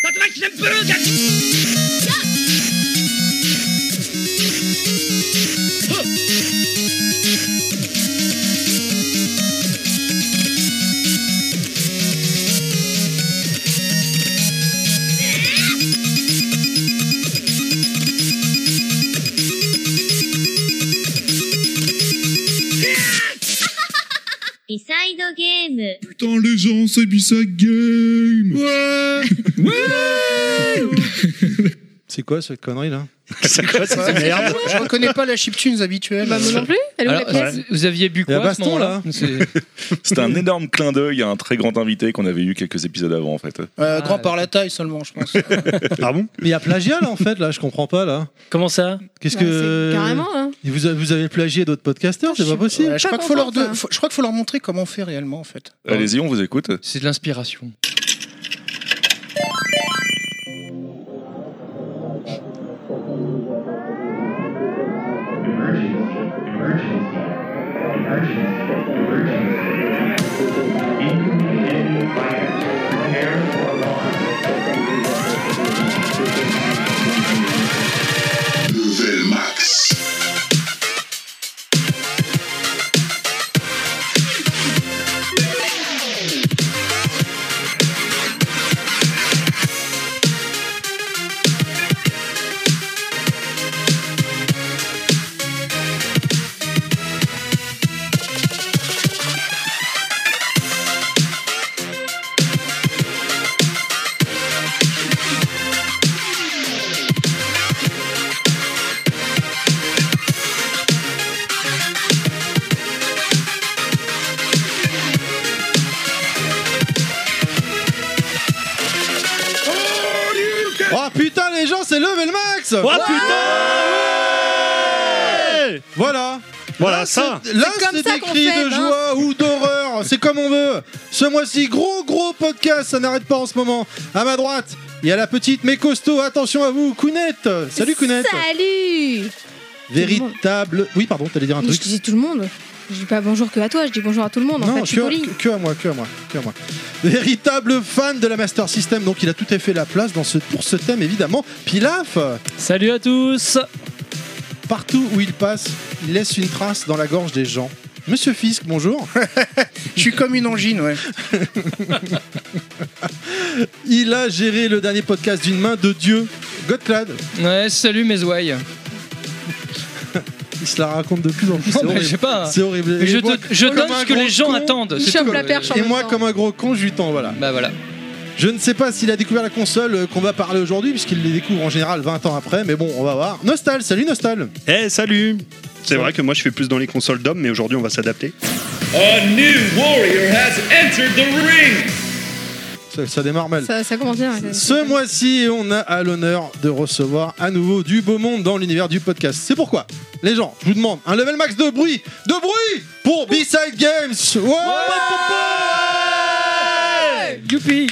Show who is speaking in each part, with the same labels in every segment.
Speaker 1: Dat maakt je burger. Ja. Huh.
Speaker 2: Beside the game.
Speaker 3: Putain les gens, c'est Bisa Game Ouais
Speaker 4: C'est quoi cette connerie là
Speaker 5: C'est quoi cette merde
Speaker 6: Je reconnais pas la chiptunes habituelle.
Speaker 7: Bah, moi non plus. Elle ouvre la
Speaker 5: Alors,
Speaker 7: pièce.
Speaker 8: Vous- Vous aviez bu
Speaker 4: y a
Speaker 8: quoi à ce
Speaker 4: baston,
Speaker 8: moment-là C'est-
Speaker 5: C'était un énorme clin d'œil à un très grand invité qu'on avait eu quelques épisodes avant en fait.
Speaker 6: Euh, grand
Speaker 8: Ah,
Speaker 6: par la taille seulement, je pense.
Speaker 5: Ah bon
Speaker 4: Mais il y a plagiat là en fait, là, je comprends pas là.
Speaker 8: Comment ça
Speaker 4: Qu'est-ce
Speaker 7: Bah,
Speaker 4: que.
Speaker 7: c'est Carrément, hein.
Speaker 4: Et Vous, a- vous avez plagié d'autres podcasteurs, c'est
Speaker 7: Je
Speaker 4: pas
Speaker 7: sais pas.
Speaker 4: possible
Speaker 6: Ouais, je,
Speaker 7: Pas
Speaker 6: crois qu'il faut leur
Speaker 7: contente,
Speaker 6: de-
Speaker 7: hein.
Speaker 6: faut- je crois qu'il faut leur montrer comment on fait réellement en fait.
Speaker 5: Allez-y, on vous écoute.
Speaker 8: C'est de l'inspiration.
Speaker 3: Level Max
Speaker 4: Oh putain les gens, c'est Level Max
Speaker 5: Oh putain
Speaker 4: Voilà
Speaker 5: Voilà ça
Speaker 4: Là,
Speaker 7: C'est comme
Speaker 4: c'est
Speaker 7: ça
Speaker 4: des
Speaker 7: qu'on
Speaker 4: cris
Speaker 7: fait,
Speaker 4: de
Speaker 7: hein.
Speaker 4: joie ou d'horreur, c'est comme on veut. Ce mois-ci, gros gros podcast, ça n'arrête pas en ce moment. À ma droite, il y a la petite mais costaud, attention à vous, Kounette Salut Kounette
Speaker 7: Salut
Speaker 4: Véritable. Oui, pardon, t'allais dire un
Speaker 7: Mais
Speaker 4: truc
Speaker 7: Je dis tout le monde. Je dis pas bonjour que à toi, je dis bonjour à tout le monde. en fait, je suis
Speaker 4: que,
Speaker 7: polie.
Speaker 4: que- que à moi, que à moi, que à moi. Véritable fan de la Master System, donc il a tout à fait la place dans ce, pour ce thème évidemment. Pilaf,
Speaker 8: Salut à tous
Speaker 4: partout où il passe, il laisse une trace dans la gorge des gens. Monsieur Fisk, bonjour.
Speaker 6: Je suis comme une angine, ouais.
Speaker 4: Il a géré le dernier podcast d'une main de Dieu. Godclad,
Speaker 8: Ouais, salut mes ouailles.
Speaker 4: il se la raconte de plus en plus.
Speaker 8: Non,
Speaker 4: C'est
Speaker 8: mais je sais
Speaker 4: horrible.
Speaker 8: pas.
Speaker 4: C'est horrible.
Speaker 8: Mais
Speaker 4: Et
Speaker 8: je,
Speaker 4: moi,
Speaker 8: te- je
Speaker 4: comme
Speaker 8: donne
Speaker 4: un
Speaker 8: ce que
Speaker 4: gros
Speaker 8: les gens
Speaker 4: con,
Speaker 8: attendent.
Speaker 7: Il
Speaker 8: c'est
Speaker 7: chope
Speaker 8: tout.
Speaker 7: la perche en
Speaker 4: Et
Speaker 7: même
Speaker 4: moi,
Speaker 7: temps.
Speaker 4: comme un gros con, je lui tends, voilà.
Speaker 8: Bah voilà.
Speaker 4: Je ne sais pas s'il a découvert la console euh, qu'on va parler aujourd'hui, puisqu'il les découvre en général 20 ans après, mais bon, on va voir. Nostal, salut Nostal
Speaker 9: Eh salut C'est vrai que moi je fais plus dans les consoles d'hommes, mais aujourd'hui on va s'adapter.
Speaker 4: Ça, ça démarre mal.
Speaker 7: Ça, ça commence bien. ouais.
Speaker 4: Ce mois-ci, on a à l'honneur de recevoir à nouveau du beau monde dans l'univers du podcast. C'est pourquoi, les gens, je vous demande un level max de bruit, de bruit pour B-Side Games. Ouais
Speaker 8: Youpi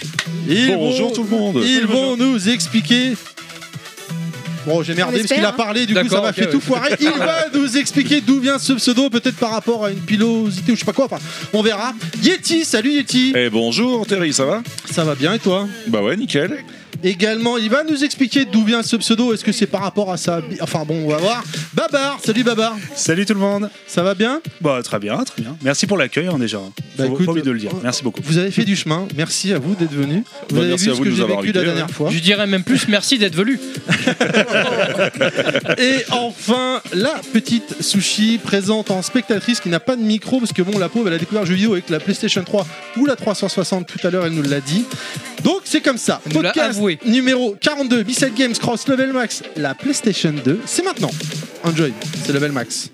Speaker 4: Ils
Speaker 5: Bonjour
Speaker 4: vont-
Speaker 5: tout le monde
Speaker 4: Ils vont nous expliquer. Bon, j'ai merdé
Speaker 7: On
Speaker 4: parce qu'il a
Speaker 7: espère, hein.
Speaker 4: parlé, du coup ça
Speaker 8: D'accord,
Speaker 4: m'a
Speaker 8: ok,
Speaker 4: fait
Speaker 8: ouais.
Speaker 4: tout foirer. Il va nous expliquer d'où vient ce pseudo, peut-être par rapport à une pilosité ou je sais pas quoi. Enfin, on verra. Yeti, salut Yeti.
Speaker 5: Eh bonjour Terry, ça va
Speaker 4: Ça va bien et toi
Speaker 5: Bah ouais, nickel.
Speaker 4: Également, il va nous expliquer d'où vient ce pseudo. Est-ce que c'est par rapport à ça Enfin bon, on va voir. Babar, salut Babar.
Speaker 9: Salut tout le monde
Speaker 4: Ça va bien
Speaker 9: Bah très bien, très bien. Merci pour l'accueil hein, déjà.
Speaker 4: Bah,
Speaker 9: faut,
Speaker 4: écoute,
Speaker 9: pas oublier de le dire,
Speaker 4: on-
Speaker 9: merci beaucoup.
Speaker 4: Vous avez fait du chemin. Merci à vous d'être venu. Vous
Speaker 5: Bah,
Speaker 4: avez
Speaker 5: merci
Speaker 4: vu
Speaker 5: à
Speaker 4: ce
Speaker 5: vous
Speaker 4: que
Speaker 5: de nous
Speaker 4: j'ai vécu
Speaker 5: avoir
Speaker 4: la
Speaker 5: invités,
Speaker 4: dernière fois.
Speaker 8: Je dirais même plus merci d'être venu.
Speaker 4: Et enfin, la petite Sushi présente en spectatrice qui n'a pas de micro parce que bon, la pauvre, elle a découvert le jeu vidéo avec la PlayStation 3 ou la 360 tout à l'heure, elle nous l'a dit. Donc c'est comme ça.
Speaker 8: Elle nous l'a
Speaker 4: Podcast
Speaker 8: avoué.
Speaker 4: numéro 42, B-Side Games Cross Level Max, la PlayStation 2, c'est maintenant. Enjoy, c'est Level Max.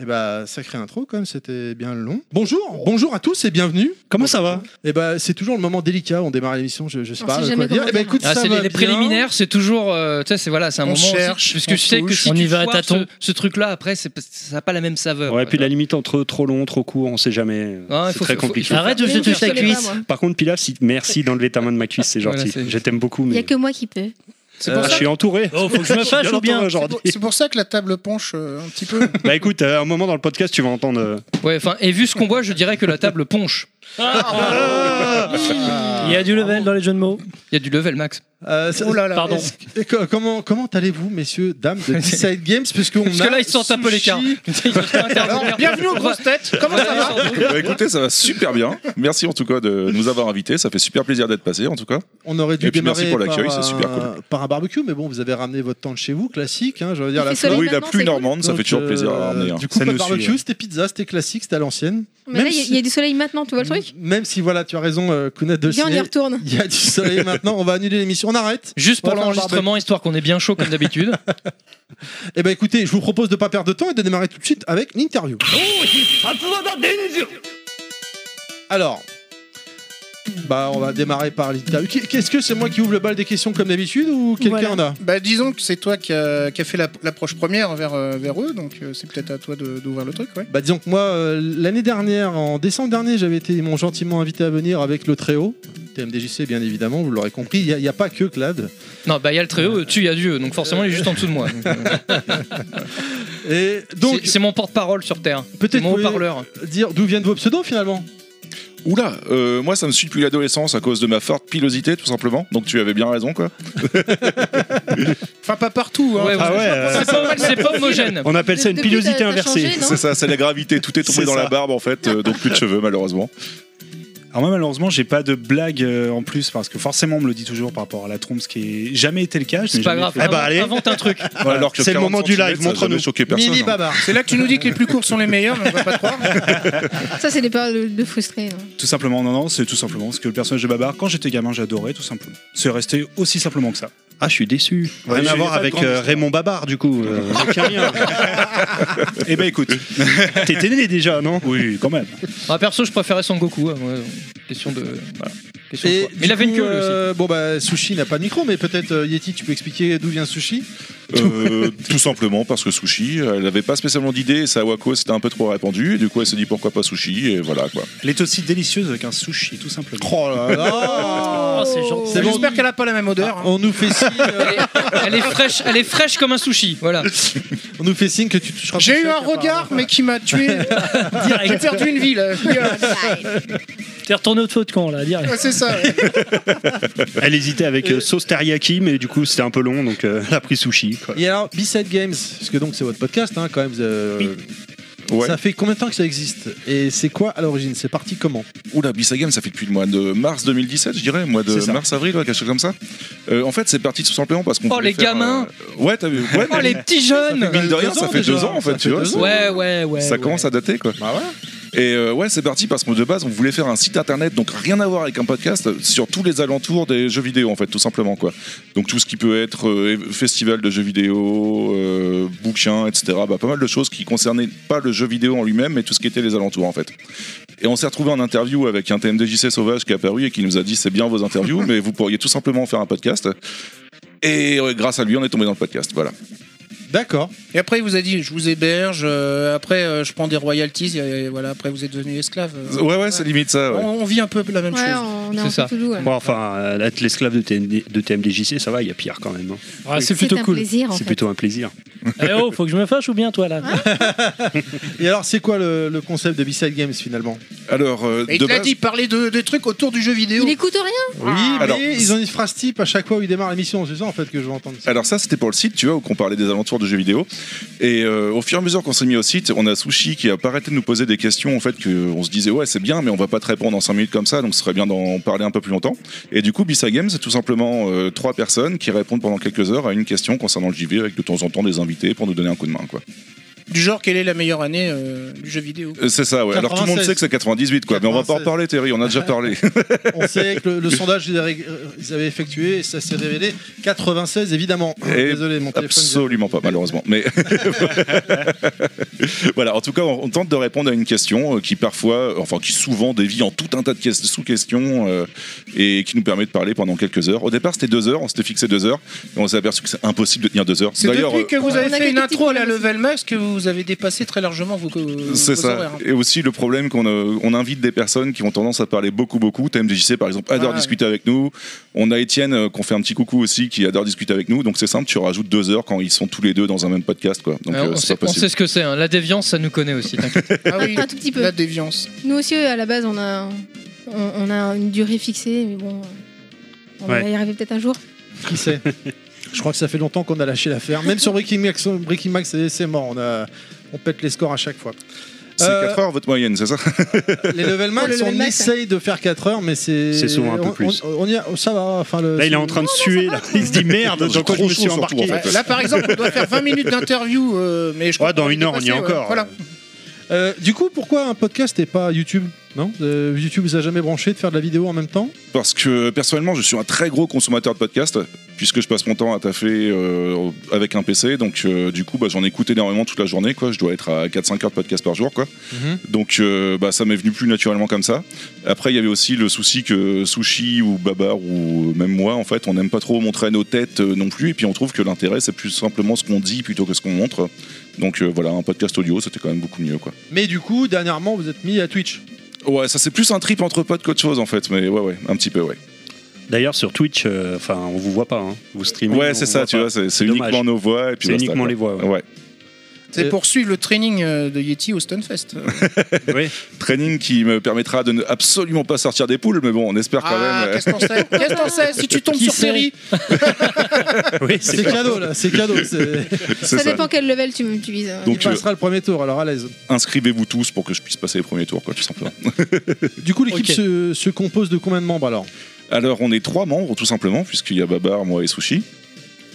Speaker 4: Et bah, sacrée intro quand même, c'était bien long. Bonjour, bonjour à tous et bienvenue.
Speaker 9: Comment ça va
Speaker 4: Et bah, c'est toujours le moment délicat, on démarre l'émission, je, je sais
Speaker 7: On
Speaker 4: pas
Speaker 7: sait
Speaker 4: quoi
Speaker 7: jamais
Speaker 4: dire.
Speaker 7: comment
Speaker 4: Eh ben,
Speaker 7: dire.
Speaker 4: écoute,
Speaker 8: Ah,
Speaker 4: ça
Speaker 8: c'est les,
Speaker 4: va
Speaker 8: les
Speaker 4: bien.
Speaker 8: préliminaires, c'est toujours. euh, tu sais, c'est voilà, c'est un
Speaker 6: On
Speaker 8: moment. aussi-
Speaker 6: cherche,
Speaker 8: parce
Speaker 6: on
Speaker 8: que je sais que
Speaker 6: touche.
Speaker 8: si
Speaker 10: On
Speaker 8: tu
Speaker 10: y va à
Speaker 8: foires
Speaker 10: tâtons.
Speaker 8: ce, ce truc-là, après, c'est pas- ça n'a pas la même saveur.
Speaker 9: Ouais,
Speaker 8: quoi,
Speaker 9: puis
Speaker 8: tu
Speaker 9: la limite entre trop long, trop court, on sait jamais.
Speaker 8: Ouais, il
Speaker 9: c'est
Speaker 8: faut-
Speaker 9: très
Speaker 8: faut-
Speaker 9: compliqué.
Speaker 8: il faut-
Speaker 10: Arrête de
Speaker 7: Mais
Speaker 10: se
Speaker 7: non, je
Speaker 10: toucher la
Speaker 7: connais pas,
Speaker 10: cuisse.
Speaker 7: moi.
Speaker 9: Par contre, Pilaf, si- merci d'enlever ta main de ma cuisse, c'est
Speaker 8: Voilà,
Speaker 9: gentil.
Speaker 8: c'est-
Speaker 9: je t'aime beaucoup,
Speaker 7: Il y a
Speaker 9: mais
Speaker 7: que moi qui peux.
Speaker 6: C'est pour,
Speaker 9: Ah, je
Speaker 6: ça-
Speaker 9: suis entouré.
Speaker 10: Oh, faut que je me fâche
Speaker 9: Bien
Speaker 10: ou bien
Speaker 9: entouré
Speaker 6: c'est pour-
Speaker 9: aujourd'hui.
Speaker 6: c'est pour ça que la table penche euh, un petit peu.
Speaker 9: bah écoute, à un moment dans le podcast, tu vas entendre. euh,
Speaker 8: vois. Ouais, enfin, et vu ce qu'on voit, je dirais que la table ponche.
Speaker 4: Ah,
Speaker 5: Ah,
Speaker 10: Il y a du level dans les jeux de mots.
Speaker 8: Il y a du level, Max.
Speaker 4: Euh, ça-
Speaker 6: Oh là là.
Speaker 10: Pardon.
Speaker 6: est-ce-
Speaker 4: Et co- comment comment allez-vous, messieurs, dames de Inside Games Puisqu'on
Speaker 8: Parce
Speaker 4: a
Speaker 8: que là, ils se sentent un peu
Speaker 4: Sushi.
Speaker 8: l'écart. Alors,
Speaker 6: Bienvenue aux grosses têtes. Comment ça va
Speaker 5: Bah, écoutez, ça va super bien. Merci en tout cas de nous avoir invités. Ça fait super plaisir d'être passé en tout cas.
Speaker 4: On aurait dû
Speaker 5: Et puis
Speaker 4: démarrer
Speaker 5: merci pour
Speaker 4: par,
Speaker 5: l'accueil, c'est
Speaker 4: un,
Speaker 5: super cool.
Speaker 4: par un barbecue, mais bon, vous avez ramené votre tente chez vous, classique. Hein, je veux dire,
Speaker 7: Il
Speaker 4: la
Speaker 7: fait soleil.
Speaker 4: flotte.
Speaker 5: oui, la
Speaker 7: maintenant,
Speaker 5: pluie
Speaker 7: c'est cool.
Speaker 5: normande, ça
Speaker 4: Donc,
Speaker 5: fait toujours
Speaker 4: euh,
Speaker 5: plaisir à ramener. hein.
Speaker 4: Du coup,
Speaker 9: Ça
Speaker 4: pas de
Speaker 9: nous suit,
Speaker 4: barbecue,
Speaker 9: ouais.
Speaker 4: c'était pizza, c'était classique, c'était à l'ancienne.
Speaker 7: Mais là,
Speaker 4: Même
Speaker 7: il y a-
Speaker 4: si-
Speaker 7: il y a du soleil maintenant, tu vois le truc
Speaker 4: Même si, voilà, tu as raison, euh, Kounet de le
Speaker 7: Viens, on y
Speaker 4: signaler.
Speaker 7: retourne.
Speaker 4: Il y a du soleil maintenant, on va annuler l'émission. On arrête
Speaker 8: Juste pour
Speaker 4: On va faire un
Speaker 8: l'enregistrement, histoire qu'on est bien chaud comme d'habitude.
Speaker 4: Eh ben écoutez, je vous propose de pas perdre de temps et de démarrer tout de suite avec l'interview. Alors, bah on va démarrer par l'interview. Qui- Qu'est-ce que c'est moi qui ouvre le bal des questions comme d'habitude ou quelqu'un en a
Speaker 6: Bah, disons que c'est toi qui a, qui a fait la- l'approche première vers, euh, vers eux, donc euh, c'est peut-être à toi de- d'ouvrir le truc, ouais.
Speaker 4: Bah disons que moi, euh, l'année dernière, en décembre dernier, j'avais été, ils m'ont gentiment invité à venir avec le Tréo, TMDJC bien évidemment, vous l'aurez compris, il n'y a, pas que Clad.
Speaker 8: Non, bah il y a le tréau, tu il y a Dieu, donc forcément il est juste en dessous de moi. Donc, euh,
Speaker 4: Et
Speaker 8: c'est-
Speaker 4: donc,
Speaker 8: c'est mon porte-parole sur Terre. C'est
Speaker 4: peut-être
Speaker 8: mon
Speaker 4: pouvez
Speaker 8: haut-parleur.
Speaker 4: dire d'où viennent vos pseudos finalement
Speaker 5: Oula, euh, moi ça me suit depuis l'adolescence à cause de ma forte pilosité tout simplement. Donc tu avais bien raison quoi.
Speaker 6: Enfin, pas partout, hein.
Speaker 8: Ouais,
Speaker 9: Ah
Speaker 8: ouais,
Speaker 9: ouais, euh,
Speaker 8: C'est pas- c'est pas homogène.
Speaker 9: on appelle ça une
Speaker 7: Depuis,
Speaker 9: pilosité
Speaker 7: t'as- t'as
Speaker 9: inversée.
Speaker 7: changé, non
Speaker 5: C'est ça, c'est la gravité. Tout est tombé
Speaker 9: C'est
Speaker 5: dans
Speaker 9: ça.
Speaker 5: la barbe en fait, euh, donc plus de cheveux malheureusement.
Speaker 9: Alors moi malheureusement j'ai pas de blague euh, en plus parce que forcément on me le dit toujours par rapport à la trompe, ce qui est jamais été le cas. je
Speaker 8: C'est
Speaker 9: n'ai
Speaker 8: pas
Speaker 9: jamais
Speaker 8: grave.
Speaker 9: fait- Eh ben,
Speaker 8: invente-
Speaker 9: allez,
Speaker 8: Invente un truc.
Speaker 9: voilà.
Speaker 5: Alors que
Speaker 9: c'est le
Speaker 5: 40
Speaker 9: moment du
Speaker 5: centimètres,
Speaker 9: live, montre-nous.
Speaker 5: Ça n'a jamais choqué personne.
Speaker 4: Mini
Speaker 5: hein.
Speaker 4: Babar.
Speaker 6: C'est là que tu nous dis que les plus courts sont les meilleurs, mais on va pas te croire.
Speaker 7: Ça, c'est des paroles de frustrés. hein.
Speaker 9: Tout simplement, non, non, c'est tout simplement ce que le personnage de Babar, quand j'étais gamin, j'adorais tout simplement. C'est resté aussi simplement que ça.
Speaker 10: Ah, je suis déçu.
Speaker 9: Ouais,
Speaker 11: Rien
Speaker 9: j'ai
Speaker 11: à voir
Speaker 9: pas de
Speaker 11: avec
Speaker 9: grande
Speaker 11: euh,
Speaker 9: histoire.
Speaker 11: Raymond Babar, du coup. euh,
Speaker 9: Eh ben écoute,
Speaker 11: T'étais né déjà, non
Speaker 9: oui, quand même.
Speaker 8: Ah, perso, je préférais Son Goku. hein, moi. Question de. voilà. Question de
Speaker 4: Et
Speaker 8: choix.
Speaker 4: du
Speaker 8: Mais il avait une
Speaker 4: coup,
Speaker 8: queue lui aussi.
Speaker 4: euh, Bon bah Sushi n'a pas de micro, mais peut-être euh, Yeti, tu peux expliquer d'où vient Sushi
Speaker 5: Euh, tout simplement parce que sushi, elle n'avait pas spécialement d'idée. et Sawako c'était un peu trop répandu. Et du coup, elle s'est dit pourquoi pas sushi et voilà quoi.
Speaker 9: Elle est aussi délicieuse avec un sushi, tout simplement.
Speaker 4: Oh là
Speaker 10: Oh,
Speaker 4: là
Speaker 10: c'est gentil.
Speaker 4: C'est bon.
Speaker 6: J'espère qu'elle a pas la même odeur. hein.
Speaker 4: On nous fait signe, euh,
Speaker 8: Elle est fraîche, elle est fraîche comme un sushi. Voilà.
Speaker 4: on nous fait signe que tu toucheras.
Speaker 6: J'ai
Speaker 4: ton
Speaker 6: eu
Speaker 4: chèque,
Speaker 6: un
Speaker 4: apparemment.
Speaker 6: regard, mais qui m'a tué. J'ai
Speaker 10: Direct.
Speaker 6: perdu une ville.
Speaker 10: T'es retourné au feu de camp, là, direct.
Speaker 6: Ouais, c'est ça. ouais.
Speaker 9: Elle hésitait avec
Speaker 11: Euh, Sauce teriyaki, mais du coup, c'était un peu long, donc euh, elle a pris sushi. quoi.
Speaker 4: Et alors B-Side Games, parce que donc c'est votre podcast hein, quand même. euh,
Speaker 5: Ouais.
Speaker 4: Ça fait combien de temps que ça existe Et c'est quoi à l'origine C'est parti comment
Speaker 5: Oula, Bisa Game, ça fait depuis le mois de mars 2017, je dirais, mois
Speaker 4: C'est
Speaker 5: de
Speaker 4: ça.
Speaker 5: mars-avril, ouais, quelque chose comme ça. Euh, en fait, c'est parti tout simplement parce qu'on.
Speaker 8: Oh,
Speaker 5: voulait
Speaker 8: les
Speaker 5: faire,
Speaker 8: gamins
Speaker 5: euh, Ouais, t'as vu. Ouais,
Speaker 8: Oh
Speaker 5: mais
Speaker 8: les petits jeunes.
Speaker 5: mine de rien,
Speaker 4: deux
Speaker 5: ça
Speaker 4: ans
Speaker 5: fait deux
Speaker 4: déjà,
Speaker 5: ans en fait,
Speaker 4: ça
Speaker 5: tu
Speaker 4: fait
Speaker 5: vois.
Speaker 4: deux
Speaker 5: c'est-
Speaker 4: ans.
Speaker 8: Ouais, ouais, ouais.
Speaker 5: Ça commence à dater quoi.
Speaker 4: Bah ouais.
Speaker 5: Et euh, ouais, c'est parti parce que de base, on voulait faire un site internet, donc rien à voir avec un podcast, euh, sur tous les alentours des jeux vidéo en fait, tout simplement quoi. Donc tout ce qui peut être euh, festival de jeux vidéo, euh, bouquins, etc. Bah, pas mal de choses qui concernaient pas le jeu vidéo en lui-même, mais tout ce qui était les alentours en fait. Et on s'est retrouvé en interview avec un TMDJC sauvage qui est apparu et qui nous a dit c'est bien vos interviews, mais vous pourriez tout simplement faire un podcast. Et ouais, grâce à lui, on est tombé dans le podcast. Voilà.
Speaker 4: D'accord.
Speaker 6: Et après, il vous a dit je vous héberge, euh, après, euh, je prends des royalties, et voilà, après, vous êtes devenu esclave. euh.
Speaker 5: Ouais, ouais, c'est limite ça. ouais.
Speaker 6: On, on vit un peu la même
Speaker 7: Ouais,
Speaker 6: chose.
Speaker 7: on est
Speaker 8: C'est
Speaker 7: un
Speaker 8: ça.
Speaker 7: peu tout doux. hein. ouais.
Speaker 11: Bon, enfin, euh, être l'esclave de, TMD de TMDJC, ça va, il y a pire quand même. hein.
Speaker 10: Ah, c'est
Speaker 7: C'est
Speaker 10: plutôt
Speaker 7: un
Speaker 10: cool.
Speaker 7: plaisir, en
Speaker 11: C'est
Speaker 7: fait.
Speaker 11: plutôt un plaisir.
Speaker 10: Eh oh, faut que je me fâche ou bien toi, là
Speaker 4: Et alors c'est quoi le, le concept de B-Side Games finalement
Speaker 5: Alors, euh,
Speaker 6: Et il
Speaker 5: de
Speaker 6: te l'a
Speaker 5: base-
Speaker 6: dit, parler de, des trucs autour du jeu vidéo. Ah.
Speaker 7: Il écoute rien
Speaker 4: Oui, mais
Speaker 5: alors-
Speaker 4: ils ont une phrase type à chaque fois où ils démarrent l'émission. C'est ça en fait que je veux entendre.
Speaker 5: Alors ça, c'était pour le site, tu vois, où on parlait des alentours de jeux vidéo. Et euh, au fur et à mesure qu'on s'est mis au site, on a Sushi qui a pas arrêté de nous poser des questions, en fait, que on se disait, ouais, c'est bien, mais on va pas te répondre en 5 minutes comme ça, donc ce serait bien d'en parler un peu plus longtemps. Et du coup, Bisa Games, c'est tout simplement euh, trois personnes qui répondent pendant quelques heures à une question concernant le JV, avec de temps en temps des invités pour nous donner un coup de main, quoi.
Speaker 6: Du genre, quelle est la meilleure année euh, du jeu vidéo
Speaker 5: Euh, C'est ça, ouais. Alors tout le monde
Speaker 4: 96.
Speaker 5: sait que c'est 98, quoi, mais on va pas en
Speaker 4: 96.
Speaker 5: parler, Terry, on a déjà parlé.
Speaker 4: On sait que le, le sondage ils avaient- euh, ils avaient effectué et ça s'est révélé 96 évidemment.
Speaker 5: Et
Speaker 4: Désolé, mon téléphone. vient-
Speaker 5: Absolument pas, malheureusement. Mais voilà, en tout cas, on, on tente de répondre à une question euh, qui parfois, euh, enfin qui souvent dévie en tout un tas de ques- sous-questions euh, et qui nous permet de parler pendant quelques heures. Au départ, c'était deux heures, on s'était fixé deux heures, et on s'est aperçu que c'est impossible de tenir deux heures.
Speaker 6: C'est depuis
Speaker 5: euh,
Speaker 6: que vous avez
Speaker 7: on a
Speaker 6: fait une
Speaker 7: quelques petits
Speaker 6: intro à la
Speaker 7: problèmes
Speaker 6: level max que vous vous avez dépassé très largement vos, co-
Speaker 5: C'est
Speaker 6: vos
Speaker 5: ça.
Speaker 6: horaires. hein.
Speaker 5: Et aussi le problème qu'on euh, on invite des personnes qui ont tendance à parler beaucoup beaucoup. TMDJC par exemple adore
Speaker 6: Ah,
Speaker 5: discuter avec nous. On a Étienne euh, qu'on fait un petit coucou aussi qui adore discuter avec nous. Donc c'est simple, tu rajoutes deux heures quand ils sont tous les deux dans un même podcast quoi. Donc
Speaker 8: Alors,
Speaker 5: euh,
Speaker 8: on,
Speaker 5: c'est
Speaker 8: sait,
Speaker 5: pas
Speaker 8: on sait
Speaker 5: possible.
Speaker 8: ce que c'est, hein. la déviance ça nous connaît aussi, t'inquiète.
Speaker 6: Ah oui,
Speaker 7: Un tout petit peu.
Speaker 6: la déviance.
Speaker 7: Nous aussi, euh, à la base, on a, on, on a une durée fixée, mais bon, euh, on va
Speaker 4: Ouais.
Speaker 7: y arriver peut-être un jour.
Speaker 4: Qui sait Je crois que ça fait longtemps qu'on a lâché l'affaire. Même sur Breaking Max, Breaking Max, c'est c'est mort. On, a, on pète les scores à chaque fois.
Speaker 5: C'est
Speaker 4: Euh,
Speaker 5: 4 heures votre moyenne, c'est ça
Speaker 4: Les level max,
Speaker 7: Oh, le level
Speaker 4: on
Speaker 7: max.
Speaker 4: essaye de faire 4 heures, mais c'est.
Speaker 11: C'est souvent un peu
Speaker 4: on-
Speaker 11: plus.
Speaker 4: On, on y a- ça va. Enfin, le-
Speaker 11: Là, il est en train de suer. Là. Il se dit merde,
Speaker 5: Dans
Speaker 11: dans
Speaker 5: le
Speaker 11: quoi je me
Speaker 5: gros
Speaker 11: suis
Speaker 5: chaud, surtout,
Speaker 11: embarqué.
Speaker 5: en fait.
Speaker 6: Là, par exemple, on doit faire 20 minutes d'interview, euh, mais je
Speaker 11: Ouais,
Speaker 6: crois
Speaker 11: dans
Speaker 6: qu'on
Speaker 11: une heure, on y est
Speaker 6: dépassé, ouais.
Speaker 11: encore. hein.
Speaker 6: Voilà.
Speaker 4: Euh, du coup, pourquoi un podcast et pas YouTube Non Euh, YouTube vous a jamais branché de faire de la vidéo en même temps
Speaker 5: Parce que personnellement, je suis un très gros consommateur de podcasts, puisque je passe mon temps à taffer euh, avec un PC. Donc, euh, du coup, bah, j'en écoute énormément toute la journée. Quoi. Je dois être à 4-5 heures de podcast par jour. Quoi.
Speaker 4: Mhm.
Speaker 5: Donc, euh, bah, ça m'est venu plus naturellement comme ça. Après, il y avait aussi le souci que Sushi ou Babar ou même moi, en fait, on n'aime pas trop montrer nos têtes euh, non plus. Et puis, on trouve que l'intérêt, c'est plus simplement ce qu'on dit plutôt que ce qu'on montre. Donc, euh, voilà, un podcast audio, c'était quand même beaucoup mieux. Quoi.
Speaker 4: Mais du coup, dernièrement, vous êtes mis à Twitch.
Speaker 5: Ouais, ça, c'est plus un trip entre potes qu'autre chose, en fait. Mais ouais, ouais, un petit peu, ouais.
Speaker 11: D'ailleurs, sur Twitch, euh, enfin, on vous voit pas. hein. Vous streamez.
Speaker 5: Ouais,
Speaker 11: on
Speaker 5: c'est
Speaker 11: vous
Speaker 5: ça,
Speaker 11: voit
Speaker 5: tu
Speaker 11: pas.
Speaker 5: vois, c'est c'est
Speaker 11: dommage.
Speaker 5: uniquement nos voix et puis
Speaker 11: C'est
Speaker 5: basta,
Speaker 11: uniquement
Speaker 5: quoi.
Speaker 11: les voix. ouais.
Speaker 5: Ouais.
Speaker 6: C'est
Speaker 4: Euh,
Speaker 6: pour suivre le training euh, de Yeti au Stunfest.
Speaker 11: Oui.
Speaker 5: Training qui me permettra de ne absolument pas sortir des poules, mais bon, on espère quand
Speaker 6: Ah,
Speaker 5: même. euh,
Speaker 6: qu'est-ce qu'on sait Qu'est-ce qu'on sait Si tu tombes
Speaker 10: Qui
Speaker 6: sur
Speaker 10: sait
Speaker 6: Terry,
Speaker 11: Oui,
Speaker 4: C'est
Speaker 11: c'est clair.
Speaker 4: cadeau, là. C'est cadeau. c'est-
Speaker 5: c'est
Speaker 7: Ça,
Speaker 5: ça.
Speaker 7: dépend quel level tu, tu vises. euh,
Speaker 5: Donc, euh,
Speaker 4: Il passera le premier tour, alors à l'aise.
Speaker 5: Inscrivez-vous tous pour que je puisse passer les premiers tours, quoi, tout simplement.
Speaker 4: Du coup, l'équipe
Speaker 10: Ok.
Speaker 4: se, se compose de combien de membres alors
Speaker 5: Alors, on est trois membres, tout simplement, puisqu'il y a Babar, moi et Sushi.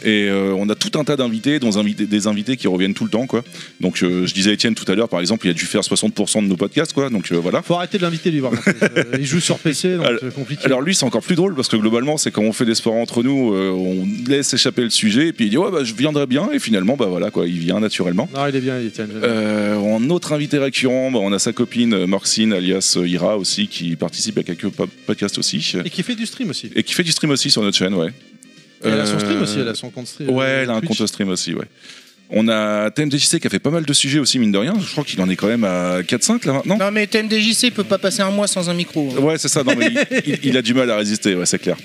Speaker 5: Et euh, on a tout un tas d'invités, dont invités- des invités qui reviennent tout le temps, quoi. Donc, euh, je disais à Étienne tout à l'heure, par exemple, il a dû faire 60% de nos podcasts, quoi. Donc, euh, voilà.
Speaker 4: Faut arrêter de l'inviter, lui. par contre. Euh, Il joue sur PC, donc
Speaker 5: Alors-
Speaker 4: c'est compliqué.
Speaker 5: Alors lui, c'est encore plus drôle parce que globalement, c'est quand on fait des sports entre nous, euh, on laisse échapper le sujet et puis il dit ouais bah je viendrai bien et finalement bah voilà quoi, il vient naturellement.
Speaker 4: Non, il est bien, Étienne. j'aime bien.
Speaker 5: Euh, en autre invité récurrent, bah, on a sa copine euh, Morxine alias euh, Ira aussi qui participe à quelques po- podcasts aussi
Speaker 4: Et qui fait du stream aussi.
Speaker 5: et qui fait du stream aussi sur notre chaîne ouais.
Speaker 4: Et elle a son
Speaker 5: Euh,
Speaker 4: stream aussi, elle a son compte stream.
Speaker 5: Ouais,
Speaker 4: euh,
Speaker 5: elle a un
Speaker 4: Twitch.
Speaker 5: compte stream aussi ouais. On a TMDJC qui a fait pas mal de sujets aussi mine de rien. Je crois qu'il en est quand même à 4-5 là maintenant.
Speaker 6: non Ah, mais TMDJC peut pas passer un mois sans un micro. hein.
Speaker 5: Ouais, c'est ça. Non, mais il, il- il a du mal à résister, ouais, c'est clair.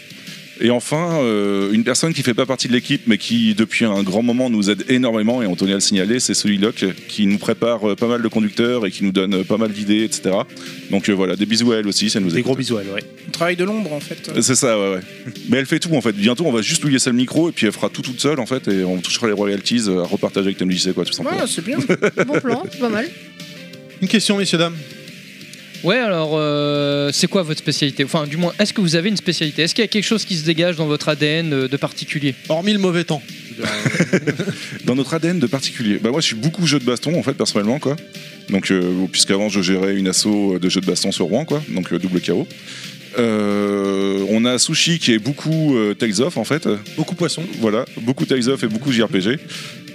Speaker 5: Et enfin, euh, une personne qui fait pas partie de l'équipe, mais qui depuis un grand moment nous aide énormément, et on tenait à le signaler, c'est Soliloque, qui nous prépare euh, pas mal de conducteurs et qui nous donne euh, pas mal d'idées, etc. Donc euh, voilà, des bisous à elle aussi, ça nous
Speaker 11: Des
Speaker 5: écoute.
Speaker 11: gros bisous, elle, ouais.
Speaker 6: On travaille de l'ombre en fait.
Speaker 5: C'est ça, ouais, ouais. Mais elle fait tout en fait. Bientôt, on va juste lui laisser le micro et puis elle fera tout toute seule en fait, et on touchera les royalties euh, à repartager avec TMJC, quoi, tout simplement.
Speaker 6: Ouais, c'est bien.
Speaker 7: Bon plan, c'est pas mal.
Speaker 4: Une question, messieurs, dames.
Speaker 8: Ouais, alors euh, c'est quoi votre spécialité Enfin, du moins, est-ce que vous avez une spécialité Est-ce qu'il y a quelque chose qui se dégage dans votre ADN euh, de particulier
Speaker 4: Hormis le mauvais temps.
Speaker 5: Dans notre ADN de particulier. Bah moi je suis beaucoup jeu de baston en fait personnellement quoi. Donc euh, puisqu'avant je gérais une asso de jeux de baston sur Rouen quoi, donc euh, double KO. Euh, on a Sushi qui est beaucoup euh, Tales of en fait, Euh,
Speaker 4: Beaucoup poisson.
Speaker 5: voilà, beaucoup Tales of et beaucoup JRPG.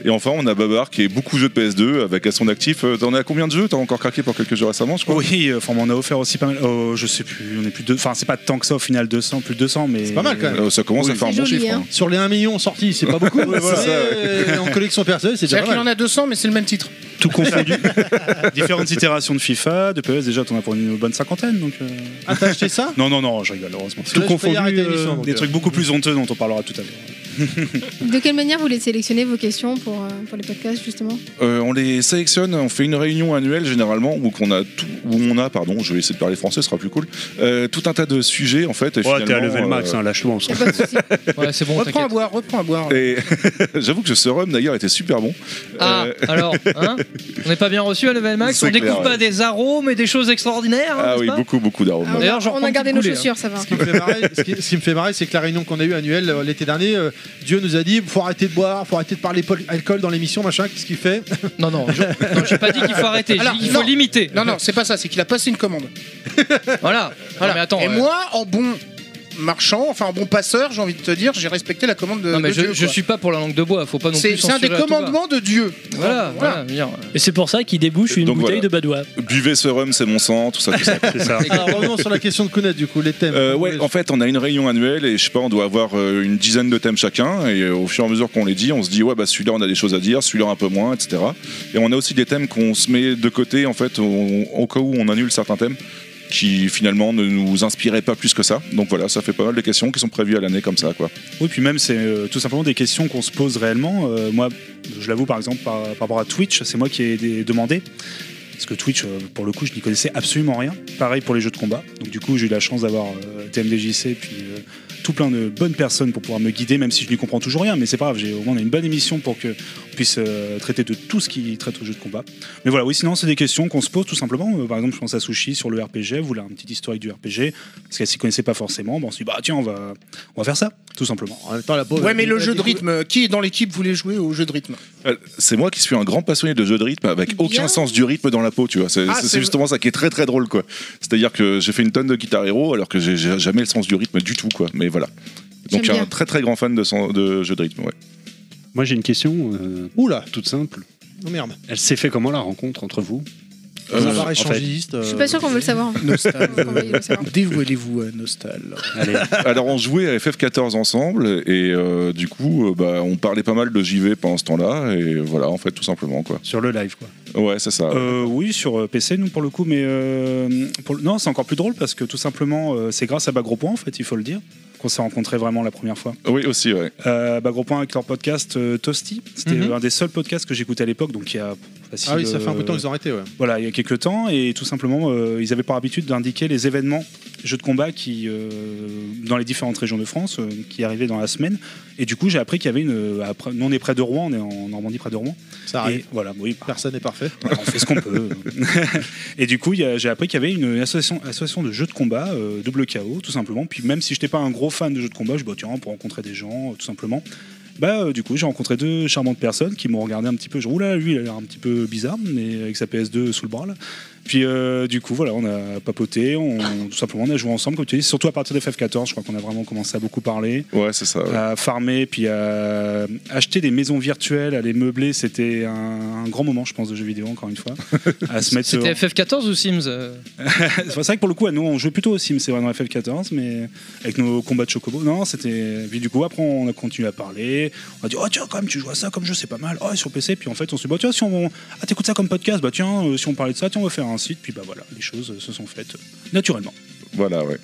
Speaker 5: Et enfin on a Babar qui est beaucoup jeu de PS2 avec à son actif. Euh, T'en as combien de jeux T'as encore craqué pour quelques jeux récemment je crois
Speaker 9: Oui, euh, enfin, on a offert aussi pas mal. Oh, je sais plus, on est plus de. Enfin, c'est pas tant que ça au final, 200, plus de 200, mais.
Speaker 4: C'est pas mal, quand même.
Speaker 5: Euh, ça commence à faire un
Speaker 7: C'est
Speaker 5: bon
Speaker 7: joli,
Speaker 5: chiffre.
Speaker 7: hein.
Speaker 5: hein.
Speaker 4: Sur les 1 million sortis, c'est pas beaucoup. mais
Speaker 5: voilà, ça,
Speaker 4: euh, en collection personnelle, c'est déjà
Speaker 6: C'est-à-dire
Speaker 4: pas
Speaker 6: qu'il en
Speaker 4: mal.
Speaker 6: a 200 mais c'est le même titre.
Speaker 9: Tout confondu. Différentes itérations de FIFA, de PES, déjà, t'en as pour une bonne cinquantaine, donc. euh,
Speaker 4: Ah, t'as acheté ça
Speaker 9: Non, non, non, je rigole, heureusement.
Speaker 4: que là, je peux y arrêter
Speaker 9: euh,
Speaker 4: l'émission, donc,
Speaker 9: des
Speaker 4: euh.
Speaker 9: trucs beaucoup plus honteux dont on parlera tout à l'heure.
Speaker 5: euh,
Speaker 7: De quelle manière vous voulez sélectionner vos questions pour, euh, pour les podcasts, justement
Speaker 5: Euh, on les sélectionne, on fait une réunion annuelle généralement où qu'on a tout, où on a, pardon, je vais essayer de parler français, ce sera plus cool. euh, tout un tas de sujets en fait. et
Speaker 11: Ouais, t'es à
Speaker 5: finalement,
Speaker 11: level max,
Speaker 5: euh,
Speaker 11: hein, lâche-toi, on s'en
Speaker 7: Y a pas de souci.
Speaker 8: Ouais, c'est bon,
Speaker 6: Reprends à
Speaker 8: t'inquiète.
Speaker 6: boire, reprends à boire.
Speaker 5: Et j'avoue que ce rhum d'ailleurs était super bon.
Speaker 8: Ah,
Speaker 5: Euh,
Speaker 8: alors, hein On n'est pas bien reçu à Level Max
Speaker 5: C'est
Speaker 8: On
Speaker 5: clair,
Speaker 8: découvre
Speaker 5: ouais.
Speaker 8: pas des arômes et des choses extraordinaires hein,
Speaker 5: ah
Speaker 8: n'est-ce
Speaker 5: oui,
Speaker 8: pas
Speaker 5: beaucoup, beaucoup d'arômes.
Speaker 7: Ah, on a-
Speaker 8: D'ailleurs, je
Speaker 7: on
Speaker 8: reprends
Speaker 7: a
Speaker 8: une
Speaker 7: gardé
Speaker 8: petite
Speaker 7: nos
Speaker 8: coulée,
Speaker 7: chaussures, ça va.
Speaker 4: hein. Ce qui me fait marrer, ce qui- ce qui me fait marrer, c'est que la réunion qu'on a eue annuelle euh, l'été dernier, euh, Dieu nous a dit faut arrêter de boire, faut arrêter de parler pol- alcool dans l'émission, machin. Qu'est-ce qu'il fait
Speaker 8: Non, non, je- non, j'ai pas dit qu'il faut arrêter, j'ai
Speaker 6: Alors,
Speaker 8: dit qu'il faut
Speaker 6: non.
Speaker 8: limiter.
Speaker 6: Non, non, c'est pas ça, c'est qu'il a passé une commande.
Speaker 8: Voilà, voilà. mais attends,
Speaker 6: Et
Speaker 8: euh,
Speaker 6: moi, en bon marchand, enfin un bon passeur, j'ai envie de te dire, j'ai respecté la commande de.
Speaker 8: Non, mais
Speaker 6: de
Speaker 8: je,
Speaker 6: Dieu,
Speaker 8: je
Speaker 6: quoi.
Speaker 8: suis pas pour la langue de bois, faut pas non
Speaker 6: C'est
Speaker 8: plus.
Speaker 6: c'est un des
Speaker 8: censurer à tout va.
Speaker 6: commandements de Dieu.
Speaker 8: Voilà, voilà. je veux dire. euh.
Speaker 10: Et c'est pour ça qu'il débouche une
Speaker 5: Donc
Speaker 10: bouteille
Speaker 5: voilà.
Speaker 10: de badois.
Speaker 5: Buvez ce rhum, c'est mon sang, tout ça, tout ça.
Speaker 11: C'est ça.
Speaker 4: Alors, revenons sur la question de connaître du coup les thèmes.
Speaker 5: Euh, ouais, en fait, on a une réunion annuelle et je sais pas, on doit avoir euh, une dizaine de thèmes chacun. Et euh, au fur et à mesure qu'on les dit, on se dit, ouais, bah celui-là, on a des choses à dire, celui-là, un peu moins, etc. Et on a aussi des thèmes qu'on se met de côté, en fait, on- au cas où on annule certains thèmes qui finalement ne nous inspiraient pas plus que ça. Donc voilà, ça fait pas mal de questions qui sont prévues à l'année comme ça, quoi.
Speaker 9: Oui, puis même, c'est euh, tout simplement des questions qu'on se pose réellement. Euh, moi, je l'avoue, par exemple, par, par rapport à Twitch, c'est moi qui ai des- demandé. Parce que Twitch, euh, pour le coup, je n'y connaissais absolument rien. Pareil pour les jeux de combat. Donc, du coup, j'ai eu la chance d'avoir euh, TMDJC, puis euh, tout plein de bonnes personnes pour pouvoir me guider, même si je n'y comprends toujours rien. Mais c'est pas grave, j'ai- au moins, on a une bonne émission pour qu'on puisse euh, traiter de tout ce qui traite aux jeux de combat. Mais voilà, oui, sinon, c'est des questions qu'on se pose tout simplement. Euh, par exemple, je pense à Sushi sur le RPG, vous voulez un petit historique du RPG, parce qu'elle s'y connaissait pas forcément. Bon, on se dit, bah tiens, on va, on va faire ça, tout simplement.
Speaker 4: En même temps, la pauvre-
Speaker 6: Ouais, mais le
Speaker 4: la-
Speaker 6: jeu de
Speaker 4: la-
Speaker 6: rythme, qui dans l'équipe voulait jouer au jeu de rythme
Speaker 5: Euh, C'est moi qui suis un grand passionné de jeux de rythme avec aucun sens du rythme dans la peau, tu vois. C'est
Speaker 6: Ah,
Speaker 5: c'est-
Speaker 6: c'est-
Speaker 5: c'est justement ça qui est très très drôle, quoi. C'est-à-dire que j'ai fait une tonne de Guitar Hero alors que j'ai j'ai jamais le sens du rythme du tout, quoi. Mais voilà. Donc,
Speaker 7: J'aime
Speaker 5: un
Speaker 7: bien.
Speaker 5: très très grand fan de, son- de jeux de rythme, ouais.
Speaker 11: Moi, j'ai une question euh,
Speaker 4: Oula,
Speaker 11: toute simple.
Speaker 4: oh merde.
Speaker 11: Elle s'est fait comment la rencontre entre vous
Speaker 4: Ça
Speaker 5: Euh,
Speaker 4: part
Speaker 11: en fait.
Speaker 4: échangiste.
Speaker 7: Je suis pas sûr qu'on veut le savoir.
Speaker 6: Nostal.
Speaker 7: Qu'on veuille le savoir.
Speaker 6: Dévoilez-vous à Nostal.
Speaker 11: Allez.
Speaker 5: Alors on jouait à FF14 ensemble et euh, du coup euh, bah, on parlait pas mal de JV pendant ce temps-là et voilà en fait tout simplement quoi.
Speaker 9: Sur le live, quoi.
Speaker 5: Ouais c'est ça.
Speaker 9: Euh, oui, sur euh, PC, nous, pour le coup. Mais euh, pour le- non, c'est encore plus drôle parce que tout simplement, euh, c'est grâce à Bagropoint, en fait, il faut le dire, qu'on s'est rencontrés vraiment la première fois.
Speaker 5: Oui aussi ouais.
Speaker 9: Euh, Bagropoint avec leur podcast euh, Toasty. C'était
Speaker 8: Mhm.
Speaker 9: un des seuls podcasts que j'écoutais à l'époque, donc il y a facile,
Speaker 4: Ah oui, ça fait un
Speaker 9: euh,
Speaker 4: bout de temps qu'ils ont arrêté, ouais.
Speaker 9: Voilà, il y a quelques temps, et tout simplement, euh, ils avaient par habitude d'indiquer les événements jeux de combat qui, euh, dans les différentes régions de France, euh, qui arrivaient dans la semaine. Et du coup, j'ai appris qu'il y avait une. euh, après- nous, on est près de Rouen, on est en Normandie, près de Rouen.
Speaker 4: Ça
Speaker 9: et
Speaker 4: arrive.
Speaker 9: voilà, oui,
Speaker 4: Personne n'est parfait.
Speaker 9: voilà, on fait ce qu'on peut. et du coup, il y a- j'ai appris qu'il y avait une association, association de jeux de combat, euh, double KO, tout simplement. Puis même si je n'étais pas un gros fan de jeux de combat, je me dis, bah, tiens, pour rencontrer des gens, euh, tout simplement. Bah, euh, du coup, j'ai rencontré deux charmantes personnes qui m'ont regardé un petit peu. Je là, lui, il a l'air un petit peu bizarre, mais avec sa PS2 sous le bras, là. Puis, euh, du coup, voilà, on a papoté, on, tout simplement, on a joué ensemble, comme tu dis, surtout à partir de FF14, je crois qu'on a vraiment commencé à beaucoup parler
Speaker 5: Ouais c'est ça. ouais.
Speaker 9: à farmer, puis à acheter des maisons virtuelles, à les meubler. C'était un, un grand moment, je pense, de jeux vidéo, encore une fois. à se mettre.
Speaker 8: C'était FF14 ou Sims euh
Speaker 9: C'est vrai que pour le coup, à nous, on jouait plutôt au Sims, c'est vrai, dans FF14, mais avec nos combats de Chocobo. Non, c'était. Puis du coup, après, on a continué à parler. On a dit, oh tiens, quand même, tu joues à ça comme jeu, c'est pas mal. Oh, et sur PC. Puis en fait, on s'est dit, bah tiens, si on. Ah, t'écoutes ça comme podcast, bah tiens, euh, si on parlait de ça, tiens, on va faire un site. Puis bah voilà, les choses euh, se sont faites euh, naturellement.
Speaker 5: Voilà ouais.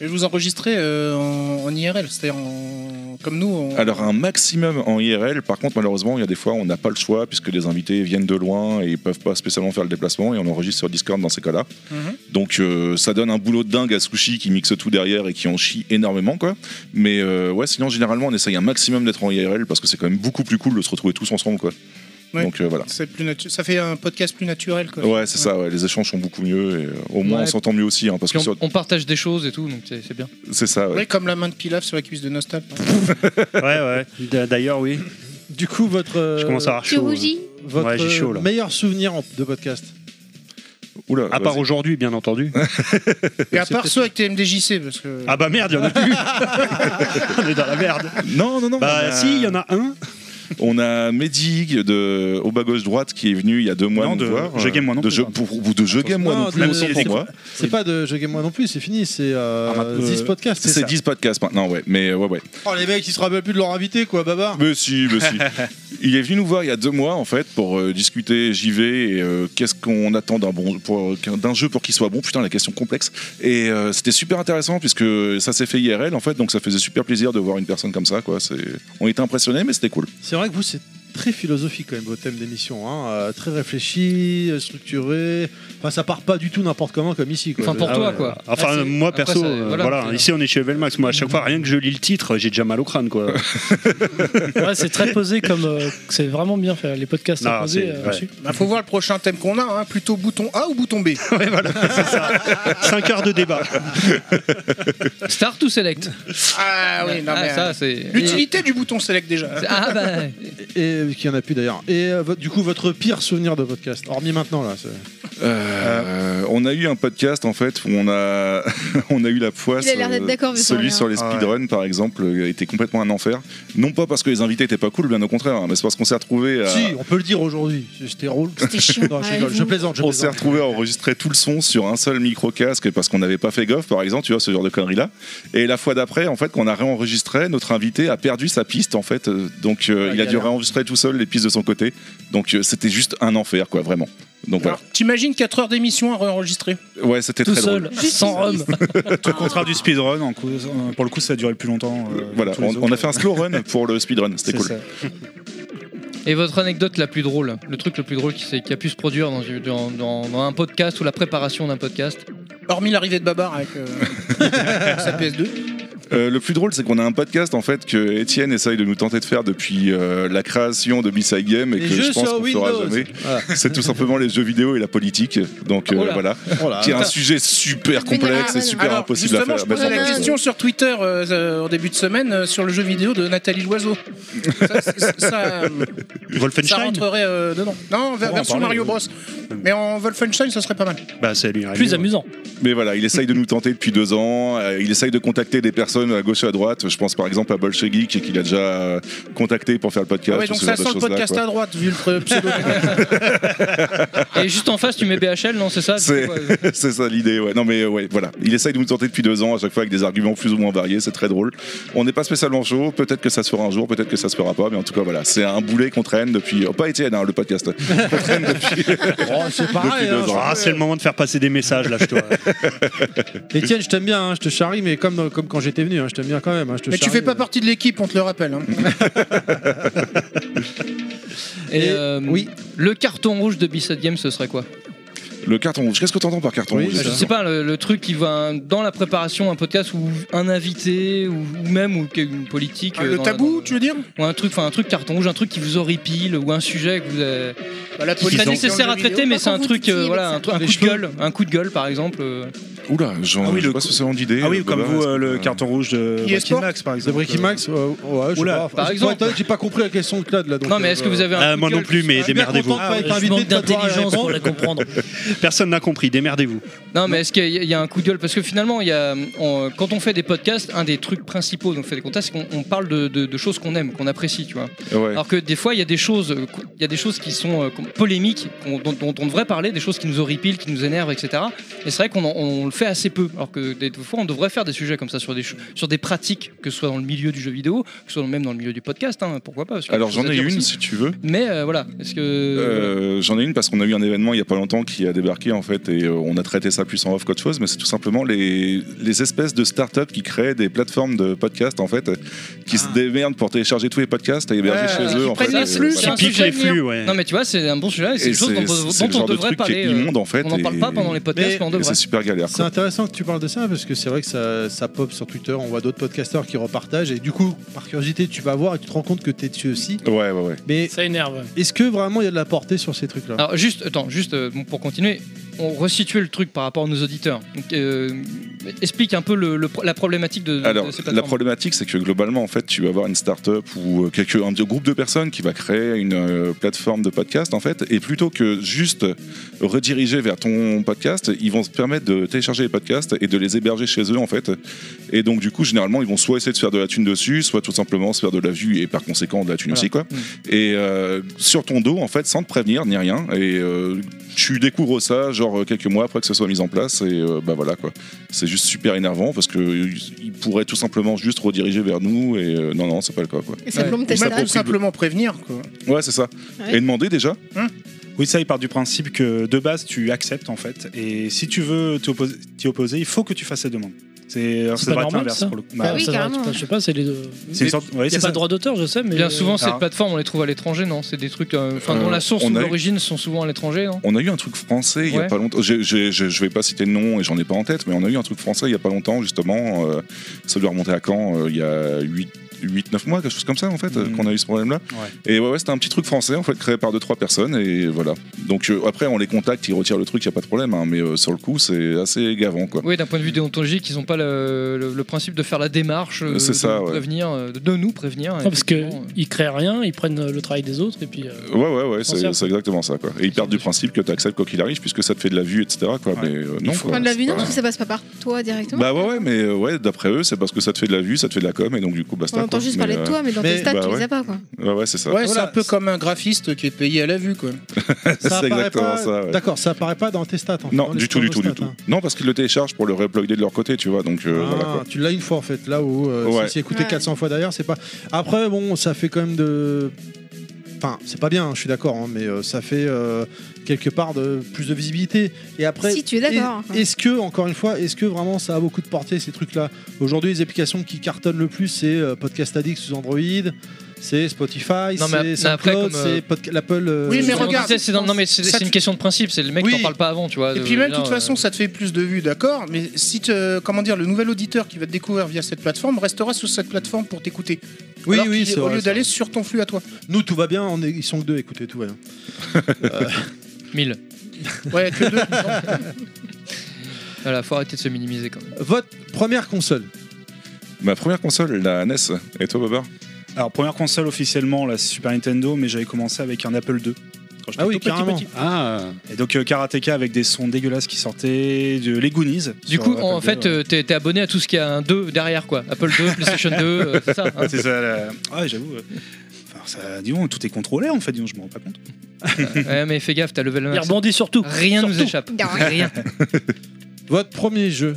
Speaker 6: Mais vous enregistrez euh, en, en IRL, c'est-à-dire en- comme nous. en-
Speaker 5: Alors un maximum en IRL par contre malheureusement il y a des fois on n'a pas le choix puisque les invités viennent de loin et ils peuvent pas spécialement faire le déplacement et on enregistre sur Discord dans ces cas-là.
Speaker 6: Mhm.
Speaker 5: Donc euh, ça donne un boulot de dingue à Sushi qui mixe tout derrière et qui en chie énormément quoi. Mais euh, ouais sinon généralement on essaye un maximum d'être en IRL parce que c'est quand même beaucoup plus cool de se retrouver tous ensemble quoi.
Speaker 6: Ouais.
Speaker 5: Donc euh, voilà.
Speaker 6: C'est plus natu- Ça fait un podcast plus naturel. Quoi.
Speaker 5: Ouais, c'est ça, ouais, les échanges sont beaucoup mieux et euh, au moins
Speaker 8: Ouais.
Speaker 5: on s'entend mieux aussi. hein, parce que
Speaker 8: Puis on,
Speaker 5: sur-
Speaker 8: on partage des choses et tout, donc c'est c'est bien.
Speaker 5: c'est ça, ouais.
Speaker 6: Ouais, comme la main de Pilaf sur la cuisse de Nostal.
Speaker 11: Ouais, ouais. D- D'ailleurs, oui.
Speaker 4: Du coup, votre. euh,
Speaker 11: Je commence à avoir
Speaker 2: Tu
Speaker 11: chaud.
Speaker 2: rougis
Speaker 4: Votre
Speaker 11: Ouais, j'ai chaud,
Speaker 4: euh,
Speaker 11: là.
Speaker 4: meilleur souvenir en- de podcast
Speaker 5: Oula,
Speaker 11: À part
Speaker 5: vas-y.
Speaker 11: aujourd'hui, bien entendu.
Speaker 6: Et à part ceux avec TMDJC, parce que.
Speaker 11: ah bah merde, il y en a plus. on est dans la merde.
Speaker 5: Non, non, non.
Speaker 11: Bah
Speaker 5: on a-
Speaker 11: si, il y en a un.
Speaker 5: On a Mehdi de au bas gauche droite qui est venu il y a deux mois
Speaker 9: Non,
Speaker 5: nous
Speaker 9: de-
Speaker 5: voir.
Speaker 9: Je
Speaker 5: euh,
Speaker 9: Game Moi non
Speaker 5: de
Speaker 9: plus,
Speaker 5: jeu,
Speaker 9: hein.
Speaker 5: pour- ou de jeu game moi
Speaker 4: Non,
Speaker 5: non plus.
Speaker 4: de-
Speaker 5: autant pour
Speaker 4: c'est-
Speaker 5: moi.
Speaker 4: C'est pas de Je Game Moi non plus, c'est fini, c'est euh,
Speaker 9: Ah, maintenant,
Speaker 4: 10
Speaker 9: euh,
Speaker 4: podcasts.
Speaker 5: C'est
Speaker 4: ça.
Speaker 5: 10 podcasts maintenant, ouais. Mais ouais, ouais.
Speaker 4: Oh, les mecs, ils se rappellent plus de leur invité, quoi, baba.
Speaker 5: Mais si, mais si. Il est venu nous voir il y a deux mois en fait pour euh, discuter JV et euh, qu'est-ce qu'on attend d'un bon pour- d'un jeu pour qu'il soit bon. Putain la question complexe. Et euh, c'était super intéressant puisque ça s'est fait IRL en fait donc ça faisait super plaisir de voir une personne comme ça quoi. C'est- On était impressionnés mais c'était cool.
Speaker 4: C'est vrai que vous, c'est très philosophique quand même vos thèmes d'émission, hein, euh, très réfléchi, euh, structuré. Enfin, ça part pas du tout n'importe comment comme ici, quoi.
Speaker 8: Enfin, pour
Speaker 4: Ah
Speaker 8: toi,
Speaker 4: ouais.
Speaker 8: quoi. Ah,
Speaker 11: Bah, Enfin,
Speaker 8: c'est-
Speaker 11: moi
Speaker 8: après,
Speaker 11: perso,
Speaker 8: ça-
Speaker 11: euh, voilà,
Speaker 8: c'est-
Speaker 11: ici on est chez Velmax. Moi, à chaque fois, rien que je lis le titre, j'ai déjà mal au crâne, quoi.
Speaker 10: Ouais, c'est très posé comme. euh, c'est vraiment bien fait. Les podcasts
Speaker 11: Non,
Speaker 10: sont posés.
Speaker 11: c'est-
Speaker 10: euh,
Speaker 11: ouais.
Speaker 10: dessus.
Speaker 6: Bah, faut voir le prochain thème qu'on a, hein, plutôt bouton A ou bouton B.
Speaker 11: ouais, voilà, c'est ça. 5 heures de débat.
Speaker 8: Start ou Select
Speaker 6: Ah oui, non, mais, euh,
Speaker 8: ça, c'est.
Speaker 6: L'utilité du bouton select déjà.
Speaker 8: C'est- Ah bah.
Speaker 4: Et et qu'il y en a plus d'ailleurs. Et euh, vo- du coup, votre pire souvenir de podcast, hormis maintenant là. c'est-
Speaker 5: Euh, on a eu un podcast en fait où on a, on a eu la poisse.
Speaker 7: Il a l'air d'être
Speaker 5: euh,
Speaker 7: d'accord, mais ça
Speaker 5: Celui
Speaker 7: revient.
Speaker 5: sur les
Speaker 7: Ah ouais.
Speaker 5: speedruns par exemple euh, était complètement un enfer. Non pas parce que les invités étaient pas cool, bien au contraire, hein, mais c'est parce qu'on s'est retrouvé. À...
Speaker 4: Si, on peut le dire aujourd'hui. C'était rôle. Non, je, rigole, je plaisante. Je
Speaker 5: on s'est
Speaker 4: plaisante.
Speaker 5: retrouvé à enregistrer tout le son sur un seul micro casque parce qu'on n'avait pas fait gaffe, par exemple, tu vois, ce genre de conneries là. Et la fois d'après, en fait, qu'on a réenregistré, notre invité a perdu sa piste, en fait. Euh, Donc, euh,
Speaker 6: Ah,
Speaker 5: il a dû
Speaker 6: galère.
Speaker 5: réenregistrer tout seul les pistes de son côté. Donc, euh, c'était juste un enfer, quoi, vraiment. Donc voilà.
Speaker 6: T'imagines 4 heures d'émission à réenregistrer
Speaker 5: Ouais, c'était
Speaker 6: Tout
Speaker 5: très
Speaker 6: seul,
Speaker 5: drôle.
Speaker 6: sans rhum.
Speaker 9: Tout le contraire du speedrun, en cause- euh, pour le coup, ça a duré le plus longtemps. euh,
Speaker 5: Voilà,
Speaker 9: tous les
Speaker 5: on,
Speaker 9: autres.
Speaker 5: on a fait un slow run pour le speedrun, c'était cool.
Speaker 12: Et votre anecdote la plus drôle, le truc le plus drôle qui, s'est- qui a pu se produire dans, dans- dans- dans un podcast ou la préparation d'un podcast
Speaker 6: Hormis l'arrivée de Babar avec euh, sa PS2.
Speaker 5: Euh, le plus drôle, c'est qu'on a un podcast en fait que Étienne essaye de nous tenter de faire depuis euh, la création de B-Side Game et
Speaker 4: Les
Speaker 5: que je
Speaker 4: jeux
Speaker 5: pense
Speaker 4: sur
Speaker 5: qu'on fera
Speaker 4: Windows.
Speaker 5: jamais.
Speaker 4: Voilà.
Speaker 5: C'est tout simplement les jeux vidéo et la politique. Donc euh,
Speaker 4: Oh là.
Speaker 5: voilà,
Speaker 4: Oh là.
Speaker 5: qui est un
Speaker 4: Putain.
Speaker 5: sujet super complexe et super
Speaker 6: ah, Alors,
Speaker 5: impossible à
Speaker 6: justement,
Speaker 5: faire. Bah,
Speaker 6: je posais la question sur Twitter euh, euh, en début de semaine euh, sur le jeu vidéo de Nathalie Loiseau. Ça, c'est- ça, euh, ça
Speaker 11: Wolfenstein
Speaker 6: rentrerait euh, dedans. Non, ver-
Speaker 11: en
Speaker 6: version
Speaker 11: parler,
Speaker 6: Mario
Speaker 11: euh,
Speaker 6: Bros. Mais en Wolfenstein, ça serait pas mal.
Speaker 11: Bah, c'est lui.
Speaker 6: Plus
Speaker 4: hein.
Speaker 6: amusant.
Speaker 5: Mais voilà, il essaye de nous tenter depuis deux ans. euh, il essaye de contacter des personnes à gauche et à droite. Je pense par exemple à Bolshevik et qu'il a déjà euh, contacté pour faire le podcast.
Speaker 6: Ah ouais,
Speaker 5: ou
Speaker 6: donc
Speaker 5: ce
Speaker 6: ça
Speaker 5: genre de
Speaker 6: sent le
Speaker 5: choses-là,
Speaker 6: podcast
Speaker 5: quoi.
Speaker 6: à droite, vu le pre- pseudo.
Speaker 12: Et juste en face, tu mets BHL, non C'est ça du
Speaker 5: C'est
Speaker 12: coup, ouais.
Speaker 5: c'est ça l'idée, ouais. Non mais euh, ouais, voilà. Il essaye de nous tenter depuis deux ans, à chaque fois avec des arguments plus ou moins variés, c'est très drôle. On n'est pas spécialement chaud, peut-être que ça se fera un jour, peut-être que ça se fera pas, mais en tout cas voilà, c'est un boulet qu'on traîne depuis... oh, pas Étienne, hein, le podcast. Qu'on traîne depuis...
Speaker 4: c'est pareil,
Speaker 5: depuis deux
Speaker 4: hein,
Speaker 5: ans.
Speaker 11: Ah, c'est le moment de faire passer des messages, lâche-toi.
Speaker 4: Étienne, je t'aime bien, hein, je te charrie, mais comme, euh, comme quand j'étais venu, hein, je t'aime bien quand même. hein, je te
Speaker 6: Mais tu
Speaker 4: charrie,
Speaker 6: fais pas
Speaker 4: euh.
Speaker 6: partie de l'équipe, on te le rappelle. hein.
Speaker 12: Et, euh, le carton rouge de B-Side Game, ce serait quoi
Speaker 5: Le carton rouge, qu'est-ce que t'entends par carton rouge
Speaker 12: Je sais pas, le, le truc qui va dans la préparation, un podcast ou un invité ou, ou même ou que- une politique.
Speaker 6: Ah,
Speaker 12: euh,
Speaker 6: le
Speaker 12: dans la-
Speaker 6: tabou, tu veux dire
Speaker 12: dans- ou un truc, enfin un truc carton rouge, un truc qui vous horripile ou un sujet que vous. euh,
Speaker 6: Bah, la
Speaker 12: qui serait
Speaker 6: politique,
Speaker 12: nécessaire
Speaker 6: dans
Speaker 12: à
Speaker 6: le jeu
Speaker 12: traiter,
Speaker 6: vidéo,
Speaker 12: mais
Speaker 6: pas
Speaker 12: c'est un
Speaker 6: qu'on vous
Speaker 12: truc,
Speaker 6: titille
Speaker 12: euh,
Speaker 6: avec
Speaker 12: voilà,
Speaker 6: ça.
Speaker 12: un, truc- un coup de gueule, un coup de gueule par exemple. euh.
Speaker 5: Oula, j'en
Speaker 9: Ah oui,
Speaker 5: je sais
Speaker 9: le
Speaker 5: pas
Speaker 9: co-
Speaker 5: spécialement d'idée.
Speaker 9: Ah oui,
Speaker 5: euh,
Speaker 9: comme
Speaker 5: de
Speaker 9: vous,
Speaker 5: base,
Speaker 9: euh, le
Speaker 5: quoi.
Speaker 9: carton rouge de
Speaker 6: Qui est
Speaker 9: Breaking
Speaker 6: sport
Speaker 9: Max, par
Speaker 4: De
Speaker 9: exemple.
Speaker 4: Bricky Max euh, Ouais, je sais
Speaker 9: Oula,
Speaker 4: pas.
Speaker 12: par
Speaker 4: Pour
Speaker 12: exemple.
Speaker 4: être honnête, J'ai pas compris la question de Claude là. donc,
Speaker 12: Non, mais est-ce
Speaker 4: euh,
Speaker 12: que vous avez un
Speaker 11: Ah,
Speaker 12: coup de
Speaker 11: moi non
Speaker 12: gueule
Speaker 11: plus, mais
Speaker 4: je suis bien
Speaker 11: démerdez-vous.
Speaker 4: content de pas être
Speaker 10: Ah, je
Speaker 4: invité,
Speaker 10: manque
Speaker 4: de pas devoir y
Speaker 10: d'intelligence pour
Speaker 4: répondre.
Speaker 10: la comprendre.
Speaker 11: Personne n'a compris, démerdez-vous.
Speaker 12: Non, mais est-ce qu'il y a- il y a un coup de gueule Parce que finalement, il y a, on- quand on fait des podcasts, un des trucs principaux donc fait des podcasts, c'est qu'on on parle de, de- de choses qu'on aime, qu'on apprécie, tu vois.
Speaker 10: Ah,
Speaker 5: Ouais.
Speaker 12: Alors que des fois, il y a des choses, euh, qu'on- il y a des choses qui sont euh, qu'on- polémiques, qu'on- dont, dont on devrait parler, des choses qui nous horripilent, qui nous énervent, etc. Et c'est vrai qu'on en- on le fait assez peu. Alors que des fois, on devrait faire des sujets comme ça sur des, cho- sur des pratiques, que ce soit dans le milieu du jeu vidéo, que ce soit même dans le milieu du podcast, hein, pourquoi pas. parce qu'il y a
Speaker 5: Alors
Speaker 12: des choses
Speaker 5: j'en
Speaker 12: à
Speaker 5: ai
Speaker 12: dire
Speaker 5: une
Speaker 12: aussi.
Speaker 5: si tu veux.
Speaker 12: Mais euh, voilà, est-ce que.
Speaker 5: Euh, J'en ai une parce qu'on a eu un événement il y a pas longtemps qui a débarqué en fait et euh, on a traité ça plus en off qu'autre chose, mais c'est tout simplement les, les espèces de start-up qui créent des plateformes de podcasts en fait euh, qui se démerdent pour télécharger tous les podcasts et héberger
Speaker 6: Ouais,
Speaker 5: chez
Speaker 6: qui
Speaker 5: eux en fait.
Speaker 6: prennent les
Speaker 5: Et,
Speaker 6: flux,
Speaker 5: euh,
Speaker 6: c'est
Speaker 5: voilà.
Speaker 12: un
Speaker 11: Pique
Speaker 12: sujet
Speaker 11: les
Speaker 12: de lien.
Speaker 11: flux, ouais.
Speaker 12: Non mais tu vois, c'est un bon sujet, et c'est
Speaker 5: Et
Speaker 12: quelque chose dont,
Speaker 5: c'est-
Speaker 12: dont
Speaker 5: c'est le
Speaker 12: on
Speaker 5: genre de
Speaker 12: devrait
Speaker 5: truc qui est
Speaker 12: parler. euh,
Speaker 5: immonde, en fait,
Speaker 12: on n'en parle
Speaker 5: et-
Speaker 12: pas pendant les podcasts, mais,
Speaker 4: Mais-
Speaker 12: on
Speaker 5: Et
Speaker 12: devrait.
Speaker 5: c'est super galère.
Speaker 4: C'est
Speaker 5: quoi.
Speaker 4: intéressant que tu parles de ça parce que c'est vrai que ça, ça pop sur Twitter, on voit d'autres podcasteurs qui repartagent et du coup, par curiosité, tu vas voir et tu te rends compte que t'es dessus aussi.
Speaker 5: Ouais, ouais, ouais.
Speaker 4: Mais
Speaker 10: Ça énerve.
Speaker 4: est-ce que vraiment il y a de la portée sur ces trucs-là
Speaker 12: Alors juste, attends, juste euh, bon, pour continuer, on resituait le truc par rapport à nos auditeurs. Donc, euh, explique un peu le- le pro- la problématique de, de
Speaker 5: Alors,
Speaker 12: ces
Speaker 5: la
Speaker 12: plateformes.
Speaker 5: problématique, c'est que globalement, en fait, tu vas avoir une start-up ou euh, quelque, un groupe de personnes qui va créer une euh, plateforme de podcast, en fait, et plutôt que juste rediriger vers ton podcast, ils vont se permettre de télécharger les podcasts et de les héberger chez eux, en fait. Et donc, du coup, généralement, ils vont soit essayer de se faire de la thune dessus, soit tout simplement se faire de la vue et par conséquent de la thune
Speaker 12: Voilà.
Speaker 5: aussi, quoi. Mm. Et euh, sur ton dos, en fait, sans te prévenir ni rien. Et euh, tu découvres ça, genre, euh, quelques mois après que ce soit mis en place, et euh, bah voilà, quoi c'est juste super énervant parce que euh, ils pourraient tout simplement juste rediriger vers nous et euh, non non c'est pas le cas quoi
Speaker 7: Et ça plombe ta
Speaker 6: Ou même
Speaker 7: salade.
Speaker 6: pour simplement prévenir. quoi.
Speaker 5: ouais c'est ça
Speaker 7: Ouais.
Speaker 5: et demander déjà
Speaker 9: Oui, ça, il part du principe que de base, tu acceptes en fait. Et si tu veux t'y opposer, t'y opposer, il faut que tu fasses la demande. C'est alors,
Speaker 10: C'est
Speaker 9: ça
Speaker 10: pas
Speaker 9: devrait être
Speaker 10: normal,
Speaker 9: l'inverse
Speaker 10: ça
Speaker 9: pour le coup.
Speaker 10: Bah,
Speaker 9: Bah,
Speaker 7: oui,
Speaker 10: ça va,
Speaker 7: carrément.
Speaker 10: je sais pas, c'est les deux.
Speaker 9: c'est une sorte.
Speaker 10: Il
Speaker 9: ouais,
Speaker 10: y
Speaker 9: c'est
Speaker 10: a pas
Speaker 9: ça.
Speaker 10: de droit d'auteur, je sais, mais. euh,
Speaker 12: Bien souvent,
Speaker 9: Ah.
Speaker 12: ces plateformes, on les trouve à l'étranger, non C'est des trucs, euh, enfin, dont
Speaker 5: Euh,
Speaker 12: la source ou
Speaker 5: on a eu-
Speaker 12: l'origine sont souvent à l'étranger, non
Speaker 5: on a eu un truc français il y a
Speaker 12: Ouais.
Speaker 5: pas longtemps J'ai- j'ai- j'ai- je vais pas citer de nom et j'en ai pas en tête mais on a eu un truc français il y a pas longtemps justement euh, ça doit remonter à quand Euh, il y a 8 8-9 mois, quelque chose comme ça, en fait, euh, qu'on a eu ce problème-là.
Speaker 9: Ouais.
Speaker 5: Et ouais, ouais, c'était un petit truc français, en fait, créé par 2-3 personnes, et voilà. Donc euh, après, on les contacte, ils retirent le truc, il n'y a pas de problème, hein, mais euh, sur le coup, c'est assez gavant, quoi.
Speaker 12: Oui, d'un point de vue déontologique, ils n'ont pas le, le- le principe de faire la démarche, euh,
Speaker 5: C'est
Speaker 12: de,
Speaker 5: ça,
Speaker 12: nous
Speaker 5: ouais.
Speaker 12: prévenir, euh, de nous prévenir.
Speaker 10: Non, parce que ils créent rien, ils prennent euh, le travail des autres et puis. euh,
Speaker 5: Ouais, ouais, ouais,
Speaker 10: Ancien.
Speaker 5: c'est c'est exactement ça, quoi. Et ils partent du principe que tu acceptes quoi qu'il arrive, puisque ça te fait de la vue, etc., quoi. Mais euh, non, quoi,
Speaker 7: Enfin, de la
Speaker 5: c'est
Speaker 7: vue,
Speaker 5: pas-
Speaker 7: non, parce que ça passe pas par toi directement.
Speaker 5: Bah ouais, ouais, mais euh, ouais, d'après eux, c'est parce que ça te fait de la vue, ça te fait de la com, et donc du coup, basta.
Speaker 7: On entend
Speaker 5: quoi.
Speaker 7: juste parler de
Speaker 5: euh,
Speaker 7: toi, mais dans tes stats,
Speaker 5: bah
Speaker 7: tu les
Speaker 5: ouais.
Speaker 7: as pas, quoi.
Speaker 5: Ouais, ouais, c'est ça.
Speaker 6: Ouais, c'est un peu comme un graphiste qui est payé à la vue, quoi.
Speaker 5: c'est
Speaker 4: apparaît
Speaker 5: exactement
Speaker 4: pas-
Speaker 5: ça. ouais.
Speaker 4: D'accord, ça apparaît pas dans tes stats. en fait,
Speaker 5: Non,
Speaker 4: dans
Speaker 5: du
Speaker 4: les
Speaker 5: tout, du tout, du
Speaker 4: stats,
Speaker 5: tout.
Speaker 4: hein.
Speaker 5: Non, parce qu'ils le téléchargent pour le reuploader de leur côté, tu vois, donc euh,
Speaker 4: Ah,
Speaker 5: voilà quoi.
Speaker 4: tu l'as une fois en fait, là où euh,
Speaker 5: Ouais.
Speaker 4: si c'est écouté
Speaker 7: Ouais.
Speaker 4: 400 fois d'ailleurs, c'est pas. Après, bon, ça fait quand même de. Enfin, c'est pas bien, hein, je suis d'accord, hein, mais euh, ça fait euh, quelque part de plus de visibilité. Et après,
Speaker 7: Si, tu es d'accord, hein.
Speaker 4: est-
Speaker 7: enfin.
Speaker 4: Est-ce que encore une fois, est-ce que vraiment ça a beaucoup de portée ces trucs-là Aujourd'hui, les applications qui cartonnent le plus, c'est euh, Podcast Addict sous Android, c'est Spotify,
Speaker 12: Non, mais
Speaker 4: c'est
Speaker 12: mais après,
Speaker 4: SoundCloud,
Speaker 12: comme, euh,
Speaker 4: c'est Podca- l'Apple. euh,
Speaker 6: Oui, mais
Speaker 12: Comme on
Speaker 6: regarde,
Speaker 12: disait, c'est dans- non, mais c'est
Speaker 6: ça
Speaker 12: c'est
Speaker 6: te-
Speaker 12: une question de principe, c'est le mec
Speaker 6: Oui.
Speaker 12: t'en parle pas avant, tu vois.
Speaker 6: Et
Speaker 12: de-
Speaker 6: puis même, de
Speaker 12: là,
Speaker 6: toute
Speaker 12: euh,
Speaker 6: façon, ça te fait plus de vues, d'accord, mais si, te, comment dire, le nouvel auditeur qui va te découvrir via cette plateforme restera sur cette plateforme pour t'écouter.
Speaker 4: Oui,
Speaker 6: Alors
Speaker 4: oui,
Speaker 6: qu'il-
Speaker 4: c'est
Speaker 6: Au
Speaker 4: vrai,
Speaker 6: lieu
Speaker 4: c'est
Speaker 6: d'aller sur ton flux à toi.
Speaker 4: Nous, tout va bien, on est- ils sont que deux, écoutez, tout va bien.
Speaker 12: euh, 1000.
Speaker 6: Ouais, que deux.
Speaker 12: Voilà, faut arrêter de se minimiser quand même.
Speaker 4: Votre première console
Speaker 5: Ma première console, la NES. Et toi, Bobard
Speaker 9: Alors, première console officiellement, la Super Nintendo, mais j'avais commencé avec un Apple II. Quand j'étais
Speaker 4: Ah oui,
Speaker 9: tout petit,
Speaker 4: carrément.
Speaker 9: petit.
Speaker 11: Ah,
Speaker 9: Et donc, euh, Karateka avec des sons dégueulasses qui sortaient de les Goonies.
Speaker 12: Du
Speaker 9: sur
Speaker 12: coup,
Speaker 9: Apple
Speaker 12: en
Speaker 9: II,
Speaker 12: fait,
Speaker 9: ouais.
Speaker 12: euh, t'es t'es abonné à tout ce qu'il y a un 2 derrière, quoi. Apple 2, PlayStation 2, euh, c'est ça. hein.
Speaker 9: c'est ça. la- Ah, j'avoue. euh, enfin, ça, dis donc, tout est contrôlé en fait, dis donc, je me rends pas compte.
Speaker 12: Ouais, mais fais gaffe, t'as level
Speaker 10: Ils
Speaker 12: 1.
Speaker 10: rebondissent surtout.
Speaker 12: Rien nous échappe.
Speaker 7: Non.
Speaker 12: Rien.
Speaker 4: Votre premier jeu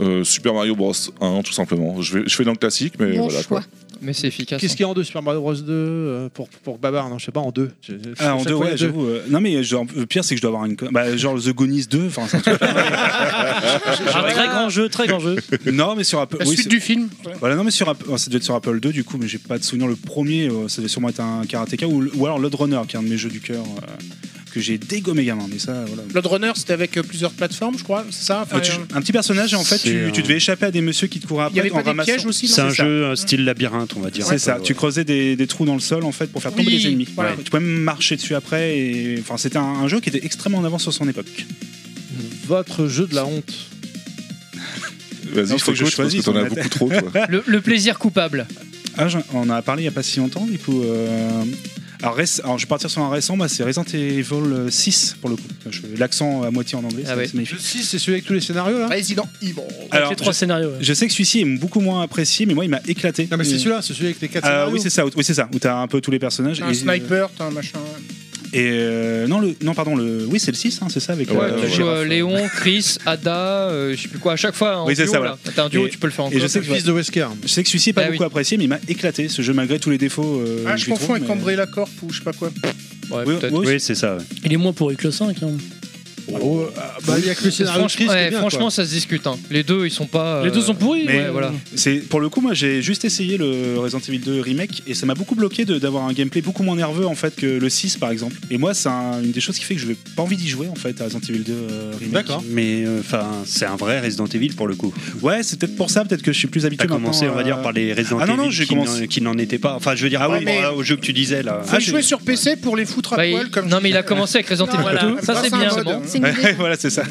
Speaker 5: Euh, Super Mario Bros 1, tout simplement. Je, vais, je fais dans le classique, mais
Speaker 7: Bon
Speaker 5: voilà
Speaker 7: choix.
Speaker 5: quoi.
Speaker 12: Mais c'est efficace. hein.
Speaker 4: Qu'est-ce qu'il y a en deux Super Mario Bros 2 euh, pour, pour Babar Non, je sais pas, en deux. Je- je-
Speaker 9: Ah,
Speaker 4: à
Speaker 9: en
Speaker 4: chaque
Speaker 9: deux,
Speaker 4: fois,
Speaker 9: ouais,
Speaker 4: il y a
Speaker 9: j'avoue. euh, non, mais genre, le pire, c'est que je dois avoir une. co- Bah, genre The Goonies 2, enfin, c'est un truc-
Speaker 11: Ah,
Speaker 10: Un très grand jeu, très grand jeu.
Speaker 9: Non, mais sur Apple.
Speaker 6: La
Speaker 9: oui,
Speaker 6: suite
Speaker 9: c'est-
Speaker 6: du film.
Speaker 9: Voilà, non, mais sur Apple. Ça devait être sur Apple 2, du coup, mais j'ai pas de souvenir. Le premier, euh, ça devait sûrement être un Karateka ou, ou alors Lode Runner, qui est un de mes jeux du cœur, euh, que j'ai dégommé gamin, mais ça, voilà.
Speaker 6: Blood Runner, c'était avec euh, plusieurs plateformes, je crois, c'est ça Enfin,
Speaker 9: Euh, tu-
Speaker 6: euh,
Speaker 9: un petit personnage et en fait
Speaker 11: C'est
Speaker 9: tu,
Speaker 11: un-
Speaker 9: tu devais échapper à des messieurs qui te couraient
Speaker 6: Il y
Speaker 9: après
Speaker 6: avait
Speaker 9: en
Speaker 6: pas des
Speaker 9: ramassant-
Speaker 6: pièges aussi non
Speaker 11: c'est un
Speaker 6: ça.
Speaker 11: jeu euh, style labyrinthe, on va dire.
Speaker 9: C'est
Speaker 11: un
Speaker 9: ça,
Speaker 11: peu,
Speaker 9: tu
Speaker 11: ouais.
Speaker 9: creusais des, des trous dans le sol en fait pour faire tomber
Speaker 6: Oui,
Speaker 9: les ennemis.
Speaker 6: voilà.
Speaker 9: Tu pouvais même marcher dessus après et enfin c'était un, un jeu qui était extrêmement en avance sur son époque.
Speaker 4: deux. Votre jeu de la honte.
Speaker 5: Vas-y,
Speaker 9: Non,
Speaker 5: faut que je choisisse. Parce que t'en as
Speaker 9: on a-
Speaker 5: beaucoup trop, toi.
Speaker 12: Le, le plaisir coupable.
Speaker 9: Ah, j'en- on en a parlé il y a pas si longtemps du coup. euh, Alors, réc- alors, je vais partir sur un récent, bah, c'est Resident Evil euh, 6 pour le coup. Je fais L'accent à moitié en anglais,
Speaker 12: Ah
Speaker 9: c'est-
Speaker 12: ouais.
Speaker 9: c'est magnifique.
Speaker 4: Le 6, c'est celui avec tous les scénarios là
Speaker 6: Resident Evil.
Speaker 10: Alors,
Speaker 9: Alors,
Speaker 10: les trois
Speaker 9: je,
Speaker 10: scénarios. ouais.
Speaker 9: je sais que celui-ci est beaucoup moins apprécié, mais moi il m'a éclaté.
Speaker 4: Non, mais c'est
Speaker 9: Et-
Speaker 4: celui-là, c'est celui avec les 4
Speaker 9: Ah,
Speaker 4: scénarios.
Speaker 9: oui c'est ça, où- oui c'est ça, où t'as un peu tous les personnages.
Speaker 6: T'as un
Speaker 9: et-
Speaker 6: sniper, t'as un machin.
Speaker 9: Et euh, non, le, non, pardon, le, oui, c'est le 6, hein, c'est ça avec
Speaker 5: Ouais,
Speaker 9: la-
Speaker 5: tu
Speaker 9: la
Speaker 12: tu joues
Speaker 9: girafe.
Speaker 12: euh, Léon, Chris, Ada, euh, je sais plus quoi, à chaque fois. en
Speaker 9: Oui, c'est
Speaker 12: duo,
Speaker 9: ça,
Speaker 12: là.
Speaker 9: voilà.
Speaker 12: T'as un duo,
Speaker 9: Et-
Speaker 12: tu peux le faire en
Speaker 9: et je
Speaker 12: coop.
Speaker 9: sais
Speaker 4: C'est
Speaker 9: que
Speaker 4: le fils de Wesker.
Speaker 9: Je sais que celui-ci est pas
Speaker 12: Ah
Speaker 9: beaucoup
Speaker 12: oui.
Speaker 9: apprécié, mais il m'a éclaté ce jeu malgré tous les défauts. euh,
Speaker 6: Ah,
Speaker 9: que
Speaker 6: je
Speaker 9: j'y
Speaker 6: confonds
Speaker 9: trouve,
Speaker 6: avec
Speaker 9: mais-
Speaker 6: Umbrella Corp ou je sais pas quoi.
Speaker 12: Ouais,
Speaker 9: Oui,
Speaker 12: peut-être.
Speaker 9: oui,
Speaker 11: Oui, c'est ça. ouais.
Speaker 10: Il est moins pourri que le 5. hein.
Speaker 4: Oh, ah, bah, il y a que le scénario de Chris
Speaker 12: Franchement,
Speaker 4: qui est
Speaker 12: ouais,
Speaker 4: bien,
Speaker 12: franchement,
Speaker 4: quoi.
Speaker 12: ça se discute. hein. Les deux, ils sont pas. euh,
Speaker 10: Les deux sont pourris.
Speaker 9: mais-
Speaker 10: ouais.
Speaker 12: voilà.
Speaker 9: C'est pour le coup, moi, j'ai juste essayé le Resident Evil 2 remake et ça m'a beaucoup bloqué de- d'avoir un gameplay beaucoup moins nerveux en fait que le 6 par exemple. Et moi, c'est un- une des choses qui fait que je n'ai pas envie d'y jouer en fait à Resident Evil 2 euh, remake.
Speaker 4: D'accord.
Speaker 11: Mais euh, enfin, c'est un vrai Resident Evil pour le coup.
Speaker 9: Ouais, c'est peut-être pour ça, peut-être que je suis plus habitué.
Speaker 11: T'as commencé,
Speaker 9: maintenant,
Speaker 11: on va dire,
Speaker 9: à-
Speaker 11: par les Resident
Speaker 9: Ah non, non,
Speaker 11: Evil
Speaker 9: j'ai
Speaker 11: qui n'en-
Speaker 9: commencé-
Speaker 11: qui n'en étaient pas. Enfin, je veux dire, ah,
Speaker 6: Ouais,
Speaker 11: oui,
Speaker 6: mais-
Speaker 11: au jeu que tu disais là.
Speaker 6: Faut
Speaker 11: Ah,
Speaker 6: y jouer sur PC pour les foutre à
Speaker 12: Bah, il-
Speaker 6: poil comme
Speaker 12: non,
Speaker 6: je
Speaker 12: mais il a
Speaker 6: dis.
Speaker 12: commencé avec Resident Evil
Speaker 6: Voilà.
Speaker 12: 2. Ça,
Speaker 6: Grâce
Speaker 12: c'est
Speaker 6: à un
Speaker 12: bien.
Speaker 6: mode.
Speaker 12: c'est bon.
Speaker 7: C'est une idée.
Speaker 9: voilà, c'est ça.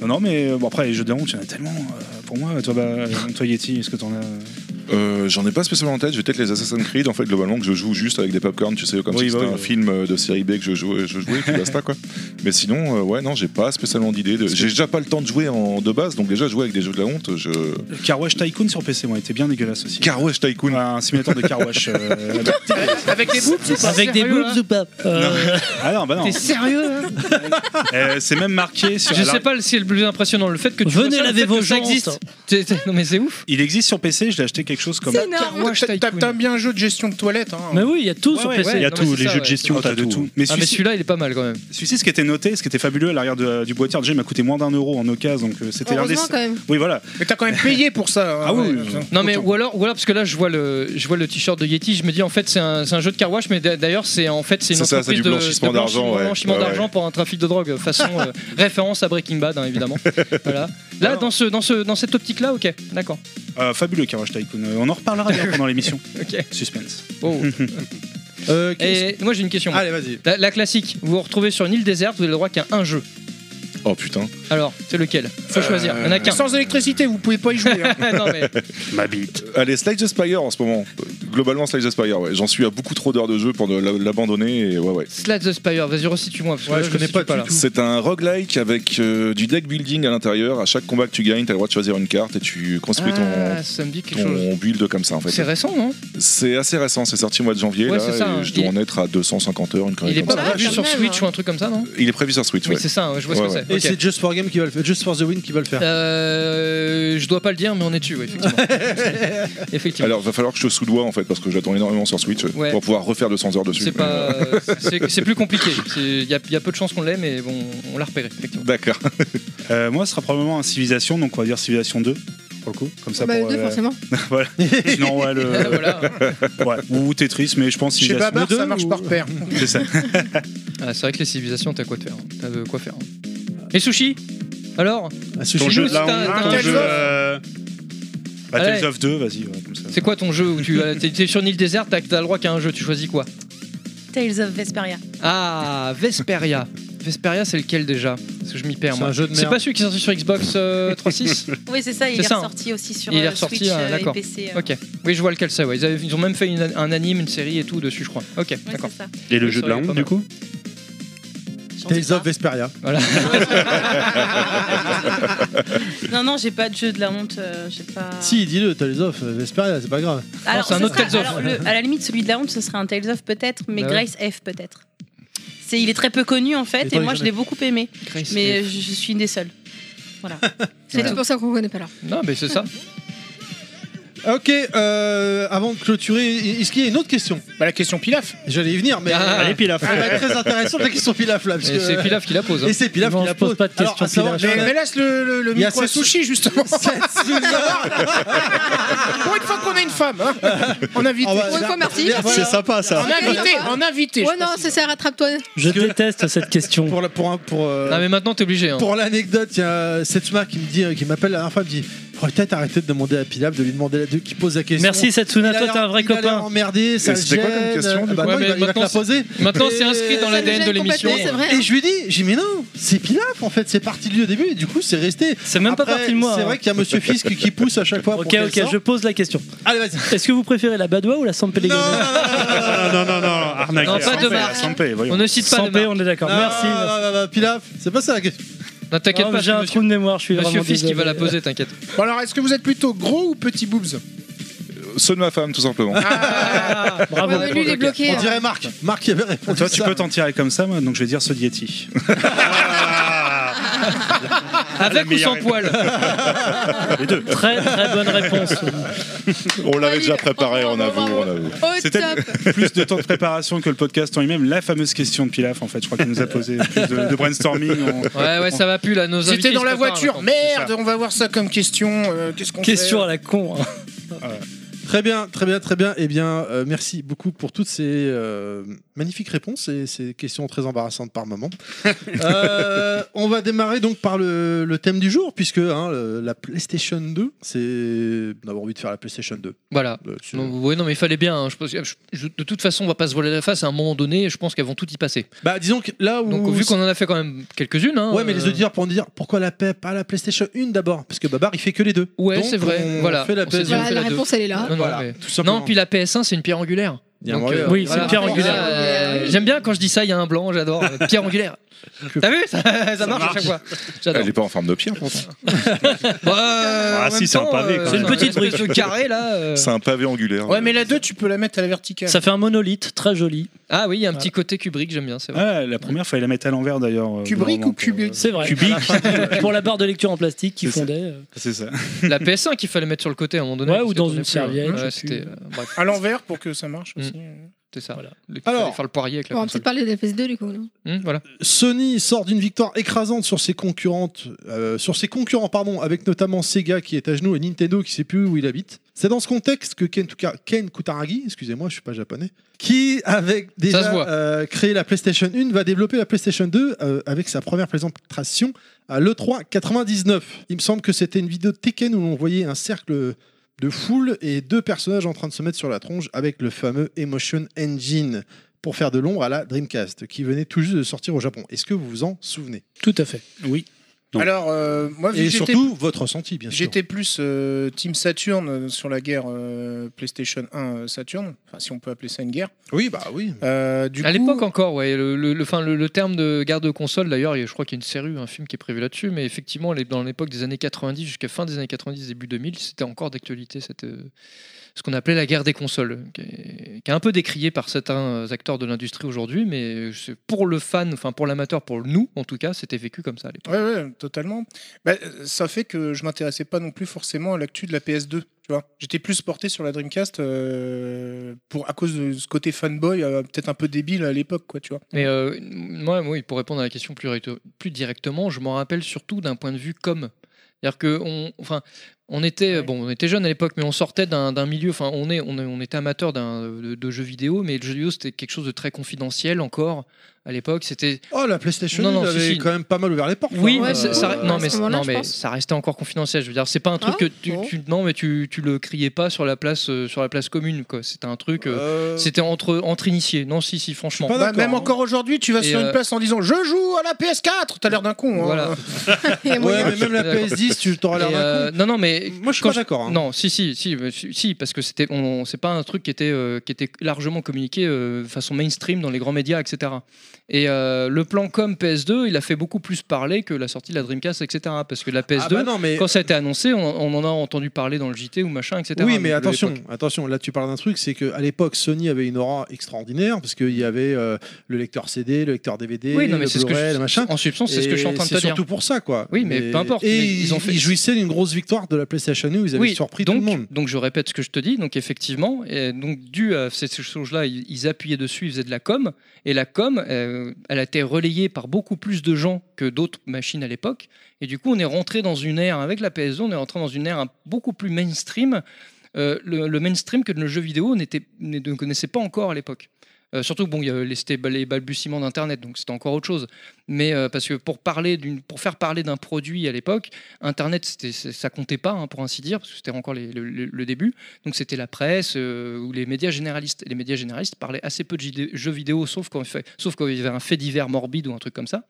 Speaker 9: Non, non, mais euh, bon, après, les jeux de la honte, il y en a tellement. euh, pour moi, toi, bah, euh, toi Yeti, est-ce que t'en as euh,
Speaker 5: Euh, J'en ai pas spécialement en tête, j'ai peut-être les Assassin's Creed en fait globalement que je joue juste avec des popcorn, tu sais, comme
Speaker 9: Oui,
Speaker 5: si
Speaker 9: bah
Speaker 5: c'était
Speaker 9: oui,
Speaker 5: un
Speaker 9: oui.
Speaker 5: film euh, de série B que je jouais, je jouais et puis basta quoi. Mais sinon, euh, ouais, non, j'ai pas spécialement d'idée. De... J'ai déjà pas le temps de jouer en de base, donc déjà jouer avec des jeux de la honte, je.
Speaker 9: Car Wash Tycoon sur PC, moi, était bien dégueulasse aussi.
Speaker 5: Car Wash Tycoon.
Speaker 9: Ouais, un simulateur de Car Wash. euh,
Speaker 6: Avec des boobs ou pas
Speaker 10: Avec des
Speaker 6: Sérieux,
Speaker 10: boobs ou pas Euh,
Speaker 9: ah non, bah non.
Speaker 12: T'es sérieux hein
Speaker 9: Euh, c'est même marqué sur.
Speaker 12: Je
Speaker 9: alors,
Speaker 12: sais pas si c'est le plus impressionnant. Le fait que tu
Speaker 10: Venez
Speaker 12: vois ça, le
Speaker 10: laver
Speaker 12: fait
Speaker 10: vos
Speaker 12: que ça
Speaker 10: jantes.
Speaker 12: existe. T'es- t'es- Non, mais c'est ouf.
Speaker 9: Il existe sur PC, je l'ai acheté quelque chose comme.
Speaker 7: C'est
Speaker 6: hein.
Speaker 7: énorme.
Speaker 12: Wash
Speaker 6: T'as-
Speaker 12: Tycoon.
Speaker 6: T'as bien un jeu de gestion de toilette. hein.
Speaker 10: Mais oui, il y a tout sur
Speaker 9: ouais,
Speaker 10: PC.
Speaker 11: Il y a
Speaker 12: non, mais
Speaker 11: tout,
Speaker 12: c'est
Speaker 11: les
Speaker 12: ça,
Speaker 11: jeux de
Speaker 12: ouais.
Speaker 11: gestion,
Speaker 9: Ah,
Speaker 11: t'as
Speaker 9: de
Speaker 11: tout.
Speaker 9: Mais,
Speaker 12: Ah, mais
Speaker 9: celui-ci-
Speaker 12: celui-là, il est pas mal quand même.
Speaker 9: celui-ci, ce qui était noté, ce qui était fabuleux à l'arrière de- du boîtier, déjà, il m'a coûté moins d'un euro en occasion, donc euh, c'était l'un des.
Speaker 7: Heureusement, quand même.
Speaker 9: Oui, voilà.
Speaker 6: Mais t'as quand même payé pour ça. hein.
Speaker 9: Ah oui,
Speaker 6: Ouais.
Speaker 9: oui.
Speaker 12: Non mais
Speaker 9: Autant.
Speaker 12: ou alors, ou alors parce que là je vois le je vois le t-shirt de Yeti, je me dis en fait c'est un, c'est un jeu de car wash mais d'a- d'ailleurs c'est en fait c'est une
Speaker 5: C'est ça, c'est
Speaker 12: entreprise
Speaker 5: du
Speaker 12: de-
Speaker 5: blanchiment
Speaker 12: de
Speaker 5: d'argent, ouais.
Speaker 12: blanchiment
Speaker 5: Ouais, ouais.
Speaker 12: d'argent pour un trafic de drogue façon euh, référence à Breaking Bad hein, évidemment. Voilà. Là, dans, ce, dans, ce, dans cette optique-là, ok, d'accord.
Speaker 9: Euh, fabuleux Crash Tycoon. Euh, On en reparlera bien pendant l'émission.
Speaker 12: Ok.
Speaker 9: Suspense.
Speaker 12: Oh. Et moi j'ai une question.
Speaker 4: Allez, vas-y.
Speaker 12: La, la classique, vous vous retrouvez sur une île déserte, vous avez le droit qu'à un jeu.
Speaker 5: Oh putain.
Speaker 12: Alors, c'est lequel Faut choisir, il y en a qu'un.
Speaker 6: Sans électricité, vous pouvez pas y jouer. hein.
Speaker 12: non, mais...
Speaker 9: Ma bite.
Speaker 5: Allez, Slide the Spire en ce moment. Globalement, Slide the Spire, ouais. J'en suis à beaucoup trop d'heures de jeu pour ne- l'a- l'abandonner. Et ouais, ouais.
Speaker 12: Slide the Spire, vas-y, resitue-moi. parce que
Speaker 4: Ouais,
Speaker 12: là,
Speaker 4: je connais
Speaker 12: me
Speaker 4: pas
Speaker 12: situe pas
Speaker 4: du
Speaker 12: là.
Speaker 4: tout.
Speaker 5: C'est un roguelike avec euh, du deck building à l'intérieur. À chaque combat que tu gagnes, t'as le droit de choisir une carte et tu construis
Speaker 12: Ah, ça me dit
Speaker 5: ton,
Speaker 12: quelque chose.
Speaker 5: ton build comme ça en
Speaker 12: C'est
Speaker 5: fait.
Speaker 12: récent, non
Speaker 5: C'est assez récent, c'est sorti au mois de janvier
Speaker 12: Ouais,
Speaker 5: là,
Speaker 12: c'est ça,
Speaker 5: et
Speaker 12: hein.
Speaker 5: je dois
Speaker 12: Il-
Speaker 5: en être à 250 heures, une connerie
Speaker 12: Il est
Speaker 5: comme
Speaker 12: pas
Speaker 13: Ah,
Speaker 5: ça.
Speaker 12: prévu
Speaker 13: quand
Speaker 12: sur
Speaker 13: même,
Speaker 12: Switch
Speaker 13: hein.
Speaker 12: ou un truc comme ça, non
Speaker 5: Il est prévu sur Switch,
Speaker 12: Oui,
Speaker 5: ouais.
Speaker 12: c'est ça, ouais, je vois
Speaker 5: Ouais,
Speaker 12: ce que
Speaker 5: ouais.
Speaker 12: c'est.
Speaker 4: Et
Speaker 12: Ok.
Speaker 4: c'est Just for Game qui va le faire. Just for the Win qui va le faire.
Speaker 12: Euh, je dois pas le dire, mais on est dessus, ouais, effectivement. effectivement.
Speaker 5: Alors, va falloir que je soudoie en fait, parce que j'attends énormément sur Switch
Speaker 12: Ouais.
Speaker 5: pour pouvoir refaire 200 heures dessus.
Speaker 12: c'est
Speaker 5: Mais,
Speaker 12: pas,
Speaker 5: euh,
Speaker 12: c'est c'est plus compliqué. Il y, a- y a peu de chances qu'on l'ait, mais bon, on l'a repéré. Effectivement.
Speaker 5: D'accord.
Speaker 9: Euh, moi, ce sera probablement un Civilization, donc on va dire Civilization 2. Pour le coup, comme ça
Speaker 13: Bah, le
Speaker 9: pour.
Speaker 13: 2,
Speaker 9: euh,
Speaker 13: forcément.
Speaker 9: voilà. Sinon, ouais, le-
Speaker 12: Ah, voilà.
Speaker 9: ouais, Ou Tetris, mais je pense
Speaker 6: Chez
Speaker 9: Civilization
Speaker 6: Babar,
Speaker 9: deux,
Speaker 6: ça marche
Speaker 9: ou-
Speaker 6: par paire.
Speaker 9: C'est ça.
Speaker 12: Ah, c'est vrai que les civilisations, t'as quoi de faire. hein. T'as de quoi faire. hein. Et sushi Alors,
Speaker 4: Ah,
Speaker 9: Ton
Speaker 4: sushi.
Speaker 9: jeu,
Speaker 12: nous,
Speaker 9: là,
Speaker 12: c'est un-
Speaker 9: on-
Speaker 12: un
Speaker 9: ton
Speaker 6: Tales
Speaker 9: jeu.
Speaker 6: of-
Speaker 9: euh, Bah, Tales
Speaker 12: Allez.
Speaker 9: of 2, vas-y, ouais, comme ça.
Speaker 12: c'est quoi ton jeu où tu as- t'es- t'es sur une île déserte, t'as t'as le droit qu'à un jeu. Tu choisis quoi
Speaker 7: Tales of Vesperia.
Speaker 12: Ah, Vesperia. Vesperia, c'est lequel déjà Parce que je m'y perds.
Speaker 4: C'est
Speaker 12: moi.
Speaker 4: un jeu de
Speaker 12: C'est
Speaker 4: merde.
Speaker 12: pas celui qui est sorti sur Xbox euh, 3.6
Speaker 7: Oui, c'est ça, il
Speaker 12: C'est
Speaker 7: est,
Speaker 12: ça, hein.
Speaker 7: ressorti aussi sur
Speaker 12: Il est
Speaker 7: euh,
Speaker 12: ressorti,
Speaker 7: Switch
Speaker 12: ah,
Speaker 7: euh,
Speaker 12: d'accord.
Speaker 7: et PC. euh.
Speaker 12: Ok. Oui, je vois lequel c'est. Ouais. Ils, avaient- ils ont même fait une- un anime, une série et tout dessus, je crois. Ok,
Speaker 7: Ouais,
Speaker 12: d'accord.
Speaker 7: c'est ça.
Speaker 14: Et le
Speaker 12: Ça
Speaker 14: jeu de la
Speaker 12: aurait pas
Speaker 14: honte,
Speaker 12: mal.
Speaker 14: du coup
Speaker 7: J'en sais
Speaker 4: Tales of
Speaker 7: pas.
Speaker 4: Vesperia.
Speaker 12: Voilà.
Speaker 7: Non, non, j'ai pas de jeu de la honte. euh, j'ai pas...
Speaker 4: Si, dis-le, Tales of Vesperia, c'est pas grave.
Speaker 7: Alors,
Speaker 12: c'est un
Speaker 7: ce
Speaker 12: autre
Speaker 7: sera-
Speaker 12: Tales of.
Speaker 7: alors, le- à la limite, celui de la honte, ce serait un Tales of peut-être, mais
Speaker 12: Bah ouais.
Speaker 7: Grace F peut-être. C'est, il est très peu connu en
Speaker 4: Et
Speaker 7: fait,
Speaker 4: toi,
Speaker 7: et moi
Speaker 4: jamais.
Speaker 7: je l'ai beaucoup aimé,
Speaker 12: Grace
Speaker 7: mais
Speaker 12: F.
Speaker 7: je, je suis une des seules. Voilà.
Speaker 13: C'est peut-être pour ça qu'on connaît pas là.
Speaker 12: Non, mais c'est ça.
Speaker 4: Ok, euh, avant de clôturer, est-ce qu'il y a une autre question
Speaker 6: Bah, la question Pilaf.
Speaker 4: J'allais y venir, mais.
Speaker 12: Ah.
Speaker 4: Elle est Pilaf. Elle va être très intéressante la question Pilaf là. parce
Speaker 12: Et
Speaker 4: que-
Speaker 12: C'est Pilaf qui la pose. hein.
Speaker 4: Et c'est Pilaf
Speaker 10: Non,
Speaker 4: qui
Speaker 10: je
Speaker 4: la
Speaker 10: pose
Speaker 4: pose.
Speaker 10: pas de
Speaker 4: Alors,
Speaker 10: question
Speaker 4: à savoir,
Speaker 10: Pilaf.
Speaker 6: Mais, mais laisse le, le, le
Speaker 4: Il y a
Speaker 6: micro à
Speaker 4: cette-
Speaker 6: sushi, justement.
Speaker 4: Setsuya.
Speaker 6: Pour une fois qu'on a une femme, hein. On invite.
Speaker 4: On va-
Speaker 13: Pour une fois, merci.
Speaker 4: Voilà.
Speaker 14: C'est sympa ça.
Speaker 6: En invité, en invité.
Speaker 13: Ouais, non, c'est ça, rattrape-toi.
Speaker 10: Je déteste cette question.
Speaker 4: Pour la- pour un- pour, euh,
Speaker 12: Non, mais maintenant, t'es obligé. hein.
Speaker 4: Pour l'anecdote, il y a Setsuma qui me dit, euh, qui m'appelle la dernière fois, il me dit, faudrait peut-être arrêter de demander à Pilaf de lui demander la, de, qui pose la question.
Speaker 10: Merci
Speaker 4: Il
Speaker 10: Setsuna,
Speaker 4: a
Speaker 10: toi
Speaker 4: l'air-
Speaker 10: t'es un vrai
Speaker 4: il a l'air
Speaker 10: copain.
Speaker 4: Emmerdé, ça
Speaker 5: Et
Speaker 4: le
Speaker 5: c'était quoi comme
Speaker 4: gêne,
Speaker 5: question, du
Speaker 4: bah
Speaker 12: coup Ouais,
Speaker 4: non, il va-
Speaker 12: mais
Speaker 4: il va te la
Speaker 12: maintenant,
Speaker 4: poser.
Speaker 12: Maintenant,
Speaker 4: Et-
Speaker 12: c'est inscrit dans
Speaker 13: ça le
Speaker 12: l'ADN
Speaker 13: gêne
Speaker 12: de l'émission.
Speaker 13: complètement, c'est vrai. hein.
Speaker 4: Et je lui dis, j'ai dit, mais non, c'est Pilaf en fait, c'est parti de lui au début, et du coup c'est resté.
Speaker 10: C'est même pas
Speaker 4: Après,
Speaker 10: parti de moi.
Speaker 4: C'est
Speaker 10: hein.
Speaker 4: vrai qu'il y a Monsieur Fisk qui pousse à chaque fois. pour
Speaker 10: Ok,
Speaker 4: qu'elle
Speaker 10: ok,
Speaker 4: sorte.
Speaker 10: je pose la question.
Speaker 4: Allez, vas-y.
Speaker 10: Est-ce que vous préférez la Badois ou la San
Speaker 4: Non,
Speaker 10: Pellegrino
Speaker 4: non,
Speaker 9: Ah, non, non, non, arnaque.
Speaker 12: Non, pas
Speaker 9: Sans
Speaker 12: de
Speaker 9: paix,
Speaker 12: marque.
Speaker 9: sans paix, voyons.
Speaker 12: On ne cite pas
Speaker 10: Sans
Speaker 12: de
Speaker 10: P,
Speaker 12: marque.
Speaker 10: on est d'accord.
Speaker 4: non,
Speaker 10: Merci.
Speaker 4: non, non, non, Pilaf, c'est pas ça la question.
Speaker 12: Non, t'inquiète
Speaker 10: Non,
Speaker 12: pas,
Speaker 10: J'ai un
Speaker 12: monsieur,
Speaker 10: trou de mémoire, je suis
Speaker 12: monsieur
Speaker 10: vraiment
Speaker 12: Fisk, il va
Speaker 10: désolé.
Speaker 12: la poser, t'inquiète.
Speaker 6: Bon, alors, est-ce que vous êtes plutôt gros ou petit boobs
Speaker 5: Ceux de ma femme, tout simplement.
Speaker 6: Ah,
Speaker 10: Bravo.
Speaker 13: Ouais, mais lui, il est bloqué. hein.
Speaker 4: On dirait Marc. Marc qui avait répondu.
Speaker 9: Toi, tu
Speaker 4: ça.
Speaker 9: peux t'en tirer comme ça, moi, donc je vais dire ce Yeti.
Speaker 12: Avec ou sans
Speaker 9: meilleure
Speaker 12: poil
Speaker 9: Les deux.
Speaker 10: Très très bonne réponse.
Speaker 5: on l'avait
Speaker 13: valide.
Speaker 5: déjà préparé, on
Speaker 13: Bravo,
Speaker 5: avoue,
Speaker 13: bravo.
Speaker 5: on avoue.
Speaker 12: Oh,
Speaker 13: Au
Speaker 9: C'était-
Speaker 13: top.
Speaker 9: Plus de temps de préparation que le podcast en lui-même. La fameuse question de Pilaf, en fait, je crois qu'il nous a posé plus de, de brainstorming. en-
Speaker 12: Ouais, ouais, ça va plus là, nos invités.
Speaker 6: C'était dans
Speaker 12: ils
Speaker 6: la
Speaker 12: se préparent,
Speaker 6: voiture.
Speaker 12: maintenant, c'est ça.
Speaker 6: Merde, on va voir ça comme question. euh, Qu'est-ce qu'on Ah
Speaker 10: Question à la con. hein.
Speaker 4: Très bien, très bien, très bien. Eh bien, euh, merci beaucoup pour toutes ces euh, magnifiques réponses et ces questions très embarrassantes par moment. Euh, on va démarrer donc par le, le thème du jour, puisque hein, le- la PlayStation 2, c'est. On avait envie de faire la PlayStation 2.
Speaker 12: Voilà.
Speaker 14: Bah,
Speaker 4: Euh, c'est-
Speaker 12: Non, ouais, non, mais il fallait bien. hein. Je pense, je- je- de toute façon, on va pas se voiler la face. À un moment donné, je pense qu'elles vont toutes y passer.
Speaker 4: Bah, disons que là où.
Speaker 12: Donc, vu qu'on en a fait quand même quelques-unes. hein,
Speaker 4: Ouais, mais les
Speaker 12: euh,
Speaker 4: auditeurs pourront dire pourquoi la paix Pas la PlayStation 1 d'abord Parce que Babar il fait que les deux.
Speaker 12: Ouais,
Speaker 4: Donc,
Speaker 12: c'est vrai.
Speaker 4: on
Speaker 12: Voilà.
Speaker 4: fait la
Speaker 12: On s'est
Speaker 4: PS1.
Speaker 12: dit, on
Speaker 13: Voilà,
Speaker 12: fait
Speaker 13: la
Speaker 12: la deux.
Speaker 13: réponse, elle est là.
Speaker 12: Non, non,
Speaker 4: Voilà,
Speaker 12: mais-
Speaker 4: tout simplement.
Speaker 12: Non, puis la PS1, c'est une pierre angulaire.
Speaker 4: Il y a
Speaker 12: Donc,
Speaker 4: moyen.
Speaker 12: euh,
Speaker 10: Oui, c'est
Speaker 12: voilà.
Speaker 10: une pierre
Speaker 13: Ah,
Speaker 10: angulaire.
Speaker 12: Euh, J'aime bien quand je dis ça, il y a un blanc, j'adore. Euh, Pierre angulaire. T'as vu ça, ça marche à chaque fois.
Speaker 10: Ah,
Speaker 12: J'adore.
Speaker 5: Elle est pas en forme de pierre, pourtant.
Speaker 12: Euh,
Speaker 14: Ah, si, c'est un pavé, quand
Speaker 12: C'est
Speaker 14: même.
Speaker 12: une petite brique de carré là. euh.
Speaker 5: C'est un pavé angulaire.
Speaker 6: Ouais, mais la 2, tu peux la mettre à la verticale.
Speaker 10: Ça fait un monolithe très joli.
Speaker 12: Ah oui, il y a un petit côté Kubrick, j'aime bien, c'est vrai.
Speaker 9: Ah, la première, fallait la mettre à l'envers d'ailleurs. euh,
Speaker 6: Kubrick
Speaker 9: normalement,
Speaker 6: ou
Speaker 9: pour-
Speaker 6: Kubrick
Speaker 10: C'est vrai.
Speaker 9: Cubique.
Speaker 10: Pour la barre de lecture en plastique qui
Speaker 9: C'est ça.
Speaker 10: fondait. euh,
Speaker 9: C'est ça.
Speaker 12: La PS1 qu'il fallait mettre sur le côté à un moment donné.
Speaker 10: Ouais,
Speaker 12: parce
Speaker 10: ou
Speaker 12: que
Speaker 10: dans
Speaker 12: t'en
Speaker 10: une
Speaker 12: es plus, hein.
Speaker 10: serviette, je
Speaker 12: Ouais,
Speaker 10: sais
Speaker 12: c'était,
Speaker 10: plus.
Speaker 12: euh, bref.
Speaker 6: À l'envers pour que ça marche aussi.
Speaker 12: C'est ça. Le-
Speaker 4: Alors-
Speaker 12: fallait faire le poirier avec la
Speaker 7: On va
Speaker 12: console.
Speaker 7: peut-être parler de la PS2 du coup. non
Speaker 12: Hum, voilà.
Speaker 4: Sony sort d'une victoire écrasante sur ses concurrentes, euh, sur ses concurrents pardon, avec notamment Sega qui est à genoux et Nintendo qui sait plus où il habite. C'est dans ce contexte que Ken, Tuka- Ken Kutaragi, excusez-moi, je suis pas japonais, qui avec
Speaker 12: se
Speaker 4: déjà
Speaker 12: voit.
Speaker 4: euh, créé la PlayStation 1 va développer la PlayStation 2 euh, avec sa première présentation à l'E3 99. Il me semble que c'était une vidéo de Tekken où l'on voyait un cercle de foule et deux personnages en train de se mettre sur la tronche avec le fameux Emotion Engine pour faire de l'ombre à la Dreamcast qui venait tout juste de sortir au Japon. Est-ce que vous vous en souvenez
Speaker 15: Tout à fait.
Speaker 4: Oui.
Speaker 6: Alors, euh, moi, vu
Speaker 4: et
Speaker 6: que j'étais-
Speaker 4: surtout votre ressenti, bien sûr.
Speaker 6: J'étais plus euh, Team Saturn euh, sur la guerre euh, PlayStation 1 euh, Saturn, enfin si on peut appeler ça une guerre.
Speaker 4: Oui, bah oui.
Speaker 12: à l'époque encore, ouais. Le, le, le- fin, le- le terme de garde de console, d'ailleurs, il y a- je crois qu'il y a une série, ou un film qui est prévu là-dessus, mais effectivement, les- dans l'époque des années 90 jusqu'à fin des années 90, début 2000, c'était encore d'actualité cette, euh, ce qu'on appelait la guerre des consoles, qui est, qui est un peu décriée par certains euh, acteurs de l'industrie aujourd'hui, mais euh, c'est- pour le fan, enfin pour l'amateur, pour nous en tout cas, c'était vécu comme ça à l'époque.
Speaker 6: Ouais, ouais, totalement. Bah, euh, ça fait que je m'intéressais pas non plus forcément à l'actu de la PS2. Tu vois, j'étais plus porté sur la Dreamcast euh, pour à cause de ce côté fanboy, euh, peut-être un peu débile à l'époque, quoi. Tu vois.
Speaker 12: Mais euh, moi, oui, pour répondre à la question plus, recto- plus directement, je m'en rappelle surtout d'un point de vue com. C'est-à-dire que on, enfin, on était bon, on était jeune à l'époque, mais on sortait d'un d'un milieu. Enfin, on est, on, est- on était amateur d'un- de, de jeux vidéo, mais le jeu vidéo c'était quelque chose de très confidentiel encore à l'époque. C'était
Speaker 4: Oh, la PlayStation
Speaker 12: Non,
Speaker 4: 1
Speaker 12: non, si,
Speaker 4: avait
Speaker 12: si.
Speaker 4: quand même pas mal ouvert les portes.
Speaker 12: oui,
Speaker 4: hein,
Speaker 12: mais ça-
Speaker 4: euh,
Speaker 12: ça, non,
Speaker 4: à
Speaker 12: mais,
Speaker 4: ce moment-là,
Speaker 12: non,
Speaker 4: je
Speaker 12: mais
Speaker 4: pense.
Speaker 12: ça restait encore confidentiel. Je veux dire, c'est pas un truc
Speaker 4: Ah,
Speaker 12: que tu,
Speaker 4: bon.
Speaker 12: tu- non, mais tu, tu le criais pas sur la place, euh, sur la place commune. quoi. C'était un truc, euh,
Speaker 4: Euh.
Speaker 12: c'était entre entre initiés. Non, si, si, franchement.
Speaker 6: Bah, même
Speaker 4: hein.
Speaker 6: encore aujourd'hui, tu vas
Speaker 12: hein. Et,
Speaker 6: sur une
Speaker 12: euh,
Speaker 6: place en disant je joue à la PS4, t'as l'air d'un con. hein.
Speaker 12: Voilà.
Speaker 4: Ouais, mais même la PS10, tu t'auras l'air
Speaker 12: Et,
Speaker 4: d'un
Speaker 12: euh,
Speaker 4: con.
Speaker 12: Non, non, mais
Speaker 4: Moi, je suis
Speaker 12: quand
Speaker 4: pas d'accord, hein.
Speaker 12: Non, si, si, si, mais si, si, parce que c'était, on, on- c'est pas un truc qui était, euh, qui était largement communiqué euh, de façon mainstream dans les grands médias, etc. Et euh, le plan com PS2, il a fait beaucoup plus parler que la sortie de la Dreamcast, etc. Parce que la PS2,
Speaker 4: bah non, mais-
Speaker 12: quand ça a été annoncé, on, on en a entendu parler dans le JT ou machin, etc.
Speaker 4: Oui,
Speaker 12: Donc,
Speaker 4: mais
Speaker 12: de
Speaker 4: attention,
Speaker 12: l'époque.
Speaker 4: attention. Là, tu parles d'un truc, c'est qu'à l'époque, Sony avait une aura extraordinaire parce qu'il y avait euh, le lecteur CD, le lecteur DVD,
Speaker 12: Oui, non, mais
Speaker 4: le
Speaker 12: c'est ce que
Speaker 4: Blu-ray,
Speaker 12: je-
Speaker 4: le machin.
Speaker 12: en substance, c'est ce que je suis en train de te
Speaker 4: C'est
Speaker 12: dire.
Speaker 4: surtout pour ça, quoi.
Speaker 12: Oui, mais peu importe,
Speaker 4: Et
Speaker 12: mais
Speaker 4: ils,
Speaker 12: ils ont fait-
Speaker 4: ils jouissaient d'une grosse victoire de la PlayStation 1 où ils avaient surpris
Speaker 12: donc,
Speaker 4: tout le monde.
Speaker 12: Donc je répète ce que je te dis, donc effectivement, et donc dû à ces choses-là, ils, ils appuyaient dessus, ils faisaient de la com, et la com, euh, elle a été relayée par beaucoup plus de gens que d'autres machines à l'époque, et du coup on est rentré dans une ère, avec la PS2, on est rentré dans une ère un- beaucoup plus mainstream, euh, le, le mainstream que le jeu vidéo n'était- ne ne connaissait pas encore à l'époque. Euh, surtout, bon, il y a les, c'était les balbutiements d'Internet, donc c'était encore autre chose. Mais euh, parce que pour, parler d'une- pour faire parler d'un produit à l'époque, Internet, c'était- c'est- ça comptait pas, hein, pour ainsi dire, parce que c'était encore les- le, le- le début. Donc c'était la presse euh, ou les médias généralistes. Et Les médias généralistes parlaient assez peu de jide- jeux vidéo, sauf quand, il fait- sauf quand il y avait un fait divers morbide ou un truc comme ça.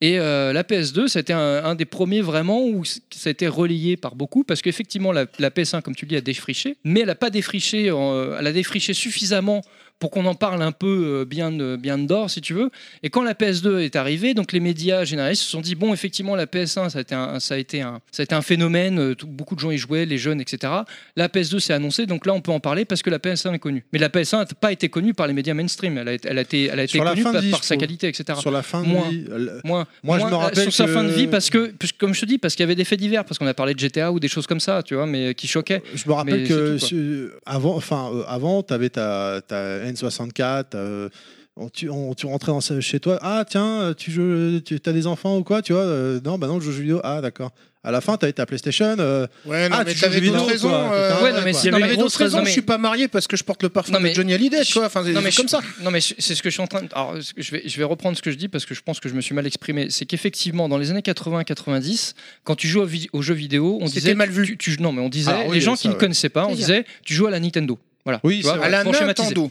Speaker 12: Et euh, la PS2, c'était un, un des premiers vraiment où c- ça a été relayé par beaucoup, parce qu'effectivement, la, la PS1, comme tu le dis, a défriché, mais elle a pas défriché, en- elle a défriché suffisamment pour qu'on en parle un peu euh, bien, de- bien d'or, si tu veux. Et quand la PS2 est arrivée, donc les médias généralistes se sont dit, bon, effectivement, la PS1, ça a été un, ça a été un, ça a été un phénomène, euh, tout- beaucoup de gens y jouaient, les jeunes, etc. La PS2 s'est annoncée, donc là, on peut en parler parce que la PS1 est connue. Mais la PS1 n'a pas été connue par les médias mainstream, elle a, été- elle a été, elle a été
Speaker 4: Sur la
Speaker 12: connue
Speaker 4: fin de
Speaker 12: par,
Speaker 4: vie,
Speaker 12: par
Speaker 4: je
Speaker 12: sa
Speaker 4: trouve.
Speaker 12: qualité, etc.
Speaker 4: Sur la fin de
Speaker 12: Moins.
Speaker 4: vie, euh,
Speaker 12: Moins.
Speaker 4: Moi, je
Speaker 12: Moins,
Speaker 4: me
Speaker 12: euh,
Speaker 4: rappelle
Speaker 12: sur sa
Speaker 4: que-
Speaker 12: fin de vie parce que, puisque, comme je te dis, parce qu'il y avait des faits divers, parce qu'on a parlé de GTA ou des choses comme ça, tu vois, mais euh, qui choquaient.
Speaker 4: Je me rappelle que su- avant, enfin, euh, avant, t'avais ta, ta N64. euh, on, tu, on- tu rentrais dans ce- chez toi. Ah tiens, euh, tu joues, tu as des enfants ou quoi Tu vois euh, Non, bah non, je joue aux jeux vidéo. Ah d'accord. À la fin, t'avais ta PlayStation. euh,
Speaker 6: Ouais, non,
Speaker 4: ah,
Speaker 6: mais
Speaker 4: tu joues aux
Speaker 6: t'avais
Speaker 4: jeux
Speaker 6: d'autres
Speaker 4: vidéo,
Speaker 6: raisons.
Speaker 4: quoi.
Speaker 6: euh,
Speaker 4: T'étais un
Speaker 12: Ouais, non,
Speaker 4: vrai,
Speaker 12: mais
Speaker 4: quoi.
Speaker 12: c'est- non, mais
Speaker 6: T'avais d'autres
Speaker 12: grosse raison,
Speaker 6: raisons.
Speaker 12: mais-
Speaker 6: Je suis pas marié parce que je porte le parfum de Johnny Hallyday, tu vois. Enfin, c'est
Speaker 12: non, mais je-
Speaker 6: comme ça.
Speaker 12: Non, mais je- c'est ce que je suis en train de. Alors, ce que je vais, je vais reprendre ce que je dis parce que je pense que je me suis mal exprimé. C'est qu'effectivement, dans les années 80-90, quand tu joues aux, vi- aux jeux vidéo, on
Speaker 6: C'était
Speaker 12: disait.
Speaker 6: mal
Speaker 12: vu. Tu, tu- non, mais on disait.
Speaker 6: Ah oui,
Speaker 12: les gens
Speaker 6: ça,
Speaker 12: qui ne
Speaker 6: ouais.
Speaker 12: connaissaient pas, on
Speaker 6: C'est
Speaker 12: disait tu joues à la Nintendo. Voilà.
Speaker 6: Oui,
Speaker 12: tu
Speaker 6: c'est vrai. À la
Speaker 12: pour schématiser.
Speaker 6: Nintendo.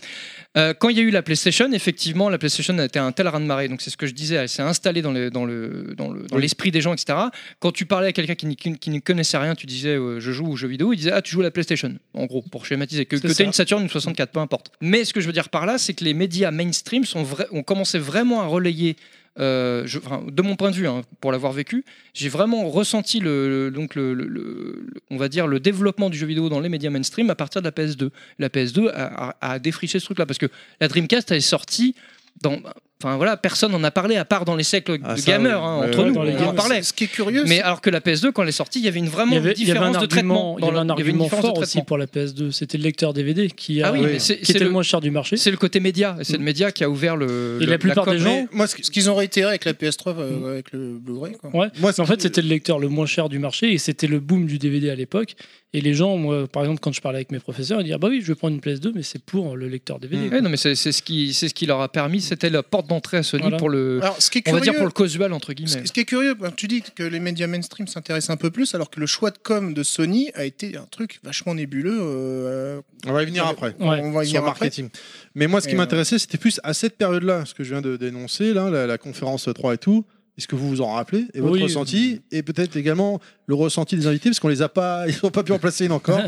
Speaker 12: Euh, quand il y a eu la PlayStation, effectivement, la PlayStation a été un tel raz-de-marée. Donc, c'est ce que je disais, elle s'est installée dans l'esprit le, dans le, dans le, dans
Speaker 6: Oui.
Speaker 12: l'esprit des gens, etc. Quand tu parlais à quelqu'un qui, n'y- qui, qui ne connaissait rien, tu disais euh, je joue aux jeux vidéo, il disait ah, tu joues à la PlayStation. En gros, pour schématiser. Que,
Speaker 6: C'est
Speaker 12: que tu
Speaker 6: ça.
Speaker 12: une Saturn, une 64, peu importe. Mais ce que je veux dire par là, c'est que les médias mainstream sont vra- ont commencé vraiment à relayer. euh, je- enfin, de mon point de vue, hein, pour l'avoir vécu, j'ai vraiment ressenti le, le- donc le, le- le- on va dire le développement du jeu vidéo dans les médias mainstream à partir de la PS2. La PS2 a, a- a défriché ce truc-là parce que la Dreamcast elle est sortie dans Enfin voilà, personne n'en a parlé à part dans les siècles
Speaker 4: Ah,
Speaker 12: de
Speaker 4: ça,
Speaker 12: gamers,
Speaker 4: oui.
Speaker 12: hein,
Speaker 4: Ouais,
Speaker 12: entre
Speaker 4: ouais,
Speaker 12: nous,
Speaker 4: dans les
Speaker 12: on en
Speaker 4: gamers.
Speaker 12: parlait.
Speaker 6: Ce qui est curieux,
Speaker 12: Mais
Speaker 6: c'est-
Speaker 12: alors que la PS2, quand elle est sortie, il y avait une
Speaker 10: Il
Speaker 12: vraiment
Speaker 10: y avait, il y avait
Speaker 12: différence
Speaker 10: un
Speaker 12: de traitement.
Speaker 10: argument, il y
Speaker 12: dans
Speaker 10: avait
Speaker 12: le-
Speaker 10: un
Speaker 12: il y avait une
Speaker 10: argument
Speaker 12: différence de
Speaker 10: fort
Speaker 12: traitement.
Speaker 10: aussi pour la PS2, c'était le lecteur DVD qui, a,
Speaker 12: Ah oui, mais c'est-
Speaker 10: qui
Speaker 12: c'est
Speaker 10: était le
Speaker 12: le-
Speaker 10: moins cher du marché. Mm.
Speaker 12: C'est le côté média, c'est le média qui a ouvert le.
Speaker 10: Et
Speaker 12: le-
Speaker 10: la plupart
Speaker 12: com.
Speaker 10: des gens,
Speaker 6: Moi, ce qu'ils ont réitéré avec la PS3,
Speaker 12: Mm.
Speaker 6: euh, avec le Blu-ray. quoi.
Speaker 10: Ouais. Mais en fait, c'était le lecteur le moins cher du marché et c'était le boom du DVD à l'époque. Et les gens, moi, par exemple, quand je parlais avec mes professeurs, ils disaient ah bah oui, je vais prendre une PS2, mais c'est pour le lecteur DVD.
Speaker 12: Ouais, non, mais c'est c'est ce qui c'est ce qui leur a permis, c'était la porte d'entrée à Sony
Speaker 10: Voilà.
Speaker 12: pour le
Speaker 10: Alors,
Speaker 6: ce qui est
Speaker 12: on va
Speaker 6: curieux-
Speaker 12: dire pour le casual entre
Speaker 6: Ce,
Speaker 12: guillemets.
Speaker 6: ce qui est curieux, ben, tu dis que les médias mainstream s'intéressent un peu plus, alors que le choix de com de Sony a été un truc vachement nébuleux. euh,
Speaker 4: On va y venir après.
Speaker 6: On va y
Speaker 4: sur
Speaker 6: venir
Speaker 4: le
Speaker 6: après.
Speaker 4: marketing. Mais moi, ce qui
Speaker 6: Et, euh,
Speaker 4: m'intéressait, c'était plus à cette période-là, ce que je viens de dénoncer, là, la, la conférence 3 et tout. Est-ce que vous vous en rappelez Et votre
Speaker 10: Oui.
Speaker 4: ressenti Et peut-être également le ressenti des invités, parce qu'on les a pas, ils n'ont pas pu en placer une encore.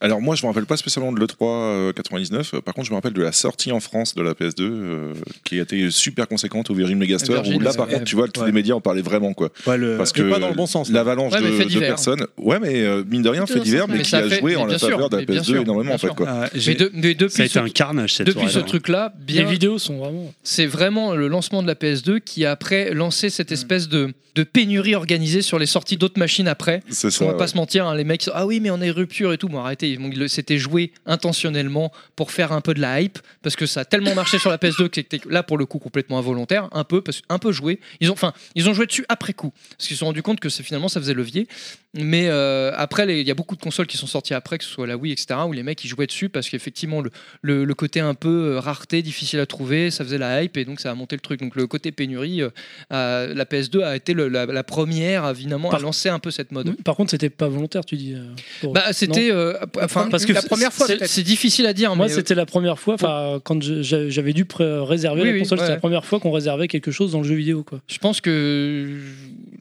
Speaker 5: Alors moi, je me rappelle pas spécialement de l'E3 euh, 99. Euh, Par contre, je me rappelle de la sortie en France de la PS2, euh, qui a été super conséquente au Virgin Megastore,
Speaker 4: Virgin,
Speaker 5: où là,
Speaker 4: ouais.
Speaker 5: par contre, tu vois, tous les médias en parlaient vraiment, quoi. Parce
Speaker 4: Mais
Speaker 5: que
Speaker 4: pas dans le bon sens, là.
Speaker 5: l'avalanche
Speaker 4: Ouais, mais
Speaker 5: de,
Speaker 4: fait
Speaker 5: de
Speaker 4: divers.
Speaker 5: personnes, ouais, mais euh, mine de rien,
Speaker 4: Plutôt
Speaker 5: fait
Speaker 4: dans ce
Speaker 5: divers,
Speaker 4: sens-là.
Speaker 5: mais
Speaker 4: Mais
Speaker 5: qui
Speaker 4: ça
Speaker 5: a
Speaker 4: fait-
Speaker 5: joué en
Speaker 4: mais
Speaker 5: la
Speaker 4: bien sûr,
Speaker 5: faveur de la
Speaker 4: mais bien
Speaker 5: PS2
Speaker 4: sûr,
Speaker 5: énormément,
Speaker 4: bien
Speaker 5: en fait,
Speaker 4: sûr.
Speaker 5: quoi.
Speaker 4: Ah,
Speaker 12: Mais, de- mais depuis
Speaker 11: Ça a été
Speaker 12: ce-
Speaker 11: un carnage, cette
Speaker 12: Depuis
Speaker 11: soirée-là,
Speaker 12: ce
Speaker 11: hein.
Speaker 12: truc-là, bien
Speaker 10: Les vidéos sont vraiment.
Speaker 12: c'est vraiment le lancement de la PS2 qui a après lancé
Speaker 10: Mm.
Speaker 12: cette espèce de, de pénurie organisée sur les sorties d'autres machines après.
Speaker 5: C'est ça,
Speaker 12: on va pas
Speaker 5: ouais.
Speaker 12: se mentir, hein, les mecs, sont, ah oui, mais on est rupture et tout. Bon, arrêtez, ils- bon, ils le- c'était joué intentionnellement pour faire un peu de la hype parce que ça a tellement marché sur la PS2 que c'était là pour le coup complètement involontaire, un peu, parce, un peu joué. Ils ont, enfin, ils ont joué dessus après coup parce qu'ils se sont rendus compte que c'est- finalement ça faisait levier. Mais euh, après, les- il y a beaucoup de consoles qui sont sorties après, que ce soit la Wii, etc., où les mecs ils jouaient dessus parce qu'effectivement le, le, le côté un peu euh, rareté, difficile à trouver, ça faisait la hype et donc ça a monté le truc. Donc le côté pénurie, euh, euh, la PS2 a été le- la, la première évidemment à lancer un peu cette mode.
Speaker 10: Par contre, c'était pas volontaire, tu dis. euh, pour-
Speaker 12: Bah, c'était,
Speaker 10: Non
Speaker 12: euh, enfin,
Speaker 10: parce que
Speaker 12: la première fois,
Speaker 10: c'est-
Speaker 12: peut-être. c'est difficile à dire.
Speaker 10: Moi,
Speaker 12: mais, euh,
Speaker 10: c'était la première fois. Enfin, quand je- j'a- j'avais dû pré- réserver
Speaker 12: Oui,
Speaker 10: la
Speaker 12: oui,
Speaker 10: console, c'était
Speaker 12: ouais.
Speaker 10: la première fois qu'on réservait quelque chose dans le jeu vidéo, quoi.
Speaker 12: Je pense que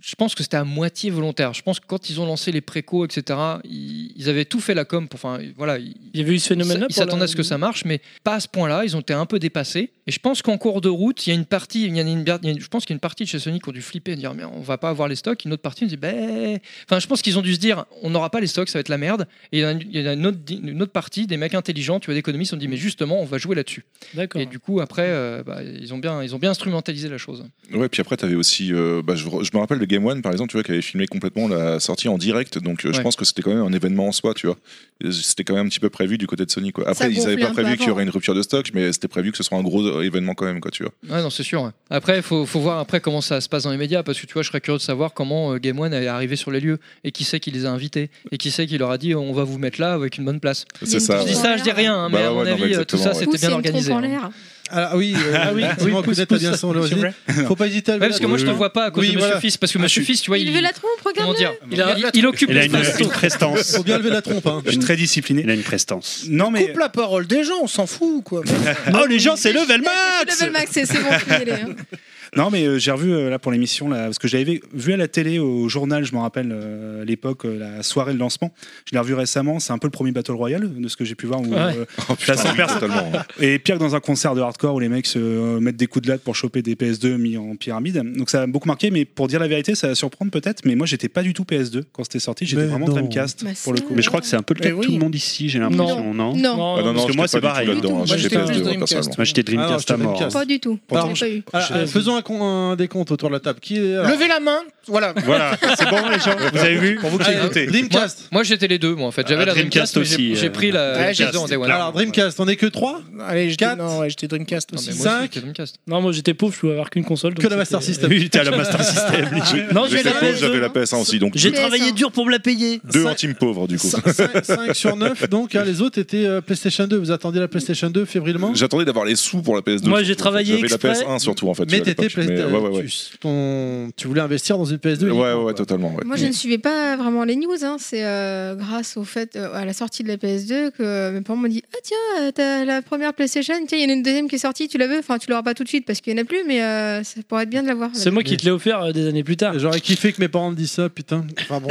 Speaker 12: je pense que c'était à moitié volontaire. Je pense que quand ils ont lancé les précos, etc., ils, ils avaient tout fait la com. Pour, enfin, voilà. Il
Speaker 10: y avait eu ce phénomène-là
Speaker 12: Ils
Speaker 10: pour
Speaker 12: s'attendaient
Speaker 10: la-
Speaker 12: à ce que ça marche, mais pas à ce point-là. Ils ont été un peu dépassés. Et je pense qu'en cours de route, il y a une partie, il y a une, il y a une- je pense qu'il y a une partie de chez Sony qui ont dû flipper et dire mais on va pas avoir les stocks. Une autre partie on dit ben, enfin, je pense qu'ils ont dû se dire on n'aura pas les stocks, ça va être la merde. Et il y en a une- il y en a une autre, une autre partie des mecs intelligents, tu vois, d'économistes, ont dit mais justement, on va jouer là-dessus.
Speaker 10: D'accord.
Speaker 12: Et du coup, après, euh, bah, ils ont bien, ils ont bien instrumentalisé la chose.
Speaker 5: Ouais, puis après, tu avais aussi. euh, bah, je, je me rappelle de Game One, par exemple, tu vois, qui avait filmé complètement la sortie en direct. Donc, euh, je
Speaker 12: Ouais.
Speaker 5: pense que c'était quand même un événement en soi, tu vois. Euh, C'était quand même un petit peu prévu du côté de Sony, quoi. Après, ils
Speaker 12: gonflait
Speaker 5: n'avaient
Speaker 12: un
Speaker 5: pas
Speaker 12: peu
Speaker 5: prévu qu'il y
Speaker 12: avant.
Speaker 5: aurait une rupture de stock, mais c'était prévu que ce soit un gros euh, événement quand même, quoi, tu vois.
Speaker 12: Ouais, non, c'est sûr. ouais. Après, il faut, faut voir après comment ça se passe dans les médias, parce que tu vois, je serais curieux de savoir comment euh, Game One est arrivé sur les lieux, et qui c'est qui les a invités, et qui c'est qui leur a dit on va vous mettre là avec une bonne place.
Speaker 5: C'est Il y a une ça,
Speaker 12: Je dis
Speaker 5: ouais.
Speaker 12: ça, je dis rien, hein,
Speaker 5: Bah
Speaker 12: mais à
Speaker 5: ouais,
Speaker 12: mon
Speaker 5: non, mais
Speaker 12: avis, euh, tout
Speaker 5: exactement,
Speaker 12: ça,
Speaker 5: ouais.
Speaker 12: c'était bien
Speaker 5: Pousser une
Speaker 12: organisé. hein.
Speaker 4: Ah oui, euh,
Speaker 12: Ah oui,
Speaker 4: effectivement,
Speaker 12: oui, pousse,
Speaker 4: Kounet a
Speaker 12: pousse,
Speaker 4: bien son
Speaker 12: c'est
Speaker 4: origine.
Speaker 12: vrai.
Speaker 4: Faut pas hésiter à le
Speaker 12: Ouais, parce que
Speaker 4: mettre.
Speaker 12: moi, je te
Speaker 4: Oui,
Speaker 12: vois pas à cause
Speaker 4: oui,
Speaker 12: de Monsieur
Speaker 4: voilà. Ah,
Speaker 12: Fils, parce que Monsieur Fils, tu vois,
Speaker 7: Il
Speaker 12: il,
Speaker 7: veut la trompe, regarde.
Speaker 12: comment dire, il,
Speaker 7: a-
Speaker 12: il occupe
Speaker 11: Il
Speaker 12: le
Speaker 11: a une,
Speaker 12: poste.
Speaker 11: une prestance.
Speaker 4: Faut bien lever la trompe.
Speaker 9: hein.
Speaker 11: Je suis très discipliné. Il a une prestance. Non, mais.
Speaker 6: Coupe la parole des gens, on s'en fout, quoi.
Speaker 11: Oh, les gens, c'est level max
Speaker 7: Level max, c'est c'est bon, finis-les, hein.
Speaker 9: Non, mais euh, j'ai revu euh, là pour l'émission, là, parce que j'avais vu à la télé, au journal, je me rappelle euh, à l'époque, euh, la soirée de lancement. Je l'ai revu récemment, c'est un peu le premier Battle Royale de ce que j'ai pu voir. Où,
Speaker 10: Ouais.
Speaker 9: euh,
Speaker 5: Oh, putain,
Speaker 9: t'as 100
Speaker 5: oui,
Speaker 9: personnes.
Speaker 5: totalement.
Speaker 9: Et pire que dans un concert de hardcore où les mecs se euh, mettent des coups de latte pour choper des PS2 mis en pyramide. Donc ça m'a beaucoup marqué, mais pour dire la vérité, ça va surprendre peut-être, mais moi j'étais pas du tout PS2 quand c'était sorti, j'étais
Speaker 11: Mais
Speaker 9: vraiment
Speaker 11: non.
Speaker 9: Dreamcast
Speaker 11: Bah,
Speaker 9: pour le coup.
Speaker 11: Mais je crois que c'est un peu le cas de tout le monde ici, j'ai l'impression, non
Speaker 7: Non. Non.
Speaker 5: Ah non, non,
Speaker 11: Parce que moi,
Speaker 5: j'étais
Speaker 11: c'est
Speaker 5: pas du
Speaker 11: pareil.
Speaker 5: tout là-dedans, hein,
Speaker 11: Moi,
Speaker 5: j'étais PS2, moi, personnellement.
Speaker 11: Moi, j'étais
Speaker 4: Ah non,
Speaker 11: Dreamcast
Speaker 4: j'étais
Speaker 11: à mort.
Speaker 4: Dreamcast.
Speaker 7: Pas du tout.
Speaker 4: Alors,
Speaker 7: Je l'ai pas eu.
Speaker 4: ah, euh, faisons un, con- un décompte autour de la table. Qui est alors
Speaker 6: Levez la main, voilà.
Speaker 4: Voilà, c'est bon, les gens, vous avez vu Pour vous que j'ai
Speaker 12: Ah,
Speaker 4: écouté.
Speaker 12: euh,
Speaker 4: Dreamcast.
Speaker 12: Moi, moi, j'étais les deux, moi en fait. J'avais
Speaker 4: Ah,
Speaker 12: la
Speaker 4: Dreamcast
Speaker 12: Dreamcast, mais j'ai-
Speaker 4: aussi,
Speaker 12: J'ai
Speaker 4: euh,
Speaker 12: pris la
Speaker 4: Dreamcast.
Speaker 12: Dreamcast. en day one.
Speaker 4: Alors, Dreamcast, on est que 3
Speaker 6: Allez, j'étais- non, ouais, j'étais Dreamcast aussi.
Speaker 10: moi aussi, j'étais Non, moi j'étais pauvre, je pouvais avoir qu'une console. donc
Speaker 4: Que la Master
Speaker 10: c'était-
Speaker 4: System. Oui, j'étais à la Master System.
Speaker 10: non,
Speaker 5: J'étais
Speaker 10: j'ai la
Speaker 5: pauvre,
Speaker 10: PS2.
Speaker 5: j'avais la PS1 aussi, donc deux-
Speaker 10: dur pour me la payer.
Speaker 5: deux en team pauvre, du coup.
Speaker 4: 5 sur 9, donc hein, les autres étaient euh, PlayStation 2. Vous attendiez la PlayStation 2 fébrilement
Speaker 5: J'attendais d'avoir les sous pour la PS2.
Speaker 4: Moi, j'ai
Speaker 5: surtout, en fait.
Speaker 4: travaillé
Speaker 5: J'avais la
Speaker 4: exprès.
Speaker 5: PS1 surtout, en fait.
Speaker 4: Mais
Speaker 5: à l'époque,
Speaker 4: t'étais
Speaker 5: mais,
Speaker 4: PlayStation.
Speaker 5: ouais, ouais, ouais.
Speaker 4: ton- Tu voulais investir dans une PS2
Speaker 5: Ouais, ouais,
Speaker 4: uniquement,
Speaker 5: ouais,
Speaker 4: quoi.
Speaker 5: totalement. ouais.
Speaker 7: Moi, je ne suivais pas vraiment les news. hein. C'est euh, grâce au fait, euh, à la sortie de la PS2, que mes parents m'ont dit Ah, tiens, euh, t'as la première PlayStation, tiens, il y en a une deuxième qui est sortie, tu la veux Enfin, tu l'auras pas tout de suite parce qu'il n'y en a plus, mais euh, ça pourrait être bien de l'avoir.
Speaker 10: C'est moi qui te l'ai offert euh, des années plus tard.
Speaker 4: J'aurais kiffé que mes parents me disent ça, putain. Enfin bon.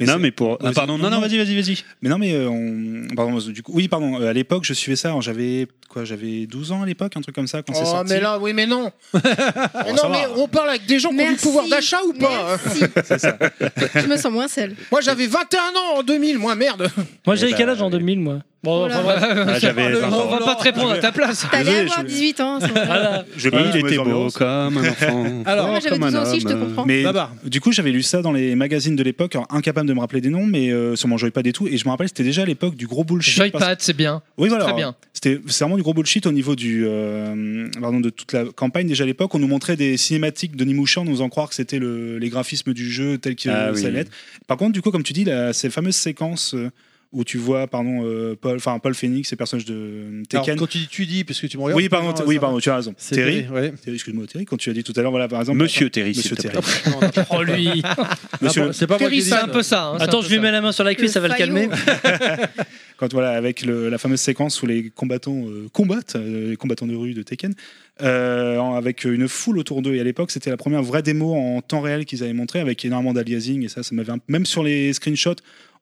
Speaker 9: non, mais pour.
Speaker 11: Ah, pardon, non, non, vas-y,
Speaker 9: vas-y. Mais non, mais euh, on- pardon, du coup, oui, pardon. euh, à l'époque, je suivais ça. hein, J'avais quoi, quoi J'avais 12 ans à l'époque, un truc comme ça, quand
Speaker 6: oh,
Speaker 9: c'est sorti.
Speaker 6: mais là, oui, mais non. mais
Speaker 9: ça
Speaker 6: non, mais
Speaker 9: va.
Speaker 6: on parle avec des gens qui ont du
Speaker 7: Merci.
Speaker 6: pouvoir d'achat ou pas hein.
Speaker 7: Je me sens moins seule.
Speaker 6: Moi, j'avais 21 ans en 2000, moi, merde.
Speaker 10: Moi,
Speaker 4: ben,
Speaker 10: j'avais
Speaker 9: Eh
Speaker 10: quel âge en 2000, moi
Speaker 12: Oh
Speaker 10: Bon,
Speaker 6: Oula.
Speaker 10: enfin, bref.
Speaker 11: Ah, j'avais
Speaker 10: On
Speaker 11: 20 ans.
Speaker 10: va pas te répondre à ta place.
Speaker 7: T'allais avoir 18 Ah, ans. ça va.
Speaker 9: Je
Speaker 11: Oui, il
Speaker 12: Oh,
Speaker 11: était beau comme un enfant.
Speaker 4: Alors,
Speaker 7: Moi, j'avais
Speaker 9: comme un
Speaker 7: 12 ans aussi, je te
Speaker 9: homme.
Speaker 7: comprends.
Speaker 9: Mais
Speaker 4: Babar.
Speaker 9: du coup, j'avais lu ça dans les magazines de l'époque, alors, incapable de me rappeler des noms, mais euh, sur mon joypad et tout. Et je me rappelle, c'était déjà à l'époque du gros bullshit. parce-
Speaker 8: Joypad, c'est bien.
Speaker 9: Oui, voilà.
Speaker 8: Très
Speaker 9: alors,
Speaker 8: bien.
Speaker 9: C'était c'est vraiment du gros bullshit au niveau du, euh, pardon, de toute la campagne. Déjà à l'époque, on nous montrait des cinématiques de Nimoucha en nous faisant croire que c'était le- les graphismes du jeu tels qu'ils
Speaker 11: Ah oui.
Speaker 9: allaient être. Par contre, du coup, comme tu dis, la, ces fameuses séquences euh, où tu vois, pardon, euh, Paul, enfin Paul Phoenix, ces personnages de euh,
Speaker 4: Alors,
Speaker 9: Tekken.
Speaker 4: quand tu dis tu dis, parce que tu me regardes.
Speaker 9: oui, pardon,
Speaker 4: Non,
Speaker 9: oui,
Speaker 4: ça-
Speaker 9: pardon, tu as raison.
Speaker 4: C'est
Speaker 9: Terry,
Speaker 4: Terry, ouais.
Speaker 9: Terry, excuse-moi, Terry, quand tu as dit tout à l'heure, voilà, par exemple.
Speaker 11: Monsieur Terry, s'il
Speaker 9: Monsieur
Speaker 11: te
Speaker 9: Terry.
Speaker 11: plaît.
Speaker 10: Oh, lui
Speaker 9: Monsieur-
Speaker 4: C'est pas moi qui ai dit
Speaker 8: C'est un peu ça. hein, c'est un
Speaker 10: Ah, Attends,
Speaker 8: peu
Speaker 10: je lui
Speaker 8: ça.
Speaker 10: mets la main sur la cuisse, ça va le
Speaker 7: faillot.
Speaker 10: calmer.
Speaker 9: quand voilà avec le- la fameuse séquence où les combattants euh, combattent euh, les combattants de rue de Tekken euh, en- avec une foule autour d'eux et à l'époque c'était la première vraie démo en temps réel qu'ils avaient montré avec énormément d'aliasing et ça ça m'avait un- même sur les screenshots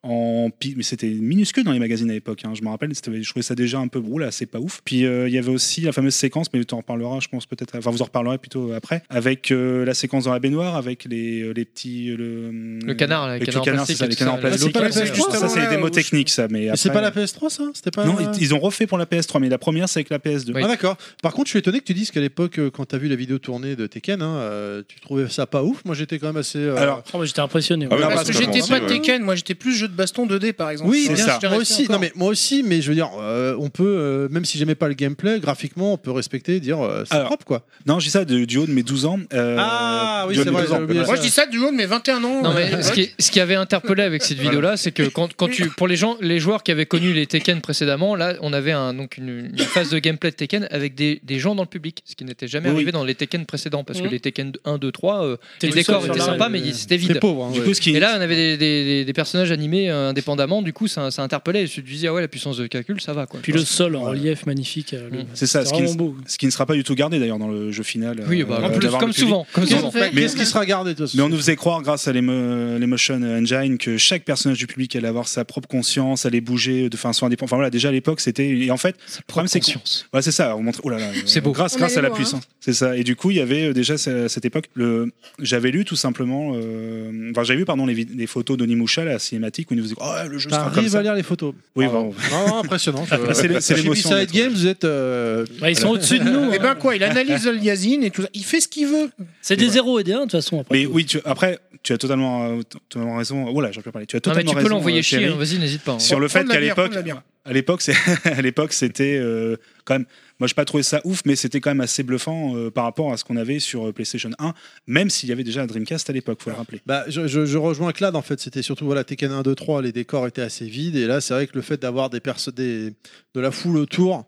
Speaker 9: en pi- mais c'était minuscule dans les magazines à l'époque hein, je me rappelle c'était- je trouvais ça déjà un peu brou là c'est pas ouf puis euh, il y avait aussi la fameuse séquence mais tu en reparleras je pense peut-être enfin vous en reparlerez plutôt après avec euh, la séquence dans la baignoire avec les, les petits le,
Speaker 8: Le canard, là,
Speaker 9: avec le
Speaker 8: canard en
Speaker 9: canard,
Speaker 8: plastique,
Speaker 9: c'est ça, les
Speaker 8: tout
Speaker 9: canards en
Speaker 8: ça, là.
Speaker 9: plastique.
Speaker 4: C'est pas la
Speaker 9: Ça,
Speaker 4: PS3,
Speaker 9: ça c'est les
Speaker 6: là,
Speaker 9: démos
Speaker 6: où je-
Speaker 9: techniques ça mais
Speaker 4: Mais c'est
Speaker 9: après-
Speaker 4: pas la PS3 ça C'était pas.
Speaker 9: non, ils, ils ont refait pour la PS3, mais la première, c'est avec la PS2.
Speaker 8: Oui.
Speaker 4: Ah d'accord. Par contre, je suis étonné que tu dises qu'à l'époque, euh, quand t'as vu la vidéo tournée de Tekken, hein, euh, tu trouvais ça pas ouf. Moi, j'étais quand même assez. euh,
Speaker 9: Alors,
Speaker 10: Oh, bah, J'étais impressionné.
Speaker 5: Ah ouais,
Speaker 10: ouais.
Speaker 5: bah,
Speaker 6: Parce que
Speaker 5: c'est
Speaker 6: j'étais
Speaker 5: bon,
Speaker 6: pas
Speaker 5: c'est vrai.
Speaker 6: Tekken, moi, j'étais plus jeu de baston 2D, par exemple.
Speaker 4: Oui,
Speaker 9: C'est
Speaker 4: bien
Speaker 9: ça.
Speaker 4: sûr, moi aussi. Non mais moi aussi, mais je veux dire, euh, on peut, euh, même si j'aimais pas le gameplay, graphiquement, on peut respecter, et dire euh, c'est
Speaker 9: Alors,
Speaker 4: propre quoi.
Speaker 9: non, j'ai ça du, du haut de mes 12 ans. euh,
Speaker 4: Ah, oui,
Speaker 9: du haut
Speaker 4: c'est
Speaker 9: de mes
Speaker 4: vrai,
Speaker 9: 12 ans.
Speaker 4: j'ai oublié
Speaker 6: Moi, je dis ça du haut de mes 21 ans.
Speaker 8: Non,
Speaker 6: euh,
Speaker 8: mais ce, qui, ce qui avait interpellé avec cette vidéo-là, c'est que quand, quand tu, pour les gens, les joueurs qui avaient connu les Tekken précédemment, là, on avait un, donc une, une phase de gameplay de Tekken avec des, des gens dans le public, ce qui n'était jamais
Speaker 9: Oui,
Speaker 8: arrivé
Speaker 9: oui.
Speaker 8: dans les Tekken précédents, parce que
Speaker 10: Mhm.
Speaker 8: les Tekken 1, 2, 3, euh,
Speaker 10: T'es
Speaker 8: les
Speaker 10: le seul
Speaker 8: décors
Speaker 10: sur
Speaker 8: étaient
Speaker 10: la-
Speaker 8: sympas, mais ils- c'était
Speaker 4: C'est
Speaker 8: vide.
Speaker 4: pauvre. hein,
Speaker 9: Du
Speaker 4: ouais.
Speaker 9: coup, ce qui,
Speaker 8: Et là, on avait des, des- des- des personnages animés euh, indépendamment, du coup, ça, ça interpellait. Et tu te disais, ah ouais, la puissance de calcul, ça va quoi.
Speaker 10: Puis le sol en
Speaker 9: Ouais.
Speaker 10: relief magnifique. euh, le-
Speaker 8: Mm.
Speaker 9: c'est ça,
Speaker 10: c'est
Speaker 9: ce qui, ne-
Speaker 10: vraiment beau.
Speaker 9: ce qui ne sera pas du tout gardé d'ailleurs dans le jeu final.
Speaker 8: Oui,
Speaker 9: euh,
Speaker 8: bah, en
Speaker 9: d'avoir
Speaker 8: plus,
Speaker 9: le
Speaker 8: comme
Speaker 9: public.
Speaker 8: souvent. Comme souvent.
Speaker 7: fait.
Speaker 4: Mais Qu'est-ce qui sera gardé de toute façon
Speaker 9: Mais on nous faisait croire, grâce à l'émo- l'Emotion Engine, que chaque personnage du public allait avoir sa propre conscience, allait bouger de façon indépendante. Enfin voilà, déjà à l'époque, c'était. Et en fait,
Speaker 8: C'est
Speaker 9: problème, c'est que- Ouais, c'est ça. On montre. Oh là là.
Speaker 8: C'est beau.
Speaker 9: Grâce,
Speaker 7: On
Speaker 9: grâce
Speaker 7: allait
Speaker 9: à la
Speaker 7: loin, hein.
Speaker 9: puissance. C'est ça. Et du coup, il y avait euh, déjà ce- à cette époque. Le... J'avais lu tout simplement. euh, Enfin, j'avais vu pardon les, vid- les photos d'Onimusha, la cinématique où ils nous faisaient. Oh, le jeu sera comme
Speaker 4: T'arrives à
Speaker 9: ça.
Speaker 4: lire les photos.
Speaker 9: Oui,
Speaker 4: Pardon. Non, non, Ah, impressionnant. je-
Speaker 9: Ah, C'est les- c'est
Speaker 4: Chez
Speaker 9: l'émotion,
Speaker 4: Side Games, vous êtes. euh,
Speaker 10: Bah, ils sont au-dessus de nous.
Speaker 6: Eh
Speaker 10: hein.
Speaker 6: ben quoi, il analyse le Yazine et tout ça. Il fait ce qu'il veut.
Speaker 10: C'est des 0 et des 1 de toute façon. Après
Speaker 9: Mais
Speaker 10: tout.
Speaker 9: oui, tu... après, tu as totalement, euh, t- totalement raison. Voilà, j'en peux parler. Tu as
Speaker 8: Non,
Speaker 9: totalement
Speaker 8: mais tu peux
Speaker 9: raison,
Speaker 8: l'envoyer
Speaker 9: euh,
Speaker 8: chier,
Speaker 9: Thierry.
Speaker 8: hein, vas-y, n'hésite pas. hein.
Speaker 9: Sur le fait
Speaker 6: Prendre la
Speaker 9: qu'à
Speaker 6: bière,
Speaker 9: l'époque,
Speaker 6: prendre la bière.
Speaker 9: à l'époque, c'est- à l'époque, c'était euh, quand même. Moi, j'ai pas trouvé ça ouf, mais c'était quand même assez bluffant euh, par rapport à ce qu'on avait sur euh, PlayStation 1, même s'il y avait déjà la Dreamcast à l'époque, faut le rappeler.
Speaker 4: Bah, je, je, je rejoins Clad en fait, c'était surtout voilà, Tekken 1, 2, 3, les décors étaient assez vides et là c'est vrai que le fait d'avoir des perso- des de la foule autour,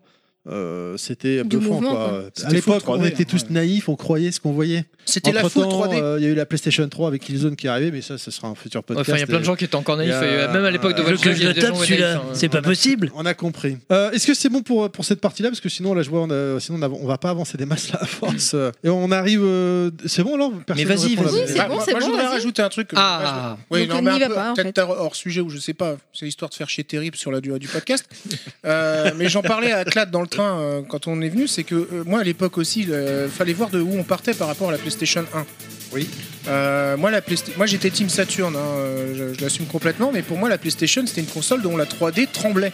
Speaker 4: euh, c'était
Speaker 7: Du
Speaker 4: bluffant
Speaker 7: mouvement,
Speaker 4: quoi.
Speaker 7: quoi.
Speaker 4: À
Speaker 9: C'était
Speaker 4: l'époque
Speaker 9: full
Speaker 4: on
Speaker 9: 3D,
Speaker 4: était tous
Speaker 9: hein,
Speaker 4: naïfs, on croyait ce qu'on voyait.
Speaker 6: C'était la foule
Speaker 4: Entre-temps,
Speaker 6: 3D.
Speaker 4: euh, Il y a eu la PlayStation 3 avec Killzone qui est arrivée, mais ça, ce sera un futur
Speaker 8: Ouais,
Speaker 4: podcast.
Speaker 8: Enfin, il y a plein de
Speaker 4: et
Speaker 8: gens qui étaient encore naïfs.
Speaker 4: Il y a-
Speaker 8: et même à l'époque de
Speaker 4: Je
Speaker 8: Watch Dogs, il y avait des gens naïfs, hein.
Speaker 4: pas
Speaker 10: possible.
Speaker 4: On a compris. Euh, Est-ce que c'est bon pour, pour cette partie-là Parce que sinon, là, je vois, on a- sinon, on, av- on va pas avancer des masses là, à force. Euh, Et on arrive. euh, c'est bon, alors Personne
Speaker 8: Mais vas-y,
Speaker 4: ne répond là-
Speaker 7: vas-y. Oui, c'est
Speaker 6: Bah,
Speaker 7: bon,
Speaker 6: moi,
Speaker 7: c'est
Speaker 6: moi, je
Speaker 7: bon,
Speaker 6: voudrais
Speaker 7: vas-y.
Speaker 6: rajouter un truc. euh,
Speaker 8: Ah.
Speaker 6: Oui,
Speaker 7: Donc,
Speaker 6: non,
Speaker 7: on
Speaker 6: mais
Speaker 7: n'y va
Speaker 6: un peu-
Speaker 7: pas, en
Speaker 6: peut-être hors sujet ou je sais pas, c'est histoire de faire chier terrible sur la durée du podcast. Euh, mais j'en parlais à Clad dans le train euh, quand on est venu, c'est que euh, moi à l'époque aussi, il fallait voir de où on partait par rapport à la PlayStation 1.
Speaker 4: Oui.
Speaker 6: Euh, moi, la Playsta- moi j'étais Team Saturn, hein, euh, je, je l'assume complètement, mais pour moi la PlayStation c'était une console dont la 3D tremblait.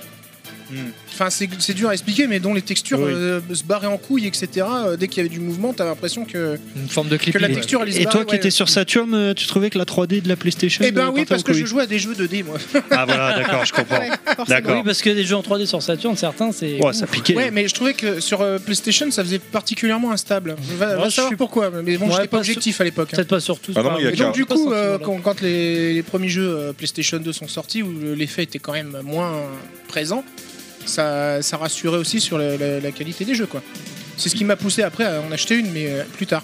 Speaker 9: Hmm.
Speaker 6: Enfin, c'est c'est dur à expliquer, mais dont les textures
Speaker 9: Oui.
Speaker 6: euh, se barraient en couilles, etc. Euh, dès qu'il y avait du mouvement, t'as l'impression que,
Speaker 8: Une forme de clip.
Speaker 6: que la texture elle se
Speaker 11: Et toi
Speaker 6: barrait,
Speaker 11: qui
Speaker 6: ouais.
Speaker 11: étais sur Saturn, euh, tu trouvais que la 3D de la PlayStation
Speaker 6: Eh ben
Speaker 11: euh,
Speaker 6: oui,
Speaker 11: partait
Speaker 6: parce
Speaker 11: en
Speaker 6: que je
Speaker 11: couille
Speaker 6: jouais à des jeux 2D, moi.
Speaker 11: Ah voilà, d'accord, je comprends.
Speaker 7: Ouais,
Speaker 11: D'accord.
Speaker 10: Oui, parce que les jeux en 3D sur Saturn, certains, c'est.
Speaker 11: Ouais, ça piquait.
Speaker 6: Ouais, mais je trouvais que sur euh, PlayStation, ça faisait particulièrement instable.
Speaker 10: Ouais,
Speaker 6: Va, va
Speaker 10: je
Speaker 6: savoir
Speaker 10: suis-
Speaker 6: pourquoi, mais bon,
Speaker 10: Ouais,
Speaker 6: j'étais pas
Speaker 10: pas
Speaker 6: objectif à l'époque. hein.
Speaker 10: Peut-être pas surtout.
Speaker 5: Ah non, il y a
Speaker 6: Et
Speaker 5: Car-
Speaker 6: donc du coup, euh, quand, quand les, les premiers jeux euh, PlayStation 2 sont sortis, où le- l'effet était quand même moins présent, ça, ça rassurait aussi sur la, la- la qualité des jeux, quoi. C'est ce qui m'a poussé après à en acheter une, mais euh, plus tard.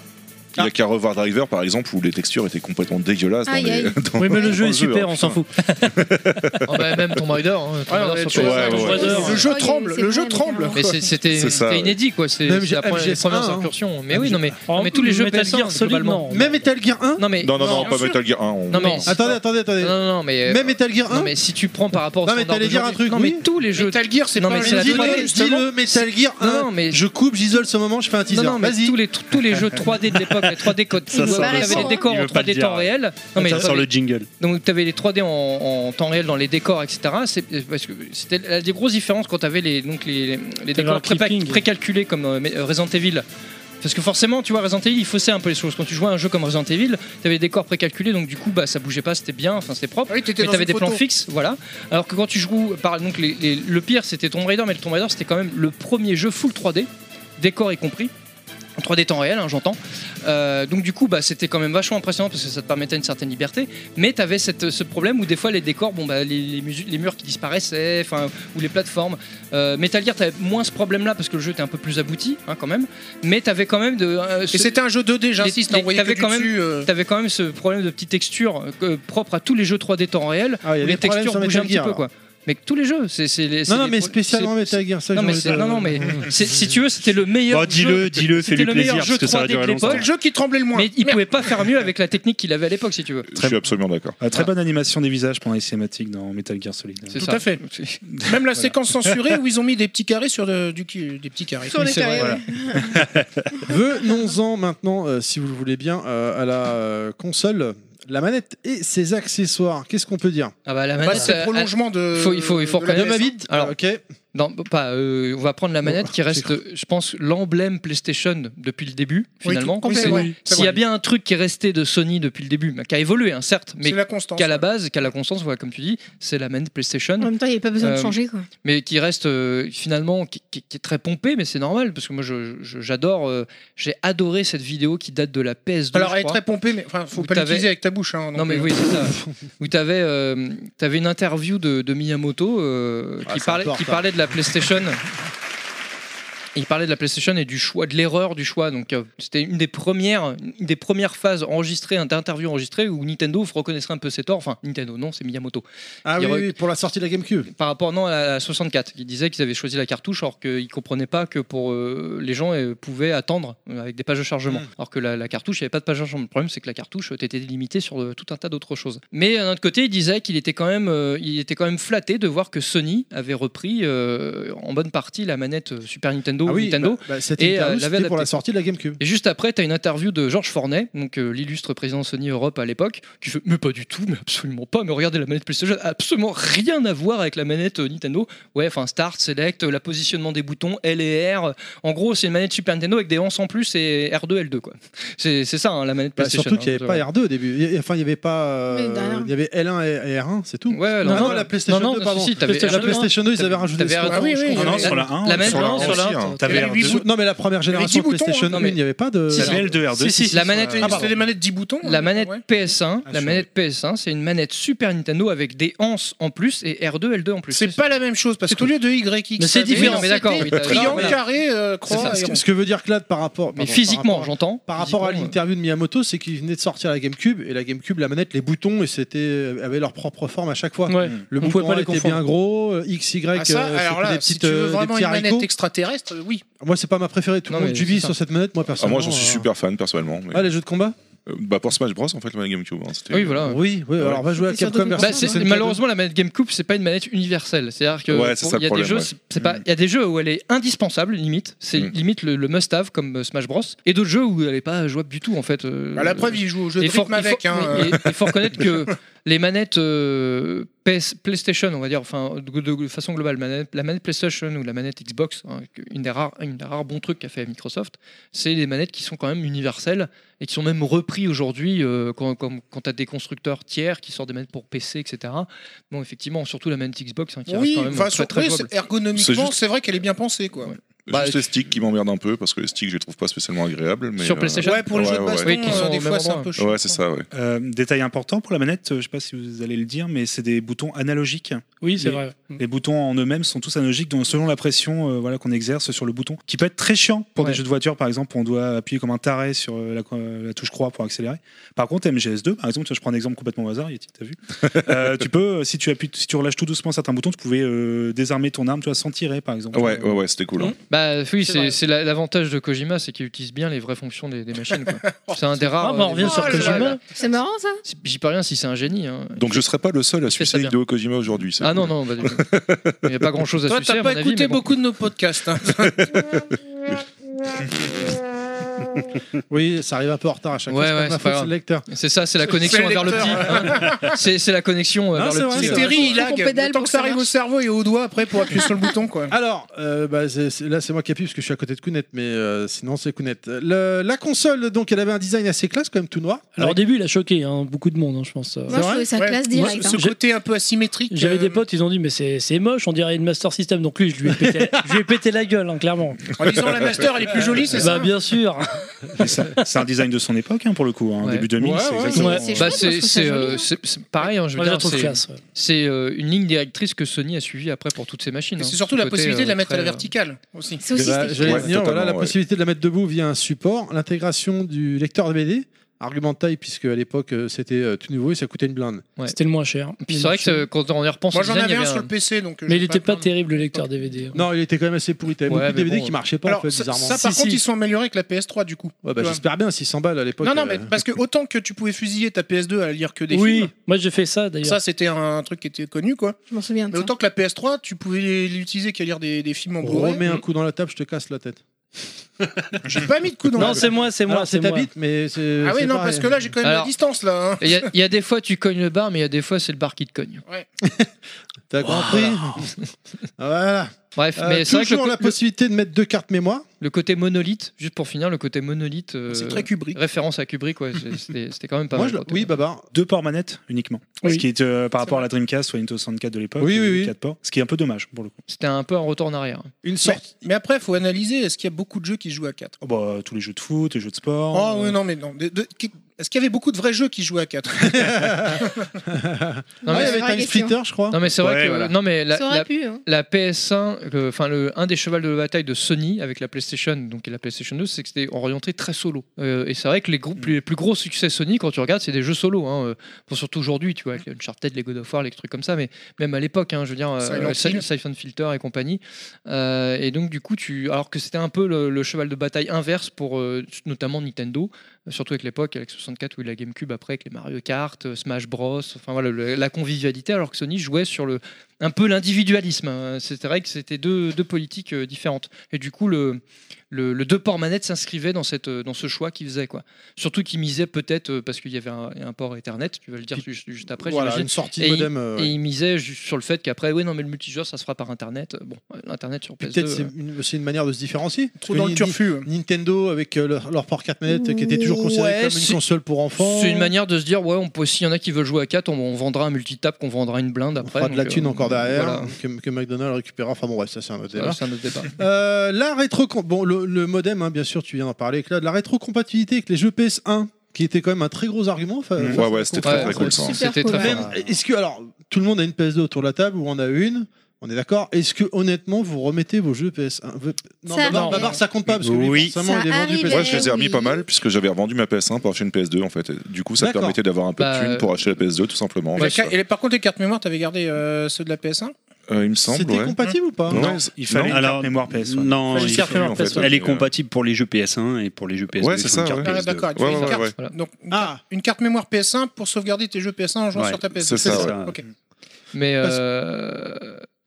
Speaker 5: Il n'y
Speaker 10: Ah.
Speaker 5: a qu'à revoir Driver par exemple où les textures étaient complètement dégueulasses. dans
Speaker 10: Aïe,
Speaker 5: les-
Speaker 10: aïe.
Speaker 5: dans-
Speaker 10: Oui, mais le jeu
Speaker 5: dans
Speaker 10: est super,
Speaker 5: hein,
Speaker 10: on s'en
Speaker 5: putain.
Speaker 10: fout.
Speaker 12: Ah bah, même Tomb Raider. hein, Tomb
Speaker 10: Ouais,
Speaker 12: Raider
Speaker 10: mais
Speaker 12: sur
Speaker 10: tu vois,
Speaker 12: PS4,
Speaker 10: Tomb
Speaker 12: je
Speaker 5: Ah,
Speaker 10: Raider,
Speaker 12: crois.
Speaker 10: Le
Speaker 7: Oh,
Speaker 10: jeu tremble, le jeu tremble.
Speaker 12: Mais c'est- c'était
Speaker 10: C'est ça,
Speaker 12: c'était
Speaker 10: ouais.
Speaker 12: inédit quoi, c'est
Speaker 10: Même
Speaker 12: c'est la
Speaker 10: MGS1,
Speaker 12: première première
Speaker 10: hein.
Speaker 12: incursion. Mais oui, non mais non, mais tous les
Speaker 10: Metal
Speaker 12: jeux
Speaker 10: Gear
Speaker 12: PS1
Speaker 10: Solid,
Speaker 12: globalement.
Speaker 10: non.
Speaker 4: Même Metal Gear 1
Speaker 12: Non mais
Speaker 5: Non, non, non,
Speaker 12: bien
Speaker 5: pas
Speaker 12: sûr.
Speaker 5: Metal Gear 1. on-
Speaker 12: Non, mais-
Speaker 4: Attendez, attendez, attendez.
Speaker 12: Non, non, non, mais. euh,
Speaker 4: Même Metal Gear 1
Speaker 12: Non, mais si tu prends par rapport au
Speaker 4: Non, mais
Speaker 12: standard
Speaker 4: t'allais dire un
Speaker 12: d'aujourd'hui-
Speaker 4: truc,
Speaker 12: Non,
Speaker 4: oui.
Speaker 12: mais tous les jeux. Metal Gear, c'est non, mais c'est la
Speaker 4: Dis-le,
Speaker 12: 3D, justement.
Speaker 4: dis-le, Metal Gear 1.
Speaker 12: Non, non, mais
Speaker 4: Je coupe, j'isole ce moment, je fais un teaser.
Speaker 12: Non, non, mais
Speaker 4: Vas-y.
Speaker 12: tous les, tous les jeux 3D de l'époque, les 3D codes,
Speaker 4: Ça
Speaker 12: vous
Speaker 4: sort
Speaker 12: avez
Speaker 4: le son,
Speaker 12: les
Speaker 4: hein.
Speaker 12: décors
Speaker 4: Il
Speaker 12: en
Speaker 4: veut pas
Speaker 12: 3D
Speaker 4: le
Speaker 12: temps
Speaker 4: dire.
Speaker 12: réel. Non, mais
Speaker 11: Ça
Speaker 12: t'avais-
Speaker 11: sort le jingle.
Speaker 12: Donc tu avais les 3D en, en temps réel dans les décors, etc. C'est parce que c'était la- des grosses différences quand tu avais les, donc les, les
Speaker 10: un
Speaker 12: décors prépa-
Speaker 10: clipping.
Speaker 12: précalculés comme euh, mais- euh, Resident Evil. Parce que forcément, tu vois, Resident Evil, il faussait un peu les choses. Quand tu jouais à un jeu comme Resident Evil, tu avais des décors précalculés, donc du coup, bah, ça bougeait pas, c'était bien, enfin, c'était propre.
Speaker 6: Ah Oui,
Speaker 12: mais
Speaker 6: t'étais
Speaker 12: tu
Speaker 6: dans
Speaker 12: avais
Speaker 6: une
Speaker 12: des plans
Speaker 6: photo.
Speaker 12: fixes, voilà. Alors que quand tu joues, par, donc les- les- le pire, c'était Tomb Raider, mais le Tomb Raider, c'était quand même le premier jeu full 3D, décor y compris. En 3D temps réel, hein, j'entends. Euh, donc du coup, bah, c'était quand même vachement impressionnant parce que ça te permettait une certaine liberté. Mais tu avais ce problème où des fois les décors, bon, bah, les, les musu- les murs qui disparaissaient, enfin, ou les plateformes. Euh, Metal Gear, t'avais moins ce problème-là parce que le jeu était un peu plus abouti, hein, quand même. Mais t'avais quand même de. euh, ce-
Speaker 6: Et c'était un jeu 2D, j'insiste,
Speaker 12: les- les-
Speaker 6: n'envoyez
Speaker 12: t'avais
Speaker 6: que du
Speaker 12: quand même,
Speaker 6: dessus, euh.
Speaker 12: T'avais quand même ce problème de petite texture euh, propre à tous les jeux 3D temps réel.
Speaker 4: Ah, il y a
Speaker 12: où
Speaker 4: des
Speaker 12: les
Speaker 4: problèmes
Speaker 12: textures
Speaker 4: sur Metal
Speaker 12: bougeaient un petit
Speaker 4: Gear,
Speaker 12: peu,
Speaker 4: alors.
Speaker 12: quoi. Mais que tous les jeux, c'est c'est les- c'est
Speaker 4: Non, non,
Speaker 12: des
Speaker 4: mais
Speaker 12: pro-
Speaker 4: spécialement
Speaker 12: c'est-
Speaker 4: Metal Gear, ça,
Speaker 12: non,
Speaker 4: j'ai
Speaker 12: mais
Speaker 4: envie
Speaker 12: c'est-
Speaker 4: de-
Speaker 12: non, non, mais c'est- si tu veux, c'était le meilleur.
Speaker 11: Bon, dis-le,
Speaker 12: jeu-
Speaker 11: dis-le,
Speaker 12: c'était
Speaker 11: fais-lui
Speaker 12: le meilleur
Speaker 11: plaisir,
Speaker 12: jeu
Speaker 11: parce que ça va
Speaker 12: 3D de
Speaker 11: durer longtemps.
Speaker 12: l'époque.
Speaker 11: C'est le jeu
Speaker 6: qui tremblait le moins.
Speaker 12: Mais il pouvait pas faire mieux avec la technique qu'il avait à l'époque, si tu veux.
Speaker 5: Je suis absolument d'accord.
Speaker 9: Euh, très bonne animation des visages pendant les cinématiques dans Metal Gear Solid.
Speaker 12: C'est
Speaker 6: Ah. Tout
Speaker 12: ça.
Speaker 6: à fait. Même la séquence censurée où ils ont mis des petits carrés sur euh, du, qui- des petits carrés.
Speaker 7: Sur les
Speaker 6: C'est vrai,
Speaker 7: carrés,
Speaker 6: voilà.
Speaker 4: Venons-en maintenant, euh, si vous le voulez bien, euh, à la euh, console, la manette et ses accessoires. Qu'est-ce qu'on peut dire
Speaker 12: Ah bah la
Speaker 4: Bah,
Speaker 12: manette.
Speaker 4: c'est le
Speaker 12: euh,
Speaker 4: prolongement
Speaker 6: de-
Speaker 12: Faut, il faut, il faut
Speaker 4: de la
Speaker 12: reconnaître.
Speaker 4: PS1. Vite,
Speaker 12: Alors,
Speaker 4: ok.
Speaker 12: pas, euh, on va prendre la
Speaker 6: Oh,
Speaker 12: manette qui reste, euh, je pense, l'emblème PlayStation depuis le début,
Speaker 6: Oui,
Speaker 12: finalement.
Speaker 6: tout- oui, c'est vrai. C'est
Speaker 12: S'il y a
Speaker 6: vrai.
Speaker 12: bien un truc qui est resté de Sony depuis le début, bah, qui a évolué, hein, certes, mais
Speaker 6: C'est la constance,
Speaker 12: qui a la base, qui a la constance, voilà, comme tu dis, c'est la manette PlayStation.
Speaker 7: En même temps, il n'y avait pas besoin de
Speaker 12: Euh,
Speaker 7: changer, quoi.
Speaker 12: mais qui reste euh, finalement qui, qui- qui est très pompé mais c'est normal parce que moi je- je- j'adore euh, j'ai adoré cette vidéo qui date de la PS2
Speaker 6: Alors
Speaker 12: je
Speaker 6: elle est
Speaker 12: crois.
Speaker 6: très pompée, mais enfin, faut
Speaker 12: Où
Speaker 6: pas
Speaker 12: t'avais-
Speaker 6: l'utiliser avec ta bouche. hein,
Speaker 12: non mais
Speaker 6: euh,
Speaker 12: oui c'est ça où t'avais euh, t'avais une interview de, de Miyamoto euh, qui
Speaker 4: ça
Speaker 12: parlait
Speaker 4: importe,
Speaker 12: qui
Speaker 4: ça.
Speaker 12: parlait de la PlayStation il parlait de la PlayStation et du choix, de l'erreur du choix. Donc euh, c'était une des premières, une des premières phases enregistrées, d'interviews enregistrées où Nintendo reconnaissait un peu ses torts. Enfin Nintendo, non, c'est Miyamoto.
Speaker 4: Ah
Speaker 12: Il
Speaker 4: oui,
Speaker 12: re-
Speaker 4: oui, pour la sortie de la GameCube.
Speaker 12: par rapport non, à la 64. Ils disaient qu'ils avaient choisi la cartouche alors qu'ils comprenaient pas que pour euh, les gens euh, pouvaient attendre euh, avec des pages de chargement.
Speaker 4: Hmm.
Speaker 12: Alors que la, la cartouche, il n'y avait pas de page de chargement. Le problème, c'est que la cartouche, tu étais limité sur euh, tout un tas d'autres choses. Mais
Speaker 10: euh,
Speaker 12: d'un autre côté, il disait qu'il était, quand même, euh, il était quand même flatté de voir que Sony avait repris euh, en bonne partie la manette euh, Super Nintendo
Speaker 4: Ah
Speaker 12: ou
Speaker 4: oui,
Speaker 12: Nintendo.
Speaker 4: bah, bah, cette interview,
Speaker 12: euh, l'avait
Speaker 4: c'était pour la
Speaker 12: adaptée.
Speaker 4: sortie de la GameCube.
Speaker 12: Et juste après, tu as une interview de Georges Fornet, donc euh, l'illustre président Sony Europe à l'époque, qui fait Mais pas du tout, mais absolument pas, mais regardez la manette PlayStation, a absolument rien à voir avec la manette euh, Nintendo. Ouais, enfin, Start, Select, euh, la positionnement des boutons, L et R. En gros, c'est une manette Super Nintendo avec des anses en plus et R2, L2, quoi. C'est c'est ça, hein, la manette
Speaker 4: Bah,
Speaker 12: PlayStation.
Speaker 4: surtout qu'il n'y
Speaker 12: hein,
Speaker 4: avait
Speaker 12: c'est
Speaker 4: pas
Speaker 12: vrai.
Speaker 4: R2 au début. Il y- Enfin, il n'y avait pas. euh,
Speaker 12: Mais derrière.
Speaker 4: il y avait L1 et et R1, c'est tout.
Speaker 12: Ouais,
Speaker 4: non,
Speaker 12: non,
Speaker 4: non,
Speaker 12: non,
Speaker 4: la PlayStation
Speaker 12: hein. non,
Speaker 4: 2,
Speaker 12: non,
Speaker 4: pardon.
Speaker 12: si, si, t'avais
Speaker 4: la
Speaker 12: R2,
Speaker 4: PlayStation 2, ils avaient rajouté
Speaker 12: t'avais
Speaker 4: ce
Speaker 12: R2, oui, oui,
Speaker 4: qu'on-
Speaker 12: Ah non, sur la un,
Speaker 4: la
Speaker 12: sur
Speaker 4: manette-
Speaker 12: la
Speaker 4: non,
Speaker 12: un
Speaker 4: sur la
Speaker 12: aussi,
Speaker 4: un,
Speaker 12: hein.
Speaker 4: t'avais
Speaker 12: T'avais
Speaker 4: R2.
Speaker 12: R2.
Speaker 4: Non, mais la première génération
Speaker 12: boutons,
Speaker 4: PlayStation
Speaker 12: hein. Non,
Speaker 4: 1,
Speaker 12: mais-
Speaker 4: il n'y avait pas de.
Speaker 12: Si, si.
Speaker 4: Ah,
Speaker 12: Si, si, la manette,
Speaker 4: pardon.
Speaker 6: C'était des manettes 10 boutons.
Speaker 12: La manette PS1, la manette PS1, c'est une manette Super Nintendo avec des anses en plus et R2, L2 en plus.
Speaker 6: C'est pas la même chose parce qu'au lieu de Y,
Speaker 12: Mais c'est différent, mais d'accord, oui, t'as- non,
Speaker 6: Triangle,
Speaker 12: mais-
Speaker 6: carré, euh, croix.
Speaker 4: C'est ça.
Speaker 6: et
Speaker 4: Ce,
Speaker 6: rond.
Speaker 4: que- ce que veut dire que là, par rapport.
Speaker 12: Mais physiquement, j'entends.
Speaker 4: Par rapport à l'interview de Miyamoto, c'est qu'il venait de sortir la GameCube et la GameCube, la manette, les boutons, et c'était avaient leur propre forme à chaque fois. Le
Speaker 10: On pouvait
Speaker 4: bouton
Speaker 10: pas
Speaker 4: A
Speaker 10: les
Speaker 4: était
Speaker 10: confondre.
Speaker 4: bien gros, euh, X, Y,
Speaker 6: Ah, ça,
Speaker 4: euh,
Speaker 6: alors
Speaker 4: c'était
Speaker 6: là,
Speaker 4: des
Speaker 6: si
Speaker 4: petites,
Speaker 6: tu veux
Speaker 4: euh, des
Speaker 6: vraiment
Speaker 4: petits
Speaker 6: une manette
Speaker 4: haricots.
Speaker 6: extraterrestre, euh, oui.
Speaker 4: Moi, c'est pas ma préférée. Tout le
Speaker 6: Non,
Speaker 4: monde
Speaker 6: mais
Speaker 4: jubile
Speaker 6: c'est ça.
Speaker 4: sur cette manette, moi
Speaker 5: Ah,
Speaker 4: personnellement.
Speaker 5: moi j'en suis
Speaker 10: hein
Speaker 4: euh,
Speaker 5: super fan personnellement. mais-
Speaker 4: Ah, les jeux de combat
Speaker 5: Euh, Bah pour Smash Bros en fait la GameCube. hein, c'était-
Speaker 12: Oui, voilà.
Speaker 4: Oui, oui, alors on va jouer à Capcom versus
Speaker 12: Bah, c'est-
Speaker 4: SNK deux.
Speaker 12: malheureusement, la manette GameCube, c'est pas une manette universelle. C'est-à-dire que
Speaker 5: Ouais, c'est
Speaker 12: pour-
Speaker 5: ça
Speaker 12: il
Speaker 5: le
Speaker 12: y a
Speaker 5: problème,
Speaker 12: des jeux,
Speaker 5: ouais. Mm.
Speaker 12: c'est- c'est pas, il y a des jeux où elle est indispensable limite. C'est limite le, le must-have comme euh, Smash Bros. Et d'autres jeux où elle est pas jouable du tout en fait. euh,
Speaker 6: Bah, la preuve, ils jouent au jeu
Speaker 12: Et
Speaker 6: de
Speaker 12: il faut-
Speaker 6: rythme
Speaker 12: il faut-
Speaker 6: avec. hein,
Speaker 12: mais-
Speaker 6: euh.
Speaker 12: et- Il faut reconnaître que les manettes euh, PS PlayStation, on va dire, enfin de, de façon globale, manette- la manette PlayStation ou la manette Xbox, hein, une des rares, une des rares bons trucs qu'a fait Microsoft, c'est des manettes qui sont quand même universelles et qui sont même repris aujourd'hui euh, quand, quand, tu as des constructeurs tiers qui sortent des manettes pour PC, etc. Bon, effectivement, surtout la manette Xbox hein, qui
Speaker 6: Oui,
Speaker 12: reste quand même
Speaker 6: enfin,
Speaker 12: très,
Speaker 6: sur-
Speaker 12: très
Speaker 6: oui,
Speaker 12: jouable.
Speaker 6: ergonomiquement, c'est vrai qu'elle est bien pensée. quoi.
Speaker 5: Bah, juste les sticks qui m'emmerdent un peu parce que les sticks je les trouve pas spécialement agréables. Mais euh,
Speaker 12: Sur PlayStation
Speaker 6: Ouais, pour les jeux de baston,
Speaker 5: ouais.
Speaker 6: euh, des fois, c'est un peu
Speaker 10: hein.
Speaker 6: chiant,
Speaker 5: Ouais, c'est ça, ouais.
Speaker 9: Euh, détail important pour la manette, euh, je sais pas si vous allez le dire, mais c'est des boutons analogiques.
Speaker 10: Oui, c'est
Speaker 9: Les-
Speaker 10: vrai.
Speaker 9: Les boutons en eux-mêmes sont tous analogiques donc selon la pression euh, voilà, qu'on exerce sur le bouton, qui peut être très chiant pour des jeux de voiture, par exemple, où on doit appuyer comme un taré sur euh, la, euh, la touche croix pour accélérer. Par contre, MGS2, par exemple, tu vois, je prends un exemple complètement au hasard, Yeti, t'as vu Euh, Tu peux, euh, si tu, appuies, si tu relâches tout doucement certains boutons, tu pouvais euh, désarmer ton arme, tu vois, sans tirer, par exemple.
Speaker 5: Ouais, ouais, ouais, c'était cool. hein.
Speaker 12: Bah oui, c'est c'est la- l'avantage de Kojima, c'est qu'il utilise bien les vraies fonctions des, des machines. quoi. C'est un des rares.
Speaker 10: Ah, bah, on
Speaker 12: euh,
Speaker 10: revient sur
Speaker 12: des-
Speaker 10: Kojima.
Speaker 7: C'est marrant ça
Speaker 12: J'y peux rien si c'est un génie. hein.
Speaker 5: Donc je serais pas le seul à sucer
Speaker 12: bien.
Speaker 5: Hideo Kojima aujourd'hui. c'est
Speaker 12: Ah
Speaker 5: cool.
Speaker 12: non, non, bah, du tout. il n'y a pas grand chose à
Speaker 5: Toi,
Speaker 12: sucer.
Speaker 5: t'as
Speaker 12: à
Speaker 5: pas
Speaker 12: mon avis,
Speaker 5: écouté
Speaker 12: mais bon.
Speaker 6: Beaucoup de nos podcasts. hein.
Speaker 4: Oui, ça arrive un peu en retard à chaque
Speaker 12: Ouais,
Speaker 4: fois.
Speaker 12: ouais,
Speaker 4: c'est pas
Speaker 12: c'est pas
Speaker 4: ma faute,
Speaker 12: grave.
Speaker 4: c'est le lecteur.
Speaker 12: C'est ça, c'est la
Speaker 4: C'est
Speaker 12: connexion
Speaker 4: le
Speaker 12: vers le
Speaker 4: lecteur.
Speaker 12: petit. C'est c'est la connexion euh,
Speaker 4: Non,
Speaker 12: vers
Speaker 4: c'est
Speaker 12: le
Speaker 4: vrai,
Speaker 12: petit.
Speaker 4: c'est
Speaker 12: euh,
Speaker 4: vrai.
Speaker 6: Terry, il
Speaker 4: Faut qu'on
Speaker 6: lag.
Speaker 4: pédale
Speaker 6: Le temps
Speaker 4: pour
Speaker 6: que
Speaker 4: que ça
Speaker 6: ça arrive au
Speaker 4: marche.
Speaker 6: cerveau et aux doigts après pour appuyer sur le bouton, quoi.
Speaker 4: Alors, euh, bah, c'est- c'est- là c'est moi qui appuie parce que je suis à côté de Kounet, mais euh, sinon c'est Kounet. Le- la console, donc, elle avait un design assez classe, quand même tout noir.
Speaker 10: Alors au début, il a choqué hein, beaucoup de monde, hein, je pense.
Speaker 4: je trouvais ça Ouais. classe direct,
Speaker 10: Moi,
Speaker 4: hein.
Speaker 10: j'ai-
Speaker 6: Côté un peu asymétrique.
Speaker 10: J'avais
Speaker 6: euh,
Speaker 10: des potes, ils ont dit mais c'est c'est moche, on dirait une Master System. Donc lui, je lui ai pété, je lui ai pété la gueule, hein, clairement.
Speaker 6: En disant la Master, elle est plus jolie, c'est ça
Speaker 10: Bah bien sûr.
Speaker 9: Mais ça- C'est un design de son époque, hein, pour le coup. hein,
Speaker 12: Ouais.
Speaker 9: Début 2000, c'est exactement.
Speaker 12: Ouais. Bah, c'est- c'est, euh, c'est- c'est pareil, hein, je veux
Speaker 10: Ouais, je la
Speaker 12: dire,
Speaker 10: trouve
Speaker 12: c'est-
Speaker 10: classe, ouais.
Speaker 12: c'est euh, une ligne directrice que Sony a suivie après pour toutes ses machines.
Speaker 6: Et
Speaker 12: hein.
Speaker 6: c'est surtout
Speaker 12: Le
Speaker 6: la
Speaker 12: côté,
Speaker 6: possibilité de la
Speaker 12: euh,
Speaker 6: mettre à la
Speaker 12: très, euh,
Speaker 6: verticale aussi.
Speaker 4: Bah, j'allais venir, voilà, la
Speaker 12: ouais.
Speaker 4: possibilité de la mettre debout via un support, l'intégration du lecteur de BD, argument de taille, puisque à l'époque euh, c'était euh, tout nouveau et ça coûtait une blinde.
Speaker 12: Ouais.
Speaker 10: C'était le moins cher.
Speaker 12: Puis c'est vrai que euh, quand on y repense,
Speaker 6: Moi
Speaker 12: au
Speaker 6: j'en
Speaker 12: design,
Speaker 6: avais
Speaker 12: il y
Speaker 6: un
Speaker 12: avait
Speaker 6: sur le PC, donc. euh,
Speaker 10: Mais
Speaker 6: je
Speaker 10: il
Speaker 6: vais
Speaker 10: était
Speaker 6: pas
Speaker 10: pas terrible le lecteur DVD. hein.
Speaker 4: Non, il était quand même assez pourri. T'avais
Speaker 10: Ouais,
Speaker 4: beaucoup de
Speaker 10: mais
Speaker 4: DVD
Speaker 10: bon,
Speaker 4: qui marchaient pas, en
Speaker 6: Alors,
Speaker 4: fait,
Speaker 6: ça,
Speaker 4: bizarrement.
Speaker 6: ça, par
Speaker 4: Si,
Speaker 6: contre,
Speaker 4: si.
Speaker 6: ils sont améliorés avec la PS3 du coup.
Speaker 4: Ouais, bah,
Speaker 6: Tu vois.
Speaker 4: j'espère bien, 600 balles à l'époque.
Speaker 6: Non, non,
Speaker 4: euh,
Speaker 6: mais parce que autant que tu pouvais fusiller ta PS2 à lire que des
Speaker 10: Oui,
Speaker 6: films.
Speaker 10: moi j'ai fait ça d'ailleurs.
Speaker 6: Ça, c'était un truc qui était connu, quoi.
Speaker 7: Je m'en souviens.
Speaker 6: Mais autant que la PS3, tu pouvais l'utiliser qu'à lire des, des films en Blu-ray.
Speaker 4: Remets un coup dans la table, je te casse la tête.
Speaker 6: J'ai pas mis de coup dans la
Speaker 10: Non, c'est moi, c'est moi,
Speaker 4: Alors,
Speaker 10: c'est
Speaker 4: c'est ta
Speaker 10: moi.
Speaker 4: bite, mais c'est.
Speaker 6: Ah oui,
Speaker 4: c'est
Speaker 6: non,
Speaker 4: pareil.
Speaker 6: parce que là, j'ai quand même
Speaker 12: Alors-
Speaker 6: la distance, là. hein.
Speaker 12: Il y, a- il y a des fois tu cognes le bar, mais il y a des fois c'est le bar qui te cogne.
Speaker 4: T'as compris Voilà.
Speaker 12: Bref,
Speaker 4: Euh,
Speaker 12: mais c'est vrai que le,
Speaker 4: toujours
Speaker 12: co-
Speaker 4: la possibilité de mettre deux cartes mémoire.
Speaker 12: le côté monolithe, juste pour finir, le côté monolithe. euh,
Speaker 6: Ah, C'est très Kubrick.
Speaker 12: Référence à Kubrick, ouais, c'est- c'était c'était quand même pas
Speaker 4: Moi,
Speaker 12: mal.
Speaker 4: je-
Speaker 12: quand t'es-
Speaker 4: Oui, bah, Babar.
Speaker 9: Deux ports manettes uniquement.
Speaker 10: Oui.
Speaker 9: Ce qui est euh, par rapport à la Dreamcast ou à Nintendo 64 de l'époque,
Speaker 4: Oui, oui,
Speaker 9: euh,
Speaker 4: oui.
Speaker 9: quatre ports. Ce qui est un peu dommage pour le coup.
Speaker 12: C'était un peu un retour en arrière.
Speaker 4: Une sorte.
Speaker 6: Mais après, faut analyser, est-ce qu'il y a beaucoup de jeux qui se jouent à 4
Speaker 9: Oh, bah, euh, tous les jeux de foot, les jeux de sport.
Speaker 6: Oh,
Speaker 9: euh,
Speaker 6: oui, non, mais non. De- de- qui- Est-ce qu'il y avait beaucoup de vrais jeux qui jouaient à 4
Speaker 12: Non,
Speaker 4: Ah,
Speaker 12: mais-
Speaker 4: il y
Speaker 7: vraie
Speaker 4: avait Time
Speaker 7: question.
Speaker 4: Splitter, je crois.
Speaker 12: Non mais c'est
Speaker 9: Ouais,
Speaker 12: vrai que
Speaker 9: voilà.
Speaker 12: non mais la,
Speaker 7: Ça aurait
Speaker 12: la-
Speaker 7: pu. hein.
Speaker 12: la PS1, euh, enfin le un des chevals de la bataille de Sony avec la PlayStation donc et la PlayStation 2, c'est que c'était orienté très solo. Euh, et c'est vrai que les groupes
Speaker 4: Mm.
Speaker 12: les plus gros succès Sony quand tu regardes, c'est des jeux solo. Hein, euh, bon, surtout aujourd'hui, tu vois, avec les Uncharted, les God of War, les trucs comme ça, mais même à l'époque, hein, je veux dire, euh,
Speaker 6: Silent
Speaker 12: Sil-
Speaker 6: Hill.
Speaker 12: Siphon Filter et compagnie. Euh, et donc du coup, tu alors que c'était un peu le, le cheval de bataille inverse pour euh, notamment Nintendo, euh, surtout avec l'époque avec 64 ou la GameCube après avec les Mario Kart, euh, Smash Bros, enfin voilà le- la convivialité, alors que Sony jouait sur le un peu l'individualisme. hein. C'était vrai que c'était deux, deux politiques euh, différentes. Et du coup, le, le, le deux ports manettes s'inscrivait dans, cette, euh, dans ce choix qu'ils faisaient. Quoi. Surtout qu'ils misaient peut-être, euh, parce qu'il y avait un, un port Ethernet, tu vas le dire ju- juste après,
Speaker 4: Voilà,
Speaker 12: j'imagine.
Speaker 4: une sortie
Speaker 12: Et, il-
Speaker 4: modem. euh,
Speaker 12: et ils misaient ju- sur le fait qu'après, oui, non, mais le multijoueur, ça se fera par Internet. Bon, euh, l'Internet sur PS2.
Speaker 4: Peut-être c'est
Speaker 12: euh,
Speaker 4: une, c'est une manière de se différencier. Parce
Speaker 6: Trop
Speaker 4: que
Speaker 6: dans le
Speaker 4: Ni-
Speaker 6: turfu.
Speaker 4: Ni- Nintendo avec euh, leur, leur port 4 manettes qui était toujours
Speaker 12: Ouais,
Speaker 4: considéré comme une
Speaker 12: c'est-
Speaker 4: console pour enfants.
Speaker 12: C'est une manière de se dire, ouais, on peut, s'il y en a qui veulent jouer à 4, on, on vendra un multitap, qu'on vendra une blinde
Speaker 4: On
Speaker 12: après.
Speaker 4: fera de la
Speaker 12: donc,
Speaker 4: thune
Speaker 12: euh,
Speaker 4: encore derrière
Speaker 12: voilà.
Speaker 4: que, que McDonald's récupérera. Enfin bon, bref, ça c'est un autre débat.
Speaker 12: Ça, C'est un autre débat.
Speaker 4: Euh, la rétro bon le, le modem hein, bien sûr tu viens d'en parler Claude la rétrocompatibilité avec les jeux PS1 qui était quand même un très gros argument fa- face
Speaker 5: Ouais,
Speaker 4: à
Speaker 5: ouais,
Speaker 4: la
Speaker 5: c'était
Speaker 4: console.
Speaker 5: très très cool ça.
Speaker 7: Super
Speaker 12: C'était
Speaker 7: cool,
Speaker 12: très
Speaker 7: ouais.
Speaker 12: fort.
Speaker 4: Même- est-ce que alors tout le monde a une PS2 autour de la table ou on a une on est d'accord est-ce que honnêtement vous remettez vos jeux PS1 Ve-
Speaker 7: Ça
Speaker 4: non Babar,
Speaker 7: arrive.
Speaker 4: Babar, ça compte pas parce que lui,
Speaker 9: Oui.
Speaker 4: forcément
Speaker 7: Ça
Speaker 4: il est vendu
Speaker 7: arrive.
Speaker 4: PS1
Speaker 5: Moi, je les ai remis
Speaker 7: oui.
Speaker 5: pas mal puisque j'avais revendu ma PS1 pour acheter une PS2 en fait. Et Du coup, ça te
Speaker 4: D'accord. Bah,
Speaker 5: permettait d'avoir un peu
Speaker 12: Bah,
Speaker 5: de thunes pour acheter la PS2 tout simplement.
Speaker 6: La
Speaker 5: Ouais,
Speaker 6: ca- Et les- par contre, les cartes mémoire, t'avais gardé euh, ceux de la PS1
Speaker 5: euh, il me semble,
Speaker 4: c'était
Speaker 5: ouais.
Speaker 4: compatible ou pas
Speaker 5: Non,
Speaker 9: Non,
Speaker 5: ouais,
Speaker 9: il fallait
Speaker 5: non.
Speaker 9: une
Speaker 11: Alors,
Speaker 9: carte mémoire PS. ouais.
Speaker 11: Non,
Speaker 10: Enfin,
Speaker 11: il-
Speaker 10: une carte
Speaker 5: faut lui, en
Speaker 10: mémoire
Speaker 5: fait,
Speaker 10: PS1.
Speaker 5: ouais.
Speaker 11: elle est compatible pour les jeux PS1 et pour les jeux PS2.
Speaker 5: Ouais, c'est
Speaker 11: sur une
Speaker 5: ça,
Speaker 11: carte
Speaker 5: ouais.
Speaker 6: Ah,
Speaker 11: PS2.
Speaker 6: d'accord, il te
Speaker 5: Ouais,
Speaker 6: fallait une
Speaker 5: ouais,
Speaker 6: carte.
Speaker 5: ouais.
Speaker 12: Voilà.
Speaker 6: Donc, une,
Speaker 4: Ah.
Speaker 6: carte, une carte mémoire PS1 pour sauvegarder tes jeux PS1 en jouant
Speaker 11: Ouais,
Speaker 6: sur ta PS2.
Speaker 5: c'est ça,
Speaker 11: ouais.
Speaker 6: Ok.
Speaker 12: Mais
Speaker 4: Parce-
Speaker 12: euh,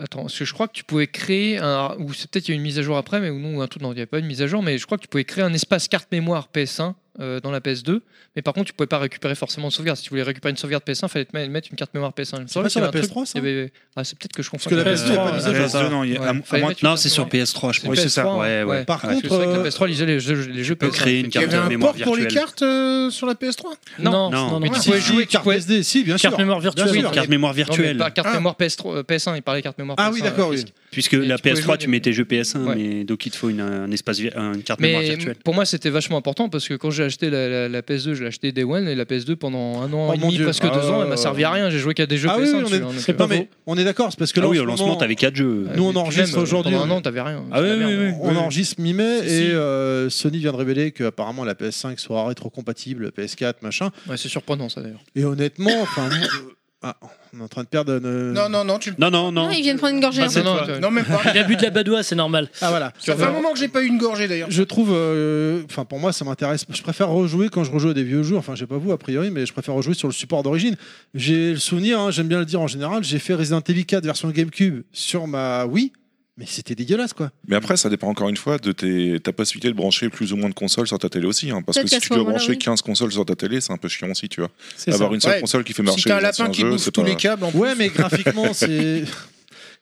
Speaker 12: attends, parce que je crois que tu pouvais créer un ou c'est peut-être il y a eu une mise à jour après, mais ou non, ou un truc. Non, il n'y a pas eu de mise à jour, mais je crois que tu pouvais créer un espace carte mémoire PS1 euh, dans la PS2. Mais par contre, tu pouvais pas récupérer forcément de sauvegarde. Si tu voulais récérer une sauvegarde PS1, fallait te mettre- mettre une carte mémoire PS1. Il me semble
Speaker 4: pas sur
Speaker 12: qu'il y avait
Speaker 4: la
Speaker 12: un truc-
Speaker 4: PS3, ça
Speaker 12: il y avait- Ah, c'est peut-être que je confonds.
Speaker 4: que la
Speaker 12: avec euh,
Speaker 4: PS3 a pas
Speaker 9: Ouais,
Speaker 4: mis ça, je
Speaker 9: PS2,
Speaker 4: vois.
Speaker 9: non, il y a-
Speaker 12: Ouais,
Speaker 9: à- à
Speaker 12: fallait
Speaker 9: moins-
Speaker 12: mettre une
Speaker 11: Non,
Speaker 12: carte
Speaker 11: c'est sur
Speaker 12: mémoire.
Speaker 11: PS3, je
Speaker 12: C'est
Speaker 11: crois.
Speaker 12: PS3,
Speaker 11: c'est ça. Ouais,
Speaker 12: ouais.
Speaker 11: ouais.
Speaker 4: Par
Speaker 11: Ouais,
Speaker 12: Parce que c'est vrai que
Speaker 4: contre,
Speaker 12: la PS3 lisait les jeux, les jeux
Speaker 11: peux
Speaker 12: PS1.
Speaker 11: créer une
Speaker 6: Il y
Speaker 11: carte
Speaker 6: avait un
Speaker 11: mémoire
Speaker 6: port pour les
Speaker 11: virtuelle.
Speaker 6: cartes euh, sur la PS3
Speaker 12: Non,
Speaker 11: Non.
Speaker 12: mais
Speaker 10: Ah,
Speaker 12: tu pouvais
Speaker 4: Si,
Speaker 12: jouer, tu
Speaker 4: carte
Speaker 12: pouvais.
Speaker 4: SD si bien sûr
Speaker 10: Carte mémoire
Speaker 4: Bien
Speaker 10: virtuelle.
Speaker 4: sûr.
Speaker 11: Carte mémoire
Speaker 12: Non, mais
Speaker 11: virtuelle.
Speaker 12: pas carte
Speaker 6: Ah.
Speaker 12: mémoire PS3, euh, PS1, il parlait carte mémoire PS1.
Speaker 4: ah oui d'accord
Speaker 12: euh,
Speaker 4: oui
Speaker 12: disque.
Speaker 11: Puisque la
Speaker 12: pouvais jouer
Speaker 11: PS3, tu mets tes jeux PS1, mais donc il te faut une, un espace, vi- une carte mémoire
Speaker 12: Mais
Speaker 11: virtuelle.
Speaker 12: pour moi, c'était vachement important parce que quand j'ai acheté la, la- la PS2, je l'ai acheté Day One et la PS2 pendant un an
Speaker 4: Oh
Speaker 12: et
Speaker 4: mon
Speaker 12: demi,
Speaker 4: Dieu.
Speaker 12: presque deux ans, elle m'a servi à rien. J'ai joué qu'à des jeux
Speaker 4: Ah oui,
Speaker 12: PS1.
Speaker 4: oui, on
Speaker 12: dessus,
Speaker 4: est-
Speaker 12: hein, donc,
Speaker 4: c'est
Speaker 12: euh,
Speaker 4: pas mais on est d'accord, c'est parce que là,
Speaker 11: Ah oui,
Speaker 4: en
Speaker 11: au
Speaker 4: ce
Speaker 11: lancement,
Speaker 4: moment-
Speaker 11: t'avais quatre jeux.
Speaker 4: Nous,
Speaker 11: Et
Speaker 4: on
Speaker 11: puis
Speaker 4: enregistre
Speaker 11: même,
Speaker 4: aujourd'hui.
Speaker 12: euh, pendant un an, t'avais rien.
Speaker 11: Ah oui,
Speaker 12: C'était la
Speaker 11: oui,
Speaker 12: merde. hein.
Speaker 11: oui,
Speaker 4: On
Speaker 11: oui.
Speaker 4: enregistre mi-mai
Speaker 11: Si,
Speaker 4: et
Speaker 11: si.
Speaker 4: euh, Sony vient de révéler qu'apparemment la PS5 sera rétrocompatible, PS4, machin.
Speaker 12: Ouais, c'est surprenant ça d'ailleurs.
Speaker 4: Et honnêtement, enfin. moi, euh, ah, on est en train de perdre.
Speaker 6: Non, non, non, tu
Speaker 11: Non, non,
Speaker 16: Non, ils viennent prendre une gorgée.
Speaker 4: Pas cette
Speaker 16: hein.
Speaker 4: fois.
Speaker 6: Non, même pas.
Speaker 10: Il a bu de la badoie, c'est normal.
Speaker 4: Ah voilà.
Speaker 6: Ça fait un moment que j'ai pas eu une gorgée d'ailleurs.
Speaker 4: Je trouve, euh, enfin pour moi ça m'intéresse. Je préfère rejouer quand je rejoue à des vieux jeux. Enfin, je sais pas vous a priori, mais je préfère rejouer sur le support d'origine. J'ai le souvenir, hein, j'aime bien le dire en général. J'ai fait Resident Evil 4 version GameCube sur ma Wii, mais c'était dégueulasse quoi.
Speaker 5: Mais après, ça dépend encore une fois de tes- ta possibilité de brancher plus ou moins de consoles sur ta télé aussi. hein, parce
Speaker 4: Peut-être
Speaker 5: que
Speaker 4: qu'à
Speaker 5: si tu
Speaker 4: ce
Speaker 5: dois
Speaker 4: moment-là,
Speaker 5: brancher
Speaker 4: oui.
Speaker 5: 15 consoles sur ta télé, c'est un peu chiant aussi, tu vois.
Speaker 4: C'est
Speaker 5: Avoir
Speaker 4: ça.
Speaker 5: une seule
Speaker 4: Ouais.
Speaker 5: console qui fait
Speaker 4: Si
Speaker 5: marcher.
Speaker 4: t'as un
Speaker 5: les anciens
Speaker 4: lapin qui
Speaker 5: jeux,
Speaker 4: bouffe
Speaker 5: c'est
Speaker 4: tous
Speaker 5: pas-
Speaker 4: les câbles, en plus. Ouais, mais graphiquement, c'est-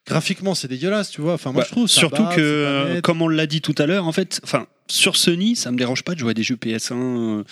Speaker 4: Graphiquement, c'est dégueulasse, tu vois. Enfin, moi
Speaker 11: Bah,
Speaker 4: je trouve. ça
Speaker 11: surtout que,
Speaker 4: bat, c'est pas
Speaker 11: euh,
Speaker 4: net.
Speaker 11: comme on l'a dit tout à l'heure, en fait, enfin, sur Sony, ça me dérange pas de jouer à des jeux PS1, euh,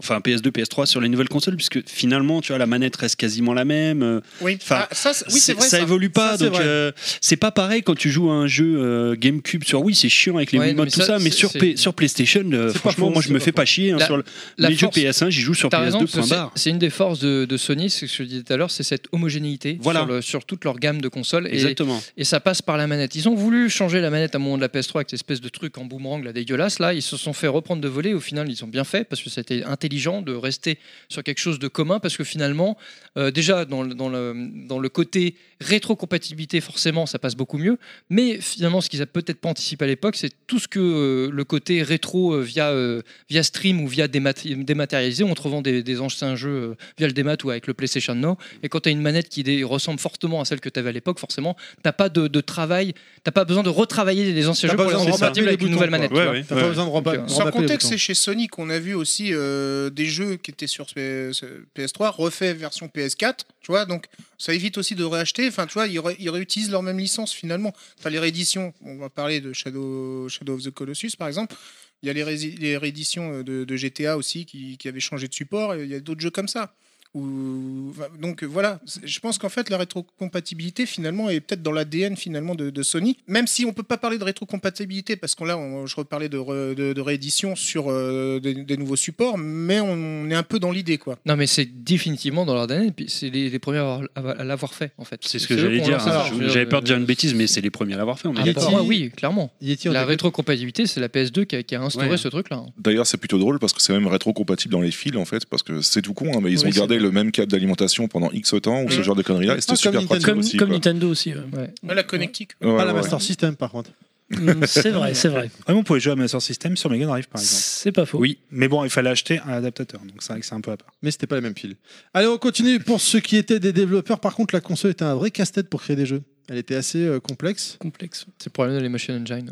Speaker 11: enfin PS2, PS3 sur les nouvelles consoles, puisque finalement, tu vois, la manette reste quasiment la même. euh,
Speaker 6: Oui,
Speaker 11: enfin,
Speaker 6: Ah, ça, c'est- oui, c'est
Speaker 11: c'est-
Speaker 6: vrai.
Speaker 11: ça évolue pas,
Speaker 6: Ça, c'est
Speaker 11: donc
Speaker 6: vrai.
Speaker 11: euh, c'est pas pareil quand tu joues à un jeu euh, GameCube sur Wii, c'est chiant avec les
Speaker 12: Ouais, non,
Speaker 11: Wiimote
Speaker 12: mais
Speaker 11: tout
Speaker 12: ça,
Speaker 11: ça, mais
Speaker 12: c'est-
Speaker 11: sur,
Speaker 12: c'est-
Speaker 11: P- sur PlayStation, euh, franchement,
Speaker 12: faux,
Speaker 11: moi je
Speaker 12: c'est
Speaker 11: me
Speaker 12: pas
Speaker 11: fais
Speaker 12: faux.
Speaker 11: pas chier hein,
Speaker 12: La-
Speaker 11: sur le-
Speaker 12: la
Speaker 11: les jeux
Speaker 12: force-
Speaker 11: PS1, j'y joue sur
Speaker 12: T'as
Speaker 11: PS2.
Speaker 12: raison, parce que
Speaker 11: point
Speaker 12: c'est-
Speaker 11: barre.
Speaker 12: C'est une des forces de, de Sony, c'est ce que je disais tout à l'heure, c'est cette homogénéité
Speaker 11: Voilà.
Speaker 12: sur, le- sur toute leur gamme de consoles. Et,
Speaker 11: Exactement.
Speaker 12: Et ça passe par la manette. Ils ont voulu changer la manette à un moment de la PS3 avec cette espèce de truc en boomerang là, dégueulasse. Là, ils se sont fait reprendre de voler. Au final, ils ont bien fait parce que c'était intelligent de rester sur quelque chose de commun parce que finalement, euh, déjà dans le, dans le, dans le côté rétrocompatibilité, forcément, ça passe beaucoup mieux. Mais finalement, ce qu'ils n'ont peut-être pas anticipé à l'époque, c'est tout ce que euh, le côté rétro euh, via, euh, via stream ou via démat- dématérialisé, on te revend des, des anciens jeux euh, via le démat ou avec le PlayStation Now. Et quand tu as une manette qui dé- ressemble fortement à celle que tu avais à l'époque, forcément, t'as pas de, de travail, t'as pas besoin de retravailler les anciens
Speaker 4: T'as
Speaker 12: jeux
Speaker 4: pas
Speaker 12: pour les
Speaker 4: besoin de
Speaker 12: rendre compatibles
Speaker 4: retaper
Speaker 12: avec
Speaker 4: les
Speaker 12: une nouvelle
Speaker 4: boutons,
Speaker 12: manette.
Speaker 4: quoi.
Speaker 12: tu
Speaker 4: Ouais,
Speaker 12: vois.
Speaker 4: ouais. T'as pas besoin de
Speaker 12: Donc,
Speaker 4: repa-
Speaker 12: euh,
Speaker 4: On
Speaker 6: Sans
Speaker 4: appelle les
Speaker 6: compter que
Speaker 4: boutons.
Speaker 6: c'est chez Sony qu'on a vu aussi euh, des jeux qui étaient sur PS- PS3 refaits version PS4, tu vois, donc ça évite aussi de réacheter. Enfin, tu vois, ils, ré- ils réutilisent leur même licence finalement. T'as les rééditions, on va parler de Shadow, Shadow of the Colossus par exemple. Il y a les, rési- les rééditions euh, de, de GTA aussi qui, qui avaient changé de support. et Il y a d'autres jeux comme ça. Ou- enfin, donc euh, voilà, C'est- je pense qu'en fait la rétrocompatibilité finalement est peut-être dans l'ADN finalement de, de Sony, même si on peut pas parler de rétrocompatibilité parce qu'on là on- je reparlais de, re- de- de réédition sur euh, des, des nouveaux supports, mais on, est un peu dans l'idée quoi.
Speaker 12: Non, mais c'est définitivement dans leur dernier, puis c'est les, les premiers à avoir- à l'avoir fait, en fait.
Speaker 11: C'est ce que j'allais dire. hein. J'avais peur de dire une bêtise, mais c'est les premiers à l'avoir fait. on est
Speaker 12: Ah,
Speaker 11: d'accord.
Speaker 12: pour moi, oui, clairement.
Speaker 4: on
Speaker 12: la
Speaker 4: t'écoute.
Speaker 12: rétrocompatibilité, c'est la PS2 qui a, qui a instauré ce truc-là.
Speaker 5: D'ailleurs, c'est plutôt drôle parce que c'est même rétro-compatible dans les fils en fait, parce que c'est tout con, hein, mais ils
Speaker 12: Oui,
Speaker 5: ont
Speaker 12: c'est
Speaker 5: gardé le même câble d'alimentation pendant X temps ou ce genre de conneries-là, et c'était
Speaker 4: Ah,
Speaker 5: super
Speaker 4: comme
Speaker 5: pratique
Speaker 10: Comme,
Speaker 5: aussi.
Speaker 10: comme
Speaker 5: quoi.
Speaker 10: Nintendo aussi. ouais.
Speaker 6: la connectique.
Speaker 5: Ouais,
Speaker 4: pas la
Speaker 5: ouais,
Speaker 4: Master
Speaker 5: ouais.
Speaker 4: System par contre.
Speaker 10: Mm, c'est vrai, c'est vrai.
Speaker 9: Ah, mais on pouvait jouer à Master System sur Mega Drive, par exemple.
Speaker 10: C'est pas faux.
Speaker 9: Oui. Mais bon, il fallait acheter un adaptateur, donc c'est vrai que c'est un peu à part.
Speaker 4: Mais c'était pas la même pile. Allez, on continue pour ceux qui étaient des développeurs. Par contre, la console était un vrai casse-tête pour créer des jeux. Elle était assez euh, complexe.
Speaker 10: Complexe.
Speaker 12: C'est le problème de l'Emotion Engine.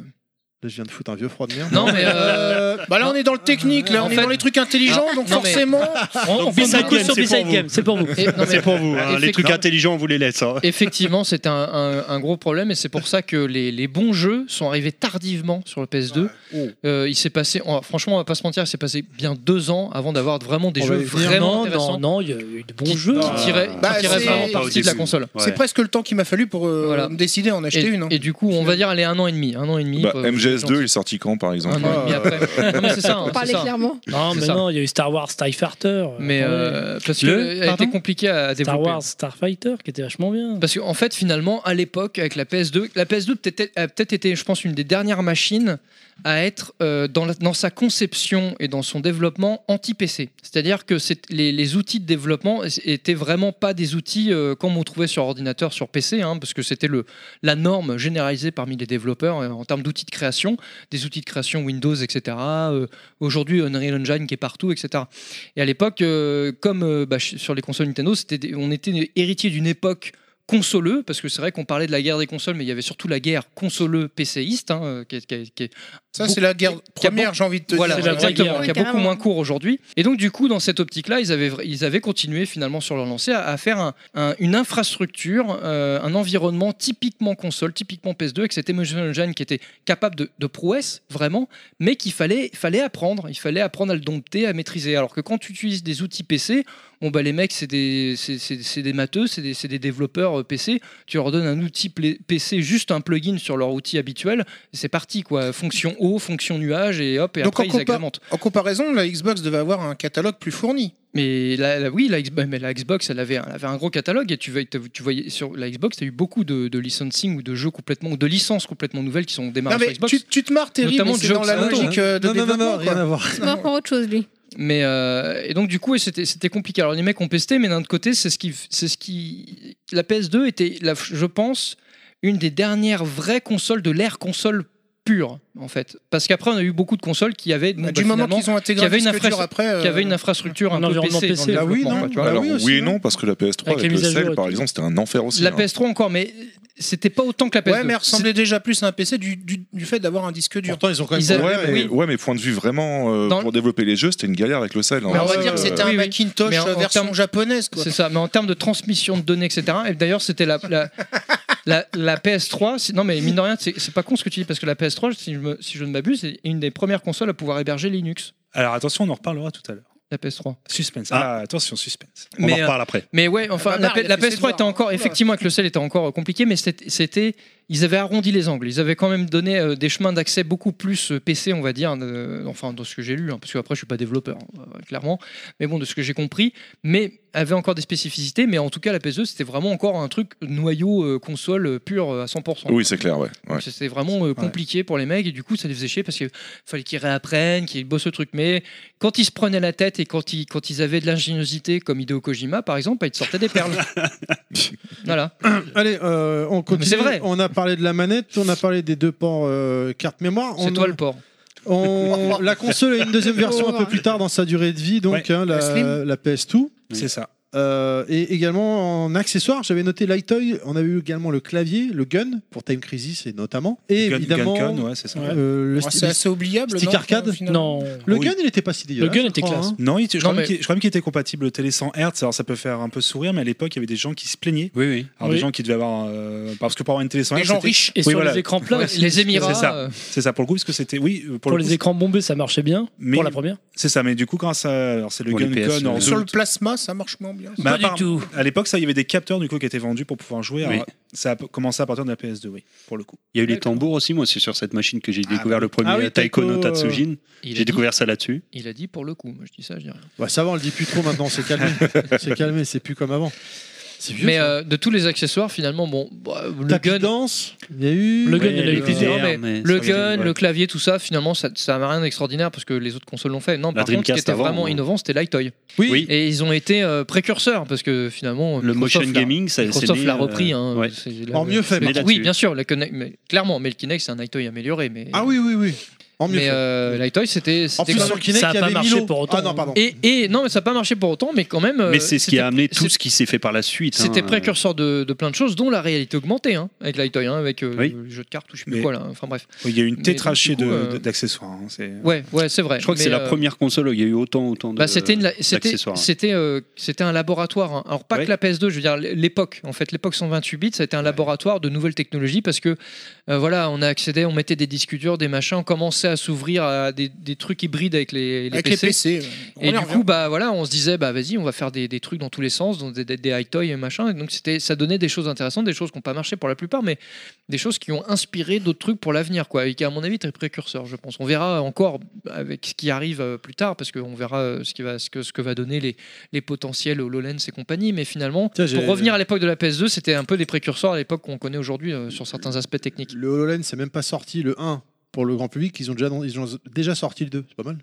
Speaker 4: Là, je viens de foutre un vieux froid de merde.
Speaker 12: Non, mais.
Speaker 6: Euh, bah là on est dans le technique, là on
Speaker 12: En
Speaker 6: est
Speaker 12: fait-
Speaker 6: dans les trucs intelligents, donc
Speaker 12: Non, mais-
Speaker 6: forcément.
Speaker 12: On- on fait beaucoup sur Beside Game,
Speaker 10: c'est pour vous.
Speaker 12: Et- non, mais-
Speaker 11: C'est pour vous. hein,
Speaker 12: Effectivement.
Speaker 11: les trucs intelligents, on vous les laisse. hein.
Speaker 12: Effectivement, c'est un, un- un gros problème et c'est pour ça que les, les bons jeux sont arrivés tardivement sur le PS2. Euh, il s'est passé, on- franchement, on va pas se mentir, il s'est passé bien deux ans avant d'avoir vraiment des
Speaker 10: On va
Speaker 12: jeux
Speaker 10: y venir.
Speaker 12: vraiment
Speaker 10: Non,
Speaker 12: intéressants.
Speaker 10: non, non, il y a eu de bons
Speaker 12: Qui-
Speaker 10: jeux.
Speaker 12: qui tiraient-
Speaker 10: Ah.
Speaker 12: Bah, qui tiraient vraiment partie de la console.
Speaker 6: C'est presque le temps qu'il m'a fallu pour euh,
Speaker 12: Voilà.
Speaker 6: me décider à en acheter
Speaker 12: Et,
Speaker 6: une. hein.
Speaker 12: et du coup, on va dire, allez, un an et demi, un an et demi.
Speaker 5: Bah,
Speaker 12: euh,
Speaker 5: MGS2, il est sorti quand par exemple
Speaker 12: Un an et
Speaker 6: euh,
Speaker 12: demi après. Non, Ah, mais c'est ça. hein,
Speaker 16: Parlez
Speaker 12: c'est ça.
Speaker 16: clairement.
Speaker 6: Ah,
Speaker 10: Non,
Speaker 12: C'est
Speaker 10: mais
Speaker 12: ça.
Speaker 10: non, il y a eu Star bah Wars Starfighter.
Speaker 12: Mais euh, parce que elle était compliquée à développer.
Speaker 10: Star Wars Starfighter qui était vachement bien.
Speaker 12: Parce qu'en fait, finalement, à l'époque, avec la PS2, la PS2 peut-être- a peut-être été, je pense, une des dernières machines à être euh, dans, la- dans sa conception et dans son développement anti-PC. C'est-à-dire que c'est- les, les outils de développement étaient vraiment pas des outils euh, comme on trouvait sur ordinateur, sur PC, hein, parce que c'était le- la norme généralisée parmi les développeurs euh, en termes d'outils de création, des outils de création Windows, etc. euh, Aujourd'hui, Unreal Engine qui est partout, etc. Et à l'époque, euh, comme euh, bah, ch- sur les consoles Nintendo, c'était des- on était héritier d'une époque consoleux, parce que c'est vrai qu'on parlait de la guerre des consoles, mais il y avait surtout la guerre consoleux PCiste, hein, euh, qui, est- qui est- qui est
Speaker 6: Ça
Speaker 12: beaucoup-
Speaker 6: c'est la guerre
Speaker 12: qui a
Speaker 6: première,
Speaker 12: beaucoup-
Speaker 6: j'ai envie de te
Speaker 12: voilà,
Speaker 6: dire.
Speaker 12: exactement, qui a beaucoup
Speaker 6: carrément.
Speaker 12: moins cours aujourd'hui. Et donc du coup, dans cette optique-là, ils avaient, vra- ils avaient continué finalement sur leur lancée à, à faire un- un- une infrastructure, euh, un environnement typiquement console, typiquement PS2, avec cette Emotion Engine qui était capable de, de prouesse vraiment, mais qu'il fallait, fallait apprendre, il fallait apprendre à le dompter, à maîtriser. Alors que quand tu utilises des outils PC, Bon, bah, les mecs, c'est des, c'est- c'est- c'est des matheux, c'est des, c'est des développeurs euh, PC. Tu leur donnes un outil pla- PC, juste un plugin sur leur outil habituel. et C'est parti, quoi. Fonction eau, fonction nuage, et hop, et
Speaker 6: Donc
Speaker 12: après,
Speaker 6: en,
Speaker 12: ils
Speaker 6: compa-
Speaker 12: agrémentent.
Speaker 6: en comparaison, la Xbox devait avoir un catalogue plus fourni.
Speaker 12: Mais la, la- oui, la, X- mais la Xbox, elle avait, un- elle avait un gros catalogue et tu, voyais- tu voyais sur la Xbox, tu as eu beaucoup de, de licensing ou de jeux complètement, ou de licences complètement nouvelles qui sont démarrées
Speaker 6: Non, mais
Speaker 12: sur Xbox.
Speaker 6: tu- tu te marres, Terry,
Speaker 12: Notamment
Speaker 6: mais
Speaker 12: de
Speaker 6: c'est
Speaker 12: jeux
Speaker 6: dans la
Speaker 12: occidentaux,
Speaker 6: logique,
Speaker 12: hein.
Speaker 6: euh, de
Speaker 12: Non, non, non, non,
Speaker 6: développement,
Speaker 12: rien
Speaker 6: quoi.
Speaker 12: à voir.
Speaker 7: C'est pas pour autre chose, lui.
Speaker 12: Mais euh, et donc du coup, c'était c'était compliqué. Alors les mecs ont pesté, mais d'un autre côté, c'est ce qui, c'est ce qui, la PS2 était, la- je pense, une des dernières vraies consoles de l'ère console pure en fait parce qu'après on a eu beaucoup de consoles qui avaient donc,
Speaker 6: Bah, du
Speaker 12: Bah,
Speaker 6: moment
Speaker 12: finalement,
Speaker 6: qu'ils ont intégré
Speaker 12: qui avaient
Speaker 6: un
Speaker 12: une,
Speaker 6: disque dur
Speaker 12: infra-
Speaker 6: après, euh,
Speaker 12: qui avaient une infrastructure un,
Speaker 6: un
Speaker 12: peu
Speaker 6: environnement
Speaker 12: PC,
Speaker 6: PC,
Speaker 12: dans
Speaker 6: ah
Speaker 12: le
Speaker 6: oui, hein.
Speaker 12: développement,
Speaker 6: non.
Speaker 12: quoi, tu vois.
Speaker 5: Alors oui, et non, parce que la PS3
Speaker 12: Avec
Speaker 5: avec,
Speaker 12: les
Speaker 5: le
Speaker 12: mises à jour
Speaker 5: sel,
Speaker 12: et
Speaker 5: par
Speaker 12: tout.
Speaker 5: exemple, c'était un enfer aussi.
Speaker 12: la
Speaker 5: hein.
Speaker 12: PS3 encore mais c'était pas autant que la PS2
Speaker 6: Ouais, mais elle ressemblait déjà plus à un PC du, du- du fait d'avoir un disque dur.
Speaker 4: Pourtant, ils ont
Speaker 5: ouais, mais, ouais, mais point de vue vraiment euh,
Speaker 12: Dans- Bah,
Speaker 5: pour développer les jeux, c'était une galère avec le sel. hein.
Speaker 6: Mais on va
Speaker 5: Euh,
Speaker 6: dire que c'était un
Speaker 12: oui, oui.
Speaker 6: Macintosh euh,
Speaker 12: Mais en- en
Speaker 6: version
Speaker 12: termes-
Speaker 6: japonaise. Quoi.
Speaker 12: C'est ça, mais en termes de transmission de données, etc. Et d'ailleurs, c'était la, la, la- la PS3. c'est- Non, mais mine de rien, c'est c'est pas con ce que tu dis, parce que la PS3, si je, me- si je ne m'abuse, c'est une des premières consoles à pouvoir héberger Linux,
Speaker 9: Alors attention, on en reparlera tout à l'heure.
Speaker 12: la PS3.
Speaker 9: Suspense. Ah, attention, suspense.
Speaker 12: Mais, euh,
Speaker 10: euh,
Speaker 9: on en reparle après.
Speaker 12: Mais ouais, enfin,
Speaker 6: Ah bah,
Speaker 12: la,
Speaker 6: bah,
Speaker 12: P-
Speaker 6: il a
Speaker 12: la
Speaker 6: fait ses
Speaker 12: PS3 était
Speaker 6: devoirs.
Speaker 12: encore,
Speaker 6: Oula.
Speaker 12: effectivement, avec le sel était encore euh, compliqué, mais c'était- c'était. Ils avaient arrondi les angles, ils avaient quand même donné euh, des chemins d'accès beaucoup plus euh, PC, on va dire, euh, enfin, de ce que j'ai lu, hein, parce qu'après, je suis pas développeur, euh, clairement, mais bon, de ce que j'ai compris, mais avait encore des spécificités, mais en tout cas, la PS2, c'était vraiment encore un truc noyau euh, console euh, pure euh, à 100%.
Speaker 5: Oui, c'est clair, ouais. ouais.
Speaker 12: Donc, C'était vraiment euh, compliqué pour les mecs et du coup ça les faisait chier parce qu'il fallait qu'ils réapprennent, qu'ils bossent le truc. Mais quand ils se prenaient la tête et quand ils, quand ils avaient de l'ingéniosité comme Hideo Kojima par exemple, bah, ils te sortaient des perles. voilà.
Speaker 4: Allez, euh, on continue.
Speaker 12: c'est vrai.
Speaker 4: On a parlé de la manette, on a parlé des deux ports euh, carte mémoire.
Speaker 12: C'est
Speaker 4: On-
Speaker 12: toi le port.
Speaker 4: on- La console a une deuxième version un peu plus tard dans sa durée de vie, donc
Speaker 9: Ouais,
Speaker 4: hein,
Speaker 9: la
Speaker 4: la,
Speaker 9: Slim.
Speaker 4: la PS2.
Speaker 9: C'est ça.
Speaker 4: Euh, et également en accessoires, j'avais noté Lightoy, on a eu également le clavier, le gun, pour Time Crisis et notamment. Et
Speaker 9: Gun-
Speaker 4: évidemment,
Speaker 9: Gun Gun, ouais, c'est ça.
Speaker 4: euh, le
Speaker 6: Ouais,
Speaker 4: sti-
Speaker 6: c'est assez oubliable.
Speaker 4: stick
Speaker 6: non,
Speaker 4: arcade
Speaker 6: au final
Speaker 10: Non.
Speaker 4: Le
Speaker 9: Oui.
Speaker 4: gun, il était pas si dégueulasse.
Speaker 10: gun
Speaker 4: je
Speaker 10: était
Speaker 4: crois,
Speaker 10: classe.
Speaker 4: hein.
Speaker 9: Non, il était- je
Speaker 10: Non,
Speaker 9: crois même
Speaker 10: mais-
Speaker 9: qu'il- je crois même qu'il était compatible télé 100 Hz. Alors ça peut faire un peu sourire, mais à l'époque, il y avait des gens qui se plaignaient.
Speaker 11: Oui, oui.
Speaker 9: Alors
Speaker 10: Oui.
Speaker 9: des gens qui devaient avoir. euh, parce que pour avoir une télé 100 Hz.
Speaker 6: Des gens
Speaker 9: c'était-
Speaker 6: riches.
Speaker 10: Et
Speaker 9: Oui,
Speaker 10: sur
Speaker 9: voilà.
Speaker 10: les écrans plats,
Speaker 9: Ouais,
Speaker 10: pour,
Speaker 12: Les Émirats.
Speaker 9: C'est ça.
Speaker 12: euh,
Speaker 9: C'est ça pour le coup, parce que c'était. Oui, euh, pour, le coup,
Speaker 10: les écrans bombés, ça marchait bien.
Speaker 9: Mais-
Speaker 10: Pour la première.
Speaker 9: C'est ça, mais du coup, grâce à. Alors c'est le
Speaker 11: Pour les
Speaker 9: Gun
Speaker 11: PS,
Speaker 9: Gun en
Speaker 11: euh,
Speaker 6: Sur
Speaker 9: zoom.
Speaker 6: le plasma, ça marche moins bien.
Speaker 9: Mais à
Speaker 10: Pas du
Speaker 9: part-
Speaker 10: tout.
Speaker 9: À l'époque, ça, il y avait des capteurs du coup qui étaient vendus pour pouvoir jouer. Alors,
Speaker 11: Oui.
Speaker 9: Ça a p- commencé à partir de la PS2, oui, pour le coup.
Speaker 11: Il y a eu les tambours aussi, moi, c'est sur cette machine que j'ai découvert le premier
Speaker 4: Ah oui,
Speaker 11: Taiko no
Speaker 4: Taiko,
Speaker 11: Tatsujin.
Speaker 12: euh, il, a
Speaker 11: J'ai
Speaker 12: dit,
Speaker 11: découvert ça là-dessus.
Speaker 12: il a dit pour le coup, moi je dis ça, je dis rien.
Speaker 4: Bah, ça va, on le dit plus trop maintenant, c'est calmé. c'est calmé, c'est plus comme avant. C'est vieux.
Speaker 12: Mais
Speaker 4: ça.
Speaker 12: euh, de tous les accessoires finalement, bon, bah, le
Speaker 4: Tapis
Speaker 12: gun.
Speaker 4: danse, il y a eu.
Speaker 10: Le gun, il a
Speaker 11: le
Speaker 10: eu
Speaker 11: plaisir.
Speaker 12: Non, mais
Speaker 11: mais
Speaker 12: le
Speaker 11: ça, c'est-
Speaker 12: gun,
Speaker 11: ouais.
Speaker 12: le clavier, tout ça, finalement, ça ça n'a rien d'extraordinaire parce que les autres consoles l'ont fait. Non,
Speaker 11: La
Speaker 12: par contre, ce qui
Speaker 11: Dreamcast
Speaker 12: était
Speaker 11: avant,
Speaker 12: vraiment
Speaker 11: hein.
Speaker 12: innovant, c'était Lightoy.
Speaker 4: Oui.
Speaker 11: Oui.
Speaker 12: Et ils ont été euh, précurseurs parce que finalement,
Speaker 11: Le
Speaker 12: Microsoft
Speaker 11: motion
Speaker 12: l'a-
Speaker 11: gaming, ça
Speaker 12: Microsoft
Speaker 11: c'est né,
Speaker 12: l'a
Speaker 11: euh,
Speaker 12: repris. hein.
Speaker 11: ouais.
Speaker 12: C'est la-
Speaker 4: En mieux fait.
Speaker 11: Mais là-
Speaker 4: par contre.
Speaker 12: oui,
Speaker 11: là-dessus.
Speaker 12: bien sûr. le Kinect- mais clairement, mais le Kinect, c'est un Lightoy amélioré. Mais,
Speaker 4: Ah oui, oui, oui. En mieux
Speaker 12: mais
Speaker 4: fait.
Speaker 12: euh, Lightoy, c'était.
Speaker 4: En
Speaker 12: c'était
Speaker 4: plus,
Speaker 12: quand
Speaker 4: sur
Speaker 12: même-
Speaker 4: le Kinect,
Speaker 10: ça a
Speaker 4: il y
Speaker 10: pas
Speaker 4: avait
Speaker 10: marché
Speaker 4: Milo.
Speaker 10: pour autant.
Speaker 4: Ah non, pardon.
Speaker 12: et, et non, mais ça n'a pas marché pour autant, mais quand même. euh,
Speaker 11: Mais c'est ce qui
Speaker 12: c'était-
Speaker 11: a amené
Speaker 12: c'était-
Speaker 11: tout ce qui s'est fait par la suite. hein.
Speaker 12: C'était
Speaker 9: euh,
Speaker 12: précurseur de, de plein de choses, dont la réalité augmentée, hein, avec Lightoy, hein, avec euh,
Speaker 11: Oui.
Speaker 12: le jeu de cartes ou je sais plus
Speaker 9: Mais-
Speaker 12: quoi là. Enfin bref.
Speaker 9: Oui, Il y a eu
Speaker 12: Mais
Speaker 9: une
Speaker 12: donc,
Speaker 9: tétrachée
Speaker 12: du coup,
Speaker 9: de-
Speaker 12: euh,
Speaker 9: de- d'accessoires. hein, c'est-
Speaker 12: Ouais, ouais, c'est vrai.
Speaker 11: Je crois que c'est
Speaker 12: Mais,
Speaker 11: la
Speaker 12: euh,
Speaker 11: première console où il y a eu autant, autant de.
Speaker 12: Bah, c'était une la- c'était
Speaker 9: hein.
Speaker 11: d'accessoires. hein.
Speaker 12: c'était euh, c'était un laboratoire hein. alors pas
Speaker 11: Ouais.
Speaker 12: que la PS2 je veux dire l'époque en fait l'époque 128 bits ça a été un laboratoire de nouvelles technologies parce que euh, voilà on a accédé on mettait des disques durs des machins on commençait à s'ouvrir à des, des trucs hybrides avec les, les
Speaker 6: Avec
Speaker 12: PC,
Speaker 6: les PC. ouais. On y
Speaker 12: et du
Speaker 6: revient.
Speaker 12: coup bah voilà on se disait bah vas-y on va faire des, des trucs dans tous les sens donc des, des, des high toys et machin et donc c'était ça donnait des choses intéressantes des choses qui n'ont pas marché pour la plupart mais des choses qui ont inspiré d'autres trucs pour l'avenir quoi et qui à mon avis très précurseurs je pense on verra encore avec ce qui arrive euh, plus tard parce qu'on verra euh, ce qui va ce que ce que va donner les les potentiels HoloLens et compagnie mais finalement
Speaker 4: Tiens, j'ai-
Speaker 12: pour revenir à l'époque de la PS2 c'était un peu des précurseurs à l'époque qu'on connaît aujourd'hui euh, sur certains aspects techniques
Speaker 4: Le HoloLens, c'est même pas sorti le 1 pour le grand public, ils ont déjà, ils ont déjà sorti le 2, c'est pas mal.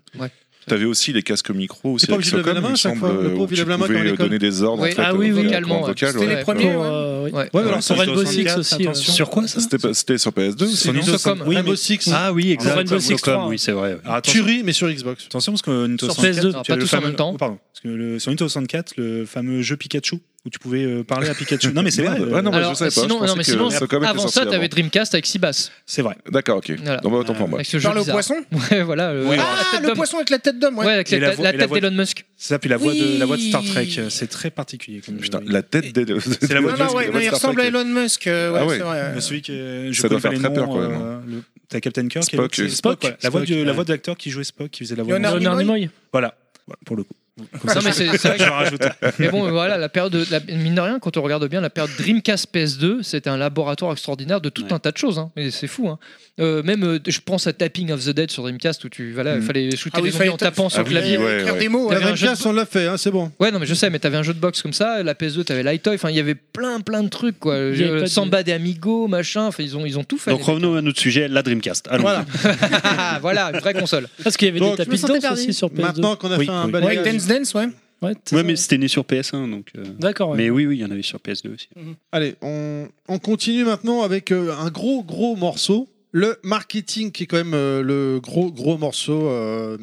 Speaker 5: T'avais aussi les casques micro aussi.
Speaker 4: T'es pas
Speaker 5: avec
Speaker 4: obligé de lever la
Speaker 5: Socom, il me
Speaker 4: main à
Speaker 5: semble,
Speaker 4: chaque fois, le
Speaker 5: euh,
Speaker 4: pauvre,
Speaker 5: où
Speaker 4: il
Speaker 5: tu
Speaker 4: lève la main
Speaker 5: pouvais
Speaker 4: comme à l'école.
Speaker 5: donner des ordres.
Speaker 12: Oui.
Speaker 5: En fait,
Speaker 12: Ah oui,
Speaker 5: euh,
Speaker 12: oui,
Speaker 5: via commande
Speaker 12: calmement, ouais.
Speaker 5: vocale,
Speaker 6: C'était
Speaker 5: ouais.
Speaker 6: les premiers.
Speaker 10: Pour,
Speaker 6: ouais.
Speaker 10: euh, oui.
Speaker 12: ouais
Speaker 4: Ouais,
Speaker 9: Ouais,
Speaker 4: alors sur
Speaker 9: c'est
Speaker 4: Rainbow
Speaker 9: aussi-
Speaker 4: Six aussi.
Speaker 10: attention.
Speaker 4: euh.
Speaker 11: Sur quoi ça
Speaker 5: C'était pas- C'était sur PS2 Sony
Speaker 12: Socom. Socom.
Speaker 9: Oui, mais-
Speaker 4: Rainbow Six, Ah,
Speaker 11: Ah oui, exact.
Speaker 10: Rainbow Six
Speaker 11: Socom,
Speaker 10: 3.
Speaker 11: oui, c'est vrai.
Speaker 9: Alors, attention-
Speaker 4: tuerie, mais sur Xbox.
Speaker 9: Attention parce que Nintendo
Speaker 10: Sur
Speaker 9: 64,
Speaker 10: PS2.
Speaker 9: tu
Speaker 12: Ah,
Speaker 9: as
Speaker 12: pas
Speaker 9: le
Speaker 12: tous en
Speaker 9: fameux-
Speaker 12: même temps.
Speaker 9: oh, pardon, parce que le- sur Nintendo 64, le fameux jeu Pikachu où tu pouvais euh, parler à Pikachu. non mais c'est vrai.
Speaker 5: Merde.
Speaker 9: euh,
Speaker 5: Ah non, moi, je
Speaker 12: alors
Speaker 5: savais pas, je
Speaker 12: sinon
Speaker 5: pensais
Speaker 12: non mais
Speaker 5: que
Speaker 12: sinon
Speaker 5: Socom était
Speaker 12: avant
Speaker 5: sorti
Speaker 12: ça t'avais
Speaker 5: avant.
Speaker 12: Dreamcast avec 6 basses
Speaker 9: c'est vrai.
Speaker 5: D'accord, ok.
Speaker 12: Voilà. Euh,
Speaker 5: Non, bah, autant pour moi.
Speaker 12: avec ce
Speaker 6: Tu
Speaker 12: jeu
Speaker 6: parles au
Speaker 12: bizarre.
Speaker 6: poisson
Speaker 12: Ouais, voilà. le-
Speaker 9: Oui.
Speaker 12: la
Speaker 6: Ah,
Speaker 12: tête
Speaker 6: le
Speaker 12: d'homme.
Speaker 6: poisson avec la tête d'homme,
Speaker 12: Ouais,
Speaker 6: ouais.
Speaker 12: avec
Speaker 9: Et
Speaker 12: la,
Speaker 9: la
Speaker 12: tête-
Speaker 9: voix-
Speaker 12: la
Speaker 9: et la
Speaker 12: tête
Speaker 9: voix-
Speaker 12: d'Elon Musk.
Speaker 9: C'est ça puis la voix de la voix de Star
Speaker 6: Oui.
Speaker 9: Trek, euh, c'est très particulier. comme
Speaker 5: Putain,
Speaker 9: jeu.
Speaker 5: la tête des. C'est
Speaker 9: la voix
Speaker 6: Non,
Speaker 9: de
Speaker 6: non,
Speaker 9: Musk,
Speaker 6: ouais, non, il ressemble à Elon Musk. euh, ouais,
Speaker 5: Ah ouais.
Speaker 6: c'est vrai.
Speaker 9: Euh, celui que euh, je
Speaker 5: Ça doit
Speaker 9: connais pas
Speaker 5: faire
Speaker 9: les
Speaker 5: très peur,
Speaker 9: noms,
Speaker 5: quand même,
Speaker 6: hein.
Speaker 9: euh, le- T'as Captain Kirk, et
Speaker 5: Spock,
Speaker 9: l'autre, c'est
Speaker 5: euh,
Speaker 9: Spock,
Speaker 10: Spock,
Speaker 9: ouais. la voix
Speaker 10: Spock,
Speaker 9: de la
Speaker 10: ouais.
Speaker 9: voix de l'acteur qui jouait Spock, qui faisait la voix. de
Speaker 6: Leonard
Speaker 9: Musk.
Speaker 10: Leonard
Speaker 6: Nimoy.
Speaker 10: Nimoy.
Speaker 9: Voilà, Voilà, pour le coup.
Speaker 12: Non, mais c'est c'est vrai
Speaker 11: Je rajoute.
Speaker 12: que- Mais bon, voilà, la période, de- la- mine de rien, quand on regarde bien, la période Dreamcast PS2, c'était un laboratoire extraordinaire de tout un tas de choses. hein. Mais c'est fou. hein. Euh, même, euh, je pense à Tapping of the Dead sur Dreamcast où tu, voilà,
Speaker 4: Mm.
Speaker 12: fallait shooter
Speaker 4: Ah oui,
Speaker 12: les zombies en
Speaker 4: fallait ta-
Speaker 12: tapant
Speaker 4: Ah
Speaker 12: sur le
Speaker 4: oui,
Speaker 12: clavier.
Speaker 4: ouais, Écrire ouais. des mots,
Speaker 12: T'avais
Speaker 4: la
Speaker 12: un jeu de-
Speaker 4: Dreamcast, on l'a fait, hein, c'est bon.
Speaker 12: Ouais, non, mais je sais, mais t'avais un jeu de boxe comme ça, la PS2, t'avais Light Toy, enfin, il y avait plein, plein de trucs, quoi.
Speaker 11: Il y avait
Speaker 12: Euh,
Speaker 11: pas de-
Speaker 12: Samba des Amigos, machin, enfin, ils ont, ils ont tout fait.
Speaker 11: Donc
Speaker 12: les
Speaker 11: revenons à notre sujet, la Dreamcast. Allons-y.
Speaker 12: Voilà. mecs. Ah, voilà, une vraie console.
Speaker 17: Parce qu'il y avait
Speaker 12: Donc,
Speaker 17: des tapis de danse aussi sur PS2.
Speaker 11: Oui, oui.
Speaker 6: Ouais, Dance Dance, ouais.
Speaker 17: Ouais,
Speaker 11: Ouais, mais c'était né sur PS1, donc. euh,
Speaker 17: D'accord, ouais.
Speaker 11: Mais oui, oui, il y en avait sur PS2 aussi.
Speaker 4: Allez, on, on continue maintenant avec euh, un gros, gros morceau. Le marketing, qui est quand même euh, le gros, gros morceau. euh,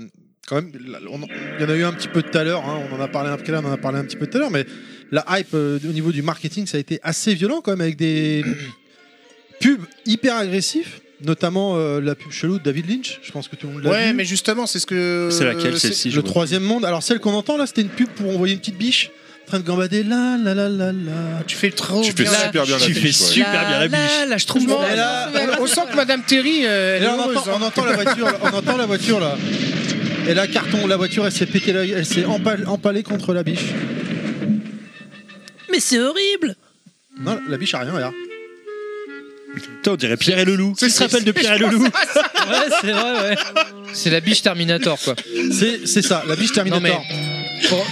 Speaker 4: quand même, là, on- il y en a eu un petit peu tout à l'heure. hein, on en a parlé un peu, on en a parlé un petit peu tout à l'heure, mais la hype euh, au niveau du marketing, ça a été assez violent quand même avec des pubs hyper agressifs. Notamment euh, la pub chelou de David Lynch, je pense que tout le monde l'a
Speaker 6: Ouais,
Speaker 4: vu.
Speaker 6: mais justement, c'est ce que.
Speaker 4: Euh, Le troisième monde. Alors celle qu'on entend là, c'était une pub pour envoyer une petite biche en train de gambader là, là, là, là, là.
Speaker 6: Tu fais trop
Speaker 4: Tu fais bien la- super bien la tu biche, fais ouais. super bien la biche.
Speaker 12: Là, là, je trouve.
Speaker 4: Et là,
Speaker 6: on, on sent que Madame Terry. euh,
Speaker 4: Et
Speaker 6: elle est
Speaker 4: là, on
Speaker 6: heureuse,
Speaker 4: entend,
Speaker 6: hein.
Speaker 4: on entend la voiture, là, on entend la voiture là. Et là, carton, la voiture, elle s'est pété l'œil, elle s'est empal- empalée contre la biche.
Speaker 10: Mais c'est horrible
Speaker 4: Non, la biche a rien, regarde.
Speaker 11: Putain, on dirait Pierre et le loup. Qui se rappelle de Pierre et le loup
Speaker 12: Ouais, c'est vrai, ouais. C'est la biche Terminator, quoi.
Speaker 4: C'est ça, la biche Terminator.
Speaker 12: pour,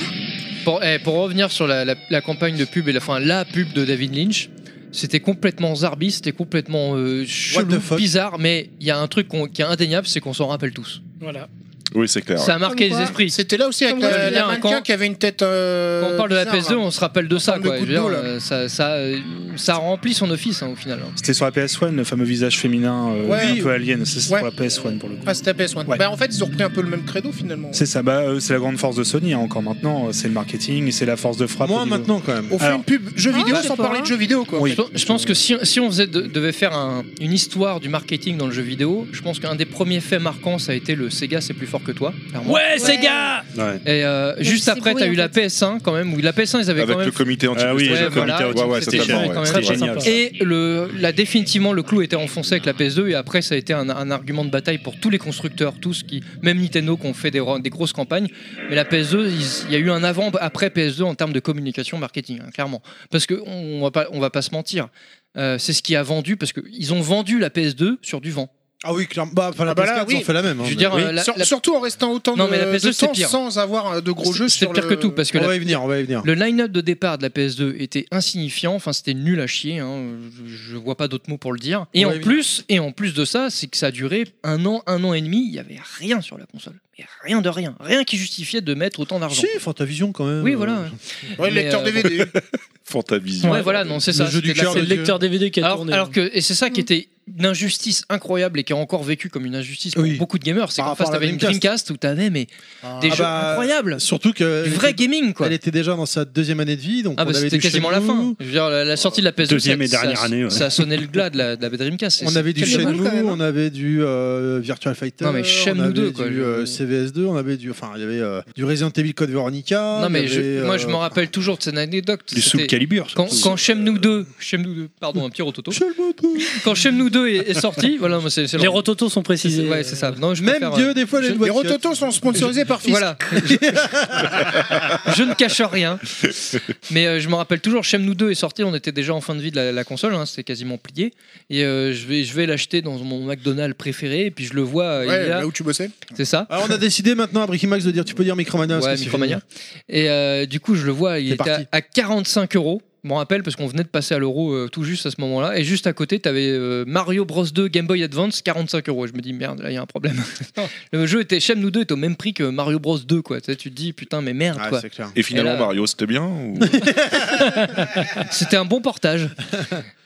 Speaker 12: pour- eh, pour revenir sur la, la- la campagne de pub et la, enfin, la pub de David Lynch, c'était complètement zarbi, c'était complètement euh, chelou, bizarre, mais il y a un truc qu'on- qui est indéniable, c'est qu'on s'en rappelle tous.
Speaker 17: Voilà.
Speaker 5: Oui, c'est clair.
Speaker 12: Ça a marqué les esprits.
Speaker 6: C'était là aussi avec
Speaker 12: Comme
Speaker 6: la,
Speaker 12: vous
Speaker 6: la
Speaker 12: avez dit,
Speaker 6: mannequin
Speaker 12: quand-
Speaker 6: qui avait une tête. euh,
Speaker 12: Quand on parle de la
Speaker 6: bizarre,
Speaker 12: PS2,
Speaker 6: là.
Speaker 12: on se rappelle de ça,
Speaker 6: forme de
Speaker 12: quoi.
Speaker 6: goutte
Speaker 12: Je veux dire,
Speaker 6: d'eau, là.
Speaker 12: euh, ça, ça, euh, ça remplit son office hein, au final. hein.
Speaker 9: C'était sur la PS1, le fameux visage féminin euh,
Speaker 6: Ouais.
Speaker 9: un peu alien. C'est
Speaker 6: Ouais.
Speaker 9: sur la PS1 pour le coup.
Speaker 6: Ah, c'était la PS1. Bah, en fait, ils ont repris un peu le même credo finalement.
Speaker 9: C'est ça, bah, euh, c'est la grande force de Sony hein, encore maintenant. euh, C'est le marketing, c'est la force de frappe. Moi
Speaker 4: maintenant quand même.
Speaker 6: On fait une pub
Speaker 12: Ah,
Speaker 6: jeux
Speaker 9: Ah,
Speaker 6: vidéo sans parler de jeux vidéo, quoi.
Speaker 9: Oui.
Speaker 6: en fait.
Speaker 12: Je pense que si, si on faisait de- devait faire un- une histoire du marketing dans le jeu vidéo, je pense qu'un des premiers faits marquants, ça a été le Sega c'est plus fort que toi. clairement.
Speaker 10: Ouais, Sega
Speaker 12: Et euh,
Speaker 10: Même
Speaker 12: juste
Speaker 10: si
Speaker 12: après,
Speaker 10: c'est
Speaker 12: t'as eu
Speaker 10: bruit, en
Speaker 12: la PS1 quand même, où la PS1 ils avaient
Speaker 5: Avec
Speaker 12: quand même.
Speaker 5: le comité anti-PlayStation.
Speaker 12: Ouais,
Speaker 5: Ah oui, le
Speaker 12: voilà,
Speaker 5: comité
Speaker 12: donc
Speaker 5: anti-PlayStation,
Speaker 12: c'était
Speaker 5: ouais,
Speaker 12: quand
Speaker 5: c'était
Speaker 12: même-
Speaker 5: génial, ça.
Speaker 12: Et le, là, définitivement, le clou était enfoncé avec la PS2, et après, ça a été un, un argument de bataille pour tous les constructeurs, tous qui, même Nintendo, qui ont fait des, ro- des grosses campagnes. Mais la PS2, ils- il y a eu un avant après PS2 en termes de communication marketing, hein, clairement. Parce que on va pas, on va pas se mentir, euh, c'est ce qui a vendu, parce qu'ils ont vendu la PS2 sur du vent.
Speaker 4: Ah oui, clairement. Bah, enfin, la
Speaker 12: Ah bah
Speaker 4: PS4,
Speaker 12: là,
Speaker 4: ils ont
Speaker 12: oui.
Speaker 4: fait la même. hein,
Speaker 12: Je veux dire, euh, la-
Speaker 6: Sur-
Speaker 12: la-
Speaker 6: Surtout en restant autant
Speaker 12: Non,
Speaker 6: de,
Speaker 12: mais la PS2,
Speaker 6: de
Speaker 12: c'est
Speaker 6: temps
Speaker 12: pire.
Speaker 6: sans avoir euh, de gros jeux
Speaker 12: C'est
Speaker 6: sur
Speaker 12: pire
Speaker 6: le-
Speaker 12: que tout parce que
Speaker 4: On
Speaker 12: la-
Speaker 4: va y venir, on va y venir.
Speaker 12: Le line-up de départ de la PS2 était insignifiant, enfin c'était nul à chier, hein, je, je vois pas d'autres mots pour le dire. Et
Speaker 10: Ouais,
Speaker 12: en
Speaker 10: oui.
Speaker 12: plus, et en plus de ça, c'est que ça a duré un an, un an et demi, il y avait rien sur la console, Mais rien de rien, rien qui justifiait de mettre autant d'argent.
Speaker 4: Si, Fantavision quand même.
Speaker 12: Oui, voilà.
Speaker 6: Ouais, le
Speaker 12: Mais,
Speaker 6: lecteur
Speaker 12: euh,
Speaker 6: DVD.
Speaker 5: Fantavision.
Speaker 12: Ouais, voilà, non, c'est ça.
Speaker 4: Le jeu du
Speaker 12: c'était
Speaker 4: cœur
Speaker 12: la-
Speaker 4: de Dieu.
Speaker 17: DVD qui
Speaker 12: alors, alors que et c'est ça qui était une injustice incroyable et qui est encore vécue comme une injustice pour beaucoup de gamers, c'est qu'en face
Speaker 4: rapport à la
Speaker 12: t'avais une
Speaker 4: Dreamcast.
Speaker 12: Dreamcast où t'avais mais des
Speaker 4: Ah
Speaker 12: jeux
Speaker 4: bah,
Speaker 12: incroyables.
Speaker 4: Surtout que.
Speaker 12: Du vrai gaming, quoi.
Speaker 4: Elle était déjà dans sa deuxième année de vie, donc
Speaker 12: Ah bah
Speaker 4: on avait
Speaker 12: c'était
Speaker 4: du
Speaker 12: quasiment la
Speaker 4: Shenmue,
Speaker 12: fin. Je veux dire, la, la sortie de la PS2,
Speaker 11: Deuxième
Speaker 12: ça-
Speaker 11: et dernière
Speaker 12: ça,
Speaker 11: année, ouais.
Speaker 12: ça a sonné le glas de la, de la Dreamcast.
Speaker 4: On avait du
Speaker 12: Quel
Speaker 4: Shenmue,
Speaker 12: dommage, quand même.
Speaker 4: on avait du euh, Virtual Fighter,
Speaker 12: Non, mais
Speaker 4: on
Speaker 12: Shenmue
Speaker 4: avait
Speaker 12: 2,
Speaker 4: du
Speaker 12: quoi,
Speaker 4: euh, CVS2, on avait du, enfin il y avait euh, du Resident Evil Code Veronica.
Speaker 12: Non mais
Speaker 4: il y
Speaker 12: je-
Speaker 4: avait,
Speaker 12: moi
Speaker 4: euh,
Speaker 12: je me rappelle toujours de cette anecdote.
Speaker 11: Du
Speaker 12: C'était-
Speaker 11: Soul Calibur,
Speaker 12: Quand,
Speaker 11: surtout.
Speaker 12: quand Shenmue 2, Shenmue 2, pardon un petit rototo. quand Shenmue 2 est, est sorti, voilà, moi, c'est c'est
Speaker 17: Les
Speaker 12: leur-
Speaker 17: rototos sont précisés.
Speaker 12: Ouais c'est ça. Non, je
Speaker 4: Même
Speaker 12: préfère,
Speaker 4: Dieu
Speaker 12: euh,
Speaker 4: des fois les
Speaker 12: je-
Speaker 6: Les rototos sont sponsorisés par Fisk.
Speaker 12: Voilà. je ne cache rien. Mais euh, je me rappelle toujours, Shenmue 2 est sorti, on était déjà en fin de vie de la, la console, hein, c'était quasiment plié. Et euh, je vais, je vais l'acheter dans mon McDonald's préféré, et puis je le vois. euh, il
Speaker 6: Ouais,
Speaker 12: est là.
Speaker 6: là où tu bossais.
Speaker 12: C'est ça
Speaker 4: Alors Ah, on a décidé maintenant à Bricky-Max de dire tu peux dire Micromania. parce
Speaker 12: Ouais,
Speaker 4: que c'est
Speaker 12: Micromania.
Speaker 4: fini.
Speaker 12: Et euh, du coup, je le vois, il
Speaker 4: C'est
Speaker 12: était à,
Speaker 4: parti.
Speaker 12: à 45 euros. Je me rappelle parce qu'on venait de passer à l'euro euh, tout juste à ce moment-là. Et juste à côté, tu avais Mario Bros 2 Game Boy Advance, 45 euros. Et Je me dis, merde, là, il y a un problème.
Speaker 4: Oh.
Speaker 12: le jeu était Shenmue 2 est au même prix que Mario Bros 2, quoi. Tu, sais, tu te dis, putain, mais merde,
Speaker 4: Ah,
Speaker 12: quoi.
Speaker 5: Et finalement,
Speaker 12: là,
Speaker 5: Mario, c'était bien ou-
Speaker 12: C'était un bon portage.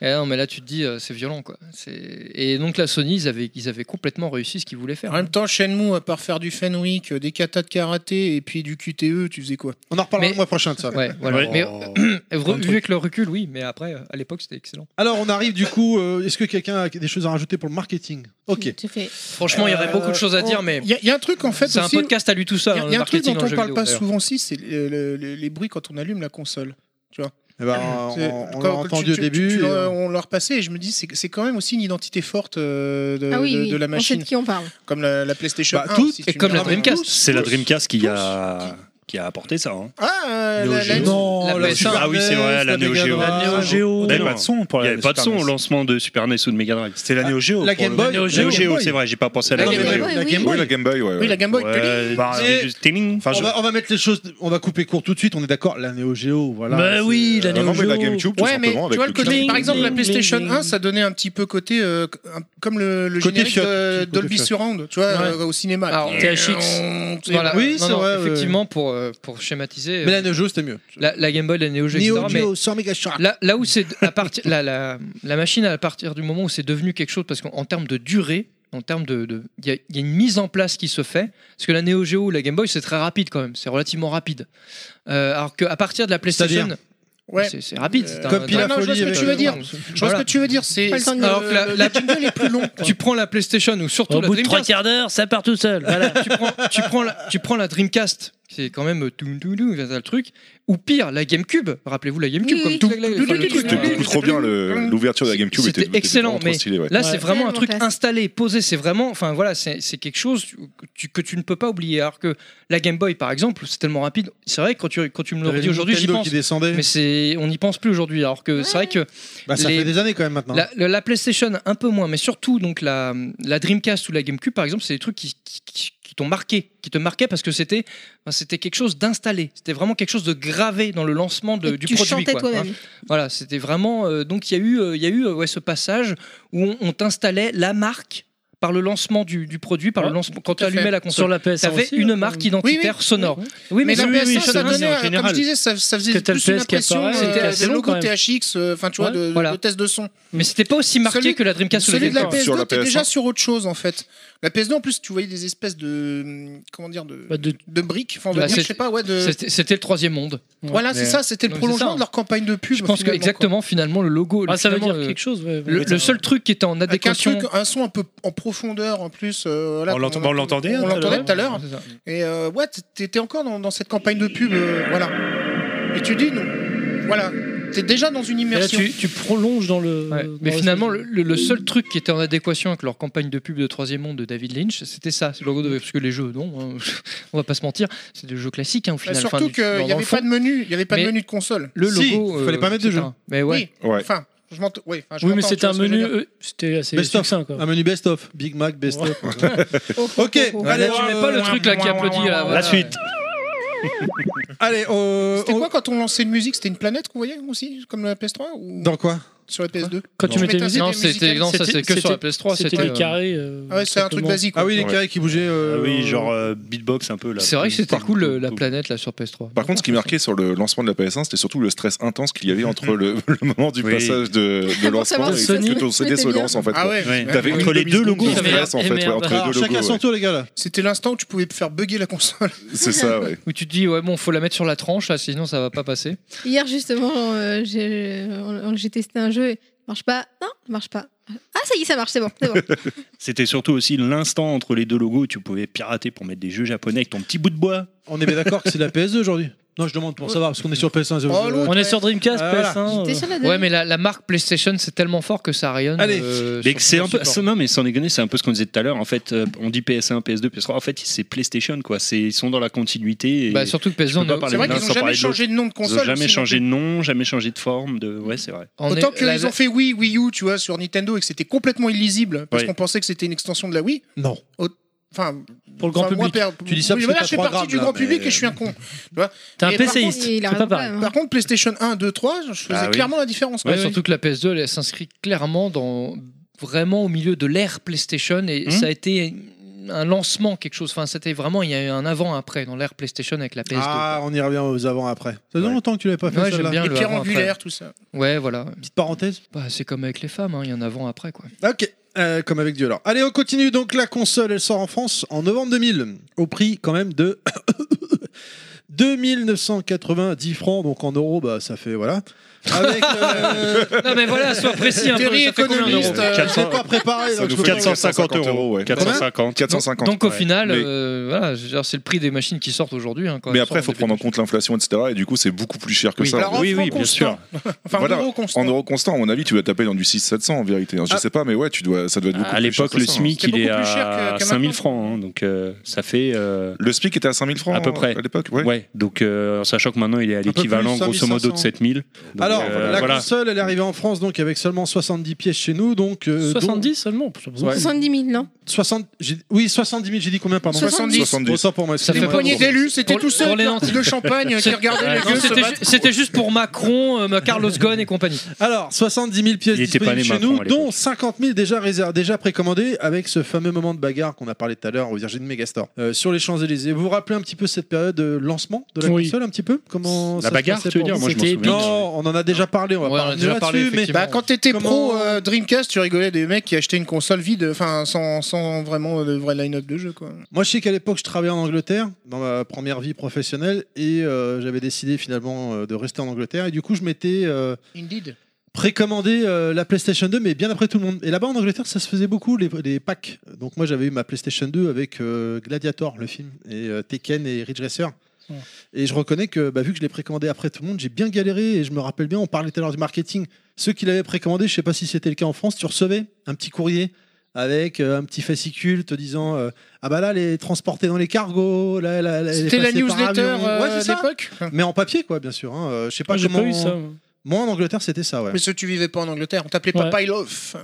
Speaker 12: Et non, mais là, tu te dis, euh, c'est violent, quoi. C'est- Et donc, la Sony, ils avaient, ils avaient complètement réussi ce qu'ils voulaient faire.
Speaker 6: En même temps, Shenmue, à part faire du Fenwick, euh, des katas de karaté et puis du QTE, tu faisais quoi
Speaker 4: On en reparlera
Speaker 12: Mais-
Speaker 4: le mois prochain de ça.
Speaker 12: Ouais, voilà.
Speaker 4: Ouais.
Speaker 12: Mais, euh,
Speaker 4: Plein de
Speaker 12: vu
Speaker 4: trucs.
Speaker 12: avec le recul, oui, mais après, euh, à l'époque, c'était excellent.
Speaker 4: Alors on arrive du coup, euh, est-ce que quelqu'un a des choses à rajouter pour le marketing Ok.
Speaker 12: Franchement, il y aurait beaucoup de choses à dire, mais
Speaker 6: Euh, oh, Il y, a- il y a un truc en fait.
Speaker 12: c'est un
Speaker 6: aussi-
Speaker 12: podcast à lui tout seul.
Speaker 6: Il y a-
Speaker 12: hein,
Speaker 6: il y a
Speaker 12: le
Speaker 6: un truc
Speaker 12: marketing dans
Speaker 6: dont on
Speaker 12: le jeu
Speaker 6: parle
Speaker 12: vidéo,
Speaker 6: pas
Speaker 12: d'ailleurs.
Speaker 6: souvent aussi, c'est le- le- le- les bruits quand on allume la console. Tu vois
Speaker 4: Eh ben,
Speaker 6: C'est-
Speaker 4: on- on
Speaker 6: quand-
Speaker 4: l'a
Speaker 6: quand
Speaker 4: entendu
Speaker 6: tu-
Speaker 4: au
Speaker 6: tu-
Speaker 4: début,
Speaker 6: tu-
Speaker 4: et, euh,
Speaker 6: on l'a repassé et je me dis, c'est c'est quand même aussi une identité forte euh, de,
Speaker 18: Ah oui,
Speaker 6: de-
Speaker 18: oui,
Speaker 6: de la
Speaker 18: on sait
Speaker 6: machine.
Speaker 18: de qui on parle.
Speaker 6: Comme la, la PlayStation
Speaker 4: Bah,
Speaker 6: 1.
Speaker 4: toutes,
Speaker 6: si
Speaker 4: et
Speaker 6: tu
Speaker 4: comme
Speaker 6: me
Speaker 4: la
Speaker 6: demandes.
Speaker 4: Dreamcast.
Speaker 11: C'est la Dreamcast qui a. qui a apporté ça. hein.
Speaker 6: Ah, euh,
Speaker 11: Neo
Speaker 6: la, la-
Speaker 11: Geo.
Speaker 6: la PS1.
Speaker 11: Ah oui, c'est vrai, la Neo Geo.
Speaker 6: La Neo
Speaker 11: On
Speaker 6: Geo.
Speaker 11: avait
Speaker 6: Non.
Speaker 11: pas de son pour la Il n'y avait pas de son au lancement de Super NES ou de Mega Drive. C'était la Neo Geo.
Speaker 6: la pour Game le- Boy.
Speaker 11: Neo
Speaker 6: La
Speaker 11: Geo,
Speaker 6: Game Boy.
Speaker 11: c'est vrai, j'ai pas pensé à la
Speaker 6: La
Speaker 11: Neo
Speaker 6: Game
Speaker 11: Geo.
Speaker 6: Boy, oui, oui. Oui, la
Speaker 5: Game Boy, ouais.
Speaker 6: Oui, la Game Boy,
Speaker 11: Ouais,
Speaker 6: bah,
Speaker 11: c'était
Speaker 4: Et-
Speaker 11: juste Ting. Enfin,
Speaker 4: on,
Speaker 11: je-
Speaker 4: va, on va mettre les choses, on va couper court tout de suite. On est d'accord, la Neo Geo, voilà.
Speaker 10: Bah
Speaker 4: c'est-
Speaker 10: oui, la
Speaker 4: euh,
Speaker 10: Neo
Speaker 4: non, mais
Speaker 10: Geo.
Speaker 6: ouais, mais tu vois le côté,
Speaker 10: Ding,
Speaker 6: par exemple, la
Speaker 10: ding,
Speaker 6: PlayStation
Speaker 10: ding,
Speaker 6: 1, ça donnait un petit peu côté euh, un- comme le, le
Speaker 4: Côté
Speaker 6: générique
Speaker 4: fiotte,
Speaker 6: de
Speaker 4: côté
Speaker 6: Dolby
Speaker 4: fiotte.
Speaker 6: Surround, tu vois,
Speaker 4: Ouais.
Speaker 6: euh, au cinéma.
Speaker 12: Alors,
Speaker 6: C'est-
Speaker 12: THX. Voilà.
Speaker 4: Oui,
Speaker 12: Non,
Speaker 4: c'est
Speaker 12: non,
Speaker 4: vrai, ouais.
Speaker 12: Effectivement, pour, euh, pour schématiser.
Speaker 4: Mais la
Speaker 12: euh,
Speaker 4: Neo Geo, c'était mieux.
Speaker 12: la, la Game Boy, la Neo Geo,
Speaker 4: Neo
Speaker 12: etc.,
Speaker 4: Geo,
Speaker 12: mais
Speaker 4: sans méga shark.
Speaker 12: Là, là où c'est à partir la, la, la machine à partir du moment où c'est devenu quelque chose parce qu'en en termes de durée, en termes de, de- il y, a- il y a une mise en place qui se fait parce que la Neo Geo, ou la Game Boy, c'est très rapide quand même, c'est relativement rapide. Euh, alors qu'à partir de la PlayStation,
Speaker 4: C'est-à-dire
Speaker 6: Ouais.
Speaker 12: c'est c'est rapide. c'est un-
Speaker 4: Comme Pila
Speaker 12: un-
Speaker 6: Non, je vois ce que tu veux dire. Je vois ce
Speaker 12: Voilà.
Speaker 6: que tu veux dire. C'est
Speaker 12: Pas le temps de-
Speaker 6: euh,
Speaker 12: Alors que la-
Speaker 6: le
Speaker 12: la-
Speaker 6: jingle est plus long.
Speaker 12: Tu prends la PlayStation ou surtout
Speaker 10: Au
Speaker 12: la
Speaker 10: bout de trois
Speaker 12: Dreamcast.
Speaker 10: quarts d'heure, ça part tout seul. Voilà.
Speaker 12: tu, prends, tu, prends la, tu prends la Dreamcast, qui est quand même euh, tout tout tout, le truc, ou pire, la GameCube. Rappelez-vous la GameCube,
Speaker 7: Oui,
Speaker 12: comme
Speaker 7: oui.
Speaker 12: tout. la- la- enfin, le truc,
Speaker 5: C'était beaucoup trop bien le- l'ouverture de la GameCube.
Speaker 12: c'était excellent,
Speaker 5: vraiment trop
Speaker 12: mais
Speaker 5: stylé, ouais.
Speaker 12: là c'est vraiment
Speaker 7: Tellement
Speaker 12: un truc
Speaker 7: classe.
Speaker 12: installé, posé. C'est vraiment, enfin voilà, c'est c'est quelque chose que tu, que tu ne peux pas oublier. Alors que la Game Boy, par exemple, c'est tellement rapide. C'est vrai que quand tu, quand tu me le
Speaker 4: T'avais
Speaker 12: redis
Speaker 4: le
Speaker 12: aujourd'hui, j'y
Speaker 4: Nintendo
Speaker 12: pense.
Speaker 4: qui descendait.
Speaker 12: Mais c'est, on n'y pense plus aujourd'hui. Alors que c'est vrai que
Speaker 4: Bah, ça
Speaker 12: les-
Speaker 4: fait des années quand même maintenant. hein.
Speaker 12: la, le- la PlayStation un peu moins, mais surtout donc la, la Dreamcast ou la GameCube par exemple, c'est des trucs qui, qui- qui- qui t'ont marqué, qui te marquaient parce que c'était enfin, c'était quelque chose d'installé, c'était vraiment quelque chose de gravé dans le lancement de-
Speaker 7: Et
Speaker 12: du
Speaker 7: tu
Speaker 12: produit.
Speaker 7: chantais
Speaker 12: quoi,
Speaker 7: toi-même.
Speaker 12: hein. Voilà, c'était vraiment euh, donc il y a eu euh, il y a eu euh, ouais, ce passage où on, on t'installait la marque par le lancement du, du produit, par le
Speaker 10: Ouais,
Speaker 12: lancement quand
Speaker 10: tout
Speaker 12: tu
Speaker 10: à fait.
Speaker 12: allumais la console.
Speaker 10: Sur la PS1
Speaker 12: t'avais
Speaker 10: aussi,
Speaker 12: une
Speaker 10: là,
Speaker 12: marque
Speaker 10: quand même.
Speaker 12: identitaire
Speaker 6: Oui, oui.
Speaker 12: sonore.
Speaker 10: Oui, mais
Speaker 6: mais la
Speaker 10: oui,
Speaker 6: PS1,
Speaker 10: oui,
Speaker 6: ça
Speaker 10: ça, c'est
Speaker 6: donnait,
Speaker 10: en
Speaker 6: euh, comme
Speaker 10: général.
Speaker 6: je disais, ça, ça
Speaker 10: Que
Speaker 6: faisait
Speaker 10: t'as le
Speaker 6: plus une
Speaker 10: PS qui
Speaker 6: impression
Speaker 10: apparaît,
Speaker 6: euh,
Speaker 10: c'est
Speaker 6: de
Speaker 10: long,
Speaker 6: logo
Speaker 10: quand même.
Speaker 6: THX, euh, enfin tu vois,
Speaker 10: Ouais,
Speaker 6: de,
Speaker 12: voilà.
Speaker 6: de test de son.
Speaker 12: Mais c'était pas aussi marqué
Speaker 6: Celui-
Speaker 12: que la Dreamcast ou la
Speaker 6: Celui de la
Speaker 12: GameCube.
Speaker 5: Sur
Speaker 6: PS2,
Speaker 5: la
Speaker 6: t'es
Speaker 5: PS1.
Speaker 6: déjà sur autre chose en fait. La PS2, en plus, tu voyais des espèces de. hum, Comment dire De,
Speaker 10: Bah, de-
Speaker 6: de briques, enfin, on va
Speaker 12: Bah,
Speaker 6: dire, je
Speaker 12: c'est-
Speaker 6: sais pas, ouais, de.
Speaker 12: C'était c'était le troisième monde.
Speaker 6: Voilà, c'est
Speaker 4: Mais-
Speaker 6: ça, c'était le
Speaker 12: Donc, c'est
Speaker 6: prolongement
Speaker 12: ça.
Speaker 6: de leur campagne de pub.
Speaker 12: Je pense que
Speaker 6: finalement,
Speaker 12: exactement finalement le logo.
Speaker 10: Ah,
Speaker 12: le-
Speaker 10: ça veut
Speaker 12: finalement,
Speaker 10: dire
Speaker 12: euh,
Speaker 10: quelque chose. ouais,
Speaker 12: Le,
Speaker 10: ouais.
Speaker 12: le seul truc qui était en
Speaker 6: quoi. Avec un,
Speaker 12: adéquation.
Speaker 6: truc, un son un peu en profondeur en plus. euh, voilà,
Speaker 19: On l'entend- on l'entendait,
Speaker 6: On
Speaker 19: hein,
Speaker 6: l'entendait
Speaker 19: tout
Speaker 6: tout à l'heure. Et euh, ouais, t- t'étais encore dans, dans cette campagne de pub, euh, voilà. Et tu dis, non, voilà, t'es déjà dans une
Speaker 10: Et là,
Speaker 6: immersion.
Speaker 10: tu, tu prolonges dans le.
Speaker 12: Ouais.
Speaker 10: dans
Speaker 12: Mais
Speaker 10: le-
Speaker 12: finalement, le, le- le seul truc qui était en adéquation avec leur campagne de pub de Troisième Monde de David Lynch, c'était ça. c'est Le logo de... Parce que les jeux, non, hein, on va pas se mentir, c'est des jeux classiques hein, au
Speaker 6: Bah,
Speaker 12: final. enfin,
Speaker 6: surtout
Speaker 12: du-
Speaker 6: qu'il
Speaker 12: dans- dans
Speaker 6: n'y avait
Speaker 12: le fond,
Speaker 6: pas de menu, il y avait pas
Speaker 12: Mais-
Speaker 6: de menu de console.
Speaker 12: Le
Speaker 4: Si,
Speaker 12: logo.
Speaker 4: fallait pas mettre de
Speaker 12: etc.
Speaker 4: jeu.
Speaker 12: Mais ouais.
Speaker 6: Oui,
Speaker 5: Ouais.
Speaker 6: enfin, je m'entends. Oui, enfin, je
Speaker 10: Oui, mais
Speaker 6: m'entends,
Speaker 10: c'était
Speaker 6: tu vois
Speaker 10: un
Speaker 6: ce que je veux
Speaker 10: menu.
Speaker 6: dire.
Speaker 10: euh, C'était assez
Speaker 4: Best of.
Speaker 10: succinct, quoi.
Speaker 4: Un menu best-of. Big Mac, best-of. ok,
Speaker 12: Ouais,
Speaker 4: allez, euh,
Speaker 12: là, tu mets pas le truc là qui applaudit. là, voilà.
Speaker 11: suite.
Speaker 12: euh,
Speaker 4: Allez, on-
Speaker 6: C'était
Speaker 4: on-
Speaker 6: quoi quand on lançait une musique C'était une planète qu'on voyait aussi, comme la PS3 ou
Speaker 4: Dans quoi
Speaker 6: sur la PS2
Speaker 10: Quand tu mettais
Speaker 6: mettais un
Speaker 10: musique,
Speaker 6: CD
Speaker 12: Non, c'était
Speaker 6: musical.
Speaker 12: non, ça c'est que sur la PS3.
Speaker 10: C'était
Speaker 12: C'était
Speaker 10: des carrés. euh,
Speaker 6: Ah ouais, c'est un truc
Speaker 10: simplement.
Speaker 6: basique.
Speaker 4: Ah oui, les
Speaker 11: Ouais.
Speaker 4: carrés qui bougeaient. euh,
Speaker 11: Ah oui, genre euh, beatbox un peu là.
Speaker 12: C'est vrai que c'était
Speaker 11: Par-
Speaker 12: cool euh, la planète là sur PS3.
Speaker 5: Par contre, ce qui marquait sur le lancement de la PS1, c'était surtout le stress intense qu'il y avait entre le, le moment du
Speaker 11: Oui.
Speaker 5: passage de, de lancement
Speaker 7: savoir
Speaker 5: et
Speaker 7: si
Speaker 5: ce
Speaker 7: Sony
Speaker 5: que ton CD se
Speaker 7: était bien.
Speaker 5: lance en fait.
Speaker 6: Ah
Speaker 5: quoi.
Speaker 6: ouais,
Speaker 11: Ouais.
Speaker 6: mais-
Speaker 5: T'avais
Speaker 11: Entre les deux logos,
Speaker 5: de stress en
Speaker 12: Eh,
Speaker 10: merde,
Speaker 5: fait, ouais,
Speaker 10: merde.
Speaker 5: entre les
Speaker 4: Alors,
Speaker 5: deux logos.
Speaker 4: chacun son
Speaker 5: ouais.
Speaker 4: tour, les gars là.
Speaker 6: C'était l'instant où tu pouvais faire bugger la console.
Speaker 5: C'est ça, ouais.
Speaker 12: Où tu te dis, ouais, bon, faut la mettre sur la tranche, là, sinon ça va pas passer.
Speaker 7: Hier, justement, euh, j'ai on- j'ai testé un jeu et marche pas. Non, marche pas. Ah, ça y est, ça marche, c'est bon. c'est bon.
Speaker 11: C'était surtout aussi l'instant entre les deux logos où tu pouvais pirater pour mettre des jeux japonais avec ton petit bout de bois.
Speaker 4: On est bien d'accord que c'est la PS2 aujourd'hui Non, je demande pour savoir, parce qu'on est sur PS1.
Speaker 6: Oh, l'autre.
Speaker 10: On est sur Dreamcast,
Speaker 4: Ah, voilà.
Speaker 10: PS1.
Speaker 7: J'étais
Speaker 10: euh,
Speaker 7: sur la
Speaker 12: hein. Ouais,
Speaker 7: deuxième.
Speaker 12: mais la, la marque PlayStation, c'est tellement fort que ça rayonne.
Speaker 4: Allez.
Speaker 12: euh,
Speaker 11: Mais
Speaker 12: sur
Speaker 11: que c'est un peu,
Speaker 12: plusieurs
Speaker 11: ça-
Speaker 12: supports.
Speaker 11: non mais sans déconner, c'est un peu ce qu'on disait tout à l'heure. En fait, euh, on dit PS1, PS2, PS3. En fait, c'est PlayStation quoi. C'est ils sont dans la continuité. Et
Speaker 12: Bah, surtout que PS2,
Speaker 11: je peux pas
Speaker 12: on,
Speaker 11: parler
Speaker 6: C'est vrai
Speaker 11: l'un
Speaker 6: qu'ils
Speaker 11: sans
Speaker 6: n'ont
Speaker 11: parler
Speaker 6: jamais
Speaker 11: de
Speaker 6: changé de nom de
Speaker 11: ils
Speaker 6: console.
Speaker 11: ont jamais
Speaker 6: aussi,
Speaker 11: changé de
Speaker 6: non
Speaker 11: nom, jamais changé de forme. De ouais, c'est vrai.
Speaker 6: plus.
Speaker 12: on est-
Speaker 6: Autant qu'ils
Speaker 12: la-
Speaker 6: ont fait Wii, Wii U, tu vois, sur Nintendo et que c'était complètement illisible parce
Speaker 11: Ouais.
Speaker 6: qu'on pensait que c'était une extension de la Wii.
Speaker 4: Non.
Speaker 6: Enfin,
Speaker 10: Pour le grand
Speaker 6: enfin, moi,
Speaker 10: public.
Speaker 6: per-
Speaker 4: Tu dis ça parce
Speaker 6: oui,
Speaker 4: que
Speaker 6: voilà,
Speaker 4: t'as
Speaker 6: je fais
Speaker 4: trois
Speaker 6: partie
Speaker 4: grammes,
Speaker 6: du
Speaker 4: là,
Speaker 6: grand
Speaker 4: mais- euh,
Speaker 6: public et je suis un con.
Speaker 10: T'es un hein.
Speaker 6: Et par
Speaker 10: PCiste.
Speaker 7: contre, il a
Speaker 10: C'est pas
Speaker 7: raison quand
Speaker 10: pareil.
Speaker 7: même.
Speaker 6: Par contre, PlayStation 1, 2, 3, je faisais
Speaker 11: Ah oui.
Speaker 6: clairement la différence.
Speaker 12: Ouais,
Speaker 6: Ouais,
Speaker 12: surtout que la PS2, elle, elle s'inscrit clairement dans vraiment au milieu de l'ère PlayStation et
Speaker 11: Hmm.
Speaker 12: ça a été un lancement quelque chose. Enfin, c'était vraiment il y a eu un avant après dans l'ère PlayStation avec la PS2.
Speaker 4: Ah, on y revient aux avant après. Ça faisait
Speaker 11: Ouais.
Speaker 4: longtemps que tu l'avais pas fait
Speaker 12: Ouais, j'aime
Speaker 4: celle-là.
Speaker 12: bien
Speaker 6: Les
Speaker 12: le
Speaker 6: pierres
Speaker 12: avant, après.
Speaker 6: angulaires, tout ça.
Speaker 12: Ouais, voilà.
Speaker 4: Petite parenthèse.
Speaker 12: Bah, c'est comme avec les femmes, hein, il y a un avant après quoi.
Speaker 4: Ok, euh, comme avec Dieu alors. Allez, on continue. Donc la console, elle sort en France en novembre 2000, au prix quand même de 2990 francs. Donc en euros, bah, ça fait voilà. Avec, euh,
Speaker 8: Non, mais
Speaker 12: Ah,
Speaker 8: voilà, sois précis
Speaker 12: hein,
Speaker 8: un peu,
Speaker 4: Terry
Speaker 8: ça fait combien d'euros
Speaker 4: économiste, euh,
Speaker 8: 400
Speaker 4: j'ai pas préparé. donc je peux-
Speaker 11: 450 euros, ouais. 450.
Speaker 5: 450.
Speaker 8: Donc, au
Speaker 5: Ouais.
Speaker 8: final,
Speaker 5: Mais-
Speaker 8: euh, voilà, je veux dire, c'est le prix des machines qui sortent aujourd'hui. hein, quand
Speaker 5: mais
Speaker 8: elles
Speaker 5: après, il
Speaker 8: sortent
Speaker 5: faut
Speaker 8: au début.
Speaker 5: prendre en compte l'inflation, etc. Et du coup, c'est beaucoup plus cher que
Speaker 8: Oui.
Speaker 5: ça.
Speaker 8: Alors, en Oui, francs oui, bien constants. sûr.
Speaker 6: Enfin, en
Speaker 5: Voilà,
Speaker 6: euros constants.
Speaker 5: En euros constants, à mon avis, tu vas taper dans du 6-700 en vérité. hein. Je
Speaker 6: Ah.
Speaker 5: sais pas, mais ouais, tu dois, ça doit être beaucoup
Speaker 20: À
Speaker 5: plus cher
Speaker 20: l'époque,
Speaker 5: que
Speaker 20: le
Speaker 5: ça, hein.
Speaker 20: SMIC, il est à
Speaker 5: que
Speaker 20: 5000 francs. hein, donc, euh, ça fait.
Speaker 5: le SMIC était à 5000 francs
Speaker 20: À peu
Speaker 5: hein,
Speaker 20: près.
Speaker 5: à l'époque,
Speaker 20: ouais. Donc, euh, en sachant que maintenant, il est à
Speaker 4: peu plus,
Speaker 20: l'équivalent, grosso modo,
Speaker 4: 5500.
Speaker 20: de 7000. Donc,
Speaker 4: Alors,
Speaker 20: euh,
Speaker 4: la
Speaker 20: voilà.
Speaker 4: console, elle est arrivée en France donc avec seulement 70 pièces chez nous. Donc, euh,
Speaker 10: 70
Speaker 4: donc-
Speaker 10: seulement.
Speaker 4: Ouais.
Speaker 7: 70 000, non
Speaker 4: 60 j'ai- oui, 70 000, j'ai dit combien, pardon
Speaker 6: 70.
Speaker 4: 70. Autant pour moi,
Speaker 6: Ça fait
Speaker 4: excusez-moi.
Speaker 6: pas Poignée beaucoup. d'élus, c'était
Speaker 8: Pour-
Speaker 6: tout seul, hein,
Speaker 8: pour les
Speaker 6: de
Speaker 8: lentilles.
Speaker 6: champagne, qui
Speaker 8: C'est-
Speaker 6: regardait
Speaker 12: Ah,
Speaker 6: les
Speaker 8: non,
Speaker 6: gueux se
Speaker 8: c'était
Speaker 6: battre.
Speaker 8: ju- C'était juste pour Macron, euh, Carlos Ghosn et compagnie.
Speaker 4: Alors, 70 000 pièces
Speaker 20: Il était pas
Speaker 4: disponibles
Speaker 20: né
Speaker 4: chez
Speaker 20: Macron,
Speaker 4: nous,
Speaker 20: à l'époque.
Speaker 4: dont 50 000 déjà, réser- déjà précommandées avec ce fameux moment de bagarre qu'on a parlé tout à l'heure au Virgin Megastore euh, sur les Champs-Élysées. Vous vous rappelez un petit peu cette période de lancement de la
Speaker 10: Oui.
Speaker 4: console un petit peu Comment
Speaker 10: La
Speaker 4: ça se
Speaker 10: bagarre,
Speaker 4: passait
Speaker 10: tu veux
Speaker 4: pour
Speaker 10: dire
Speaker 4: vous
Speaker 10: Moi, je m'en
Speaker 4: C'était-
Speaker 10: souviens.
Speaker 4: Non, on en a déjà parlé, on va pas revenir là-dessus, mais
Speaker 6: Bah, quand t'étais pro euh, Dreamcast, tu rigolais des mecs qui achetaient une console vide, enfin sans, sans vraiment de vrai line-up de jeu quoi.
Speaker 4: Moi, je sais qu'à l'époque, je travaillais en Angleterre, dans ma première vie professionnelle, et euh, j'avais décidé finalement euh, de rester en Angleterre. Et du coup, je m'étais euh,
Speaker 6: Indeed.
Speaker 4: précommandé euh, la PlayStation 2, mais bien après tout le monde. Et là-bas, en Angleterre, ça se faisait beaucoup, les, les packs. Donc, moi, j'avais eu ma PlayStation 2 avec euh, Gladiator, le film, et euh, Tekken et Ridge Racer. Et je reconnais que, bah, vu que je l'ai précommandé après tout le monde, j'ai bien galéré. Et je me rappelle bien, on parlait tout à l'heure du marketing. Ceux qui l'avaient précommandé, je sais pas si c'était le cas en France, tu recevais un petit courrier avec euh, un petit fascicule te disant euh, Ah bah là, elle est transportée dans les cargos. Là, là, là, elle est
Speaker 6: C'était la
Speaker 4: passée par
Speaker 6: newsletter
Speaker 4: avion.
Speaker 6: euh,
Speaker 4: Ouais, c'est ça.
Speaker 6: d'époque.
Speaker 4: Mais en papier, quoi, bien sûr. hein. Euh, Je sais pas
Speaker 6: Ah, j'ai
Speaker 4: comment.
Speaker 6: pas eu ça, moi.
Speaker 4: Moi, en Angleterre, c'était ça, ouais.
Speaker 6: Mais si tu vivais pas en Angleterre, on t'appelait
Speaker 4: Ouais.
Speaker 6: pas Pile Off.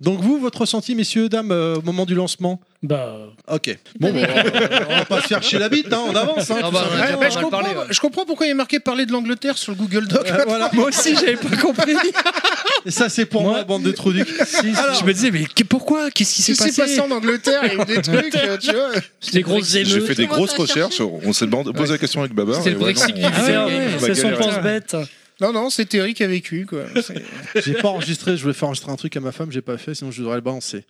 Speaker 4: Donc, vous, votre ressenti, messieurs, dames, euh, au moment du lancement
Speaker 20: euh,
Speaker 10: Bah.
Speaker 4: Ok. Bon, bah,
Speaker 6: euh,
Speaker 4: on va pas se faire chier la bite, hein, on avance. Hein,
Speaker 6: Ah
Speaker 4: tout
Speaker 6: bah,
Speaker 4: simplement.
Speaker 6: ouais, bah, ben, je, comprends, je comprends pourquoi il est marqué parler de l'Angleterre sur le Google Doc. Ah
Speaker 4: Euh, voilà.
Speaker 6: Moi aussi,
Speaker 4: j'avais pas
Speaker 6: compris.
Speaker 4: Et ça, c'est pour moi, bande de trous du cul.
Speaker 20: Je me disais, mais que- pourquoi Qu'est-ce qui s'est
Speaker 6: Si c'est
Speaker 20: passé
Speaker 6: passé en Angleterre, il y a eu des trucs, euh, tu vois.
Speaker 10: Des grosses émeutes.
Speaker 5: J'ai fait des
Speaker 10: Comment
Speaker 5: grosses
Speaker 10: ça,
Speaker 5: recherches. On s'est demandé- posé la question avec Babar.
Speaker 10: C'était
Speaker 5: et
Speaker 10: le
Speaker 5: ouais,
Speaker 10: Brexit
Speaker 5: non,
Speaker 10: qui
Speaker 5: on-
Speaker 10: faisait-
Speaker 5: on va
Speaker 10: ouais, c'est son
Speaker 5: galérer.
Speaker 10: pense-bête.
Speaker 6: Non, non, c'était Eric qui a vécu, quoi. C'est-
Speaker 4: J'ai pas enregistré, je voulais faire enregistrer un truc à ma femme, j'ai pas fait, sinon je devrais le balancer.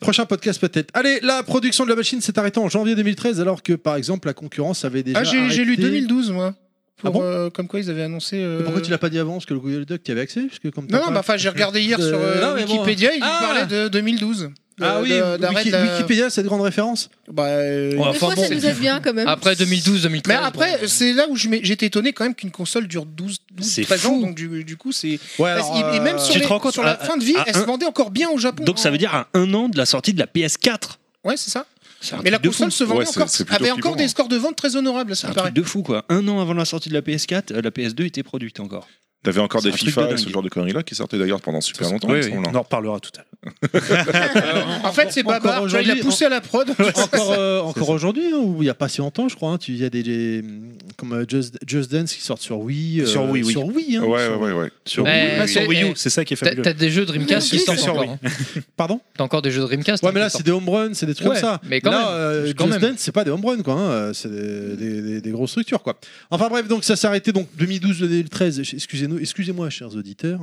Speaker 4: Prochain podcast peut-être. Allez, la production de la machine s'est arrêtée en janvier 2013, alors que par exemple la concurrence avait déjà.
Speaker 6: Ah, j'ai j'ai lu
Speaker 4: arrêté-
Speaker 6: 2012, moi. Pour,
Speaker 4: Ah bon
Speaker 6: euh, comme quoi ils avaient annoncé. euh,
Speaker 4: Mais Pourquoi tu l'as pas dit avant Parce que le Google Doc, t'y avais accès parce que comme t'as
Speaker 6: Non, non,
Speaker 4: pas-
Speaker 6: bah, enfin, j'ai regardé hier sur euh,
Speaker 4: Non, mais bon.
Speaker 6: Wikipédia, il
Speaker 4: Ah
Speaker 6: parlait de 2012.
Speaker 4: Ah
Speaker 6: de-
Speaker 4: oui,
Speaker 6: de- d'arrêt
Speaker 4: Wiki-
Speaker 6: de la-
Speaker 4: Wikipédia, c'est de grande référence
Speaker 6: Bah,
Speaker 4: Ouais,
Speaker 7: Des fois, ça nous aide bien quand même.
Speaker 8: Après 2012-2013.
Speaker 6: Mais après, c'est là où je m'ai- j'étais étonné quand même qu'une console dure 12, 12
Speaker 20: C'est
Speaker 6: 13 ans.
Speaker 20: fou.
Speaker 6: Donc, du, du coup, c'est.
Speaker 20: Ouais, alors,
Speaker 6: et, et même
Speaker 20: euh,
Speaker 6: sur,
Speaker 20: tu te
Speaker 6: les-
Speaker 20: rends compte,
Speaker 6: sur la
Speaker 20: à-
Speaker 6: fin de vie,
Speaker 20: à
Speaker 6: elle se
Speaker 20: un-
Speaker 6: vendait encore bien au Japon. hein.
Speaker 20: Donc, ça veut dire à un an de la sortie de la PS4.
Speaker 6: Ouais, c'est ça.
Speaker 11: Ah,
Speaker 20: un
Speaker 6: Mais la
Speaker 20: truc de
Speaker 6: console
Speaker 20: fou.
Speaker 6: se vendait
Speaker 20: Ouais, c'est-
Speaker 6: encore,
Speaker 20: c'est plutôt
Speaker 6: avait encore
Speaker 20: flippant,
Speaker 6: des
Speaker 20: hein.
Speaker 6: scores de vente très honorables, ça
Speaker 20: Un
Speaker 11: Ah,
Speaker 6: paraît.
Speaker 20: truc de fou, quoi. Un an avant la sortie de la PS4, euh, la PS2 était produite encore.
Speaker 5: T'avais encore
Speaker 20: C'est
Speaker 5: des
Speaker 20: un truc
Speaker 5: FIFA
Speaker 20: de
Speaker 5: et ce
Speaker 20: dingue.
Speaker 5: genre de conneries-là qui sortaient d'ailleurs pendant super longtemps.
Speaker 20: oui,
Speaker 5: il me
Speaker 20: oui.
Speaker 5: semble, hein.
Speaker 9: On en reparlera tout à l'heure.
Speaker 6: En fait, c'est
Speaker 4: Encore
Speaker 6: Babar, tu vois, il a
Speaker 4: aujourd'hui,
Speaker 6: poussé à la prod.
Speaker 4: encore euh, encore aujourd'hui hein, ou il y a pas si longtemps je crois hein, tu il y a des, des- comme euh, Just, Just Dance qui sortent sur Wii euh,
Speaker 9: Sur Wii, oui.
Speaker 4: sur Wii hein,
Speaker 5: Ouais,
Speaker 4: sur-
Speaker 5: ouais, ouais.
Speaker 9: Sur
Speaker 8: Mais-
Speaker 9: Wii, pas
Speaker 8: mais-
Speaker 9: sur Wii U,
Speaker 8: eh,
Speaker 9: c'est ça qui est
Speaker 8: T'as
Speaker 9: fabuleux.
Speaker 8: t'as des jeux Dreamcast qui
Speaker 9: Juste
Speaker 8: sortent
Speaker 9: sur
Speaker 8: encore.
Speaker 9: Wii.
Speaker 8: hein.
Speaker 4: Pardon
Speaker 8: T'as encore des jeux Dreamcast
Speaker 4: Ouais, mais là,
Speaker 8: qui
Speaker 4: c'est
Speaker 8: sortent.
Speaker 4: des home runs, c'est des trucs
Speaker 8: Ouais,
Speaker 4: comme ça.
Speaker 8: mais quand
Speaker 4: là,
Speaker 8: même,
Speaker 4: euh,
Speaker 8: quand
Speaker 4: Just
Speaker 8: même.
Speaker 4: Dance, c'est pas des home runs, quoi. hein, euh, C'est des, des- des- des grosses structures, quoi. Enfin bref, donc ça s'est arrêté donc 2012-2013. Excusez-nous, excusez-moi, chers auditeurs.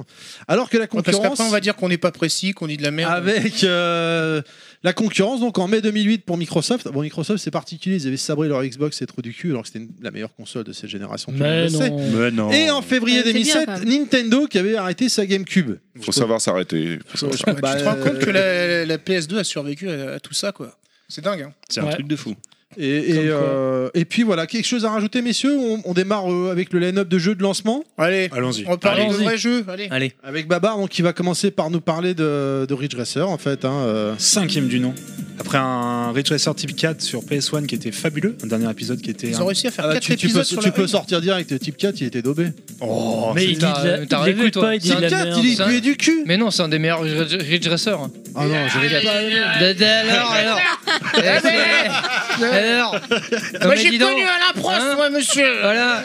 Speaker 4: Alors que la
Speaker 6: Ouais, Parce
Speaker 4: concurrence
Speaker 6: qu'après, on va dire qu'on n'est pas précis, qu'on dit de la merde.
Speaker 4: avec euh, la concurrence, donc en mai 2008 pour Microsoft. Bon, Microsoft, c'est particulier. Ils avaient sabré leur Xbox, c'est trou du cul, alors que c'était la meilleure console de cette génération. tout le
Speaker 10: Mais
Speaker 4: monde le
Speaker 10: non.
Speaker 4: sait.
Speaker 10: Mais non.
Speaker 4: Et en février
Speaker 10: Elle était bien,
Speaker 4: 2007,
Speaker 10: quand même.
Speaker 4: Nintendo qui avait arrêté sa GameCube.
Speaker 5: Faut savoir s'arrêter. Faut savoir s'arrêter.
Speaker 4: Bah,
Speaker 6: tu te rends
Speaker 4: euh,
Speaker 6: compte que la, la PS2 a survécu à, à tout ça, quoi. C'est dingue, hein.
Speaker 20: C'est un
Speaker 4: Ouais.
Speaker 20: truc de fou.
Speaker 4: Et, et, euh, et puis voilà, quelque chose à rajouter, messieurs On, on démarre euh, avec le line-up de jeux de lancement
Speaker 6: Allez,
Speaker 9: allons-y.
Speaker 6: On va parler de
Speaker 4: Allons-y.
Speaker 6: vrais jeux, allez.
Speaker 4: Avec Babar, donc, qui va commencer par nous parler de, de Ridge Racer, en fait. Hein, euh.
Speaker 9: Cinquième du nom. Après un Ridge Racer Type 4 sur PS1 qui était fabuleux, un dernier épisode qui était.
Speaker 6: Ils
Speaker 9: un-
Speaker 6: ont réussi à faire
Speaker 4: Ah bah,
Speaker 6: 4
Speaker 4: tu, tu
Speaker 6: épisodes
Speaker 4: peux,
Speaker 6: sur
Speaker 4: tu
Speaker 6: la
Speaker 4: peux
Speaker 6: une.
Speaker 4: sortir direct. Type 4, il était daubé.
Speaker 9: Oh,
Speaker 8: Mais il dit de la- il l'écoute pas, il dit de la merde. C'est un-
Speaker 4: du cul.
Speaker 8: Mais non, c'est un des meilleurs Ridge Ridge Racer.
Speaker 12: hein.
Speaker 4: Ah non, je rigole.
Speaker 8: Alors, alors. Eh, Alors, Non,
Speaker 6: Moi,
Speaker 8: mais
Speaker 6: j'ai
Speaker 8: dis donc.
Speaker 6: connu Alain Prost,
Speaker 8: Hein
Speaker 6: moi, monsieur.
Speaker 8: Voilà.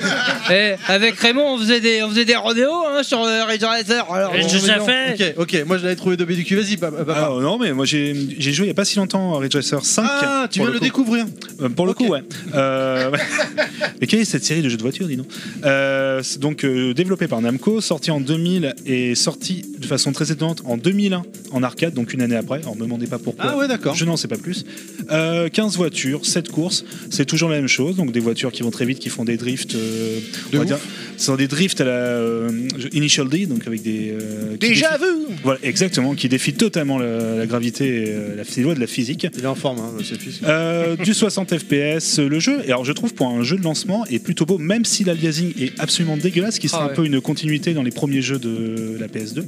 Speaker 8: Eh, avec Raymond, on faisait des, on faisait des rodéos hein, sur euh, Ridge Racer. Alors,
Speaker 4: Bon,
Speaker 8: bon,
Speaker 4: voyons.
Speaker 8: voyons.
Speaker 4: Ok, ok, moi je l'avais trouvé daubé du cul. Vas-y, bah, Babar.
Speaker 9: Ah non, mais moi j'ai j'ai joué il n'y a pas si longtemps à Ridge Racer 5.
Speaker 4: Ah, tu
Speaker 9: pour
Speaker 4: viens de le
Speaker 9: coup.
Speaker 4: découvrir.
Speaker 9: Euh, pour le coup, ouais. Euh, Mais quelle est cette série de jeux de voiture, dis donc Euh, c'est Donc euh, développé par Namco, sorti en 2000 et sorti de façon très étonnante en 2001 en arcade, donc une année après. Alors me demandez pas pourquoi.
Speaker 4: Ah ouais, d'accord.
Speaker 9: Je n'en sais pas plus. Euh, 15 voitures, 7 courses, c'est toujours la même chose. Donc des voitures qui vont très vite, qui font des drifts. euh, on
Speaker 4: De
Speaker 9: va
Speaker 4: ouf.
Speaker 9: dire- C'est dans des drifts à la euh, Initial D, donc avec des. euh, qui
Speaker 6: Déjà
Speaker 9: défient-
Speaker 6: vu
Speaker 9: Voilà, exactement, qui défient totalement la, la gravité et euh, la, les lois de la physique.
Speaker 4: Il est en forme, hein, monsieur Fils.
Speaker 9: Euh, du 60 FPS euh, le jeu et alors je trouve pour un jeu de lancement est plutôt beau même si l'aliasing est absolument dégueulasse qui serait
Speaker 11: Ah
Speaker 9: un
Speaker 11: ouais.
Speaker 9: peu une continuité dans les premiers jeux de la PS2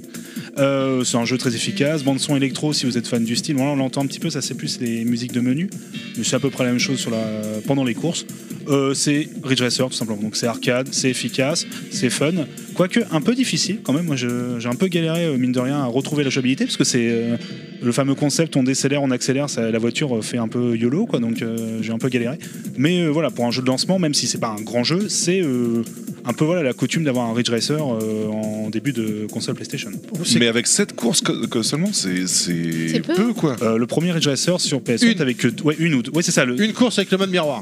Speaker 9: Euh, c'est un jeu très efficace bande son électro si vous êtes fan du style bon, là on l'entend un petit peu ça c'est plus les musiques de menu mais c'est à peu près la même chose sur la... pendant les courses Euh, c'est Ridge Racer tout simplement donc c'est arcade c'est efficace c'est fun quoique un peu difficile quand même moi je- j'ai un peu galéré euh, mine de rien à retrouver la jouabilité parce que c'est euh, le fameux concept on décélère on accélère ça- la voiture euh, fait un peu YOLO quoi donc euh, j'ai un peu galéré mais euh, voilà pour un jeu de lancement même si c'est pas un grand jeu c'est euh, un peu voilà la coutume d'avoir un Ridge Racer euh, en début de console PlayStation
Speaker 5: Mais avec 7 courses que, que seulement, c'est c'est peu. quoi.
Speaker 9: Euh, le premier Ridge Racer sur PS1 avec euh, ouais, une ou deux. Ouais, c'est ça.
Speaker 4: Une course avec le mode miroir.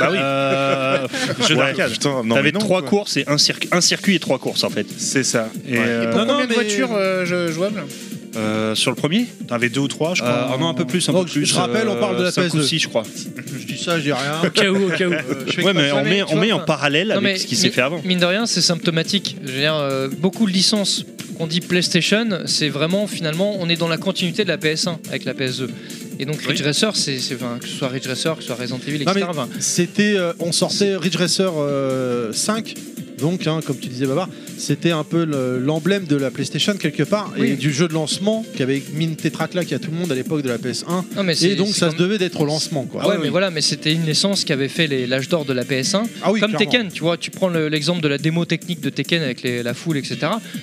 Speaker 9: Bah oui.
Speaker 11: Euh, jeu
Speaker 9: Ouais,
Speaker 11: d'arcade.
Speaker 9: putain, non, mais
Speaker 11: T'avais
Speaker 9: non,
Speaker 11: trois
Speaker 9: quoi.
Speaker 11: courses et un, circuit un circuit et trois courses en fait.
Speaker 9: C'est ça. Et, euh,
Speaker 6: Combien de voitures euh, je- jouables
Speaker 11: Euh, sur le premier
Speaker 9: T'en avais deux ou trois, je
Speaker 11: crois. non, un peu plus, un
Speaker 4: Donc,
Speaker 11: peu plus. euh,
Speaker 4: je rappelle, on parle de la
Speaker 11: cinq
Speaker 4: PS2.
Speaker 11: ou six, je crois.
Speaker 4: Je dis ça, je dis rien.
Speaker 11: Au cas où, au cas où.
Speaker 6: Euh,
Speaker 4: je fais
Speaker 11: Ouais,
Speaker 4: que
Speaker 11: mais
Speaker 4: ça.
Speaker 11: on met-
Speaker 4: tu
Speaker 11: on
Speaker 4: vois,
Speaker 11: met en
Speaker 4: enfin,
Speaker 11: parallèle
Speaker 4: non,
Speaker 11: avec
Speaker 4: mais
Speaker 11: ce qui s'est
Speaker 4: mi-
Speaker 11: fait avant.
Speaker 12: Mine de rien, c'est symptomatique. Je veux dire, euh, beaucoup de licences qu'on dit PlayStation, c'est vraiment finalement, on est dans la continuité de la PS1 avec la PS2. Et donc Ridge Racer, c'est, c'est- enfin, que ce soit Ridge Racer, que ce soit Resident Evil,
Speaker 4: Non,
Speaker 12: etc.
Speaker 4: mais
Speaker 12: enfin,
Speaker 4: c'était, euh, on sortait Ridge Racer euh, 5, donc hein, comme tu disais Babar, c'était un peu le- l'emblème de la PlayStation quelque part et
Speaker 12: Oui.
Speaker 4: du jeu de lancement qu'avait mis une tétraclaque à tout le monde à l'époque de la PS1.
Speaker 12: Non, mais
Speaker 4: et
Speaker 12: c'est-
Speaker 4: donc
Speaker 12: c'est
Speaker 4: ça
Speaker 12: comme- Ah
Speaker 4: se devait d'être au lancement quoi.
Speaker 12: ouais, mais voilà, mais c'était une licence qui avait fait les- l'âge d'or de la PS1.
Speaker 4: Ah oui,
Speaker 12: Comme
Speaker 4: clairement.
Speaker 12: Tekken, tu vois, tu prends le- l'exemple de la démo technique de Tekken avec les- la foule, etc.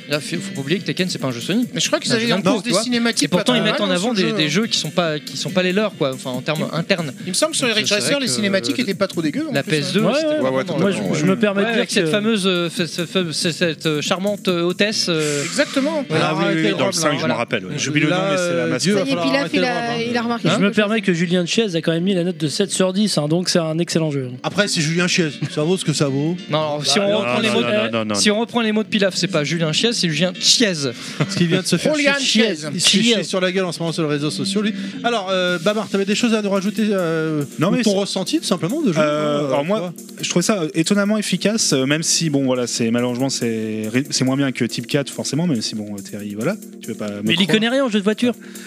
Speaker 12: Là, faut faut pas oublier que Tekken, c'est pas un jeu Sony.
Speaker 6: Mais je crois qu'ils
Speaker 12: C'est un
Speaker 6: avaient
Speaker 12: jeu
Speaker 6: en
Speaker 12: d'impôt,
Speaker 6: plus
Speaker 12: tu
Speaker 6: des
Speaker 12: vois.
Speaker 6: cinématiques
Speaker 12: Et pourtant,
Speaker 6: pas
Speaker 12: ils mettent en
Speaker 6: mal
Speaker 12: avant
Speaker 6: sur
Speaker 12: des,
Speaker 6: le jeu,
Speaker 12: des
Speaker 6: hein.
Speaker 12: jeux qui sont pas qui sont pas les leurs, quoi. Enfin, en termes internes.
Speaker 6: Il me semble que sur les
Speaker 12: Je
Speaker 6: Ridge
Speaker 12: sais
Speaker 6: Racer, les
Speaker 12: que-
Speaker 6: cinématiques étaient pas trop dégueu. en
Speaker 12: La
Speaker 6: plus, hein.
Speaker 12: PS2, c'était vraiment dans
Speaker 10: moi,
Speaker 12: le-
Speaker 10: je- je me permets de
Speaker 12: Ouais,
Speaker 10: dire
Speaker 12: avec cette
Speaker 10: que-
Speaker 12: fameuse, euh, ce- ce- ce- ce- cette euh, charmante euh, hôtesse.
Speaker 6: Exactement.
Speaker 11: Ah oui, oui, oui, dans le 5, je m'en rappelle. ouais. J'oublie le nom, mais c'est
Speaker 10: euh,
Speaker 11: la mascotte.
Speaker 7: Ça y est, Pilaf, il
Speaker 10: hein.
Speaker 7: a, il a remarqué.
Speaker 10: je me permets que Julien Chiez a quand même mis la note de 7 sur 10, hein, donc c'est un excellent jeu.
Speaker 4: Après, c'est Julien Chiez, ça vaut ce que ça vaut.
Speaker 12: Non, alors, si,
Speaker 10: Bah,
Speaker 12: on
Speaker 10: non,
Speaker 12: reprend
Speaker 10: non,
Speaker 12: les
Speaker 10: non,
Speaker 12: mots,
Speaker 10: non,
Speaker 12: eh,
Speaker 10: non, non,
Speaker 12: si on reprend les mots de Pilaf, c'est pas Julien Chiez, c'est Julien Chiez.
Speaker 4: Parce qu'il vient de se faire
Speaker 12: Julian
Speaker 4: chier,
Speaker 12: Chiez.
Speaker 4: Il se fait
Speaker 12: Chiez.
Speaker 4: chier sur la gueule en ce moment sur les réseaux sociaux lui. Alors euh, Babar, t'avais des choses à nous rajouter euh,
Speaker 9: Non,
Speaker 4: ou
Speaker 9: mais
Speaker 4: ton
Speaker 9: c'est-
Speaker 4: ressenti tout simplement de jeu
Speaker 9: Euh,
Speaker 4: euh,
Speaker 9: alors moi, je trouvais ça euh, étonnamment efficace, euh, même si bon voilà, c'est malheureusement c'est c'est moins bien que Type 4 forcément, même si bon euh, Terry voilà, tu veux pas. me
Speaker 10: Mais il y
Speaker 9: croire.
Speaker 10: connaît rien en jeu de voiture.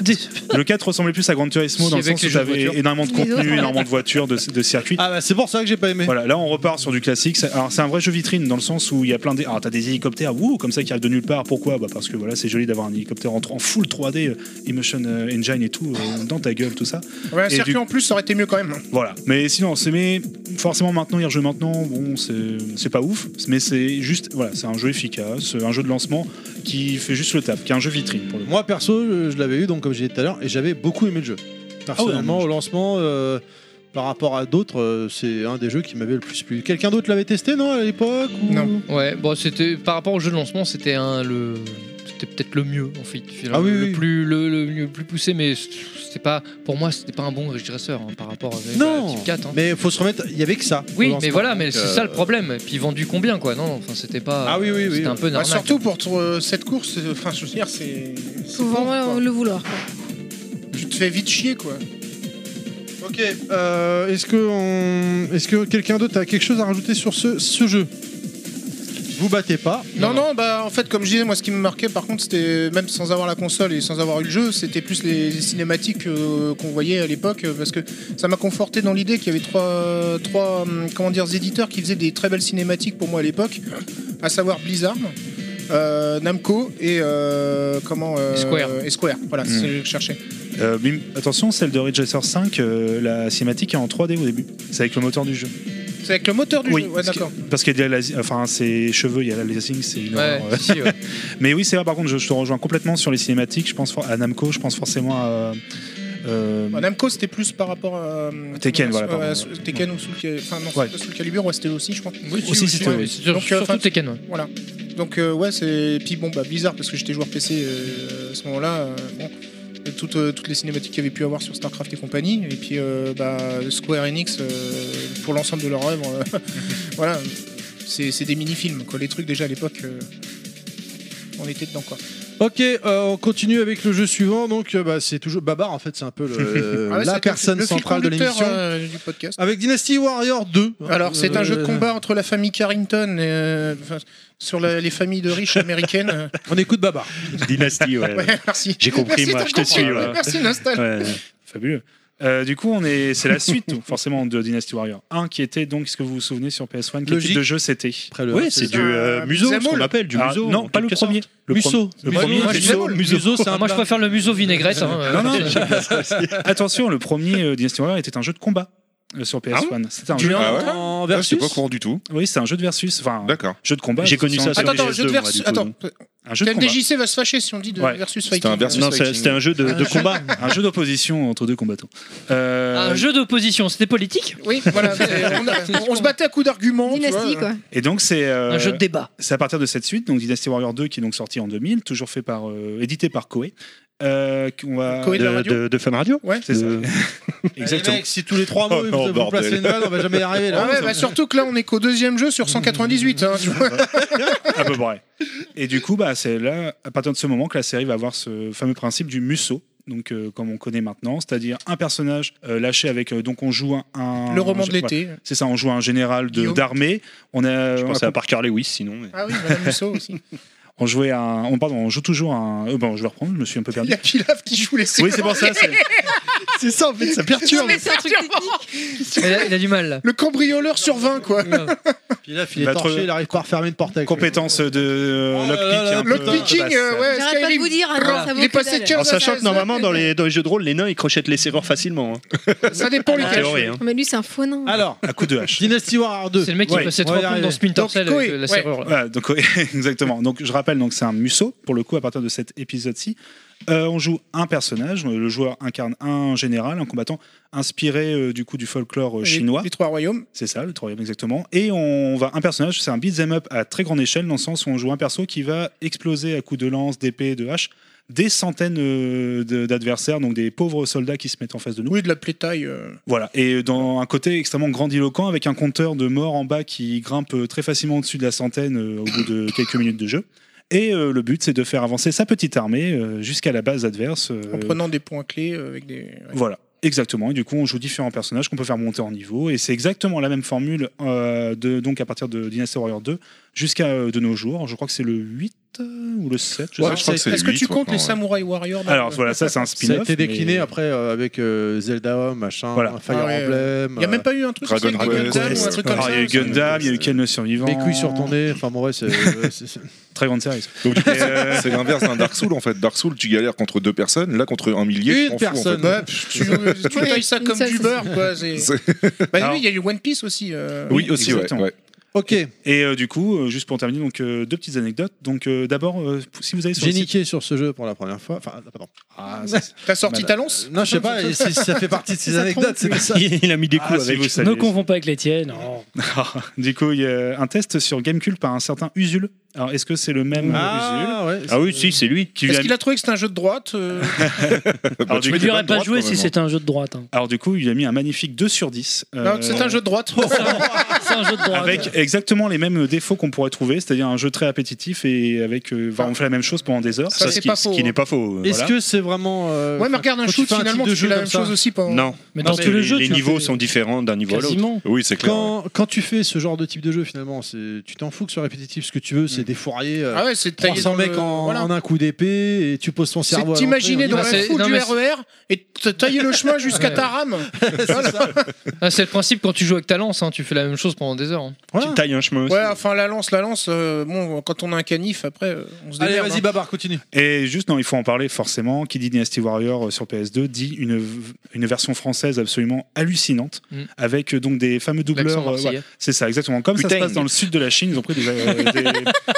Speaker 9: Le 4 ressemblait plus à Gran Turismo
Speaker 10: Si,
Speaker 9: dans le
Speaker 10: avec
Speaker 9: sens
Speaker 10: les
Speaker 9: où
Speaker 10: jeux de
Speaker 9: t'avais
Speaker 10: voiture.
Speaker 9: énormément de
Speaker 10: Les autres,
Speaker 9: contenu,
Speaker 10: ouais.
Speaker 9: énormément de voitures, de, de circuits.
Speaker 4: Ah bah c'est pour ça que j'ai pas aimé.
Speaker 9: Voilà, là on repart sur du classique. C'est- Alors c'est un vrai jeu vitrine dans le sens où il y a plein des. Alors t'as des hélicoptères, wouh, comme ça qui arrivent de nulle part. Pourquoi Bah parce que voilà, c'est joli d'avoir un hélicoptère en, en full 3D, euh, Emotion euh, Engine et tout, euh, dans ta gueule, tout ça.
Speaker 6: Ouais, un
Speaker 9: Et
Speaker 6: circuit
Speaker 9: du-
Speaker 6: en plus, ça aurait été mieux quand même. hein.
Speaker 9: voilà. Mais sinon, c'est mais forcément maintenant, il rejouer maintenant, bon, c'est c'est pas ouf, mais c'est juste, voilà, c'est un jeu efficace, euh, un jeu de lancement qui fait juste le tap, qui est un jeu vitrine pour le
Speaker 4: Moi perso, euh, je l'avais eu donc comme j'ai dit tout à l'heure et j'avais beaucoup aimé le jeu. Personnellement, au lancement, euh, par rapport à d'autres, euh, c'est un des jeux qui m'avait le plus plu. Quelqu'un d'autre l'avait testé non à l'époque ou-
Speaker 12: Ouais, bon, c'était par rapport au jeu de lancement, c'était un le c'était peut-être le mieux en fait, finalement,
Speaker 4: Ah oui,
Speaker 12: le
Speaker 4: oui.
Speaker 12: plus le, le mieux- le plus poussé mais c'était pas pour moi, c'était pas un bon Ridge Racer hein, par rapport à
Speaker 4: Non.
Speaker 12: à Type 4 hein.
Speaker 4: bah, Mais faut se remettre, il y avait que ça. au
Speaker 12: Oui, mais
Speaker 4: lancement,
Speaker 12: voilà,
Speaker 4: donc,
Speaker 12: mais c'est
Speaker 4: euh,
Speaker 12: ça le problème. Et puis vendu combien quoi Non, enfin c'était pas Ah oui oui c'était un peu une
Speaker 6: Bah,
Speaker 12: arnaque.
Speaker 6: surtout pour euh, cette course, euh, enfin, je veux dire, c'est. c'est
Speaker 7: Souvent,
Speaker 6: pauvre,
Speaker 7: ouais,
Speaker 6: quoi.
Speaker 7: on le vouloir. quoi.
Speaker 6: Tu te fais vite chier, quoi.
Speaker 4: Ok, euh, est-ce que on- est-ce que quelqu'un d'autre a quelque chose à rajouter sur ce, ce jeu Vous battez pas.
Speaker 6: Non, non, bah en fait, comme je disais, moi ce qui me marquait par contre, c'était même sans avoir la console et sans avoir eu le jeu, c'était plus les, les cinématiques euh, qu'on voyait à l'époque euh, parce que ça m'a conforté dans l'idée qu'il y avait trois, trois hum, comment dire, éditeurs qui faisaient des très belles cinématiques pour moi à l'époque, à savoir Blizzard. euh, Namco et euh, comment euh,
Speaker 9: Square.
Speaker 6: et Square, voilà, c'est
Speaker 9: Mm.
Speaker 6: ce que je cherchais.
Speaker 9: coup. Euh, bim, attention, celle de Ridge Racer 5, euh, la cinématique est en 3D au début. C'est avec le moteur du jeu.
Speaker 6: C'est avec le moteur du
Speaker 9: Oui,
Speaker 6: jeu, ouais, d'accord.
Speaker 9: Parce qu'il y a de la- enfin ses cheveux, il y a la lasing, c'est une
Speaker 6: Ouais,
Speaker 9: horreur.
Speaker 6: si, si, ouais.
Speaker 9: Mais oui, c'est vrai. Par contre, je, je te rejoins complètement sur les cinématiques. Je pense for- à Namco, je pense forcément à euh,
Speaker 6: Bah, Namco c'était plus par rapport à euh,
Speaker 9: Tekken, voilà,
Speaker 6: ouais,
Speaker 9: pardon.
Speaker 6: Soul- Tekken ou Soul, Ca- enfin, non,
Speaker 9: Ouais.
Speaker 6: c'était Soul Calibur, ouais, c'était aussi, je crois. euh,
Speaker 9: Oui, Aussi, oui, c'était, oui. oui.
Speaker 12: Sur- surtout
Speaker 6: enfin,
Speaker 12: Tekken, ouais.
Speaker 6: Voilà. Donc, euh, ouais, c'est. Puis bon, bah, bizarre parce que j'étais joueur PC euh, à ce moment-là. euh, bon. Et Toutes, euh, toutes les cinématiques qu'il y avait pu avoir sur StarCraft et compagnie, et puis euh, bah, Square Enix euh, pour l'ensemble de leur œuvre. euh, voilà, c'est c'est des mini-films, quoi. Les trucs déjà à l'époque, euh, on était dedans, quoi.
Speaker 4: Ok, euh, on continue avec le jeu suivant. Donc, euh, bah, c'est toujours Babar, en fait, c'est un peu le-
Speaker 6: Ah ouais, c'est
Speaker 4: Euh, la
Speaker 6: le-
Speaker 4: personne
Speaker 6: le fil
Speaker 4: centrale de
Speaker 6: conducteur,
Speaker 4: l'émission.
Speaker 6: euh, du podcast.
Speaker 4: Avec Dynasty Warrior 2.
Speaker 6: Alors, c'est un jeu de
Speaker 4: Euh,
Speaker 6: combat entre la famille Carrington et, euh, enfin, sur la- les familles de riches américaines.
Speaker 4: On écoute Babar.
Speaker 9: Dynasty, ouais.
Speaker 6: Ouais, merci.
Speaker 9: J'ai compris,
Speaker 6: Merci,
Speaker 9: moi,
Speaker 6: t'as
Speaker 9: je te
Speaker 6: compris.
Speaker 9: suis. ouais.
Speaker 6: Merci, Nostal.
Speaker 9: Ouais, fabuleux. Euh, du coup, on est, c'est la suite, donc, forcément, de Dynasty Warrior 1, qui était donc, ce que vous vous souvenez sur PS1, quel type
Speaker 11: Logique.
Speaker 9: de jeu c'était
Speaker 4: le
Speaker 11: Ouais, un, c'est c'est du, euh, un museau, ce qu'on museau. appelle, du
Speaker 9: Ah,
Speaker 11: museau, en
Speaker 9: Non, pas le
Speaker 11: quelque
Speaker 9: premier.
Speaker 11: sorte.
Speaker 9: Le
Speaker 11: Museau.
Speaker 9: premier- Le
Speaker 11: Museau.
Speaker 9: premier,
Speaker 11: Moi, je-
Speaker 9: museau.
Speaker 11: museau,
Speaker 9: Museau,
Speaker 11: c'est un
Speaker 9: Moi,
Speaker 11: plat.
Speaker 9: je
Speaker 8: Ah, préfère le museau vinaigrette. hein, euh.
Speaker 9: non, non, Attention, le premier euh, Dynasty Warrior était un jeu de combat euh, sur PS1.
Speaker 8: Ah bon
Speaker 9: c'était un
Speaker 8: Tu
Speaker 9: jeu
Speaker 8: l'as Ah ouais
Speaker 4: en
Speaker 8: versus
Speaker 9: Je suis pas courant du tout. Oui, c'est un jeu de versus. Enfin, D'accord. jeu de combat.
Speaker 11: J'ai connu ça sur
Speaker 6: Attends, attends,
Speaker 11: PS2,
Speaker 6: jeu de
Speaker 11: moi,
Speaker 6: versus.
Speaker 11: du coup,
Speaker 6: Attends,
Speaker 11: donc. Un jeu de combat.
Speaker 6: TMDJC va se fâcher si on dit de
Speaker 9: Ouais.
Speaker 6: versus
Speaker 9: C'était
Speaker 6: fighting. Ah.
Speaker 9: un versus
Speaker 11: Non, c'est-
Speaker 9: fighting.
Speaker 11: c'était un jeu
Speaker 4: Ah,
Speaker 11: de, de combat.
Speaker 9: un jeu d'opposition entre deux combattants. Euh,
Speaker 8: Un jeu d'opposition, c'était politique
Speaker 6: Oui, voilà. on, a- on se battait à coups d'arguments. tu vois.
Speaker 9: Et donc c'est euh,
Speaker 8: Un jeu de débat.
Speaker 9: C'est à partir de cette suite, donc Dynasty Warrior 2, qui est donc sorti en 2000, toujours fait par, euh, édité par Koei. Euh, qu'on va...
Speaker 11: Koei de la De- radio de- de Fun Radio
Speaker 9: Ouais, c'est ça.
Speaker 11: Eh,
Speaker 4: Exactement. mecs, si tous les trois mots,
Speaker 9: Oh,
Speaker 4: vous-
Speaker 9: oh,
Speaker 4: vous
Speaker 9: bordel.
Speaker 4: placez une balle, on va jamais y arriver, là.
Speaker 6: Ah ouais, bah, surtout que là, on est qu'au deuxième jeu sur 198. hein, tu vois.
Speaker 9: à peu près. Et du coup, bah, c'est là, à partir de ce moment, que la série va avoir ce fameux principe du musso. Donc, euh, comme on connaît maintenant, c'est-à-dire un personnage euh, lâché avec. euh, donc, on joue un. un-
Speaker 6: Le roman de
Speaker 9: je-
Speaker 6: l'été.
Speaker 9: voilà. C'est ça, on joue un général de-
Speaker 6: Guillaume.
Speaker 9: d'armée. On a. Je
Speaker 11: pensais à Parker Lewis, sinon.
Speaker 6: Ah oui, Madame Musso aussi.
Speaker 9: On jouait à un. On, pardon, on joue toujours à un. euh, bon, je vais reprendre, je me suis un peu
Speaker 6: Il
Speaker 9: perdu.
Speaker 6: y a Pilaf qui joue les
Speaker 9: Oui, c'est pour ça, c'est-
Speaker 4: C'est ça, en
Speaker 9: fait, ça perturbe.
Speaker 6: c'est un truc technique.
Speaker 8: Il a, il a du mal là.
Speaker 6: Le cambrioleur sur 20, quoi.
Speaker 4: Puis là, il est
Speaker 9: Bah,
Speaker 4: torché,
Speaker 9: trop-
Speaker 4: il arrive pas à refermer une porte avec
Speaker 9: Compétence de euh,
Speaker 4: Oh là
Speaker 9: lockpick.
Speaker 4: là,
Speaker 9: un peu-
Speaker 6: Lockpicking, euh, ouais,
Speaker 7: J'arrête pas de
Speaker 6: Skyrim.
Speaker 7: vous dire, hein,
Speaker 6: Voilà.
Speaker 7: ça vaut
Speaker 6: Il est
Speaker 7: que dalle.
Speaker 6: passé
Speaker 11: En
Speaker 6: 15 à
Speaker 11: sachant que
Speaker 6: 16.
Speaker 11: normalement, dans les, dans les jeux de rôle, les nains, ils crochettent les serrures facilement. hein.
Speaker 6: Ça dépend
Speaker 11: En
Speaker 6: lesquels.
Speaker 11: théorie, hein.
Speaker 7: Mais lui, c'est un faux nain.
Speaker 4: Alors,
Speaker 9: à coup de hache.
Speaker 4: Dynasty Warrior 2.
Speaker 8: C'est le mec qui
Speaker 9: Ouais,
Speaker 8: passait
Speaker 9: on
Speaker 8: trois
Speaker 9: va y
Speaker 8: coups
Speaker 9: arriver.
Speaker 8: dans Splinter Cell
Speaker 9: Koei,
Speaker 8: avec euh, la
Speaker 9: ouais.
Speaker 8: serrure. là.
Speaker 9: Voilà, donc, ouais, exactement. Donc, je rappelle, donc c'est un musso, pour le coup, à partir de cet épisode-ci. Euh, on joue un personnage, euh, le joueur incarne un général, un combattant inspiré euh, du coup du folklore euh,
Speaker 6: Les-
Speaker 9: chinois.
Speaker 6: Les trois royaumes.
Speaker 9: C'est ça, le troisième exactement. Et on va un personnage, c'est un beat'em up à très grande échelle, dans le sens où on joue un perso qui va exploser à coups de lance, d'épée, de hache, des centaines euh, de- d'adversaires, donc des pauvres soldats qui se mettent en face de nous.
Speaker 6: Oui, de la plétaille. euh.
Speaker 9: Voilà, et dans un côté extrêmement grandiloquent, avec un compteur de morts en bas qui grimpe euh, très facilement au-dessus de la centaine euh, au bout de quelques minutes de jeu. Et euh, le but, c'est de faire avancer sa petite armée euh, jusqu'à la base adverse. euh,
Speaker 6: en prenant des points clés euh, avec des. ouais.
Speaker 9: Voilà, exactement. Et du coup, on joue différents personnages qu'on peut faire monter en niveau. Et c'est exactement la même formule euh, de, donc à partir de Dynasty Warrior 2 jusqu'à euh, de nos jours. Je crois que c'est le 8 euh, ou le 7.
Speaker 6: Ouais,
Speaker 9: sais
Speaker 6: je
Speaker 9: pas.
Speaker 6: crois que c'est Est-ce le que tu 8 comptes maintenant, les ouais. Samurai Warriors dans
Speaker 9: Alors
Speaker 6: le-
Speaker 9: voilà, ça c'est un
Speaker 4: Ça a
Speaker 9: spin-off.
Speaker 4: été décliné
Speaker 9: mais-
Speaker 4: après euh, avec euh, Zelda Home, machin,
Speaker 9: Voilà.
Speaker 4: Fire
Speaker 6: Ah ouais.
Speaker 4: Emblem.
Speaker 6: Il y a
Speaker 4: euh,
Speaker 6: même pas eu un truc
Speaker 9: Dragon
Speaker 6: aussi avec des
Speaker 9: Quest.
Speaker 6: Gundam ou un truc comme
Speaker 9: Alors,
Speaker 6: ça.
Speaker 9: il y a eu Gundam, il y a eu Ken le survivant.
Speaker 4: Mes couilles sur ton nez. Enfin bon, ouais, c'est. euh, c'est- c'est-
Speaker 9: Très grande série.
Speaker 5: Donc, du coup, c'est-
Speaker 9: Euh,
Speaker 5: c'est l'inverse d'un Dark Souls en fait. Dark Souls, tu galères contre deux personnes, là contre un millier.
Speaker 4: Une
Speaker 5: tu t'en fous,
Speaker 4: personne.
Speaker 5: en
Speaker 6: Ouais,
Speaker 5: fait.
Speaker 6: pff, tu, tu tailles ça
Speaker 7: Une
Speaker 6: comme
Speaker 7: seule,
Speaker 6: du
Speaker 7: c'est
Speaker 6: beurre,
Speaker 7: ça.
Speaker 6: quoi. c'est- Bah, oui, il y a eu One Piece aussi. euh.
Speaker 5: Oui, aussi, ouais,
Speaker 9: exactement.
Speaker 5: ouais.
Speaker 4: Ok,
Speaker 9: Et euh, du coup, euh, juste pour terminer, donc euh, deux petites anecdotes. Donc euh, d'abord, euh, si vous avez sur
Speaker 4: j'ai
Speaker 9: le site-
Speaker 4: niqué sur ce jeu pour la première fois. Enfin, pardon.
Speaker 9: Ah, ça, c'est-
Speaker 6: T'as sorti
Speaker 9: Mal-
Speaker 6: ta lance
Speaker 4: Non, je sais pas. et c'est- Ça fait partie de ces
Speaker 10: Ça
Speaker 4: anecdotes. C'est
Speaker 10: trompe,
Speaker 4: ça.
Speaker 11: Il a mis des
Speaker 9: Ah,
Speaker 11: coups
Speaker 9: si
Speaker 11: avec.
Speaker 9: vous
Speaker 10: Ne
Speaker 9: saviez.
Speaker 10: confonds pas avec les tiennes. oh. non.
Speaker 9: du coup, il y a un test sur Gamecube par un certain Usul. Alors, est-ce que c'est le même
Speaker 4: Ah ouais.
Speaker 11: Ah oui, si, c'est lui.
Speaker 9: Usul qui lui
Speaker 6: Est-ce
Speaker 9: a-
Speaker 6: qu'il a trouvé que c'était un jeu de droite euh,
Speaker 9: Alors,
Speaker 10: Je
Speaker 9: du
Speaker 10: ne
Speaker 9: coup,
Speaker 10: dirais
Speaker 9: pas
Speaker 10: pas
Speaker 9: de
Speaker 10: jouer
Speaker 9: droite,
Speaker 10: si c'était un jeu de droite. hein.
Speaker 9: Alors, du coup, il a mis un magnifique 2 sur 10.
Speaker 6: Non,
Speaker 9: euh,
Speaker 6: hein, c'est un jeu de droite.
Speaker 10: C'est un jeu de droite.
Speaker 9: Avec exactement les mêmes défauts qu'on pourrait trouver, c'est-à-dire un jeu très appétitif et avec. euh,
Speaker 10: Ah.
Speaker 9: enfin, on fait la même chose pendant des heures.
Speaker 6: Ça,
Speaker 11: Ça,
Speaker 6: c'est
Speaker 11: ce qui,
Speaker 6: pas
Speaker 11: ce
Speaker 6: faux,
Speaker 11: qui
Speaker 6: hein.
Speaker 11: n'est pas faux. euh,
Speaker 4: Est-ce
Speaker 11: voilà.
Speaker 4: que c'est vraiment. euh,
Speaker 6: Ouais, mais regarde un
Speaker 4: quand tu
Speaker 6: shoot,
Speaker 4: fais un type
Speaker 6: finalement,
Speaker 4: de
Speaker 6: tu fais
Speaker 4: jeu
Speaker 6: la
Speaker 4: comme
Speaker 6: même
Speaker 4: ça.
Speaker 6: chose aussi. pendant-
Speaker 11: Non.
Speaker 10: Mais dans
Speaker 11: Non,
Speaker 10: tous les jeux,
Speaker 11: les
Speaker 10: tu en
Speaker 11: niveaux
Speaker 10: fais
Speaker 11: sont différents d'un niveau à l'autre.
Speaker 10: Quasiment.
Speaker 5: Oui, c'est clair.
Speaker 4: Quand, quand tu fais ce genre de type de jeu, finalement, c'est- tu t'en fous que ce soit répétitif. Ce que tu veux, c'est des fourriers. euh,
Speaker 6: Ah ouais, c'est taillé
Speaker 4: 300
Speaker 6: dans le-
Speaker 4: mecs en,
Speaker 6: voilà.
Speaker 4: en un coup d'épée et tu poses ton
Speaker 6: C'est
Speaker 4: cerveau. à
Speaker 6: t'imaginer dans
Speaker 4: l'entrée, hein. on dit,
Speaker 6: la
Speaker 8: c'est-
Speaker 6: foule
Speaker 8: non,
Speaker 6: du E,
Speaker 8: mais c'est-
Speaker 6: RER et te tailler le chemin jusqu'à
Speaker 8: Ouais.
Speaker 6: ta rame. Voilà.
Speaker 8: Ah, c'est le principe quand tu joues avec ta lance, hein, tu fais la même chose pendant des heures. hein.
Speaker 11: Tu
Speaker 4: bah, voilà.
Speaker 11: tailles un chemin aussi.
Speaker 6: Ouais, enfin la lance, la lance. euh, bon, quand on a un canif, après, euh, on se
Speaker 4: Allez,
Speaker 6: démerde.
Speaker 4: vas-y,
Speaker 6: hein.
Speaker 4: Babar, continue.
Speaker 9: Et juste, non, il faut en parler forcément. Qui dit Dynasty Warrior euh, sur PS2 dit une, v- une version française absolument hallucinante,
Speaker 8: Mm.
Speaker 9: avec euh, donc des fameux
Speaker 8: L'accent
Speaker 9: doubleurs. euh,
Speaker 8: marseillais.
Speaker 9: ouais, c'est ça, exactement. Comme ça
Speaker 11: Putain.
Speaker 9: se passe dans le sud de la Chine, ils ont pris des, euh, des- des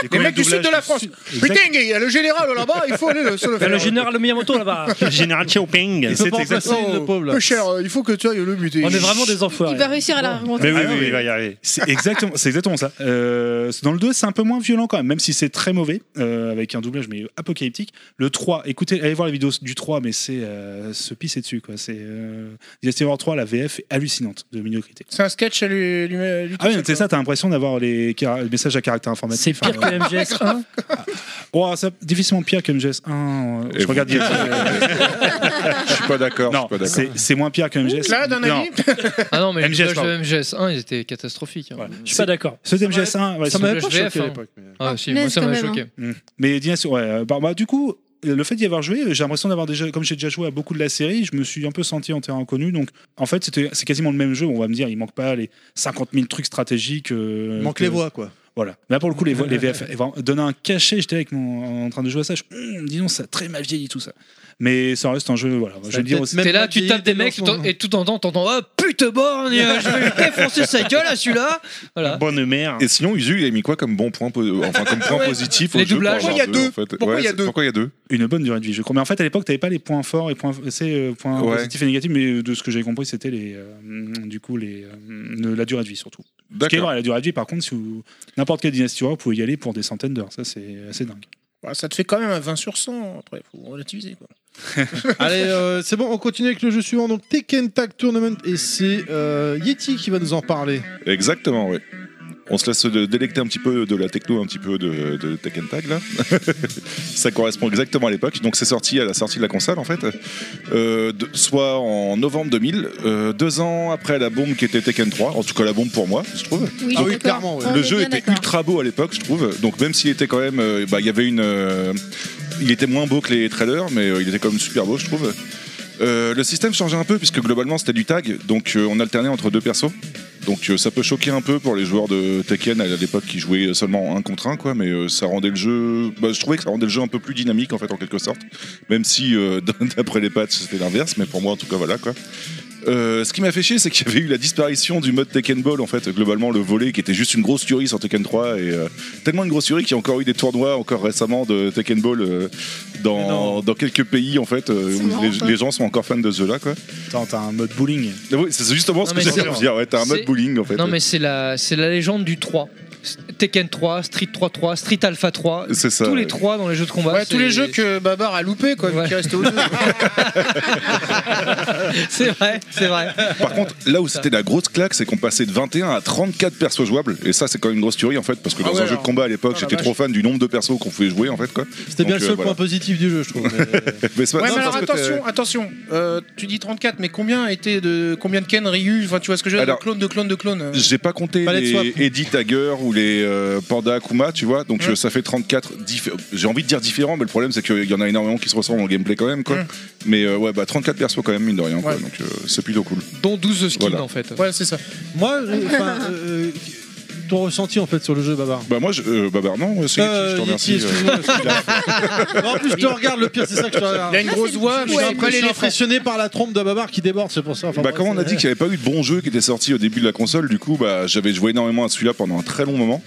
Speaker 6: Les
Speaker 9: comédies
Speaker 6: mecs du sud
Speaker 9: doublage
Speaker 6: de la France.
Speaker 9: Exact-
Speaker 6: Putain, il y a le général là-bas, il faut aller le- sur
Speaker 10: Il
Speaker 6: le
Speaker 10: y a
Speaker 6: faire.
Speaker 10: le général Miyamoto là-bas.
Speaker 11: Le Général Xiaoping.
Speaker 9: Et
Speaker 4: Je peux
Speaker 9: c'est
Speaker 4: pas remplacer
Speaker 9: exactement.
Speaker 4: le pauvre là.
Speaker 6: Peu cher, euh, il faut que tu ailles le buter.
Speaker 10: On est vraiment des enfoirés.
Speaker 7: Il va réussir à la remonter.
Speaker 11: Mais oui,
Speaker 9: Ah,
Speaker 11: oui,
Speaker 9: mais-
Speaker 11: il va y arriver.
Speaker 9: C'est exactement, c'est exactement ça. Euh, dans le 2, c'est un peu moins violent quand même, même si c'est très mauvais, euh, avec un doublage mais apocalyptique. Le 3, écoutez, allez voir les vidéos du 3, mais c'est euh, se pisser dessus. Quoi. C'est, euh, Dynasty Warrior 3, la VF est hallucinante de médiocrité.
Speaker 6: C'est un sketch à lui. lui, lui
Speaker 9: Ah oui, c'est
Speaker 6: toucher, quoi. Ah,
Speaker 9: ça, t'as l'impression d'avoir les, cara- les messages à caractère informatique.
Speaker 10: C'est pire que MGS1.
Speaker 9: Oh, Ah. ça, difficilement pire que MGS1. euh,
Speaker 5: Et
Speaker 9: Je
Speaker 5: vous-
Speaker 9: regarde direct.
Speaker 5: Je suis pas d'accord.
Speaker 9: Non, c'est c'est moins pire que MGS. Non.
Speaker 8: Ah non, mais
Speaker 9: MGS,
Speaker 8: le
Speaker 9: pardon.
Speaker 8: MGS 1, ils étaient catastrophiques.
Speaker 9: Je suis pas
Speaker 10: d'accord.
Speaker 9: Ce MGS1, ouais,
Speaker 8: hein. ça
Speaker 9: c'est-
Speaker 8: m'avait pas choqué à l'époque.
Speaker 5: hein.
Speaker 8: mais- Ah, si, moi, ça m'avait choqué.
Speaker 12: hein.
Speaker 9: Mm. Mais bien sûr, ouais, euh, bah, bah, du coup, le fait d'y avoir joué, j'ai l'impression d'avoir déjà, comme j'ai déjà joué à beaucoup de la série, je me suis un peu senti en terrain inconnu. Donc, en fait, c'était- c'est quasiment le même jeu. On va me dire, il manque pas les 50 000 trucs stratégiques. euh,
Speaker 4: Il manque
Speaker 9: que-
Speaker 4: les voix, quoi.
Speaker 9: Voilà. Là, pour le coup, les, voix- les VF donnaient un cachet. J'étais avec mon, en train de jouer à ça. Je, Hum, dis donc, ça a très mal vieilli tout ça. Mais ça reste un jeu, voilà. Je veux dire aussi.
Speaker 8: Bah, T'es là, tu tapes des mecs
Speaker 4: hein.
Speaker 8: t'en- et tout en temps, t'entends Ah, pute borgne, je vais lui défoncer sa gueule à celui-là. Voilà.
Speaker 5: Bonne mère. Et sinon, Usu, il a mis quoi comme bon point, po- enfin, comme point
Speaker 8: hein. Ouais.
Speaker 5: positif
Speaker 8: Les
Speaker 5: au jeu pour
Speaker 8: doublages.
Speaker 5: avoir
Speaker 8: Pourquoi il y a deux
Speaker 5: en fait.
Speaker 8: Pourquoi
Speaker 5: Ouais,
Speaker 8: il y a
Speaker 5: c'est-
Speaker 8: deux
Speaker 5: Pourquoi il y a deux
Speaker 9: Une bonne durée de vie, je crois. Mais en fait, à l'époque, t'avais pas les points forts et points, c'est, euh, points
Speaker 5: Ouais.
Speaker 9: positifs et négatifs, mais euh, de ce que j'avais compris, c'était les, euh, du coup, les, euh, le- la durée de vie surtout. Ce qui est
Speaker 5: D'accord.
Speaker 9: vrai, la durée de vie, par contre, si vous- n'importe quelle dynastie, vous pouvez y aller pour des centaines d'heures. Ça, c'est assez dingue.
Speaker 6: Bah, ça te fait quand même un 20 sur 100. Après, faut relativiser. Quoi.
Speaker 4: Allez, euh, c'est bon, on continue avec le jeu suivant. Donc Tekken Tag Tournament et c'est euh, Yeti qui va nous en parler.
Speaker 5: Exactement, oui. On se laisse de- délecter un petit peu de la techno, un petit peu de, de Tech Tag là. ça correspond exactement à l'époque. Donc c'est sorti à la sortie de la console en fait, Euh, de- soit en novembre 2000, euh, deux ans après la bombe qui était Tekken 3. En tout cas la bombe pour moi, je trouve.
Speaker 4: Oui, Ah oui, d'accord. clairement, ouais. On
Speaker 5: Le
Speaker 4: est
Speaker 5: jeu
Speaker 4: bien
Speaker 5: était
Speaker 4: d'accord.
Speaker 5: ultra beau à l'époque, je trouve. Donc même s'il était quand même, euh, bah, il y avait une, euh, il était moins beau que les trailers, mais euh, il était quand même super beau, je trouve. Euh, le système changeait un peu puisque globalement c'était du tag, donc euh, on alternait entre deux persos. Donc euh, ça peut choquer un peu pour les joueurs de Tekken à l'époque qui jouaient seulement un contre un quoi, mais euh, ça rendait le jeu, bah, je trouvais que ça rendait le jeu un peu plus dynamique en fait en quelque sorte, même si euh, d'après les patchs c'était l'inverse, mais pour moi en tout cas voilà quoi. Euh, ce qui m'a fait chier, c'est qu'il y avait eu la disparition du mode Tekken Ball, en fait, globalement, le volet qui était juste une grosse tuerie sur Tekken 3, et euh, tellement une grosse tuerie qu'il y a encore eu des tournois, encore récemment, de Tekken Ball euh, dans, dans quelques pays, en fait, euh, où
Speaker 9: marrant,
Speaker 5: les,
Speaker 9: ça.
Speaker 5: les gens sont encore fans de ce jeu-là, quoi.
Speaker 9: Attends, t'as un mode bowling.
Speaker 5: Ah oui, c'est justement ce
Speaker 8: Non,
Speaker 5: que
Speaker 8: mais
Speaker 5: j'allais
Speaker 8: c'est-
Speaker 5: dire, ouais, t'as un mode
Speaker 8: c'est-
Speaker 5: bowling, en fait.
Speaker 8: Non, mais c'est la, c'est la légende du 3. Tekken 3, Street 3-3, Street Alpha 3.
Speaker 5: C'est ça,
Speaker 8: Tous les
Speaker 5: ouais.
Speaker 8: 3 dans les jeux de combat.
Speaker 6: Ouais, tous les jeux
Speaker 8: c'est-
Speaker 6: que Babar a loupé, quoi, vu qu'il restait au jeu.
Speaker 8: C'est vrai, c'est vrai.
Speaker 5: Par contre, là où c'était la grosse claque, c'est qu'on passait de 21 à 34 persos jouables, et ça, c'est quand même une grosse tuerie, en fait, parce que
Speaker 4: Ah
Speaker 5: dans
Speaker 4: ouais,
Speaker 5: un jeu de
Speaker 4: alors.
Speaker 5: combat à l'époque,
Speaker 4: Ah, la
Speaker 5: j'étais
Speaker 4: vache.
Speaker 5: trop fan du nombre de persos qu'on pouvait jouer, en fait, quoi.
Speaker 4: C'était bien
Speaker 5: Donc,
Speaker 4: le
Speaker 5: euh,
Speaker 4: seul
Speaker 5: voilà.
Speaker 4: point positif du jeu, je trouve. mais-
Speaker 5: Mais c'est pas-
Speaker 6: Ouais,
Speaker 5: non,
Speaker 6: mais alors
Speaker 5: parce que t'as-
Speaker 6: attention, attention. Euh, tu dis 34, mais combien était de combien de Ken, Ryu, enfin tu vois ce que je veux dire,
Speaker 5: Alors,
Speaker 6: de clone de clone de clone. euh.
Speaker 5: J'ai pas compté
Speaker 6: Palette swap.
Speaker 5: les Eddie Tiger ou les euh, Panda Akuma, tu vois. Donc euh, ça fait 34. diffé- J'ai envie de dire différents, mais le problème c'est qu'il y en a énormément qui se ressemblent dans le gameplay quand même, quoi. Mais euh, ouais, bah 34 persos quand même, mine de rien, quoi.
Speaker 6: Ouais.
Speaker 5: Donc euh, c'est plutôt cool.
Speaker 8: Dont 12 skins,
Speaker 5: Voilà.
Speaker 8: en fait.
Speaker 6: Ouais, c'est ça.
Speaker 4: Moi, j'ai- enfin, euh, ton ressenti en fait sur le jeu, Babar
Speaker 5: Bah moi, je, euh, bah, bah, non, c'est Yeti,
Speaker 4: Euh,
Speaker 5: je te remercie.
Speaker 4: Yeti,
Speaker 5: euh.
Speaker 4: excuse-moi, Non, en plus, je te regarde, le pire, c'est ça que je te regarde.
Speaker 6: Il a une grosse voix,
Speaker 4: je suis
Speaker 6: mais c'est pas
Speaker 4: impressionné,
Speaker 6: l'éléphant.
Speaker 4: impressionné par la trompe de Babar qui déborde, c'est pour ça. Enfin,
Speaker 5: bah,
Speaker 4: bref,
Speaker 5: comme on a
Speaker 4: c'est-
Speaker 5: dit qu'il n'y avait pas eu de bon jeu qui était sorti au début de la console, du coup, bah, j'avais joué énormément à celui-là pendant un très long moment.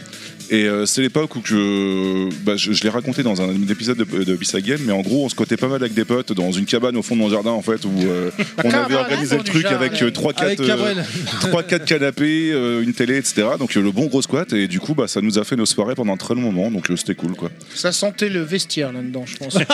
Speaker 5: Et euh, c'est l'époque où que, bah, je, je l'ai raconté dans un épisode de, de Beside Game, mais en gros, on se cotait pas mal avec des potes dans une cabane au fond de mon jardin, en fait, où euh, on avait
Speaker 4: Cabane
Speaker 5: organisé
Speaker 4: au fond
Speaker 5: le
Speaker 4: du
Speaker 5: truc
Speaker 4: jardin.
Speaker 5: avec euh, 3-4
Speaker 4: Avec Cabrel.
Speaker 5: canapés, euh, une télé, etc. Donc euh, le bon gros squat, et du coup, bah, ça nous a fait nos soirées pendant un très long moment, donc euh, c'était cool, quoi.
Speaker 6: Ça sentait le vestiaire là-dedans, je pense.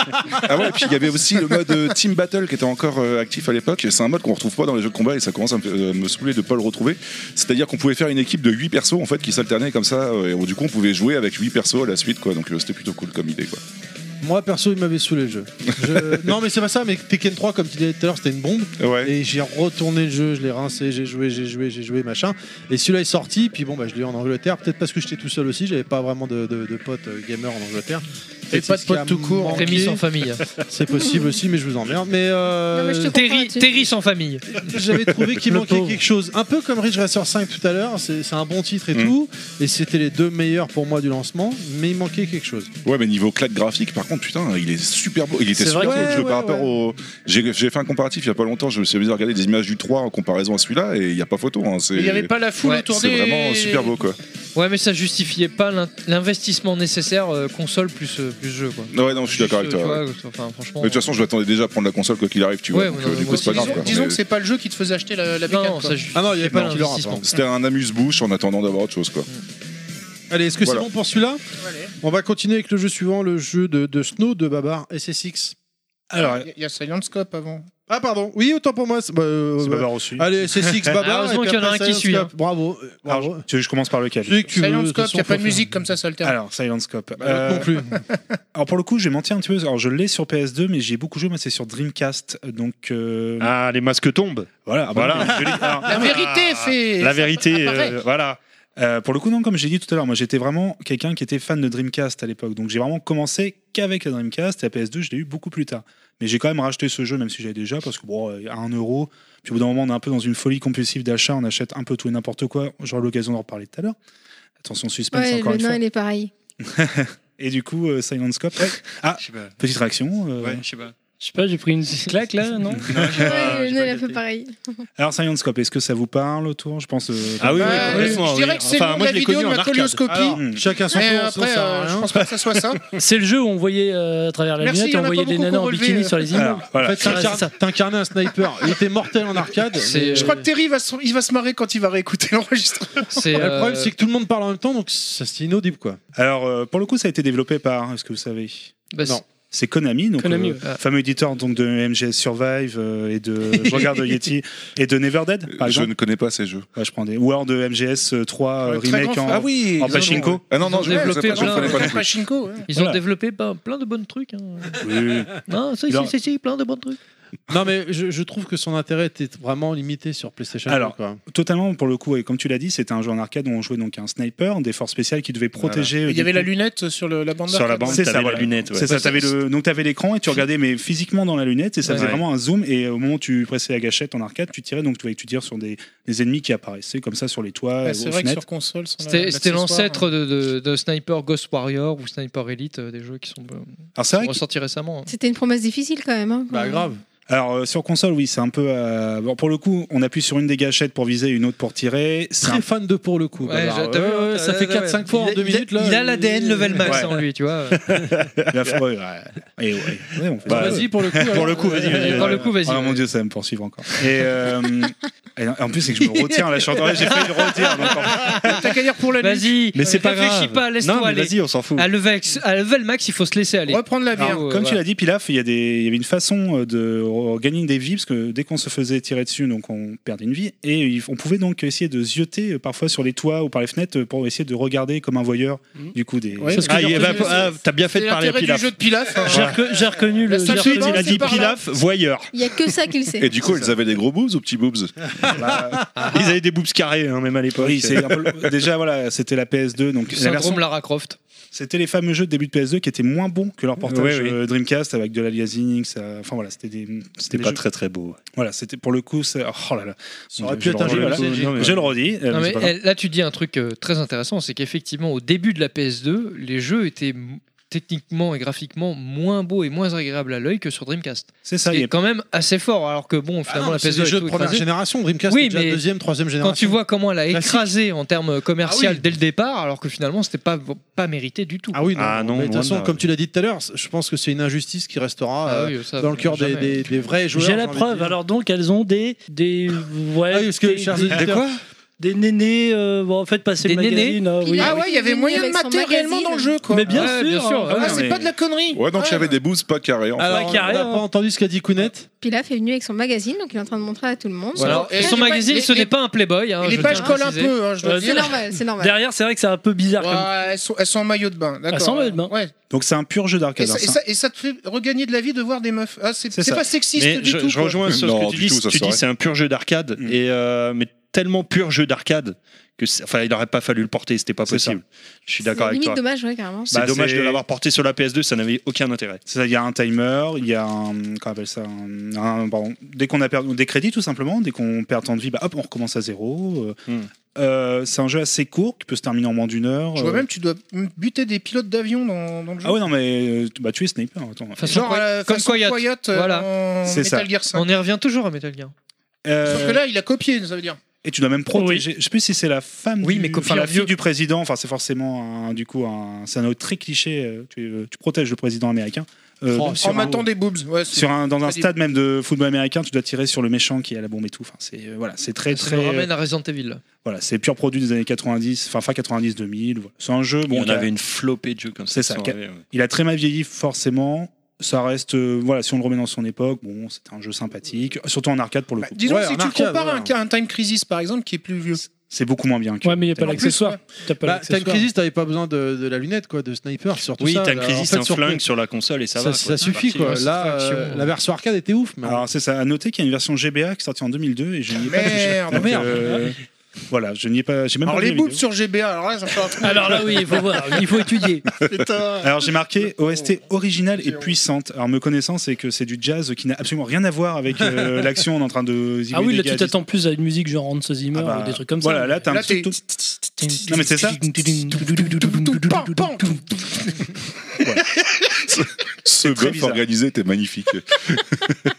Speaker 5: Ah ouais, et puis il y avait aussi le mode euh, Team Battle qui était encore euh, actif à l'époque. C'est un mode qu'on retrouve pas dans les jeux de combat et ça commence à me, euh, me saouler de pas le retrouver. C'est-à-dire qu'on pouvait faire une équipe de 8 persos en fait qui s'alternaient comme ça euh, et bon, du coup on pouvait jouer avec 8 persos à la suite quoi. Donc euh, c'était plutôt cool comme idée quoi.
Speaker 4: Moi perso, il m'avait saoulé le jeu. Je- non, mais c'est pas ça, mais Tekken 3, comme tu disais tout à l'heure, c'était une bombe. Et j'ai retourné le jeu, je l'ai rincé, j'ai joué, j'ai joué, j'ai joué, machin. Et celui-là est sorti, puis bon, bah, je l'ai eu en Angleterre, peut-être parce que j'étais tout seul aussi, j'avais pas vraiment de, de- de potes euh, gamers en Angleterre.
Speaker 6: Et
Speaker 4: Peut-être
Speaker 6: pas de
Speaker 4: c'est ce qui
Speaker 6: potes
Speaker 4: a
Speaker 6: tout court.
Speaker 4: manqué.
Speaker 8: Rémi sans famille.
Speaker 4: C'est possible aussi, mais je vous emmerde. Mais, euh,
Speaker 8: Terry, Terry sans famille.
Speaker 4: j'avais trouvé qu'il
Speaker 8: Le
Speaker 4: manquait
Speaker 8: pauvre.
Speaker 4: quelque chose. Un peu comme Ridge Racer 5 tout à l'heure, c'est c'est un bon titre
Speaker 6: Mm.
Speaker 4: et tout, et c'était les deux meilleurs pour moi du lancement, mais il manquait quelque chose.
Speaker 5: Ouais, mais niveau claque graphique, par contre, putain, il est super beau. Il était
Speaker 4: C'est
Speaker 5: super
Speaker 4: vrai
Speaker 5: beau
Speaker 4: que-
Speaker 5: le jeu
Speaker 4: Ouais,
Speaker 5: par
Speaker 4: ouais,
Speaker 5: rapport au. J'ai j'ai fait un comparatif il y a pas longtemps. Je me suis amusé à regarder des images du 3 en comparaison à celui-là et il y a pas photo. hein, c'est-
Speaker 6: Mais il y avait pas la foule
Speaker 5: Ouais,
Speaker 6: autour
Speaker 5: C'est
Speaker 6: des-
Speaker 5: vraiment super beau quoi.
Speaker 8: Ouais, mais ça justifiait pas l'in- l'investissement nécessaire euh, console plus, euh, plus jeu. Quoi.
Speaker 5: Ouais, non, je suis d'accord avec
Speaker 8: Juste,
Speaker 5: toi.
Speaker 8: euh,
Speaker 5: ouais.
Speaker 8: tu vois, enfin, franchement,
Speaker 5: Mais de toute façon, je l'attendais déjà à prendre la console quoi qu'il arrive, tu vois.
Speaker 8: Ouais,
Speaker 5: donc,
Speaker 8: ouais,
Speaker 5: euh,
Speaker 8: non,
Speaker 5: du
Speaker 8: mais
Speaker 5: coup, c'est pas grave.
Speaker 6: disons
Speaker 5: quoi,
Speaker 6: disons
Speaker 5: mais-
Speaker 6: que c'est pas le jeu qui te faisait acheter la, la
Speaker 8: Non,
Speaker 6: bécane,
Speaker 8: non,
Speaker 6: quoi.
Speaker 8: ça, je-
Speaker 4: Ah non, il y avait pas
Speaker 8: Non,
Speaker 4: l'investissement.
Speaker 5: C'était un amuse-bouche en attendant d'avoir autre chose quoi.
Speaker 4: Allez, est-ce que
Speaker 5: Voilà.
Speaker 4: c'est bon pour celui-là On va continuer avec le jeu suivant, le jeu de, de Snow de Babar SSX.
Speaker 6: Alors, il y a Silent Scope avant.
Speaker 4: Ah pardon, oui autant pour moi. C'est bah, euh,
Speaker 9: C'est
Speaker 4: bah,
Speaker 9: Babar aussi.
Speaker 4: Allez, c'est Six Babar.
Speaker 9: Ah, heureusement
Speaker 4: et puis
Speaker 9: qu'il y en a
Speaker 4: après,
Speaker 9: un qui
Speaker 4: Silent
Speaker 9: suit, hein.
Speaker 4: Scope. Bravo. euh, bravo.
Speaker 9: Tu veux, je commence par lequel
Speaker 4: Celui que tu
Speaker 6: Silent veux, de Scope, toute façon, y a pas de faut musique faire- comme ça, ça alterne.
Speaker 9: Alors, Silent Scope.
Speaker 6: Bah,
Speaker 5: Euh,
Speaker 6: l'autre non plus.
Speaker 9: alors, pour le coup, je vais mentir un petit peu. Alors, je l'ai sur PS2, mais j'y ai beaucoup joué. Moi, c'est sur Dreamcast. Donc. euh,
Speaker 11: Ah, les masques tombent.
Speaker 9: Voilà. ah bah,
Speaker 11: Voilà.
Speaker 9: je l'ai- alors,
Speaker 6: La vérité fait.
Speaker 9: ah, la vérité,
Speaker 6: apparaît.
Speaker 9: euh, voilà. Euh, pour le coup, non, comme j'ai dit tout à l'heure, moi j'étais vraiment quelqu'un qui était fan de Dreamcast à l'époque. Donc j'ai vraiment commencé qu'avec la Dreamcast et la PS2, je l'ai eu beaucoup plus tard. Mais j'ai quand même racheté ce jeu, même si j'avais déjà, parce que bon, euh, à 1 euro. Puis au bout d'un moment, on est un peu dans une folie compulsive d'achat, on achète un peu tout et n'importe quoi. J'aurai l'occasion d'en reparler tout à l'heure. Attention, suspense
Speaker 7: Ouais,
Speaker 9: encore
Speaker 7: le
Speaker 9: une
Speaker 7: nain,
Speaker 9: fois.
Speaker 7: il est pareil.
Speaker 9: Et du coup, euh, Silent Scope. ouais. Ah, petite réaction. euh,
Speaker 11: Ouais, je sais pas.
Speaker 10: Je sais pas, j'ai pris une claque là, non
Speaker 7: Ouais, le nain, il est un peu pareil.
Speaker 9: Alors, Silent Scope, est-ce que ça vous parle autour Je pense. euh,
Speaker 11: Ah oui, oui,
Speaker 6: Euh,
Speaker 11: complètement,
Speaker 6: je dirais
Speaker 11: oui.
Speaker 6: que c'est le
Speaker 11: Enfin,
Speaker 6: nom de
Speaker 11: moi,
Speaker 6: la
Speaker 11: je l'ai
Speaker 6: vidéo
Speaker 11: connu
Speaker 6: de
Speaker 11: en
Speaker 6: ma
Speaker 11: arcade.
Speaker 6: colioscopie.
Speaker 11: Alors,
Speaker 10: Hmm.
Speaker 9: hmm.
Speaker 6: Mm.
Speaker 4: chacun son
Speaker 6: Mais
Speaker 4: tour, ça
Speaker 6: après,
Speaker 4: sert à
Speaker 6: euh, je
Speaker 4: rien.
Speaker 6: pense pas que ça soit ça.
Speaker 10: C'est le jeu où on voyait euh, à travers la
Speaker 6: Merci,
Speaker 10: lunette et
Speaker 6: y'en
Speaker 10: on
Speaker 6: a
Speaker 10: voyait
Speaker 6: pas
Speaker 10: des
Speaker 6: beaucoup
Speaker 10: nanas en
Speaker 6: relevé,
Speaker 10: bikini
Speaker 6: euh.
Speaker 10: sur les immeubles.
Speaker 9: Alors, voilà.
Speaker 4: En fait,
Speaker 10: Ça, euh,
Speaker 4: t'incarnes-
Speaker 10: ça-
Speaker 4: t'incarnais un sniper. Il était mortel en arcade.
Speaker 9: euh,
Speaker 10: C'est-
Speaker 6: Je crois que Terry va se- il va se marrer quand il va réécouter l'enregistrement.
Speaker 4: Ouais, Le
Speaker 9: euh,
Speaker 4: problème, c'est que tout le monde parle en même temps, donc ça, c'est inaudible quoi.
Speaker 9: Alors, euh, pour le coup, ça a été développé par, est-ce que vous savez
Speaker 4: Bah, Non.
Speaker 9: C'est Konami, donc
Speaker 10: Konami,
Speaker 9: euh,
Speaker 10: ouais.
Speaker 9: fameux éditeur donc de MGS Survive euh, et de je regarde Yeti et de Never Dead par
Speaker 5: Je
Speaker 9: exemple.
Speaker 5: ne connais pas ces jeux.
Speaker 9: Ouais, je prends des ou alors de MGS euh, 3 euh,
Speaker 6: Ouais, très
Speaker 9: remake
Speaker 6: grand
Speaker 9: en,
Speaker 6: fan.
Speaker 5: Ah oui,
Speaker 9: en
Speaker 5: ils en
Speaker 9: pachinko.
Speaker 5: ont, ouais. Ah non, non,
Speaker 9: Ils
Speaker 5: je
Speaker 9: ont
Speaker 5: je
Speaker 9: développé
Speaker 5: connais pas, je
Speaker 9: plein-
Speaker 5: connais pas non plus.
Speaker 6: Pachinko, hein. ouais.
Speaker 12: Ils
Speaker 9: Voilà.
Speaker 12: ont développé pas- plein de bonnes trucs. hein.
Speaker 9: Oui.
Speaker 12: Non, si,
Speaker 4: Non.
Speaker 12: si, si, si, plein de bonnes trucs.
Speaker 4: Non, mais je, je trouve que son intérêt était vraiment limité sur PlayStation.
Speaker 9: Alors,
Speaker 4: quoi.
Speaker 9: totalement pour le coup et comme tu l'as dit, c'était un jeu en arcade où on jouait donc un sniper, des forces spéciales qui devaient protéger. euh,
Speaker 6: Il
Speaker 9: du
Speaker 6: y avait
Speaker 9: coup,
Speaker 6: la lunette sur le- la bande
Speaker 9: sur la
Speaker 6: d'arcade.
Speaker 9: bande,
Speaker 11: C'est
Speaker 9: t'avais
Speaker 11: ça, voilà. Ouais,
Speaker 9: C'est ça,
Speaker 11: c'est-
Speaker 9: t'avais le, donc t'avais l'écran et tu regardais mais physiquement dans la lunette et ça
Speaker 11: Ouais.
Speaker 9: faisait
Speaker 11: Ouais.
Speaker 9: vraiment un zoom et au moment où tu pressais la gâchette en arcade, tu tirais donc tu voyais que tu tires sur des, des ennemis qui apparaissaient comme ça sur les toits,
Speaker 6: Ouais,
Speaker 9: euh,
Speaker 6: c'est
Speaker 9: aux
Speaker 6: vrai que
Speaker 9: fenêtres.
Speaker 6: sur console, sans la-
Speaker 12: C'était c'était
Speaker 6: l'accessoire,
Speaker 12: l'ancêtre
Speaker 6: hein.
Speaker 12: de, de- de Sniper Ghost Warrior ou Sniper Elite, euh, des jeux qui sont, euh,
Speaker 9: Alors
Speaker 12: qui
Speaker 9: c'est
Speaker 12: sont
Speaker 9: vrai que-
Speaker 12: ressortis récemment. hein.
Speaker 7: C'était une promesse difficile quand même. hein, quand même.
Speaker 9: Alors euh, sur console, oui, c'est un peu. euh, bon, pour le coup, on appuie sur une des gâchettes pour viser, une autre pour tirer. C'est
Speaker 4: Très
Speaker 9: un-
Speaker 4: fan de pour le coup.
Speaker 12: Ouais,
Speaker 4: Babar.
Speaker 12: je- t'as vu,
Speaker 4: Ouais, ouais,
Speaker 12: t'as-
Speaker 4: ça fait
Speaker 12: ouais.
Speaker 4: 4-5 fois
Speaker 12: Il
Speaker 4: en
Speaker 12: a-
Speaker 4: 2 minutes. là.
Speaker 12: Il a l'ADN level max
Speaker 9: Ouais.
Speaker 12: en lui, tu vois.
Speaker 9: la fois, ouais, ouais. Et ouais, ouais, on fait
Speaker 4: Bah,
Speaker 9: ça.
Speaker 4: vas-y, pour le coup. alors.
Speaker 11: Pour le coup, vas-y, vas-y.
Speaker 12: Pour le coup, vas-y.
Speaker 9: Ah mon dieu, ça va me poursuivre encore. Et, euh, et en plus, c'est que je me retiens là. Je suis en train- j'ai failli le retirer. donc, en-
Speaker 6: T'as qu'à dire pour la nuit.
Speaker 12: Vas-y,
Speaker 11: Mais c'est pas grave.
Speaker 12: réfléchis pas, laisse-toi
Speaker 11: non, mais
Speaker 12: aller.
Speaker 11: vas-y, on s'en fout.
Speaker 12: À level, à level max, il faut se laisser aller.
Speaker 6: Reprendre la bière.
Speaker 12: Ah, ouais,
Speaker 9: Comme tu
Speaker 12: voilà.
Speaker 9: l'as dit, Pilaf, il y, a des- il y avait une façon euh, de re- gagner des vies parce que dès qu'on se faisait tirer dessus, donc on perdait une vie et il- on pouvait donc essayer de zioter euh, parfois sur les toits ou par les fenêtres euh, pour essayer de regarder comme un voyeur du coup des.
Speaker 6: Mm. Ouais,
Speaker 9: Sauf que-
Speaker 11: Ah, il va-
Speaker 6: c'est-
Speaker 11: ah, t'as bien fait
Speaker 6: C'est
Speaker 11: de parler à
Speaker 6: l'intérêt du
Speaker 11: Pilaf.
Speaker 6: jeu de Pilaf. hein.
Speaker 10: J'ai reco- j'ai reconnu
Speaker 6: La
Speaker 10: le.
Speaker 6: seule
Speaker 10: j'ai
Speaker 6: chose,
Speaker 10: reconnu-
Speaker 11: Il a
Speaker 6: c'est
Speaker 11: dit
Speaker 6: par là.
Speaker 11: Pilaf, voyeur.
Speaker 7: Il y a que ça qu'il sait.
Speaker 5: Et du coup, elles avaient des gros boobs ou petits boobs
Speaker 9: Bah,
Speaker 11: Ils avaient des boobs carrés, hein, même à l'époque.
Speaker 9: Oui, c'est un peu le- déjà voilà, c'était la PS2 donc la
Speaker 12: Syndrome
Speaker 9: version
Speaker 12: Lara Croft.
Speaker 9: C'était les fameux jeux de début de PS2 qui étaient moins bons que leur portage
Speaker 11: Oui, oui.
Speaker 9: euh, Dreamcast avec de l'aliasing. ça- Enfin voilà, c'était des.
Speaker 11: C'était
Speaker 9: des
Speaker 11: pas
Speaker 9: jeux-
Speaker 11: très très beau.
Speaker 9: Voilà, c'était pour le coup. ça- Oh là là.
Speaker 4: Ça aurait
Speaker 9: Je
Speaker 4: pu
Speaker 9: le
Speaker 4: être un
Speaker 9: redis,
Speaker 4: jeu
Speaker 9: voilà.
Speaker 4: LCG, quoi.
Speaker 9: Je le redis. euh,
Speaker 12: Non,
Speaker 9: mais c'est
Speaker 12: mais
Speaker 9: pas grave.
Speaker 12: elle- là, tu dis un truc euh, très intéressant, c'est qu'effectivement, au début de la PS2, les jeux étaient m- techniquement et graphiquement moins beaux et moins agréables à l'œil que sur Dreamcast.
Speaker 9: C'est
Speaker 12: Ce
Speaker 9: ça.
Speaker 12: qui
Speaker 9: il y
Speaker 12: est
Speaker 9: a-
Speaker 12: quand même assez fort, alors que bon,
Speaker 4: Ah
Speaker 12: finalement,
Speaker 4: non,
Speaker 12: la
Speaker 4: c'est
Speaker 12: PS2
Speaker 4: des
Speaker 12: est
Speaker 4: jeux
Speaker 12: tout
Speaker 4: de première
Speaker 12: écrasée.
Speaker 4: génération. Dreamcast,
Speaker 12: Oui,
Speaker 4: c'est déjà
Speaker 12: mais
Speaker 4: deuxième, troisième génération.
Speaker 12: Quand tu vois comment elle a
Speaker 4: Classique.
Speaker 12: écrasé en termes commercial
Speaker 4: Ah oui.
Speaker 12: dès le départ, alors que finalement, c'était pas, pas mérité du tout.
Speaker 4: Ah oui, non.
Speaker 11: Ah non,
Speaker 4: mais de toute
Speaker 11: loin
Speaker 4: façon,
Speaker 11: de là.
Speaker 4: comme tu l'as dit tout à l'heure, je pense que c'est une injustice qui restera
Speaker 12: Ah oui,
Speaker 4: euh,
Speaker 12: ça,
Speaker 4: dans le cœur des,
Speaker 12: jamais.
Speaker 4: des- des vrais joueurs.
Speaker 10: J'ai la
Speaker 4: envie de
Speaker 10: preuve.
Speaker 4: dire.
Speaker 10: Alors donc, elles ont des des ouais.
Speaker 4: Ah oui, parce que,
Speaker 10: des-
Speaker 4: chers
Speaker 10: des-
Speaker 4: auditeurs-
Speaker 10: Des nénés. euh, bon, en fait, passer
Speaker 12: Des
Speaker 10: le
Speaker 12: nénés
Speaker 10: magazine. ah, oui.
Speaker 6: Ah ouais, il y avait moyen de
Speaker 7: Avec son
Speaker 6: mater réellement
Speaker 7: magazine.
Speaker 6: dans le jeu, quoi.
Speaker 10: Mais bien
Speaker 12: Ouais,
Speaker 10: sûr.
Speaker 12: bien sûr,
Speaker 10: hein.
Speaker 6: Ah,
Speaker 12: ouais,
Speaker 6: c'est
Speaker 12: mais-
Speaker 6: pas de la connerie.
Speaker 5: Ouais, donc
Speaker 6: Ouais.
Speaker 5: j'avais des boobs pas carrés. en fait.
Speaker 4: Alors,
Speaker 10: Pas carré,
Speaker 4: Bah, on n'a
Speaker 10: hein.
Speaker 4: pas entendu ce qu'a dit Kounet.
Speaker 7: Pilaf est venu avec son magazine, donc il est en train de montrer à tout le monde.
Speaker 12: Voilà.
Speaker 6: Et
Speaker 12: Son
Speaker 6: les-
Speaker 12: magazine,
Speaker 6: les-
Speaker 12: ce n'est
Speaker 6: les-
Speaker 12: pas un Playboy. hein,
Speaker 6: Et
Speaker 12: je
Speaker 6: les
Speaker 12: tiens à
Speaker 6: pages collent un
Speaker 12: préciser.
Speaker 6: peu, hein, je
Speaker 10: Euh,
Speaker 6: dois
Speaker 10: c'est
Speaker 7: C'est
Speaker 6: dire.
Speaker 7: normal, c'est normal.
Speaker 10: Derrière, c'est vrai que c'est un peu bizarre. comme-
Speaker 6: Ouais, elles, sont, elles sont en maillot de bain, d'accord.
Speaker 10: Elles sont en maillot de bain.
Speaker 6: Ouais.
Speaker 9: Donc c'est un pur jeu
Speaker 6: Et,
Speaker 9: d'arcade.
Speaker 6: ça,
Speaker 9: hein,
Speaker 6: et,
Speaker 9: ça.
Speaker 6: ça, et ça te fait regagner de la vie de voir des meufs. Ah, c'est
Speaker 9: C'est
Speaker 6: c'est
Speaker 9: ça.
Speaker 6: pas sexiste
Speaker 11: Mais
Speaker 6: du
Speaker 11: je,
Speaker 6: tout.
Speaker 11: je
Speaker 6: quoi.
Speaker 11: rejoins sur ce
Speaker 5: Non,
Speaker 11: que tu
Speaker 5: du
Speaker 11: dis.
Speaker 5: tout, ça,
Speaker 11: tu
Speaker 5: c'est
Speaker 11: dis
Speaker 5: vrai.
Speaker 11: c'est un pur jeu d'arcade
Speaker 9: Mm.
Speaker 11: et euh, mais tellement pur jeu d'arcade que c'est- enfin il n'aurait pas fallu le porter, c'était pas
Speaker 9: C'est ça.
Speaker 11: possible. Je suis
Speaker 7: C'est
Speaker 11: d'accord avec
Speaker 7: limite
Speaker 11: toi.
Speaker 7: dommage, ouais, carrément.
Speaker 11: C'est
Speaker 9: Bah,
Speaker 11: dommage
Speaker 9: c'est-
Speaker 11: de l'avoir porté sur la PS2, ça n'avait aucun intérêt.
Speaker 9: C'est ça, il y a un timer, il y a un, qu'on appelle ça, un- un- pardon, dès qu'on a perdu des crédits tout simplement, dès qu'on perd tant de vie, bah hop, on recommence à zéro. euh.
Speaker 11: Hmm.
Speaker 9: Euh, c'est un jeu assez court qui peut se terminer en moins d'une heure.
Speaker 6: Je vois
Speaker 9: euh.
Speaker 6: même, tu dois buter des pilotes d'avion dans, dans le jeu.
Speaker 9: Ah ouais non mais euh, bah tu es sniper. Attends.
Speaker 12: Façon
Speaker 6: Genre,
Speaker 12: Quiet-
Speaker 6: euh,
Speaker 12: comme
Speaker 6: façon
Speaker 12: Quiet.
Speaker 6: Quiet, euh,
Speaker 12: Voilà.
Speaker 6: en
Speaker 9: C'est ça.
Speaker 6: Metal Gear 5.
Speaker 12: On y revient toujours à Metal Gear.
Speaker 9: Euh,
Speaker 6: Sauf que là, il a copié, ça veut dire.
Speaker 9: Et tu dois même protéger. Je sais plus si c'est la femme.
Speaker 12: Oui,
Speaker 9: du-
Speaker 12: mais copier
Speaker 9: enfin, la
Speaker 12: un
Speaker 9: fille
Speaker 12: vieux.
Speaker 9: du président. Enfin, c'est forcément un, du coup un. C'est un autre très cliché. euh, Tu, euh, tu protèges le président américain. euh,
Speaker 4: Oh,
Speaker 9: même sur
Speaker 6: En
Speaker 9: un-
Speaker 6: m'attendant des boobs.
Speaker 12: euh,
Speaker 6: Ouais, c'est-
Speaker 9: Sur un, dans un
Speaker 6: Très
Speaker 9: stade même de football américain, tu dois tirer sur le méchant qui a la bombe et tout. Enfin, c'est euh, voilà, c'est très
Speaker 12: Ça
Speaker 9: très.
Speaker 12: nous
Speaker 9: euh,
Speaker 12: ramène à Resident Evil.
Speaker 9: voilà, c'est pur produit des années 90, enfin fin 90 2000. voilà. C'est un jeu. Bon,
Speaker 11: Bon, on
Speaker 9: qui a-
Speaker 11: avait une flopée de jeux comme ça.
Speaker 9: C'est
Speaker 11: qui
Speaker 9: ça,
Speaker 11: sont
Speaker 9: quel-
Speaker 11: arrivés, ouais.
Speaker 9: il a très mal vieilli forcément. Ça reste, euh, voilà, si on le remet dans son époque, bon, c'était un jeu sympathique, surtout en arcade pour le coup.
Speaker 6: Disons, si tu compares un- à un Time Crisis par exemple, qui est plus vieux.
Speaker 9: C'est beaucoup moins bien. Que
Speaker 10: Ouais, mais il n'y a pas
Speaker 9: En plus,
Speaker 10: l'accessoire.
Speaker 9: ouais.
Speaker 10: T'as pas
Speaker 4: Bah, Time
Speaker 10: l'accessoire.
Speaker 4: Crisis, t'avais pas besoin de, de la lunette, quoi, de sniper, surtout
Speaker 11: Oui,
Speaker 4: ça.
Speaker 11: Time
Speaker 4: Alors,
Speaker 11: Crisis,
Speaker 4: en fait,
Speaker 11: c'est un
Speaker 4: sur-
Speaker 11: flingue sur la console et ça,
Speaker 4: Ça-
Speaker 11: va.
Speaker 4: ça
Speaker 11: quoi.
Speaker 4: suffit,
Speaker 11: C'est
Speaker 4: quoi.
Speaker 11: parti.
Speaker 9: hein,
Speaker 4: Là, euh, la version arcade était ouf. Mais
Speaker 9: Alors c'est ça. À noter qu'il y a une version GBA qui est sortie en 2002 et je n'y ai pas touché.
Speaker 6: Merde.
Speaker 9: Donc,
Speaker 6: Merde.
Speaker 4: Ah
Speaker 9: euh, Voilà, je n'y ai pas. J'ai même
Speaker 6: Alors
Speaker 9: pas vu
Speaker 6: les
Speaker 9: la
Speaker 6: boobs
Speaker 9: vidéo.
Speaker 6: sur GBA, alors là ça fait un truc.
Speaker 10: Alors là, oui, il faut voir, il faut étudier.
Speaker 6: Putain.
Speaker 9: Alors j'ai marqué OST originale et puissante. Alors me connaissant, c'est que c'est du jazz qui n'a absolument rien à voir avec euh, l'action. On est en train de.
Speaker 10: Ah
Speaker 9: zimer
Speaker 10: oui, là,
Speaker 9: des gars
Speaker 10: tu
Speaker 9: à
Speaker 10: t'attends plus à une musique genre Hans Zimmer
Speaker 9: Ah bah,
Speaker 10: ou des trucs comme ça.
Speaker 9: voilà, là, t'as un Là, petit-
Speaker 10: petit.
Speaker 9: Non, mais c'est ça.
Speaker 5: Ce
Speaker 9: très
Speaker 5: golf
Speaker 9: bizarre.
Speaker 5: organisé était magnifique.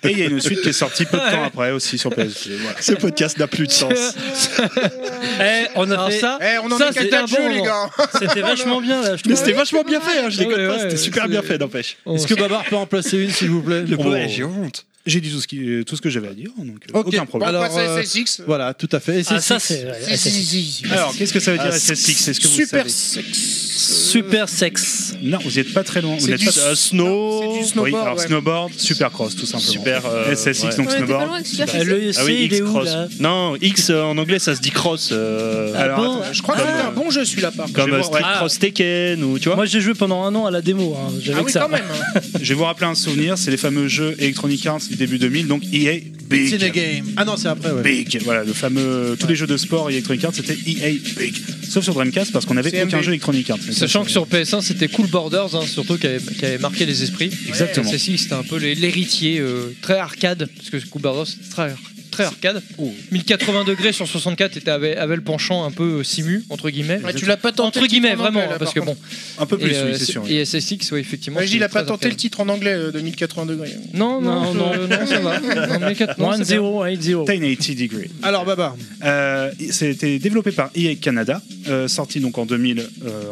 Speaker 9: Et il y a une suite qui est sortie peu de temps après aussi sur PS. Voilà.
Speaker 11: Ce podcast n'a plus de sens.
Speaker 10: Eh, on a
Speaker 8: Alors
Speaker 10: fait
Speaker 8: ça-
Speaker 6: Eh, on en
Speaker 10: ça,
Speaker 6: est qu'à
Speaker 10: c'était
Speaker 6: quatre
Speaker 10: un
Speaker 6: jeux,
Speaker 10: bon
Speaker 6: les
Speaker 10: moment.
Speaker 6: gars.
Speaker 10: C'était vachement bien là. je trouve.
Speaker 11: Mais c'était vachement bien fait, hein, je déconne
Speaker 10: Ouais,
Speaker 11: pas,
Speaker 10: ouais,
Speaker 11: c'était super
Speaker 10: c'est-
Speaker 11: bien fait, n'empêche.
Speaker 4: Est-ce que Babar peut en placer une, s'il vous plaît
Speaker 11: Le Oh.
Speaker 4: On-
Speaker 11: pauvre, j'ai honte.
Speaker 9: J'ai dit tout ce, qui, euh, tout ce que j'avais à dire, donc euh,
Speaker 4: Ok,
Speaker 9: aucun problème.
Speaker 4: alors,
Speaker 6: passer à
Speaker 4: euh,
Speaker 6: SSX.
Speaker 4: Voilà, tout à fait. Et
Speaker 10: Ah, ça, c'est- ouais,
Speaker 6: Si, si, si.
Speaker 9: Alors, qu'est-ce que ça veut dire
Speaker 11: Ah,
Speaker 9: SSX Est-ce que vous
Speaker 6: Super
Speaker 9: savez
Speaker 6: sexe.
Speaker 10: Super sexe.
Speaker 9: Non, vous n'êtes pas très loin. Vous
Speaker 6: C'est
Speaker 9: n'êtes
Speaker 6: du
Speaker 9: pas...
Speaker 6: s- snow- c'est du snowboard,
Speaker 9: Oui, alors
Speaker 6: ouais.
Speaker 9: snowboard, supercross, tout simplement.
Speaker 11: Super, euh,
Speaker 9: SSX,
Speaker 11: ouais.
Speaker 7: Ouais,
Speaker 9: donc
Speaker 7: t'es pas
Speaker 9: snowboard.
Speaker 7: loin avec Super
Speaker 10: Ah, Le
Speaker 11: Ah
Speaker 10: C,
Speaker 11: oui,
Speaker 10: il
Speaker 11: X
Speaker 10: est où
Speaker 11: cross.
Speaker 10: là
Speaker 11: Non, X euh, en anglais ça se dit cross. euh,
Speaker 10: Ah bon
Speaker 11: attends,
Speaker 6: Je crois que c'était un bon jeu celui-là par contre.
Speaker 11: comme
Speaker 9: je vais
Speaker 11: euh,
Speaker 9: voir,
Speaker 11: Street
Speaker 10: ouais.
Speaker 11: Cross Tekken ou tu vois.
Speaker 10: Moi, j'ai joué pendant un an à la démo. hein, J'avais
Speaker 6: Ah
Speaker 10: que
Speaker 6: oui
Speaker 10: ça.
Speaker 6: quand même. hein.
Speaker 9: Je vais vous rappeler un souvenir, c'est les fameux jeux Electronic Arts du début 2000, donc EA
Speaker 4: C'est
Speaker 9: Big.
Speaker 4: une game. Ah non, c'est après, ouais.
Speaker 9: Big, voilà, le fameux. Tous les jeux de sport Electronic Arts, c'était EA Big. Sauf sur Dreamcast, parce qu'on n'avait
Speaker 6: CMB.
Speaker 9: aucun jeu Electronic Arts.
Speaker 8: Sachant que sur PS1 c'était Cool Borders, hein, surtout qui avait, qui avait marqué les esprits.
Speaker 9: Exactement.
Speaker 8: Ceci c'était un peu les- l'héritier euh, très arcade, parce que Cool Borders c'était très, ar- très arcade.
Speaker 9: Oh.
Speaker 8: 1080 degrés sur 64 était, avait, avait le penchant un peu euh, simu, entre guillemets.
Speaker 6: Ouais, tu l'as pas tenté.
Speaker 8: Entre
Speaker 6: le titre
Speaker 8: guillemets,
Speaker 6: en anglais,
Speaker 8: vraiment,
Speaker 6: là,
Speaker 8: parce que
Speaker 6: par
Speaker 8: bon.
Speaker 6: contre.
Speaker 9: Un peu plus,
Speaker 8: et, euh,
Speaker 9: oui, c'est sûr.
Speaker 8: Et SSX, oui, effectivement.
Speaker 6: Ouais, je dis, il a
Speaker 8: c'est
Speaker 6: pas
Speaker 8: très
Speaker 6: tenté le
Speaker 8: arcade.
Speaker 6: titre en anglais euh, de 1080 degrés.
Speaker 8: Non, non, non,
Speaker 10: Non,
Speaker 8: non, ça va. Non, mais quatre- non, c'est bien.
Speaker 11: hein,
Speaker 10: 1-0, 1-0.
Speaker 9: 1080 degree.
Speaker 4: Alors, Babar,
Speaker 9: Euh, C'était développé par EA Canada, euh, sorti donc en 2000 euh,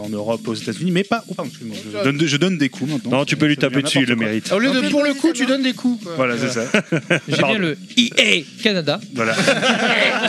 Speaker 9: en Europe, aux États-Unis, mais pas. Oh, pardon, excuse-moi, je, donne, je donne des coups maintenant.
Speaker 11: Non, tu peux lui
Speaker 9: Ça
Speaker 11: taper
Speaker 9: devient
Speaker 11: dessus, il le
Speaker 9: n'importe
Speaker 11: mérite.
Speaker 9: quoi.
Speaker 6: Au lieu de
Speaker 7: Ok.
Speaker 6: pour le coup, tu donnes des coups. quoi.
Speaker 9: Voilà, c'est ça.
Speaker 8: J'ai bien le EA Canada.
Speaker 9: Voilà.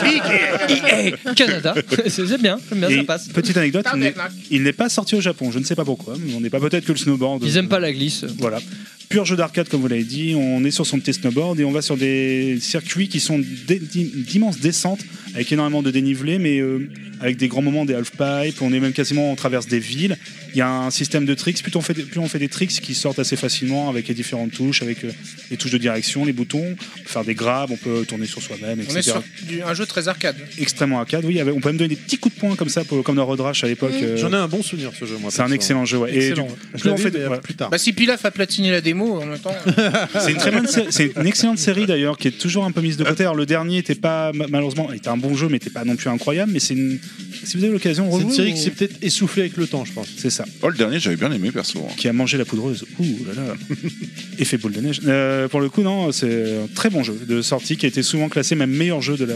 Speaker 8: EA Canada. C'est c'est bien, j'aime bien,
Speaker 9: Et
Speaker 8: ça passe.
Speaker 9: Petite anecdote, il n'est-
Speaker 6: Tabernacle.
Speaker 9: il n'est pas sorti au Japon. Je ne sais pas pourquoi. mais On n'est pas peut-être que le snowboard.
Speaker 8: Ils aiment pas la glisse.
Speaker 9: Voilà. Pur jeu d'arcade, comme vous l'avez dit. On est sur son petit snowboard et on va sur des circuits qui sont dé- d'im- d'immenses descentes avec énormément de dénivelé, mais euh, avec des grands moments, des half-pipe. On est même quasiment, on traverse des villes. Il y a un système de tricks. Plus on fait des, plus on fait des tricks qui sortent assez facilement avec les différentes touches, avec euh, les touches de direction, les boutons. On peut faire des grabs, on peut tourner sur soi-même, etc
Speaker 6: On est sur du- un jeu très arcade.
Speaker 9: extrêmement arcade. Oui, avec- on peut même donner des petits coups de poing comme ça, pour- comme dans Road Rash à l'époque. euh,
Speaker 4: j'en ai un bon souvenir, ce jeu, moi.
Speaker 9: c'est un
Speaker 4: perso.
Speaker 9: excellent jeu. ouais. Et
Speaker 4: Excellent.
Speaker 9: du coup,
Speaker 4: Je
Speaker 9: plus on
Speaker 4: l'avais,
Speaker 9: fait
Speaker 4: mais,
Speaker 9: de-
Speaker 4: euh,
Speaker 9: voilà.
Speaker 4: plus tard.
Speaker 6: Bah si Pilaf a platiné la démo en même temps. euh,
Speaker 9: Ah, C'est une très bonne sé- c'est une excellente série d'ailleurs qui est toujours un peu mise de côté. Alors le dernier était pas ma- malheureusement, il était un bon jeu mais était pas non plus incroyable. Mais c'est une... si vous avez l'occasion,
Speaker 4: C'est une
Speaker 9: rejouez-le,
Speaker 4: série
Speaker 9: ou-
Speaker 4: qui s'est peut-être essoufflée avec le temps, je pense.
Speaker 9: c'est ça.
Speaker 5: Oh, le dernier, j'avais bien aimé, perso. hein.
Speaker 9: Qui a mangé la poudreuse. Ouh là là. Effet boule de neige. Euh, pour le coup, non, c'est un très bon jeu de sortie qui a été souvent classé même meilleur jeu de la,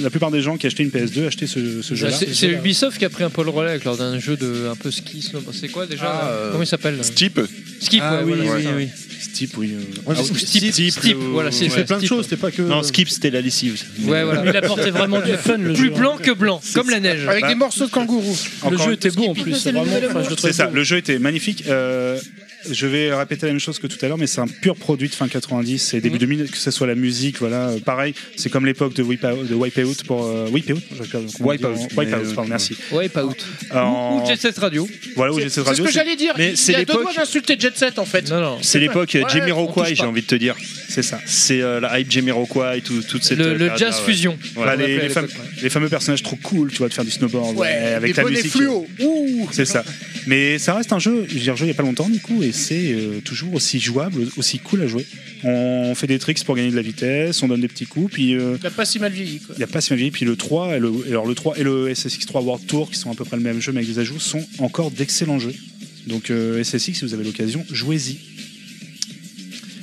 Speaker 9: la plupart des gens qui achetaient une PS2 achetaient ce, ce
Speaker 8: Ah,
Speaker 9: jeu-là.
Speaker 8: C'est c'est Ubisoft qui a pris un peu le relais avec leur dernier jeu de un peu ski, snow. C'est quoi déjà
Speaker 4: Ah,
Speaker 8: euh,
Speaker 4: euh,
Speaker 8: Comment il s'appelle
Speaker 5: Steep,
Speaker 8: Skip. ouais,
Speaker 4: Ah, oui,
Speaker 8: voilà,
Speaker 4: oui,
Speaker 8: c'est ça.
Speaker 4: oui.
Speaker 9: Ce type, oui. euh,
Speaker 4: Ouais,
Speaker 8: Ah,
Speaker 4: c'est-
Speaker 8: ou Steep,
Speaker 4: Steep,
Speaker 8: Steep,
Speaker 4: le-
Speaker 8: voilà, c'est
Speaker 4: Il fait
Speaker 8: ouais,
Speaker 4: plein de
Speaker 8: Steep.
Speaker 4: choses, c'était pas que.
Speaker 11: Non, Skip c'était la lessive.
Speaker 8: Ouais,
Speaker 10: Mais
Speaker 8: voilà.
Speaker 10: il apportait vraiment du fun le
Speaker 8: Plus
Speaker 10: jeu.
Speaker 8: blanc que blanc, comme la neige.
Speaker 6: Avec des morceaux de kangourou.
Speaker 10: Le
Speaker 9: Bah, encore-
Speaker 10: jeu était beau en plus.
Speaker 7: c'est
Speaker 10: C'est
Speaker 7: le
Speaker 10: vraiment.
Speaker 7: nouvel
Speaker 10: enfin, je le
Speaker 9: C'est
Speaker 10: trouvais
Speaker 9: ça,
Speaker 10: beau.
Speaker 9: le jeu était magnifique. Euh, je vais répéter la même chose que tout à l'heure, mais c'est un pur produit de fin 90 et
Speaker 10: Mhm.
Speaker 9: début 2000, que ce soit la musique, voilà. euh, Pareil, c'est comme l'époque de Wipeout, de Wipeout pour. euh, Wipeout j'arrive pas à- comment on dit en-
Speaker 11: Wipeout, mais,
Speaker 9: Wipeout, pardon,
Speaker 11: euh,
Speaker 9: merci.
Speaker 8: Ouais, pas out.
Speaker 9: En-
Speaker 8: Ou Jet Set Radio.
Speaker 9: Voilà où j'ai cette
Speaker 6: C'est ce
Speaker 9: radio.
Speaker 6: que
Speaker 9: c'est-
Speaker 6: j'allais dire.
Speaker 11: Mais
Speaker 6: Il
Speaker 11: c'est
Speaker 6: y a deux
Speaker 11: l'époque-
Speaker 6: doigts d'insulter Jet Set en fait.
Speaker 8: Non, non.
Speaker 11: C'est l'époque euh,
Speaker 6: Ouais,
Speaker 11: Jimmy
Speaker 8: on touche
Speaker 11: Rockway,
Speaker 8: pas.
Speaker 11: j'ai envie de te dire.
Speaker 9: C'est ça.
Speaker 11: C'est euh, la hype Jimmy Rockway, tout, toute cette.
Speaker 8: Le,
Speaker 11: euh,
Speaker 8: le
Speaker 11: période-là,
Speaker 8: jazz
Speaker 11: ouais.
Speaker 8: fusion.
Speaker 11: Voilà.
Speaker 9: Bah,
Speaker 8: On l'appelait
Speaker 9: les,
Speaker 8: à
Speaker 9: les fam-
Speaker 8: l'époque,
Speaker 9: les fameux personnages trop cool, tu vois, de faire du snowboard
Speaker 6: Ouais,
Speaker 9: ouais, avec
Speaker 6: des
Speaker 9: la
Speaker 6: bonnets
Speaker 9: musique.
Speaker 6: fluo. Ouh.
Speaker 9: C'est ça. Mais ça reste un jeu, j'ai rejoué il n'y a pas longtemps du coup, et c'est euh, toujours aussi jouable, aussi cool à jouer. On fait des tricks pour gagner de la vitesse, on donne des petits coups, puis euh,
Speaker 6: Il a pas si mal vieilli quoi.
Speaker 9: Il n'y a pas si mal vieilli. Puis le 3, et le, et alors le 3 et le SSX3 World Tour, qui sont à peu près le même jeu, mais avec des ajouts, sont encore d'excellents jeux. Donc euh, SSX, si vous avez l'occasion, jouez-y.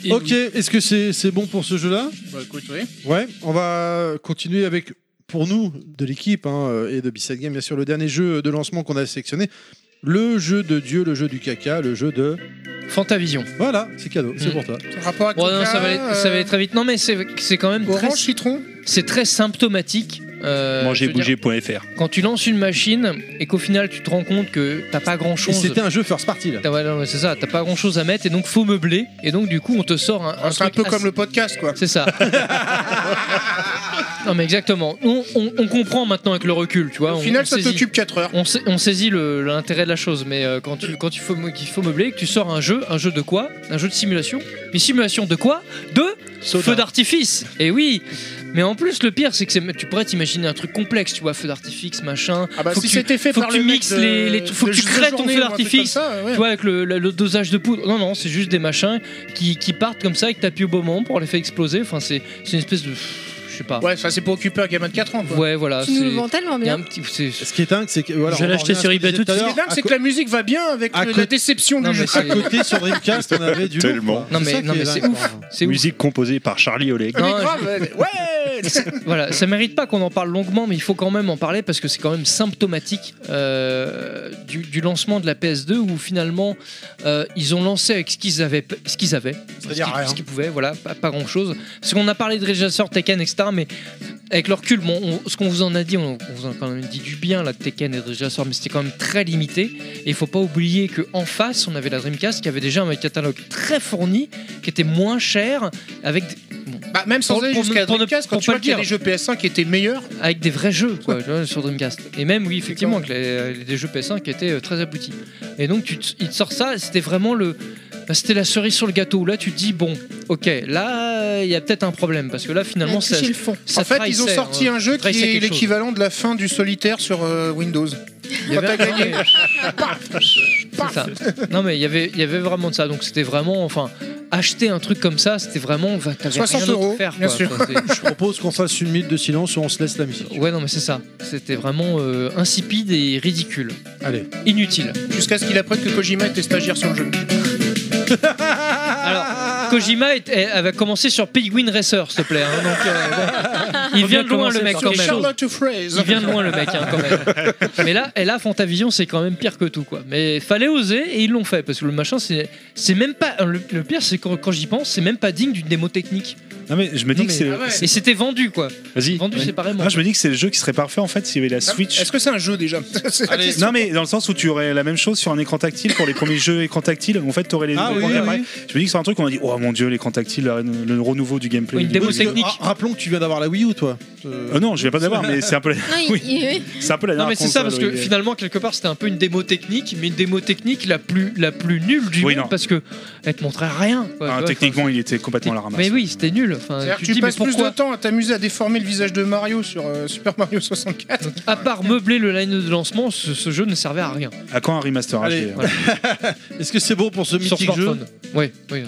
Speaker 10: Et-
Speaker 4: Ok, est-ce que c'est c'est bon pour ce jeu-là
Speaker 6: Bah écoute, oui.
Speaker 4: Ouais, on va continuer avec, pour nous, de l'équipe hein, euh, et de B-Side Game, bien sûr, le dernier jeu de lancement qu'on a sélectionné. Le jeu de Dieu, le jeu du caca, le jeu de.
Speaker 8: ouais. Fantavision.
Speaker 4: Voilà, c'est cadeau,
Speaker 12: Mmh.
Speaker 4: c'est
Speaker 8: Mm.
Speaker 4: pour toi.
Speaker 6: Rapport à
Speaker 8: Bon, non,
Speaker 6: Coca,
Speaker 8: ça va aller, ça va aller
Speaker 6: euh,
Speaker 8: très vite. Non, mais c'est c'est quand même très,
Speaker 6: Orange, citron.
Speaker 8: c'est très symptomatique
Speaker 12: Euh, je veux dire,
Speaker 11: Mangerbouger.fr.
Speaker 12: Quand tu lances une machine et qu'au final tu te rends compte que t'as pas grand chose.
Speaker 4: Et c'était un jeu first party là.
Speaker 12: c'est ça, t'as pas grand chose à mettre et donc faut meubler. Et donc du coup on te sort un.
Speaker 6: C'est un
Speaker 12: truc
Speaker 6: peu comme le podcast, quoi.
Speaker 12: C'est ça. Non mais exactement. On, on- on comprend maintenant avec le recul, tu vois.
Speaker 6: Au
Speaker 12: On-
Speaker 6: final,
Speaker 12: on
Speaker 6: ça
Speaker 12: saisit-
Speaker 6: t'occupe 4 heures. Mm.
Speaker 12: On, sait- on saisit le- l'intérêt de la chose, mais euh, quand tu quand il faut me- qu'il faut meubler, que tu sors un jeu, un jeu de quoi Un jeu de simulation. Mais simulation de quoi De feu d'artifice. Et oui. Mais en plus, le pire, c'est que c'est- tu pourrais t'imaginer un truc complexe, tu vois, feu d'artifice, machin.
Speaker 6: Ah bah,
Speaker 12: Faut
Speaker 6: si
Speaker 12: que tu-
Speaker 6: c'était fait
Speaker 12: faut
Speaker 6: par
Speaker 12: que tu
Speaker 6: le mec
Speaker 12: mixes
Speaker 6: de-
Speaker 12: les, les- faut
Speaker 6: de
Speaker 12: que tu
Speaker 6: jeu de
Speaker 12: crées ton
Speaker 6: journée
Speaker 12: feu
Speaker 6: ou un truc
Speaker 12: d'artifice.
Speaker 6: comme ça, ouais.
Speaker 12: Tu vois, avec le, le- le dosage de poudre. Non, non, c'est juste des machins qui, qui partent comme ça et que t'appuies au bon moment pour les faire exploser. Enfin, c'est c'est une espèce de. Je sais pas.
Speaker 6: Ouais, ça c'est pour occuper un gamin de 4 ans. Quoi.
Speaker 12: Ouais, voilà.
Speaker 7: Tu nous
Speaker 12: c'est-
Speaker 7: le vends tellement
Speaker 12: il y a
Speaker 7: bien.
Speaker 12: un petit- c'est-
Speaker 4: Ce qui est dingue, c'est que. Voilà,
Speaker 12: Je vais
Speaker 4: on en
Speaker 12: l'acheter
Speaker 4: revient à ce
Speaker 12: sur
Speaker 4: que
Speaker 12: eBay
Speaker 4: je
Speaker 12: tout de
Speaker 4: disais
Speaker 12: suite.
Speaker 6: Ce qui est dingue, c'est que la musique va bien avec
Speaker 4: À
Speaker 6: euh,
Speaker 4: côté-
Speaker 6: la déception
Speaker 12: Non,
Speaker 6: du
Speaker 12: mais
Speaker 6: jeu.
Speaker 12: c'est-
Speaker 4: À côté sur Dreamcast, on avait du. lourd,
Speaker 11: Tellement.
Speaker 4: quoi.
Speaker 12: Non,
Speaker 4: C'est ça
Speaker 12: mais,
Speaker 4: qui
Speaker 12: non,
Speaker 4: est
Speaker 12: mais
Speaker 4: dingue,
Speaker 12: c'est
Speaker 4: quoi.
Speaker 12: ouf. C'est ouf.
Speaker 11: Musique composée par Charlie Oleg.
Speaker 12: Non,
Speaker 6: Mais grave, ouais, ouais
Speaker 12: Voilà, ça mérite pas qu'on en parle longuement, mais il faut quand même en parler parce que c'est quand même symptomatique euh, du, du lancement de la PS2 où finalement euh, ils ont lancé avec ce qu'ils avaient, ce qu'ils avaient, ce
Speaker 4: C'est-à-dire
Speaker 12: qu'ils-
Speaker 4: rien.
Speaker 12: ce qu'ils pouvaient, voilà, pas, grand chose. Parce qu'on a parlé de Regisateur Tekken, etc. Mais avec le recul, bon, on- ce qu'on vous en a dit, on, on vous en a quand même dit du bien là de Tekken et de Regisateur, mais c'était quand même très limité. Et il faut pas oublier que en face, on avait la Dreamcast qui avait déjà un catalogue très fourni, qui était moins cher, avec des- bon,
Speaker 6: Bah, même sans
Speaker 12: Pour-
Speaker 6: aller
Speaker 12: pour-
Speaker 6: jusqu'à
Speaker 12: pour ne-
Speaker 6: Dreamcast, quand
Speaker 12: pour
Speaker 6: tu
Speaker 12: pas
Speaker 6: vois
Speaker 12: le
Speaker 6: qu'il y a des jeux
Speaker 12: dire.
Speaker 6: PS1 qui étaient meilleurs,
Speaker 12: avec des vrais jeux quoi, tu vois, sur Dreamcast. Et même, oui, effectivement, avec les, les- des jeux PS1 qui étaient euh, très aboutis. Et donc, tu te- il te sort ça, c'était vraiment le. bah, c'était la cerise sur le gâteau. Là, tu te dis, bon, ok, là, il y a peut-être un problème. Parce que là, finalement,
Speaker 7: Il a
Speaker 12: ça.
Speaker 7: touché le fond.
Speaker 12: ça
Speaker 6: en fait, ils ont
Speaker 12: trahissait,
Speaker 6: sorti
Speaker 12: hein,
Speaker 6: un jeu
Speaker 12: ça
Speaker 6: qui
Speaker 12: trahissait
Speaker 6: est
Speaker 12: quelque chose.
Speaker 6: l'équivalent de la fin du solitaire sur euh, Windows.
Speaker 12: Il y
Speaker 6: Quand
Speaker 12: avait-
Speaker 6: t'as gagné, paf,
Speaker 12: C'est ça. Non, mais il y avait- il y avait vraiment de ça. Donc, c'était vraiment. Enfin, acheter un truc comme ça, c'était vraiment. va- T'avais
Speaker 6: 60
Speaker 12: rien d'autre
Speaker 6: euros,
Speaker 12: à faire,
Speaker 6: bien
Speaker 12: quoi.
Speaker 6: sûr.
Speaker 12: Enfin, c'est-
Speaker 4: Je propose qu'on fasse une minute de silence où on se laisse la musique.
Speaker 12: Ouais, non, mais c'est ça. C'était vraiment euh, insipide et ridicule.
Speaker 4: Allez.
Speaker 12: Inutile.
Speaker 6: Jusqu'à ce qu'il apprenne que Kojima était stagiaire sur le jeu.
Speaker 12: Alors, Kojima est- est- avait commencé sur Penguin Racer, s'il te plaît. hein, donc, euh, bon. il
Speaker 10: Faut
Speaker 12: vient
Speaker 10: bien
Speaker 12: de loin, le
Speaker 10: commencer
Speaker 12: mec,
Speaker 10: par
Speaker 12: quand
Speaker 10: quelque
Speaker 12: même.
Speaker 10: chose.
Speaker 6: Charlotte Phrase.
Speaker 12: Il vient de loin, le mec, hein, quand même. Mais là, et là, Fantavision, c'est quand même pire que tout, quoi. Mais fallait oser et ils l'ont fait parce que le machin, c'est c'est même pas. Le, le pire, c'est quand, quand j'y pense, c'est même pas digne d'une démo technique.
Speaker 9: Non, mais je me dis
Speaker 12: Non,
Speaker 9: que
Speaker 12: mais-
Speaker 9: c'est.
Speaker 12: Et c'était vendu, quoi.
Speaker 9: Vas-y.
Speaker 12: Vendu
Speaker 9: Ouais.
Speaker 12: séparément.
Speaker 9: Moi, je me dis que c'est le jeu qui serait parfait en fait s'il y avait la
Speaker 6: Bah,
Speaker 9: Switch.
Speaker 6: Est-ce que c'est un jeu déjà C'est la question.
Speaker 9: Non mais dans le sens où tu aurais la même chose sur un écran tactile pour les premiers jeux écran tactile en fait tu aurais les
Speaker 4: Ah
Speaker 9: les
Speaker 4: oui,
Speaker 9: premiers
Speaker 4: oui,
Speaker 9: après.
Speaker 4: oui.
Speaker 9: je me dis que c'est un truc où on a dit oh mon dieu l'écran tactile le, le renouveau du gameplay
Speaker 12: Oui, une
Speaker 9: du
Speaker 12: démo
Speaker 9: jeu.
Speaker 12: technique.
Speaker 4: Ah, Rappelons que tu viens d'avoir la Wii U, toi.
Speaker 9: Euh, non je vais pas d'avoir mais c'est un peu la...
Speaker 7: Non, il-
Speaker 9: oui,
Speaker 7: il- oui.
Speaker 9: c'est un peu la
Speaker 12: Non
Speaker 9: dernière
Speaker 12: mais c'est ça parce
Speaker 9: console,
Speaker 12: que
Speaker 9: oui.
Speaker 12: finalement quelque part c'était un peu une démo technique mais une démo technique la plus la plus nulle du
Speaker 9: Oui,
Speaker 12: monde
Speaker 9: non.
Speaker 12: parce que elle te montrait rien quoi,
Speaker 9: Ah,
Speaker 12: tu vois,
Speaker 9: techniquement il était complètement à la
Speaker 12: enfin,
Speaker 9: ramasse
Speaker 12: mais oui c'était nul enfin
Speaker 6: C'est-à-dire que
Speaker 12: tu,
Speaker 6: tu,
Speaker 12: te dis mais
Speaker 6: passes plus de
Speaker 12: pourquoi
Speaker 6: temps à t'amuser à déformer le visage de Mario sur euh, Super Mario 64.
Speaker 12: à part meubler le line de lancement ce, ce jeu ne servait à rien
Speaker 9: à quand un remaster
Speaker 4: Allez.
Speaker 9: HD, hein
Speaker 4: Est-ce que c'est bon pour ce
Speaker 12: sur
Speaker 4: mythique jeu
Speaker 12: smartphone oui oui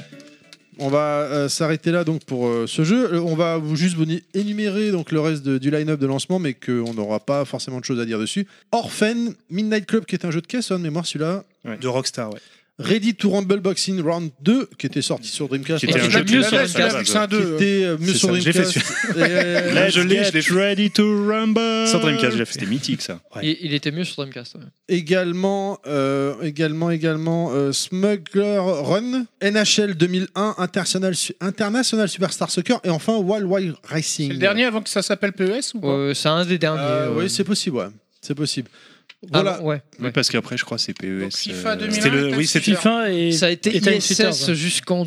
Speaker 4: On va euh, s'arrêter là donc pour euh, ce jeu. Euh, on va vous juste vous énumérer donc le reste de- du line-up de lancement, mais qu'on n'aura pas forcément de choses à dire dessus. Orphan, Midnight Club, qui est un jeu de caisse, hein, de mémoire celui-là.
Speaker 9: de Rockstar ouais
Speaker 4: Ready to Rumble Boxing Round 2, qui était sorti sur Dreamcast.
Speaker 9: Qui était
Speaker 4: Enfin,
Speaker 9: un
Speaker 4: qui
Speaker 9: jeu
Speaker 6: Tu l'avais,
Speaker 12: sur
Speaker 6: tu l'avais,
Speaker 12: Dreamcast.
Speaker 6: c'est un deux, euh.
Speaker 4: était, euh, mieux
Speaker 9: C'est
Speaker 4: sur
Speaker 9: ça, je l'ai fait,
Speaker 4: Dreamcast. Et- euh,
Speaker 9: Là, je l'ai, je l'ai
Speaker 11: Let's
Speaker 9: fait.
Speaker 11: get ready to rumble.
Speaker 9: Sur Dreamcast, je
Speaker 4: Ah.
Speaker 9: l'ai fait.
Speaker 11: C'était mythique ça.
Speaker 9: Ouais.
Speaker 12: Il, il était mieux sur Dreamcast ouais.
Speaker 4: Également, euh, également, également euh, Smuggler Run, NHL 2001, International, Su- International Superstar Soccer et enfin Wild Wild Racing.
Speaker 6: C'est le dernier avant que ça s'appelle PES ou pas
Speaker 12: Euh, c'est un des derniers
Speaker 4: Euh,
Speaker 12: ouais.
Speaker 4: Oui, c'est possible, ouais. C'est possible.
Speaker 12: Ah,
Speaker 4: Voilà.
Speaker 12: bon, ouais,
Speaker 11: Oui,
Speaker 12: ouais.
Speaker 11: parce qu'après, je crois, c'est PES.
Speaker 6: Donc, FIFA
Speaker 11: euh,
Speaker 6: 2001,
Speaker 9: c'était le-
Speaker 6: Time
Speaker 9: oui, c'est
Speaker 6: Splitter.
Speaker 10: FIFA et
Speaker 12: ça a été
Speaker 10: et Time Splitters.
Speaker 4: hein.
Speaker 12: ISS jusqu'en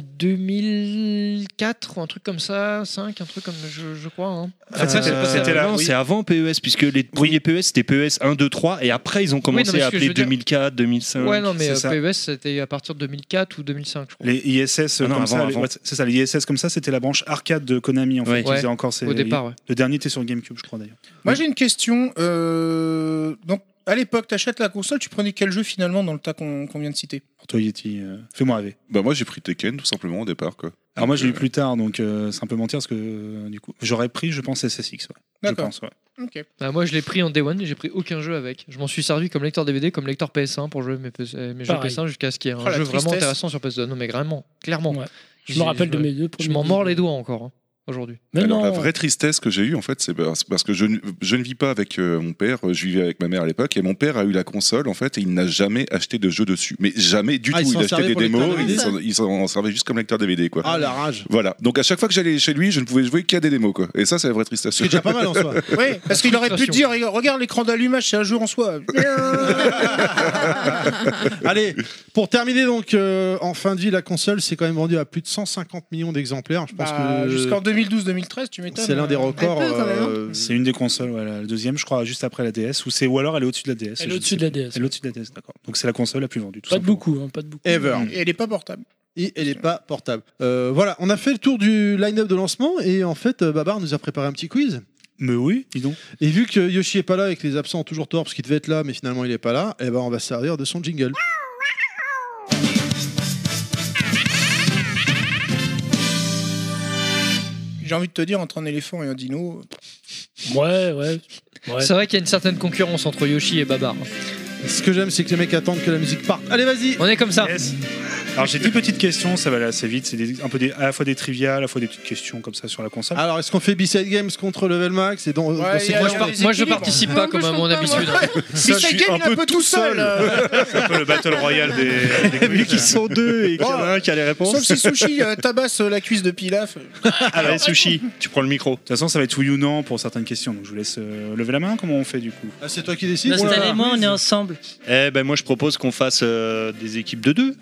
Speaker 12: 2004 ou un truc comme ça 5 un truc comme je, je crois hein.
Speaker 9: fait, c'était-
Speaker 12: Euh,
Speaker 9: c'était la-
Speaker 11: non,
Speaker 9: oui.
Speaker 11: c'est avant PES, puisque les premiers PES c'était PES 1, 2, 3, et après ils ont commencé
Speaker 12: mais ce
Speaker 11: à
Speaker 12: que je
Speaker 11: appeler
Speaker 12: veux dire-
Speaker 11: 2004, 2005.
Speaker 12: ouais non mais
Speaker 9: c'est
Speaker 12: euh,
Speaker 11: E
Speaker 9: ça.
Speaker 12: PES c'était à partir de 2004 ou 2005 je crois
Speaker 9: les ISS
Speaker 11: Ah non,
Speaker 9: comme
Speaker 11: avant,
Speaker 9: ça, les-
Speaker 11: avant.
Speaker 9: ouais, c'est ça les ISS comme ça c'était la branche arcade de Konami en fait
Speaker 11: Ouais.
Speaker 9: qui faisait encore ses-
Speaker 12: au départ ouais.
Speaker 9: le dernier était sur GameCube je crois d'ailleurs
Speaker 6: Moi j'ai une question. euh, Donc à l'époque, t'achètes la console, tu prenais quel jeu finalement dans le tas qu'on qu'on vient de citer
Speaker 9: pour toi Yeti euh, fais-moi rêver
Speaker 5: Bah moi j'ai pris Tekken tout simplement au départ quoi.
Speaker 9: Alors moi je l'ai eu
Speaker 5: Euh,
Speaker 9: plus tard, donc euh, c'est un peu mentir parce que euh, du coup j'aurais pris, je pense SSX. Ouais. Je
Speaker 6: D'accord.
Speaker 9: pense, ouais.
Speaker 6: Ok.
Speaker 12: Bah, moi je l'ai pris en day one et j'ai pris aucun jeu avec. Je m'en suis servi comme lecteur DVD, comme lecteur PS1 pour jouer mes, PS- euh, mes jeux
Speaker 10: Pareil.
Speaker 12: PS1 jusqu'à ce qu'il y ait un
Speaker 6: Oh, la
Speaker 12: jeu vraiment
Speaker 6: tristesse.
Speaker 12: intéressant sur PS2. Non mais vraiment, clairement.
Speaker 10: Ouais. Je
Speaker 12: J'ai-
Speaker 10: me rappelle de mes deux
Speaker 12: Je
Speaker 10: premiers.
Speaker 12: m'en mords les doigts encore. hein.
Speaker 8: aujourd'hui.
Speaker 5: Alors, la vraie tristesse que j'ai eue, en fait, c'est parce parce que je, ne- je ne vis pas avec euh, mon père, je vivais avec ma mère à l'époque, et mon père a eu la console, en fait, et il n'a jamais acheté de jeu dessus. Mais jamais du
Speaker 4: Ah, il
Speaker 5: tout.
Speaker 4: s'en
Speaker 5: Il achetait
Speaker 4: servait
Speaker 5: des
Speaker 4: pour lecteur
Speaker 5: démos,
Speaker 4: DVD.
Speaker 5: il s'en- il s'en servait juste comme lecteur DVD, quoi.
Speaker 4: Ah, la rage.
Speaker 5: Voilà. Donc à chaque fois que j'allais chez lui, je ne pouvais jouer qu'à des démos, quoi. Et ça, c'est la vraie tristesse.
Speaker 4: C'est déjà pas mal en soi.
Speaker 6: Oui, parce qu'il aurait pu te dire regarde l'écran d'allumage, c'est un jeu en soi.
Speaker 4: Allez, pour terminer donc, euh, en fin de vie, la console s'est quand même vendue à plus de 150 millions d'exemplaires. Je pense
Speaker 6: Bah,
Speaker 4: que
Speaker 6: Jusqu'en 2012-2013, tu m'étonnes.
Speaker 4: c'est l'un des
Speaker 6: Euh,
Speaker 4: records. euh,
Speaker 9: C'est une des consoles, ouais, la deuxième, je crois, juste après la DS, ou c'est ou alors elle est au-dessus de la DS.
Speaker 10: Elle est
Speaker 9: je
Speaker 10: au-dessus
Speaker 9: ne
Speaker 10: de
Speaker 9: sais
Speaker 10: la
Speaker 9: plus.
Speaker 10: DS,
Speaker 9: Elle est au-dessus de la DS, d'accord. Donc c'est la console la plus vendue. Tout
Speaker 10: Pas de
Speaker 9: simplement.
Speaker 10: beaucoup, hein, pas de beaucoup.
Speaker 4: Ever.
Speaker 6: Et elle est pas portable.
Speaker 4: Et elle n'est pas portable. Euh, voilà, on a fait le tour du line-up de lancement et en fait, euh, Babar nous a préparé un petit quiz.
Speaker 9: Mais oui, dis donc.
Speaker 4: Et vu que Yoshi est pas là et que les absents ont toujours tort parce qu'il devait être là mais finalement il est pas là, eh ben on va se servir de son jingle.
Speaker 6: J'ai envie de te dire, entre un éléphant et un dino.
Speaker 10: Ouais, ouais. ouais.
Speaker 8: C'est vrai qu'il y a une certaine concurrence entre Yoshi et Babar.
Speaker 4: Ce que j'aime, c'est que les mecs attendent que la musique parte. Allez, vas-y
Speaker 8: On est comme ça.
Speaker 9: Alors j'ai dix petites questions, ça va aller assez vite. C'est des- un peu des, à la fois des trivia, à la fois des petites questions comme ça sur la console.
Speaker 11: Ah
Speaker 4: Alors est-ce qu'on fait B-Side Games contre Level Max et dans, dans
Speaker 6: Ouais,
Speaker 4: ces
Speaker 6: il y a
Speaker 4: cas-
Speaker 6: un déséquilibre.
Speaker 8: pas comme à mon habitude. hein.
Speaker 6: Si ça
Speaker 9: suis
Speaker 6: gagne,
Speaker 9: un
Speaker 6: il est un peu tout seul. euh.
Speaker 9: C'est un peu le battle royal des. des
Speaker 11: Vu qu'ils sont deux et qu'il y en a un qui a les réponses.
Speaker 6: Sauf si Sushi euh, tabasse euh, la cuisse de Pilaf.
Speaker 11: Allez, sushi, tu prends le micro.
Speaker 9: De toute façon, ça va être oui ou non pour certaines questions. Donc je vous laisse euh, lever la main. Comment on fait du coup
Speaker 4: Ah, c'est toi qui décides
Speaker 8: Nostal
Speaker 4: Oula.
Speaker 8: et moi, on est ensemble.
Speaker 11: Eh ben moi je propose qu'on fasse euh, des équipes de deux.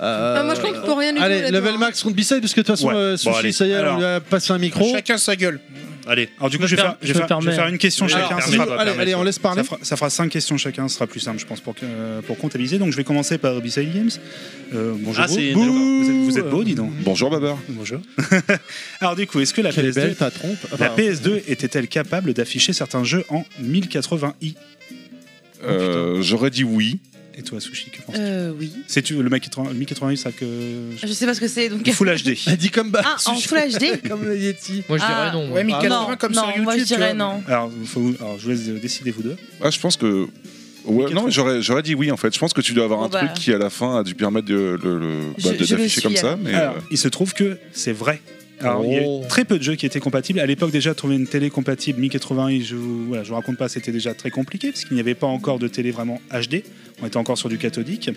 Speaker 7: Ah, moi, je crois que pour rien du tout,
Speaker 4: Allez,
Speaker 7: honnêtement,
Speaker 4: Level
Speaker 7: hein.
Speaker 4: Max contre B-Side parce que de toute façon,
Speaker 11: Ouais.
Speaker 4: euh,
Speaker 11: Bon,
Speaker 4: Sushi,
Speaker 11: allez.
Speaker 4: ça y est, on
Speaker 9: Alors.
Speaker 4: lui a passé un micro.
Speaker 6: Chacun sa gueule.
Speaker 11: Allez.
Speaker 9: Alors du coup, je vais,
Speaker 10: me
Speaker 9: faire,
Speaker 10: perm-
Speaker 9: je vais
Speaker 10: je me
Speaker 9: faire- je vais
Speaker 10: permets.
Speaker 9: faire une question
Speaker 11: Oui,
Speaker 9: chacun.
Speaker 11: alors,
Speaker 9: ça
Speaker 11: permets,
Speaker 9: sera-
Speaker 11: toi,
Speaker 4: Allez,
Speaker 11: permets,
Speaker 4: allez,
Speaker 11: toi.
Speaker 4: on laisse parler.
Speaker 9: Ça fera, ça fera cinq questions chacun, ce sera plus simple, je pense, pour, que- euh, pour comptabiliser. Donc, je vais commencer par B-Side Games. Euh, bonjour.
Speaker 11: Ah, c'est-
Speaker 9: Bou- vous, êtes, vous êtes beau, dis donc.
Speaker 5: Bonjour, Babar.
Speaker 9: Bonjour. Alors, du coup, est-ce que la
Speaker 4: Quelle est
Speaker 9: PS2,
Speaker 4: belle ta trompe. Enfin,
Speaker 9: la PS2 était-elle capable d'afficher certains jeux en 1080i
Speaker 4: Oh,
Speaker 5: Euh, J'aurais dit oui.
Speaker 9: Et toi, Sushi, que penses-tu
Speaker 21: Euh, oui.
Speaker 9: C'est-tu le mec qui tra- 1080i, ça que.
Speaker 21: Je sais pas ce que c'est donc.
Speaker 9: euh, Full HD.
Speaker 4: Elle dit comme bah,
Speaker 21: Ah, en
Speaker 4: Sushi.
Speaker 21: Full HD
Speaker 4: Comme le Yeti.
Speaker 8: Moi, je dirais
Speaker 21: Ah.
Speaker 8: non.
Speaker 6: Ouais, 1080
Speaker 21: Non,
Speaker 6: comme
Speaker 21: non,
Speaker 6: sur YouTube.
Speaker 21: moi je
Speaker 6: tu vois.
Speaker 21: dirais non.
Speaker 9: Alors, faut- alors, je vous laisse euh, décider, vous deux.
Speaker 5: Ah, je pense que. Ouais,
Speaker 9: 1080.
Speaker 5: non, j'aurais j'aurais dit oui en fait. Je pense que tu dois avoir un
Speaker 21: Bon, bah.
Speaker 5: truc qui à la fin a dû permettre de le- le- bah,
Speaker 21: Je-
Speaker 5: de
Speaker 21: je le
Speaker 5: t'afficher
Speaker 21: suis,
Speaker 5: comme ça.
Speaker 21: alors.
Speaker 5: Mais
Speaker 9: Alors,
Speaker 5: euh,
Speaker 9: il se trouve que c'est vrai. Alors, il y
Speaker 8: Oh.
Speaker 9: a eu très peu de jeux qui étaient compatibles. À l'époque, déjà, trouver une télé compatible 1080i, je vous, voilà, je vous raconte pas, c'était déjà très compliqué, parce qu'il n'y avait pas encore de télé vraiment HD. On était encore sur du cathodique.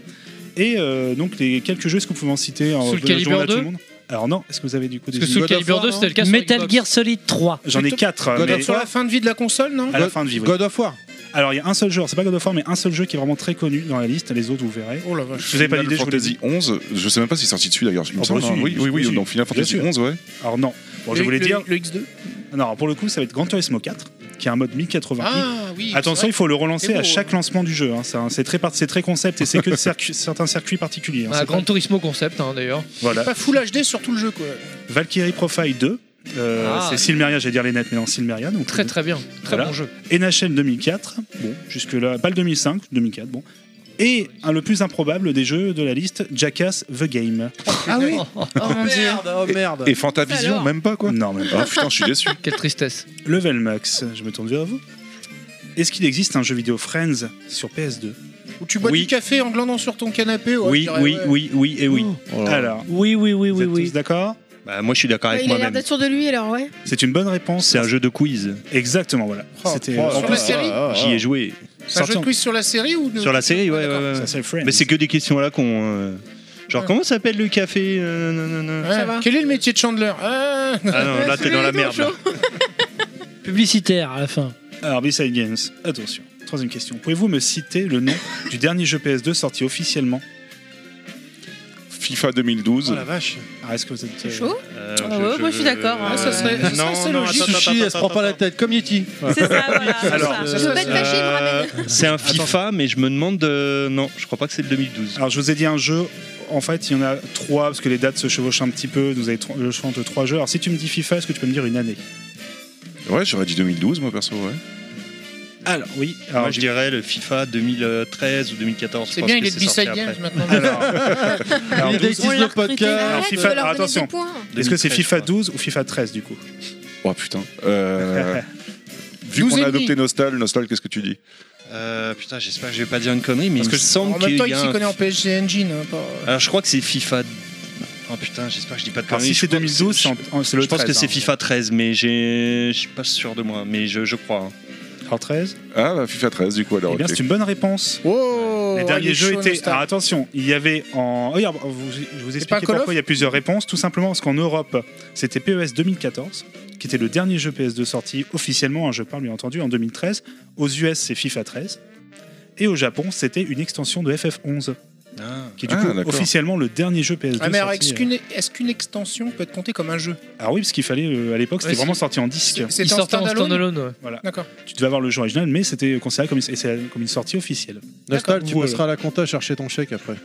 Speaker 9: Et euh, donc, les quelques jeux, est-ce que vous pouvez en citer en
Speaker 8: Soul
Speaker 9: je demande
Speaker 8: Calibur
Speaker 9: à tout
Speaker 8: 2?
Speaker 9: le monde Alors, non, est-ce que vous avez du coup des
Speaker 8: Parce que
Speaker 9: idées
Speaker 8: Soul Calibur 2, c'était le cas sur
Speaker 22: Metal
Speaker 8: Xbox.
Speaker 22: Gear Solid 3.
Speaker 9: J'en ai quatre,
Speaker 4: God
Speaker 9: mais
Speaker 4: of
Speaker 6: Sur la fin de vie de la console, non
Speaker 9: à la fin de vie. oui.
Speaker 4: God of War.
Speaker 9: Alors, il y a un seul jeu, alors, c'est pas God of War, mais un seul jeu qui est vraiment très connu dans la liste. Les autres, vous verrez.
Speaker 6: Oh la vache.
Speaker 9: Je vous avais pas
Speaker 5: Final
Speaker 9: l'idée, je vous l'ai
Speaker 5: Fantasy 11, je sais même pas s'il est sorti dessus d'ailleurs. Il me
Speaker 9: Ah,
Speaker 5: semble,
Speaker 9: bah,
Speaker 5: hein.
Speaker 9: si,
Speaker 5: oui, oui, oui,
Speaker 9: si.
Speaker 5: donc Final
Speaker 9: Bien
Speaker 5: Fantasy
Speaker 9: sûr.
Speaker 5: 11, ouais.
Speaker 9: Alors, non. Bon, je
Speaker 6: Le-
Speaker 9: voulais
Speaker 6: le-
Speaker 9: dire.
Speaker 6: Le X2.
Speaker 9: Non, alors, pour le coup, ça va être Gran Turismo 4, qui a un mode 1080i.
Speaker 6: Ah oui.
Speaker 9: Attention, il faut le relancer
Speaker 6: C'est beau,
Speaker 9: à chaque
Speaker 6: hein.
Speaker 9: lancement du jeu. hein. C'est un- C'est très, par- c'est très concept et c'est que de circu- certains circuits particuliers. hein.
Speaker 8: Un
Speaker 9: C'est
Speaker 8: Grand
Speaker 9: pas-
Speaker 8: Turismo concept, hein, d'ailleurs.
Speaker 9: Voilà.
Speaker 6: Pas full HD sur tout le jeu quoi.
Speaker 9: Valkyrie Profile 2. euh,
Speaker 8: Ah.
Speaker 9: c'est Silmeria, j'allais dire les nets, mais non, Silmeria. Donc
Speaker 8: Très très bien. Très
Speaker 9: Voilà.
Speaker 8: bon jeu.
Speaker 9: NHL 2004. Bon, jusque-là, pas le 2005, 2004. Bon. Et un- le plus improbable des jeux de la liste, Jackass The Game.
Speaker 6: Ah oui.
Speaker 21: Oh mon dieu.
Speaker 4: Merde, oh merde.
Speaker 5: Et Fantavision,
Speaker 7: Alors
Speaker 5: même pas quoi.
Speaker 9: Non, même pas.
Speaker 5: Ah putain, je suis déçu.
Speaker 8: Quelle tristesse.
Speaker 9: Level Max, je me tourne vers vous. Est-ce qu'il existe un jeu vidéo Friends sur PS2
Speaker 6: Où tu bois
Speaker 11: Oui.
Speaker 6: du café en glandant sur ton canapé. ouais, je
Speaker 11: Oui,
Speaker 6: dirais,
Speaker 11: oui,
Speaker 6: ouais.
Speaker 11: oui, oui et oui.
Speaker 9: Alors,
Speaker 22: Oui, oui, oui,
Speaker 9: vous
Speaker 22: oui,
Speaker 9: êtes
Speaker 22: oui.
Speaker 9: tous d'accord
Speaker 11: Bah, moi je suis d'accord
Speaker 7: Ouais,
Speaker 11: avec
Speaker 7: il a l'air
Speaker 11: moi-même.
Speaker 7: d'être sûr de lui, alors ouais.
Speaker 6: Bah,
Speaker 9: C'est une bonne réponse.
Speaker 11: C'est un jeu de quiz.
Speaker 9: Exactement, voilà. C'était
Speaker 6: oh,
Speaker 9: en
Speaker 6: oh,
Speaker 9: plus,
Speaker 6: oh, série.
Speaker 11: J'y ai joué.
Speaker 6: C'est un jeu
Speaker 9: sorti
Speaker 6: de
Speaker 9: en-
Speaker 6: quiz sur la série ou de-
Speaker 11: Sur la série, ouais. ouais,
Speaker 6: D'accord.
Speaker 11: ouais.
Speaker 9: ça, c'est Friends.
Speaker 11: Mais c'est que des questions là qu'on. euh, Genre,
Speaker 6: Ouais.
Speaker 11: comment s'appelle le café euh, nanana.
Speaker 6: Ouais.
Speaker 7: Ça va.
Speaker 6: Quel est le métier de Chandler Ah.
Speaker 11: Ah non, là t'es dans la merde. là.
Speaker 10: Publicitaire à la fin.
Speaker 9: Alors, B-Side Games, attention. Troisième question. Pouvez-vous me citer le nom du dernier jeu PS2 sorti officiellement
Speaker 5: FIFA 2012.
Speaker 4: Oh la vache.
Speaker 9: Ah, est-ce que vous êtes.
Speaker 7: C'est chaud.
Speaker 11: Euh,
Speaker 21: Ah ouais, moi, je suis d'accord, hein.
Speaker 11: Euh,
Speaker 6: Ça serait- ça serait
Speaker 11: non,
Speaker 6: assez
Speaker 11: non,
Speaker 6: logique.
Speaker 11: attends,
Speaker 4: Sushi,
Speaker 11: attends,
Speaker 4: elle se prend pas la
Speaker 11: attends,
Speaker 4: tête comme Yeti.
Speaker 21: C'est ça, voilà. c'est
Speaker 11: Alors,
Speaker 4: euh,
Speaker 21: ça.
Speaker 7: Je veux pas être fâché, il me ramène.
Speaker 11: attends. Euh, C'est un FIFA, mais je me demande. euh, Non, je crois pas que c'est le 2012.
Speaker 9: Alors, je vous ai dit un jeu. En fait, il y en a trois, parce que les dates se chevauchent un petit peu. Vous avez tro- le choix entre trois jeux. Alors, si tu me dis FIFA, est-ce que tu peux me dire une année
Speaker 5: Ouais, j'aurais dit 2012, moi perso, ouais.
Speaker 9: Alors, oui. Alors,
Speaker 11: Moi je dirais le FIFA 2013 ou 2014. je
Speaker 6: C'est
Speaker 11: pense
Speaker 6: bien,
Speaker 11: que
Speaker 6: il est de B-Side
Speaker 11: sorti
Speaker 6: Games
Speaker 11: après.
Speaker 6: maintenant.
Speaker 9: alors,
Speaker 4: Il
Speaker 9: douze-
Speaker 4: date le podcast.
Speaker 7: Arrête,
Speaker 9: FIFA-
Speaker 7: on leur
Speaker 9: alors,
Speaker 7: donner
Speaker 9: attention.
Speaker 7: des points.
Speaker 9: est-ce que c'est
Speaker 11: 2013,
Speaker 9: FIFA
Speaker 11: quoi.
Speaker 9: 12 ou FIFA 13 du coup
Speaker 5: Oh putain. Euh, vu qu'on a adopté Nostal, Nostal, qu'est-ce que tu dis
Speaker 11: Euh, putain, j'espère que je vais pas dire une connerie, mais
Speaker 9: Parce
Speaker 11: il me
Speaker 9: que-
Speaker 11: semble
Speaker 6: En même
Speaker 11: qu'il
Speaker 6: temps,
Speaker 11: y
Speaker 6: il
Speaker 11: a
Speaker 6: s'y
Speaker 11: un-
Speaker 6: connaît en PSG Engine. hein, pas-
Speaker 11: Alors je crois que c'est FIFA. Ah putain, j'espère que je dis pas de
Speaker 9: Alors,
Speaker 11: conneries.
Speaker 9: si c'est
Speaker 11: Je crois-
Speaker 9: 2012, c'est en- en- c'est le
Speaker 11: Je pense
Speaker 9: 13,
Speaker 11: que c'est
Speaker 9: hein.
Speaker 11: FIFA 13, mais j'ai- je suis pas sûr de moi, mais je, je crois. hein.
Speaker 9: Alors 13
Speaker 5: Ah, bah, FIFA 13, du coup, alors.
Speaker 9: Eh bien,
Speaker 5: ok.
Speaker 9: c'est une bonne réponse. les derniers
Speaker 5: allez,
Speaker 9: jeux
Speaker 5: chaud,
Speaker 9: étaient.
Speaker 5: Nostal.
Speaker 9: Alors attention, il y avait en. Oh, Regarde, vous- je vous
Speaker 6: pas un
Speaker 9: explique
Speaker 6: Call of
Speaker 9: pourquoi il y a plusieurs réponses. Tout simplement parce qu'en Europe, c'était E PES 2014, qui était le dernier jeu E PS2 sorti officiellement, hein, je parle bien entendu, en 2013. Aux US, c'est FIFA 13. Et au Japon, c'était une extension de FF11, qui est du
Speaker 5: Ah,
Speaker 9: coup
Speaker 5: d'accord.
Speaker 9: officiellement le dernier jeu PS2
Speaker 6: Ah, mais alors,
Speaker 11: euh.
Speaker 9: sorti.
Speaker 6: est-ce qu'une est-ce qu'une extension peut être comptée comme un jeu
Speaker 9: Alors oui, parce qu'il fallait euh, à l'époque, c'était
Speaker 6: Ouais,
Speaker 9: vraiment
Speaker 6: c'est-
Speaker 9: sorti en disque.
Speaker 6: c'est- c'était en Sortait en standalone standalone, ouais.
Speaker 9: Voilà.
Speaker 6: D'accord.
Speaker 9: Tu devais avoir le jeu original, mais c'était considéré comme une, et c'est comme une sortie officielle.
Speaker 4: Nostal, tu
Speaker 9: Voilà.
Speaker 4: passeras à la compta chercher ton chèque après.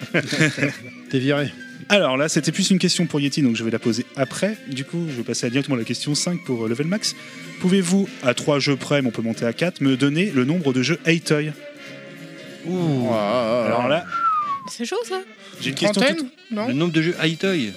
Speaker 4: T'es viré.
Speaker 9: Alors là, c'était plus une question pour Yeti, donc je vais la poser après. Du coup, je vais passer à directement la question 5 pour euh, Level Max. Pouvez-vous, à 3 jeux près, mais on peut monter à 4, me donner le nombre de jeux Atoy
Speaker 4: Ouh.
Speaker 9: ah. Alors là,
Speaker 7: C'est chaud ça
Speaker 9: j'ai une question.
Speaker 7: Trentaine
Speaker 9: toute-
Speaker 7: Non
Speaker 11: Le nombre de jeux Aitoy.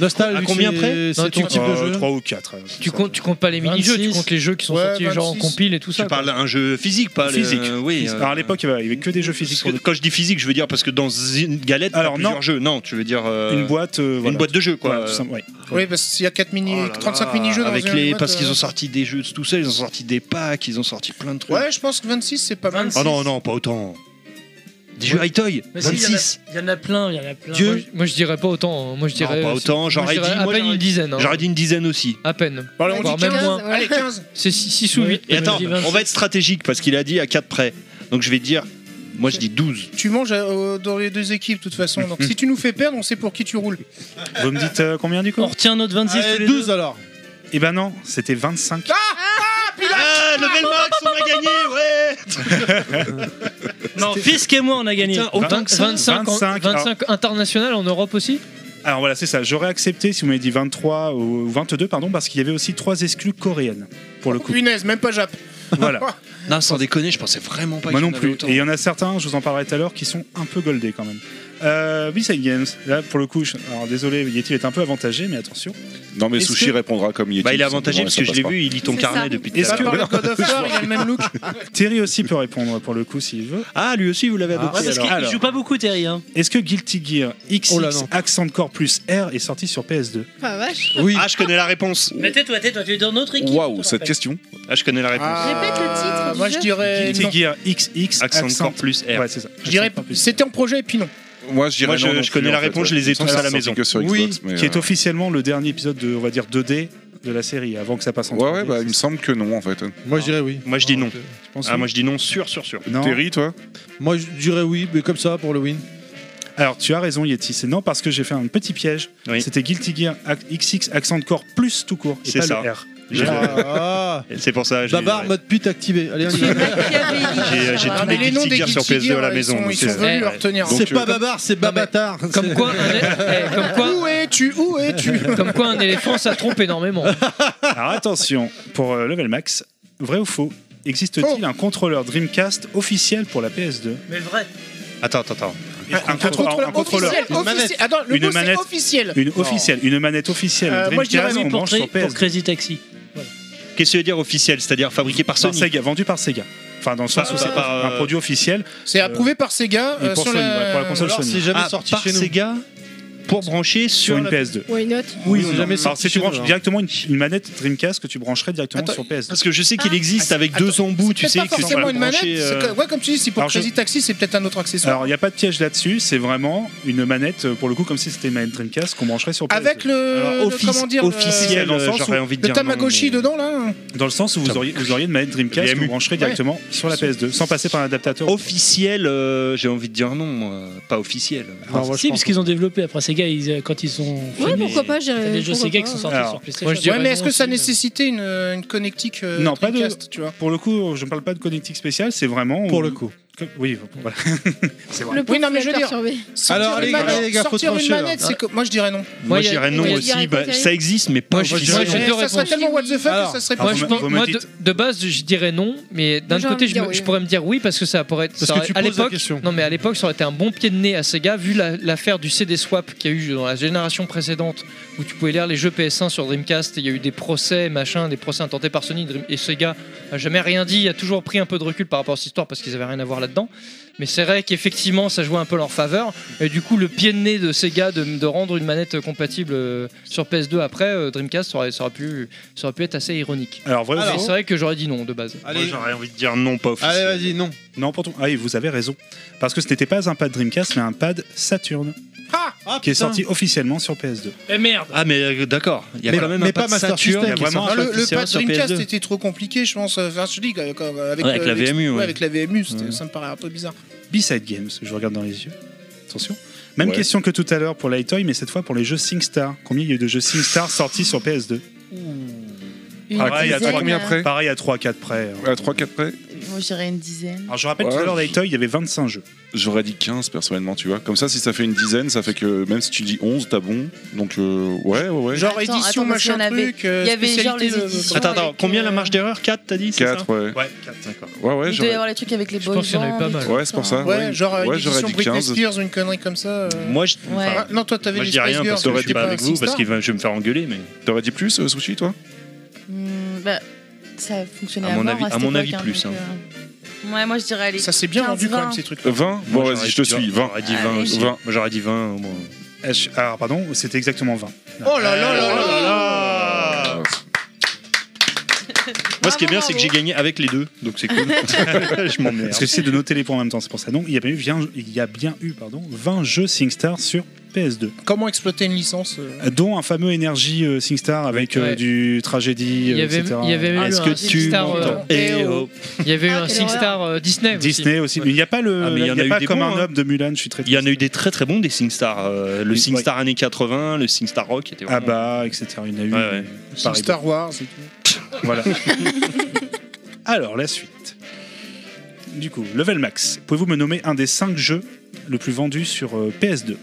Speaker 4: Nostal,
Speaker 11: À combien
Speaker 4: c'est-
Speaker 11: près
Speaker 4: C'est
Speaker 11: Non,
Speaker 4: ton
Speaker 11: tu-
Speaker 4: type de
Speaker 11: euh,
Speaker 4: jeu.
Speaker 11: trois ou quatre, hein,
Speaker 4: Tu comptes,
Speaker 12: tu comptes pas les mini-jeux, tu
Speaker 9: 26.
Speaker 12: comptes les jeux qui sont sortis genre en compile et tout ça.
Speaker 11: Je
Speaker 12: quoi.
Speaker 11: parle d'un jeu physique, pas le-
Speaker 9: Physique.
Speaker 11: Oui. euh.
Speaker 9: Alors à l'époque, il y avait- il y avait que des jeux physiques.
Speaker 11: Parce que quand je dis physique, je veux dire parce que dans une galette, t'as
Speaker 9: Alors,
Speaker 11: plusieurs
Speaker 9: non.
Speaker 11: jeux. Non, tu veux dire euh,
Speaker 9: Une boîte, euh, voilà.
Speaker 11: une boîte de jeux quoi.
Speaker 9: Voilà, tout simple, ouais.
Speaker 6: Oui, parce qu'il y a 4 mini,
Speaker 11: Ah,
Speaker 6: 35 mini-jeux dans
Speaker 11: avec
Speaker 6: une
Speaker 11: les
Speaker 6: boîte,
Speaker 11: parce qu'ils
Speaker 6: euh,
Speaker 11: ont sorti des jeux tout seuls, ils ont sorti des packs, ils ont sorti plein de trucs.
Speaker 6: Ouais, je pense que 26, c'est pas mal.
Speaker 11: Ah non non, pas autant. Des jeux Aitoy,
Speaker 12: Mais si, il y en a-
Speaker 11: 26.
Speaker 12: Il y, en a plein, il y en a plein.
Speaker 11: Dieu.
Speaker 12: Moi, je- Moi, je dirais pas autant. hein. Moi, je
Speaker 11: Non,
Speaker 12: dirais.
Speaker 11: pas autant,
Speaker 12: moi, je
Speaker 11: j'aurais
Speaker 12: dirais
Speaker 11: dit-
Speaker 12: à
Speaker 11: moi,
Speaker 12: peine
Speaker 11: j'aurais-
Speaker 12: une dizaine. hein.
Speaker 11: J'aurais dit une dizaine aussi.
Speaker 12: À peine.
Speaker 6: Allez,
Speaker 12: Voire même moins.
Speaker 6: Allez, 15
Speaker 12: C'est 6 ou 8.
Speaker 11: Et attends, on va être stratégique parce qu'il a dit à 4 près. Donc je vais dire moi je dis 12.
Speaker 6: Tu manges euh, dans les deux équipes, de toute façon. Donc, si tu nous fais perdre, on sait pour qui tu roules.
Speaker 9: Vous me dites euh, combien du coup
Speaker 6: On
Speaker 12: retient notre 26
Speaker 6: Allez, tous les deux. 12,
Speaker 4: alors.
Speaker 9: Eh ben non, c'était 25.
Speaker 11: Ah, level max, on a gagné, ouais
Speaker 12: Non, Fisk et moi, on a gagné.
Speaker 9: Putain, autant que ça
Speaker 12: 25,
Speaker 9: 25,
Speaker 12: 25 international en Europe aussi
Speaker 9: Alors voilà, c'est ça. J'aurais accepté si vous m'avez dit 23 ou ou 22, pardon, parce qu'il y avait aussi trois exclus coréennes pour le coup.
Speaker 6: Punaise, même pas Jap.
Speaker 9: Voilà.
Speaker 11: Non, sans déconner, je pensais vraiment pas
Speaker 9: Moi
Speaker 11: qu'il y
Speaker 9: non
Speaker 11: en avait
Speaker 9: plus.
Speaker 11: autant.
Speaker 9: Et il y en a certains, je vous en parlerai tout à l'heure, qui sont un peu goldés quand même. Euh, Inside Games, là pour le coup, je- alors désolé, Yeti est un peu avantagé, mais attention.
Speaker 5: Non, mais
Speaker 9: Est-ce
Speaker 5: Sushi
Speaker 9: que-
Speaker 5: répondra comme il est.
Speaker 9: Bah, il est avantagé parce que je l'ai vu, il lit ton C'est carnet ça. depuis tout à Est-ce l'heure. que-
Speaker 6: Parle de God of War, il a le même look.
Speaker 9: Terry aussi peut répondre pour le coup s'il veut.
Speaker 11: Ah, lui aussi, vous l'avez
Speaker 9: adopté,
Speaker 22: parce
Speaker 9: alors.
Speaker 22: qu'il il joue
Speaker 9: Alors.
Speaker 22: pas beaucoup, Terry. Hein.
Speaker 9: Est-ce que Guilty Gear XX
Speaker 22: Oh là, non.
Speaker 9: Accent Core plus R est sorti sur PS2
Speaker 7: Pas vache.
Speaker 11: Ah, je connais la réponse.
Speaker 22: Mais tais-toi, tais-toi, tu es dans notre équipe.
Speaker 9: question.
Speaker 11: Ah, je connais la réponse.
Speaker 7: Répète le titre. du
Speaker 6: moi, je
Speaker 7: jeu.
Speaker 6: dirais.
Speaker 9: Guilty
Speaker 6: non.
Speaker 9: Gear XX
Speaker 11: Accent Core plus R.
Speaker 9: Ouais, c'est ça.
Speaker 6: Je dirais. C'était en projet et puis non.
Speaker 5: Moi, je dirais
Speaker 11: Moi, je-
Speaker 5: Ah non non
Speaker 11: je
Speaker 5: plus,
Speaker 11: connais
Speaker 5: en
Speaker 11: la
Speaker 5: fait,
Speaker 11: réponse,
Speaker 5: ouais.
Speaker 11: je les ai
Speaker 5: Il me semble
Speaker 11: tous à
Speaker 5: que c'est
Speaker 11: la
Speaker 5: sorti
Speaker 11: maison.
Speaker 5: que sur
Speaker 9: oui,
Speaker 5: Xbox, mais,
Speaker 9: qui est
Speaker 5: euh,
Speaker 9: officiellement le dernier épisode de, on va dire, 2D de la série, avant que ça passe en
Speaker 5: Ouais,
Speaker 9: 3D.
Speaker 5: ouais, bah, il me semble que non, en fait.
Speaker 4: Moi, je dirais oui.
Speaker 11: Moi je dis non.
Speaker 9: penses
Speaker 11: Ah,
Speaker 9: oui
Speaker 11: moi je dis non, sûr, sûr, sûr.
Speaker 9: Non.
Speaker 5: Terry, toi
Speaker 4: Moi, je dirais oui, mais comme ça, pour le win.
Speaker 9: Alors tu as raison Yeti, c'est non parce que j'ai fait un petit piège. C'était Guilty Gear Ac- XX accent de corps plus tout court. et
Speaker 11: C'est
Speaker 9: pas
Speaker 11: ça.
Speaker 9: Le R.
Speaker 11: Je-
Speaker 4: Ah.
Speaker 11: C'est pour ça. je
Speaker 4: La
Speaker 11: les-
Speaker 4: barre mode pute activée. Allez, on y va.
Speaker 11: J'ai euh, j'ai
Speaker 6: Ah,
Speaker 11: tous
Speaker 6: mais
Speaker 11: les
Speaker 6: les noms
Speaker 11: Guilty
Speaker 6: des
Speaker 11: Gear sur
Speaker 6: Guilty
Speaker 11: PS2 à la
Speaker 6: Gear, ils
Speaker 11: maison.
Speaker 6: sont-
Speaker 11: donc
Speaker 6: ils
Speaker 11: c'est-
Speaker 6: sont venus
Speaker 11: Eh,
Speaker 6: leur retenir.
Speaker 11: donc,
Speaker 4: C'est
Speaker 11: tu-
Speaker 4: pas babar, c'est babatard. euh, Comme
Speaker 12: quoi, eh, comme quoi,
Speaker 6: Où es-tu Où es-tu
Speaker 12: Comme quoi, un éléphant, Ah, ça trompe énormément.
Speaker 9: Alors attention, pour euh, Level Max, vrai ou faux, existe-t-il un contrôleur Dreamcast officiel pour la PS2
Speaker 22: Mais vrai.
Speaker 11: Attends, attends, attends.
Speaker 9: Un contrôleur, un contrôleur.
Speaker 6: officiel,
Speaker 9: Une
Speaker 6: officiel.
Speaker 9: manette.
Speaker 6: Attends, le
Speaker 9: Une
Speaker 6: mot, c'est
Speaker 9: manette.
Speaker 6: officiel.
Speaker 9: Une
Speaker 6: Non.
Speaker 9: officielle, une manette officielle.
Speaker 6: Euh, moi, je dirais
Speaker 9: Dreamcast,
Speaker 6: oui
Speaker 9: on
Speaker 6: pour
Speaker 9: branche
Speaker 6: Cra-
Speaker 9: sur
Speaker 6: pour
Speaker 9: PS2.
Speaker 22: Crazy Taxi.
Speaker 11: Qu'est-ce que tu veux dire officiel C'est-à-dire fabriqué par
Speaker 9: Par
Speaker 11: Sony
Speaker 9: Sega, vendu par Sega. Enfin, dans le sens
Speaker 11: Ah,
Speaker 9: où c'est
Speaker 11: ouais. par,
Speaker 9: un
Speaker 11: euh,
Speaker 9: produit officiel.
Speaker 6: C'est
Speaker 9: Euh,
Speaker 6: approuvé par Sega
Speaker 9: et
Speaker 6: euh,
Speaker 9: pour
Speaker 6: sur
Speaker 9: Sony,
Speaker 6: la-
Speaker 9: ouais, pour la console Sony.
Speaker 11: Ah, par Sega pour brancher sur,
Speaker 9: Sur une
Speaker 11: la-
Speaker 9: PS2.
Speaker 7: Why not
Speaker 9: Oui,
Speaker 11: c'est
Speaker 9: ou non.
Speaker 11: jamais
Speaker 9: Alors,
Speaker 11: sorti
Speaker 9: si
Speaker 11: chez
Speaker 9: tu
Speaker 11: nous,
Speaker 9: branches
Speaker 11: alors.
Speaker 9: directement une, une manette Dreamcast que tu brancherais directement
Speaker 6: Attends,
Speaker 9: sur PS2.
Speaker 11: Parce que je sais qu'il existe avec deux embouts, tu
Speaker 6: Ah, C'est
Speaker 11: sais.
Speaker 6: pas
Speaker 11: que tu
Speaker 6: forcément
Speaker 11: peux
Speaker 6: une manette.
Speaker 11: brancher,
Speaker 6: c'est
Speaker 11: euh,
Speaker 6: que- Ouais, comme tu dis, c'est pour
Speaker 9: Alors, je-
Speaker 6: Crazy Taxi, c'est peut-être un autre accessoire.
Speaker 9: Alors, il n'y a pas de piège là-dessus, c'est vraiment une manette, euh, pour le coup, comme si c'était une manette Dreamcast qu'on brancherait sur PS2.
Speaker 6: Avec le,
Speaker 9: Alors,
Speaker 6: le-
Speaker 9: office-
Speaker 6: comment dire, le-
Speaker 9: officiel,
Speaker 6: le,
Speaker 9: euh, j'aurais envie de dire
Speaker 6: le Tamagotchi
Speaker 9: non,
Speaker 6: dedans là.
Speaker 9: Dans le sens où vous auriez, vous auriez une manette Dreamcast que
Speaker 11: VMU.
Speaker 9: vous brancherez directement
Speaker 11: Ouais.
Speaker 9: sur la PS2, sans passer par l'adaptateur.
Speaker 11: Officiel, euh, j'ai envie de dire non, moi. pas officiel.
Speaker 10: si, parce qu'ils ont développé après Sega ils, euh, quand ils sont.
Speaker 7: Ouais,
Speaker 10: finis,
Speaker 7: pourquoi pas
Speaker 10: il y a
Speaker 7: j'irais-
Speaker 10: des jeux
Speaker 7: pourquoi
Speaker 10: Sega
Speaker 7: pas.
Speaker 10: qui sont sortis
Speaker 9: Alors,
Speaker 10: sur PlayStation.
Speaker 9: moi, je dirais
Speaker 6: ouais, mais est-ce
Speaker 9: non
Speaker 6: que ça
Speaker 9: aussi,
Speaker 6: nécessitait une, une connectique euh,
Speaker 9: non, pas de.
Speaker 6: Dreamcast, tu vois
Speaker 9: Pour le coup, je ne parle pas de connectique spéciale, c'est vraiment.
Speaker 4: Pour le coup.
Speaker 9: Comme- Oui, voilà. c'est vrai.
Speaker 7: Le
Speaker 6: Oui, non, mais je veux
Speaker 7: pauvre
Speaker 6: dire,
Speaker 7: perturbé.
Speaker 6: sortir
Speaker 4: Alors, allez,
Speaker 6: une manette,
Speaker 4: allez, les gars, faut
Speaker 6: sortir une
Speaker 4: trancher, là.
Speaker 6: manette, c'est que- moi je dirais non.
Speaker 11: Moi,
Speaker 12: il y
Speaker 11: je
Speaker 12: a-
Speaker 11: dirais
Speaker 12: il
Speaker 11: non
Speaker 12: y a-
Speaker 7: il y a
Speaker 11: aussi.
Speaker 7: quoi,
Speaker 11: bah,
Speaker 7: Thierry
Speaker 11: ça existe, mais pas
Speaker 12: Moi, je-
Speaker 11: officiel.
Speaker 12: moi, j'ai deux
Speaker 6: Ça serait
Speaker 12: réponses.
Speaker 6: tellement what the fuck
Speaker 12: Alors,
Speaker 6: que ça serait
Speaker 12: moi,
Speaker 6: pas
Speaker 12: je
Speaker 6: mal.
Speaker 12: pense-
Speaker 9: vous me
Speaker 12: moi, de,
Speaker 9: dites.
Speaker 12: de base, je dirais non, mais d'un
Speaker 7: Moi, j'ai
Speaker 12: autre
Speaker 7: envie de
Speaker 12: côté, je, me-
Speaker 7: dire
Speaker 12: je
Speaker 7: oui. hein.
Speaker 12: pourrais me dire oui parce que ça pourrait être.
Speaker 4: Parce
Speaker 12: ça
Speaker 4: que
Speaker 12: aurait-
Speaker 4: tu
Speaker 12: à
Speaker 4: poses la
Speaker 12: l'époque,
Speaker 4: question.
Speaker 12: non, mais à l'époque, ça aurait été un bon pied de nez à Sega vu la- l'affaire du CD swap qu'il y a eu dans la génération précédente où tu pouvais lire les jeux PS1 sur Dreamcast. et Il y a eu des procès, machin, des procès intentés par Sony Dream- et Sega. a jamais rien dit. Il a toujours pris un peu de recul par rapport à cette histoire parce qu'ils avaient rien à voir là-dedans. Mais c'est vrai qu'effectivement, ça jouait un peu leur faveur. Et du coup, le pied de nez de Sega de, de rendre une manette compatible euh, sur PS2 après, euh, Dreamcast, ça aurait, ça aurait pu, ça aurait pu être assez ironique.
Speaker 9: Alors, vraiment-
Speaker 12: Mais c'est vrai que j'aurais dit non de base.
Speaker 9: Moi, j'aurais envie de dire non, pas
Speaker 12: Allez, vas-y,
Speaker 9: officiel.
Speaker 12: non.
Speaker 9: Non, pour ton- Ah, et vous avez raison. Parce que ce n'était pas un pad Dreamcast, mais un pad Saturn.
Speaker 12: Ah,
Speaker 9: qui est
Speaker 10: putain.
Speaker 9: sorti officiellement sur PS2.
Speaker 10: Eh merde
Speaker 11: Ah, mais euh, d'accord. Il y a
Speaker 9: Mais-
Speaker 11: quand même
Speaker 9: mais
Speaker 11: un
Speaker 9: pas
Speaker 11: pas de
Speaker 9: Master
Speaker 11: Saturn.
Speaker 9: System,
Speaker 11: Il y a vraiment
Speaker 6: Ah,
Speaker 11: un
Speaker 6: le,
Speaker 11: pas de
Speaker 6: le pad
Speaker 11: sur
Speaker 6: Dreamcast
Speaker 11: PS2.
Speaker 6: était trop compliqué, je pense. Enfin, je dis, avec, euh,
Speaker 11: Ouais, avec la VMU, ouais.
Speaker 6: Avec la VMU, c'était- ça me paraît un peu bizarre.
Speaker 9: B-Side Games, je vous regarde dans les yeux. Attention. Même
Speaker 6: Ouais.
Speaker 9: question que tout à l'heure pour Lightoy, mais cette fois pour les jeux SingStar. Combien il y a eu de jeux SingStar sortis sur PS2 Ah,
Speaker 21: Une dizaine, euh,
Speaker 9: Pareil à 3-4 près. hein.
Speaker 5: À 3-4 près
Speaker 21: Moi, j'irais une dizaine.
Speaker 9: Alors je rappelle tout à l'heure Lightoy, il y avait 25 jeux.
Speaker 5: J'aurais dit 15 personnellement, tu vois. Comme ça, si ça fait une dizaine, ça fait que même si tu dis 11, t'as bon. Donc, euh, ouais, ouais, ouais.
Speaker 6: Genre édition,
Speaker 21: attends, parce qu'il
Speaker 6: machin
Speaker 21: y en avait-
Speaker 6: truc. euh,
Speaker 21: il y avait genre
Speaker 6: spécialité,
Speaker 21: les
Speaker 6: euh,
Speaker 21: éditions euh,
Speaker 11: Attends, attends, combien la marge d'erreur 4, t'as dit c'est
Speaker 5: 4,
Speaker 11: ça
Speaker 5: ouais.
Speaker 9: Ouais, 4, d'accord.
Speaker 5: Ouais, ouais,
Speaker 21: Il doit y
Speaker 5: j'aurais-
Speaker 21: avoir les trucs avec les boys bands et tout
Speaker 5: Ouais, c'est pour ça.
Speaker 6: Ouais, genre euh,
Speaker 5: Ouais,
Speaker 6: édition
Speaker 5: j'aurais dit
Speaker 6: Britney
Speaker 5: 15.
Speaker 6: Spears, une connerie comme ça. euh.
Speaker 11: Moi, je-
Speaker 6: Ouais.
Speaker 11: enfin,
Speaker 6: Ah, non, toi, t'avais
Speaker 11: Moi, je
Speaker 6: les
Speaker 11: dis rien
Speaker 6: Spice
Speaker 11: parce
Speaker 6: Girls,
Speaker 11: que je
Speaker 6: t'étais
Speaker 11: suis pas
Speaker 6: pas
Speaker 11: avec
Speaker 6: un
Speaker 11: vous,
Speaker 6: Sixstar.
Speaker 11: parce que je vais me faire engueuler. Mais
Speaker 5: t'aurais dit plus, euh, Sushi, toi
Speaker 21: Hmm, bah, ça fonctionnait
Speaker 11: À
Speaker 21: à,
Speaker 11: mon
Speaker 21: mort
Speaker 11: avis-
Speaker 21: à
Speaker 11: à
Speaker 21: cette
Speaker 11: mon
Speaker 21: époque,
Speaker 11: avis,
Speaker 21: hein,
Speaker 11: plus,
Speaker 21: donc,
Speaker 11: hein.
Speaker 21: euh, Ouais, moi je dirais allez.
Speaker 6: Ça s'est bien vendu quand
Speaker 21: 15-20.
Speaker 6: même ces trucs.
Speaker 5: 20 Bon, vas-y, je te suis. 20.
Speaker 11: J'aurais dit
Speaker 21: Ah,
Speaker 11: 20 aussi. Moi, J'aurais dit 20 au moins.
Speaker 9: Alors ah, pardon, c'était exactement 20.
Speaker 6: Oh là là là là
Speaker 5: Ah,
Speaker 11: Moi, ce qui est bien, c'est que j'ai gagné avec les deux, donc c'est cool. je m'emmerde.
Speaker 9: Parce que j'essaie de noter les points en même temps, c'est pour ça. Donc il y a bien eu, bien- il y a bien eu pardon, 20 jeux SingStar sur PS2.
Speaker 6: Comment exploiter une licence euh,
Speaker 9: Dont un fameux énergie euh, SingStar avec euh,
Speaker 6: Ouais.
Speaker 9: du tragédie,
Speaker 12: Il y
Speaker 9: euh,
Speaker 12: avait,
Speaker 9: etc.
Speaker 12: il y avait eu
Speaker 9: Est-ce
Speaker 12: un
Speaker 9: que tu
Speaker 12: Six Star,
Speaker 9: m'entends
Speaker 12: euh,
Speaker 9: Eh oh.
Speaker 12: il y avait eu
Speaker 9: Ah,
Speaker 12: un
Speaker 9: quelle
Speaker 12: Six
Speaker 9: horreur.
Speaker 12: Star euh, Disney.
Speaker 9: Disney aussi. Mais il n'y a pas le,
Speaker 11: Ah, mais il
Speaker 9: il n'y
Speaker 11: y en
Speaker 9: a,
Speaker 11: a eu
Speaker 9: pas
Speaker 11: des
Speaker 9: comme
Speaker 11: bons,
Speaker 9: un
Speaker 11: hein.
Speaker 9: homme de Mulan. Je suis très.
Speaker 11: Il y en a eu des très très bons des SingStar. euh, le SingStar années 80, le SingStar Rock était
Speaker 9: Ah
Speaker 11: vraiment.
Speaker 9: Abba, etc. bah, Il y en a eu.
Speaker 11: Ouais, ouais.
Speaker 9: Pareil.
Speaker 6: Star Wars et tout.
Speaker 9: Voilà. Alors la suite. Du coup, level max. Pouvez-vous me nommer un des 5 jeux le plus vendu sur euh, PS2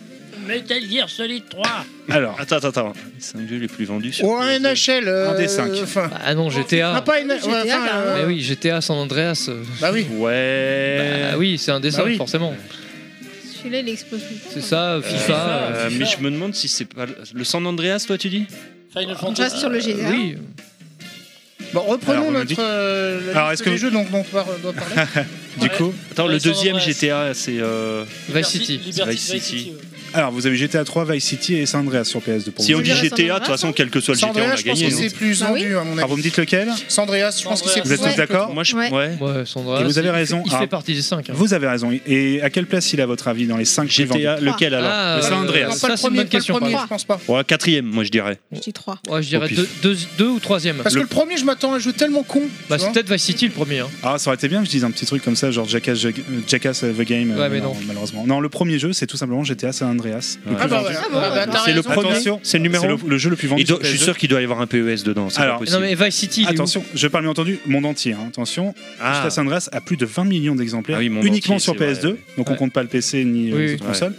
Speaker 22: Metal Gear Solid 3
Speaker 9: Alors.
Speaker 11: Attends, attends, attends. Les 5 jeux les plus vendus sur.
Speaker 6: Ou un NHL. euh,
Speaker 11: Un des cinq.
Speaker 6: enfin.
Speaker 12: Ah non, GTA.
Speaker 6: Ah, pas une- ouais,
Speaker 12: GTA,
Speaker 6: enfin, euh,
Speaker 12: Mais oui, GTA San Andreas. euh,
Speaker 6: Bah oui.
Speaker 11: Ouais.
Speaker 12: Bah oui, c'est un dessin,
Speaker 11: Bah oui.
Speaker 12: forcément.
Speaker 7: Celui-là, il explose tout le temps.
Speaker 12: C'est ça, FIFA.
Speaker 11: Euh,
Speaker 12: euh,
Speaker 11: mais je me demande si c'est pas. le- Le San Andreas, toi, tu dis
Speaker 7: Final Fantasy. reste sur
Speaker 4: Euh,
Speaker 7: le GTA.
Speaker 12: Euh, Oui.
Speaker 6: Bon, reprenons
Speaker 11: Alors, vous me
Speaker 6: notre.
Speaker 11: dites-
Speaker 6: euh, la
Speaker 11: Alors,
Speaker 6: liste
Speaker 11: est-ce que
Speaker 6: des
Speaker 11: vous-
Speaker 6: jeux dont dont on va- doit parler.
Speaker 11: Du coup. Attends, le
Speaker 12: Ouais, San
Speaker 11: deuxième
Speaker 12: Andreas.
Speaker 11: GTA, c'est. euh,
Speaker 12: Vice City.
Speaker 11: Liberty- Vice City. City,
Speaker 9: Alors, vous avez GTA 3, Vice City et San Andreas sur PS2 pour
Speaker 11: Si
Speaker 9: vous.
Speaker 11: on dit GTA, de toute
Speaker 12: hein.
Speaker 11: façon, quel que soit le
Speaker 9: San
Speaker 11: GTA, on
Speaker 9: Andreas,
Speaker 11: a
Speaker 9: je pense
Speaker 11: gagné.
Speaker 9: que
Speaker 11: hein.
Speaker 9: c'est
Speaker 6: plus vendu, à mon
Speaker 9: Alors, vous me dites lequel
Speaker 6: Sandreas, je pense que c'est
Speaker 9: Vous êtes tous d'accord
Speaker 11: Moi, je.
Speaker 9: Ouais.
Speaker 11: Ouais.
Speaker 12: Ouais, San Andreas,
Speaker 9: Et vous avez
Speaker 12: il-
Speaker 9: raison,
Speaker 12: Il fait
Speaker 9: ah.
Speaker 12: partie des hein. 5.
Speaker 9: Vous avez raison. Et à quelle place il est, à votre avis, dans les 5 GTA
Speaker 11: lequel, alors Ah,
Speaker 9: Le San
Speaker 11: euh,
Speaker 9: Andreas.
Speaker 11: pas le
Speaker 12: Ça, c'est une bonne question.
Speaker 6: Premier,
Speaker 12: par
Speaker 6: je pense pas.
Speaker 11: Ouais, Ah, quatrième, moi, je dirais.
Speaker 12: Ah,
Speaker 7: Je dis 3.
Speaker 12: exemple. Ouais, je dirais
Speaker 11: Au pif.
Speaker 12: 2 deux, deux- deux ou 3ème.
Speaker 6: Parce que le premier, je m'attends à un jeu tellement con.
Speaker 12: Bah,
Speaker 6: tu
Speaker 12: c'est
Speaker 6: vois.
Speaker 12: peut-être Vice City le premier. hein.
Speaker 9: Ah, ça aurait été bien que je dise un petit truc comme ça, genre Jackass, Jack- euh, Jackass euh, The Game. euh,
Speaker 12: Ouais, mais
Speaker 9: non,
Speaker 12: non.
Speaker 9: Malheureusement. Non, le premier jeu, c'est tout simplement GTA San Andreas. Le plus
Speaker 6: Ah bah
Speaker 9: vendu.
Speaker 6: voilà. Ah bah, t'as
Speaker 11: C'est le
Speaker 6: raison.
Speaker 11: premier.
Speaker 9: Attention,
Speaker 11: C'est le numéro.
Speaker 9: c'est le- le jeu le plus vendu
Speaker 11: Il doit-
Speaker 9: sur
Speaker 11: Je suis
Speaker 9: PS2.
Speaker 11: sûr qu'il doit y avoir un PES dedans. c'est pas
Speaker 9: Alors-
Speaker 11: possible.
Speaker 12: Non, mais Vice City. il est où
Speaker 9: Attention, je parle bien entendu monde entier. hein, attention,
Speaker 11: Ah.
Speaker 9: GTA San Andreas a plus de 20 millions d'exemplaires
Speaker 11: Ah oui, monde
Speaker 9: uniquement
Speaker 11: entier,
Speaker 9: sur
Speaker 11: c'est
Speaker 9: PS2,
Speaker 11: vrai.
Speaker 9: donc on
Speaker 12: Ouais.
Speaker 9: compte pas le PC ni euh,
Speaker 12: Oui,
Speaker 9: les
Speaker 12: oui.
Speaker 9: autres
Speaker 11: Ouais.
Speaker 9: consoles.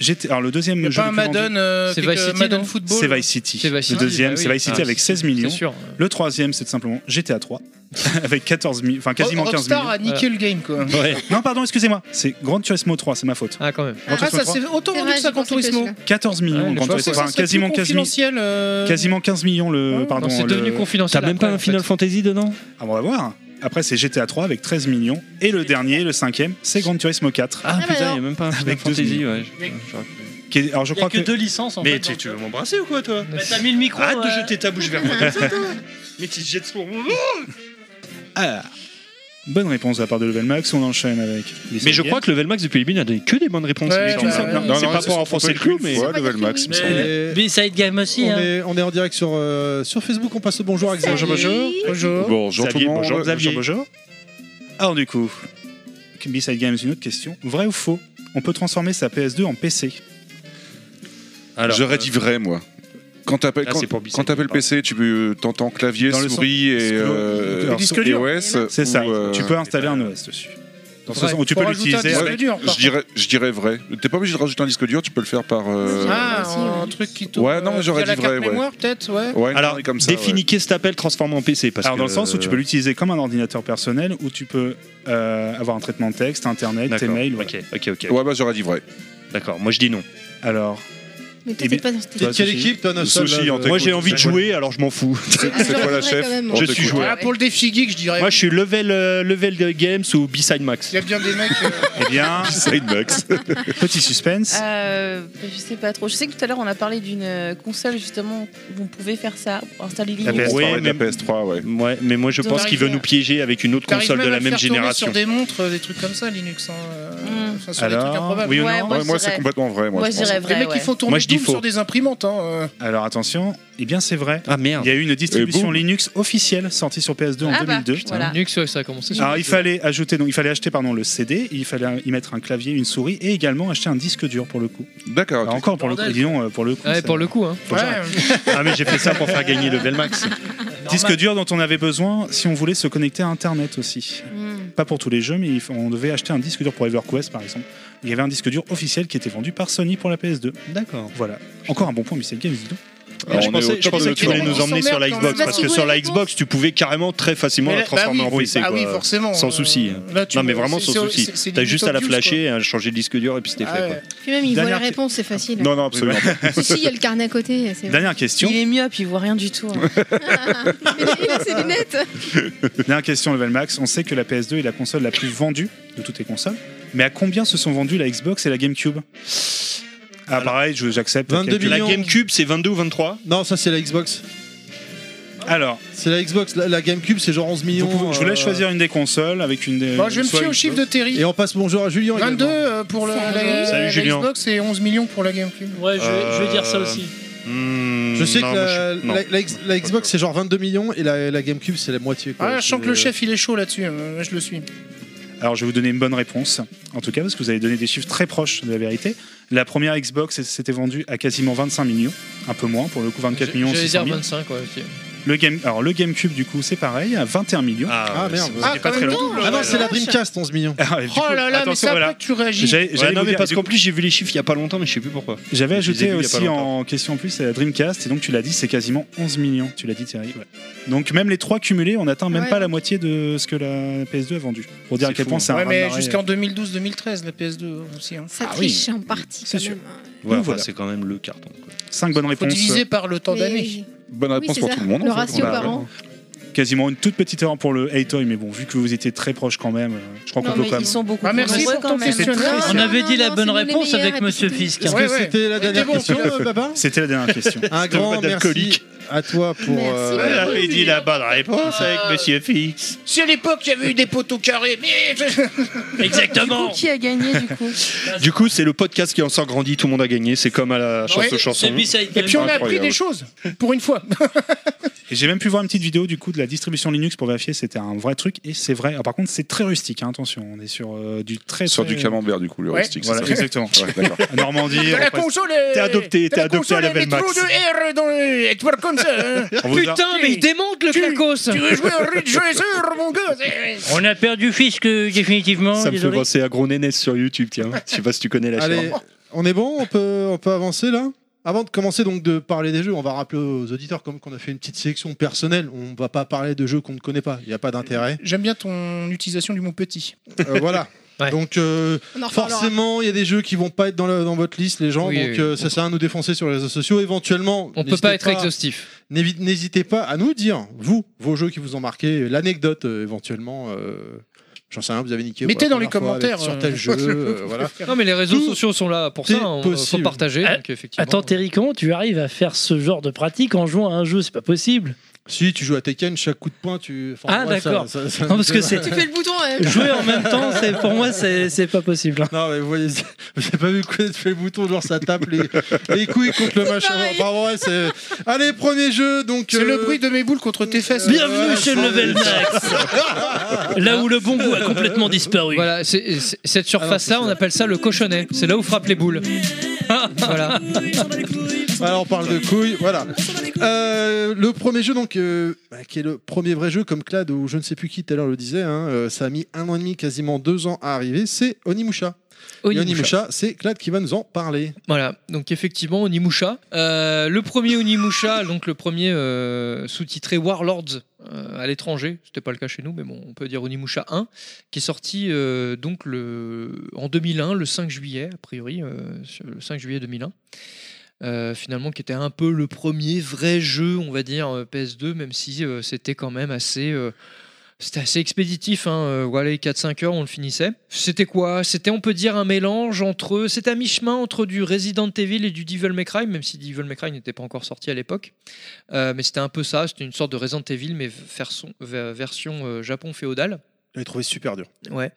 Speaker 9: GTA alors le deuxième
Speaker 6: Y a
Speaker 9: jeu le
Speaker 6: pas un
Speaker 9: plus vendu,
Speaker 6: Madden, euh,
Speaker 12: C'est
Speaker 6: quelque-
Speaker 12: Vice City,
Speaker 6: Madden
Speaker 12: non
Speaker 6: Football.
Speaker 9: c'est Vice City.
Speaker 12: C'est Vice
Speaker 9: le
Speaker 12: City,
Speaker 9: deuxième,
Speaker 12: bah oui.
Speaker 9: c'est Vice City
Speaker 12: Ah,
Speaker 9: avec
Speaker 12: c'est-
Speaker 9: 16 millions.
Speaker 12: c'est sûr.
Speaker 9: Le troisième, c'est tout simplement GTA 3 avec 14 mi- enfin quasiment 15
Speaker 6: Rockstar
Speaker 9: millions.
Speaker 6: a niqué le game quoi.
Speaker 11: Ouais.
Speaker 9: Non, pardon, excusez-moi, c'est Grand Turismo 3, c'est ma faute.
Speaker 12: Ah, quand même.
Speaker 9: Grand
Speaker 6: Ah,
Speaker 9: Turismo
Speaker 6: ça
Speaker 9: 3,
Speaker 6: c'est autant
Speaker 7: C'est
Speaker 6: vendu
Speaker 7: vrai,
Speaker 6: que ça
Speaker 7: j'y
Speaker 6: Gran
Speaker 7: pensais que
Speaker 6: Turismo.
Speaker 7: celui-là.
Speaker 9: 14 millions,
Speaker 12: Ouais,
Speaker 9: Grand
Speaker 12: je pense
Speaker 9: Turismo,
Speaker 12: que ça
Speaker 9: enfin, quasiment 15 millions.
Speaker 6: confidentiel. euh,
Speaker 9: Quasiment 15 millions le.
Speaker 6: Non,
Speaker 9: Pardon,
Speaker 12: Non, c'est
Speaker 9: le-
Speaker 12: devenu confidentiel.
Speaker 11: T'as même pas
Speaker 12: après,
Speaker 11: un
Speaker 12: en fait.
Speaker 11: Final Fantasy dedans
Speaker 9: Ah, bon, on va voir. Après, c'est GTA 3 avec 13 millions. Et le dernier, le cinquième, c'est Grand Turismo 4.
Speaker 11: Ah
Speaker 7: bah
Speaker 11: putain,
Speaker 7: non.
Speaker 11: il y a même pas un Final
Speaker 9: Avec deux
Speaker 11: Fantasy. ouais.
Speaker 22: Mais-
Speaker 11: J'aurais-
Speaker 9: qui est- alors, je
Speaker 22: Il n'y a
Speaker 9: crois
Speaker 22: que,
Speaker 9: que.
Speaker 22: deux licences en
Speaker 11: Mais
Speaker 22: fait.
Speaker 11: tu,
Speaker 22: donc,
Speaker 11: tu
Speaker 22: euh,
Speaker 11: veux m'embrasser ou quoi, toi
Speaker 22: bah, T'as mis le micro.
Speaker 11: Arrête de
Speaker 22: euh,
Speaker 11: jeter ta bouche vers moi. Mais tu te jettes sur mon
Speaker 9: Alors, bonne réponse de la part de Level Max, on enchaîne avec. les
Speaker 11: Mais je
Speaker 9: cinquièmes.
Speaker 11: crois que Level Max, depuis le début, n'a donné que des bonnes réponses.
Speaker 6: Ouais,
Speaker 11: il me
Speaker 6: bah,
Speaker 11: semble.
Speaker 6: ouais.
Speaker 11: Non,
Speaker 6: Non,
Speaker 11: c'est
Speaker 5: non,
Speaker 11: pas
Speaker 5: c'est
Speaker 11: pour
Speaker 5: ce
Speaker 11: enfoncer
Speaker 5: qu'on
Speaker 11: le
Speaker 5: peut
Speaker 11: clou,
Speaker 5: le
Speaker 11: mais.
Speaker 5: faire.
Speaker 7: C'est pas
Speaker 5: Level
Speaker 7: calculé.
Speaker 5: Max, il me
Speaker 22: mais,
Speaker 5: semble.
Speaker 22: euh, B-Side Game aussi.
Speaker 4: On
Speaker 22: hein.
Speaker 4: est, on est en direct sur, euh, sur Facebook, on passe le bonjour à Xavier.
Speaker 7: Salut.
Speaker 6: Bonjour.
Speaker 5: Bonjour tout
Speaker 11: Xavier,
Speaker 5: le monde.
Speaker 11: bonjour,
Speaker 9: Bonjour,
Speaker 11: Xavier.
Speaker 9: bonjour. Alors, du coup, B-Side Games, une autre question. Vrai ou faux On peut transformer sa PS2 en PC
Speaker 11: Alors,
Speaker 5: J'aurais
Speaker 11: euh,
Speaker 5: dit vrai, moi. Quand t'appelles
Speaker 11: Ah,
Speaker 5: quand,
Speaker 11: c'est pour Bissau,
Speaker 5: quand t'appelles
Speaker 11: pardon.
Speaker 5: PC, tu peux- euh, t'entends clavier,
Speaker 9: Dans le
Speaker 5: souris et,
Speaker 9: sens-
Speaker 5: euh,
Speaker 9: Alors,
Speaker 5: et
Speaker 9: disque dur.
Speaker 5: OS.
Speaker 9: C'est
Speaker 5: ou,
Speaker 9: ça.
Speaker 5: euh,
Speaker 9: Tu peux installer un OS dessus. Dans ce
Speaker 12: Ouais.
Speaker 9: sens, ou tu
Speaker 6: Faut
Speaker 9: peux
Speaker 6: rajouter un
Speaker 9: l'utiliser
Speaker 6: disque
Speaker 9: avec.
Speaker 6: dur, par
Speaker 5: Je dirais, je dirais vrai. T'es pas obligé de rajouter un disque dur, tu peux le faire par. euh,
Speaker 6: Ah,
Speaker 7: aussi,
Speaker 6: un
Speaker 7: ouais.
Speaker 6: truc qui tourne.
Speaker 5: Ouais, non, mais j'aurais
Speaker 6: via
Speaker 5: dit
Speaker 6: la
Speaker 5: vrai,
Speaker 6: carte
Speaker 5: ouais.
Speaker 6: mémoire, peut-être, ouais.
Speaker 5: Ouais,
Speaker 11: Alors,
Speaker 5: non, comme ça,
Speaker 11: définis qu'est-ce que t'appelles transformer en PC parce
Speaker 9: Alors, dans
Speaker 11: que,
Speaker 9: le sens où tu peux
Speaker 11: euh,
Speaker 9: l'utiliser comme un ordinateur personnel, où tu peux euh, avoir un traitement de texte, internet, tes
Speaker 11: D'accord.
Speaker 9: mails. voilà.
Speaker 11: Ok, ok, ok.
Speaker 5: Ouais, Ouais, bah j'aurais dit vrai.
Speaker 11: D'accord, moi je dis non.
Speaker 9: Alors,
Speaker 7: Mais toi,
Speaker 20: Eh
Speaker 7: t'es
Speaker 20: bien,
Speaker 7: pas dans cette
Speaker 20: T'es de quelle équipe, toi, Nostal, Sushi, là, on de-
Speaker 11: euh, Moi, j'ai envie de jouer, alors je m'en fous.
Speaker 20: Ah, c'est quoi la
Speaker 6: chef
Speaker 20: même, Je suis joueur.
Speaker 6: Ah, pour le défi geek, je dirais.
Speaker 11: Moi, je suis level, euh, level de games ou B-side max.
Speaker 6: Il y a bien des mecs. euh,
Speaker 11: Eh bien,
Speaker 5: B-side max.
Speaker 11: Petit suspense.
Speaker 6: Ah,
Speaker 21: Euh, je sais pas trop. Je sais que tout à l'heure on a parlé d'une euh, console justement où on pouvait faire ça, installer
Speaker 11: La
Speaker 21: Linux.
Speaker 11: PS3,
Speaker 21: Ouais,
Speaker 11: ouais,
Speaker 21: mais-
Speaker 11: mais- Ouais, mais moi je
Speaker 21: Ils ont
Speaker 11: pense qu'il veut
Speaker 21: arrivé à-
Speaker 11: nous piéger avec une autre
Speaker 6: t'arrives
Speaker 11: console de
Speaker 6: même à
Speaker 11: la
Speaker 6: le
Speaker 11: même
Speaker 6: faire tourner
Speaker 11: génération.
Speaker 6: sur des montres, euh, des trucs comme ça, Linux. hein, euh, enfin, sur des
Speaker 11: Alors,
Speaker 6: trucs improbables.
Speaker 11: oui ou Ouais, non moi, je dirais-
Speaker 21: Moi, je dirais
Speaker 6: Les
Speaker 21: vrai.
Speaker 6: mecs qui
Speaker 21: ouais.
Speaker 6: font tourner
Speaker 11: Moi, je dis
Speaker 6: Doom
Speaker 11: faux.
Speaker 6: sur des imprimantes. hein, euh.
Speaker 9: Alors attention, eh bien c'est vrai.
Speaker 11: Ah merde.
Speaker 9: Il y a eu une
Speaker 11: Et
Speaker 9: distribution
Speaker 11: boum.
Speaker 9: Linux officielle sortie sur PS2 en
Speaker 21: Ah bah,
Speaker 9: 2002.
Speaker 21: voilà.
Speaker 8: Linux, ouais, ça a commencé. sur
Speaker 11: Ah,
Speaker 9: Alors il
Speaker 8: PS2.
Speaker 9: fallait ajouter donc il fallait acheter pardon le CD, il fallait y mettre un clavier, une souris et également acheter un disque dur pour le coup.
Speaker 5: D'accord.
Speaker 9: Alors, Encore pour le coup, dis donc, euh, pour le coup.
Speaker 8: Ouais,
Speaker 9: ça-
Speaker 8: pour le coup, hein.
Speaker 9: Faut que j'arrête. Ah mais j'ai fait ça pour faire gagner le Belmax. Disque dur dont on avait besoin si on voulait se connecter à internet aussi. Pas pour tous les jeux mais il faut- on devait acheter un disque dur pour EverQuest par exemple. Il y avait un disque dur officiel qui était vendu par Sony pour la PS2. D'accord. Voilà. Encore un bon point Missile Games dis donc.
Speaker 11: Alors, je pensais, je pensais que tu voulais nous emmener sur la Xbox parce que sur la Xbox tu pouvais carrément très facilement
Speaker 6: Mais
Speaker 11: la
Speaker 6: là- bah
Speaker 11: transformer
Speaker 6: oui,
Speaker 11: en PC.
Speaker 6: ah
Speaker 11: quoi.
Speaker 6: oui, forcément,
Speaker 11: Sans
Speaker 6: euh,
Speaker 11: souci. hein.
Speaker 6: là, tu
Speaker 11: non mais
Speaker 6: me-
Speaker 11: vraiment
Speaker 6: c'est-
Speaker 11: sans
Speaker 6: c'est-
Speaker 11: souci.
Speaker 6: c'est- c'est
Speaker 11: T'as
Speaker 6: limite
Speaker 11: juste à la
Speaker 6: obvious,
Speaker 11: flasher, et à changer le disque dur et puis c'était
Speaker 6: Ah
Speaker 11: fait.
Speaker 6: ouais.
Speaker 11: quoi.
Speaker 7: Puis même, il voit la
Speaker 9: Dernière-
Speaker 7: réponse, c'est facile.
Speaker 11: Non, non, absolument.
Speaker 7: Si, si, il y a le carnet à côté. c'est vrai.
Speaker 9: Dernière question.
Speaker 21: Il est myope, il voit rien du tout. hein.
Speaker 7: Il a ses lunettes.
Speaker 9: Dernière question, Level Max. On sait que la PS2 est la console la plus vendue de toutes les consoles. Mais à combien se sont vendues la Xbox et la GameCube Ah, pareil, je- j'accepte.
Speaker 4: 22
Speaker 9: Quelques-
Speaker 4: millions.
Speaker 9: La Game-
Speaker 11: GameCube, c'est 22 ou 23
Speaker 4: Non, ça Ah, c'est la Xbox.
Speaker 9: Alors,
Speaker 4: c'est la Xbox. La, la GameCube, c'est genre 11 millions.
Speaker 9: vous pouvez- je vous laisse
Speaker 4: euh,
Speaker 9: choisir une des consoles avec une des.
Speaker 6: Bon, Bah, je vais me
Speaker 9: soit
Speaker 6: fier au
Speaker 9: Xbox.
Speaker 6: chiffre de Terry.
Speaker 4: Et on passe bonjour à Julien.
Speaker 6: 22
Speaker 4: également.
Speaker 6: euh, pour le- la,
Speaker 9: Salut,
Speaker 6: la
Speaker 9: Julien.
Speaker 6: Xbox et 11 millions pour la GameCube.
Speaker 10: Ouais, je, vais- je vais dire ça
Speaker 11: Euh,
Speaker 10: aussi.
Speaker 9: hmm,
Speaker 4: Je sais
Speaker 11: Non,
Speaker 4: que
Speaker 11: moi,
Speaker 4: la,
Speaker 11: je suis- non.
Speaker 4: la- la X- la Xbox c'est genre 22 millions et la, la GameCube c'est la moitié. Quoi.
Speaker 6: Ah, je sens
Speaker 4: C'est-
Speaker 6: que le chef il est chaud là-dessus, euh, je le suis.
Speaker 9: Alors, je vais vous donner une bonne réponse. En tout cas, parce que vous avez donné des chiffres très proches de la vérité. La première Xbox s'était vendue à quasiment 25 millions. Un peu moins, pour le coup, 24 millions.
Speaker 8: J'allais
Speaker 9: 600
Speaker 8: dire
Speaker 9: 000.
Speaker 8: 25, ouais, ok.
Speaker 9: Le game, alors le GameCube du coup c'est pareil, à 21 millions.
Speaker 4: Ah, ouais, merde. c'est-
Speaker 9: C'était
Speaker 4: Ah, quand même double, Ah non, ouais, c'est la la vache. Dreamcast, 11 millions.
Speaker 9: Ah, et du
Speaker 6: Oh
Speaker 9: coup,
Speaker 6: là là, mais
Speaker 9: attention,
Speaker 6: c'est après
Speaker 9: voilà.
Speaker 6: que tu réagis.
Speaker 9: J'allais-
Speaker 11: Ouais,
Speaker 9: j'allais
Speaker 11: non,
Speaker 9: vous
Speaker 11: mais
Speaker 9: dire,
Speaker 11: parce
Speaker 9: du
Speaker 11: qu'en
Speaker 9: coup,
Speaker 11: plus, j'ai vu les chiffres il y a pas longtemps, mais je sais plus pourquoi.
Speaker 9: J'avais
Speaker 11: Je les ai vus
Speaker 9: ajouté
Speaker 11: il y a pas
Speaker 9: aussi
Speaker 11: longtemps.
Speaker 9: en question en plus c'est la Dreamcast et donc tu l'as dit c'est quasiment 11 millions, tu l'as dit Thierry. Ouais. Donc même les trois cumulés on n'atteint même
Speaker 6: Ouais.
Speaker 9: pas la moitié de ce que la PS2 a vendu. Pour dire à quel point
Speaker 4: hein.
Speaker 9: c'est un
Speaker 6: Ouais, mais
Speaker 9: raz-de-marée.
Speaker 6: jusqu'en 2012-2013, la PS2 aussi. hein.
Speaker 7: Ça
Speaker 9: Ah oui.
Speaker 7: triche en partie.
Speaker 9: C'est
Speaker 7: quand
Speaker 9: sûr.
Speaker 7: même, hein.
Speaker 11: Ouais,
Speaker 9: Donc,
Speaker 11: enfin,
Speaker 9: voilà.
Speaker 11: c'est quand même le carton. quoi.
Speaker 9: Cinq bonnes
Speaker 6: Faut
Speaker 9: réponses.
Speaker 6: diviser par le temps
Speaker 7: Mais-
Speaker 6: d'année.
Speaker 5: Bonne
Speaker 7: réponse c'est pour ça. tout le monde, en Le fait, ratio on a- par an.
Speaker 9: Quasiment une toute petite erreur pour le Hey-Toy mais bon vu que vous étiez très proche quand même, euh, je crois qu'on peut quand même.
Speaker 21: beaucoup
Speaker 6: Ah, merci pour ton questionnaire.
Speaker 22: On avait dit la bonne
Speaker 7: nous les
Speaker 22: réponse
Speaker 7: meilleurs
Speaker 22: avec Monsieur
Speaker 7: épisodes.
Speaker 22: Fisk.
Speaker 4: Est-ce
Speaker 22: Ouais,
Speaker 4: que
Speaker 22: ouais.
Speaker 4: c'était la
Speaker 22: Mais
Speaker 4: dernière
Speaker 22: t'es bon,
Speaker 4: question,
Speaker 22: tu vois.
Speaker 4: euh, papa
Speaker 9: C'était la dernière question.
Speaker 4: Un grand
Speaker 9: Pas d'alcoolique.
Speaker 4: merci à toi pour. euh,
Speaker 11: Vous avez dit la bonne réponse avec Monsieur Fix.
Speaker 6: Si à l'époque il y avait eu des poteaux carrés, mais.
Speaker 21: Exactement. Qui a gagné du coup
Speaker 11: Du coup, c'est le podcast qui en sort grandi, tout le monde a gagné. C'est comme à
Speaker 9: Euh,
Speaker 11: la chanson
Speaker 6: Ouais,
Speaker 11: chanson.
Speaker 22: c'est B-side
Speaker 6: Et puis on a appris
Speaker 11: Incroyable.
Speaker 6: des choses, pour une fois.
Speaker 9: Et j'ai même pu voir une petite vidéo du coup de la distribution Linux pour vérifier c'était un vrai truc et c'est vrai. Alors, par contre c'est très rustique hein, attention on est sur euh, du très
Speaker 5: Sur
Speaker 9: très-
Speaker 5: du camembert, du coup, le
Speaker 6: Ouais.
Speaker 5: rustique.
Speaker 9: Voilà,
Speaker 5: c'est ça
Speaker 9: exactement.
Speaker 5: Ouais, d'accord.
Speaker 9: Normandie.
Speaker 6: T'as la
Speaker 9: représente-
Speaker 6: console.
Speaker 9: T'es adopté, t'es adopté à la
Speaker 6: level
Speaker 9: Velmax.
Speaker 6: de R dans le. Et tu vois comme ça. hein.
Speaker 9: On vous a-
Speaker 22: Putain, mais il démonte le
Speaker 6: Tu veux jouer au Ridge Racer, mon gars
Speaker 22: On a perdu Fisk euh, définitivement,
Speaker 11: Ça me fait
Speaker 22: désolé.
Speaker 11: penser à Gros Nénès sur YouTube, tiens. Je sais pas si tu connais la
Speaker 4: Allez,
Speaker 11: chaîne.
Speaker 4: on est bon, on peut, on peut avancer là avant de commencer donc de parler des jeux, on va rappeler aux auditeurs comme qu'on a fait une petite sélection personnelle. On va pas parler de jeux qu'on ne connaît pas. Il n'y a pas d'intérêt.
Speaker 6: J'aime bien ton utilisation du mot petit.
Speaker 4: Euh, voilà. Donc euh,
Speaker 7: On en reparlera.
Speaker 4: forcément, il y a des jeux qui vont pas être dans, la- dans votre liste, les gens.
Speaker 8: Oui,
Speaker 4: donc
Speaker 8: oui,
Speaker 4: euh,
Speaker 8: oui.
Speaker 4: ça sert à nous défoncer sur les réseaux sociaux. Éventuellement,
Speaker 8: On peut
Speaker 4: n'hésitez
Speaker 8: pas être exhaustif.
Speaker 4: n'hévi- N'hésitez pas à nous dire vous vos jeux qui vous ont marqué, l'anecdote euh, éventuellement. euh, J'en sais rien, vous avez niqué.
Speaker 6: Mettez
Speaker 4: voilà,
Speaker 6: dans les
Speaker 4: première fois avec-
Speaker 6: commentaires.
Speaker 4: sur tel
Speaker 6: euh,
Speaker 4: jeu. euh, voilà.
Speaker 8: Non, mais les réseaux
Speaker 4: Tout
Speaker 8: sociaux sont là pour ça.
Speaker 4: est
Speaker 8: hein, Faut
Speaker 4: possible.
Speaker 8: partager.
Speaker 22: Ah,
Speaker 8: donc, effectivement.
Speaker 22: Attends, Terry, comment tu arrives à faire ce genre de pratique en jouant à un jeu C'est pas possible.
Speaker 4: Si tu joues à Tekken, chaque coup de poing, tu. enfin,
Speaker 22: Ah,
Speaker 4: bref, ça-
Speaker 22: d'accord.
Speaker 4: ça- ça-
Speaker 22: Non, parce que c'est-
Speaker 7: Tu fais le bouton. hein.
Speaker 22: Jouer en même temps, c'est- pour moi, c'est c'est pas possible. hein.
Speaker 4: Non, mais vous voyez, c'est- j'ai pas vu connaître fait le bouton, genre ça tape les, les couilles contre le machin. Enfin, ouais, c'est. Allez, premier jeu, donc.
Speaker 6: C'est
Speaker 4: euh,
Speaker 6: le bruit de mes boules contre tes fesses.
Speaker 22: Bienvenue
Speaker 4: Ouais,
Speaker 22: chez
Speaker 4: c'est-
Speaker 22: Level Max, là où le bon goût a complètement disparu.
Speaker 8: Voilà, c'est- c'est- cette surface-là, on appelle ça le cochonnet. C'est là où frappent les boules. voilà.
Speaker 4: Alors, on parle de couilles, voilà. Euh, le premier jeu, donc, euh, bah, qui est le premier vrai jeu, comme Clad ou je ne sais plus qui tout à l'heure le disait, hein, euh, ça a mis un an et demi, quasiment deux ans à arriver, c'est Onimusha. Et
Speaker 8: Onimusha.
Speaker 4: Onimusha, c'est Clad qui va nous en parler.
Speaker 8: Voilà, donc effectivement, Onimusha. Euh, le premier Onimusha, donc le premier euh, sous-titré Warlords euh, à l'étranger, c'était pas le cas chez nous, mais bon, on peut dire Onimusha 1, qui est sorti euh, donc le, en 2001, le 5 juillet, a priori, euh, sur- le 5 juillet 2001.
Speaker 12: euh, finalement qui était un peu le premier vrai jeu, on va dire, euh, PS2, même si euh, c'était quand même assez... euh, c'était assez expéditif, hein. euh, voilà, les 4-5 heures, on le finissait. C'était quoi C'était, on peut dire, un mélange entre. C'était à mi-chemin entre du Resident Evil et du Devil May Cry, même si Devil May Cry n'était pas encore sorti à l'époque. Euh, mais c'était un peu ça, c'était une sorte de Resident Evil, mais version, version euh, Japon féodal.
Speaker 4: J'avais trouvé super dur.
Speaker 12: Ouais.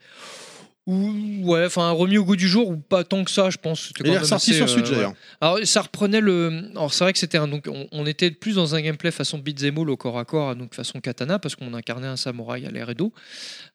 Speaker 12: Ou, ouais, enfin, remis au goût du jour, ou pas tant que ça, je pense. C'était
Speaker 4: Il
Speaker 12: quand
Speaker 4: est
Speaker 12: même
Speaker 4: ressorti
Speaker 12: assez,
Speaker 4: sur
Speaker 12: euh,
Speaker 4: Switch,
Speaker 12: ouais.
Speaker 4: d'ailleurs.
Speaker 12: Alors, ça reprenait le. Alors, c'est vrai que c'était un. Donc, on, on était plus dans un gameplay façon beat'em all au corps à corps, donc façon katana, parce qu'on incarnait un samouraï à l'air et d'eau.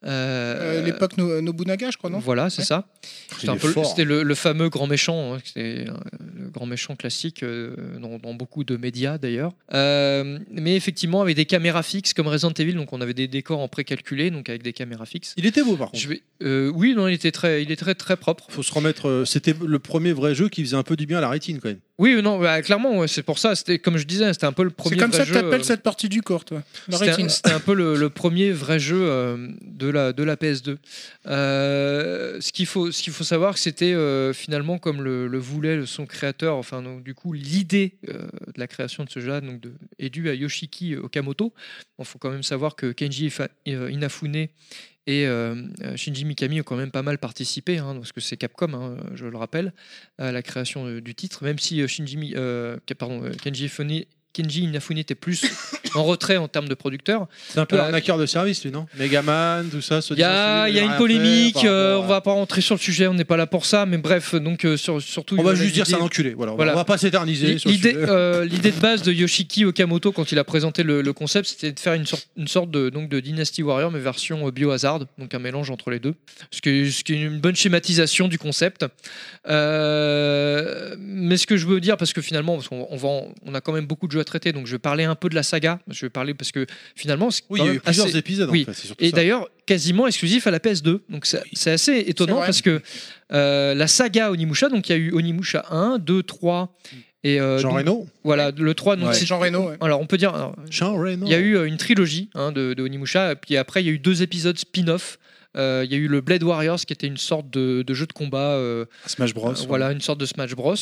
Speaker 12: Euh,
Speaker 6: Euh, L'époque No- Nobunaga, je crois, non
Speaker 12: Voilà, c'est ça.
Speaker 6: Il
Speaker 12: C'était un
Speaker 6: est
Speaker 12: peu le-
Speaker 6: fort.
Speaker 12: c'était le, le fameux grand méchant, hein, c'était euh, le grand méchant classique euh, dans, dans beaucoup de médias d'ailleurs. Euh, mais effectivement, avec des caméras fixes comme Resident Evil, donc on avait des décors en précalculé, donc avec des caméras fixes.
Speaker 4: Il était beau par contre.
Speaker 12: Je vais- euh, oui, non, il était très, il est très très propre.
Speaker 4: Faut se remettre. euh, C'était le premier vrai jeu qui faisait un peu du bien à la rétine quand même.
Speaker 12: Oui, non, bah, clairement, ouais, c'est pour ça. C'était comme je disais, c'était un peu le premier.
Speaker 6: C'est comme
Speaker 12: vrai
Speaker 6: ça que
Speaker 12: jeu,
Speaker 6: t'appelles
Speaker 12: euh,
Speaker 6: cette partie du corps, toi. La
Speaker 12: C'était un,
Speaker 6: rétine.
Speaker 12: c'était un peu le, le premier vrai jeu euh, de, la, de la PS2. Euh, ce qu'il faut, ce qu'il faut savoir, que c'était euh, finalement comme le, le voulait son créateur, enfin donc, du coup l'idée euh, de la création de ce jeu-là donc, de- est due à Yoshiki Okamoto. Il faut quand même savoir que Kenji Ifa- euh, Inafune et euh, euh, Shinji Mikami ont quand même pas mal participé, hein, parce que c'est Capcom, hein, je le rappelle, à la création euh, du titre, même si euh, Shinji, Mi- euh, Ka- pardon, euh, Kenji Ifune- Kenji Inafune était plus en retrait en termes de producteur.
Speaker 4: C'est un peu
Speaker 12: Euh,
Speaker 4: l'arnaqueur de service, lui, non Megaman, tout ça.
Speaker 12: il y a, il y a une polémique, euh, on va pas rentrer sur le sujet, on n'est pas là pour ça, mais bref, donc euh, sur- surtout.
Speaker 4: On va
Speaker 12: euh,
Speaker 4: juste dire
Speaker 12: l'idée-
Speaker 4: c'est un enculé, voilà, on va- on va pas s'éterniser
Speaker 12: L'i-
Speaker 4: sur le
Speaker 12: L'idée
Speaker 4: sujet.
Speaker 12: euh, l'idée de base de Yoshiki Okamoto quand il a présenté le, le concept, c'était de faire une sorte, une sorte de, donc de Dynasty Warrior, mais version euh, biohazard, donc un mélange entre les deux, ce qui, ce qui est une bonne schématisation du concept. Euh, mais ce que je veux dire, parce que finalement, parce qu'on on va en- on a quand même beaucoup de jeux à traiter, donc je vais parler un peu de la saga. Je vais parler parce que finalement, c'est
Speaker 4: Oui,
Speaker 12: quand
Speaker 4: il y a
Speaker 12: même
Speaker 4: eu plusieurs
Speaker 12: assez-
Speaker 4: épisodes, en
Speaker 12: oui.
Speaker 4: fait, c'est surtout
Speaker 12: Et
Speaker 4: ça.
Speaker 12: d'ailleurs, quasiment exclusif à la PS2. Donc c'est c'est assez étonnant
Speaker 4: vrai.
Speaker 12: parce que euh, la saga Onimusha, donc il y a eu Onimusha 1, 2, 3 et euh,
Speaker 4: Jean
Speaker 12: donc-
Speaker 4: Reno
Speaker 12: Voilà, le 3 donc
Speaker 4: Ouais.
Speaker 12: c'est
Speaker 4: Jean
Speaker 6: Reno.
Speaker 12: Alors on peut dire alors, il y a eu euh, une trilogie hein, de, de Onimusha, et puis après il y a eu deux épisodes spin-off. Euh, Il y a eu le Blade Warriors qui était une sorte de, de jeu de combat. euh,
Speaker 9: Smash Bros,
Speaker 12: euh, voilà,
Speaker 9: ouais.
Speaker 12: une sorte de Smash Bros.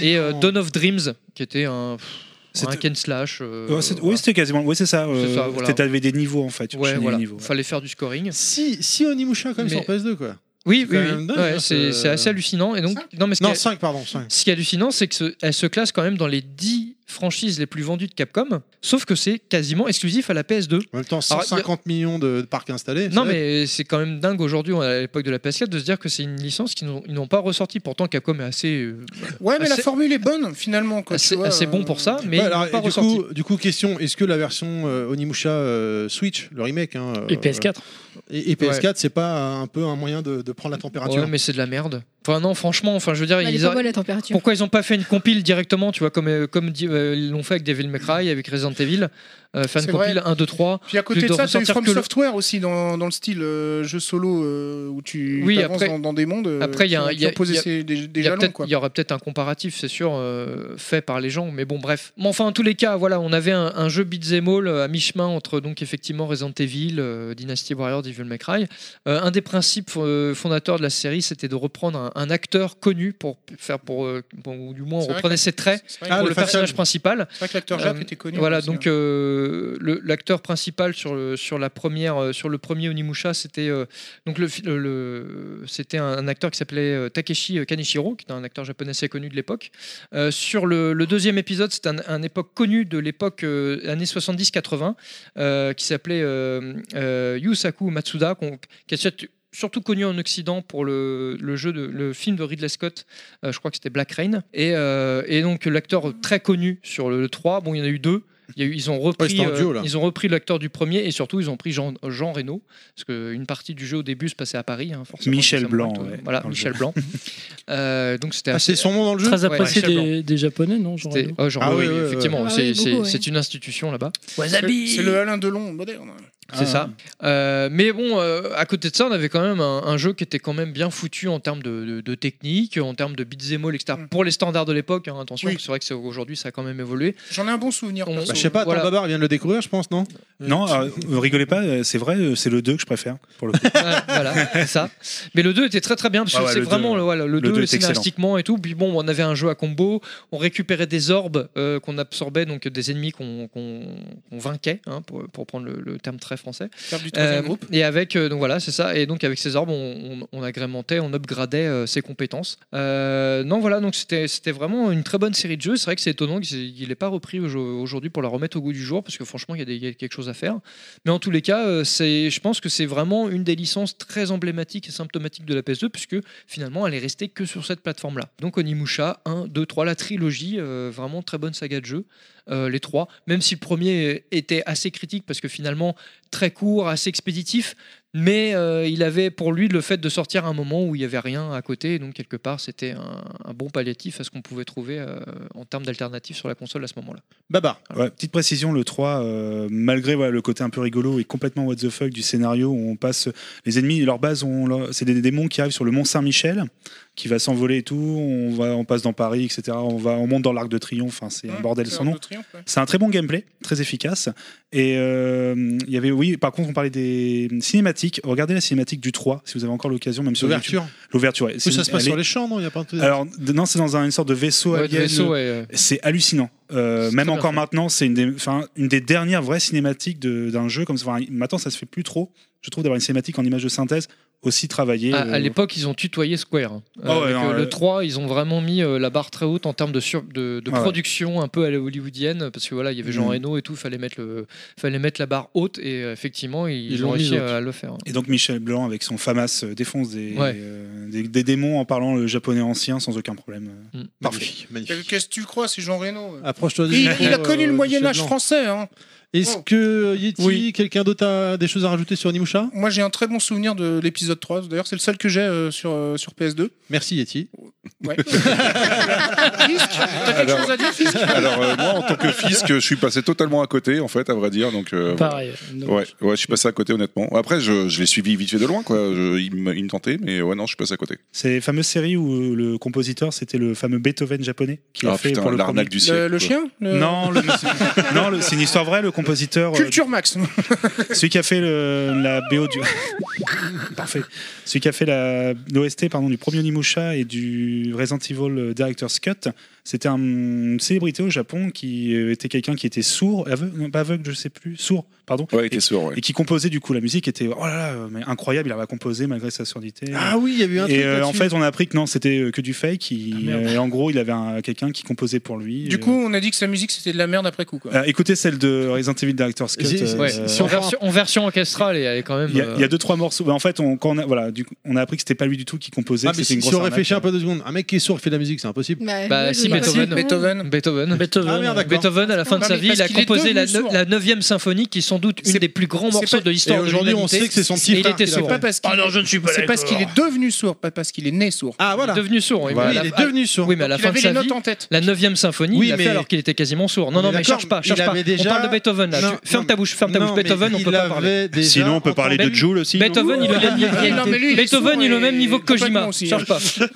Speaker 12: et euh, Dawn of Dreams qui était un, pff,
Speaker 9: C'était-
Speaker 12: un Ken Slash. euh,
Speaker 9: Ouais, c'est- oui, c'était quasiment. Oui, c'est ça.
Speaker 12: C'est
Speaker 9: euh,
Speaker 12: ça, voilà.
Speaker 9: t'étais- T'avais des niveaux en fait. tu
Speaker 12: ouais,
Speaker 9: enchaînais les
Speaker 12: voilà.
Speaker 9: niveaux.
Speaker 12: Fallait faire du scoring.
Speaker 4: Si, si Onimusha, quand même,
Speaker 12: Mais-
Speaker 4: sur PS2, quoi.
Speaker 12: Oui,
Speaker 4: C'est
Speaker 12: oui,
Speaker 4: quand
Speaker 12: oui.
Speaker 4: même dingue,
Speaker 12: Ouais,
Speaker 4: hein,
Speaker 12: c'est
Speaker 9: euh,
Speaker 4: ce-
Speaker 12: c'est assez hallucinant. Et donc, non, mais ce qui
Speaker 4: Non,
Speaker 12: est-
Speaker 4: 5, pardon, 5.
Speaker 12: Ce qui est hallucinant, c'est qu'elle se classe quand même dans les 10 franchises les plus vendues de Capcom, sauf que c'est quasiment exclusif à la PS2.
Speaker 4: En même temps,
Speaker 12: Alors, il y a-
Speaker 4: 150 millions de, de parcs installés.
Speaker 12: non,
Speaker 4: c'est-
Speaker 12: mais c'est quand même dingue aujourd'hui, à l'époque de la PS4, de se dire que c'est une licence qu'ils n'ont- ils n'ont pas ressortie. Pourtant, Capcom est assez. euh,
Speaker 6: Ouais, mais la
Speaker 12: assez-
Speaker 6: formule est bonne, finalement. Quoi,
Speaker 12: assez, assez bon pour ça, mais
Speaker 4: Ouais,
Speaker 12: ils
Speaker 4: alors,
Speaker 12: n'ont pas
Speaker 4: et du,
Speaker 12: ressorti.
Speaker 4: coup, du coup, question est-ce que la version euh, Onimusha euh, Switch, le remake, hein, euh,
Speaker 12: Et PS4.
Speaker 4: et, et PS4, c'est pas un peu un moyen de, de prendre la température
Speaker 12: Ouais, mais c'est de la merde. Enfin, non, franchement, enfin, je veux dire,
Speaker 7: Elle est
Speaker 12: ils
Speaker 7: pas
Speaker 12: auraient-
Speaker 7: bonne, la température.
Speaker 12: pourquoi ils n'ont pas fait une compile directement, tu vois, comme, euh, comme di- euh, ils l'ont fait avec Devil May Cry, avec Resident Evil, euh, faire une
Speaker 6: C'est vrai.
Speaker 12: compile 1, 2, 3.
Speaker 6: Puis à côté
Speaker 12: de
Speaker 6: de ça, t'as eu
Speaker 12: ressortir
Speaker 6: From
Speaker 12: que le-
Speaker 6: Software aussi dans, dans le style euh, jeu solo euh, où tu
Speaker 12: Oui,
Speaker 6: avances
Speaker 12: après-
Speaker 6: dans, dans des mondes. euh,
Speaker 12: Après, il y a,
Speaker 6: qui
Speaker 12: un-
Speaker 6: ont-
Speaker 12: il
Speaker 6: qui
Speaker 12: y a-
Speaker 6: ont posé
Speaker 12: il y a-
Speaker 6: ces- des, des
Speaker 12: il y a
Speaker 6: jalons.
Speaker 12: peut-être-
Speaker 6: quoi.
Speaker 12: Il y aura peut-être un comparatif, c'est sûr, euh, fait par les gens, mais bon, bref. Mais enfin, en tous les cas, voilà, on avait un, un jeu beat'em all euh, à mi-chemin entre donc effectivement Resident Evil, euh, Dynasty Warrior, Devil May Cry. Euh, un des principes euh, fondateurs de la série, c'était de reprendre un, un acteur connu pour faire pour, euh, bon, ou du moins on
Speaker 6: C'est vrai
Speaker 12: reprenait
Speaker 6: que-
Speaker 12: ses traits
Speaker 6: c'est
Speaker 12: pour
Speaker 6: vrai que- Ah,
Speaker 12: le
Speaker 6: le
Speaker 12: personnage
Speaker 6: facial.
Speaker 12: principal.
Speaker 6: C'est vrai que l'acteur Jap
Speaker 12: Euh,
Speaker 6: était connu
Speaker 12: Voilà,
Speaker 6: aussi,
Speaker 12: donc euh, le- l'acteur principal sur le sur la première euh, sur le premier Onimusha, c'était euh, donc le, fi- le- le- c'était un, un acteur qui s'appelait euh, Takeshi Kaneshiro, qui était un acteur japonais assez connu de l'époque. Euh, sur le, le deuxième épisode, c'est un, un époque connue de l'époque euh, années 70-80, euh, qui s'appelait euh, euh, Yusaku Matsuda, qu'on- qui est surtout- surtout connu en Occident pour le, le jeu de, le film de Ridley Scott, euh, je crois que c'était Black Rain. Et, euh, et donc l'acteur très connu sur le, 3, bon il y en a eu deux. Il y a eu- ils ont repris,
Speaker 4: c'était en duo,
Speaker 12: euh,
Speaker 4: là.
Speaker 12: ils ont repris l'acteur du premier et surtout ils ont pris Jean, euh, Jean Reno parce qu'une partie du jeu au début se passait à Paris. hein, forcément,
Speaker 9: Michel
Speaker 12: ça me
Speaker 9: Blanc,
Speaker 12: rappelle.
Speaker 9: ouais,
Speaker 12: voilà,
Speaker 9: dans le
Speaker 12: Michel
Speaker 9: jeu.
Speaker 12: Blanc. Euh, donc c'était
Speaker 4: Ah, c'est son nom dans le jeu
Speaker 12: Ouais,
Speaker 10: Très apprécié
Speaker 12: Michel Blanc.
Speaker 10: des, des japonais, non Jean
Speaker 12: C'était-
Speaker 10: Reno
Speaker 12: oh, Jean
Speaker 4: Ah
Speaker 12: Reno,
Speaker 4: oui,
Speaker 12: oui,
Speaker 4: oui, oui.
Speaker 12: effectivement,
Speaker 6: Ah
Speaker 12: c'est
Speaker 6: oui, beaucoup,
Speaker 12: c'est-
Speaker 6: ouais.
Speaker 12: c'est une institution là-bas.
Speaker 6: C'est c'est le Alain Delon moderne.
Speaker 12: C'est
Speaker 8: Ah.
Speaker 12: ça. Euh, mais bon, euh, à côté de ça, on avait quand même un, un jeu qui était quand même bien foutu en termes de, de- de technique, en termes de beats et all,
Speaker 4: Mm.
Speaker 12: etc. Pour les standards de l'époque, hein, attention, c'est vrai que c'est- aujourd'hui ça a quand même évolué.
Speaker 6: J'en ai un bon souvenir. perso.
Speaker 4: Bah, je sais pas,
Speaker 12: Voilà.
Speaker 4: ton babar il vient de le découvrir, je pense, non
Speaker 9: Non, euh, rigolez pas, euh, c'est vrai, euh, c'est le 2 que je préfère. Pour le coup.
Speaker 12: Ouais, voilà, c'est ça. Mais le 2 était très très bien parce que
Speaker 9: Ouais, ouais,
Speaker 12: c'est
Speaker 9: le
Speaker 12: vraiment
Speaker 9: deux,
Speaker 12: le, voilà, le
Speaker 9: le
Speaker 12: 2,
Speaker 9: deux est
Speaker 12: scénaristiquement et tout. Puis bon, on avait un jeu à combo, on récupérait des orbes euh, qu'on absorbait, donc des ennemis qu'on qu'on- qu'on vainquait, hein, pour, pour prendre le, le terme très français.
Speaker 6: Faire du troisième groupe.
Speaker 12: Et avec, euh, donc voilà, c'est ça. Et donc avec ces orbes, on, on- on agrémentait, on upgradait euh, ses compétences. Euh, non, voilà, donc c'était c'était vraiment une très bonne série de jeux. C'est vrai que c'est étonnant qu'il n'ait pas repris au- aujourd'hui pour la remettre au goût du jour parce que franchement, il y a des- il y, a quelque chose à faire. Mais en tous les cas, euh, c'est- je pense que c'est vraiment une des licences très emblématiques et symptomatiques de la PS2 puisque finalement, elle est restée que sur cette plateforme-là. Donc Onimusha 1, 2, 3, la trilogie, euh, vraiment très bonne saga de jeux. euh, les trois, même si le premier était assez critique parce que finalement très court, assez expéditif, mais euh, il avait pour lui le fait de sortir à un moment où il n'y avait rien à côté, et donc quelque part c'était un, un bon palliatif à ce qu'on pouvait trouver euh, en termes d'alternative sur la console à ce moment-là.
Speaker 4: Babar.
Speaker 9: Ouais, petite précision, le 3, euh, malgré voilà, le côté un peu rigolo et complètement what the fuck du scénario où on passe les ennemis, leur base, on leur- c'est des démons qui arrivent sur le Mont Saint-Michel, qui va s'envoler et tout, on, va, on passe dans Paris, etc. On, va, on monte dans l'Arc de Triomphe, enfin,
Speaker 4: Mmh,
Speaker 9: c'est un bordel sans nom. C'est un très bon gameplay, très efficace. Et euh, il y avait, oui, par contre, on parlait des cinématiques. Regardez la cinématique du 3, si vous avez encore l'occasion, même sur
Speaker 4: L'ouverture.
Speaker 9: YouTube. L'ouverture. ouais.
Speaker 4: Oui,
Speaker 9: C'est-
Speaker 4: ça se passe
Speaker 9: elle
Speaker 4: sur
Speaker 9: est-
Speaker 4: les champs, non Il y a pas un
Speaker 9: alors, d- non, c'est dans un- une sorte de vaisseau
Speaker 4: Ouais, de
Speaker 9: alien.
Speaker 4: vaisseau, ouais, ouais.
Speaker 9: C'est hallucinant. Euh, même
Speaker 4: très
Speaker 9: encore
Speaker 4: bien
Speaker 9: maintenant, c'est une, des- enfin, une des dernières vraies cinématiques de- d'un jeu. Comme ça. Enfin, maintenant, ça se fait plus trop, je trouve, d'avoir une cinématique en image de synthèse aussi travaillée.
Speaker 12: Ah, À,
Speaker 9: euh,
Speaker 12: à l'époque, ils ont tutoyé Square. hein.
Speaker 9: Ah ouais,
Speaker 12: Avec,
Speaker 9: non,
Speaker 12: euh,
Speaker 9: ouais.
Speaker 12: le 3, ils ont vraiment mis euh, la barre très haute en termes de, sur- de, de
Speaker 9: Ah ouais.
Speaker 12: production un peu à la hollywoodienne, parce que voilà, il y avait Jean
Speaker 9: Mhm.
Speaker 12: Reno et tout, fallait mettre le, fallait mettre la barre haute, et euh, effectivement, ils, ont
Speaker 9: mis
Speaker 12: réussi
Speaker 9: haute.
Speaker 12: à, à le faire. hein.
Speaker 9: Et donc Michel Blanc avec son FAMAS euh, défonce des,
Speaker 12: Ouais.
Speaker 9: euh, des, des démons en parlant le japonais ancien sans aucun problème. euh,
Speaker 12: Mm.
Speaker 9: Parfait.
Speaker 6: Qu'est-ce que tu crois, c'est Jean Reno euh.
Speaker 4: Approche-toi du
Speaker 6: Il,
Speaker 4: micro,
Speaker 6: il a
Speaker 4: euh,
Speaker 6: connu
Speaker 4: Michel
Speaker 6: le Moyen-Âge
Speaker 4: Blanc.
Speaker 6: français. hein.
Speaker 4: Est-ce que euh, Yeti,
Speaker 6: Oui.
Speaker 4: quelqu'un d'autre a des choses à rajouter sur Onimusha
Speaker 6: Moi, j'ai un très bon souvenir de l'épisode 3. D'ailleurs, c'est le seul que j'ai euh, sur, euh, sur PS2.
Speaker 4: Merci Yeti.
Speaker 6: Euh, Ouais. T'as quelque chose à dire, Fisk
Speaker 5: Alors, euh, moi, en tant que fisc, je suis passé totalement à côté, en fait, à vrai dire. Donc, euh,
Speaker 10: Pareil.
Speaker 5: voilà. Ouais, ouais, je suis passé à côté, honnêtement. Après, je, je l'ai suivi vite fait de loin, quoi. Je- il, me, il me tentait, mais ouais, non, je suis passé à côté.
Speaker 9: C'est les fameuses séries où euh, le compositeur c'était le fameux Beethoven japonais qui
Speaker 5: Ah,
Speaker 9: a fait
Speaker 5: putain,
Speaker 9: pour le
Speaker 5: l'arnaque
Speaker 9: premier-
Speaker 5: du siècle, Le- le quoi. chien Le-
Speaker 9: Non, le- non, le- c'est une histoire vraie. Le compositeur euh,
Speaker 6: Culture Max.
Speaker 4: Ah
Speaker 9: Celui qui a fait le- la BO du. Parfait. Celui qui a fait la l'OST pardon, du premier Nimusha et du Resident Evil euh, Director's Cut, c'était un- une célébrité au Japon qui euh, était quelqu'un qui était sourd, aveugle, non, pas aveugle, je sais plus, sourd, pardon.
Speaker 5: Ouais, il était sourd, ouais.
Speaker 9: Et qui composait du coup la musique, était oh là là, euh, mais incroyable, il avait composé malgré sa surdité.
Speaker 4: Ah oui, il y a eu un
Speaker 9: Et
Speaker 4: truc
Speaker 9: euh, en
Speaker 4: là-dessus. Ah,
Speaker 9: fait, on a appris que non, c'était euh, que du fake. il-
Speaker 6: merde.
Speaker 9: euh, en gros, il avait un- quelqu'un qui composait pour lui.
Speaker 6: Du
Speaker 9: euh,
Speaker 6: coup, on a dit que sa musique, c'était de la merde après coup. Quoi.
Speaker 9: euh,
Speaker 4: Ah,
Speaker 9: écoutez celle de Resident Evil Director's Cut. euh,
Speaker 12: Ouais,
Speaker 9: euh,
Speaker 12: si on version, en version orchestrale, elle est quand même.
Speaker 9: il y, a-
Speaker 12: euh,
Speaker 9: il y a deux trois morceaux. Bah, en fait, on, quand on a, voilà, du coup, on a appris que c'était pas lui du tout qui composait.
Speaker 4: Ah,
Speaker 9: que
Speaker 4: mais
Speaker 9: c'était
Speaker 4: si,
Speaker 9: une
Speaker 4: si
Speaker 9: grosse
Speaker 4: on réfléchit
Speaker 9: arnaque. hein.
Speaker 4: un peu deux secondes, un mec qui est sourd qui fait de la musique, c'est impossible.
Speaker 7: Bah,
Speaker 12: Bah, si, Beethoven.
Speaker 6: Beethoven.
Speaker 12: Beethoven.
Speaker 4: Beethoven. Ah, merde, d'accord.
Speaker 12: Beethoven, à la fin de
Speaker 4: Non,
Speaker 12: sa
Speaker 4: mais
Speaker 12: vie, il a
Speaker 4: parce qu'il est
Speaker 12: composé la,
Speaker 4: devenu
Speaker 12: neu-
Speaker 4: sourd.
Speaker 12: la 9 symphonie, qui est sans doute une des plus grands morceaux de l'histoire.
Speaker 4: Et
Speaker 12: de
Speaker 4: aujourd'hui, on
Speaker 12: l'humanité.
Speaker 4: sait que c'est son petit
Speaker 12: Et
Speaker 4: frère
Speaker 12: Il était
Speaker 4: qui l'a
Speaker 12: sourd.
Speaker 4: fait.
Speaker 12: Ah non, je ne suis pas
Speaker 6: C'est parce qu'il est devenu sourd, pas parce qu'il est né sourd.
Speaker 4: Ah voilà.
Speaker 12: Il est devenu sourd. oui,
Speaker 4: Voilà.
Speaker 12: mais à
Speaker 4: Il
Speaker 12: la-
Speaker 4: est devenu sourd.
Speaker 12: Oui, mais à la
Speaker 6: Il
Speaker 12: fin de
Speaker 6: avait
Speaker 12: sa
Speaker 6: les notes
Speaker 12: vie,
Speaker 6: en tête.
Speaker 12: la 9 symphonie,
Speaker 4: Oui,
Speaker 12: il l'a
Speaker 4: mais-
Speaker 12: fait alors qu'il était quasiment sourd. Non,
Speaker 4: On
Speaker 12: non,
Speaker 4: est
Speaker 12: mais
Speaker 4: d'accord,
Speaker 12: cherche pas,
Speaker 4: il
Speaker 12: cherche pas.
Speaker 4: avait déjà-
Speaker 12: On parle de Beethoven là.
Speaker 4: Non,
Speaker 12: Tu- Ferme ta bouche, ferme ta
Speaker 4: non,
Speaker 12: bouche.
Speaker 4: mais
Speaker 12: Beethoven, on
Speaker 4: il
Speaker 12: peut pas
Speaker 4: avait
Speaker 12: parler.
Speaker 4: déjà Sinon, on peut entendu- parler de Joule aussi.
Speaker 12: Beethoven, il est au même niveau-
Speaker 4: Non, mais lui, il est
Speaker 12: Beethoven,
Speaker 4: sourd
Speaker 12: il est au même
Speaker 4: et
Speaker 12: niveau que Kojima.
Speaker 4: complètement aussi,
Speaker 12: Cherche
Speaker 4: hein.
Speaker 12: pas.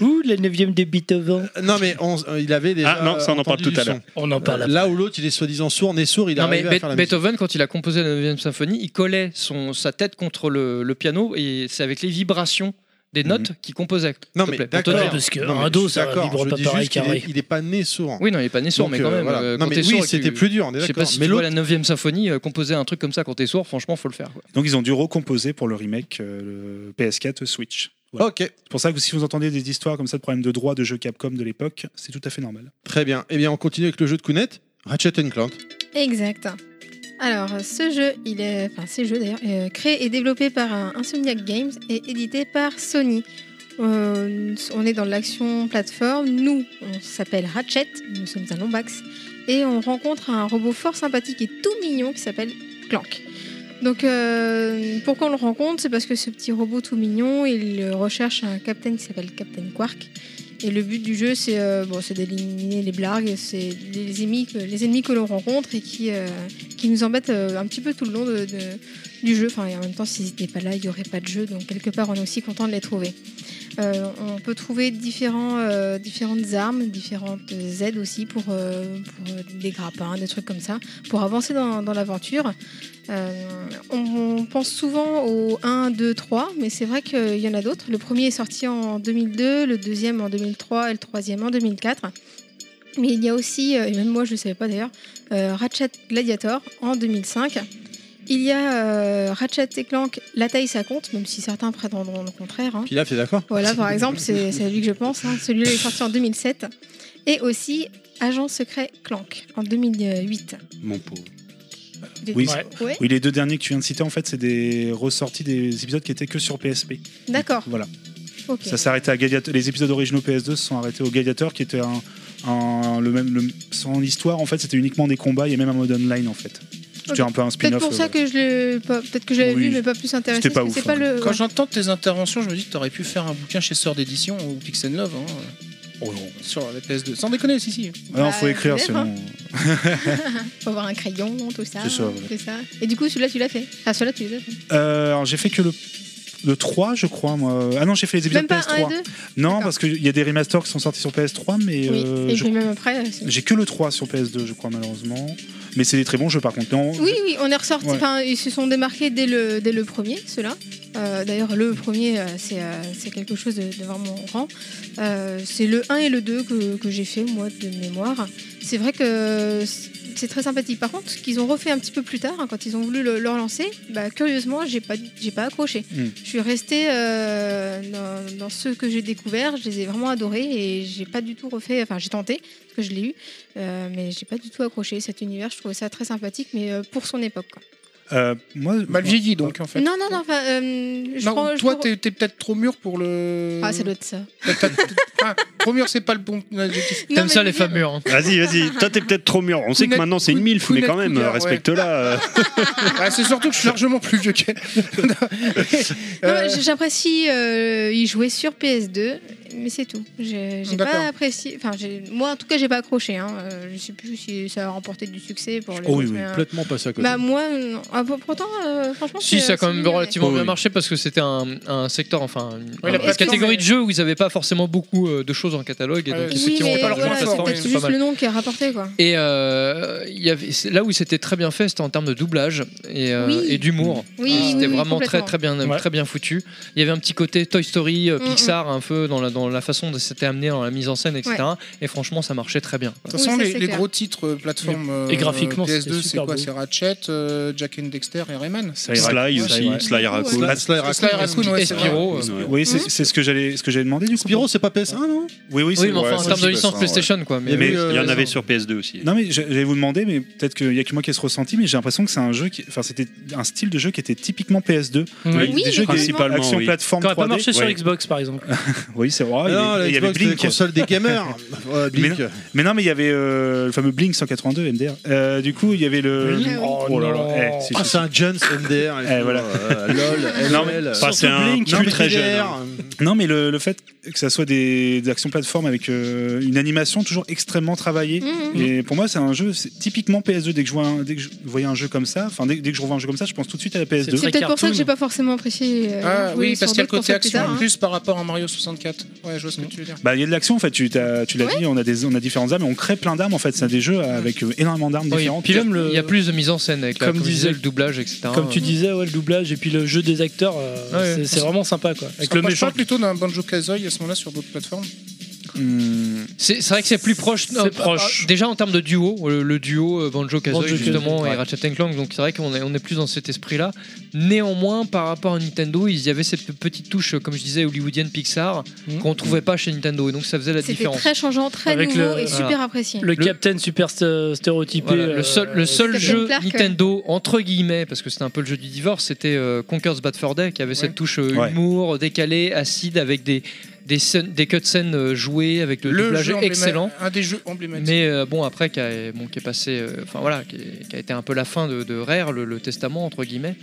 Speaker 4: Ouh, la 9 de Beethoven. Non, mais on- euh, il avait déjà. euh,
Speaker 12: Ah, non, ça, on en
Speaker 4: entendu
Speaker 12: parle tout
Speaker 4: du
Speaker 12: à l'heure.
Speaker 4: son.
Speaker 12: On en parle
Speaker 4: Euh,
Speaker 12: après.
Speaker 4: Là où l'autre, il est soi-disant sourd, né sourd, il
Speaker 12: Non, mais
Speaker 4: arrive à
Speaker 12: Be-
Speaker 4: faire la musique.
Speaker 12: Beethoven, quand il a composé la 9e symphonie, il collait son, sa tête contre le, le piano et c'est avec les vibrations des notes qu'il composait.
Speaker 4: Mhm.
Speaker 12: s'il
Speaker 4: Non,
Speaker 12: te
Speaker 4: mais
Speaker 12: plaît, pour te
Speaker 4: d'accord.
Speaker 12: dire.
Speaker 4: Parce que Non, mais un je dos, suis ça d'accord, vibre je pas dis pareil juste qu'il carré. est- il est pas né sourd.
Speaker 12: Oui, non, il est pas né sourd,
Speaker 4: Donc,
Speaker 12: mais quand
Speaker 4: euh,
Speaker 12: même.
Speaker 4: voilà.
Speaker 12: euh,
Speaker 4: Non,
Speaker 12: quand
Speaker 4: mais
Speaker 12: t'es
Speaker 4: oui,
Speaker 12: sourd et que
Speaker 4: c'était
Speaker 12: tu-
Speaker 4: plus dur, on est
Speaker 12: Je sais pas
Speaker 4: d'accord.
Speaker 12: si
Speaker 4: Mais
Speaker 12: tu vois la
Speaker 4: l'autre-
Speaker 12: 9e symphonie, euh, composer un truc comme ça quand t'es sourd, franchement, faut le faire. quoi.
Speaker 9: Donc ils ont dû recomposer pour le remake euh, le PS4 Switch.
Speaker 4: Ok.
Speaker 9: C'est pour ça que si vous entendez des histoires comme ça de problèmes de droit de jeux Capcom de l'époque, c'est tout à fait normal.
Speaker 4: Très bien. Eh bien, on continue avec le jeu de Kounet, Ratchet Clank.
Speaker 7: Exact. Alors, ce jeu, il est, enfin, ces jeux d'ailleurs, est créé et développé par euh, Insomniac Games et édité par Sony. Euh, on est dans l'action plateforme. Nous, on s'appelle Ratchet. Nous sommes un lombax et on rencontre un robot fort sympathique et tout mignon qui s'appelle Clank. Donc, euh, pourquoi on le rencontre C'est parce que ce petit robot tout mignon, il euh, recherche un capitaine qui s'appelle Captain Quark. Et le but du jeu, c'est euh, bon, c'est d'éliminer les blagues, c'est les ennemis, que- les ennemis que l'on rencontre et qui, euh, qui nous embêtent euh, un petit peu tout le long de- de- du jeu. Enfin, et en même temps, s'ils n'étaient pas là, il n'y aurait pas de jeu. Donc, quelque part, on est aussi content de les trouver. Euh, on peut trouver différents, euh, différentes armes, différentes aides aussi pour, euh, pour, euh, des grappins, des trucs comme ça, pour avancer dans, dans l'aventure. Euh, on, on pense souvent au 1, 2, 3, mais c'est vrai qu'il y en a d'autres. Le premier est sorti en 2002, le deuxième en 2003 et le troisième en 2004. Mais il y a aussi, euh, et même moi je ne savais pas d'ailleurs, euh, Ratchet Gladiator en 2005. Il y a euh, Ratchet et Clank, la taille ça compte, même si certains prétendront le contraire. hein.
Speaker 4: Pilaf, t'es d'accord
Speaker 7: Voilà, par exemple, c'est c'est à lui que je pense. hein. Celui-là est sorti en 2007. Et aussi Agent Secret Clank en 2008.
Speaker 9: Mon pauvre.
Speaker 7: Des-
Speaker 9: Oui.
Speaker 7: Ouais.
Speaker 9: oui, les deux derniers que tu viens de citer, en fait, c'est des ressorties des épisodes qui étaient que sur PSP.
Speaker 7: D'accord.
Speaker 9: Voilà.
Speaker 7: Ok.
Speaker 9: Ça s'est arrêté à Gladiator. Les épisodes originaux PS2 se sont arrêtés au Gladiator, qui était un, un- le même. le- son histoire, en fait, c'était uniquement des combats. Il y a même un mode online, en fait.
Speaker 7: Ok.
Speaker 9: C'était un peu un
Speaker 7: Peut-être
Speaker 9: spin-off.
Speaker 7: pour ça
Speaker 9: euh,
Speaker 7: que je l'ai pas- peut-être que je l'avais
Speaker 9: Oui.
Speaker 7: vu, mais pas plus intéressé.
Speaker 9: C'était pas
Speaker 7: parce que
Speaker 9: ouf,
Speaker 7: c'est
Speaker 9: hein.
Speaker 7: le.
Speaker 9: Quand
Speaker 7: ouais.
Speaker 12: j'entends tes interventions, je me dis que t'aurais pu faire un bouquin chez Sœur d'édition ou Pixel Love hein, sur la PS2. Sans déconner, si, si.
Speaker 9: Ah non, faut
Speaker 7: Bah,
Speaker 9: écrire
Speaker 7: peut-être,
Speaker 9: sinon.
Speaker 7: Faut avoir un crayon, tout ça.
Speaker 9: C'est ça, ouais.
Speaker 7: tout ça. Et du coup, celui-là, tu l'as fait. Ah, celui-là, tu les as fait.
Speaker 9: Euh, alors j'ai fait que le, le 3 je crois moi. Ah non j'ai fait les épisodes
Speaker 7: Même pas un et
Speaker 9: PS3.
Speaker 7: deux
Speaker 9: non parce qu'il y a des remasters qui sont sortis sur PS3 mais
Speaker 7: Oui.
Speaker 9: euh,
Speaker 7: Et
Speaker 9: je-
Speaker 7: puis même après. euh, c'est-
Speaker 9: j'ai que le 3 sur PS2 je crois malheureusement. Mais c'est des très bons jeux par contre. Non,
Speaker 7: Oui, oui, on est ressorti.
Speaker 9: Ouais.
Speaker 7: Enfin, ils se sont démarqués dès le, dès le premier, ceux-là. Euh, D'ailleurs, le premier, euh, c'est euh, c'est quelque chose de, de vraiment grand. Euh, c'est le 1 et le 2 que, que j'ai fait, moi, de mémoire. C'est vrai que c'est très sympathique. Par contre, ce qu'ils ont refait un petit peu plus tard, hein, quand ils ont voulu le, le relancer, bah, curieusement, j'ai pas, j'ai pas accroché.
Speaker 6: Hmm.
Speaker 9: Mm.
Speaker 7: Je suis restée euh, dans, dans ceux que j'ai découverts, je les ai vraiment adorés et j'ai pas du tout refait. Enfin, j'ai tenté, parce que je l'ai eu, euh, mais j'ai pas du tout accroché cet univers. Je trouvais ça très sympathique, mais euh, pour son époque. quoi.
Speaker 9: Euh, moi,
Speaker 6: Mal vieilli donc en fait.
Speaker 7: hein. Non, non, non. enfin, euh, je
Speaker 6: Non,
Speaker 7: prends- je
Speaker 6: toi,
Speaker 7: prends-
Speaker 6: t'es t'es peut-être trop mûr pour le.
Speaker 7: Ah, ça doit être ça.
Speaker 6: Trop mûr, c'est pas le bon adjectif.
Speaker 7: Non, T'aimes mais ça, je les hein. veux dire- femmes
Speaker 6: mûrs.
Speaker 11: Vas-y, vas-y. Toi, t'es peut-être trop mûr. On sait que
Speaker 6: Kounet-
Speaker 11: maintenant, c'est une milf, mais quand même,
Speaker 6: Kounet-
Speaker 11: respecte-la. euh.
Speaker 6: c'est surtout que je suis largement plus vieux qu'elle.
Speaker 7: Non,
Speaker 6: Euh,
Speaker 7: j- J'apprécie euh, y jouer sur PS2, mais c'est tout. J'ai j'ai
Speaker 6: D'accord.
Speaker 7: pas apprécié. Enfin, j'ai- moi, en tout cas, j'ai pas accroché. Hein. Euh, Je sais plus si ça a remporté du succès pour les.
Speaker 4: Oh oui,
Speaker 7: autres,
Speaker 4: oui,
Speaker 7: mais, euh,
Speaker 4: complètement passé à côté.
Speaker 7: Bah moi, non. Ah, pour- pourtant, euh, franchement,
Speaker 12: Si,
Speaker 7: c'est-
Speaker 12: ça a quand
Speaker 7: c'est
Speaker 12: même
Speaker 7: mignon,
Speaker 12: relativement
Speaker 4: Oh
Speaker 7: mais-
Speaker 12: bien marché parce que c'était un, un secteur, enfin, une-
Speaker 7: Oui, la
Speaker 12: une
Speaker 7: plateforme,
Speaker 12: catégorie
Speaker 7: elle-
Speaker 12: de jeux où ils n'avaient pas forcément beaucoup euh, de choses en catalogue et donc
Speaker 7: Oui,
Speaker 12: effectivement,
Speaker 7: mais
Speaker 12: pas leur
Speaker 7: voilà, c'est
Speaker 12: plateforme,
Speaker 7: peut-être
Speaker 12: c'est pas
Speaker 7: juste
Speaker 12: mal.
Speaker 7: le nom qui est rapporté, quoi.
Speaker 12: Et euh, il y avait, c'est- là où c'était très bien fait, c'était en termes de doublage et, euh,
Speaker 7: Oui.
Speaker 12: et d'humour.
Speaker 7: Oui,
Speaker 12: Et
Speaker 7: oui,
Speaker 12: c'était
Speaker 7: oui,
Speaker 12: vraiment très
Speaker 7: complètement.
Speaker 12: très bien,
Speaker 7: Ouais.
Speaker 12: très bien foutu. Il y avait un petit côté Toy Story, euh,
Speaker 7: Mm,
Speaker 12: Pixar, un peu dans la, dans la façon dont c'était amené, dans la mise en scène, etc.
Speaker 7: Ouais.
Speaker 12: Et franchement, ça marchait très bien.
Speaker 6: De toute façon, les, les gros titres euh, plateforme euh,
Speaker 12: Et graphiquement, c'était
Speaker 6: PS2, c'est
Speaker 12: super
Speaker 6: quoi
Speaker 12: beau.
Speaker 6: C'est Ratchet, euh, Jack and Dexter et Rayman.
Speaker 9: Sly Sly
Speaker 6: Ouais,
Speaker 9: aussi,
Speaker 6: c'est vrai.
Speaker 9: Sly Raccoon.
Speaker 6: Ouais.
Speaker 9: Bah,
Speaker 6: Sly Raccoon, ouais, c'est vrai.
Speaker 9: Oui, c'est c'est ce que j'allais ce que j'allais demander du coup. Spyro,
Speaker 4: c'est pas PS1 non
Speaker 9: Oui, oui,
Speaker 12: Oui, mais enfin, en termes de licence PlayStation, quoi. Mais oui, euh, raison.
Speaker 11: PS2 aussi.
Speaker 9: Non, mais j'a- j'allais vous demander, mais peut-être qu'il y a que moi qui ai ce ressenti, mais j'ai l'impression que c'est un jeu qui. Enfin, c'était un style de jeu qui était typiquement PS2.
Speaker 10: Oui.
Speaker 9: Avec
Speaker 10: Hmm. Oui,
Speaker 9: des jeux
Speaker 10: principalement,
Speaker 9: Action
Speaker 10: oui.
Speaker 9: plateforme.
Speaker 10: Qui aurait pas
Speaker 9: 3D.
Speaker 10: marché sur
Speaker 9: Ouais.
Speaker 10: Xbox, par exemple.
Speaker 9: oui, c'est vrai.
Speaker 10: Mais non,
Speaker 9: il y-
Speaker 10: la
Speaker 9: il y avait
Speaker 10: Xbox, c'est la
Speaker 9: Blink.
Speaker 10: console des gamers.
Speaker 4: Ouais, Blink.
Speaker 9: Mais non, mais non, mais il y avait euh, le fameux Blink 182 MDR. Euh, du coup, il y avait le.
Speaker 4: Blink.
Speaker 9: Oh là là. Eh,
Speaker 4: Oh.
Speaker 9: si,
Speaker 4: Ah,
Speaker 9: si,
Speaker 4: c'est un Jones MDR. et
Speaker 9: Eh,
Speaker 4: tout,
Speaker 9: voilà.
Speaker 4: euh, LOL,
Speaker 9: Non, mais-
Speaker 4: LOL,
Speaker 9: enfin, c'est
Speaker 4: surtout
Speaker 9: un
Speaker 4: Blink,
Speaker 9: plus
Speaker 4: non, mais
Speaker 9: très jeune,
Speaker 4: MDR.
Speaker 9: hein. Non, mais le, le fait que ça soit des, des actions plateforme avec euh, une animation toujours extrêmement travaillée.
Speaker 7: Mhm.
Speaker 9: Et pour moi, c'est un jeu c'est typiquement PS2. Dès que je, vois un- dès que je voyais un jeu comme ça, enfin, dès, dès que je revois un jeu comme ça, je pense tout de suite à la PS2.
Speaker 7: C'est peut-être pour ça que j'ai pas forcément apprécié. euh,
Speaker 6: Ah
Speaker 7: jouer
Speaker 6: oui,
Speaker 7: sur
Speaker 6: parce qu'il y a le
Speaker 7: d'autres
Speaker 6: côté
Speaker 7: concepts plus
Speaker 6: action
Speaker 7: tard,
Speaker 6: en
Speaker 7: hein.
Speaker 6: plus par rapport à Mario 64. Ouais, je vois ce
Speaker 12: Mm.
Speaker 6: que tu veux dire.
Speaker 9: Bah, il y a de l'action en fait, tu t'as- tu l'as dit, on a, des, on a différentes armes, on crée plein d'armes en fait, c'est des jeux avec euh, énormément d'armes
Speaker 12: Oui,
Speaker 9: différentes.
Speaker 12: puis il y a plus de mise en scène avec la-
Speaker 10: Comme
Speaker 12: comme disait
Speaker 10: disait-
Speaker 12: le doublage, Mm. etc.
Speaker 10: Comme tu disais, ouais, le doublage et puis le jeu des acteurs, euh,
Speaker 12: Ouais.
Speaker 10: c'est- c'est vraiment sympa, quoi. Avec le méchant.
Speaker 6: pas plutôt d'un Banjo Kazooie à ce moment-là sur d'autres plateformes.
Speaker 12: C'est c'est vrai que c'est plus proche. non, euh,
Speaker 10: proche.
Speaker 12: Déjà en termes de duo, euh, le, le duo Banjo Kazooie
Speaker 10: Banjo-Kazooie,
Speaker 12: justement
Speaker 10: ouais.
Speaker 12: et Ratchet and Clank, donc c'est vrai qu'on est, on est plus dans cet esprit-là. Néanmoins, par rapport à Nintendo, il y avait cette petite touche, comme je disais, hollywoodienne Pixar qu'on trouvait pas chez Nintendo, et donc ça faisait la
Speaker 7: C'était
Speaker 12: différence.
Speaker 7: très changeant, très
Speaker 12: Avec
Speaker 7: nouveau
Speaker 12: le-
Speaker 7: et super
Speaker 12: voilà.
Speaker 7: apprécié.
Speaker 10: Le, Captain super sté- stéréotypé.
Speaker 12: Voilà,
Speaker 10: euh,
Speaker 12: le seul, le seul
Speaker 10: Captain
Speaker 12: jeu
Speaker 10: Clark,
Speaker 12: Nintendo,
Speaker 7: euh.
Speaker 12: entre guillemets, parce que c'était un peu le jeu du divorce, c'était euh, Conker's Bad Fur Day, qui avait cette touche euh,
Speaker 9: Ouais.
Speaker 12: humour, décalé, acide, avec des, des, scènes- des cutscenes euh, jouées avec le,
Speaker 6: Le
Speaker 12: doublage
Speaker 6: jeu embléma-
Speaker 12: excellent.
Speaker 6: Un des jeux emblématiques.
Speaker 12: Mais euh, bon, après, qui a, bon, qui est passé, euh, enfin voilà, qui, est- qui a été un peu la fin de, de Rare, le, le testament entre guillemets.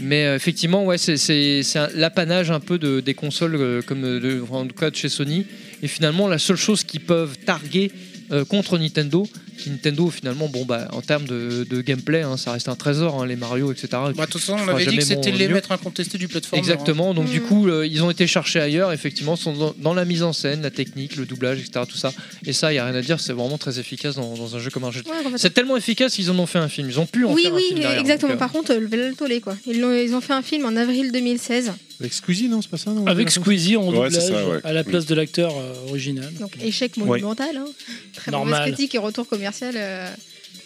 Speaker 12: Mais euh, effectivement, ouais, c'est- c'est c'est un- l'apanage un peu de, des consoles euh, comme de, de- en tout cas de chez Sony. Et finalement, la seule chose qu'ils peuvent targuer euh, contre Nintendo, qui Nintendo finalement, bon bah, en termes de, de gameplay, hein, ça reste un trésor, hein, les Mario, etc.
Speaker 6: Bah, de toute façon, on avait dit que c'était les maîtres incontestés du platformer.
Speaker 12: Exactement,
Speaker 6: hein.
Speaker 12: donc du
Speaker 7: Hmm.
Speaker 12: coup, euh, ils ont été cherchés ailleurs, effectivement, sont dans, dans la mise en scène, la technique, le doublage, etc. Tout ça. Et ça, il n'y a rien à dire, c'est vraiment très efficace dans, dans un jeu comme un jeu. de-
Speaker 7: Ouais, complètement.
Speaker 12: c'est tellement efficace qu'ils en ont fait un film. Ils ont pu en
Speaker 7: Oui,
Speaker 12: faire un
Speaker 7: oui,
Speaker 12: film. derrière,
Speaker 7: exactement.
Speaker 12: donc, euh,
Speaker 7: Par contre, le le tollé, quoi. Ils, l'ont- ils ont fait un film en avril 2016.
Speaker 4: Avec Squeezie, non C'est pas ça non
Speaker 10: Avec Squeezie en
Speaker 4: Ouais,
Speaker 10: doublage,
Speaker 4: c'est ça, ouais.
Speaker 10: à la place de l'acteur euh, original.
Speaker 7: Donc, échec
Speaker 10: Ouais.
Speaker 7: monumental. hein. Très
Speaker 10: Normal.
Speaker 7: mauvaise critique et retour commercial. euh,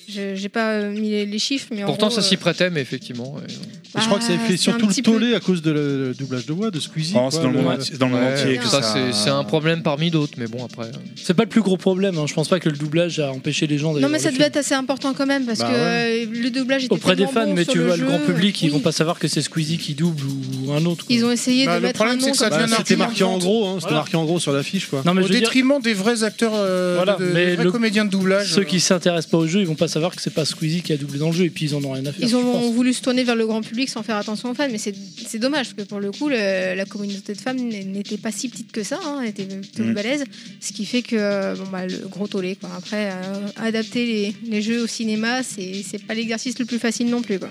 Speaker 7: je- J'ai pas euh, mis les, les chiffres, mais en
Speaker 12: Pourtant,
Speaker 7: gros,
Speaker 12: ça
Speaker 7: euh,
Speaker 12: s'y prêtait, mais effectivement. ouais, non.
Speaker 4: Et je crois que ça a
Speaker 7: Ah,
Speaker 4: fait
Speaker 7: c'est
Speaker 4: surtout
Speaker 7: un
Speaker 4: le
Speaker 7: petit peu-
Speaker 4: tollé à cause de le, le doublage de voix de Squeezie.
Speaker 9: Oh, c'est
Speaker 4: quoi,
Speaker 9: dans le moment- c'est dans le moment entier que
Speaker 12: ça,
Speaker 9: ça-
Speaker 12: c'est- c'est un problème parmi d'autres, mais bon, après. euh,
Speaker 10: C'est pas le plus gros problème. hein. Je pense pas que le doublage a empêché les gens. d'aller
Speaker 7: Non, mais
Speaker 10: voir
Speaker 7: ça
Speaker 10: le
Speaker 7: devait être assez important quand même, parce
Speaker 10: Bah
Speaker 7: que
Speaker 10: ouais.
Speaker 7: euh, le doublage
Speaker 10: film.
Speaker 7: était
Speaker 10: auprès des
Speaker 7: tellement
Speaker 10: fans,
Speaker 7: bon
Speaker 10: mais
Speaker 7: sur
Speaker 10: tu
Speaker 7: le
Speaker 10: vois, le grand
Speaker 7: jeu.
Speaker 10: public, ils
Speaker 7: Oui.
Speaker 10: vont pas savoir que c'est Squeezie qui double ou un autre.
Speaker 7: Ils ont essayé
Speaker 10: Bah,
Speaker 7: de
Speaker 10: le
Speaker 7: mettre
Speaker 10: problème,
Speaker 7: un nom
Speaker 10: c'est que ça
Speaker 7: comme
Speaker 10: devient
Speaker 7: ça.
Speaker 4: C'était marqué en
Speaker 10: vente.
Speaker 4: gros, hein, c'était
Speaker 10: Voilà.
Speaker 4: marqué en gros sur l'affiche quoi.
Speaker 10: Non, mais
Speaker 6: Au
Speaker 10: je veux dire-
Speaker 6: détriment des vrais acteurs, euh,
Speaker 10: Voilà,
Speaker 6: de- de,
Speaker 10: mais
Speaker 6: vrais
Speaker 10: le-
Speaker 6: comédiens de doublage.
Speaker 10: Ceux
Speaker 7: euh.
Speaker 10: qui s'intéressent pas au jeu, ils vont pas savoir que c'est pas Squeezie qui a doublé dans le jeu, et puis ils en ont rien à faire.
Speaker 7: Ils
Speaker 10: je pense.
Speaker 7: ont voulu se tourner vers le grand public sans faire attention aux fans, mais c'est c'est dommage parce que pour le coup, le- la communauté de femmes n'est- n'était pas si petite que ça, hein, était plutôt
Speaker 21: Mm.
Speaker 7: balèze, ce qui fait que bon, bah, le gros tollé. Quoi. Après, euh, adapter les, les jeux au cinéma, c'est c'est pas l'exercice le plus facile non plus. Quoi.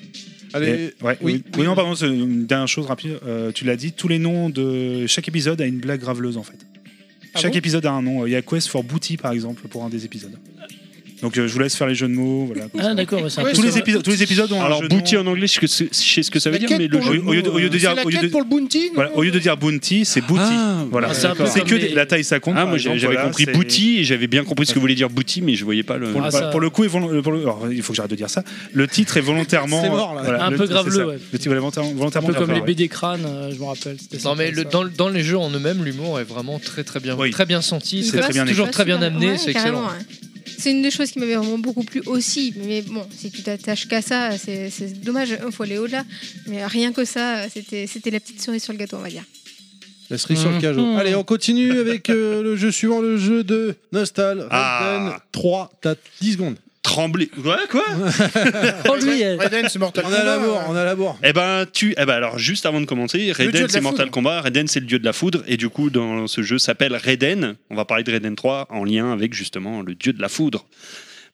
Speaker 4: Allez,
Speaker 9: Et- ouais, oui, oui, non, pardon, c'est une dernière chose rapide. Euh, tu l'as dit, tous les noms de chaque épisode a une blague graveleuse en fait.
Speaker 10: Ah
Speaker 9: chaque
Speaker 10: bon
Speaker 9: épisode a un nom. Il y a Quest for Booty par exemple pour un des épisodes. Donc euh, je vous laisse faire les jeux de mots. Voilà, comme
Speaker 10: Ah,
Speaker 9: ça.
Speaker 10: d'accord, ouais, c'est un peu
Speaker 9: tous,
Speaker 10: ça.
Speaker 9: les épisodes, tous les épisodes ont
Speaker 10: Alors,
Speaker 9: un jeu
Speaker 10: booty
Speaker 9: en anglais, je sais ce que ça
Speaker 10: veut La dire, quête mais le pour jeu- le
Speaker 9: Au lieu de, au lieu de
Speaker 10: mot,
Speaker 9: dire.
Speaker 10: euh, c'est
Speaker 9: au lieu
Speaker 10: la
Speaker 9: de-
Speaker 10: quête pour le
Speaker 6: bounty
Speaker 9: voilà, Au lieu de dire bounty, c'est booty. voilà.
Speaker 11: Ah, c'est un peu
Speaker 9: C'est
Speaker 11: comme
Speaker 9: que
Speaker 11: les-
Speaker 9: des- la taille ça compte.
Speaker 11: Ah,
Speaker 9: par
Speaker 11: moi
Speaker 9: exemple,
Speaker 11: j'avais
Speaker 9: voilà,
Speaker 11: compris
Speaker 9: c'est-
Speaker 11: Bouti et j'avais bien compris ce que voulait dire Bouti, mais je voyais pas le.
Speaker 9: Pour,
Speaker 10: Ah,
Speaker 9: le, pour le coup, ils vont- pour le- alors, il faut que j'arrête de dire ça. Le titre est volontairement.
Speaker 10: C'est mort, là. Un
Speaker 9: le-
Speaker 10: peu
Speaker 9: c'est
Speaker 10: graveleux,
Speaker 9: ça.
Speaker 10: ouais.
Speaker 9: Le titre est volontairement.
Speaker 10: un
Speaker 9: volontairement
Speaker 10: peu comme les
Speaker 9: graveleux, ouais.
Speaker 10: BD crânes, euh, je me rappelle. c'était
Speaker 12: Non
Speaker 10: ça,
Speaker 12: mais
Speaker 10: comme
Speaker 12: le-
Speaker 10: ça.
Speaker 12: dans, dans les jeux en eux-mêmes, l'humour est vraiment très très bien, très bien senti,
Speaker 7: C'est
Speaker 12: c'est
Speaker 7: très bien
Speaker 12: toujours
Speaker 7: écrit.
Speaker 12: très bien
Speaker 7: Super-
Speaker 12: amené,
Speaker 7: ouais,
Speaker 12: c'est excellent.
Speaker 7: carrément, ouais. C'est une des choses qui m'avait vraiment beaucoup plu aussi. Mais bon, si tu t'attaches qu'à ça, c'est c'est dommage. Il faut aller au-delà. Mais rien que ça, c'était c'était la petite cerise sur le gâteau, on va dire.
Speaker 4: La cerise sur le cajou. Allez, on continue avec euh, le jeu suivant, le jeu de Nostal. Red
Speaker 11: Ah.
Speaker 4: Dead 3, t'as 10 secondes.
Speaker 11: Trembler. Ouais, quoi
Speaker 6: Oh, lui, elle. Raiden, c'est Mortal
Speaker 4: On a la
Speaker 6: Kombat,
Speaker 4: mort,
Speaker 6: hein.
Speaker 4: on a la mort.
Speaker 11: Eh ben, tu. Eh ben, alors, juste avant de commencer,
Speaker 6: dieu de
Speaker 11: Raiden,
Speaker 6: la
Speaker 11: c'est Mortal
Speaker 6: foudre.
Speaker 11: Kombat. Raiden, c'est le dieu de la foudre. Et du coup, dans ce jeu s'appelle Raiden. On va parler de Raiden 3 en lien avec justement le dieu de la foudre.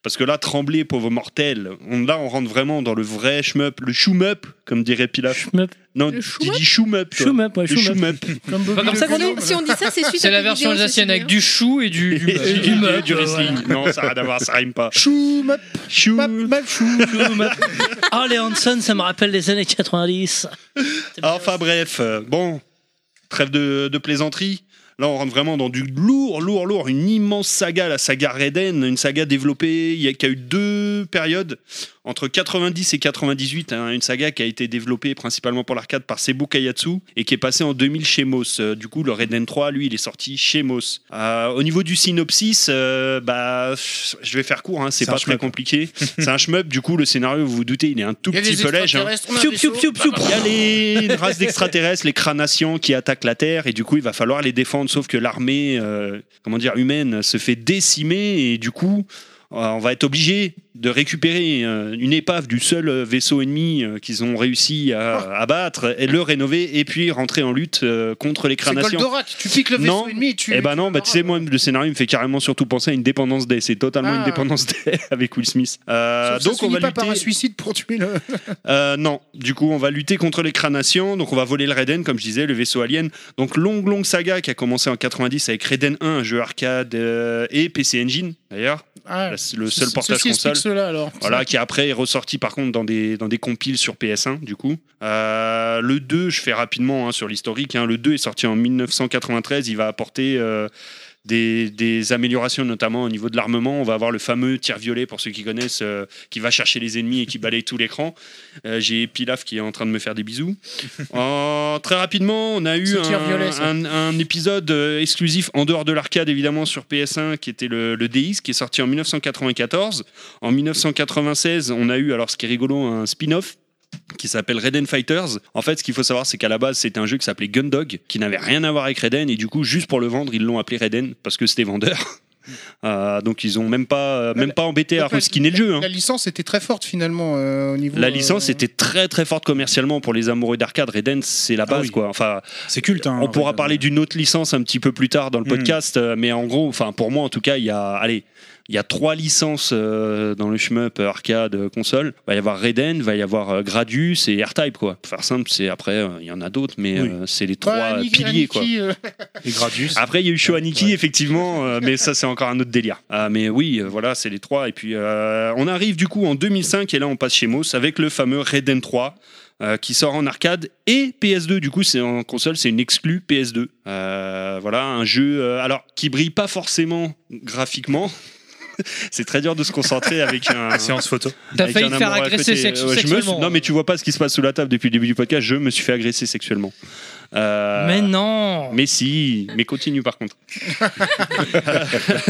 Speaker 11: Parce que là, trembler, pauvre mortel, on, là, on rentre vraiment dans le vrai shmup, le shmup, comme dirait Pilaf. Non, tu dis shmup. toi.
Speaker 10: Shmup, ouais,
Speaker 11: Le
Speaker 10: shmup.
Speaker 11: shmup.
Speaker 10: Bobby Comme ça le qu'on dit. Gnome.
Speaker 7: Si on dit ça, c'est suite
Speaker 12: C'est
Speaker 7: à
Speaker 12: la
Speaker 7: tes
Speaker 12: version
Speaker 7: vidéos,
Speaker 12: alsacienne
Speaker 7: ceci,
Speaker 12: avec
Speaker 7: hein.
Speaker 12: du chou et du, du,
Speaker 11: Et
Speaker 12: du meuf,
Speaker 11: du
Speaker 12: euh, voilà.
Speaker 11: wrestling. Non, ça n'a rien à voir, ça rime pas.
Speaker 6: Chou,
Speaker 11: chou,
Speaker 10: Ah, les Hanson, ça me rappelle les années 90.
Speaker 11: Enfin bref, euh, bon, trêve de, de plaisanterie. Là, on rentre vraiment dans du lourd, lourd, lourd. Une immense saga, la saga Raiden, une saga développée, il y a, qui a eu deux périodes, entre 90 et 98. hein, une saga qui a été développée principalement pour l'arcade par Seibu Kayatsu et qui est passée en 2000 chez Moss. Euh, du coup, le Raiden 3, lui, il est sorti chez Moss. Euh, au niveau du synopsis, euh, bah, pff, je vais faire court, hein, c'est
Speaker 9: C'est un
Speaker 11: pas très
Speaker 9: shmup.
Speaker 11: compliqué. c'est un shmup, du coup, le scénario, vous vous doutez, il est un tout
Speaker 6: Il y a
Speaker 11: petit
Speaker 6: des
Speaker 11: peu lèche. hein.
Speaker 6: extraterrestres, on a un Piou, piou, vaisseau. piou, piou, piou.
Speaker 11: Il y a les- une race d'extraterrestres, les cranacians qui attaquent la Terre et du coup il va falloir les défendre. Sauf que l'armée, euh, comment dire, humaine se fait décimer et du coup euh, on va être obligé de récupérer euh, une épave du seul euh, vaisseau ennemi euh, qu'ils ont réussi à abattre et le rénover et puis rentrer en lutte euh, contre les
Speaker 6: C'est
Speaker 11: cranacians.
Speaker 6: Goldorak. Tu piques le vaisseau
Speaker 11: Non.
Speaker 6: ennemi et tu.
Speaker 11: Eh ben non, bah, tu sais, moi, le scénario me fait carrément surtout penser à une dépendance D. C'est totalement
Speaker 6: Ah.
Speaker 11: une dépendance D avec Will Smith. Euh,
Speaker 6: donc
Speaker 11: donc on va
Speaker 6: pas
Speaker 11: lutter.
Speaker 6: par un suicide pour tuer le.
Speaker 11: Euh, non, du coup, on va lutter contre les cranations, donc on va voler le Raiden, comme je disais, le vaisseau alien. Donc, longue, longue saga qui a commencé en 90 avec Raiden 1, un jeu arcade euh, et PC Engine, d'ailleurs. La-
Speaker 6: Ah,
Speaker 11: le seul
Speaker 6: ce-
Speaker 11: portage
Speaker 6: ceci explique
Speaker 11: console.
Speaker 6: cela, alors.
Speaker 11: Voilà, qui après est ressorti par contre dans des, dans des compiles sur PS1, du coup. Euh, le 2, je fais rapidement hein, sur l'historique, hein, le 2 est sorti en 1993, il va apporter. euh, des, des améliorations notamment au niveau de l'armement. On va avoir le fameux tir violet pour ceux qui connaissent, euh, qui va chercher les ennemis et qui balaye tout l'écran. Euh, J'ai Pilaf qui est en train de me faire des bisous. Euh, très rapidement, on a eu
Speaker 6: C'est le
Speaker 11: un,
Speaker 6: tir violet, ça.
Speaker 11: un- un épisode euh, exclusif en dehors de l'arcade évidemment sur PS1 qui était le, le DX qui est sorti en 1994. En 1996, on a eu alors ce qui est rigolo un spin-off qui s'appelle Reden Fighters. En fait, ce qu'il faut savoir, c'est qu'à la base, c'était un jeu qui s'appelait Gundog, qui n'avait rien à voir avec Reden, et du coup, juste pour le vendre, ils l'ont appelé Reden parce que c'était vendeur. Euh, donc ils ont même pas euh, même pas embêté à
Speaker 6: Donc, la-
Speaker 11: reskiner le jeu. hein.
Speaker 6: La licence était très forte finalement euh, au niveau.
Speaker 11: La
Speaker 6: euh,
Speaker 11: licence était très très forte commercialement pour les amoureux d'arcade. Reden, c'est la base quoi. Enfin,
Speaker 9: Ah c'est culte. hein,
Speaker 11: on pourra parler d'une autre licence un petit peu plus tard dans le
Speaker 9: Mm.
Speaker 11: podcast, euh, mais en gros, enfin pour moi en tout cas, il y a allez, il y a trois licences euh, dans le shmup euh, arcade euh, console. Il va y avoir Reden, va y avoir euh, Gradius et R-Type quoi. Pour faire simple, c'est après euh, il y en a d'autres, mais euh, c'est
Speaker 9: Bah,
Speaker 11: les trois euh,
Speaker 6: Aniki-
Speaker 11: piliers quoi.
Speaker 6: Aniki, euh,
Speaker 11: Après, il y a eu Shoaniki, effectivement, euh, mais ça, c'est encore un autre délire. Ah, mais oui, euh, voilà, c'est les trois. Et puis, euh, on arrive du coup en 2005, et là, on passe chez Moss avec le fameux Reden 3. euh, qui sort en arcade et PS2 du coup c'est en console c'est une exclue PS2 Euh, voilà un jeu euh, alors qui brille pas forcément graphiquement c'est très dur de se concentrer avec un
Speaker 9: séance photo
Speaker 12: T'as failli te faire agresser sex- sexuellement.
Speaker 11: non mais tu vois pas ce qui se passe sous la table depuis le début du podcast je me suis fait agresser sexuellement Euh,
Speaker 12: Mais non
Speaker 11: mais si, mais continue par contre.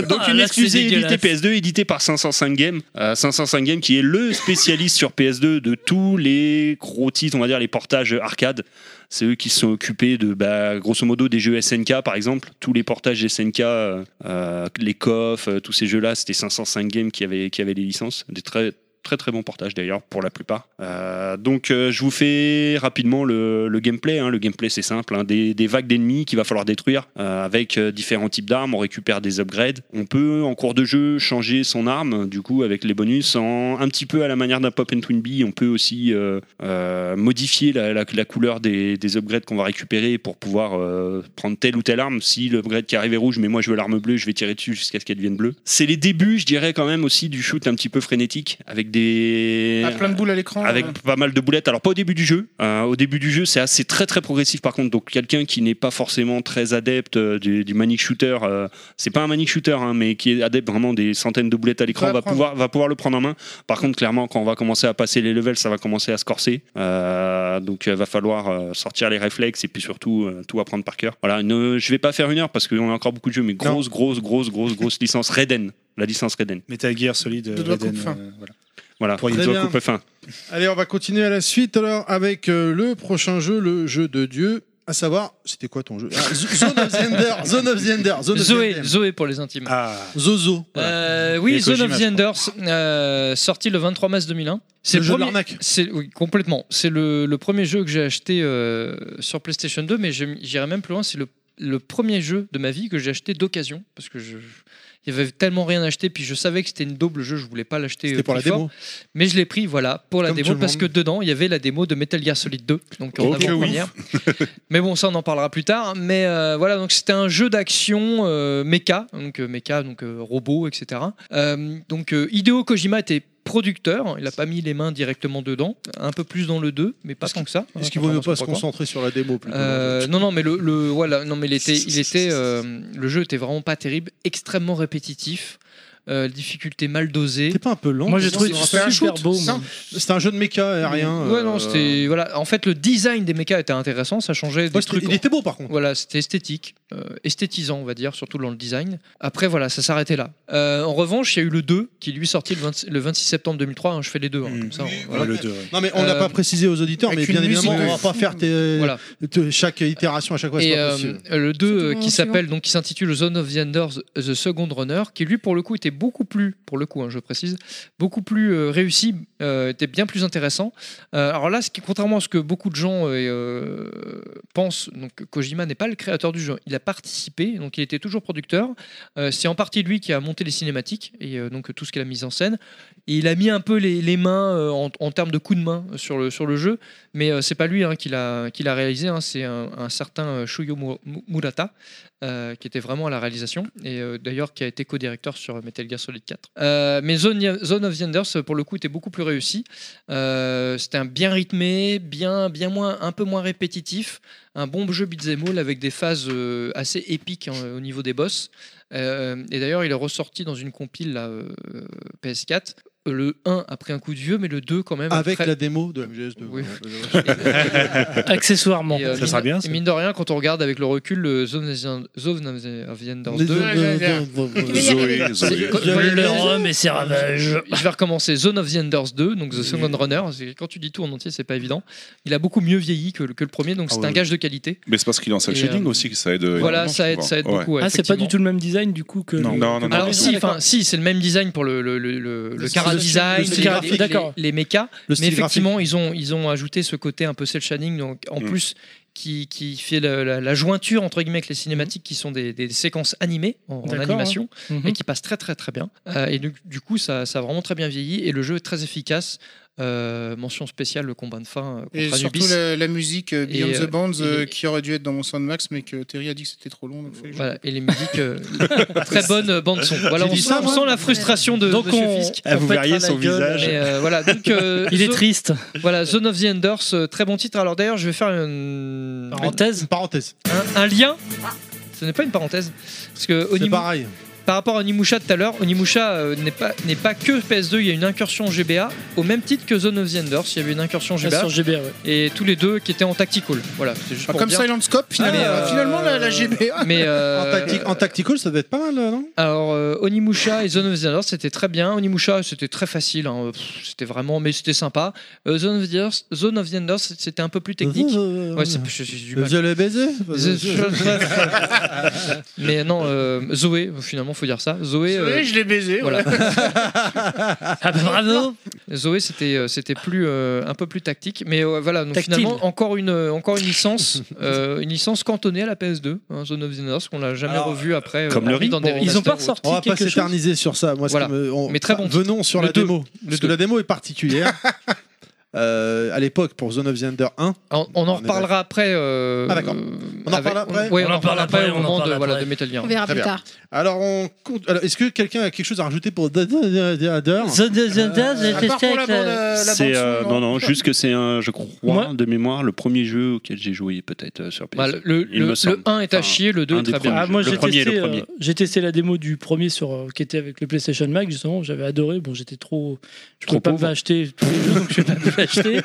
Speaker 11: Donc
Speaker 12: Ah,
Speaker 11: une
Speaker 12: là,
Speaker 11: excuse
Speaker 12: c'est
Speaker 11: éditée
Speaker 12: dégueulasse.
Speaker 11: PS2, éditée par 505 Games. Euh, 505 Games qui est le spécialiste sur PS2 de tous les gros titres, on va dire les portages arcade. C'est eux qui se sont occupés de, bah, grosso modo, des jeux SNK par exemple. Tous les portages SNK, euh, euh, les coffs, euh, tous ces jeux-là, c'était 505 Games qui avait, qui avait les licences. Des très très très bons portages d'ailleurs pour la plupart. Euh, donc euh, je vous fais rapidement le, le gameplay. hein. Le gameplay c'est simple, hein. des, des vagues d'ennemis qu'il va falloir détruire euh, avec euh, différents types d'armes. On récupère des upgrades. On peut en cours de jeu changer son arme du coup avec les bonus en un petit peu à la manière d'un pop and twinbee. On peut aussi euh, euh, modifier la, la- la couleur des, des upgrades qu'on va récupérer pour pouvoir euh, prendre telle ou telle arme. Si l'upgrade qui arrive est rouge, mais moi je veux l'arme bleue, je vais tirer dessus jusqu'à ce qu'elle devienne bleue. C'est les débuts, je dirais quand même aussi du shoot un petit peu frénétique avec des
Speaker 6: à plein de boules à l'écran.
Speaker 11: avec
Speaker 6: euh.
Speaker 11: pas mal de boulettes. Alors pas au début du jeu. Euh, au début du jeu, c'est assez très très progressif par contre. Donc quelqu'un qui n'est pas forcément très adepte euh, du, du manic shooter, euh, c'est pas un manic shooter, hein, mais qui est adepte vraiment des centaines de boulettes à l'écran,
Speaker 6: Peut
Speaker 11: va
Speaker 6: apprendre.
Speaker 11: pouvoir va pouvoir le prendre en main. Par contre, clairement, quand on va commencer à passer les levels, ça va commencer à se corser. Euh, donc il va falloir euh, sortir les réflexes et puis surtout euh, tout apprendre par cœur. Voilà. Ne, je vais pas faire une heure parce qu'on a encore beaucoup de jeux, mais grosse grosse grosse grosse grosse licence Reden, la licence Reden.
Speaker 9: Metal Gear Solid. euh, Reden, euh, voilà.
Speaker 11: Voilà.
Speaker 9: Pour y
Speaker 11: Très
Speaker 9: jouer
Speaker 11: bien.
Speaker 9: coupe
Speaker 11: fin.
Speaker 4: Allez, on va continuer à la suite alors avec euh, le prochain jeu, le jeu de Dieu, à savoir, c'était quoi ton jeu Ah, Z- Zone of the Ender, Zone of the Ender, Zone of the Ah.
Speaker 12: Zoé,
Speaker 4: Ender.
Speaker 12: Zoé pour les intimes.
Speaker 4: Zozo.
Speaker 12: Euh,
Speaker 4: Et
Speaker 12: oui, Zone
Speaker 4: Kojima,
Speaker 12: of
Speaker 4: je
Speaker 12: the Enders, euh, sorti le 23 mars 2001.
Speaker 4: Le jeu de l'arnaque.
Speaker 12: c'est- oui, complètement. C'est le, le premier jeu que j'ai acheté euh, sur PlayStation 2, mais je- j'irai même plus loin. C'est le, le premier jeu de ma vie que j'ai acheté d'occasion, parce que je, il y avait tellement rien acheté, puis je savais que c'était une double jeu, je voulais pas l'acheter.
Speaker 4: C'était
Speaker 12: euh,
Speaker 4: pour
Speaker 12: plus
Speaker 4: la
Speaker 12: fort.
Speaker 4: démo.
Speaker 12: Mais je l'ai pris, voilà, pour la
Speaker 4: Comme tout
Speaker 12: démo,
Speaker 4: le
Speaker 12: parce
Speaker 4: monde.
Speaker 12: que dedans il y avait la démo de Metal Gear Solid 2, donc euh, en
Speaker 4: Oh, que oui.
Speaker 12: avant-première. Mais bon, ça on en parlera plus tard. Mais euh, voilà, donc c'était un jeu d'action euh, méca, donc euh, méca, donc euh, robot, etc. Euh, donc euh, Hideo Kojima était producteur, il n'a pas mis les mains directement dedans, un peu plus dans le 2, mais pas tant que ça.
Speaker 4: Est-ce qu'il vaut mieux
Speaker 12: Contrairement à
Speaker 4: pas
Speaker 12: ce
Speaker 4: se
Speaker 12: qu'on croit.
Speaker 4: concentrer sur la démo plutôt
Speaker 12: Euh, non, non, mais le, le- voilà, non, mais il était, il était, euh, le jeu était vraiment pas terrible, extrêmement répétitif, euh, difficulté mal dosée. T'es
Speaker 4: pas un peu lent C'était un jeu de méca aérien.
Speaker 12: Ouais,
Speaker 4: euh,
Speaker 12: non, c'était voilà. En fait, le design des mechas était intéressant, ça changeait des
Speaker 4: Ouais,
Speaker 12: trucs.
Speaker 4: il était beau par contre.
Speaker 12: Voilà, c'était esthétique, euh, esthétisant, on va dire, surtout dans le design. Après, voilà, ça s'arrêtait là. Euh, en revanche, il y a eu le 2 qui lui est sorti le, 20 le 26 septembre 2003. hein, je fais les
Speaker 4: Hmm.
Speaker 12: deux, hein, comme ça. on- voilà.
Speaker 4: Non mais on n'a
Speaker 12: Euh,
Speaker 4: pas précisé aux auditeurs, mais
Speaker 12: avec
Speaker 4: bien
Speaker 12: une
Speaker 4: évidemment,
Speaker 12: musique
Speaker 4: on
Speaker 12: de
Speaker 4: va pas
Speaker 12: fou.
Speaker 4: faire tes-
Speaker 12: Voilà.
Speaker 4: te- chaque itération à chaque fois. c'est
Speaker 12: Et
Speaker 4: pas
Speaker 12: euh,
Speaker 4: possible.
Speaker 12: le 2 euh,
Speaker 4: en
Speaker 12: qui s'appelle donc qui s'intitule Zone of the Enders The Second Runner qui lui pour le coup était beaucoup plus pour le coup hein, je précise beaucoup plus euh, réussi euh, était bien plus intéressant Euh, alors là ce qui contrairement à ce que beaucoup de gens euh, euh, pensent donc Kojima n'est pas le créateur du jeu il a participé donc il était toujours producteur Euh, c'est en partie lui qui a monté les cinématiques et euh, donc tout ce qu'il a mis en scène et il a mis un peu les, les mains euh, en, en termes de coups de main euh, sur le, sur le jeu, mais euh, c'est pas lui hein, qui l'a qui l'a réalisé, hein, c'est un, un certain euh, Shuyo Mu- Mu- Murata euh, qui était vraiment à la réalisation et euh, d'ailleurs qui a été co-directeur sur Metal Gear Solid 4. Euh, mais Zone, Zone of the Enders pour le coup était beaucoup plus réussi. Euh, C'était un bien rythmé, bien, bien moins, un peu moins répétitif, un bon jeu beat'em all avec des phases euh, assez épiques hein, au euh, niveau des boss. Euh, et d'ailleurs, il est ressorti dans une compile là, euh, PS4 le 1 après un coup de vieux, mais le 2 quand même.
Speaker 4: Avec
Speaker 12: après-
Speaker 4: la démo de MGS2.
Speaker 12: Oui.
Speaker 10: Accessoirement.
Speaker 12: Et, euh,
Speaker 10: Ça
Speaker 12: mine-
Speaker 10: sera bien,
Speaker 12: Et mine de rien, quand on regarde avec le recul, le Zone of Enders
Speaker 10: Les
Speaker 12: 2.
Speaker 10: Zoé, Zoé. Viole leur homme et ses ravages.
Speaker 12: Je vais recommencer. Zone of the Enders 2, donc The Second Runner. C'est- Quand tu dis tout en entier, c'est pas évident. Il a beaucoup mieux vieilli que le, que le premier, donc
Speaker 5: Ah
Speaker 12: c'est
Speaker 5: oui,
Speaker 12: un
Speaker 5: oui.
Speaker 12: gage de qualité.
Speaker 5: Mais c'est parce qu'il est en cel
Speaker 12: Et,
Speaker 5: shading
Speaker 12: euh,
Speaker 5: aussi que ça aide.
Speaker 12: Voilà,
Speaker 5: énormément,
Speaker 12: ça
Speaker 5: je
Speaker 12: aide,
Speaker 5: crois.
Speaker 12: ça aide
Speaker 5: Ouais.
Speaker 12: beaucoup. ouais,
Speaker 10: Ah, c'est pas
Speaker 12: effectivement.
Speaker 10: du tout le même design du coup que.
Speaker 5: Non,
Speaker 10: le-
Speaker 5: non, non,
Speaker 10: que le-
Speaker 12: Alors si,
Speaker 10: d'accord.
Speaker 12: enfin, si, c'est le même design pour le le le le, le
Speaker 10: Le
Speaker 12: chara
Speaker 10: style-
Speaker 12: design,
Speaker 10: le style
Speaker 12: les-
Speaker 10: graphique.
Speaker 12: les,
Speaker 10: D'accord.
Speaker 12: les mechas,
Speaker 10: Le
Speaker 12: mais
Speaker 10: style
Speaker 12: effectivement ils ont ils ont ajouté ce côté un peu cel shading donc en
Speaker 10: Mm.
Speaker 12: plus qui, qui fait la, la- la jointure entre guillemets avec les cinématiques qui sont des, des séquences animées en, en
Speaker 10: D'accord,
Speaker 12: animation
Speaker 10: hein. Mhm.
Speaker 12: et qui passent très très très bien Euh, et donc, du coup ça ça a vraiment très bien vieilli et le jeu est très efficace. Euh, mention spéciale le combat de fin euh,
Speaker 6: Et
Speaker 12: contre
Speaker 6: surtout
Speaker 12: Anubis.
Speaker 6: la, la musique euh,
Speaker 12: Et,
Speaker 6: Beyond
Speaker 12: euh,
Speaker 6: the Bands
Speaker 12: et-
Speaker 6: euh, qui aurait dû être dans mon Soundmax, mais que Terry a dit que c'était trop long. donc Ah, fallait que je-
Speaker 12: Voilà, et les musiques, euh, très bonne euh, bande son. Voilà,
Speaker 6: J'ai
Speaker 12: on,
Speaker 6: dit
Speaker 12: sent,
Speaker 6: ça,
Speaker 12: on
Speaker 6: moi
Speaker 12: sent la frustration de
Speaker 10: Donc
Speaker 12: Monsieur
Speaker 10: on-
Speaker 12: Fisk.
Speaker 10: Ah, on vous pètera verriez la son gueule. visage.
Speaker 12: Mais, euh, voilà, donc, euh,
Speaker 10: Il est
Speaker 12: Zo-
Speaker 10: triste.
Speaker 12: Voilà, Zone of the Enders, euh, très bon titre. Alors d'ailleurs, je vais faire une
Speaker 10: Parenthèse.
Speaker 4: Parenthèse.
Speaker 12: Un, un lien. Ce n'est pas une parenthèse, parce que Onimu-
Speaker 4: pareil.
Speaker 12: Par rapport à Onimusha tout à l'heure, Onimusha euh, n'est pas n'est pas que PS2. Il y a une incursion GBA au même titre que Zone of the Enders. Il y avait une incursion
Speaker 10: Ah,
Speaker 12: GBA.
Speaker 10: sur GBA, ouais.
Speaker 12: Et tous les deux qui étaient en tactical. Voilà, c'est juste
Speaker 6: Ah,
Speaker 12: pour
Speaker 6: comme
Speaker 12: dire.
Speaker 6: Silent Scope, finalement,
Speaker 12: Mais, euh,
Speaker 6: finalement, la, la GBA.
Speaker 12: mais, euh,
Speaker 4: En, tactique- en tactical, ça devait être pas mal, non
Speaker 12: Alors, euh, Onimusha et Zone of the Enders, c'était très bien. Onimusha, c'était très facile. hein. Pff, C'était vraiment, mais c'était sympa. Euh, Zone, of the Enders, Zone of the Enders, c'était un peu plus technique. Ouais, c'est- j'ai- j'ai du mal.
Speaker 4: Je l'ai baisé
Speaker 12: mais non, euh, Zoé, finalement, faut dire ça. Zoé, euh,
Speaker 6: Zoé, je l'ai baisé.
Speaker 12: voilà.
Speaker 10: Ah bah bravo
Speaker 12: Zoé, c'était euh, c'était plus euh, un peu plus tactique, mais euh, voilà. Donc
Speaker 10: Tactile.
Speaker 12: finalement, encore une euh, encore une licence, euh, une licence cantonnée à la PS2, hein, Zone of the Enders, qu'on l'a jamais revu après. euh, hormis dans des remasters ou autre.
Speaker 4: On va pas s'éterniser sur ça. Moi, ce
Speaker 12: Voilà.
Speaker 4: qui me- on-
Speaker 12: Mais très bon
Speaker 4: Venons sur
Speaker 12: Le
Speaker 4: la
Speaker 12: deux.
Speaker 4: démo.
Speaker 12: Le
Speaker 4: Parce que
Speaker 12: deux.
Speaker 4: la démo est particulière. Euh, à l'époque, pour Zone of the Under 1.
Speaker 12: On, on en
Speaker 4: est
Speaker 12: reparlera après. euh,
Speaker 4: Ah, d'accord. On en
Speaker 12: avec-
Speaker 4: reparle après
Speaker 12: Oui, on, en parle après au moment de, voilà, de Metal Gear.
Speaker 4: Très bien. Alors, on... compte- alors, est-ce que quelqu'un a quelque chose à rajouter pour The Under
Speaker 22: Zone of the Under,
Speaker 4: Euh,
Speaker 22: je sais que-
Speaker 11: C'est euh, non non juste que c'est un je crois
Speaker 12: Moi-
Speaker 11: de mémoire le premier jeu auquel j'ai joué peut-être euh, sur PS.
Speaker 12: Bah, le- le,
Speaker 11: Il me
Speaker 12: le
Speaker 11: semble.
Speaker 12: 1 est à
Speaker 11: Enfin,
Speaker 12: chier, le 2
Speaker 11: un
Speaker 12: est
Speaker 11: des
Speaker 12: très bien.
Speaker 11: premiers.
Speaker 10: Ah, moi
Speaker 11: le
Speaker 10: j'ai
Speaker 11: premier,
Speaker 10: testé,
Speaker 11: le premier.
Speaker 10: euh, j'ai testé la démo du premier sur euh, qui était avec le PlayStation Mac justement, j'avais adoré. Bon, j'étais trop je
Speaker 11: Trop
Speaker 10: pouvais pas
Speaker 11: pauvre.
Speaker 10: acheter tous les jeux, donc je pas pu l'acheter.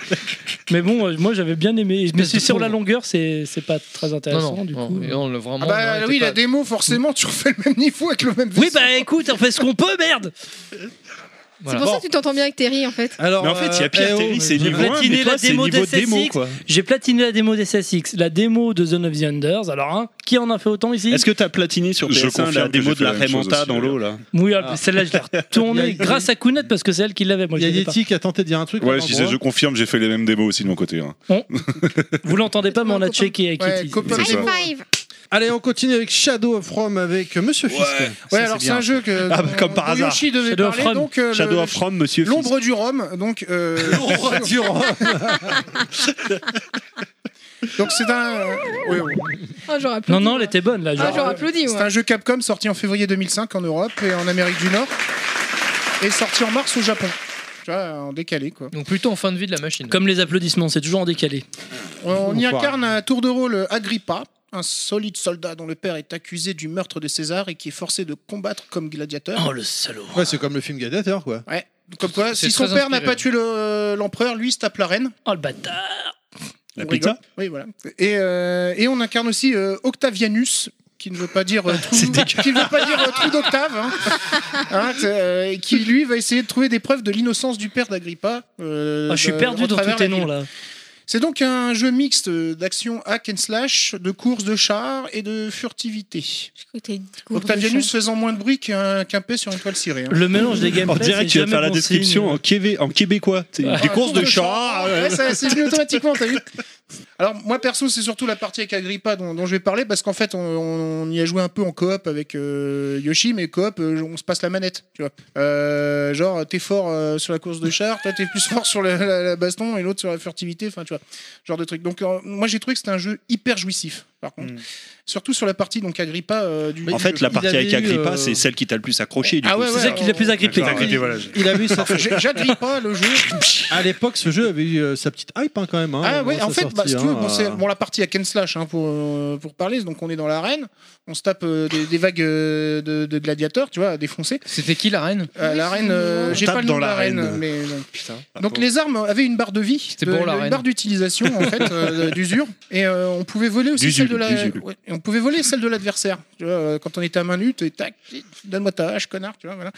Speaker 10: Mais bon, euh, moi j'avais bien aimé. Mais
Speaker 12: de
Speaker 10: c'est sur
Speaker 12: pauvre.
Speaker 10: la longueur, c'est c'est pas très intéressant
Speaker 12: Non, non,
Speaker 10: du
Speaker 12: non,
Speaker 10: coup. euh.
Speaker 12: et on l'a vraiment-
Speaker 6: Ah bah
Speaker 12: on
Speaker 6: oui,
Speaker 12: était
Speaker 6: la
Speaker 12: pas-
Speaker 6: démo, forcément, tu refais le même niveau avec le même
Speaker 22: Oui, bah écoute, on fait ce qu'on peut, merde
Speaker 7: C'est pour ça que tu t'entends bien avec Terry en fait.
Speaker 4: Alors,
Speaker 11: Mais en fait, il y a Pierre Terry, c'est
Speaker 22: euh, eh oh, J'ai
Speaker 11: niveau 1,
Speaker 22: platiné
Speaker 11: mais toi,
Speaker 22: la
Speaker 11: c'est
Speaker 22: démo
Speaker 11: niveau démo,
Speaker 22: d'SSX.
Speaker 11: quoi.
Speaker 22: J'ai platiné la démo d'SSX, la démo de Zone of the Enders. Alors, hein, qui en a fait autant ici
Speaker 11: Est-ce que t'as platiné sur
Speaker 5: Je
Speaker 11: PS1 la
Speaker 5: confirme que j'ai
Speaker 11: démo
Speaker 5: fait
Speaker 11: de la
Speaker 5: la même chose
Speaker 11: Remanta
Speaker 5: aussi,
Speaker 11: dans l'eau là
Speaker 22: Oui, ah,
Speaker 11: Ah.
Speaker 22: celle-là, je l'ai retournée
Speaker 4: Il y a-
Speaker 22: grâce à Kounet parce que c'est elle qui l'avait. Moi,
Speaker 4: Il y
Speaker 22: je
Speaker 4: a
Speaker 22: l'avais pas.
Speaker 4: Yeti qui a tenté de dire un truc.
Speaker 5: Ouais,
Speaker 4: là,
Speaker 5: je disais,
Speaker 4: dans
Speaker 5: je
Speaker 4: le
Speaker 5: confirme, j'ai fait les mêmes démos aussi de mon côté. hein.
Speaker 22: Vous l'entendez pas, mais on a checké avec Yeti.
Speaker 5: C'est ça.
Speaker 4: Allez, on continue avec Shadow of Rome avec euh, Monsieur Fisk. Ouais,
Speaker 6: Ouais, alors c'est un jeu que
Speaker 11: Ah bah, comme par
Speaker 6: dont
Speaker 11: hasard.
Speaker 6: Yoshi devait
Speaker 11: Shadow of
Speaker 6: parler,
Speaker 11: Rome.
Speaker 6: donc euh,
Speaker 11: Shadow
Speaker 6: le-
Speaker 11: of Rome, monsieur Fisk.
Speaker 6: L'ombre du Rome, donc euh,
Speaker 4: L'ombre du Rome.
Speaker 6: donc c'est un oui, Ah, oui.
Speaker 12: Oh,
Speaker 7: Ah, j'aurais
Speaker 22: Non, non, elle était bonne
Speaker 10: Ah,
Speaker 22: là. genre.
Speaker 6: C'est un jeu Capcom sorti en février 2005 en Europe et en Amérique du Nord et sorti en mars au Japon. Tu vois, en décalé quoi.
Speaker 12: Donc plutôt en fin de vie de la machine.
Speaker 22: Comme les applaudissements, c'est toujours en décalé.
Speaker 6: Euh, On y
Speaker 22: Enfoiré.
Speaker 6: incarne à tour de rôle Agrippa, un solide soldat dont le père est accusé du meurtre de César et qui est forcé de combattre comme gladiateur.
Speaker 22: Oh le salaud.
Speaker 4: Ouais, c'est comme le film Gladiator, quoi.
Speaker 6: Ouais. Comme quoi,
Speaker 4: C'est
Speaker 6: si son
Speaker 4: très
Speaker 6: père n'a
Speaker 4: inspiré.
Speaker 6: pas tué le- l'empereur, lui, se tape la reine.
Speaker 22: Oh le bâtard
Speaker 4: La
Speaker 6: On
Speaker 4: pizza
Speaker 6: rigole. Oui, voilà. Et, euh, et on incarne aussi euh, Octavianus, qui ne veut pas dire euh, trou, qui ne veut pas dire euh, trou d'octave, hein. Hein, c'est, euh, et qui lui va essayer de trouver des preuves de l'innocence du père d'Agrippa. euh,
Speaker 22: Ah, je suis
Speaker 6: de-
Speaker 22: perdu
Speaker 6: au
Speaker 22: dans
Speaker 6: travers
Speaker 22: tous tes
Speaker 6: la
Speaker 22: noms
Speaker 6: ville.
Speaker 22: là.
Speaker 6: C'est donc un jeu mixte euh, d'action hack and slash, de course de chars et de furtivité. Octavianus faisant moins de bruit qu'un qu'un pet sur une toile cirée. hein.
Speaker 22: Le mélange des gameplays.
Speaker 11: On dirait que tu vas faire la description en, québé- en québécois. tu sais,
Speaker 6: Ah,
Speaker 11: des courses de euh. chars.
Speaker 6: chars, Ah, ouais, ça, c'est venu automatiquement, t'as vu Alors, moi, perso, c'est surtout la partie avec Agrippa dont, dont je vais parler, parce qu'en fait, on, on y a joué un peu en coop avec euh, Yoshi, mais coop, euh, on se passe la manette, tu vois. Euh, genre, t'es fort euh, sur la course de char, toi, t'es plus fort sur la, la- la baston, et l'autre sur la furtivité, enfin, tu vois, genre de truc. Donc, euh, moi, j'ai trouvé que c'était un jeu hyper jouissif. Par par contre. Surtout sur la partie donc Agrippa euh, du.
Speaker 11: Hmm. En fait, la
Speaker 6: Il
Speaker 11: partie
Speaker 6: avait
Speaker 11: avec
Speaker 6: eu,
Speaker 11: Agrippa,
Speaker 6: euh,
Speaker 11: c'est celle qui t'a le plus accroché. du
Speaker 6: Ah
Speaker 11: coup.
Speaker 6: ouais, ouais, on-
Speaker 11: D'accord, ok, voilà.
Speaker 4: il avait eu sa-
Speaker 6: J'ai- J'agrippe le jeu.
Speaker 4: À l'époque, ce jeu avait eu euh, sa petite hype hein, quand même. hein,
Speaker 6: Ah
Speaker 4: avant
Speaker 6: ouais, en
Speaker 4: sa
Speaker 6: fait,
Speaker 4: sortie,
Speaker 6: bah, si tu veux,
Speaker 4: hein.
Speaker 6: bon, c'est- bon, la partie à Ken Slash hein, pour, euh, pour parler, donc on est dans l'arène, on se tape euh, des, des vagues euh, de, de gladiateurs, tu vois, défoncés.
Speaker 23: C'était qui l'arène
Speaker 6: L'arène, Ah, euh,
Speaker 12: Ah,
Speaker 23: On
Speaker 6: j'ai
Speaker 23: tape
Speaker 6: pas le
Speaker 23: dans
Speaker 6: nom de l'arène,
Speaker 23: l'arène.
Speaker 6: mais. euh, Donc les armes avaient une barre de vie, de-
Speaker 23: pour
Speaker 6: une
Speaker 23: l'arène.
Speaker 6: barre d'utilisation en fait euh, d'usure, et euh, on pouvait voler aussi
Speaker 23: D'usule,
Speaker 6: celle de la,
Speaker 23: d'usule.
Speaker 6: ouais, et on pouvait voler celle de l'adversaire. Tu vois, euh, Quand on était à main nue, t'es tac, donne-moi ta hache, connard, tu vois, voilà.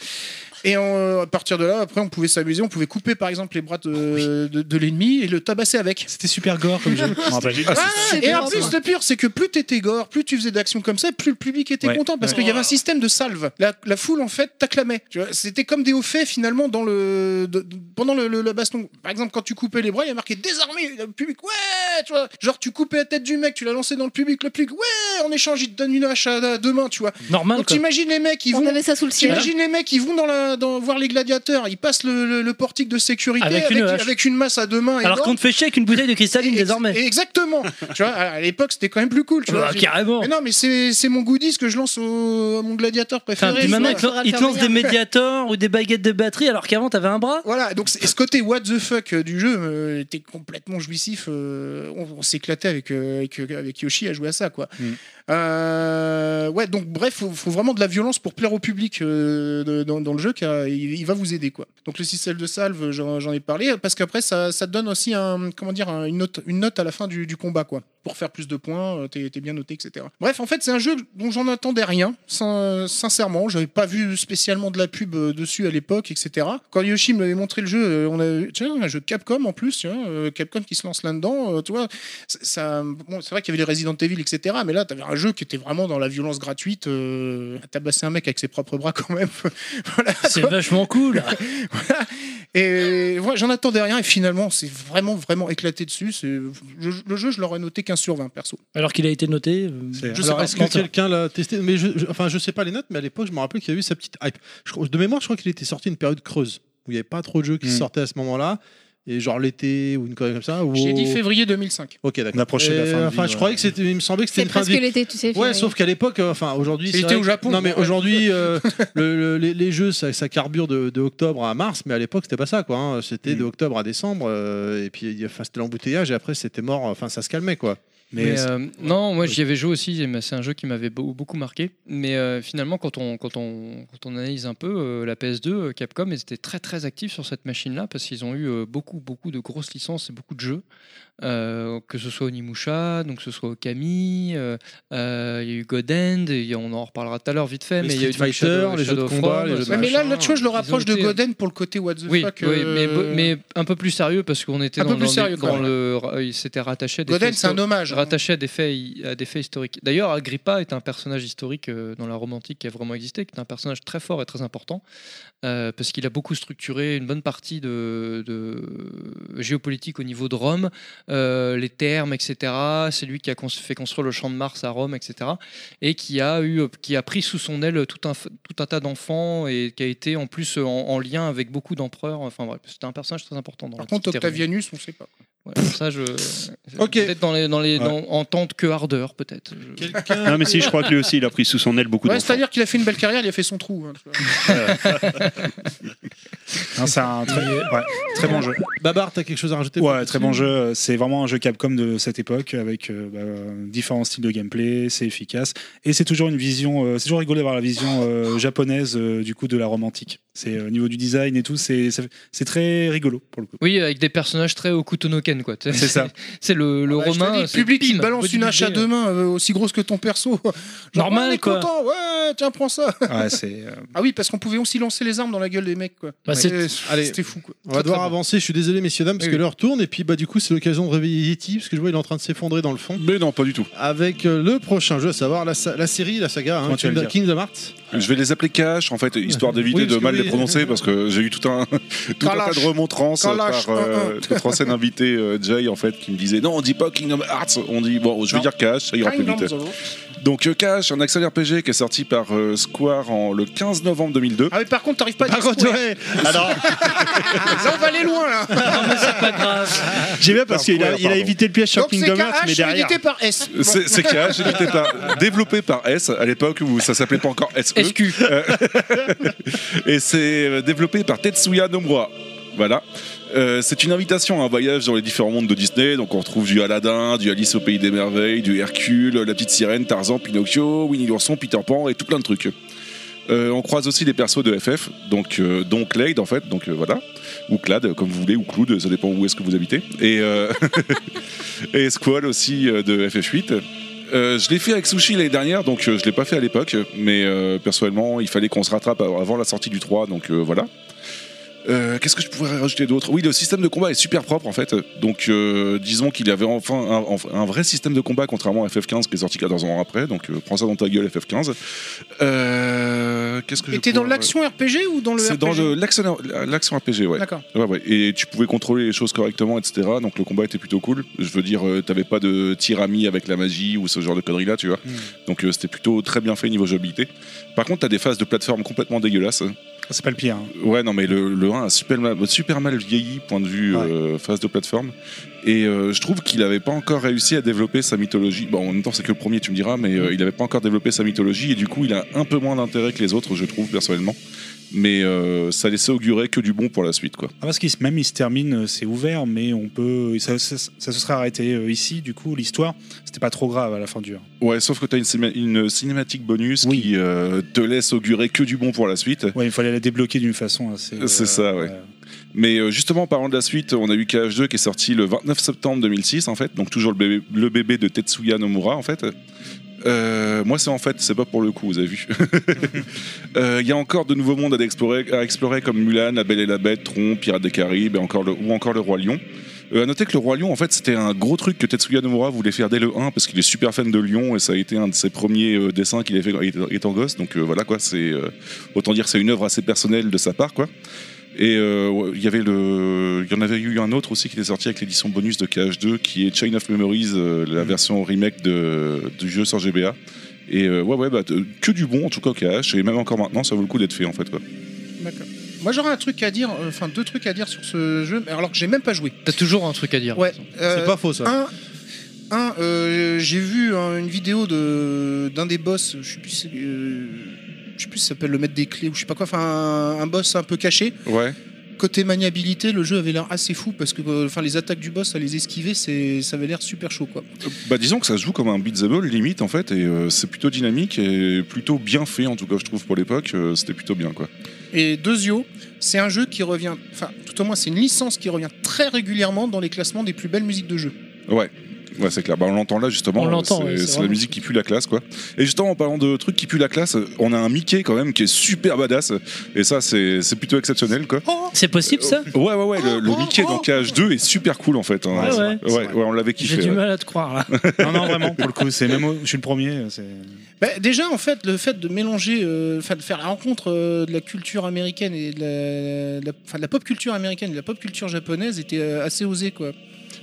Speaker 6: Et on- euh, à partir de là, après, on pouvait s'amuser, on pouvait couper par exemple les bras
Speaker 9: Ah
Speaker 6: de, de- de l'ennemi et le tabasser avec. C'était super gore comme jeu.
Speaker 9: Je m'en rappelle. Ah,
Speaker 6: et en
Speaker 9: gore,
Speaker 6: plus,
Speaker 9: ça.
Speaker 6: le pire, c'est que plus t'étais gore, plus tu faisais d'actions comme ça, plus le public était
Speaker 9: Ouais.
Speaker 6: content parce
Speaker 9: Ouais.
Speaker 6: qu'il y avait un système de salve. La, la foule, en fait, t'acclamait. Tu vois, C'était comme des hauts faits finalement dans le, de- de- pendant le, le- la baston. Par exemple, quand tu coupais les bras, il y a marqué désarmé, le public, ouais, tu vois. Genre, tu coupais la tête du mec, tu l'as lancé dans le public, le public, ouais, en échange, il te donne une hache à, à deux mains, tu vois.
Speaker 24: Normal,
Speaker 6: Donc,
Speaker 24: quoi.
Speaker 6: t'imagines les mecs, ils
Speaker 7: On
Speaker 6: vont.
Speaker 7: avait ça sous le ciel.
Speaker 6: T'imagines les mecs, ils vont dans la, dans, voir les gladiateurs, ils passent le, le- le portique de sécurité
Speaker 10: Avec
Speaker 6: avec,
Speaker 10: une hache.
Speaker 6: avec une masse à deux mains. et
Speaker 10: Alors
Speaker 6: d'or.
Speaker 10: qu'on te fait chier avec une bouteille de cristalline désormais.
Speaker 6: Exactement. tu vois, à l'époque, c'était quand même plus cool. Tu vois,
Speaker 10: Bah,
Speaker 6: J'ai-
Speaker 10: carrément.
Speaker 6: Mais non, mais c'est c'est mon goodies que je lance au, à mon gladiateur préféré.
Speaker 10: Enfin, puis
Speaker 6: tu
Speaker 10: maintenant,
Speaker 6: vois.
Speaker 10: ils te lan- ils te lancent des médiateurs ou des baguettes de batterie alors qu'avant, t'avais un bras.
Speaker 6: Voilà, donc c'est- ce côté what the fuck euh, du jeu euh, était complètement jouissif. euh, on on s'éclatait avec, euh, avec, euh, avec Yoshi à jouer à ça, quoi.
Speaker 4: Mm.
Speaker 6: Euh, ouais, donc bref, faut, faut vraiment de la violence pour plaire au public euh, de- dans, dans le jeu, car il, il va vous aider, quoi. Donc le système de salve, j'en j'en ai parlé, parce qu'après ça, ça te donne aussi un, comment dire, un- une note, une note à la fin du, du combat, quoi. Pour faire plus de points, euh, t'es t'es bien noté, etc. Bref, en fait, c'est un jeu dont j'en attendais rien, sin- sincèrement. J'avais pas vu spécialement de la pub euh, dessus à l'époque, etc. Quand Yoshi me l'avait montré le jeu, euh, on a eu- tiens, un jeu Capcom en plus, tiens, euh, Capcom qui se lance là-dedans, euh, tu vois. C'est- ça- bon, c'est vrai qu'il y avait les Resident Evil, etc. Mais là, t'avais un jeu qui était vraiment dans la violence gratuite, euh, à tabasser un mec avec ses propres bras quand même. Voilà,
Speaker 24: C'est
Speaker 6: quoi.
Speaker 24: vachement cool.
Speaker 6: Voilà. Et voilà, j'en attendais rien, et finalement, c'est vraiment, vraiment éclaté dessus. C'est- je- le jeu, je l'aurais noté 15 sur 20, perso.
Speaker 24: Alors qu'il a été noté. euh,
Speaker 6: Je sais
Speaker 4: Alors,
Speaker 6: pas,
Speaker 4: est-ce que
Speaker 6: menteur.
Speaker 4: quelqu'un l'a testé Mais je, je- enfin, je sais pas les notes, mais à l'époque, je me rappelle qu'il y a eu sa petite hype. Je crois- de mémoire, je crois qu'il était sorti une période creuse où il n'y avait pas trop de jeux
Speaker 11: Hmm.
Speaker 4: qui sortaient à ce moment-là, et genre l'été ou une connerie comme ça. Ou...
Speaker 6: J'ai dit février 2005.
Speaker 4: Ok, d'accord.
Speaker 9: On approchait de la fin
Speaker 4: Et,
Speaker 9: de vie,
Speaker 4: Enfin, je
Speaker 9: ouais.
Speaker 4: croyais que c'était. Il me semblait que c'était
Speaker 7: C'est
Speaker 4: une fin de
Speaker 7: presque
Speaker 4: vie.
Speaker 7: l'été, tu sais.
Speaker 4: Ouais,
Speaker 7: février.
Speaker 4: sauf qu'à l'époque, euh, enfin aujourd'hui,
Speaker 6: C'était
Speaker 4: vrai
Speaker 6: au
Speaker 4: que-
Speaker 6: Japon,
Speaker 4: Non, mais
Speaker 6: bon, ouais.
Speaker 4: aujourd'hui, euh, le- le- les, les jeux, ça, ça carbure de, de octobre à mars, mais à l'époque, c'était pas ça, quoi. hein. C'était de octobre à décembre, euh, et puis il y a- enfin, c'était l'embouteillage, et après, c'était mort. Enfin, ça se calmait, quoi.
Speaker 12: Mais, euh, non, moi j'y avais joué aussi, mais c'est un jeu qui m'avait beau- beaucoup marqué. Mais euh, finalement, quand on, quand, on, quand on analyse un peu, euh, la PS2, euh, Capcom, ils étaient très très actifs sur cette machine-là parce qu'ils ont eu euh, beaucoup beaucoup de grosses licences et beaucoup de jeux. Euh, que ce soit Onimusha, donc que ce soit Okami, euh, euh, il y a eu God End, il y a- on en reparlera tout à l'heure vite fait,
Speaker 4: Les
Speaker 12: mais il y a eu
Speaker 4: Street
Speaker 12: donc
Speaker 4: Fighter,
Speaker 12: Shadow-
Speaker 4: les jeux de
Speaker 12: Shadow of
Speaker 4: combat,
Speaker 12: Rome,
Speaker 4: les jeux de
Speaker 12: euh,
Speaker 6: Ouais, mais là, l'autre chose, je le
Speaker 12: ils ont
Speaker 6: rapproche de
Speaker 12: été- euh,
Speaker 6: Goden pour le côté what the
Speaker 12: oui,
Speaker 6: fuck.
Speaker 12: oui,
Speaker 6: euh,
Speaker 12: mais, bo- mais un peu plus sérieux parce qu'on était
Speaker 6: Un peu
Speaker 12: dans,
Speaker 6: plus
Speaker 12: dans
Speaker 6: sérieux,
Speaker 12: des-
Speaker 6: quand
Speaker 12: dans
Speaker 6: même.
Speaker 12: le ra- il s'était rattaché à des
Speaker 6: Goden,
Speaker 12: faits
Speaker 6: c'est un
Speaker 12: histo-
Speaker 6: hommage, hein.
Speaker 12: rattaché à des faits hi- à des faits historiques. D'ailleurs, Agrippa est un personnage historique euh, dans la Rome antique qui a vraiment existé, qui est un personnage très fort et très important euh, parce qu'il a beaucoup structuré une bonne partie de, de géopolitique au niveau de Rome, euh, les termes, etc. C'est lui qui a cons- fait construire le champ de Mars à Rome, etc. Et qui a eu, euh, qui a pris sous son aile tout un, f- tout un tas d'enfants et qui a été en plus euh, en, en lien avec beaucoup d'empereurs. Enfin bref, c'était un personnage très important. Dans
Speaker 6: Par contre, Octavianus, on sait pas.
Speaker 12: ça, je. Peut-être dans les, dans les,
Speaker 6: Ouais. Ah.
Speaker 12: dans- en tente que ardeur, peut-être. Je-
Speaker 11: Non, mais si, je crois que lui aussi, il a pris sous son aile beaucoup
Speaker 6: Ouais,
Speaker 11: d'enfants.
Speaker 6: c'est-à-dire qu'il a fait une belle carrière, il a fait son trou. hein, tu vois.
Speaker 9: Euh, Non, c'est un très, ouais, très bon jeu.
Speaker 4: Babar, t'as quelque chose à rajouter
Speaker 9: Ouais, très bon jeu. C'est vraiment un jeu Capcom de cette époque avec euh, bah, différents styles de gameplay. C'est efficace et c'est toujours une vision. euh, c'est toujours rigolo d'avoir la vision euh, japonaise euh, du coup de la romantique. C'est euh, au niveau du design et tout. C'est c'est- c'est très rigolo pour le coup.
Speaker 12: Oui, avec des personnages très au Kutonoken, quoi.
Speaker 9: C'est ça.
Speaker 12: C'est le, le
Speaker 9: Ah bah, je te
Speaker 12: romain.
Speaker 9: dis,
Speaker 6: Le
Speaker 12: c'est
Speaker 6: public, il
Speaker 12: pim,
Speaker 6: te balance
Speaker 12: petit
Speaker 6: une hache à
Speaker 12: budget.
Speaker 6: deux mains euh, aussi grosse que ton perso. Genre,
Speaker 12: Normal,
Speaker 6: ouais, on est
Speaker 12: quoi.
Speaker 6: content, ouais, tiens, prends ça.
Speaker 9: Ouais, c'est, euh,
Speaker 6: Ah oui, parce qu'on pouvait aussi lancer les armes dans la gueule des mecs, quoi.
Speaker 4: Bah,
Speaker 6: Ouais.
Speaker 4: c'est-
Speaker 6: Euh,
Speaker 4: Allez,
Speaker 6: C'était fou, quoi.
Speaker 4: On va devoir avancer, je suis désolé messieurs dames parce
Speaker 6: Oui,
Speaker 4: que
Speaker 6: oui.
Speaker 4: l'heure tourne et puis bah du coup c'est l'occasion de réveiller Yeti parce que je vois il est en train de s'effondrer dans le fond.
Speaker 5: Mais non, pas du tout.
Speaker 4: Avec euh, le prochain jeu, à savoir la, sa- la série, la saga, hein,
Speaker 5: Comment tu vas le
Speaker 4: Kingdom,
Speaker 5: dire
Speaker 4: Kingdom Hearts.
Speaker 5: Je vais les appeler Cash, en fait, histoire d'éviter
Speaker 4: Oui,
Speaker 5: de
Speaker 4: parce que
Speaker 5: mal
Speaker 4: oui.
Speaker 5: les prononcer, parce que j'ai eu tout un, tout un tas
Speaker 4: Kalash.
Speaker 5: de remontrances euh,
Speaker 4: Kalash,
Speaker 5: par
Speaker 4: un, un.
Speaker 5: euh, notre ancien invité euh, Jay, en fait, qui me disait non, on dit pas Kingdom Hearts, on dit bon, je vais dire Cash, ça ira plus vite. Donc euh, Cash, un Axel RPG qui est sorti par euh, Square en, le 15 novembre 2002.
Speaker 6: Ah oui, par contre, t'arrives pas à
Speaker 5: Par
Speaker 6: dire
Speaker 5: contre,
Speaker 6: Square.
Speaker 5: ouais. Alors,
Speaker 6: Ça, on va aller loin là.
Speaker 11: J'ai bien parce qu'il a,
Speaker 5: Parfois,
Speaker 11: il a
Speaker 5: pardon.
Speaker 11: évité le piège sur
Speaker 6: Donc c'est
Speaker 11: Kingdom Hearts,
Speaker 6: KH,
Speaker 11: mais derrière.
Speaker 6: édité par S.
Speaker 5: C'est c'est KH, édité par, développé par S à l'époque où ça s'appelait pas encore SE.
Speaker 12: SQ.
Speaker 5: Euh, et c'est euh, développé par Tetsuya Nomura. Voilà. Euh, c'est une invitation à un voyage dans les différents mondes de Disney. Donc on retrouve du Aladdin, du Alice au pays des merveilles, du Hercule, la petite sirène, Tarzan, Pinocchio, Winnie l'ourson, Peter Pan et tout plein de trucs. Euh, on croise aussi des persos de FF, donc euh, dont Clade en fait, donc euh, voilà, ou Clad comme vous voulez, ou Cloud, ça dépend où est-ce que vous habitez. Et, euh, et Squall aussi euh, de FF8. Euh, je l'ai fait avec Sushi l'année dernière, donc euh, je l'ai pas fait à l'époque, mais euh, personnellement, il fallait qu'on se rattrape av- avant la sortie du 3, donc euh, voilà. Euh, Qu'est-ce que je pourrais rajouter d'autre Oui, le système de combat est super propre en fait. Donc, euh, disons qu'il avait enfin un, un- un vrai système de combat, contrairement à FF15 qui est sorti 14 ans après. Donc, euh, prends ça dans ta gueule, FF15. Euh, Qu'est-ce que
Speaker 6: Et
Speaker 5: je
Speaker 6: t'es dans
Speaker 5: pourrais-
Speaker 6: l'action RPG ou dans le
Speaker 5: c'est dans
Speaker 6: RPG?
Speaker 5: le- l'action l'action RPG, ouais.
Speaker 6: D'accord.
Speaker 5: Ouais, ouais. Et tu pouvais contrôler les choses correctement, etc. Donc le combat était plutôt cool. Je veux dire, euh, t'avais pas de tir ami avec la magie ou ce genre de conneries là, tu
Speaker 9: Hmm.
Speaker 5: vois. Donc euh, c'était plutôt très bien fait niveau jouabilité. Par contre, t'as des phases de plateforme complètement dégueulasses.
Speaker 9: C'est pas le pire. hein.
Speaker 5: Ouais, non, mais le, le 1 a super mal, super mal vieilli, point de vue euh, phase de plateforme. Et euh, je trouve qu'il n'avait pas encore réussi à développer sa mythologie. Bon, en même temps, c'est que le premier, tu me diras, mais euh, il n'avait pas encore développé sa mythologie. Et du coup, il a un peu moins d'intérêt que les autres, je trouve, personnellement. Mais euh, ça laissait augurer que du bon pour la suite, quoi.
Speaker 9: Ah, parce qu'il se- même il se termine, euh, c'est ouvert, mais on peut. Ça, ça- ça se serait arrêté euh, ici, du coup, l'histoire, c'était pas trop grave à la fin du 1.
Speaker 5: Ouais, sauf que tu as une, cinéma- une cinématique bonus qui euh, te laisse augurer que du bon pour la suite.
Speaker 9: Ouais, il fallait la débloquer d'une façon assez. euh,
Speaker 5: C'est ça, ouais. Mais euh, justement, en parlant de la suite, on a eu KH2 qui est sorti le 29 septembre 2006, en fait, donc toujours le bébé, le bébé de Tetsuya Nomura, en fait. Euh, moi, c'est en fait, c'est pas pour le coup, vous avez vu. Euh, Il y a encore de nouveaux mondes à explorer, à explorer comme Mulan, La Belle et la Bête, Tron, Pirates des Caraïbes et encore le, ou encore le Roi Lion. Euh, à noter que le Roi Lion, en fait, c'était un gros truc que Tetsuya Nomura voulait faire dès le 1 parce qu'il est super fan de Lion et ça a été un de ses premiers euh, dessins qu'il a fait étant- étant gosse. Donc euh, voilà quoi, c'est euh, autant dire que c'est une œuvre assez personnelle de sa part quoi. Et euh, ouais, il y avait le, il y en avait eu un autre aussi qui était sorti avec l'édition bonus de KH2 qui est Chain of Memories, euh, la version remake de, du jeu sur GBA. Et euh, ouais ouais bah t- que du bon en tout cas KH et même encore maintenant ça vaut le coup d'être fait en fait quoi.
Speaker 6: D'accord. Moi j'aurais un truc à dire, euh, enfin deux trucs à dire sur ce jeu, mais alors que j'ai même pas joué.
Speaker 12: T'as toujours un truc à dire.
Speaker 6: Ouais. euh,
Speaker 12: C'est pas faux, ça.
Speaker 6: Un, un, euh, j'ai vu hein, une vidéo de d'un des boss, je sais plus, euh, je sais plus, ça s'appelle le maître des clés ou je sais pas quoi, enfin un, un boss un peu caché.
Speaker 5: Ouais.
Speaker 6: Côté maniabilité, le jeu avait l'air assez fou parce que euh, enfin les attaques du boss à les esquiver, c'est ça avait l'air super chaud quoi.
Speaker 5: Bah disons que ça se joue comme un beat'em all limite en fait et euh, c'est plutôt dynamique et plutôt bien fait en tout cas je trouve pour l'époque euh, c'était plutôt bien quoi.
Speaker 6: Et Dezio, c'est un jeu qui revient, enfin tout au moins c'est une licence qui revient très régulièrement dans les classements des plus belles musiques de jeu.
Speaker 5: Ouais. Ouais, c'est clair. Bah, on l'entend là justement.
Speaker 6: On l'entend,
Speaker 5: C'est,
Speaker 6: ouais, c'est
Speaker 5: c'est la
Speaker 6: vraiment-
Speaker 5: musique qui pue la classe, quoi. Et justement, en parlant de trucs qui puent la classe, on a un Mickey quand même qui est super badass. Et ça, c'est, c'est plutôt exceptionnel, quoi. Euh,
Speaker 22: C'est possible ça
Speaker 5: Ouais, ouais, ouais. Le, le Mickey dans KH2 est super cool, en fait. hein.
Speaker 22: Ouais, ouais.
Speaker 5: ouais, ouais, on l'avait
Speaker 22: J'ai
Speaker 5: kiffé.
Speaker 22: du
Speaker 5: ouais.
Speaker 22: mal à te croire là.
Speaker 9: Non, non, vraiment, pour le coup, c'est même. Je suis le premier. euh, c'est-
Speaker 6: Bah, déjà, en fait, le fait de mélanger, euh, enfin, de faire la rencontre euh, de la culture américaine et de la, de la- enfin, de la pop culture américaine et de la pop culture japonaise était euh, assez osé, quoi.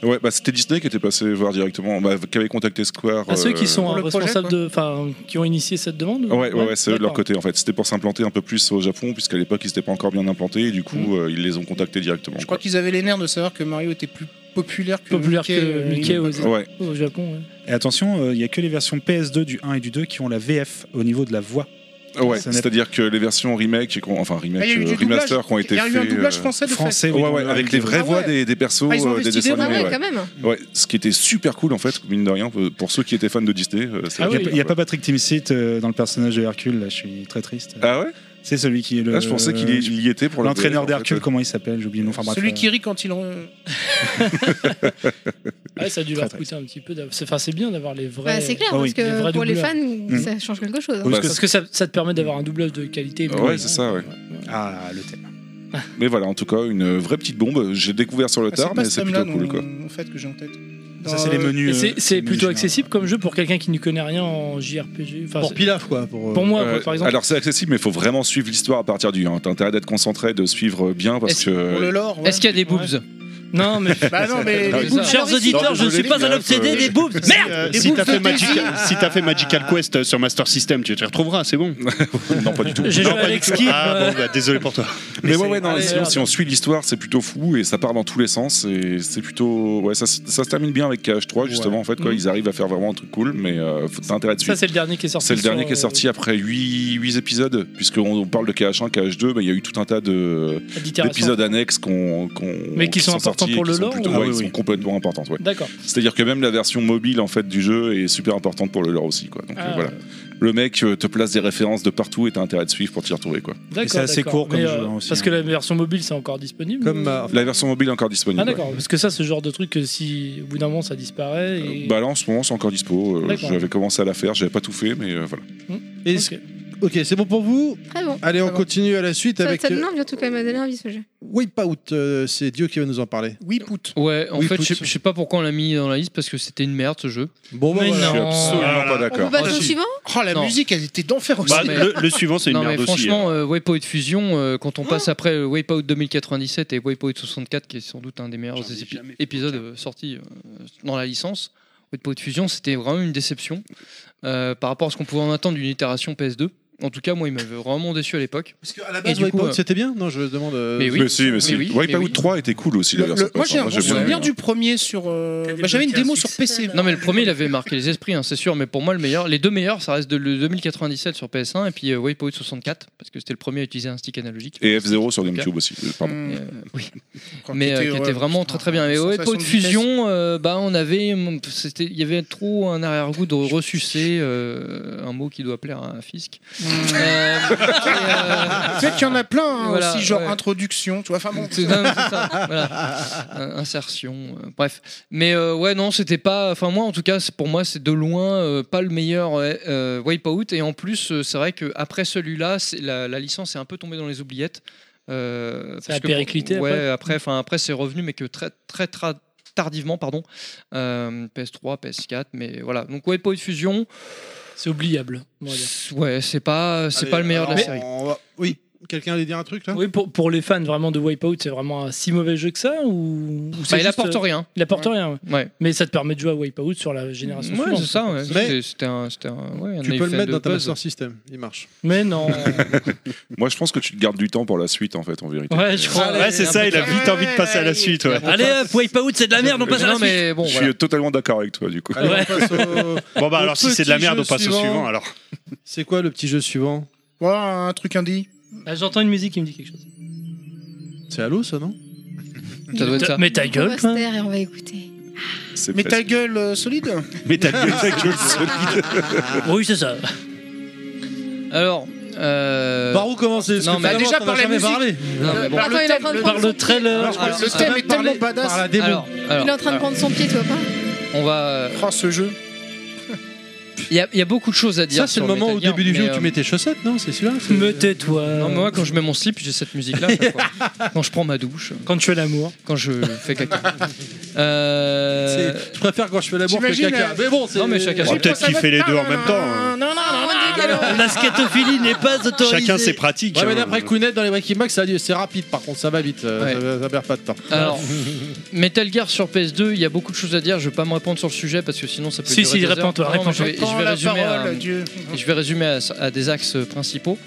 Speaker 5: Ouais, bah, c'était Disney qui était passé voir directement, bah, qui avait contacté Square.
Speaker 10: À ceux
Speaker 5: euh,
Speaker 10: qui sont
Speaker 6: le projet,
Speaker 10: responsables
Speaker 6: quoi.
Speaker 10: de. Enfin, qui ont initié cette demande ou-
Speaker 5: Ouais, ouais, ouais, c'est eux de leur
Speaker 10: d'accord.
Speaker 5: côté en fait. C'était pour s'implanter un peu plus au Japon, puisqu'à l'époque ils s'étaient pas encore bien implantés, et du coup euh, ils les ont contactés directement.
Speaker 6: Je crois qu'ils avaient les nerfs de savoir que Mario était plus populaire que
Speaker 10: Populaire
Speaker 6: Mickey,
Speaker 10: que
Speaker 6: euh,
Speaker 10: Mickey aux,
Speaker 5: Ouais.
Speaker 10: au Japon. ouais.
Speaker 9: Et attention, euh, il y a que les versions PS2 du 1 et du 2 qui ont la VF au niveau de la voix.
Speaker 5: Ah Ouais,
Speaker 9: Ça n'est-
Speaker 5: c'est-à-dire que les versions remake, et qu'on- enfin remake,
Speaker 9: Ah, il y a eu du
Speaker 5: euh, remaster
Speaker 9: doublage.
Speaker 5: qui ont été
Speaker 9: Il y a eu un
Speaker 5: faits,
Speaker 9: doublage
Speaker 5: euh,
Speaker 9: français de fait. Français, oui,
Speaker 5: ouais,
Speaker 9: dans
Speaker 5: ouais,
Speaker 9: la
Speaker 5: avec les
Speaker 9: vidéo.
Speaker 5: vraies
Speaker 9: Ah
Speaker 5: voix
Speaker 9: ouais.
Speaker 5: des, des persos,
Speaker 9: Ah, ils
Speaker 5: euh,
Speaker 9: ont
Speaker 5: des
Speaker 9: investi
Speaker 5: dessins
Speaker 9: dedans.
Speaker 5: animés,
Speaker 9: Ah ouais,
Speaker 5: ouais.
Speaker 9: quand même.
Speaker 5: Ouais, ce qui était super cool en fait, mine de rien, pour- pour ceux qui étaient fans de Disney. euh, c'est
Speaker 9: il n'y a,
Speaker 5: génial,
Speaker 9: pas- Ah il y a
Speaker 5: quoi.
Speaker 9: pas Patrick Timsit euh, dans le personnage de Hercule, là, je suis très triste.
Speaker 5: Ah ouais
Speaker 9: C'est celui qui est le.
Speaker 5: Ah, je pensais qu'il y- il y était pour la
Speaker 9: L'entraîneur
Speaker 5: VF, en fait.
Speaker 9: d'Hercule, comment il s'appelle J'ai oublié le nom. Enfin, bref,
Speaker 6: Celui
Speaker 9: euh,
Speaker 6: qui rit quand il en.
Speaker 10: Ouais, Ah, ça a dû
Speaker 9: Très,
Speaker 10: leur
Speaker 9: très.
Speaker 10: coûter un petit peu. d'avoir- c'est- Enfin, c'est bien d'avoir les vrais.
Speaker 7: Bah, c'est clair, parce que pour les fans, ça change quelque chose.
Speaker 10: Ah
Speaker 7: hein.
Speaker 10: Parce que, ça, ça te permet d'avoir un doublage de qualité.
Speaker 5: Ouais, c'est ça, ouais.
Speaker 9: Ah, le thème.
Speaker 5: Mais voilà, en tout cas, une euh, vraie petite bombe. J'ai découvert sur le
Speaker 6: Ah,
Speaker 5: tard,
Speaker 6: pas
Speaker 5: mais
Speaker 6: ce
Speaker 5: c'est
Speaker 6: thème-là
Speaker 5: plutôt cool quoi.
Speaker 6: dont- En fait, que j'ai en tête.
Speaker 9: Ça, c'est les menus,
Speaker 10: Et
Speaker 9: euh,
Speaker 10: c'est-
Speaker 9: les
Speaker 10: C'est
Speaker 9: menus
Speaker 10: plutôt
Speaker 9: généraux.
Speaker 10: accessible comme jeu pour quelqu'un qui n'y connaît rien en JRPG. Enfin,
Speaker 4: Pour
Speaker 10: c'est-
Speaker 4: Pilaf, quoi. Pour, euh,
Speaker 10: Pour moi,
Speaker 5: Euh,
Speaker 10: moi, par exemple.
Speaker 5: Alors c'est accessible, mais il faut vraiment suivre l'histoire à partir du 1. T'as intérêt d'être concentré, de suivre bien parce euh, que.
Speaker 10: Est-ce qu'il y a des boobs Non, mais.
Speaker 6: Bah non, mais les boobs-
Speaker 10: Chers
Speaker 6: Alors, ici-
Speaker 10: auditeurs, je ne suis pas un obsédé des boobs. Merde
Speaker 11: Euh,
Speaker 10: Des
Speaker 11: si
Speaker 10: boobs
Speaker 11: t'as
Speaker 10: de
Speaker 11: fait,
Speaker 10: Daisy.
Speaker 11: Magical- si t'as fait Magical Quest sur Master System, tu te retrouveras, c'est bon.
Speaker 5: non, pas du tout.
Speaker 10: J'ai
Speaker 11: Non,
Speaker 10: joué
Speaker 11: pas
Speaker 10: à
Speaker 11: du
Speaker 10: Alex
Speaker 11: tout.
Speaker 10: Kidd,
Speaker 11: Ah,
Speaker 10: euh.
Speaker 11: bon, bah, désolé pour toi.
Speaker 5: Mais ouais, ouais, non,
Speaker 10: Allez,
Speaker 5: sinon,
Speaker 10: merde.
Speaker 5: si on suit l'histoire, c'est plutôt fou et ça part dans tous les sens. Et c'est plutôt. Ouais, ça, se- ça se termine bien avec KH3, justement. En fait, quoi,
Speaker 10: Mhm.
Speaker 5: ils arrivent à faire vraiment un truc cool, mais euh, faut- t'as intérêt de
Speaker 10: Ça,
Speaker 5: suivre.
Speaker 10: c'est le dernier qui est sorti.
Speaker 5: C'est le dernier
Speaker 10: sur, euh,
Speaker 5: qui est sorti après 8, épisodes, puisqu'on on parle de KH1, KH2, mais il y a eu tout un tas de-
Speaker 10: D'itérations.
Speaker 5: d'épisodes annexes qu'on, qu'on-
Speaker 10: Mais qui sont importants
Speaker 5: sortis et
Speaker 10: pour
Speaker 5: qui
Speaker 10: le
Speaker 5: sont
Speaker 10: lore,
Speaker 5: plutôt-
Speaker 10: ou-
Speaker 5: ouais,
Speaker 10: Ah oui,
Speaker 5: Ils
Speaker 10: oui.
Speaker 5: sont complètement importants. ouais.
Speaker 10: euh, D'accord.
Speaker 5: C'est-à-dire que même la version mobile en fait du jeu est super importante pour le lore aussi quoi. Donc
Speaker 10: Ah.
Speaker 5: euh, voilà. Le mec euh, te place des références de partout et t'as intérêt de suivre pour t'y retrouver quoi.
Speaker 10: D'accord, d'accord. Mais,
Speaker 5: hein,
Speaker 10: euh, Parce que la version mobile, c'est encore disponible. ou-
Speaker 5: la version mobile est encore disponible.
Speaker 10: euh, Ah d'accord, parce que ça, ce genre de truc, que si au bout d'un moment ça disparaît.
Speaker 5: ouais.
Speaker 10: Et...
Speaker 5: Bah là en ce moment c'est encore dispo. Euh,
Speaker 10: D'accord.
Speaker 5: J'avais commencé à la faire, j'avais pas tout fait mais euh, voilà.
Speaker 4: Et c- ok, c'est bon pour vous
Speaker 7: Très bon.
Speaker 4: Allez, on continue à la suite
Speaker 7: Ça,
Speaker 4: avec
Speaker 7: ça
Speaker 4: euh,
Speaker 7: me demande bientôt quand même à donner envie ce jeu.
Speaker 4: Wipeout. euh, c'est Dieu qui va nous en parler.
Speaker 6: Wipeout.
Speaker 12: Ouais, en
Speaker 4: Oui,
Speaker 12: fait,
Speaker 4: tout
Speaker 12: je
Speaker 4: ça.
Speaker 12: je sais pas pourquoi on l'a mis dans la liste parce que c'était une merde ce jeu.
Speaker 4: Bon,
Speaker 12: bah,
Speaker 6: voilà.
Speaker 12: non.
Speaker 6: Je suis absolument
Speaker 12: Ah là
Speaker 6: pas
Speaker 12: là.
Speaker 6: d'accord. On peut passer
Speaker 12: Ah,
Speaker 6: au
Speaker 12: si.
Speaker 6: suivant Oh, la
Speaker 12: Non.
Speaker 6: musique, elle était d'enfer aussi.
Speaker 12: Bah,
Speaker 11: le- le suivant, c'est une
Speaker 12: Non,
Speaker 11: merde
Speaker 12: mais
Speaker 11: aussi, hein.
Speaker 12: Franchement, euh, Wipeout Fusion, euh, quand on passe après euh, Wipeout 2097 et Wipeout 64, qui est sans doute un des meilleurs épi- épisodes euh, sortis euh, dans la licence, Wipeout Fusion, c'était vraiment une déception euh, par rapport à ce qu'on pouvait en attendre d'une itération PS2. En tout cas, moi, il m'avait vraiment déçu à l'époque.
Speaker 4: Parce qu'à la
Speaker 12: Et
Speaker 4: base,
Speaker 12: du coup,
Speaker 4: Ah, Wipeout,
Speaker 12: euh,
Speaker 4: c'était bien Non, je demande. euh,
Speaker 12: Mais oui.
Speaker 5: Mais si mais si.
Speaker 12: Mais oui,
Speaker 5: Wipeout
Speaker 12: mais oui.
Speaker 5: 3 était cool aussi la
Speaker 6: Le-
Speaker 5: version.
Speaker 6: moi j'ai un
Speaker 5: PS1.
Speaker 6: bon
Speaker 5: Ah, bien
Speaker 6: souvenir
Speaker 5: aimé.
Speaker 6: du premier sur. euh, bah, J'avais une démo sur PC.
Speaker 12: Non mais le premier il avait marqué les esprits hein, c'est sûr mais pour moi le meilleur les deux meilleurs ça reste de- le 2097 sur PS1 et puis euh, Wipeout 64 parce que c'était le premier à utiliser un stick analogique
Speaker 5: Et F0 sur
Speaker 12: En tout cas.
Speaker 5: GameCube aussi. euh, Pardon.
Speaker 12: Et, euh, oui.
Speaker 6: Quand
Speaker 12: mais euh,
Speaker 6: t'étais,
Speaker 12: qui était
Speaker 6: ouais,
Speaker 12: vraiment
Speaker 6: putain,
Speaker 12: très très bien. Mais ouais,
Speaker 6: sensation
Speaker 12: Wipeout
Speaker 6: de
Speaker 12: Fusion, euh, bah on avait, c'était, il y avait trop un arrière-goût de ressucé, euh, un mot qui doit plaire à un fisc. Euh, et, euh,
Speaker 6: Tu sais qu'il y en a plein hein,
Speaker 12: Voilà,
Speaker 6: aussi, genre
Speaker 12: ouais.
Speaker 6: introduction, tu vois. Enfin bon.
Speaker 12: C'est- non, c'est ça, voilà. Euh, Insertion, euh, bref. Mais euh, ouais, non, c'était pas. Enfin, moi, en tout cas, c'est- pour moi, c'est de loin euh, pas le meilleur euh, euh, Wipeout. Et en plus, euh, c'est vrai qu'après celui-là, c'est- la, la licence est un peu tombée dans les oubliettes. Euh,
Speaker 10: Ça
Speaker 12: parce
Speaker 10: a
Speaker 12: que-
Speaker 10: périclité
Speaker 12: Ouais,
Speaker 10: après
Speaker 12: après, enfin, après c'est revenu, mais que très, très, très tardivement, pardon. Euh, PS3, PS4, mais voilà. Donc, Wipeout Fusion,
Speaker 10: C'est oubliable. on va dire.
Speaker 12: c'est- ouais, c'est pas, c'est
Speaker 4: Allez,
Speaker 12: pas le meilleur de la
Speaker 4: alors,
Speaker 12: série.
Speaker 4: on va- Oui, quelqu'un allait dire un truc là
Speaker 10: Oui, pour, pour les fans vraiment de Wipeout, c'est vraiment un si mauvais jeu que ça ou, ou c'est
Speaker 12: il
Speaker 4: Bah,
Speaker 10: juste,
Speaker 12: apporte
Speaker 10: euh,
Speaker 12: rien.
Speaker 10: Il apporte rien, ouais.
Speaker 12: Ouais.
Speaker 10: Mais ça te permet de jouer à Wipeout sur la génération
Speaker 12: Ouais,
Speaker 10: suivante.
Speaker 12: c'est ça. ouais.
Speaker 4: Mais-
Speaker 12: C'était- C'était un, c'était un, ouais, un
Speaker 4: Tu peux
Speaker 12: effet
Speaker 4: le mettre
Speaker 12: de
Speaker 4: dans ta
Speaker 12: buzz.
Speaker 4: Master System, il marche.
Speaker 10: Mais non.
Speaker 5: Moi je pense que tu te gardes du temps pour la suite en fait en vérité.
Speaker 10: Ouais, je crois.
Speaker 11: Ouais, c'est ça, il a vite envie de passer à la suite. ouais.
Speaker 10: Allez, hop, Wipeout, c'est de la merde, on passe à la
Speaker 12: Non, mais bon,
Speaker 5: je suis
Speaker 12: voilà.
Speaker 5: totalement d'accord avec toi du coup.
Speaker 4: Allez,
Speaker 10: Ouais.
Speaker 4: on passe au.
Speaker 11: Bon, bah
Speaker 4: au
Speaker 11: alors, si c'est de la
Speaker 4: petit
Speaker 11: merde,
Speaker 4: jeu
Speaker 11: on passe au suivant alors.
Speaker 4: C'est quoi le petit jeu suivant
Speaker 6: Ouais, un truc indie.
Speaker 10: Ah, J'entends une musique qui me dit quelque chose.
Speaker 4: C'est Halo, ça, non
Speaker 12: Ça doit être ça.
Speaker 10: Mais ta
Speaker 7: On
Speaker 10: gueule,
Speaker 7: va se
Speaker 10: quoi.
Speaker 7: taire et on va écouter.
Speaker 5: C'est
Speaker 6: Mais ta
Speaker 5: presque-
Speaker 6: gueule euh, solide
Speaker 11: Mais t'as ta gueule solide.
Speaker 10: Oui, c'est ça.
Speaker 12: Alors. Euh...
Speaker 4: Par où commencer
Speaker 12: Non, mais-
Speaker 6: déjà par la musique.
Speaker 12: Non, mais bon.
Speaker 6: Par
Speaker 7: Attends, il est en train de
Speaker 6: le-
Speaker 10: Par
Speaker 7: prendre
Speaker 10: le
Speaker 7: son
Speaker 10: trailer.
Speaker 12: Ah, alors,
Speaker 6: le
Speaker 12: ah,
Speaker 6: thème
Speaker 12: bah,
Speaker 6: est tellement
Speaker 4: Par
Speaker 6: badass.
Speaker 4: la démo.
Speaker 12: alors, alors,
Speaker 7: Il est en train de prendre son pied, toi pas
Speaker 12: on va. euh,
Speaker 6: Oh, ce jeu.
Speaker 12: Il y, a- il y a beaucoup de choses à dire.
Speaker 4: ça, c'est
Speaker 12: sur
Speaker 4: le moment où, au
Speaker 12: Metal Gear,
Speaker 4: début du jeu,
Speaker 12: mais,
Speaker 4: tu
Speaker 12: euh,
Speaker 4: mets tes chaussettes, non C'est celui-là c'est-
Speaker 10: Me tais-toi.
Speaker 12: Non, mais moi, quand je mets mon slip, j'ai cette musique-là. à chaque fois. quand je prends ma douche,
Speaker 10: Quand tu fais l'amour.
Speaker 12: quand je fais caca. Euh...
Speaker 4: c'est- Je préfère quand je fais l'amour que
Speaker 6: T'imagines,
Speaker 4: caca.
Speaker 6: euh,
Speaker 4: Mais bon, c'est.
Speaker 12: Non, mais chacun
Speaker 11: On va peut-être kiffer les deux en même temps. hein.
Speaker 6: Non, non, non,
Speaker 10: La scatophilie n'est pas autorisée.
Speaker 11: Chacun ses pratiques.
Speaker 4: Ouais, mais
Speaker 11: hein.
Speaker 4: d'après Kounet dans les Breaking Max, ça a lieu- c'est rapide par contre, ça va vite, euh,
Speaker 12: Ouais.
Speaker 4: ça, ça perd pas de temps.
Speaker 12: Alors, Metal Gear sur PS2, il y a beaucoup de choses à dire. Je vais pas me répondre sur le sujet parce que sinon ça peut.
Speaker 10: Si,
Speaker 12: durer
Speaker 10: si,
Speaker 12: des heures.
Speaker 10: réponds-toi,
Speaker 12: Non, mais
Speaker 10: réponds-toi.
Speaker 12: Je vais, je
Speaker 6: Prends
Speaker 12: vais
Speaker 6: la
Speaker 12: résumer. euh,
Speaker 6: parole,
Speaker 12: à-
Speaker 6: Dieu.
Speaker 12: Et je vais résumer à, à des axes principaux.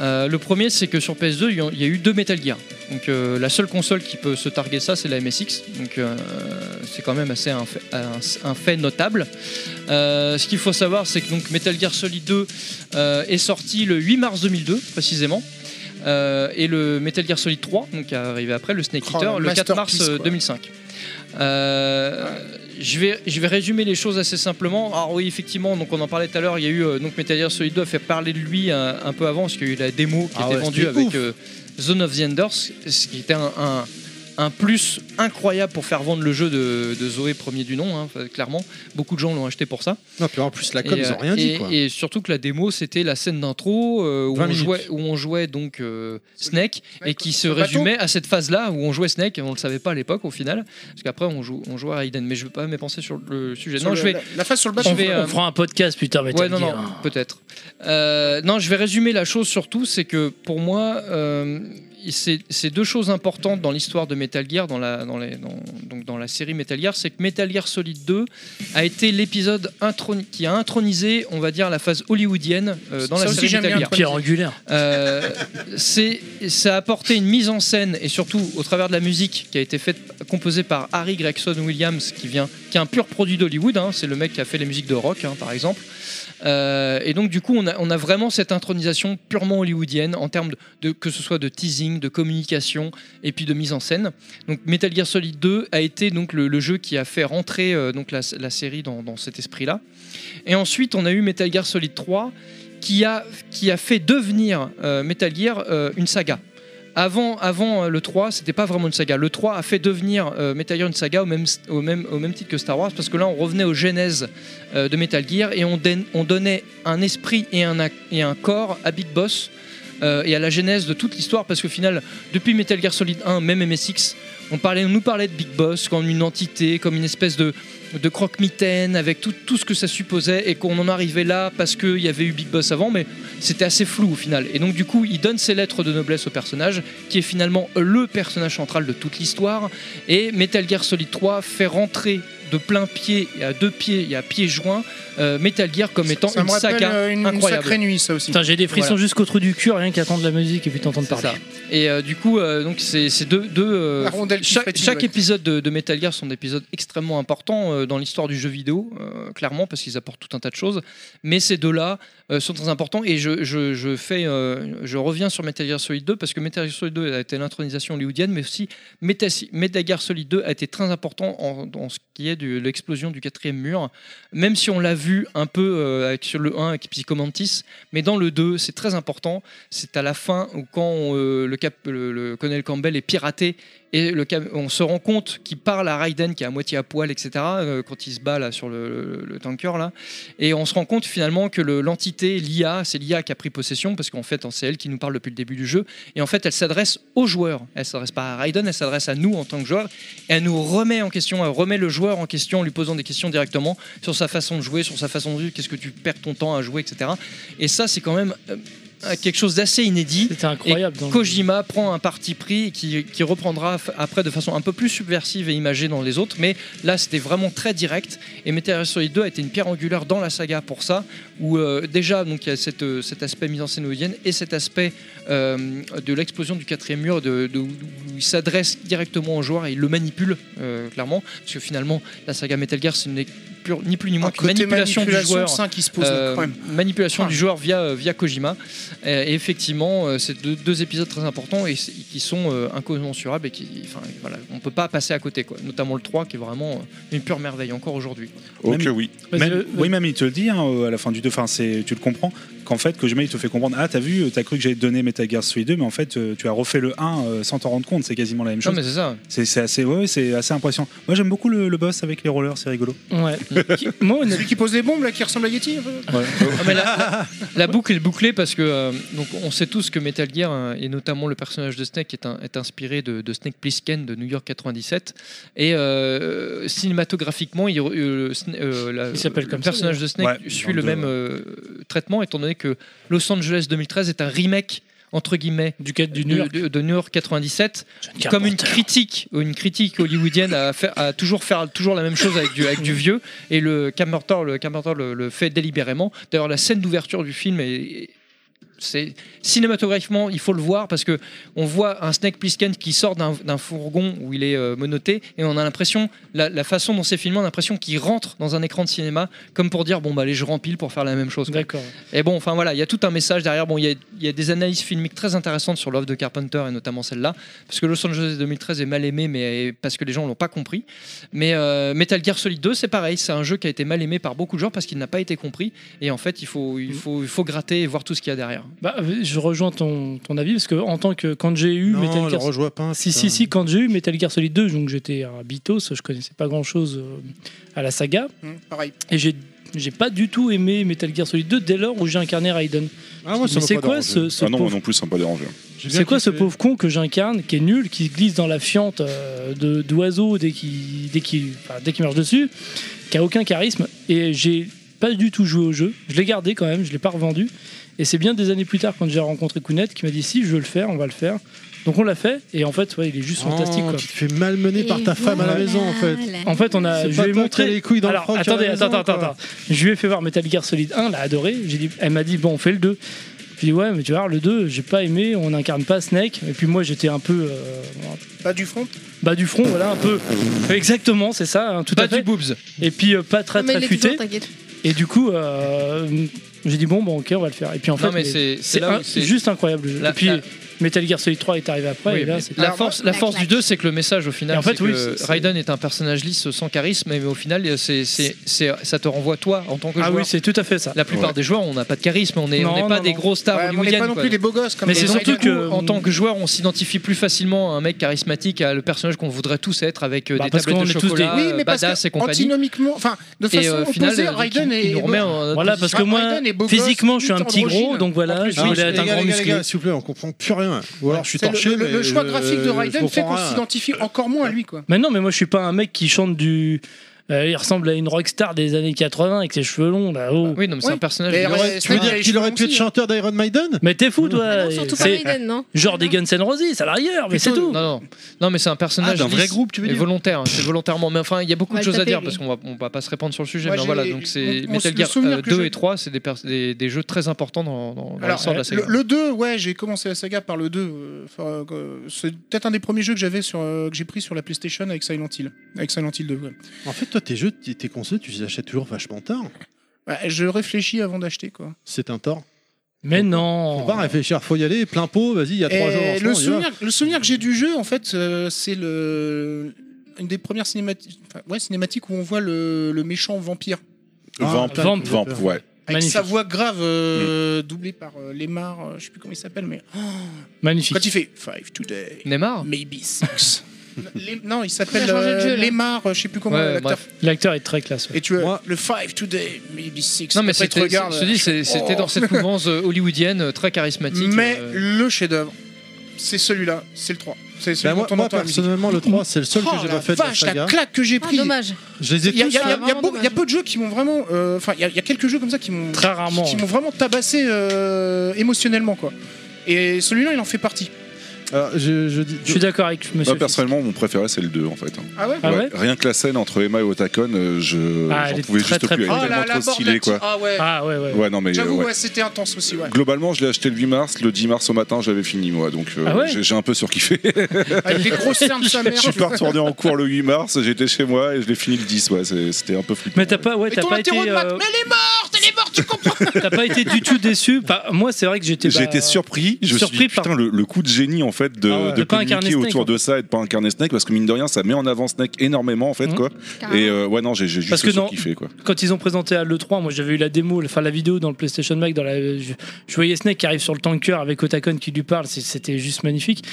Speaker 12: Euh, le premier, c'est que sur PS2, il y a- il y, a eu deux Metal Gear. Donc euh, la seule console qui peut se targuer ça, c'est la MSX. Donc euh, c'est quand même assez un fait, un- un fait notable. Euh, ce qu'il faut savoir, c'est que donc Metal Gear Solid 2 euh, est sorti le 8 mars 2002 précisément. Euh, et le Metal Gear Solid 3, donc qui est arrivé après, le Snake
Speaker 6: Oh,
Speaker 12: Eater,
Speaker 6: le
Speaker 12: le 4 mars
Speaker 6: masterpiece,
Speaker 12: euh,
Speaker 6: quoi.
Speaker 12: 2005. Euh, je vais, je vais résumer les choses assez simplement. Alors oui, effectivement, donc on en parlait tout à l'heure, il y a eu euh, donc Metal Gear Solid 2 a fait parler de lui euh, un, peu avant, parce qu'il y a eu la démo qui
Speaker 4: Ah
Speaker 12: était
Speaker 4: ouais,
Speaker 12: vendue
Speaker 4: c'était ouf.
Speaker 12: avec euh, Zone of the Enders, ce qui était un, un- un plus incroyable pour faire vendre le jeu de, de Zoé, premier du nom, hein, enfin, clairement. Beaucoup de gens l'ont acheté pour ça.
Speaker 4: Non, puis en plus, la com,
Speaker 12: Et,
Speaker 4: ils
Speaker 12: euh,
Speaker 4: ont rien dit
Speaker 12: et-
Speaker 4: quoi.
Speaker 12: Et surtout que la démo, c'était la scène d'intro euh, où,
Speaker 4: 20
Speaker 12: on
Speaker 4: minutes.
Speaker 12: jouait- où on jouait donc euh, Snake et qui se
Speaker 6: Le bateau.
Speaker 12: résumait à cette phase-là où on jouait Snake. On le savait pas à l'époque au final, parce qu'après on, joue, on jouait à Raiden. Mais je veux pas m'épancher sur le sujet.
Speaker 6: Sur
Speaker 12: non,
Speaker 6: le-
Speaker 12: je vais.
Speaker 6: La, la face sur le
Speaker 12: je
Speaker 6: bâton.
Speaker 12: vais, euh,
Speaker 10: On fera un podcast, putain, mais hein.
Speaker 12: Ouais, non, non, peut-être. Euh, non, je vais résumer la chose surtout, c'est que pour moi, euh, il c'est c'est deux choses importantes dans l'histoire de Metal Gear, dans la, dans les- dans- donc dans la série Metal Gear, c'est que Metal Gear Solid 2 a été l'épisode introni- qui a intronisé, on va dire, la phase hollywoodienne euh, dans
Speaker 10: Ça
Speaker 12: la
Speaker 10: aussi,
Speaker 12: série
Speaker 10: j'aime
Speaker 12: Metal
Speaker 10: bien
Speaker 12: Gear.
Speaker 10: Pierre Angulaire.
Speaker 12: Euh, c'est ça a apporté une mise en scène et surtout au travers de la musique qui a été faite composée par Harry Gregson Williams qui vient qui est un pur produit d'Hollywood hein, c'est le mec qui a fait les musiques de rock hein, par exemple Euh, et donc du coup on a, on a vraiment cette intronisation purement hollywoodienne en termes de, de- que ce soit de teasing de communication et puis de mise en scène donc Metal Gear Solid 2 a été donc le, le jeu qui a fait rentrer euh, donc la, la série dans, dans cet esprit là et ensuite on a eu Metal Gear Solid 3 qui a, qui a fait devenir euh, Metal Gear euh, une saga. Avant, avant euh, le 3, c'était pas vraiment une saga. Le 3 a fait devenir euh, Metal Gear une saga au même, au, même, au même titre que Star Wars, parce que là, on revenait aux genèses euh, de Metal Gear et on, dén- on donnait un esprit et un, ac- et un corps à Big Boss euh, et à la genèse de toute l'histoire, parce qu'au final, depuis Metal Gear Solid 1, même MSX, on, parlait, on nous parlait de Big Boss comme une entité, comme une espèce de, de croque-mitaine, avec tout, tout ce que ça supposait, et qu'on en arrivait là parce qu'il y avait eu Big Boss avant, mais c'était assez flou au final. Et donc, du coup, il donne ses lettres de noblesse au personnage, qui est finalement le personnage central de toute l'histoire, et Metal Gear Solid 3 fait rentrer de plein pied et à deux pieds et à pieds joints euh, Metal Gear comme étant
Speaker 6: ça me
Speaker 12: une
Speaker 6: rappelle,
Speaker 12: saga
Speaker 6: euh, une- une
Speaker 12: incroyable.
Speaker 6: sacrée nuit, ça aussi.
Speaker 10: Putain, j'ai des frissons
Speaker 12: Voilà.
Speaker 10: jusqu'au trou du cul rien qu'attendre la musique et puis t'entendre
Speaker 12: C'est
Speaker 10: parler.
Speaker 12: ça. Et euh, du coup, euh, donc c'est c'est deux, deux, euh,
Speaker 6: La rondelle qui
Speaker 12: chaque,
Speaker 6: frétille,
Speaker 12: chaque
Speaker 6: ouais.
Speaker 12: épisode de, de Metal Gear sont des épisodes extrêmement importants euh, dans l'histoire du jeu vidéo, euh, clairement parce qu'ils apportent tout un tas de choses. Mais ces deux-là euh, sont très importants et je, je, je fais, euh, je reviens sur Metal Gear Solid 2 parce que Metal Gear Solid 2 a été l'intronisation hollywoodienne, mais aussi Meta- Metal Gear Solid 2 a été très important en, en ce qui est de l'explosion du quatrième mur, même si on l'a vu un peu euh, avec sur le 1 avec Psychomantis, mais dans le 2 c'est très important c'est à la fin où quand euh, le, cap, le, le colonel Campbell est piraté et le cam- on se rend compte qu'il parle à Raiden qui est à moitié à poil etc euh, quand il se bat là sur le, le- le tanker là et on se rend compte finalement que le- l'entité l'IA c'est l'IA qui a pris possession parce qu'en fait c'est elle qui nous parle depuis le début du jeu et en fait elle s'adresse aux joueurs elle s'adresse pas à Raiden elle s'adresse à nous en tant que joueurs et elle nous remet en question elle remet le joueur en question en lui posant des questions directement sur sa façon de jouer sur sa façon de vivre qu'est-ce que tu perds ton temps à jouer etc et ça c'est quand même euh, quelque chose d'assez inédit. C'était
Speaker 10: incroyable. dans le-
Speaker 12: Kojima prend un parti pris qui, qui reprendra f- après de façon un peu plus subversive et imagée dans les autres, mais là c'était vraiment très direct. Et Metal Gear Solid 2 a été une pierre angulaire dans la saga pour ça, où euh, déjà donc il y a cette, euh, cet aspect mise en scène hollywoodienne et cet aspect euh, de l'explosion du quatrième mur, de, de- où il s'adresse directement au joueur et il le manipule euh, clairement, parce que finalement la saga Metal Gear c'est une pure- ni plus ni moins que
Speaker 6: côté
Speaker 12: manipulation, du
Speaker 6: manipulation
Speaker 12: joueur. Euh,
Speaker 6: sain qui se pose, quand même.
Speaker 12: Manipulation
Speaker 6: Ah.
Speaker 12: du joueur via, euh, via Kojima. Euh, Et effectivement, euh, c'est deux, deux épisodes très importants et c- qui sont euh, incommensurables et qui, enfin, voilà, on peut pas passer à côté, quoi. Notamment le 3 qui est vraiment euh, une pure merveille encore aujourd'hui.
Speaker 5: Ok, oui.
Speaker 9: Même-
Speaker 12: euh,
Speaker 9: oui, même il te le dit hein, euh, à la fin du 2. Enfin, c'est- tu le comprends qu'en fait, Kojima il te fait comprendre. Ah, t'as vu, euh, t'as cru que j'allais te donner Metal Gear Solid 2, mais en fait, euh, tu as refait le 1 euh, sans t'en rendre compte. C'est quasiment la même
Speaker 12: Non,
Speaker 9: chose.
Speaker 12: mais c'est ça.
Speaker 9: C'est c'est assez, ouais, ouais, c'est assez impressionnant. Moi, j'aime beaucoup le, le boss avec les rollers, c'est rigolo.
Speaker 10: Ouais.
Speaker 6: Celui qui pose les bombes, là, qui ressemble à Yeti un peu.
Speaker 12: Ah, mais la, la- la boucle est bouclée parce que euh, donc on sait tous que Metal Gear euh, et notamment le personnage de Snake est, un- est inspiré de, de Snake Plissken de New York 97 et euh, cinématographiquement il, euh, Sna- euh, la-
Speaker 10: Il s'appelle
Speaker 12: le
Speaker 10: comme ça,
Speaker 12: personnage de Snake
Speaker 10: d'ailleurs. Ouais,
Speaker 12: suit
Speaker 10: dans
Speaker 12: le
Speaker 10: le-
Speaker 12: même euh, traitement étant donné que Los Angeles 2013 est un remake entre guillemets
Speaker 10: du, du
Speaker 12: de,
Speaker 10: New York.
Speaker 12: de, de New York 97
Speaker 10: Carpenter.
Speaker 12: comme une critique une critique hollywoodienne à, faire, à toujours faire toujours la même chose avec du, avec du vieux et le Carpenter le, Carpenter le, le fait délibérément d'ailleurs la scène d'ouverture du film est c'est cinématographiquement il faut le voir parce que on voit un Snake Plissken qui sort d'un d'un fourgon où il est euh, menotté et on a l'impression la, la façon dont c'est filmé on a l'impression qu'il rentre dans un écran de cinéma comme pour dire bon bah allez je rempile pour faire la même chose quoi.
Speaker 10: D'accord.
Speaker 12: et bon enfin voilà il y a tout un message derrière bon il y, a- il y a des analyses filmiques très intéressantes sur l'œuvre de Carpenter et notamment celle-là parce que Los Angeles 2013 est mal aimé mais parce que les gens l'ont pas compris mais euh, Metal Gear Solid 2 c'est pareil c'est un jeu qui a été mal aimé par beaucoup de gens parce qu'il n'a pas été compris et en fait il faut, il faut, il faut gratter et voir tout ce qu'il y a derrière
Speaker 10: Bah, je rejoins ton, ton avis parce que en tant que quand j'ai eu
Speaker 4: Non,
Speaker 10: Metal
Speaker 4: le
Speaker 10: Gear
Speaker 4: rejoins pas,
Speaker 10: si
Speaker 4: putain.
Speaker 10: si si quand j'ai eu Metal Gear Solid 2 donc j'étais un bitos je connaissais pas grand chose à la saga
Speaker 6: pareil
Speaker 10: et j'ai j'ai pas du tout aimé Metal Gear Solid 2 dès lors où j'ai incarné Raiden.
Speaker 5: Ah,
Speaker 10: Mais c'est quoi ce, ce
Speaker 5: Ah non, moi
Speaker 10: pauvre-
Speaker 5: non plus, ça m'a pas dérangé.
Speaker 10: C'est quoi ce pauvre con que j'incarne, qui est nul, qui glisse dans la fiente euh, de- d'oiseau dès qu'il dès qu'il enfin, dès qu'il marche dessus, qui a aucun charisme et j'ai pas du tout joué au jeu. Je l'ai gardé quand même, je l'ai pas revendu. Et c'est bien des années plus tard quand j'ai rencontré Kounet qui m'a dit si je veux le faire, on va le faire. Donc on l'a fait et en fait ouais, il est juste
Speaker 4: Oh,
Speaker 10: fantastique. Quoi.
Speaker 4: tu te fais malmener par ta femme à la maison en fait.
Speaker 10: En fait, on a.
Speaker 4: C'est
Speaker 10: Je
Speaker 4: pas
Speaker 10: lui ai
Speaker 4: toi
Speaker 10: montré
Speaker 4: qui as les couilles dans le
Speaker 10: Alors,
Speaker 4: froc à la
Speaker 10: attendez,
Speaker 4: maison,
Speaker 10: attends, attends,
Speaker 4: quoi.
Speaker 10: attends. Je lui ai fait voir Metal Gear Solid 1, l'a adoré. J'ai dit, elle m'a dit, bon, on fait le 2. J'ai dit, ouais, mais tu vas voir, le 2, j'ai pas aimé, on incarne pas Snake. Et puis moi, j'étais un peu.
Speaker 6: Pas du front
Speaker 10: Bah, du front, voilà, un peu. Exactement, c'est ça, hein, tout à fait. Pas du
Speaker 12: boobs.
Speaker 10: Et puis, euh, pas très,
Speaker 7: mais
Speaker 10: très
Speaker 7: il est toujours,
Speaker 10: futé.
Speaker 7: t'inquiète.
Speaker 10: Et du coup, euh, j'ai dit, bon, bon, ok, on va le faire. Et puis en
Speaker 12: Non,
Speaker 10: fait,
Speaker 12: mais
Speaker 10: mais
Speaker 12: c'est- c'est
Speaker 10: c'est
Speaker 12: là où
Speaker 10: un-
Speaker 12: c'est-
Speaker 10: juste incroyable.
Speaker 12: La-
Speaker 10: et puis,
Speaker 12: la-
Speaker 10: Metal Gear Solid 3 est arrivé après.
Speaker 12: Oui,
Speaker 10: et là,
Speaker 12: mais
Speaker 10: c'est-
Speaker 12: la force, la force du 2, c'est que le message au final,
Speaker 10: Et en fait,
Speaker 12: c'est
Speaker 10: oui,
Speaker 12: que
Speaker 10: c'est-
Speaker 12: Raiden est un personnage lisse sans charisme, mais au final, c'est, c'est, c'est- ça te renvoie toi en tant que
Speaker 10: Ah
Speaker 12: joueur.
Speaker 10: oui, c'est tout à fait ça.
Speaker 12: La plupart
Speaker 10: Ouais.
Speaker 12: des joueurs, on n'a pas de charisme, on n'est
Speaker 10: Non,
Speaker 12: pas
Speaker 10: non,
Speaker 12: des
Speaker 10: non. euh,
Speaker 12: gros stars
Speaker 10: Ouais, mais on n'est pas
Speaker 12: hollywoodiennes,
Speaker 10: non
Speaker 12: quoi.
Speaker 10: plus des beaux gosses comme
Speaker 12: Mais
Speaker 10: les
Speaker 12: c'est
Speaker 10: Raiden.
Speaker 12: surtout que,
Speaker 10: Ou-
Speaker 12: en tant que joueur, on s'identifie plus facilement à un mec charismatique, à le personnage qu'on voudrait tous être avec euh,
Speaker 10: Bah,
Speaker 12: des
Speaker 10: parce
Speaker 12: tablettes de
Speaker 10: qu'on est tous
Speaker 12: chocolat,
Speaker 10: des- Oui,
Speaker 12: euh,
Speaker 10: mais parce
Speaker 12: badass
Speaker 10: que
Speaker 12: et compagnie.
Speaker 6: antinomiquement, enfin, de
Speaker 12: Et,
Speaker 6: façon
Speaker 12: euh, au final,
Speaker 6: opposée,
Speaker 12: euh,
Speaker 6: Raiden
Speaker 12: qui- qui
Speaker 6: est.
Speaker 12: nous remet en-
Speaker 10: Voilà, parce que moi,
Speaker 6: Raiden est beau gosse,
Speaker 10: physiquement, je suis un
Speaker 6: tout
Speaker 10: petit gros,
Speaker 6: androgyne.
Speaker 10: donc voilà, je
Speaker 4: Ah,
Speaker 10: voulais
Speaker 4: les
Speaker 10: être un
Speaker 4: gars,
Speaker 10: grand
Speaker 4: les gars, les
Speaker 10: musclé.
Speaker 4: gars, s'il vous plaît, on comprend plus rien. Ou alors je suis
Speaker 6: C'est le-
Speaker 4: torché.
Speaker 6: le, le
Speaker 4: mais
Speaker 6: choix
Speaker 4: je-
Speaker 6: graphique
Speaker 4: je
Speaker 6: de Raiden fait qu'on
Speaker 4: comprends rien.
Speaker 6: s'identifie encore moins à lui, quoi.
Speaker 10: Mais non, mais moi je suis pas un mec qui chante du. euh, il ressemble à une rockstar des années 80 avec ses cheveux longs oh. là-haut.
Speaker 12: Oui, non, mais c'est un personnage.
Speaker 10: Mais
Speaker 4: Il aurait-
Speaker 10: ouais,
Speaker 4: tu veux
Speaker 10: Snake,
Speaker 4: dire
Speaker 10: il a
Speaker 4: qu'il
Speaker 10: les
Speaker 4: aurait pu
Speaker 10: cheveux
Speaker 4: être chanteur d'Iron Maiden
Speaker 10: Mais t'es fou, toi
Speaker 7: surtout pas
Speaker 10: C'est
Speaker 7: Raiden, non
Speaker 10: genre des Guns N' Roses, ça n'a rien, mais c'est
Speaker 12: Plutôt-
Speaker 10: tout.
Speaker 12: Non, non, non, mais c'est un personnage
Speaker 10: Ah, d'un vrai
Speaker 12: lisse
Speaker 10: groupe, tu veux
Speaker 12: et
Speaker 10: dire
Speaker 12: volontaire. hein, C'est volontairement, mais enfin, il y a beaucoup
Speaker 10: On
Speaker 12: de
Speaker 10: va
Speaker 12: choses
Speaker 10: le
Speaker 12: à dire
Speaker 10: taper,
Speaker 12: parce qu'on va, on va pas se répandre sur le sujet.
Speaker 6: Moi,
Speaker 12: mais voilà,
Speaker 6: j'ai-
Speaker 12: donc c'est
Speaker 6: mon- mon-
Speaker 12: Metal
Speaker 6: le
Speaker 12: Gear
Speaker 6: souvenir
Speaker 12: euh,
Speaker 6: que
Speaker 12: 2
Speaker 6: j'ai-
Speaker 12: et 3, c'est des, pers- des, des jeux très importants dans, dans,
Speaker 5: Bah,
Speaker 12: dans
Speaker 6: Alors,
Speaker 10: euh,
Speaker 12: l'histoire
Speaker 6: euh,
Speaker 12: de la saga.
Speaker 6: le, le 2, ouais, j'ai commencé la saga par le 2. euh, enfin, euh, c'est peut-être un des premiers jeux que j'avais sur, euh, que j'ai pris sur la PlayStation avec Silent Hill. Avec Silent Hill 2, ouais.
Speaker 4: En fait, toi, tes jeux, tes tes consoles, tu les achètes toujours vachement tard.
Speaker 6: Ouais, je réfléchis avant d'acheter, quoi.
Speaker 4: C'est un tort.
Speaker 10: Mais non
Speaker 4: Faut pas réfléchir, faut y aller, plein pot, vas-y, il y a trois jours.
Speaker 6: Et
Speaker 4: en ce
Speaker 6: Eh, le
Speaker 4: moment, on y va.
Speaker 6: souvenir, le souvenir que j'ai du jeu, en fait, euh, c'est le une des premières cinématiques, enfin, ouais, cinématiques où on voit le, le méchant vampire.
Speaker 4: Ah,
Speaker 5: Vamp, Vamp, Vamp, ouais. Mm.
Speaker 6: Avec sa voix grave euh, doublée par euh, Lemar, euh, je sais plus comment il s'appelle, mais oh,
Speaker 10: Magnifique.
Speaker 6: quand il fait Five Today,
Speaker 12: Neymar
Speaker 6: Maybe Six. Lem- non, il s'appelle
Speaker 10: Il a changé de
Speaker 6: euh,
Speaker 10: jeu, là.
Speaker 6: Lemar, euh, je sais plus comment
Speaker 12: Ouais,
Speaker 6: l'acteur.
Speaker 12: bref.
Speaker 10: L'acteur est très classe.
Speaker 6: Et tu vois, le Five Today, Maybe Six.
Speaker 12: Non, mais
Speaker 6: Après, tu
Speaker 12: c'était,
Speaker 6: regardes,
Speaker 12: je te dis, c'est-
Speaker 6: oh.
Speaker 12: c'était dans cette mouvance euh, hollywoodienne euh, très charismatique.
Speaker 6: Mais
Speaker 12: euh,
Speaker 6: le chef-d'œuvre, c'est celui-là, c'est le 3. C'est celui
Speaker 4: Bah, moi,
Speaker 6: dont on
Speaker 4: moi,
Speaker 6: entend la musique.
Speaker 4: personnellement, le 3, c'est le seul que
Speaker 6: Oh
Speaker 4: j'ai
Speaker 6: la
Speaker 4: pas fait de la
Speaker 6: vache,
Speaker 4: saga.
Speaker 6: la claque que j'ai pris.
Speaker 7: dommage.
Speaker 4: Je les ai
Speaker 6: Il y, a-
Speaker 4: tous.
Speaker 6: il y a-
Speaker 4: fait.
Speaker 6: il y a beaucoup- il y a peu de jeux qui m'ont vraiment. euh, Enfin, il y a- il y, a quelques jeux comme ça qui m'ont.
Speaker 10: Très rarement,
Speaker 6: Qui
Speaker 10: ouais.
Speaker 6: m'ont vraiment tabassé euh, émotionnellement, quoi. Et celui-là, il en fait partie.
Speaker 4: Alors, je, je,
Speaker 10: Je suis d'accord avec monsieur.
Speaker 5: Moi, personnellement, mon préféré, c'est le 2, en fait. hein.
Speaker 6: Ah ouais
Speaker 10: Ah ouais
Speaker 5: Rien que la scène entre Emma et Otakon, euh, je
Speaker 10: Ah,
Speaker 5: j'en
Speaker 10: elle est
Speaker 5: pouvais
Speaker 10: très,
Speaker 5: juste
Speaker 10: très
Speaker 5: plus. Elle est
Speaker 6: Oh là,
Speaker 5: tellement
Speaker 6: la
Speaker 5: trop stylée,
Speaker 6: bordelatique.
Speaker 5: quoi.
Speaker 6: Ah ouais.
Speaker 10: Ah ouais, ouais.
Speaker 5: Ouais, non, mais, euh,
Speaker 6: J'avoue,
Speaker 5: ouais.
Speaker 6: ouais, c'était intense aussi, ouais.
Speaker 5: Globalement, je l'ai acheté le 8 mars, le 10 mars au matin, je l'avais fini, moi, donc euh,
Speaker 6: Ah ouais
Speaker 5: j'ai- j'ai un peu surkiffé.
Speaker 6: Avec des grosses cernes de sa mère.
Speaker 5: Je suis pas retourné en cours le 8 mars, j'étais chez moi et je l'ai fini le 10, ouais, c'est- c'était un peu flippant.
Speaker 10: Mais t'as pas, ouais,
Speaker 6: Et
Speaker 10: t'as
Speaker 6: ton
Speaker 10: pas été.
Speaker 6: interro de maths,
Speaker 10: euh,
Speaker 6: mais elle est morte, elle est morte, tu comprends
Speaker 10: T'as pas été du tout déçu. Enfin, moi, c'est vrai que j'étais.
Speaker 5: J'ai
Speaker 10: bah,
Speaker 5: été surpris, je me suis dit,
Speaker 10: surpris par-
Speaker 5: putain, le, le coup de génie en fait de,
Speaker 10: Ah ouais.
Speaker 5: de
Speaker 10: De pas incarner
Speaker 5: communiquer
Speaker 10: Snake, hein.
Speaker 5: autour
Speaker 10: en fait.
Speaker 5: de ça et de pas incarner Snake parce que mine de rien ça met en avant Snake énormément en fait quoi.
Speaker 10: Carrément.
Speaker 5: Et euh, ouais, non, j'ai j'ai
Speaker 10: Mmh. Parce
Speaker 5: juste
Speaker 10: que dans-
Speaker 5: surkiffé quoi.
Speaker 10: Quand ils ont présenté à l'E3, moi j'avais eu la démo, enfin la vidéo dans le PlayStation Mac, dans la, je, je voyais Snake qui arrive sur le tanker avec Otakon qui lui parle, c'est- c'était juste magnifique.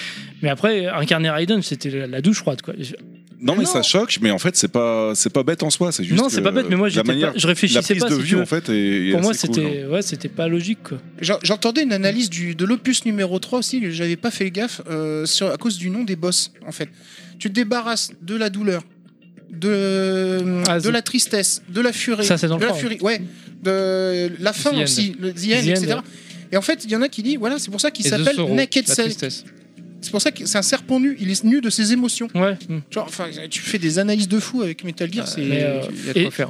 Speaker 10: Mais après, incarner Raiden, c'était la, la douche froide quoi. Je-
Speaker 5: Non mais ça choque, mais en fait c'est pas c'est pas bête en soi, c'est juste
Speaker 10: Non, c'est
Speaker 5: que
Speaker 10: pas bête, mais moi,
Speaker 5: la
Speaker 10: j'étais
Speaker 5: manière-
Speaker 10: pas- je réfléchissais
Speaker 5: la prise
Speaker 10: pas,
Speaker 5: de
Speaker 10: si tu
Speaker 5: vue
Speaker 10: veux.
Speaker 5: en fait est, est
Speaker 10: Pour moi,
Speaker 5: assez cool, hein.
Speaker 10: c'était ouais, c'était pas logique quoi.
Speaker 6: J'en- J'entendais une analyse du, de l'opus numéro 3 aussi, que j'avais pas fait gaffe, euh, sur, à cause du nom des boss, en fait. Tu te débarrasses de la douleur, de,
Speaker 10: Ah,
Speaker 6: de
Speaker 10: zut.
Speaker 6: la tristesse, de la furie.
Speaker 10: Ça, c'est dans le
Speaker 6: de la
Speaker 10: trois, hein.
Speaker 6: furie, ouais. De la fin
Speaker 10: The end.
Speaker 6: aussi, le the
Speaker 10: The
Speaker 6: end,
Speaker 10: end,
Speaker 6: etc.
Speaker 10: ouais.
Speaker 6: Et en fait, il y en a qui disent, voilà, c'est pour ça qu'il
Speaker 12: et The
Speaker 6: s'appelle
Speaker 12: Sorrow,
Speaker 6: Naked
Speaker 12: la
Speaker 6: Snake.
Speaker 12: tristesse.
Speaker 6: C'est pour ça que c'est un serpent nu, il est nu de ses émotions.
Speaker 10: Ouais.
Speaker 6: Genre, enfin, tu fais des analyses de fou avec Metal Gear, c'est.
Speaker 10: Mais, euh,
Speaker 12: Il y a de quoi
Speaker 10: et-
Speaker 12: faire.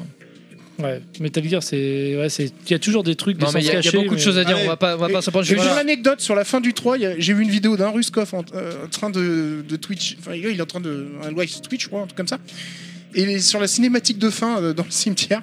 Speaker 10: Ouais, Metal Gear, c'est. Ouais, c'est. Il y a toujours des trucs, des
Speaker 12: Non, mais
Speaker 10: sens
Speaker 12: il y a- il y a
Speaker 10: cachés,
Speaker 12: beaucoup de
Speaker 10: mais-
Speaker 12: choses à dire, on va pas- on va pas s'en prendre-
Speaker 6: J'ai
Speaker 12: Voilà.
Speaker 6: une anecdote sur la fin du 3, il y a- j'ai vu une vidéo d'un Ruskov en, euh, en train de, de Twitch. Enfin, il est en train de. Un live Twitch, je crois, un truc comme ça. Et il est sur la cinématique de fin euh, dans le cimetière.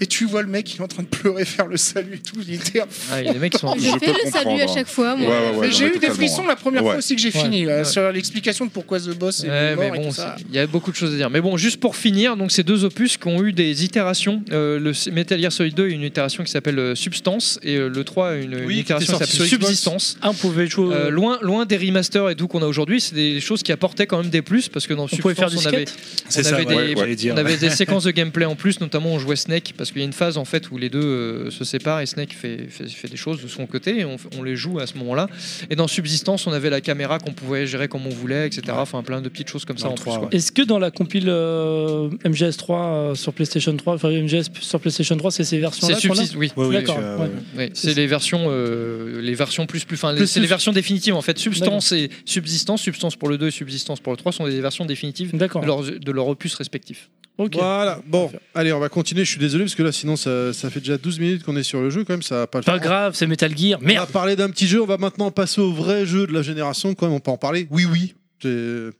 Speaker 6: Et tu vois le mec, il est en train de pleurer, faire le salut et tout. Il était à fond
Speaker 12: Ah, et les mecs sont-
Speaker 6: dans-
Speaker 12: Je Je
Speaker 7: fais peux le salut comprendre, à hein. chaque fois, moi. Ouais, ouais, ouais,
Speaker 6: Mais
Speaker 7: non, mais
Speaker 6: j'ai eu des
Speaker 7: totalement,
Speaker 6: frissons
Speaker 7: hein.
Speaker 6: la première
Speaker 12: Ouais.
Speaker 6: fois aussi que j'ai
Speaker 12: Ouais.
Speaker 6: fini euh,
Speaker 12: Ouais.
Speaker 6: sur l'explication de pourquoi The Boss est
Speaker 12: Ouais,
Speaker 6: mort
Speaker 12: mais
Speaker 6: et
Speaker 12: bon,
Speaker 6: tout ça.
Speaker 12: c'est- il y a beaucoup de choses à dire. Mais bon, juste pour finir, donc ces deux opus qui ont eu des itérations. euh, le C- Metal Gear Solid 2 a une itération qui s'appelle euh, Substance et euh, le 3 a une, une
Speaker 10: qui
Speaker 12: itération qui
Speaker 10: était
Speaker 12: s'appelle
Speaker 10: sorti sur Xbox.
Speaker 12: Subsistance.
Speaker 10: Ah, on pouvait jouer.
Speaker 12: Euh, loin, loin des remasters et tout qu'on a aujourd'hui, c'est des choses qui apportaient quand même des plus parce que dans
Speaker 10: pouvait
Speaker 12: Substance
Speaker 10: faire du
Speaker 12: on avait,
Speaker 10: skate
Speaker 12: on
Speaker 10: C'est ça,
Speaker 12: avait
Speaker 10: ouais,
Speaker 12: des,
Speaker 10: j'allais dire.
Speaker 12: on avait des séquences de gameplay en plus, notamment on jouait Snake parce qu'il y a une phase en fait où les deux euh, se séparent et Snake fait, fait, fait des choses de son côté et on, on les joue à ce moment-là. Et dans Subsistance, on avait la caméra qu'on pouvait gérer comme on voulait, etc. Enfin, plein de petites choses comme ça en plus. quoi.
Speaker 10: Est-ce que dans la compile euh, MGS3 euh, sur PlayStation 3, enfin MGS sur PlayStation 3, c'est ces versions-là
Speaker 12: C'est
Speaker 10: qu'on a
Speaker 12: subsiste, oui.
Speaker 10: D'accord.
Speaker 4: euh,
Speaker 10: ouais.
Speaker 12: Oui, C'est les versions, euh, les versions plus plus. Enfin, les-
Speaker 10: Plus,
Speaker 12: c'est les
Speaker 10: plus.
Speaker 12: versions définitives en fait. Substance et subsistance, substance pour le 2 et subsistance pour le 3 sont des versions définitives de leur, de leur opus respectif.
Speaker 4: Voilà, bon, allez, on va continuer. Je suis désolé parce que là, sinon, ça, ça fait déjà 12 minutes qu'on est sur le jeu, quand même, ça va pas le
Speaker 10: Pas
Speaker 4: faire.
Speaker 10: grave, c'est Metal Gear. Merde.
Speaker 4: On a parlé d'un petit jeu, on va maintenant passer au vrai jeu de la génération, quand même, on peut en parler. Oui, oui. C'est- euh,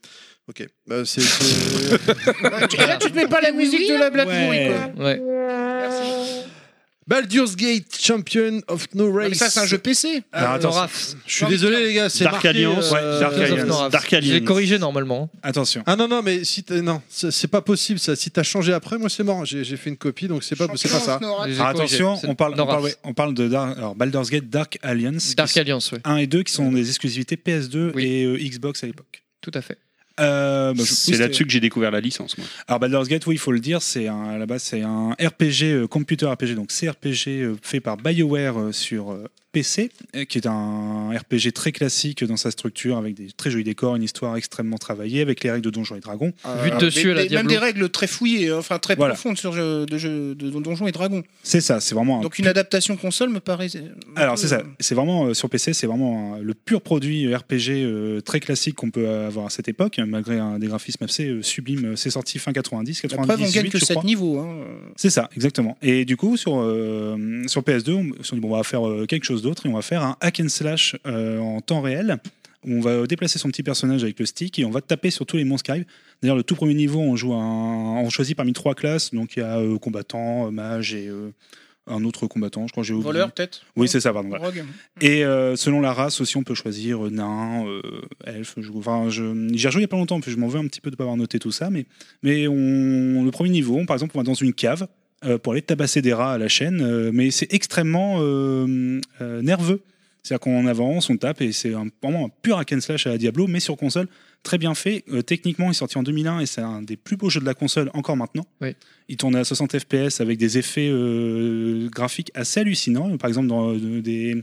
Speaker 4: Ok. Bah, c'est- c'est-
Speaker 6: Là, tu te mets pas la musique de la blague pourrie, quoi.
Speaker 4: Baldur's Gate Champion of No Race.
Speaker 6: mais ça, c'est un jeu
Speaker 10: euh,
Speaker 6: PC.
Speaker 4: Ah,
Speaker 9: Alors, attention.
Speaker 4: Raph. Je suis désolé, les gars, c'est marqué, euh,
Speaker 12: Je l'ai corrigé normalement.
Speaker 9: Attention.
Speaker 4: Ah non, non, mais si t'es- non, c'est c'est pas possible ça. Si t'as changé après, moi c'est mort. J'ai j'ai fait une copie donc c'est pas, c'est pas ça.
Speaker 9: Alors, Ah, attention, on parle, on parle, ouais, on parle de Dar- alors, Baldur's Gate Dark Alliance.
Speaker 12: Dark
Speaker 9: qui-
Speaker 12: Alliance, oui.
Speaker 9: 1 et 2 qui sont des exclusivités PS2 et euh, Xbox à l'époque.
Speaker 12: Tout à fait.
Speaker 9: Euh, bah, je-
Speaker 20: C'est
Speaker 9: oui,
Speaker 20: là-dessus
Speaker 9: c'était-
Speaker 20: que j'ai découvert la licence. Moi.
Speaker 9: Alors Baldur's Gate, oui, il faut le dire, c'est un, à la base c'est un RPG, euh, computer RPG, donc CRPG euh, fait par BioWare euh, sur euh, PC, euh, qui est un RPG très classique dans sa structure, avec des très jolis décors, une histoire extrêmement travaillée, avec les règles de Donjons et Dragons.
Speaker 6: Euh, mais- mais Même des règles très fouillées, euh, enfin très
Speaker 9: Voilà.
Speaker 6: profondes sur jeu- de, jeu, de Donjons et Dragons.
Speaker 9: C'est ça, c'est vraiment un
Speaker 6: Donc une adaptation console me paraît.
Speaker 9: Alors c'est ça, c'est vraiment euh, sur PC, c'est vraiment un- le pur produit RPG euh, très classique qu'on peut avoir à cette époque, malgré un, des graphismes assez euh, sublimes. C'est sorti fin 90, 98.
Speaker 6: La preuve, on gagne que
Speaker 9: je
Speaker 6: 7
Speaker 9: crois.
Speaker 6: niveaux. hein.
Speaker 9: C'est ça, exactement. Et du coup, sur, euh, sur PS2, on, on s'est dit, bon, on va faire euh, quelque chose d'autre et on va faire un hack and slash euh, en temps réel où on va déplacer son petit personnage avec le stick et on va taper sur tous les monstres qui arrivent. D'ailleurs, le tout premier niveau, on, joue un, on choisit parmi trois classes. Donc, il y a euh, combattant, euh, mage et euh, un autre combattant, je crois que j'ai oublié.
Speaker 6: Voleur, peut-être
Speaker 9: Oui, c'est ça, pardon. voilà.
Speaker 6: Rogue. Ah
Speaker 9: Et euh, selon la race aussi, on peut choisir euh, nain, euh, elfe. Je, enfin, je- j'y ai rejoué il n'y a pas longtemps, puis je m'en veux un petit peu de ne pas avoir noté tout ça. Mais, mais on, le premier niveau, on- par exemple, on va dans une cave euh, pour aller tabasser des rats à la chaîne, euh, mais c'est extrêmement euh, euh, nerveux. C'est-à-dire qu'on avance, on tape, et c'est un- vraiment un pur hack and slash à la Diablo, mais sur console, très bien fait. Euh, techniquement, il est sorti en 2001, et c'est un des plus beaux jeux de la console encore maintenant.
Speaker 12: Oui.
Speaker 9: Il tournait à 60 FPS avec des effets euh, graphiques assez hallucinants. Par exemple, dans euh, des,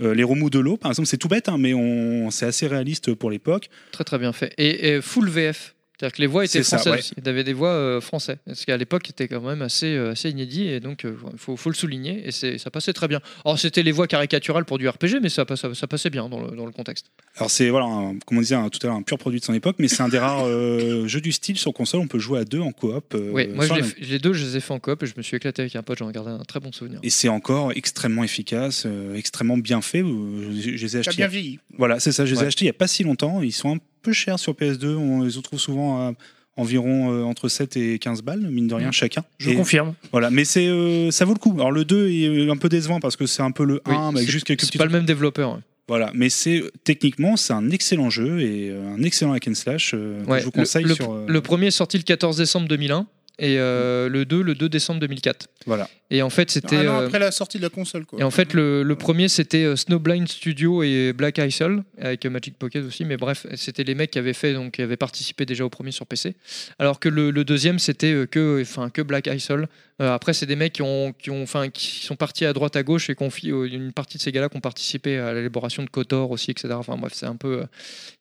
Speaker 9: euh, les remous de l'eau, par exemple, c'est tout bête, hein, mais on, c'est assez réaliste pour l'époque.
Speaker 12: Très très bien fait. Et, et full VF. C'est-à-dire que les voix étaient
Speaker 9: C'est ça,
Speaker 12: françaises.
Speaker 9: ouais.
Speaker 12: aussi. Il y avait des voix euh, français. Parce qu'à l'époque, c'était quand même assez, euh, assez inédit. Et donc, euh, il faut, faut le souligner. Et c'est- ça passait très bien. Alors, c'était les voix caricaturales pour du RPG, mais ça, passe- ça passait bien dans le, dans le contexte.
Speaker 9: Alors c'est voilà, un- comme on disait un- tout à l'heure, un pur produit de son époque, mais c'est un des rares euh, jeux du style sur console. On peut jouer à deux en coop. euh,
Speaker 12: oui, moi, je
Speaker 9: sans
Speaker 12: l'ai
Speaker 9: la-
Speaker 12: fait- les deux, je les ai fait en coop. Et je me suis éclaté avec un pote. J'en ai gardé un très bon souvenir.
Speaker 9: Et c'est encore extrêmement efficace, euh, extrêmement bien fait. Euh, Je, je les ai
Speaker 12: T'as bien
Speaker 9: achetés. il y a-
Speaker 12: vieilli.
Speaker 9: Voilà, c'est ça. Je les ai
Speaker 12: Ouais.
Speaker 9: achetés il n'y a pas si longtemps. Ils sont un peu chers sur PS2. On les trouve souvent à environ euh, entre 7 et 15 balles, mine de rien,
Speaker 10: Mm.
Speaker 9: chacun.
Speaker 10: Je
Speaker 9: Et-
Speaker 10: confirme.
Speaker 9: Voilà, mais c'est euh, ça vaut le coup. Alors le 2 est un peu décevant parce que c'est un peu le
Speaker 12: Oui,
Speaker 9: 1 Ah, mais avec
Speaker 12: c'est-
Speaker 9: juste quelques
Speaker 12: C'est
Speaker 9: petits
Speaker 12: pas le même développeur. hein.
Speaker 9: Voilà, mais c'est techniquement c'est un excellent jeu et euh, un excellent hack and slash. euh, que
Speaker 12: Ouais,
Speaker 9: je vous
Speaker 12: le-
Speaker 9: conseille
Speaker 12: le,
Speaker 9: sur. euh,
Speaker 12: le premier est sorti le 14 décembre 2001 et euh, le 2 le 2 décembre 2004.
Speaker 9: Voilà.
Speaker 12: Et en fait,
Speaker 6: Un
Speaker 12: c'était.
Speaker 6: an
Speaker 12: euh,
Speaker 6: après la sortie de la console, quoi.
Speaker 12: Et en fait, le, le premier, c'était euh, Snowblind Studio et Black Isle, avec euh, Magic Pocket aussi, mais bref, c'était les mecs qui avaient fait, donc qui avaient participé déjà au premier sur PC. Alors que le, le deuxième, c'était euh, que, enfin, que Black Isle. Euh, après, c'est des mecs qui, ont, qui, ont, enfin, qui sont partis à droite, à gauche, et qu'on euh, une partie de ces gars-là qui ont participé à l'élaboration de Kotor aussi, etc. Enfin bref, c'est un peu. euh,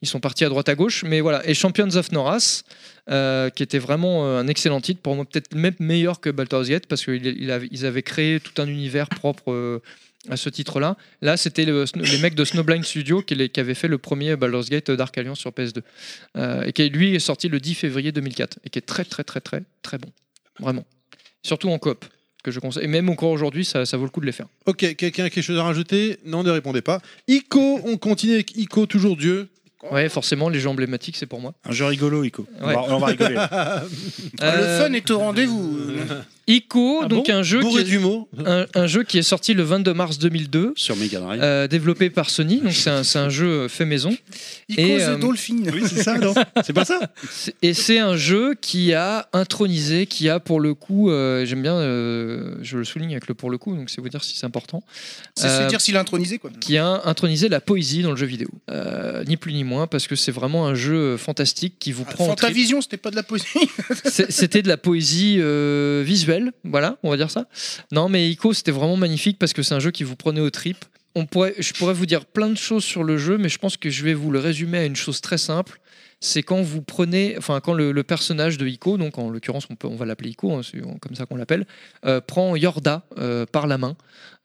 Speaker 12: ils sont partis à droite, à gauche, mais voilà. Et Champions of Noras, euh, qui était vraiment euh, un excellent titre, pour moi, peut-être même meilleur que Baldur's Gate, parce qu'ils avaient créé tout un univers propre. euh, à ce titre-là. Là, c'était le- les mecs de Snowblind Studio qui, les- qui avaient fait le premier Baldur's Gate Dark Alliance sur PS2. Euh, et qui, lui, est sorti le 10 février 2004. Et qui est très, très, très, très, très bon. Vraiment. Surtout en coop, que je conseille. Et même encore aujourd'hui, ça, ça vaut le coup de les faire.
Speaker 4: Ok, quelqu'un a quelque chose à rajouter Non, ne répondez pas. Ico, on continue avec Ico, toujours Dieu.
Speaker 12: Ouais, forcément, les gens emblématiques, c'est pour moi.
Speaker 9: Un jeu rigolo, Ico.
Speaker 12: Ouais.
Speaker 9: On, va, on va rigoler.
Speaker 12: Euh,
Speaker 6: Ah, Le fun est au rendez-vous.
Speaker 12: Ico,
Speaker 6: Ah
Speaker 12: donc
Speaker 6: bon
Speaker 12: un jeu, qui
Speaker 6: Bourré
Speaker 12: est, un, un jeu qui est sorti le 22 mars 2002.
Speaker 20: Sur Mega Drive.
Speaker 12: euh, développé par Sony, donc c'est un, c'est un jeu fait maison.
Speaker 6: Ico the
Speaker 12: euh,
Speaker 6: Dolphin. Oui, c'est ça, non
Speaker 12: C'est pas ça Et c'est un jeu qui a intronisé, qui a pour le coup, euh, j'aime bien, euh, je le souligne avec le pour le coup, donc c'est vous dire si c'est important.
Speaker 6: C'est se
Speaker 12: Euh,
Speaker 6: dire s'il a intronisé, quoi.
Speaker 12: qui a intronisé la poésie dans le jeu vidéo. Euh, ni plus ni moins, parce que c'est vraiment un jeu
Speaker 6: Ah,
Speaker 12: fantastique qui vous prend. en trip. Mm.
Speaker 6: Fantavision, c'était pas de la poésie.
Speaker 12: C'est- C'était de la poésie euh, visuelle, visuel, voilà, on va dire ça. Non, mais Ico, c'était vraiment magnifique parce que c'est un jeu qui vous prenait aux tripes. On pourrait, je pourrais vous dire plein de choses sur le jeu, mais je pense que je vais vous le résumer à une chose très simple. C'est quand vous prenez, enfin quand le, le personnage de Ico, donc en l'occurrence on, peut, on va l'appeler Ico, hein, c'est comme ça qu'on l'appelle, euh, prend Yorda euh, par la main.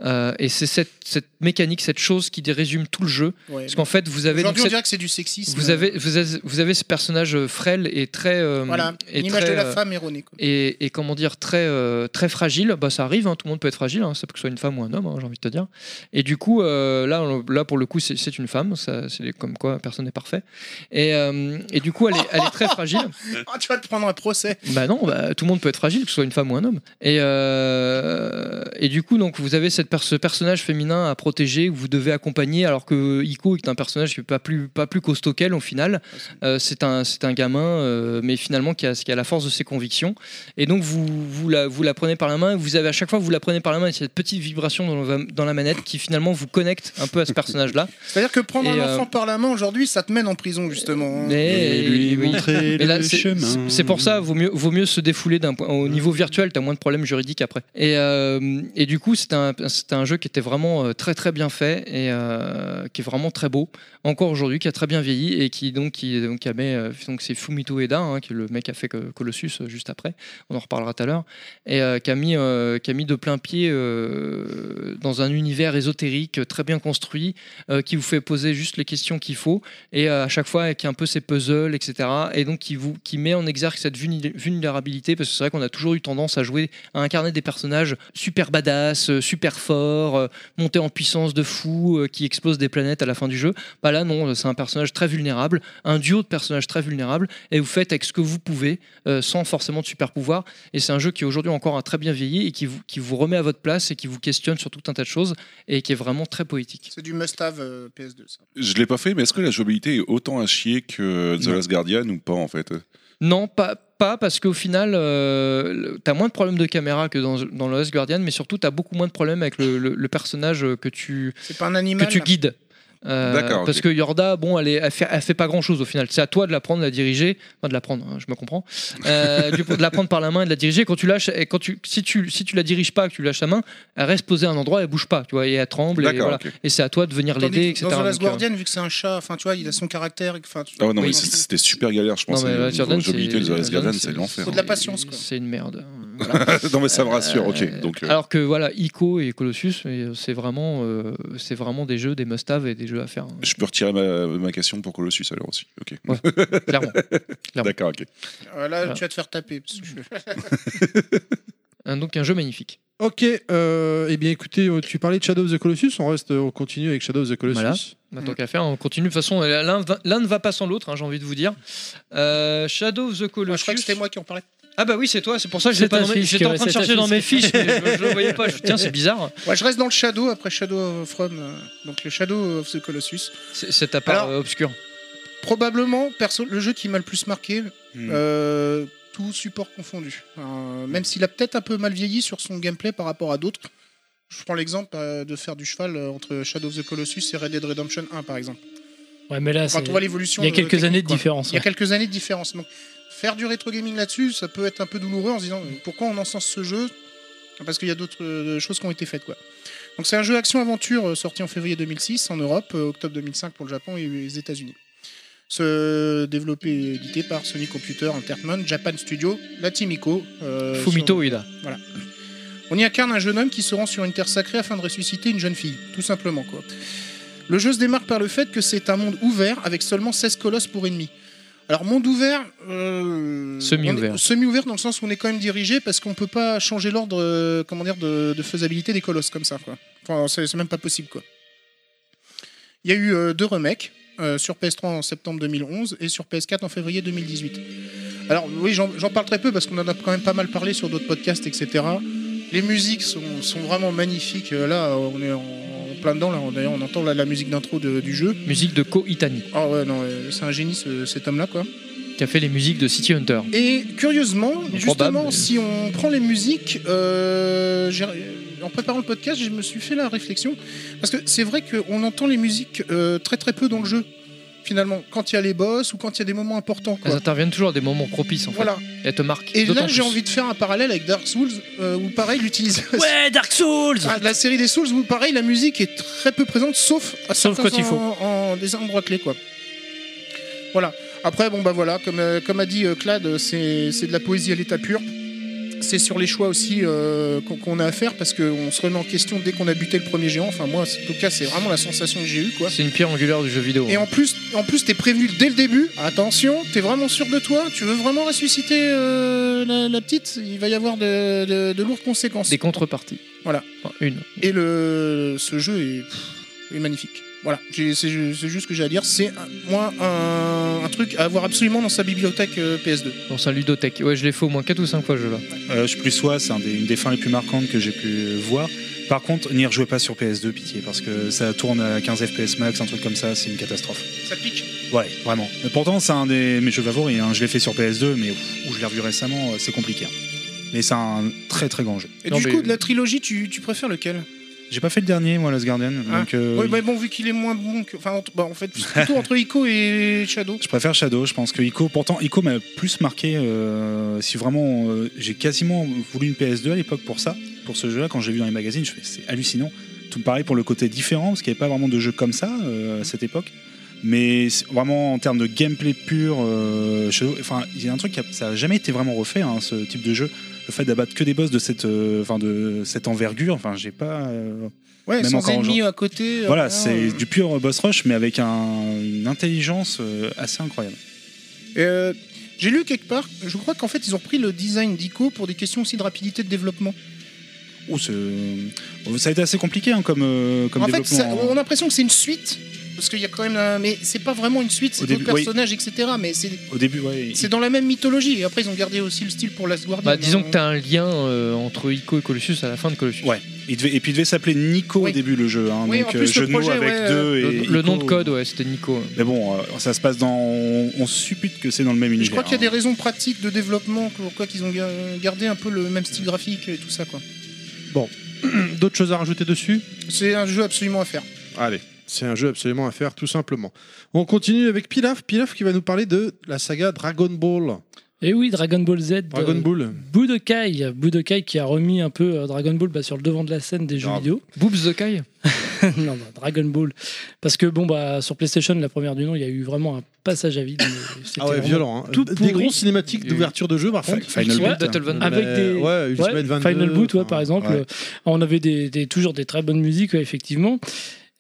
Speaker 12: Euh, et c'est cette, cette mécanique, cette chose qui résume tout le jeu.
Speaker 6: Ouais,
Speaker 12: parce qu'en fait vous avez... donc
Speaker 6: Aujourd'hui, on
Speaker 12: cette-
Speaker 6: dirait que c'est du sexisme.
Speaker 12: vous avez, vous avez, vous avez ce personnage euh, frêle et très. euh,
Speaker 6: Voilà,
Speaker 12: et
Speaker 6: une image
Speaker 12: très,
Speaker 6: de la
Speaker 12: euh,
Speaker 6: femme erronée. quoi.
Speaker 12: Et, et comment dire, très, euh, très fragile. Bah, ça arrive, hein, tout le monde peut être fragile, hein, ça peut que ce soit une femme ou un homme, hein, j'ai envie de te dire. Et du coup, euh, là, on- là, pour le coup, c'est c'est une femme, ça- c'est comme quoi personne n'est parfait. Et, euh, et du coup, elle est, elle est très fragile.
Speaker 6: Ah, tu vas te prendre un procès.
Speaker 12: Bah non, bah, tout le monde peut être fragile, que ce soit une femme ou un homme. Et, euh, et du coup, donc, vous avez cette per- ce personnage féminin à protéger, que vous devez accompagner, alors que Ico est un personnage qui est pas plus, pas plus costaud qu'elle au final.
Speaker 6: Ah,
Speaker 12: Euh, c'est un, c'est un gamin, euh, mais finalement qui a, qui a la force de ses convictions. Et donc, vous, vous, la, vous la prenez par la main, et vous avez à chaque fois, vous la prenez par la main, et cette petite vibration dans, le- dans la manette qui finalement vous connecte un peu à ce personnage-là.
Speaker 6: C'est-à-dire que prendre
Speaker 12: Et,
Speaker 6: un
Speaker 12: euh,
Speaker 6: enfant par la main aujourd'hui, ça te mène en prison, justement. hein.
Speaker 12: mais oui.
Speaker 6: montrer
Speaker 12: Mais là,
Speaker 6: le
Speaker 12: c'est-
Speaker 6: chemin.
Speaker 12: c'est- C'est pour ça, vaut mieux, vaut mieux se défouler d'un point- au niveau virtuel, t'as moins de problèmes juridiques après. Et, euh, et du coup, c'était un, c'était un jeu qui était vraiment euh, très très bien fait et euh, qui est vraiment très beau, encore aujourd'hui, qui a très bien vieilli et qui donc, qui, donc, qui a mis, euh, donc c'est Fumito Eda, hein, qui est le mec qui a fait que- Colossus euh, juste après, on en reparlera tout à l'heure, et euh, qui, a mis, euh, qui a mis de plein pied euh, dans un univers ésotérique euh, très bien construit, euh, qui vous fait poser juste les questions qu'il faut et euh, à chaque fois avec un peu ses puzzles, etc. Et donc qui, vous, qui met en exergue cette vulné- vulnérabilité parce que c'est vrai qu'on a toujours eu tendance à jouer, à incarner des personnages super badass, euh, super forts, euh, montés en puissance de fou, euh, qui explosent des planètes à la fin du jeu. Bah là non, c'est un personnage très vulnérable, un duo de personnages très vulnérables et vous faites avec ce que vous pouvez euh, sans forcément de super pouvoir. Et c'est un jeu qui aujourd'hui encore a très bien vieilli et qui vous, qui vous remet à votre place et qui vous questionne sur tout un tas de choses et qui est vraiment très poétique.
Speaker 6: C'est du must-have euh, PS2, ça.
Speaker 5: Je l'ai pas fait, mais est-ce que la jouabilité est autant à chier que The Last Guardian ou pas en fait
Speaker 12: Non, pas, pas parce qu'au final, euh, tu as moins de problèmes de caméra que dans, dans le Last Guardian, mais surtout, tu as beaucoup moins de problèmes avec le, le- le personnage que tu,
Speaker 6: C'est pas un animal.
Speaker 12: que tu guides. Euh,
Speaker 6: D'accord,
Speaker 12: Parce
Speaker 6: ok.
Speaker 12: que Yorda, bon, elle, est, elle, fait, elle fait pas grand chose au final. C'est à toi de la prendre, de la diriger, enfin de la prendre, hein, je me comprends, Euh, du coup, de la prendre par la main et de la diriger. Quand tu lâches, et quand tu, si tu, si tu la diriges pas, que tu lâches la main, elle reste posée à un endroit, elle bouge pas, tu vois, et elle tremble, et,
Speaker 5: D'accord,
Speaker 12: voilà.
Speaker 5: ok.
Speaker 12: et c'est à toi de venir
Speaker 6: Tandis
Speaker 12: l'aider,
Speaker 6: que
Speaker 12: etc.
Speaker 6: Dans The Last
Speaker 12: Donc, euh,
Speaker 6: Guardian, vu que c'est un chat, enfin, tu vois, il a son caractère. Enfin, tu-
Speaker 5: Ah ouais, non,
Speaker 6: oui,
Speaker 5: mais c'est- c'était super galère, je
Speaker 12: euh, Non,
Speaker 5: pense.
Speaker 12: mais
Speaker 5: La
Speaker 12: Last Guardian,
Speaker 5: jouabilité de The
Speaker 12: c'est-
Speaker 5: Last Guardian, c'est
Speaker 12: c'est-
Speaker 5: l'enfer. hein.
Speaker 6: Faut de la patience, quoi.
Speaker 12: C'est une merde.
Speaker 5: non, mais ça me rassure, ok. Donc, euh,
Speaker 12: Alors que voilà, Ico et Colossus, euh, c'est vraiment, euh, c'est vraiment des jeux, des must-have et des jeux à faire. hein.
Speaker 5: je peux retirer ma, ma question pour Colossus alors aussi. Ok.
Speaker 12: clairement.
Speaker 5: D'accord, ok.
Speaker 6: Euh, là,
Speaker 5: Ah.
Speaker 12: Voilà.
Speaker 6: tu vas te faire taper. parce que je-
Speaker 12: Un- donc un jeu magnifique.
Speaker 4: Ok, euh, eh bien écoutez, euh, tu parlais de Shadow of the Colossus, on reste, on continue avec Shadow of the Colossus.
Speaker 12: Voilà. Bah, tant qu'à faire, on continue. De toute façon, euh, l'un va- l'un ne va pas sans l'autre, hein, j'ai envie de vous dire. Euh, Shadow
Speaker 6: Ah,
Speaker 12: of the Colossus. je crois que
Speaker 6: c'était moi qui en parlais.
Speaker 12: Ah bah oui, c'est toi, c'est pour ça que je
Speaker 6: C'est
Speaker 12: l'ai pas
Speaker 6: ta
Speaker 12: dans mes-
Speaker 6: fiche,
Speaker 12: J'étais en
Speaker 6: ouais,
Speaker 12: train de
Speaker 6: c'est ta
Speaker 12: chercher dans mes
Speaker 6: fiche.
Speaker 12: fiches, mais je, je le voyais pas. Je- Tiens, c'est bizarre.
Speaker 6: Ouais, je reste dans le Shadow après Shadow From, donc le Shadow of the Colossus.
Speaker 12: C'est c'est ta part
Speaker 6: Alors-
Speaker 12: euh, obscure.
Speaker 6: Probablement, perso, le jeu qui m'a le plus marqué, euh, tout support confondu. Euh, même s'il a peut-être un peu mal vieilli sur son gameplay par rapport à d'autres. Je prends l'exemple euh, de faire du cheval euh, entre Shadow of the Colossus et Red Dead Redemption 1, par exemple.
Speaker 10: Ouais, mais là,
Speaker 6: Quand
Speaker 10: c'est-
Speaker 6: on voit l'évolution.
Speaker 10: Il y a
Speaker 6: euh,
Speaker 10: quelques
Speaker 6: technique,
Speaker 10: années de
Speaker 6: quoi.
Speaker 10: différence.
Speaker 6: Il y a
Speaker 10: ouais.
Speaker 6: quelques années de différence. Donc, faire du rétro gaming là-dessus, ça peut être un peu douloureux en se disant pourquoi on encense ce jeu Parce qu'il y a d'autres euh, choses qui ont été faites. quoi. Donc, c'est un jeu action-aventure euh, sorti en février 2006 en Europe, euh, octobre 2005 pour le Japon et les États-Unis. Ce développé et édité par Sony Computer, Entertainment, Japan Studio, la Team Ico. euh,
Speaker 12: Fumito
Speaker 6: sur-
Speaker 12: Ueda.
Speaker 6: Voilà. On y incarne un jeune homme qui se rend sur une terre sacrée afin de ressusciter une jeune fille, tout simplement quoi. Le jeu se démarque par le fait que c'est un monde ouvert avec seulement 16 colosses pour ennemis. Alors monde ouvert, euh,
Speaker 12: Semi-ouvert.
Speaker 6: on est- semi-ouvert dans le sens où on est quand même dirigé parce qu'on peut pas changer l'ordre, euh, comment dire, de, de faisabilité des colosses comme ça quoi. Enfin c'est c'est même pas possible quoi. Il y a eu euh, deux remakes euh, sur PS3 en septembre 2011 et sur PS4 en février 2018. Alors oui, j'en j'en parle très peu parce qu'on en a quand même pas mal parlé sur d'autres podcasts, etc. Les musiques sont, sont vraiment magnifiques. Euh, Là, on est en, en plein dedans. Là, On- d'ailleurs, on entend là, la musique d'intro de- du jeu.
Speaker 12: Musique de Ko Itani.
Speaker 6: Ah ouais, non, euh, c'est un génie ce- cet homme-là, quoi.
Speaker 12: Qui a fait les musiques de City Hunter.
Speaker 6: Et curieusement, justement,
Speaker 12: mais-
Speaker 6: si on prend les musiques, euh, j'ai- en préparant le podcast, je me suis fait la réflexion. Parce que c'est vrai qu'on entend les musiques euh, très très peu dans le jeu. finalement, quand il y a les boss ou quand il y a des moments importants. quoi.
Speaker 12: Elles interviennent toujours à des moments propices en fait.
Speaker 6: Voilà.
Speaker 12: Et elles te marquent.
Speaker 6: Et
Speaker 12: Ah, d'autant
Speaker 6: là, j'ai
Speaker 12: plus.
Speaker 6: envie de faire un parallèle avec Dark Souls, euh, où pareil, l'utilisation.
Speaker 10: Ouais, Dark Souls
Speaker 6: Ah, La série des Souls, où pareil, la musique est très peu présente, sauf à
Speaker 10: Ah, Sauf
Speaker 6: certains
Speaker 10: quand il faut.
Speaker 6: en, en- des endroits clés, quoi. Voilà. Après, bon, bah voilà, comme, euh, comme a dit euh, Clad, euh, c'est c'est de la poésie à l'état pur. C'est sur les choix aussi euh, qu'on qu'on a à faire parce qu'on se remet en question dès qu'on a buté le premier géant. Enfin, moi, en tout cas, c'est vraiment la sensation que j'ai eue, quoi.
Speaker 12: C'est une pierre angulaire du jeu vidéo.
Speaker 6: Et
Speaker 12: hein.
Speaker 6: en plus, en plus, t'es prévenu dès le début. Attention, t'es vraiment sûr de toi Tu veux vraiment ressusciter euh, la, la petite Il va y avoir de, de- de lourdes conséquences.
Speaker 12: Des contreparties.
Speaker 6: Voilà.
Speaker 12: Enfin, une.
Speaker 6: Et le, ce jeu est, pff, est magnifique. Voilà, J'ai- c'est ju- c'est juste ce que j'ai à dire. C'est un- moi un, un truc à avoir absolument dans sa bibliothèque euh, PS2.
Speaker 12: Dans sa ludothèque. Ouais, je l'ai fait au moins 4 ou 5 fois ce jeu là.
Speaker 9: Euh, je plus sois, c'est un des- une des fins les plus marquantes que j'ai pu voir. Par contre, n'y rejouez pas sur PS2, pitié, parce que ça tourne à 15 FPS max, un truc comme ça, c'est une catastrophe.
Speaker 6: Ça pique
Speaker 9: Ouais, vraiment. Mais pourtant, c'est un des mes jeux favoris. hein. Je l'ai fait sur PS2, mais ouf, où je l'ai revu récemment, euh, c'est compliqué. hein. Mais c'est un très très grand jeu.
Speaker 6: Et du coup, de la trilogie, tu, tu préfères lequel
Speaker 9: J'ai pas fait le dernier, moi, Last Guardian.
Speaker 6: Hein
Speaker 9: donc, euh,
Speaker 6: Oui, mais bon, vu qu'il est moins bon que. Enfin, entre- bah, en fait, c'est plutôt entre Ico et Shadow.
Speaker 9: Je préfère Shadow, je pense que Ico, pourtant Ico m'a plus marqué, euh, si vraiment euh, j'ai quasiment voulu une PS2 à l'époque pour ça, pour ce jeu-là, quand j'ai vu dans les magazines, je fais c'est hallucinant. Tout pareil pour le côté différent, parce qu'il n'y avait pas vraiment de jeu comme ça euh, à cette époque. Mais c'est- vraiment en termes de gameplay pur, euh, Shadow- enfin il y a un truc qui a- ça a jamais été vraiment refait, hein, ce type de jeu. Le fait d'abattre que des boss de cette, euh, enfin, de cette envergure, enfin j'ai pas. euh,
Speaker 6: Ouais,
Speaker 9: même
Speaker 6: sans
Speaker 9: encore en
Speaker 6: ennemis
Speaker 9: jouant.
Speaker 6: à côté. euh,
Speaker 9: Voilà,
Speaker 6: rien,
Speaker 9: c'est du pur boss rush, mais avec un- une intelligence euh, assez incroyable.
Speaker 6: Euh, J'ai lu quelque part, je crois qu'en fait ils ont pris le design d'Ico pour des questions aussi de rapidité de développement.
Speaker 9: Ouh, c'est- euh, ça a été assez compliqué hein, comme, euh, comme
Speaker 6: en fait,
Speaker 9: développement.
Speaker 6: ça- on a l'impression que c'est une suite, parce qu'il y a quand même, un- mais c'est pas vraiment une suite, c'est
Speaker 9: Au
Speaker 6: d'autres
Speaker 9: début, oui.
Speaker 6: personnages, etc. Mais c'est
Speaker 9: Au début, ouais.
Speaker 6: c'est dans la même mythologie. Et après ils ont gardé aussi le style pour Last Guardian.
Speaker 12: Bah, disons
Speaker 6: hein.
Speaker 12: que t'as un lien euh, entre Ico et Colossus à la fin de Colossus.
Speaker 9: Ouais. Il devait- et puis il devait s'appeler Nico au début le jeu. hein,
Speaker 12: Oui,
Speaker 9: donc
Speaker 12: en plus,
Speaker 9: euh,
Speaker 12: le
Speaker 9: jeu de mots
Speaker 12: projet,
Speaker 9: avec
Speaker 12: ouais,
Speaker 9: deux
Speaker 12: euh,
Speaker 9: et
Speaker 12: le- le nom de
Speaker 9: Ico.
Speaker 12: code, ouais, c'était Nico.
Speaker 9: Mais bon, euh, ça se passe dans. On, on suppute que c'est dans le même univers.
Speaker 6: Je crois qu'il y a
Speaker 9: hein.
Speaker 6: des raisons pratiques de développement pourquoi qu'ils ont ga- gardé un peu le même style graphique et tout ça quoi.
Speaker 4: Bon, d'autres choses à rajouter dessus
Speaker 6: C'est un jeu absolument à faire.
Speaker 4: Allez, c'est un jeu absolument à faire, tout simplement. On continue avec Pilaf, Pilaf qui va nous parler de la saga Dragon Ball.
Speaker 10: Et Eh oui, Dragon Ball Z.
Speaker 4: Dragon
Speaker 10: euh,
Speaker 4: Ball.
Speaker 10: Budokai, Budokai qui a remis un peu euh, Dragon Ball bah, sur le devant de la scène des jeux vidéo.
Speaker 12: Boobs the Kai
Speaker 10: Non, bah, Dragon Ball. Parce que bon, bah, sur PlayStation, la première du nom, il y a eu vraiment un passage à vide. mais c'était
Speaker 4: Ah ouais,
Speaker 10: vraiment
Speaker 4: violent. hein.
Speaker 10: Tout
Speaker 4: Des
Speaker 10: pourri.
Speaker 4: grosses cinématiques d'ouverture de jeu, par
Speaker 10: Fi-
Speaker 4: contre.
Speaker 10: Ouais, hein. avec des
Speaker 4: Ouais, Ultimate
Speaker 10: ouais,
Speaker 4: 22.
Speaker 10: Final Boot, ouais, par exemple.
Speaker 4: ouais.
Speaker 10: Euh, On avait des, des- toujours des très bonnes musiques, ouais, effectivement.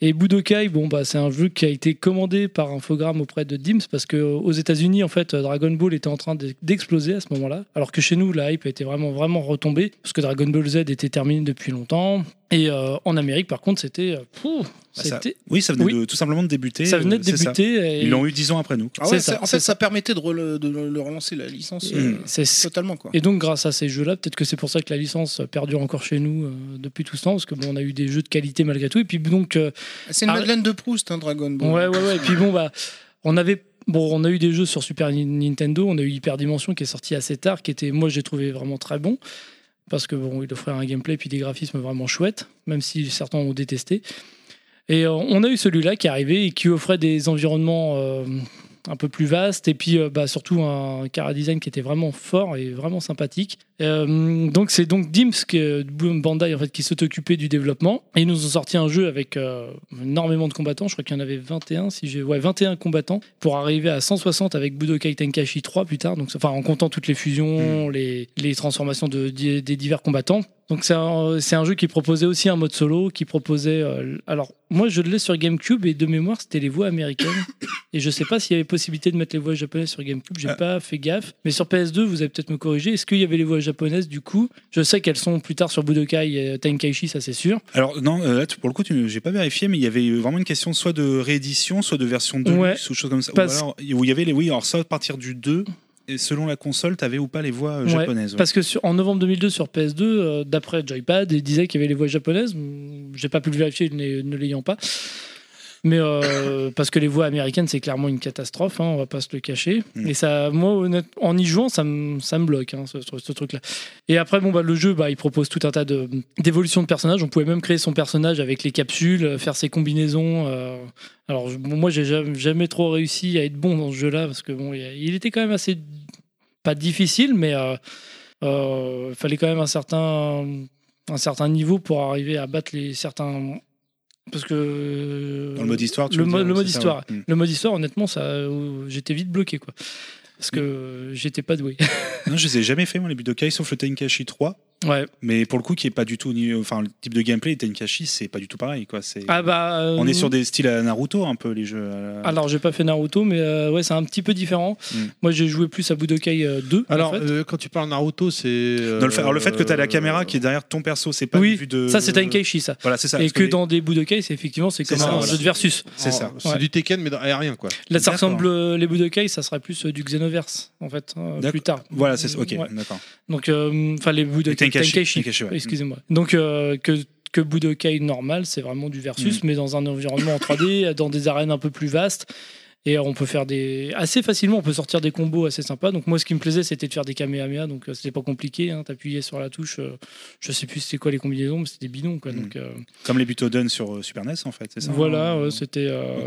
Speaker 10: Et Budokai, bon bah c'est un jeu qui a été commandé par Infogrames auprès de Dims parce que euh, aux États-Unis en fait euh, Dragon Ball était en train d'e- d'exploser à ce moment-là, alors que chez nous la hype était vraiment vraiment retombée parce que Dragon Ball Z était terminé depuis longtemps et euh, en Amérique par contre c'était euh, pouf,
Speaker 9: Bah, ça-
Speaker 10: c'était
Speaker 9: oui, ça venait de- tout simplement de débuter.
Speaker 10: Ça venait de
Speaker 9: euh, c'est ça.
Speaker 10: débuter et-
Speaker 9: Ils l'ont eu 10 ans après nous.
Speaker 6: Ah ouais, ça- en fait, ça, permettait de, rele- de le- le relancer la licence euh,
Speaker 10: Mm. C'est-
Speaker 6: totalement quoi.
Speaker 10: Et donc, grâce à ces jeux-là, peut-être que c'est pour ça que la licence perdure encore chez nous euh, depuis tout ce temps, parce que bon, on a eu des jeux de qualité malgré tout. Et puis donc, euh,
Speaker 6: C'est une
Speaker 10: arrête-
Speaker 6: Madeleine de Proust, un Dragon Ball.
Speaker 10: Ouais, ouais, ouais. Et puis bon, bah, on avait. Bon, on a eu des jeux sur Super Ni- Nintendo, on a eu Hyper Dimension qui est sorti assez tard, qui était, moi, j'ai trouvé vraiment très bon, parce que bon, il offrait un gameplay puis des graphismes vraiment chouettes, même si certains ont détesté. Et euh, on a eu celui-là qui est arrivé et qui offrait des environnements euh, un peu plus vastes et puis euh, bah, surtout un chara-design qui était vraiment fort et vraiment sympathique. Euh, donc c'est donc Dims, que, Bandai en fait, qui s'est occupé du développement. Et ils nous ont sorti un jeu avec euh, énormément de combattants. Je crois qu'il y en avait 21, si j'ai... Ouais, 21 combattants pour arriver à 160 avec Budokai Tenkaichi 3 plus tard. Donc, ça- enfin, en comptant toutes les fusions, les, les transformations de, des- des divers combattants. Donc c'est un, c'est un jeu qui proposait aussi un mode solo, qui proposait... euh, l- alors moi je l'ai sur GameCube et de mémoire c'était les voix américaines. et je sais pas s'il y avait possibilité de mettre les voix japonaises sur GameCube, j'ai pas fait gaffe. Mais sur PS2 vous allez peut-être me corriger, est-ce qu'il y avait les voix japonaises du coup Je sais qu'elles sont plus tard sur Budokai et euh, Tenkaichi ça c'est sûr.
Speaker 9: Alors non, euh, là, tu- pour le coup, tu- j'ai pas vérifié, mais il y avait eu vraiment une question soit de réédition, soit de version 2
Speaker 10: Ouais.
Speaker 9: ou chose comme ça.
Speaker 10: Parce-
Speaker 9: Ou alors, où il y avait les oui, alors ça à partir du 2 et selon la console, t'avais ou pas les voix euh,
Speaker 10: Ouais,
Speaker 9: japonaises. ouais.
Speaker 10: Parce que sur- en novembre 2002 sur PS2, euh, d'après Joypad, il disait qu'il y avait les voix japonaises. Mm, J'ai pas pu le vérifier ne ne l'ayant pas. Mais euh, parce que les voix américaines, c'est clairement une catastrophe, hein, on va pas se le cacher.
Speaker 22: Mm.
Speaker 10: Et ça, moi, honnête- en y jouant, ça me ça me bloque, hein, ce, ce truc-là. Et après, bon, bah, le jeu, bah, il propose tout un tas de- d'évolutions de, personnages. On pouvait même créer son personnage avec les capsules, euh, faire ses combinaisons. euh. Alors, je- bon, moi, j'ai jamais, jamais trop réussi à être bon dans ce jeu-là parce que, bon, il y a- il était quand même assez. pas difficile, mais. euh, euh, fallait quand même un certain un certain niveau pour arriver à battre les certains parce que
Speaker 9: Dans le mode histoire, tu
Speaker 10: le,
Speaker 9: veux
Speaker 10: mo-
Speaker 9: dire,
Speaker 10: le mode
Speaker 9: c'est ça,
Speaker 10: histoire
Speaker 9: ouais. Mm.
Speaker 10: le mode histoire honnêtement ça euh, j'étais vite bloqué quoi parce que
Speaker 9: Hmm.
Speaker 10: euh, j'étais pas doué
Speaker 9: Non, je les ai jamais fait, moi, les Budokai, sauf le Tenkashi 3.
Speaker 10: Ouais.
Speaker 9: Mais pour le coup, qui est pas du tout. au niveau- Enfin, le type de gameplay, Tenkashi, c'est pas du tout pareil, quoi. C'est-
Speaker 10: ah bah euh,
Speaker 9: On est sur des styles à Naruto, un peu, les jeux. euh. à la-
Speaker 10: alors j'ai pas fait Naruto mais euh, ouais c'est un petit peu différent
Speaker 9: Mm.
Speaker 10: moi j'ai joué plus à Budokai euh, 2
Speaker 4: Alors,
Speaker 10: en fait.
Speaker 4: euh, quand tu parles Naruto, c'est. euh,
Speaker 9: Dans le fait, alors, le fait que tu as la caméra qui est derrière ton perso, c'est pas
Speaker 10: oui
Speaker 9: une vue de.
Speaker 10: ça c'est Tenkaichi ça
Speaker 9: euh, Voilà, c'est ça.
Speaker 10: et
Speaker 9: parce
Speaker 10: que
Speaker 9: les-
Speaker 10: dans des Budokai c'est effectivement c'est
Speaker 9: C'est
Speaker 10: comme
Speaker 9: ça,
Speaker 10: un
Speaker 9: voilà.
Speaker 10: jeu de versus
Speaker 9: C'est ça.
Speaker 4: C'est
Speaker 10: Ouais.
Speaker 4: du Tekken, mais dans- aérien, quoi.
Speaker 10: Là, ça
Speaker 9: D'accord.
Speaker 10: ressemble euh, les Budokai, ça serait plus euh, du Xenoverse en fait euh,
Speaker 9: D'accord.
Speaker 10: plus tard.
Speaker 9: Voilà, c'est ça. Ok,
Speaker 10: Ouais.
Speaker 9: d'accord.
Speaker 10: Donc, euh, enfin les Budokai
Speaker 9: Les Tenkaichi,
Speaker 10: Tenkaichi,
Speaker 9: Tenkaichi, ouais. Mm.
Speaker 10: excusez-moi. Donc euh, que que Budokai normal, c'est vraiment du
Speaker 9: Mm.
Speaker 10: versus, mais dans un environnement en 3D, dans des arènes un peu plus vastes. Et euh, on peut faire des assez facilement, on peut sortir des combos assez sympas. Donc moi, ce qui me plaisait, c'était de faire des kamehameha, donc euh, c'était pas compliqué. Hein, T'appuyais sur la touche, euh, je sais plus c'était quoi les combinaisons, mais c'était bidon quoi.
Speaker 9: Mm.
Speaker 10: Donc euh,
Speaker 9: Comme les Butoden sur euh, Super NES, en fait, c'est ça
Speaker 10: voilà,
Speaker 4: hein,
Speaker 10: ouais, c'était euh,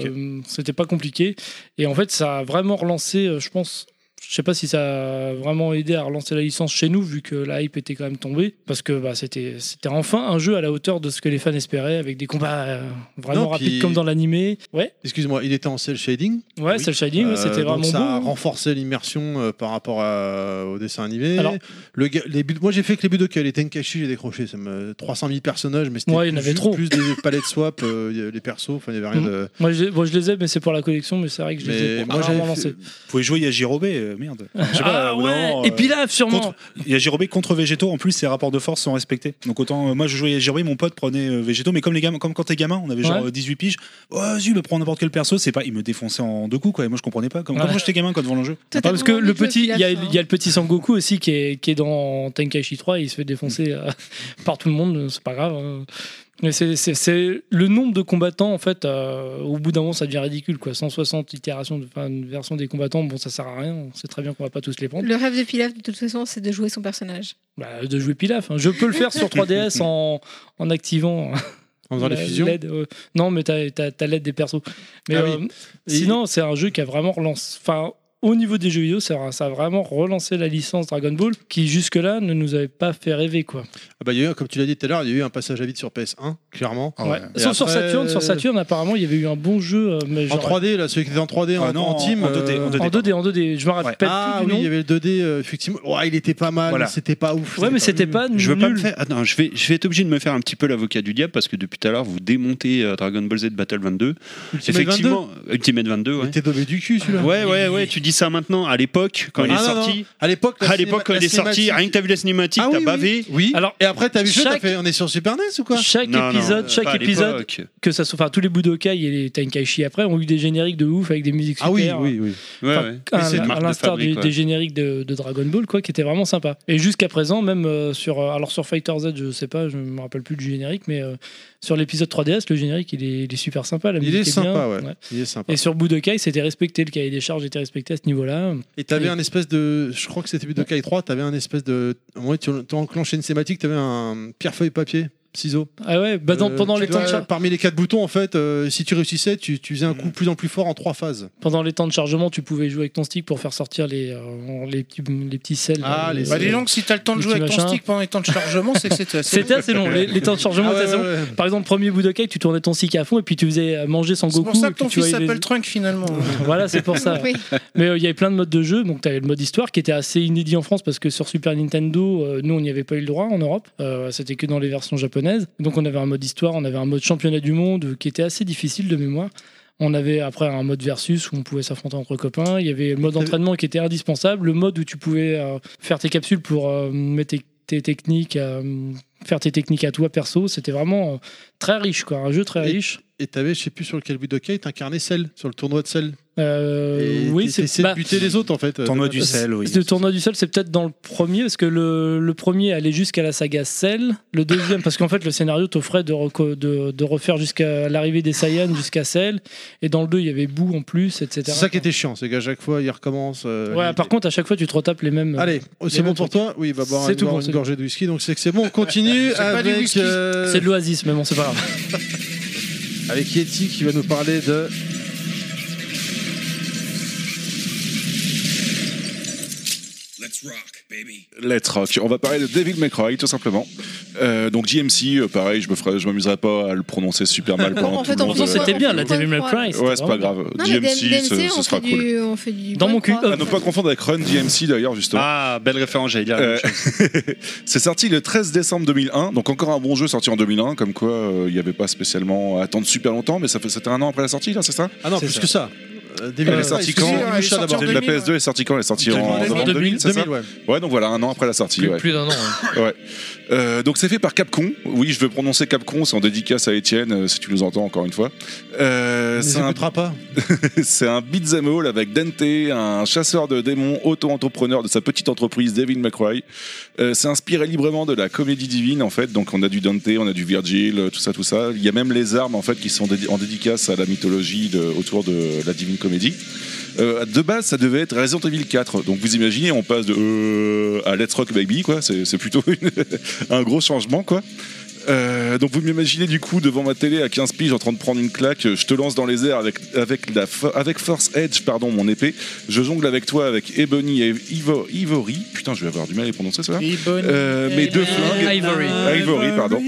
Speaker 10: c'était pas compliqué. Et en fait, ça a vraiment relancé, euh, je pense. Je sais pas si ça a vraiment aidé à relancer la licence chez nous, vu que la hype était quand même tombée, parce que bah, c'était c'était enfin un jeu à la hauteur de ce que les fans espéraient, avec des combats euh, vraiment
Speaker 4: Non,
Speaker 10: rapides
Speaker 4: puis-
Speaker 10: comme dans l'animé. Ouais,
Speaker 4: Excuse-moi, il était en cel shading.
Speaker 10: ouais, cel shading, ouais,
Speaker 4: Euh,
Speaker 10: c'était
Speaker 4: donc
Speaker 10: vraiment
Speaker 4: ça a
Speaker 10: beau.
Speaker 4: renforcé l'immersion euh, par rapport à- au dessin animé.
Speaker 10: Alors-
Speaker 4: Le ga- les buts- moi j'ai fait que les Budokai, les Tenkashi, j'ai décroché. Ça me... 300 000 personnages, mais c'était
Speaker 10: Ouais, il y en
Speaker 4: plus-
Speaker 10: avait trop. Mhm.
Speaker 4: plus des palettes swap, euh, y a- les persos, enfin il n'y avait rien de.
Speaker 10: Moi, je, bon, je les ai, mais c'est pour la collection, mais c'est vrai que je les ai
Speaker 4: Mais moi, j'avais
Speaker 10: rarement
Speaker 4: fait-
Speaker 10: lancés.
Speaker 9: Vous pouvez jouer Yajirobe, euh, merde. Je sais
Speaker 10: Ah
Speaker 9: au bout d'un
Speaker 10: ouais,
Speaker 9: moment, euh,
Speaker 10: et Pilaf, sûrement.
Speaker 9: contre- Yajirobe contre Végéto, en plus, ses rapports de force sont respectés. Donc autant, euh, moi je jouais Yajirobe, mon pote prenait euh, Végéto, mais comme, les gamins, comme quand t'es gamin, on avait genre
Speaker 10: Ouais.
Speaker 9: euh, 18 piges, oh, vas-y, bah, prends n'importe quel perso, c'est pas, il me défonçait en deux coups, quoi. Et moi je comprenais pas. Comme,
Speaker 10: Ouais.
Speaker 9: comme moi j'étais gamin quand devant l'enjeu.
Speaker 10: Ah, parce que le petit, il y, a- il y a le petit Sangoku aussi qui est, qui est dans Tenkaichi 3, il se fait défoncer euh, par tout le monde, c'est pas grave. hein. Mais c'est- c'est c'est le nombre de combattants en fait. euh, au bout d'un moment, ça devient ridicule quoi. 160 itérations, de, enfin, une version des combattants, bon, ça sert à rien. On sait très bien qu'on va pas tous les prendre.
Speaker 7: Le rêve de Pilaf, de toute façon, c'est de jouer son personnage.
Speaker 10: Bah, de jouer Pilaf, hein. je peux le faire sur 3DS en, en activant. euh,
Speaker 4: En faisant les
Speaker 10: la-
Speaker 4: fusions
Speaker 10: l'aide, euh, non, mais t'as t'as- t'as l'aide des persos. Mais
Speaker 4: Ah
Speaker 10: euh,
Speaker 4: oui. Et-
Speaker 10: sinon, c'est un jeu qui a vraiment relancé. Enfin, au niveau des jeux vidéo, ça, ça a vraiment relancé la licence Dragon Ball qui jusque-là ne nous avait pas fait rêver quoi.
Speaker 4: Ah bah, il y a eu, comme tu l'as dit tout à l'heure, il y a eu un passage à vide sur PS1, clairement.
Speaker 11: Ah
Speaker 10: Ouais.
Speaker 4: Et
Speaker 10: Sauf sur
Speaker 4: après,
Speaker 10: Saturn, sur Saturn apparemment il y avait eu un bon jeu. euh, Mais genre-
Speaker 4: En 3D, là, celui qui était en 3D, en,
Speaker 9: Ah non,
Speaker 4: en team.
Speaker 9: en 2D, en
Speaker 4: euh,
Speaker 9: 2D,
Speaker 10: En 2D, en 2D, je me rappelle plus
Speaker 4: Ah
Speaker 10: du
Speaker 4: oui,
Speaker 10: nom.
Speaker 4: il y avait le 2D, euh, effectivement. Ouais, il était pas mal,
Speaker 11: Voilà.
Speaker 4: mais c'était pas ouf.
Speaker 10: Ouais, mais c'était pas
Speaker 11: Je veux pas
Speaker 10: nul.
Speaker 11: me faire. ah non, je vais, je vais être obligé de me faire un petit peu l'avocat du diable parce que depuis tout à l'heure vous démontez euh, Dragon Ball Z Battle 22.
Speaker 4: Ultimate
Speaker 11: Effectivement, Ultimate 22. Ouais.
Speaker 4: T'es tombé du cul, celui-là.
Speaker 11: Ouais, ouais, ouais, tu dis ça maintenant. À l'époque, quand il est
Speaker 4: Ah, non,
Speaker 11: sorti.
Speaker 4: non. À l'époque, la
Speaker 11: À l'époque, quand
Speaker 4: cinéma-
Speaker 11: il est
Speaker 4: la
Speaker 11: sorti,
Speaker 4: cinématique-
Speaker 11: rien que t'as vu la cinématique,
Speaker 4: Ah
Speaker 11: t'as
Speaker 4: oui,
Speaker 11: bavé.
Speaker 4: Oui.
Speaker 10: Alors,
Speaker 4: et après, t'as vu ça, t'as
Speaker 10: chaque-
Speaker 4: fait, on est sur Super NES ou quoi
Speaker 10: Chaque
Speaker 11: Non, non,
Speaker 10: épisode,
Speaker 11: euh, pas à
Speaker 10: chaque épisode,
Speaker 11: l'époque.
Speaker 10: que ça soit, enfin tous les Budokai et les Tenkaichi après ont eu des génériques de ouf avec des musiques super.
Speaker 4: Ah oui, oui, oui.
Speaker 11: Ouais,
Speaker 10: Enfin,
Speaker 11: ouais.
Speaker 10: à-
Speaker 11: Mais c'est une
Speaker 10: à
Speaker 11: marque de
Speaker 10: l'instar
Speaker 11: fabrique,
Speaker 10: du-
Speaker 11: ouais.
Speaker 10: des génériques de, de Dragon Ball quoi qui était vraiment sympa et jusqu'à présent même euh, sur euh, alors sur Fighter Z je sais pas je me rappelle plus du générique mais euh, sur l'épisode 3DS le générique il est, il est super sympa la
Speaker 4: Il
Speaker 10: musique
Speaker 4: est
Speaker 10: est
Speaker 4: sympa,
Speaker 10: bien.
Speaker 4: ouais.
Speaker 10: Ouais.
Speaker 4: Il est sympa.
Speaker 10: et sur Budokai c'était respecté le cahier des charges était respecté à ce niveau là
Speaker 4: Et t'avais un espèce de. Je crois que c'était Budokai 3, t'avais un espèce de. Au moment où tu tu enclenchais une cinématique, t'avais un pierre-feuille-papier, ciseaux.
Speaker 10: ah ouais bah dans-
Speaker 4: Euh,
Speaker 10: pendant
Speaker 4: tu
Speaker 10: les temps de
Speaker 4: dois-
Speaker 10: char-
Speaker 4: Parmi les quatre boutons, en fait, euh, si tu réussissais, tu, tu faisais un
Speaker 6: Mm.
Speaker 4: coup plus en plus fort en trois phases.
Speaker 10: pendant les temps de chargement tu pouvais jouer avec ton stick pour faire sortir les euh, les petits les petits sels
Speaker 4: Ah,
Speaker 10: euh,
Speaker 4: les
Speaker 6: Bah, dis donc, si t'as le temps de
Speaker 10: les
Speaker 6: jouer
Speaker 10: petits
Speaker 6: avec ton
Speaker 10: machins.
Speaker 6: stick pendant les temps de chargement, c'est que c'était assez
Speaker 10: C'était assez long, les, les temps de chargement
Speaker 4: Ah ouais,
Speaker 10: étaient assez
Speaker 4: ouais,
Speaker 10: longs.
Speaker 4: ouais.
Speaker 10: Par exemple, premier Budokai, tu tournais ton stick à fond et puis tu faisais euh, manger sans
Speaker 6: C'est
Speaker 10: Goku.
Speaker 6: pour ça
Speaker 10: et
Speaker 6: que
Speaker 10: puis
Speaker 6: ton
Speaker 10: tu
Speaker 6: fils
Speaker 10: voyais les-
Speaker 6: s'appelle Trunk finalement.
Speaker 10: Voilà, c'est pour ça.
Speaker 6: Oui.
Speaker 10: Mais euh, il y avait plein de modes de jeu. Donc, tu avais le mode histoire qui était assez inédit en France parce que sur Super Nintendo, euh, nous, on n'y avait pas eu le droit en Europe. Euh, C'était que dans les versions japonaises. Donc, on avait un mode histoire, on avait un mode championnat du monde euh, qui était assez difficile de mémoire. On avait après un mode versus où on pouvait s'affronter entre copains. Il y avait le mode entraînement qui était indispensable, le mode où tu pouvais euh, faire tes capsules pour euh, mettre tes, tes techniques. euh, faire tes techniques à toi perso. C'était vraiment euh, très riche, quoi. Un jeu très
Speaker 4: Et-
Speaker 10: riche.
Speaker 4: Et t'avais, je sais plus sur lequel Budokai, t'incarnais Cell, sur le tournoi de Cell.
Speaker 10: Euh,
Speaker 4: Et
Speaker 10: oui,
Speaker 4: t'essayais
Speaker 10: c'est-
Speaker 4: de
Speaker 10: bah,
Speaker 4: buter les autres en fait. Euh,
Speaker 9: Tournoi du sel, oui.
Speaker 10: C'est Le tournoi du sel, c'est peut-être dans le premier, parce que le, le premier allait jusqu'à la saga Cell. Le deuxième, parce qu'en fait, le scénario t'offrait de, reco- de, de refaire jusqu'à l'arrivée des Saiyans jusqu'à Cell. Et dans le 2, il y avait Boo en plus, etc.
Speaker 4: C'est ça qui était chiant, c'est qu'à chaque fois il recommence. euh,
Speaker 10: Ouais,
Speaker 4: les-
Speaker 10: par contre, à chaque fois, tu te retapes les mêmes.
Speaker 4: Allez,
Speaker 10: les
Speaker 4: c'est bon
Speaker 10: mêmes
Speaker 4: pour
Speaker 10: trucs.
Speaker 4: toi Oui, il va boire
Speaker 10: C'est
Speaker 4: une,
Speaker 10: tout
Speaker 4: gor-
Speaker 10: bon,
Speaker 4: une
Speaker 10: c'est tout.
Speaker 4: gorgée de whisky, donc c'est que c'est bon. On continue
Speaker 10: C'est pas du
Speaker 4: avec.
Speaker 10: whisky.
Speaker 4: euh,
Speaker 10: C'est de l'oasis, mais bon, c'est pas grave.
Speaker 4: Avec Yeti qui va nous parler de.
Speaker 1: Let's rock, baby.
Speaker 5: Let's Rock. On va parler de David McRae, tout simplement. Euh, donc GMC, euh, pareil, je me ferai, je m'amuserai pas à le prononcer super mal pendant
Speaker 7: en
Speaker 5: tout
Speaker 7: fait,
Speaker 5: le
Speaker 7: on
Speaker 5: monde.
Speaker 7: pourrait- on pourrait-
Speaker 5: Ouais, c'est pas grave.
Speaker 7: Non, mais
Speaker 5: DMC,
Speaker 7: DMC,
Speaker 5: ce, ce
Speaker 7: on
Speaker 5: sera
Speaker 7: fait
Speaker 5: cool.
Speaker 7: du- on fait du
Speaker 5: Dans
Speaker 7: bon
Speaker 5: mon cul.
Speaker 7: croix.
Speaker 5: À ne pas confondre avec Run DMC d'ailleurs, justement. Ah, belle référence, j'allais dire. c'est sorti le 13 décembre 2001, donc encore un bon jeu sorti en 2001, comme quoi euh, il n'y avait pas spécialement à attendre super longtemps, mais ça fait- c'était un an après la sortie, là, c'est ça
Speaker 4: Ah non, plus que ça. Euh, David
Speaker 5: Elle est
Speaker 4: McRae,
Speaker 5: sortie
Speaker 4: c'est
Speaker 5: quand
Speaker 4: celui-là, elle est
Speaker 5: Lucha
Speaker 4: sortie
Speaker 5: d'abord.
Speaker 4: en
Speaker 5: La
Speaker 4: 2000,
Speaker 5: PS2 est sortie quand Elle est sortie en
Speaker 4: 2000,
Speaker 5: novembre 2000, c'est ça
Speaker 4: 2000,
Speaker 5: Ouais, donc voilà, un an après la sortie. ouais.
Speaker 12: Plus d'un an. hein.
Speaker 5: Ouais. Euh, donc c'est fait par Capcom. Oui, je veux prononcer Capcom, c'est en dédicace à Étienne, euh, si tu nous entends encore une fois. Euh,
Speaker 4: Il
Speaker 5: c'est
Speaker 4: ne
Speaker 5: un,
Speaker 4: écoutera pas.
Speaker 5: c'est un beat'em all avec Dente, un chasseur de démons, auto-entrepreneur de sa petite entreprise David McRae. Euh, c'est inspiré librement de la comédie divine en fait. Donc on a du Dante, on a du Virgil, euh, tout ça, tout ça. Il y a même les armes en fait qui sont dédi- en dédicace à la mythologie de- autour de la divine comédie. Euh, de base, ça devait être Resident Evil 4. Donc vous imaginez, on passe de euh, à Let's Rock Baby, quoi. C'est c'est plutôt une- un gros changement, quoi. Euh, donc vous m'imaginez du coup devant ma télé à 15 piges en train de prendre une claque, euh, je te lance dans les airs avec, avec, la fo- avec Force Edge, pardon, mon épée, je jongle avec toi avec Ebony et Ivo- Ivory, putain je vais avoir du mal à les prononcer ça, euh, mes deux flingues,
Speaker 12: Ivory.
Speaker 5: Ivory, pardon,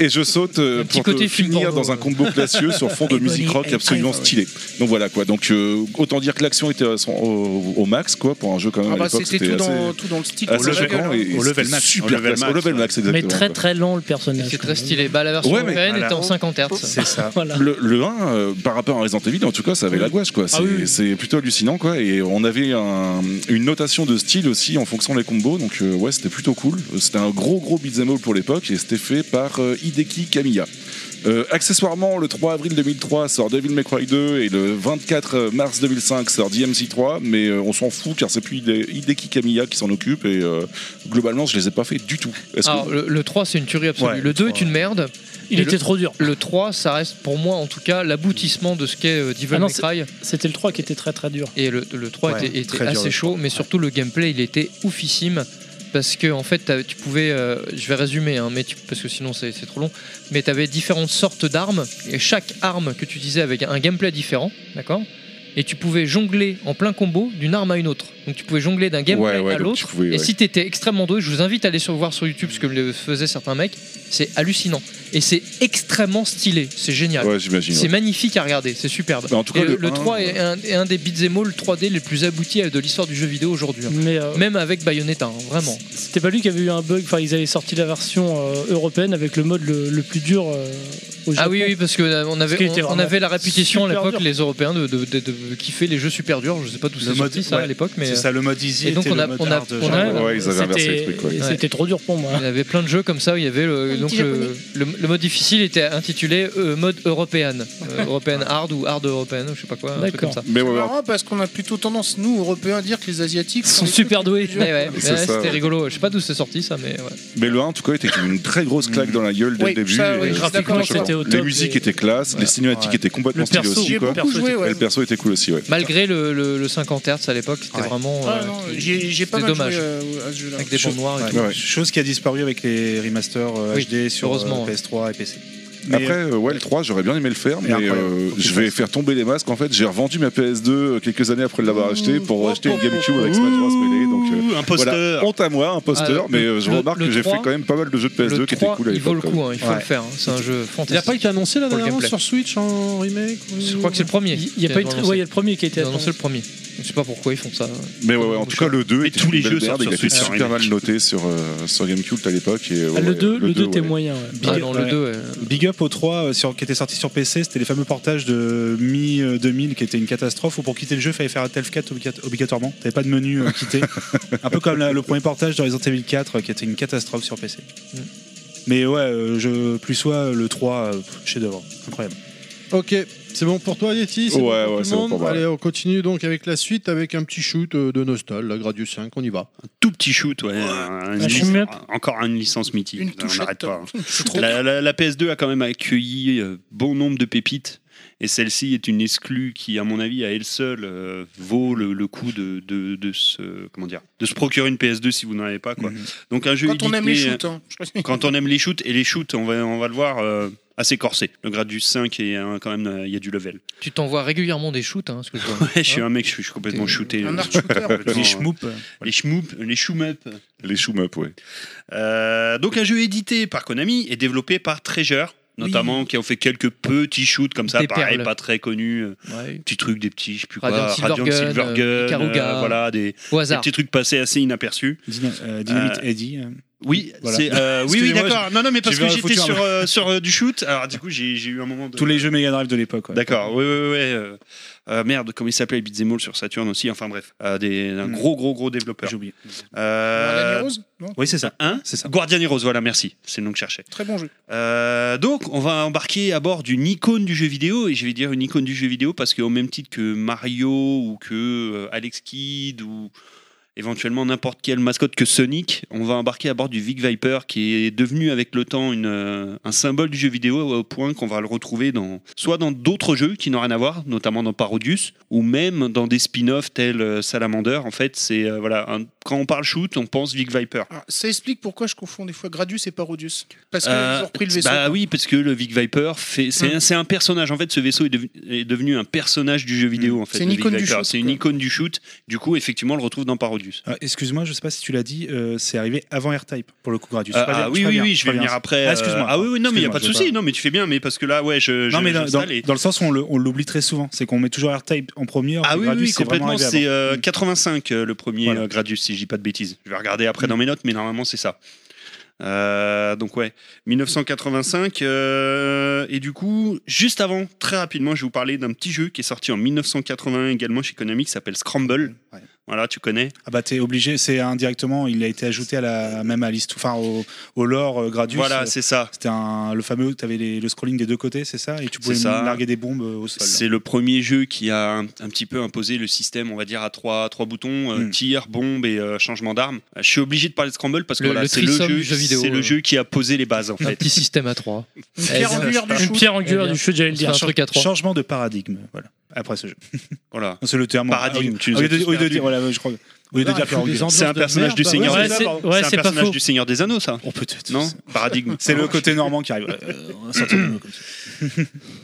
Speaker 5: et je saute euh,
Speaker 12: petit
Speaker 5: pour te
Speaker 12: côté film
Speaker 5: finir
Speaker 12: porno.
Speaker 5: dans un combo classieux sur fond de
Speaker 12: Ebony
Speaker 5: musique rock
Speaker 12: and
Speaker 5: absolument
Speaker 12: Ivory.
Speaker 5: stylé. Donc voilà quoi, donc euh, autant dire que l'action était à son- au, au max quoi, pour un jeu quand même
Speaker 6: Ah
Speaker 5: à
Speaker 6: bah,
Speaker 5: l'époque,
Speaker 6: c'était tout, dans, tout dans le style.
Speaker 5: assez
Speaker 6: dans la
Speaker 5: choquant
Speaker 6: gueule, hein.
Speaker 5: et- et
Speaker 9: Au level
Speaker 5: c'était
Speaker 9: max,
Speaker 5: super
Speaker 9: au level
Speaker 5: classe,
Speaker 9: max,
Speaker 5: au level
Speaker 9: ouais.
Speaker 5: max,
Speaker 10: Mais
Speaker 5: exactement,
Speaker 10: très
Speaker 5: quoi.
Speaker 10: très lent le personnage.
Speaker 12: C'est très
Speaker 10: quand même.
Speaker 12: stylé. Bah, la version
Speaker 5: Ouais, mais-
Speaker 12: européenne
Speaker 5: Voilà.
Speaker 12: était en 50 Hz.
Speaker 5: C'est ça.
Speaker 10: Voilà.
Speaker 5: Le, le 1, euh, par rapport à Resident Evil, en tout cas, ça avait la gouache,
Speaker 12: Ah
Speaker 5: quoi. C'est c'est plutôt hallucinant, quoi. Et on avait un- une notation de style aussi en fonction des combos, donc euh, ouais, c'était plutôt cool. C'était un gros, gros beat'em all pour l'époque, et c'était fait par euh, Hideki Kamiya. Euh, accessoirement, le 3 avril 2003 sort Devil May Cry 2 et le 24 mars 2005 sort DMC 3, mais euh, on s'en fout car c'est plus Hide- Hideki Kamiya qui s'en occupe et euh, globalement je les ai pas fait du tout. Est-ce que-
Speaker 12: Alors, le, le 3, c'est une tuerie absolue.
Speaker 5: Ouais,
Speaker 12: le 2
Speaker 5: le
Speaker 12: est une merde.
Speaker 10: Il
Speaker 12: Et
Speaker 10: était
Speaker 12: le-
Speaker 10: trop dur.
Speaker 12: Le 3, ça reste pour moi en tout cas l'aboutissement de ce qu'est euh, Devil
Speaker 10: Ah non,
Speaker 12: May Cry.
Speaker 10: C'était le 3 qui était très très dur.
Speaker 12: Et le, le 3
Speaker 10: Ouais,
Speaker 12: était, était
Speaker 10: très dur,
Speaker 12: assez
Speaker 10: le
Speaker 12: chaud, mais surtout le gameplay, il était oufissime. Parce que en fait, t'avais- tu pouvais, euh, je vais résumer, hein, mais tu- parce que sinon c'est c'est trop long. Mais tu avais différentes sortes d'armes et chaque arme que tu disais avec un gameplay différent, d'accord. Et tu pouvais jongler en plein combo d'une arme à une autre. Donc tu pouvais jongler d'un gameplay
Speaker 5: Ouais, ouais,
Speaker 12: à
Speaker 5: donc tu
Speaker 12: l'autre.
Speaker 5: pouvais,
Speaker 12: Et
Speaker 5: ouais.
Speaker 12: si t'étais extrêmement doué, je vous invite à aller sur, voir sur YouTube ce que le faisaient certains mecs. C'est hallucinant et c'est extrêmement stylé. C'est génial.
Speaker 5: Ouais, j'imagine,
Speaker 12: C'est
Speaker 5: ouais.
Speaker 12: magnifique à regarder. C'est superbe.
Speaker 5: Mais en tout cas,
Speaker 12: Et le,
Speaker 5: le
Speaker 12: le
Speaker 5: un,
Speaker 12: 3 est un, est un des beat'em all 3D les plus aboutis de l'histoire du jeu vidéo aujourd'hui. hein.
Speaker 10: euh,
Speaker 12: Même avec Bayonetta, hein, vraiment.
Speaker 10: C'était pas lui qui avait eu un bug, enfin ils avaient sorti la version euh, européenne avec le mode le, le plus dur euh, au Japon.
Speaker 12: Ah oui, oui, parce qu'on on
Speaker 10: qu'il
Speaker 12: avait,
Speaker 10: était
Speaker 12: on, on
Speaker 10: vraiment
Speaker 12: avait la réputation à
Speaker 10: super
Speaker 12: l'époque,
Speaker 10: dur.
Speaker 12: les Européens, de, de- de- de kiffer les jeux super durs. Je sais pas d'où c'est sorti ça à
Speaker 9: ouais.
Speaker 12: l'époque, mais. euh,
Speaker 9: C'est ça, le mode easy
Speaker 12: Et donc
Speaker 9: était
Speaker 12: on a.
Speaker 9: le mode
Speaker 12: on a,
Speaker 9: hard,
Speaker 12: on a-
Speaker 9: genre.
Speaker 10: et C'était trop dur pour moi.
Speaker 12: Il y avait plein de jeux comme ça où il y avait le, donc
Speaker 10: petit
Speaker 12: le, le- le mode difficile était intitulé euh, mode européenne, Euh, européenne hard ou hard européenne, je sais pas quoi, un truc comme ça.
Speaker 5: Mais
Speaker 6: C'est marrant parce qu'on a plutôt tendance, nous, Européens, à dire que les Asiatiques
Speaker 12: sont super doués.
Speaker 7: Eh
Speaker 12: Ouais, ouais.
Speaker 5: C'est
Speaker 12: Ouais,
Speaker 5: ça,
Speaker 12: c'était
Speaker 5: ouais.
Speaker 12: rigolo. Je sais pas d'où c'est sorti ça, mais ouais.
Speaker 5: Mais le 1 en tout cas était une très grosse claque dans la gueule dès
Speaker 12: Oui,
Speaker 5: le début.
Speaker 12: ça, oui,
Speaker 5: Et, euh,
Speaker 12: graphiquement,
Speaker 5: c'était
Speaker 12: c'était au
Speaker 5: Les
Speaker 12: top,
Speaker 5: musiques
Speaker 12: et-
Speaker 5: étaient classe, les cinématiques
Speaker 12: Ouais.
Speaker 5: étaient complètement
Speaker 12: Le
Speaker 5: stylées
Speaker 12: perso,
Speaker 5: aussi.
Speaker 12: j'ai
Speaker 5: Quoi.
Speaker 12: beaucoup joué, ouais.
Speaker 5: Et le perso était cool aussi, ouais.
Speaker 12: malgré le, le, le 50 Hz à l'époque, c'était vraiment.
Speaker 6: Ah,
Speaker 12: euh,
Speaker 6: non, j'ai- j'ai pas
Speaker 12: c'était
Speaker 6: mal
Speaker 12: dommage.
Speaker 6: joué, euh,
Speaker 10: Ah,
Speaker 6: à ce jeu-là.
Speaker 12: Avec des
Speaker 6: Chose-
Speaker 12: bandes noires et
Speaker 9: Ouais.
Speaker 12: tout.
Speaker 9: Ouais. Chose qui a disparu avec les remasters euh,
Speaker 12: Oui,
Speaker 9: HD sur euh,
Speaker 12: heureusement, ouais.
Speaker 9: PS3 et PC.
Speaker 5: Après, euh, ouais, le 3, j'aurais bien aimé le faire, mais
Speaker 9: incroyable.
Speaker 5: euh, je vais faire tomber les masques. En fait, j'ai revendu ma PS2 euh, quelques années après l'avoir acheté pour acheter une GameCube avec Smash Bros. Melee. Donc, euh,
Speaker 11: imposteur.
Speaker 5: voilà. honte à moi, imposteur,
Speaker 11: Ah,
Speaker 5: mais
Speaker 11: le-
Speaker 5: euh, je
Speaker 11: le-
Speaker 5: remarque
Speaker 11: le
Speaker 5: que j'ai fait
Speaker 11: 3,
Speaker 5: quand même pas mal de jeux de PS2
Speaker 12: le
Speaker 5: qui étaient
Speaker 12: 3,
Speaker 5: cool à
Speaker 12: il vaut le
Speaker 5: l'époque.
Speaker 12: coup, hein, il faut le faire. hein. C'est un jeu
Speaker 4: Il n'y a
Speaker 12: fantastique.
Speaker 4: pas été annoncé là
Speaker 12: Pour le
Speaker 4: dernièrement
Speaker 12: gameplay.
Speaker 4: sur Switch en remake
Speaker 12: Je crois que c'est le premier.
Speaker 10: Il y a pas eu de- ouais, il y a le premier qui a été
Speaker 12: Ils ont annoncé le premier. Je sais pas pourquoi ils font ça.
Speaker 5: Mais ouais, ouais, en tout cas, le 2 était
Speaker 11: tous
Speaker 5: une
Speaker 11: les
Speaker 5: belle
Speaker 11: jeux
Speaker 5: merde,
Speaker 11: sortent
Speaker 5: Il a
Speaker 11: sur
Speaker 5: été
Speaker 11: Switch,
Speaker 5: super
Speaker 11: hein,
Speaker 5: mal noté sur euh, sur GameCube à l'époque. et,
Speaker 11: Ah,
Speaker 12: Ah,
Speaker 5: ouais,
Speaker 10: le 2 le 2
Speaker 5: ouais.
Speaker 10: était moyen. ouais.
Speaker 9: Big,
Speaker 10: Ah,
Speaker 9: up,
Speaker 10: non, le
Speaker 9: ouais.
Speaker 10: 2,
Speaker 9: Big Up au 3 euh, sur, qui était sorti sur PC, c'était les fameux portages de mi-2000 qui étaient une catastrophe où pour quitter le jeu, il fallait faire un TELF 4 obligat- obligatoirement. T'avais pas de menu
Speaker 11: Mm.
Speaker 9: euh, quitter. un peu comme la- le premier portage de Resident Evil 4 euh, qui était une catastrophe sur PC. Mais ouais, euh, je, plus soit le 3, euh, chef-d'œuvre. Incroyable.
Speaker 4: Ok, c'est bon pour toi, Yeti
Speaker 5: Ouais, ouais,
Speaker 4: tout
Speaker 5: c'est
Speaker 4: le
Speaker 5: bon
Speaker 4: monde
Speaker 5: pour moi.
Speaker 4: Allez, on continue donc avec la suite, avec un petit shoot euh, de Nostal, la Gradius 5, on y va.
Speaker 11: Tout petit shoot, ouais. Un- une
Speaker 4: shoot-up.
Speaker 11: licence- encore une licence mythique. on n'arrête pas.
Speaker 6: hein.
Speaker 11: La, la- la PS2 a quand même accueilli euh, bon nombre de pépites. Et celle-ci est une exclue qui, à mon avis, à elle seule, euh, vaut le, le coup de, de, de se, comment dire, de se procurer une PS2 si vous n'en avez pas. Quoi. Donc un jeu
Speaker 6: Quand on aime les
Speaker 11: édité,
Speaker 6: shoots, hein.
Speaker 11: euh, quand on aime les shoots, et les shoots, on va, on va le voir, euh, assez corsé. Le Gradus 5, est un- quand même, euh, il y a du level.
Speaker 12: Tu t'envoies régulièrement des shoots, hein, ce que je vois.
Speaker 11: Ouais, je suis un mec, je suis, je suis complètement shooté.
Speaker 12: un art
Speaker 5: shooter,
Speaker 11: Complètement,
Speaker 5: Les
Speaker 11: euh,
Speaker 5: schmoupes.
Speaker 11: Les schmoupes, les schmoupes.
Speaker 5: Les shoom-up, ouais.
Speaker 11: Euh, donc un jeu édité par Konami et développé par Treasure notamment qui ont fait quelques petits shoots comme ça
Speaker 12: Des
Speaker 11: pareil
Speaker 12: perles.
Speaker 11: pas très connus euh,
Speaker 12: Ouais.
Speaker 11: petits trucs des petits je sais plus
Speaker 12: Radiant
Speaker 11: quoi Radiant
Speaker 12: Silvergun,
Speaker 11: Silvergun
Speaker 12: euh, Ikaruga,
Speaker 11: voilà des,
Speaker 12: au
Speaker 11: des
Speaker 12: hasard.
Speaker 11: petits trucs passés assez inaperçus
Speaker 9: Dynamite
Speaker 11: Euh,
Speaker 9: Eddie. euh,
Speaker 11: oui
Speaker 9: voilà.
Speaker 11: c'est euh, oui oui
Speaker 9: Excusez-moi,
Speaker 11: d'accord
Speaker 9: je-
Speaker 11: non non mais
Speaker 9: tu
Speaker 11: parce que
Speaker 9: vas
Speaker 11: j'étais
Speaker 9: foutre un-
Speaker 11: sur euh, sur euh, du shoot alors du coup j'ai j'ai eu un moment de
Speaker 9: Tous
Speaker 6: euh,
Speaker 9: les jeux Mega Drive de l'époque. ouais.
Speaker 11: D'accord, ouais, ouais, ouais. euh, euh, merde, comment il s'appelait Beat'em All sur Saturn aussi, enfin bref, euh, des, un gros, gros, gros développeur. J'ai oublié.
Speaker 6: Hmm. Guardian Heroes Non
Speaker 11: Oui, c'est ça. Hein c'est ça. Guardian Heroes, voilà, merci, c'est le nom que je cherchais.
Speaker 6: Très bon jeu.
Speaker 11: Euh, donc, on va embarquer à bord d'une icône du jeu vidéo, et je vais dire une icône du jeu vidéo parce qu'au même titre que Mario ou que euh, Alex Kidd ou éventuellement n'importe quelle mascotte que Sonic, on va embarquer à bord du Vic Viper qui est devenu avec le temps une, euh, un symbole du jeu vidéo au point qu'on va le retrouver dans soit dans d'autres jeux qui n'ont rien à voir, notamment dans Parodius, ou même dans des spin-offs tels euh, Salamander. En fait, c'est euh, voilà, un- quand on parle shoot, on pense Vic Viper.
Speaker 6: Ah, Ça explique pourquoi je confonds des fois Gradius et Parodius. Parce qu'ils
Speaker 11: Euh,
Speaker 6: ont repris le vaisseau.
Speaker 11: Bah oui, parce que le Vic Viper, fait, c'est,
Speaker 6: Mm.
Speaker 11: un, c'est un personnage. En fait, ce vaisseau est, devenu- est devenu un personnage du jeu vidéo. En fait,
Speaker 6: Hum. C'est une
Speaker 11: le Vic
Speaker 6: icône du
Speaker 11: Viper.
Speaker 6: shoot,
Speaker 11: C'est une icône du shoot. Du coup, effectivement, on le retrouve dans Parodius.
Speaker 9: Ah, Excuse-moi, je sais pas si tu l'as dit, euh, c'est arrivé avant R-Type pour le coup Gradius.
Speaker 11: Euh,
Speaker 9: Pas bien,
Speaker 11: ah oui, oui,
Speaker 9: bien,
Speaker 11: oui, je vais
Speaker 9: bien.
Speaker 11: venir après.
Speaker 9: Ah,
Speaker 11: euh,
Speaker 9: excuse-moi.
Speaker 11: Ah oui, oui, non, mais il n'y a
Speaker 9: Excuse-moi,
Speaker 11: pas de
Speaker 9: je vais
Speaker 11: souci. Non, mais tu fais bien, mais parce que là, ouais, je.
Speaker 9: Non,
Speaker 11: je-
Speaker 9: mais dans,
Speaker 11: j'installe
Speaker 9: dans-
Speaker 11: et-
Speaker 9: dans le sens où on le- on l'oublie très souvent, c'est qu'on met toujours R-Type en premier.
Speaker 11: Ah
Speaker 9: puis
Speaker 11: oui, oui,
Speaker 9: Gradius,
Speaker 11: oui,
Speaker 9: c'est vraiment
Speaker 11: complètement.
Speaker 9: arrivé
Speaker 11: C'est
Speaker 9: avant.
Speaker 11: euh, 85 euh, le premier euh, Gradius, si je dis pas de bêtises. Je vais regarder après
Speaker 9: Mm.
Speaker 11: dans mes notes, mais normalement c'est ça. Euh, donc ouais, 1985. euh, et du coup, juste avant, très rapidement, je vais vous parler d'un petit jeu qui est sorti en 1981 également chez Konami qui s'appelle Scramble. Voilà, tu connais.
Speaker 9: Ah bah t'es obligé, c'est indirectement, il a été ajouté à la même à l'histoire, enfin au, au lore euh, Gradius.
Speaker 11: Voilà,
Speaker 9: Euh,
Speaker 11: c'est ça.
Speaker 9: C'était un- le fameux, t'avais les- le scrolling des deux côtés, c'est ça, et tu pouvais
Speaker 11: C'est ça.
Speaker 9: larguer des bombes euh, au sol.
Speaker 11: C'est le premier jeu qui a un, un petit peu imposé le système, on va dire, à trois, trois boutons euh,
Speaker 9: Hmm.
Speaker 11: tir, bombe et euh, changement d'arme. Euh, Je suis obligé de parler de Scramble parce que
Speaker 12: Le-
Speaker 11: voilà,
Speaker 12: le
Speaker 11: c'est le,
Speaker 12: threesome
Speaker 11: jeu,
Speaker 12: du jeu vidéo,
Speaker 11: c'est le
Speaker 12: euh.
Speaker 11: jeu qui a posé les bases en
Speaker 12: Un
Speaker 11: fait.
Speaker 12: petit système à 3.
Speaker 9: Une pierre angulaire du shoot.
Speaker 10: Eh,
Speaker 9: Eh
Speaker 10: Une pierre
Speaker 11: Eh
Speaker 10: angulaire du shoot, j'allais le
Speaker 9: C'est
Speaker 10: dire.
Speaker 9: un truc à
Speaker 10: trois.
Speaker 9: Changement de paradigme, voilà. Après ce jeu.
Speaker 11: Voilà.
Speaker 9: C'est le terme.
Speaker 11: Paradigme,
Speaker 9: Ah oui.
Speaker 11: tu nous
Speaker 9: Au lieu
Speaker 11: as
Speaker 9: de-
Speaker 11: tous
Speaker 9: au lieu de
Speaker 11: perdu.
Speaker 9: dire, voilà, je crois. Au lieu de
Speaker 11: Ah,
Speaker 9: dire
Speaker 11: puis
Speaker 9: pierre
Speaker 11: des
Speaker 9: angulaire.
Speaker 11: ambiances C'est un de personnage merde. du Seigneur Ouais, des c'est- Anneaux. ouais, C'est un c'est pas personnage faux. du Seigneur des Anneaux, ça.
Speaker 9: On peut peut-être.
Speaker 11: Non Paradigme.
Speaker 9: C'est le côté normand qui arrive. Euh, on va sortir de nous, comme ça.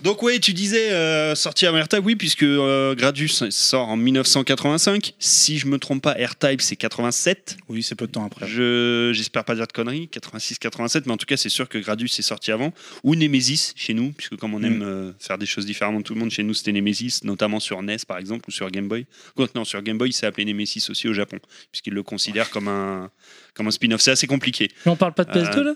Speaker 11: Donc ouais, tu disais euh, sorti avant R-Type, oui, puisque euh, Gradius sort en 1985. Si je me trompe pas, R-Type c'est 87.
Speaker 9: Oui, c'est peu de temps après.
Speaker 11: Je j'espère pas dire de conneries, 86, 87, mais en tout cas c'est sûr que Gradius est sorti avant. Ou Nemesis chez nous, puisque comme on
Speaker 9: Mm.
Speaker 11: aime euh, faire des choses différemment de tout le monde, chez nous c'était Nemesis, notamment sur NES par exemple ou sur Game Boy. Quoique, Non, sur Game Boy c'est appelé Nemesis aussi au Japon, puisqu'ils le considèrent comme un comme un spin-off. C'est assez compliqué.
Speaker 10: Mais on parle pas de
Speaker 11: Euh,
Speaker 10: PS2 là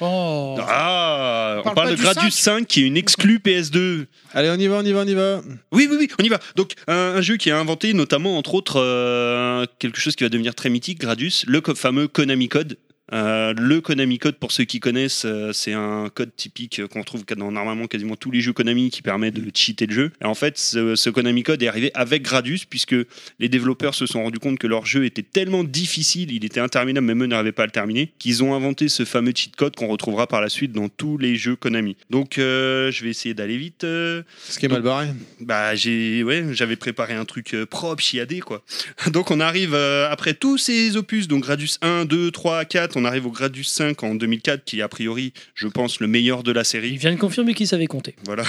Speaker 12: Oh
Speaker 11: Ah, on
Speaker 10: Parle
Speaker 11: parle,
Speaker 10: pas
Speaker 11: de
Speaker 10: du
Speaker 11: Gradius 5. qui est une exclue PS2.
Speaker 4: Allez, on y va, on y va, on y va.
Speaker 11: Oui, oui, oui, on y va. Donc, un, un jeu qui a inventé notamment, entre autres, euh, quelque chose qui va devenir très mythique, Gradius, le co- fameux Konami Code. Euh, le Konami Code, pour ceux qui connaissent, euh, c'est un code typique euh, qu'on retrouve dans normalement quasiment tous les jeux Konami qui permet de cheater le jeu. Et en fait, ce, ce Konami Code est arrivé avec Gradius, puisque les développeurs se sont rendus compte que leur jeu était tellement difficile, il était interminable, même eux n'arrivaient pas à le terminer, qu'ils ont inventé ce fameux cheat code qu'on retrouvera par la suite dans tous les jeux Konami. Donc, euh, je vais essayer d'aller vite. euh.
Speaker 4: Ce qui est mal barré.
Speaker 11: Bah j'ai ouais, j'avais préparé un truc euh, propre chiadé quoi. Donc on arrive euh, après tous ces opus donc Gradius 1 2 3 4, on arrive au Gradius 5 en 2004 qui est a priori, je pense le meilleur de la série.
Speaker 10: Il vient de confirmer qu'il savait compter.
Speaker 11: Voilà.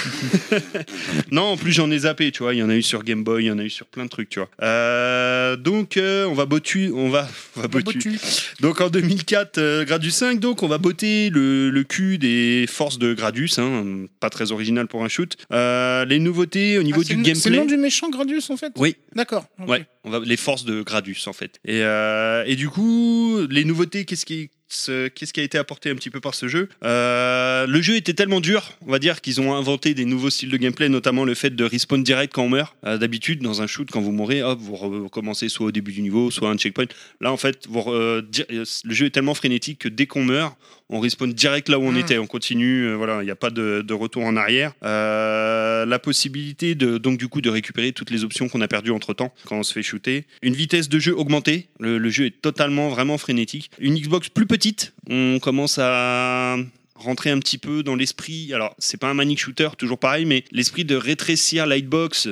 Speaker 11: non, en plus j'en ai zappé, tu vois. Il y en a eu sur Game Boy, il y en a eu sur plein de trucs, tu vois. Euh, donc euh, on va botu, on va, on va botu. Donc en 2004, euh, Gradus 5, donc on va botter le, le cul des forces de Gradus, hein, pas très original pour un shoot. Euh, les nouveautés au niveau
Speaker 6: Ah, c'est
Speaker 11: du
Speaker 6: le- C'est le nom
Speaker 11: gameplay.
Speaker 6: du méchant Gradius en fait
Speaker 11: Oui.
Speaker 6: D'accord.
Speaker 11: Ouais, on va, les forces de Gradus en fait. Et, euh, et du coup, les nouveautés, qu'est-ce qui, ce- Euh, qu'est-ce qui a été apporté un petit peu par ce jeu Euh, Le jeu était tellement dur, on va dire, qu'ils ont inventé des nouveaux styles de gameplay, notamment le fait de respawn direct quand on meurt. Euh, D'habitude, dans un shoot, quand vous mourrez, hop, vous recommencez soit au début du niveau, soit à un checkpoint. Là, en fait, vous re- euh, di- euh, le jeu est tellement frénétique que dès qu'on meurt, on respawn direct là où on
Speaker 6: Mm.
Speaker 11: était, on continue, euh, voilà, il n'y a pas de, de retour en arrière. Euh, la possibilité de, donc du coup de récupérer toutes les options qu'on a perdues entre temps quand on se fait shooter. Une vitesse de jeu augmentée, le, le jeu est totalement vraiment frénétique. Une Xbox plus petite, on commence à rentrer un petit peu dans l'esprit, alors c'est pas un manic shooter, toujours pareil, mais l'esprit de rétrécir Lightbox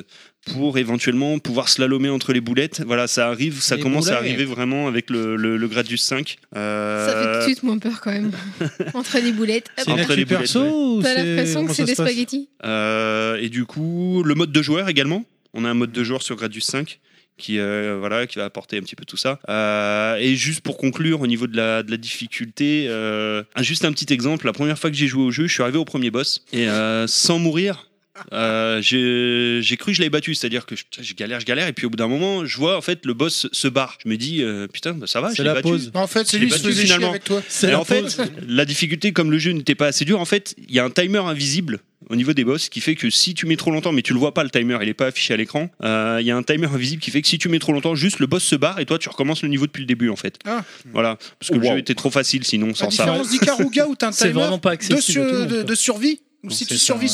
Speaker 11: pour éventuellement pouvoir slalomer entre les boulettes. Voilà, ça arrive, ça
Speaker 6: Les
Speaker 11: commence à
Speaker 6: boulettes.
Speaker 11: arriver vraiment avec le, le, le Gradius 5. Euh,
Speaker 7: Ça fait tout de suite moins peur quand même. Entre les boulettes. hop.
Speaker 11: C'est une Entre actu les boulettes, perso ouais. ou
Speaker 7: T'as
Speaker 11: c'est-
Speaker 7: l'impression
Speaker 11: comment
Speaker 7: que c'est
Speaker 11: ça
Speaker 7: des
Speaker 11: se passe
Speaker 7: spaghettis
Speaker 11: Euh, et du coup, le mode de joueur également. On a un mode de joueur sur Gradius 5 qui, euh, voilà, qui va apporter un petit peu tout ça. Euh, et juste pour conclure, au niveau de la, de la difficulté, euh, un- juste un petit exemple. La première fois que j'ai joué au jeu, je suis arrivé au premier boss et euh, sans mourir. euh, j'ai j'ai cru que je l'avais battu, c'est-à-dire que je, putain, je galère, je galère, et puis au bout d'un moment, je vois en fait le boss se barre. Je me dis, euh, putain, bah, ça va,
Speaker 6: C'est
Speaker 11: je l'ai
Speaker 6: la
Speaker 11: battu.
Speaker 6: pause. En fait, c'est
Speaker 11: Je
Speaker 6: lui
Speaker 11: l'ai
Speaker 6: qui se
Speaker 11: battu,
Speaker 6: faisait chier avec toi. C'est
Speaker 11: Et
Speaker 6: la
Speaker 11: en fait,
Speaker 6: pause.
Speaker 11: la difficulté, comme le jeu n'était pas assez dur, en fait, il y a un timer invisible au niveau des boss qui fait que si tu mets trop longtemps, mais tu le vois pas le timer, il est pas affiché à l'écran, euh, il y a un timer invisible qui fait que si tu mets trop longtemps, juste le boss se barre et toi tu recommences le niveau depuis le début en fait.
Speaker 6: Ah.
Speaker 11: Voilà, parce que le jeu était trop facile sinon sans
Speaker 6: La
Speaker 11: ça.
Speaker 6: différence d'Ikaruga où t'as un
Speaker 11: C'est
Speaker 6: timer
Speaker 11: vraiment pas accessible
Speaker 6: de, sur-
Speaker 11: à tout le monde,
Speaker 6: de,
Speaker 11: quoi.
Speaker 6: de survie, où
Speaker 11: c'est
Speaker 6: si tu
Speaker 11: ça,
Speaker 6: survis
Speaker 11: ouais.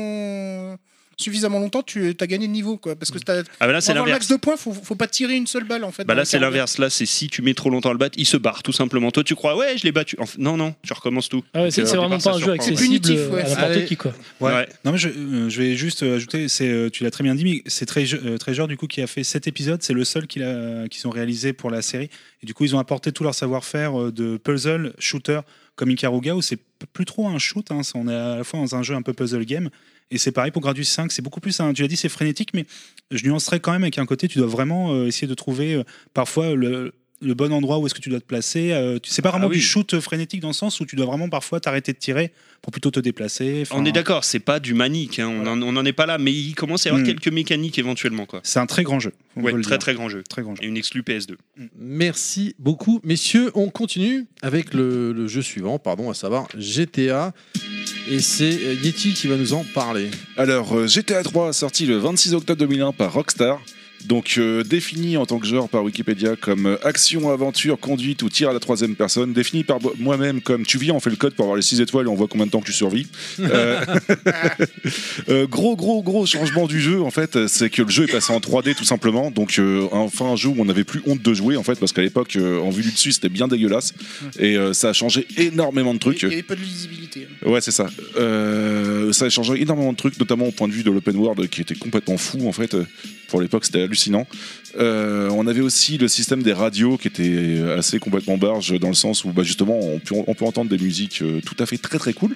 Speaker 6: suffisamment suffisamment longtemps, tu as gagné le niveau quoi. Parce que t'as-
Speaker 11: Ah, bah là, c'est
Speaker 6: pour avoir le
Speaker 11: l'inverse.
Speaker 6: max de points, faut, faut pas tirer une seule balle en fait.
Speaker 11: Bah
Speaker 6: dans
Speaker 11: là c'est
Speaker 6: Ikaruga.
Speaker 11: l'inverse, là c'est si tu mets trop longtemps à le battre, il se barre tout simplement. Toi tu crois ouais je l'ai battu, Enfin, non non tu recommences tout.
Speaker 10: Ah ouais, c'est-
Speaker 11: Donc, euh,
Speaker 10: c'est
Speaker 11: au
Speaker 10: vraiment
Speaker 11: départ,
Speaker 10: pas
Speaker 11: ça
Speaker 10: un jeu
Speaker 11: surprend.
Speaker 10: accessible, Punitif, ouais. à n'importe
Speaker 9: Allez.
Speaker 10: qui, quoi.
Speaker 9: Ouais.
Speaker 11: Ouais.
Speaker 9: Non mais je, euh, je vais juste euh, ajouter, c'est, euh, tu l'as très bien dit, mais c'est Treasure, euh, Treasure, du coup qui a fait cet épisode, c'est le seul qu'il a- qu'ils ont réalisé pour la série. Et du coup ils ont apporté tout leur savoir-faire euh, de puzzle, shooter, comme Ikaruga où c'est p- plus trop un shoot, hein, ça, on est à la fois dans un jeu un peu puzzle game. Et c'est pareil pour Gradus 5, c'est beaucoup plus, un- tu l'as dit, c'est frénétique, mais je nuancerais quand même avec un côté, tu dois vraiment euh, essayer de trouver euh, parfois le, le bon endroit où est-ce que tu dois te placer. euh, tu- c'est pas vraiment
Speaker 11: Ah oui.
Speaker 9: du shoot frénétique dans le sens où tu dois vraiment parfois t'arrêter de tirer pour plutôt te déplacer. enfin-
Speaker 11: On est d'accord, c'est pas du manique, hein, on, en, on en est pas là, mais il commence à y avoir quelques mécaniques éventuellement quoi.
Speaker 9: C'est un très grand jeu. on
Speaker 11: Ouais,
Speaker 9: peut le
Speaker 11: Hmm. très
Speaker 9: dire.
Speaker 11: très grand jeu. Hmm.
Speaker 9: Très grand
Speaker 11: Et une exclue PS2.
Speaker 4: Merci beaucoup. Messieurs, on continue avec le, le jeu suivant, pardon, à savoir GTA. Et c'est euh, Yeti qui va nous en parler.
Speaker 5: Alors, euh, GTA 3 sorti le 26 octobre 2001 par Rockstar. Donc euh, défini en tant que genre par Wikipédia comme euh, action, aventure, conduite ou tir à la troisième personne, défini par bo- moi-même comme tu viens, on fait le code pour avoir les 6 étoiles et on voit combien de temps que tu survis. Euh, euh, gros gros gros changement du jeu en fait, euh, c'est que le jeu est passé en 3D tout simplement. Donc euh, enfin un jeu où on n'avait plus honte de jouer en fait parce qu'à l'époque euh, en vue du dessus c'était bien dégueulasse et euh, ça a changé énormément de trucs.
Speaker 6: Il y avait peu de lisibilité. hein.
Speaker 5: Ouais, c'est ça. Euh, ça a changé énormément de trucs, notamment au point de vue de l'open world qui était complètement fou en fait. Euh, Pour l'époque, c'était hallucinant. Euh, on avait aussi le système des radios qui était assez complètement barge dans le sens où bah, justement on peut, on peut entendre des musiques euh, tout à fait très très cool.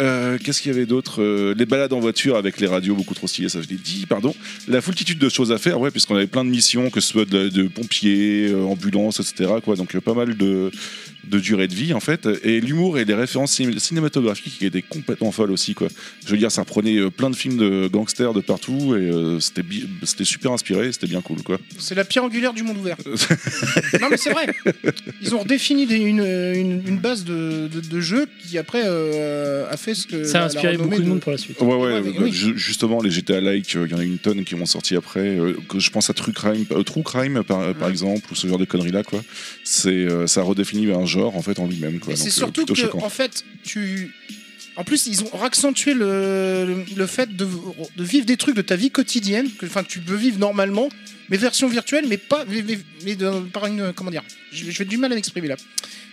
Speaker 5: Euh, Qu'est-ce qu'il y avait d'autre Euh, Les balades en voiture avec les radios beaucoup trop stylées, ça je l'ai dit, pardon. La foultitude de choses à faire, ouais, puisqu'on avait plein de missions, que ce soit de, de pompiers, euh, ambulances, etc. Quoi. Donc euh, pas mal de, de durée de vie en fait et l'humour et les références ciné- cinématographiques qui étaient complètement folles aussi quoi je veux dire ça prenait euh, plein de films de gangsters de partout et euh, c'était bi- c'était super inspiré c'était bien cool quoi
Speaker 6: C'est la pierre angulaire du monde ouvert. non mais c'est vrai. Ils ont redéfini des- une, une, une base de, de, de jeu qui après euh, a fait ce que.
Speaker 10: Ça a
Speaker 6: la- la
Speaker 10: inspiré
Speaker 6: renommée
Speaker 10: beaucoup de monde pour la suite.
Speaker 5: Ouais, ouais,
Speaker 6: mais
Speaker 5: bah,
Speaker 6: oui.
Speaker 5: ju- justement, les GTA Like, euh, il y en a une tonne qui vont sortir après. euh, que je pense à True Crime, euh, True Crime par, par exemple, ou ce genre de conneries-là, quoi. C'est, euh, ça redéfinit un genre, en fait, en lui-même, quoi.
Speaker 6: Et
Speaker 5: Donc,
Speaker 6: c'est
Speaker 5: euh,
Speaker 6: surtout
Speaker 5: plutôt
Speaker 6: que,
Speaker 5: choquant.
Speaker 6: en fait, tu. En plus, ils ont accentué le, le- le fait de, de vivre des trucs de ta vie quotidienne, que enfin, tu peux vivre normalement, mais version virtuelle, mais pas. Mais, mais- mais de- par une. Comment dire Je je vais du mal à l'exprimer là.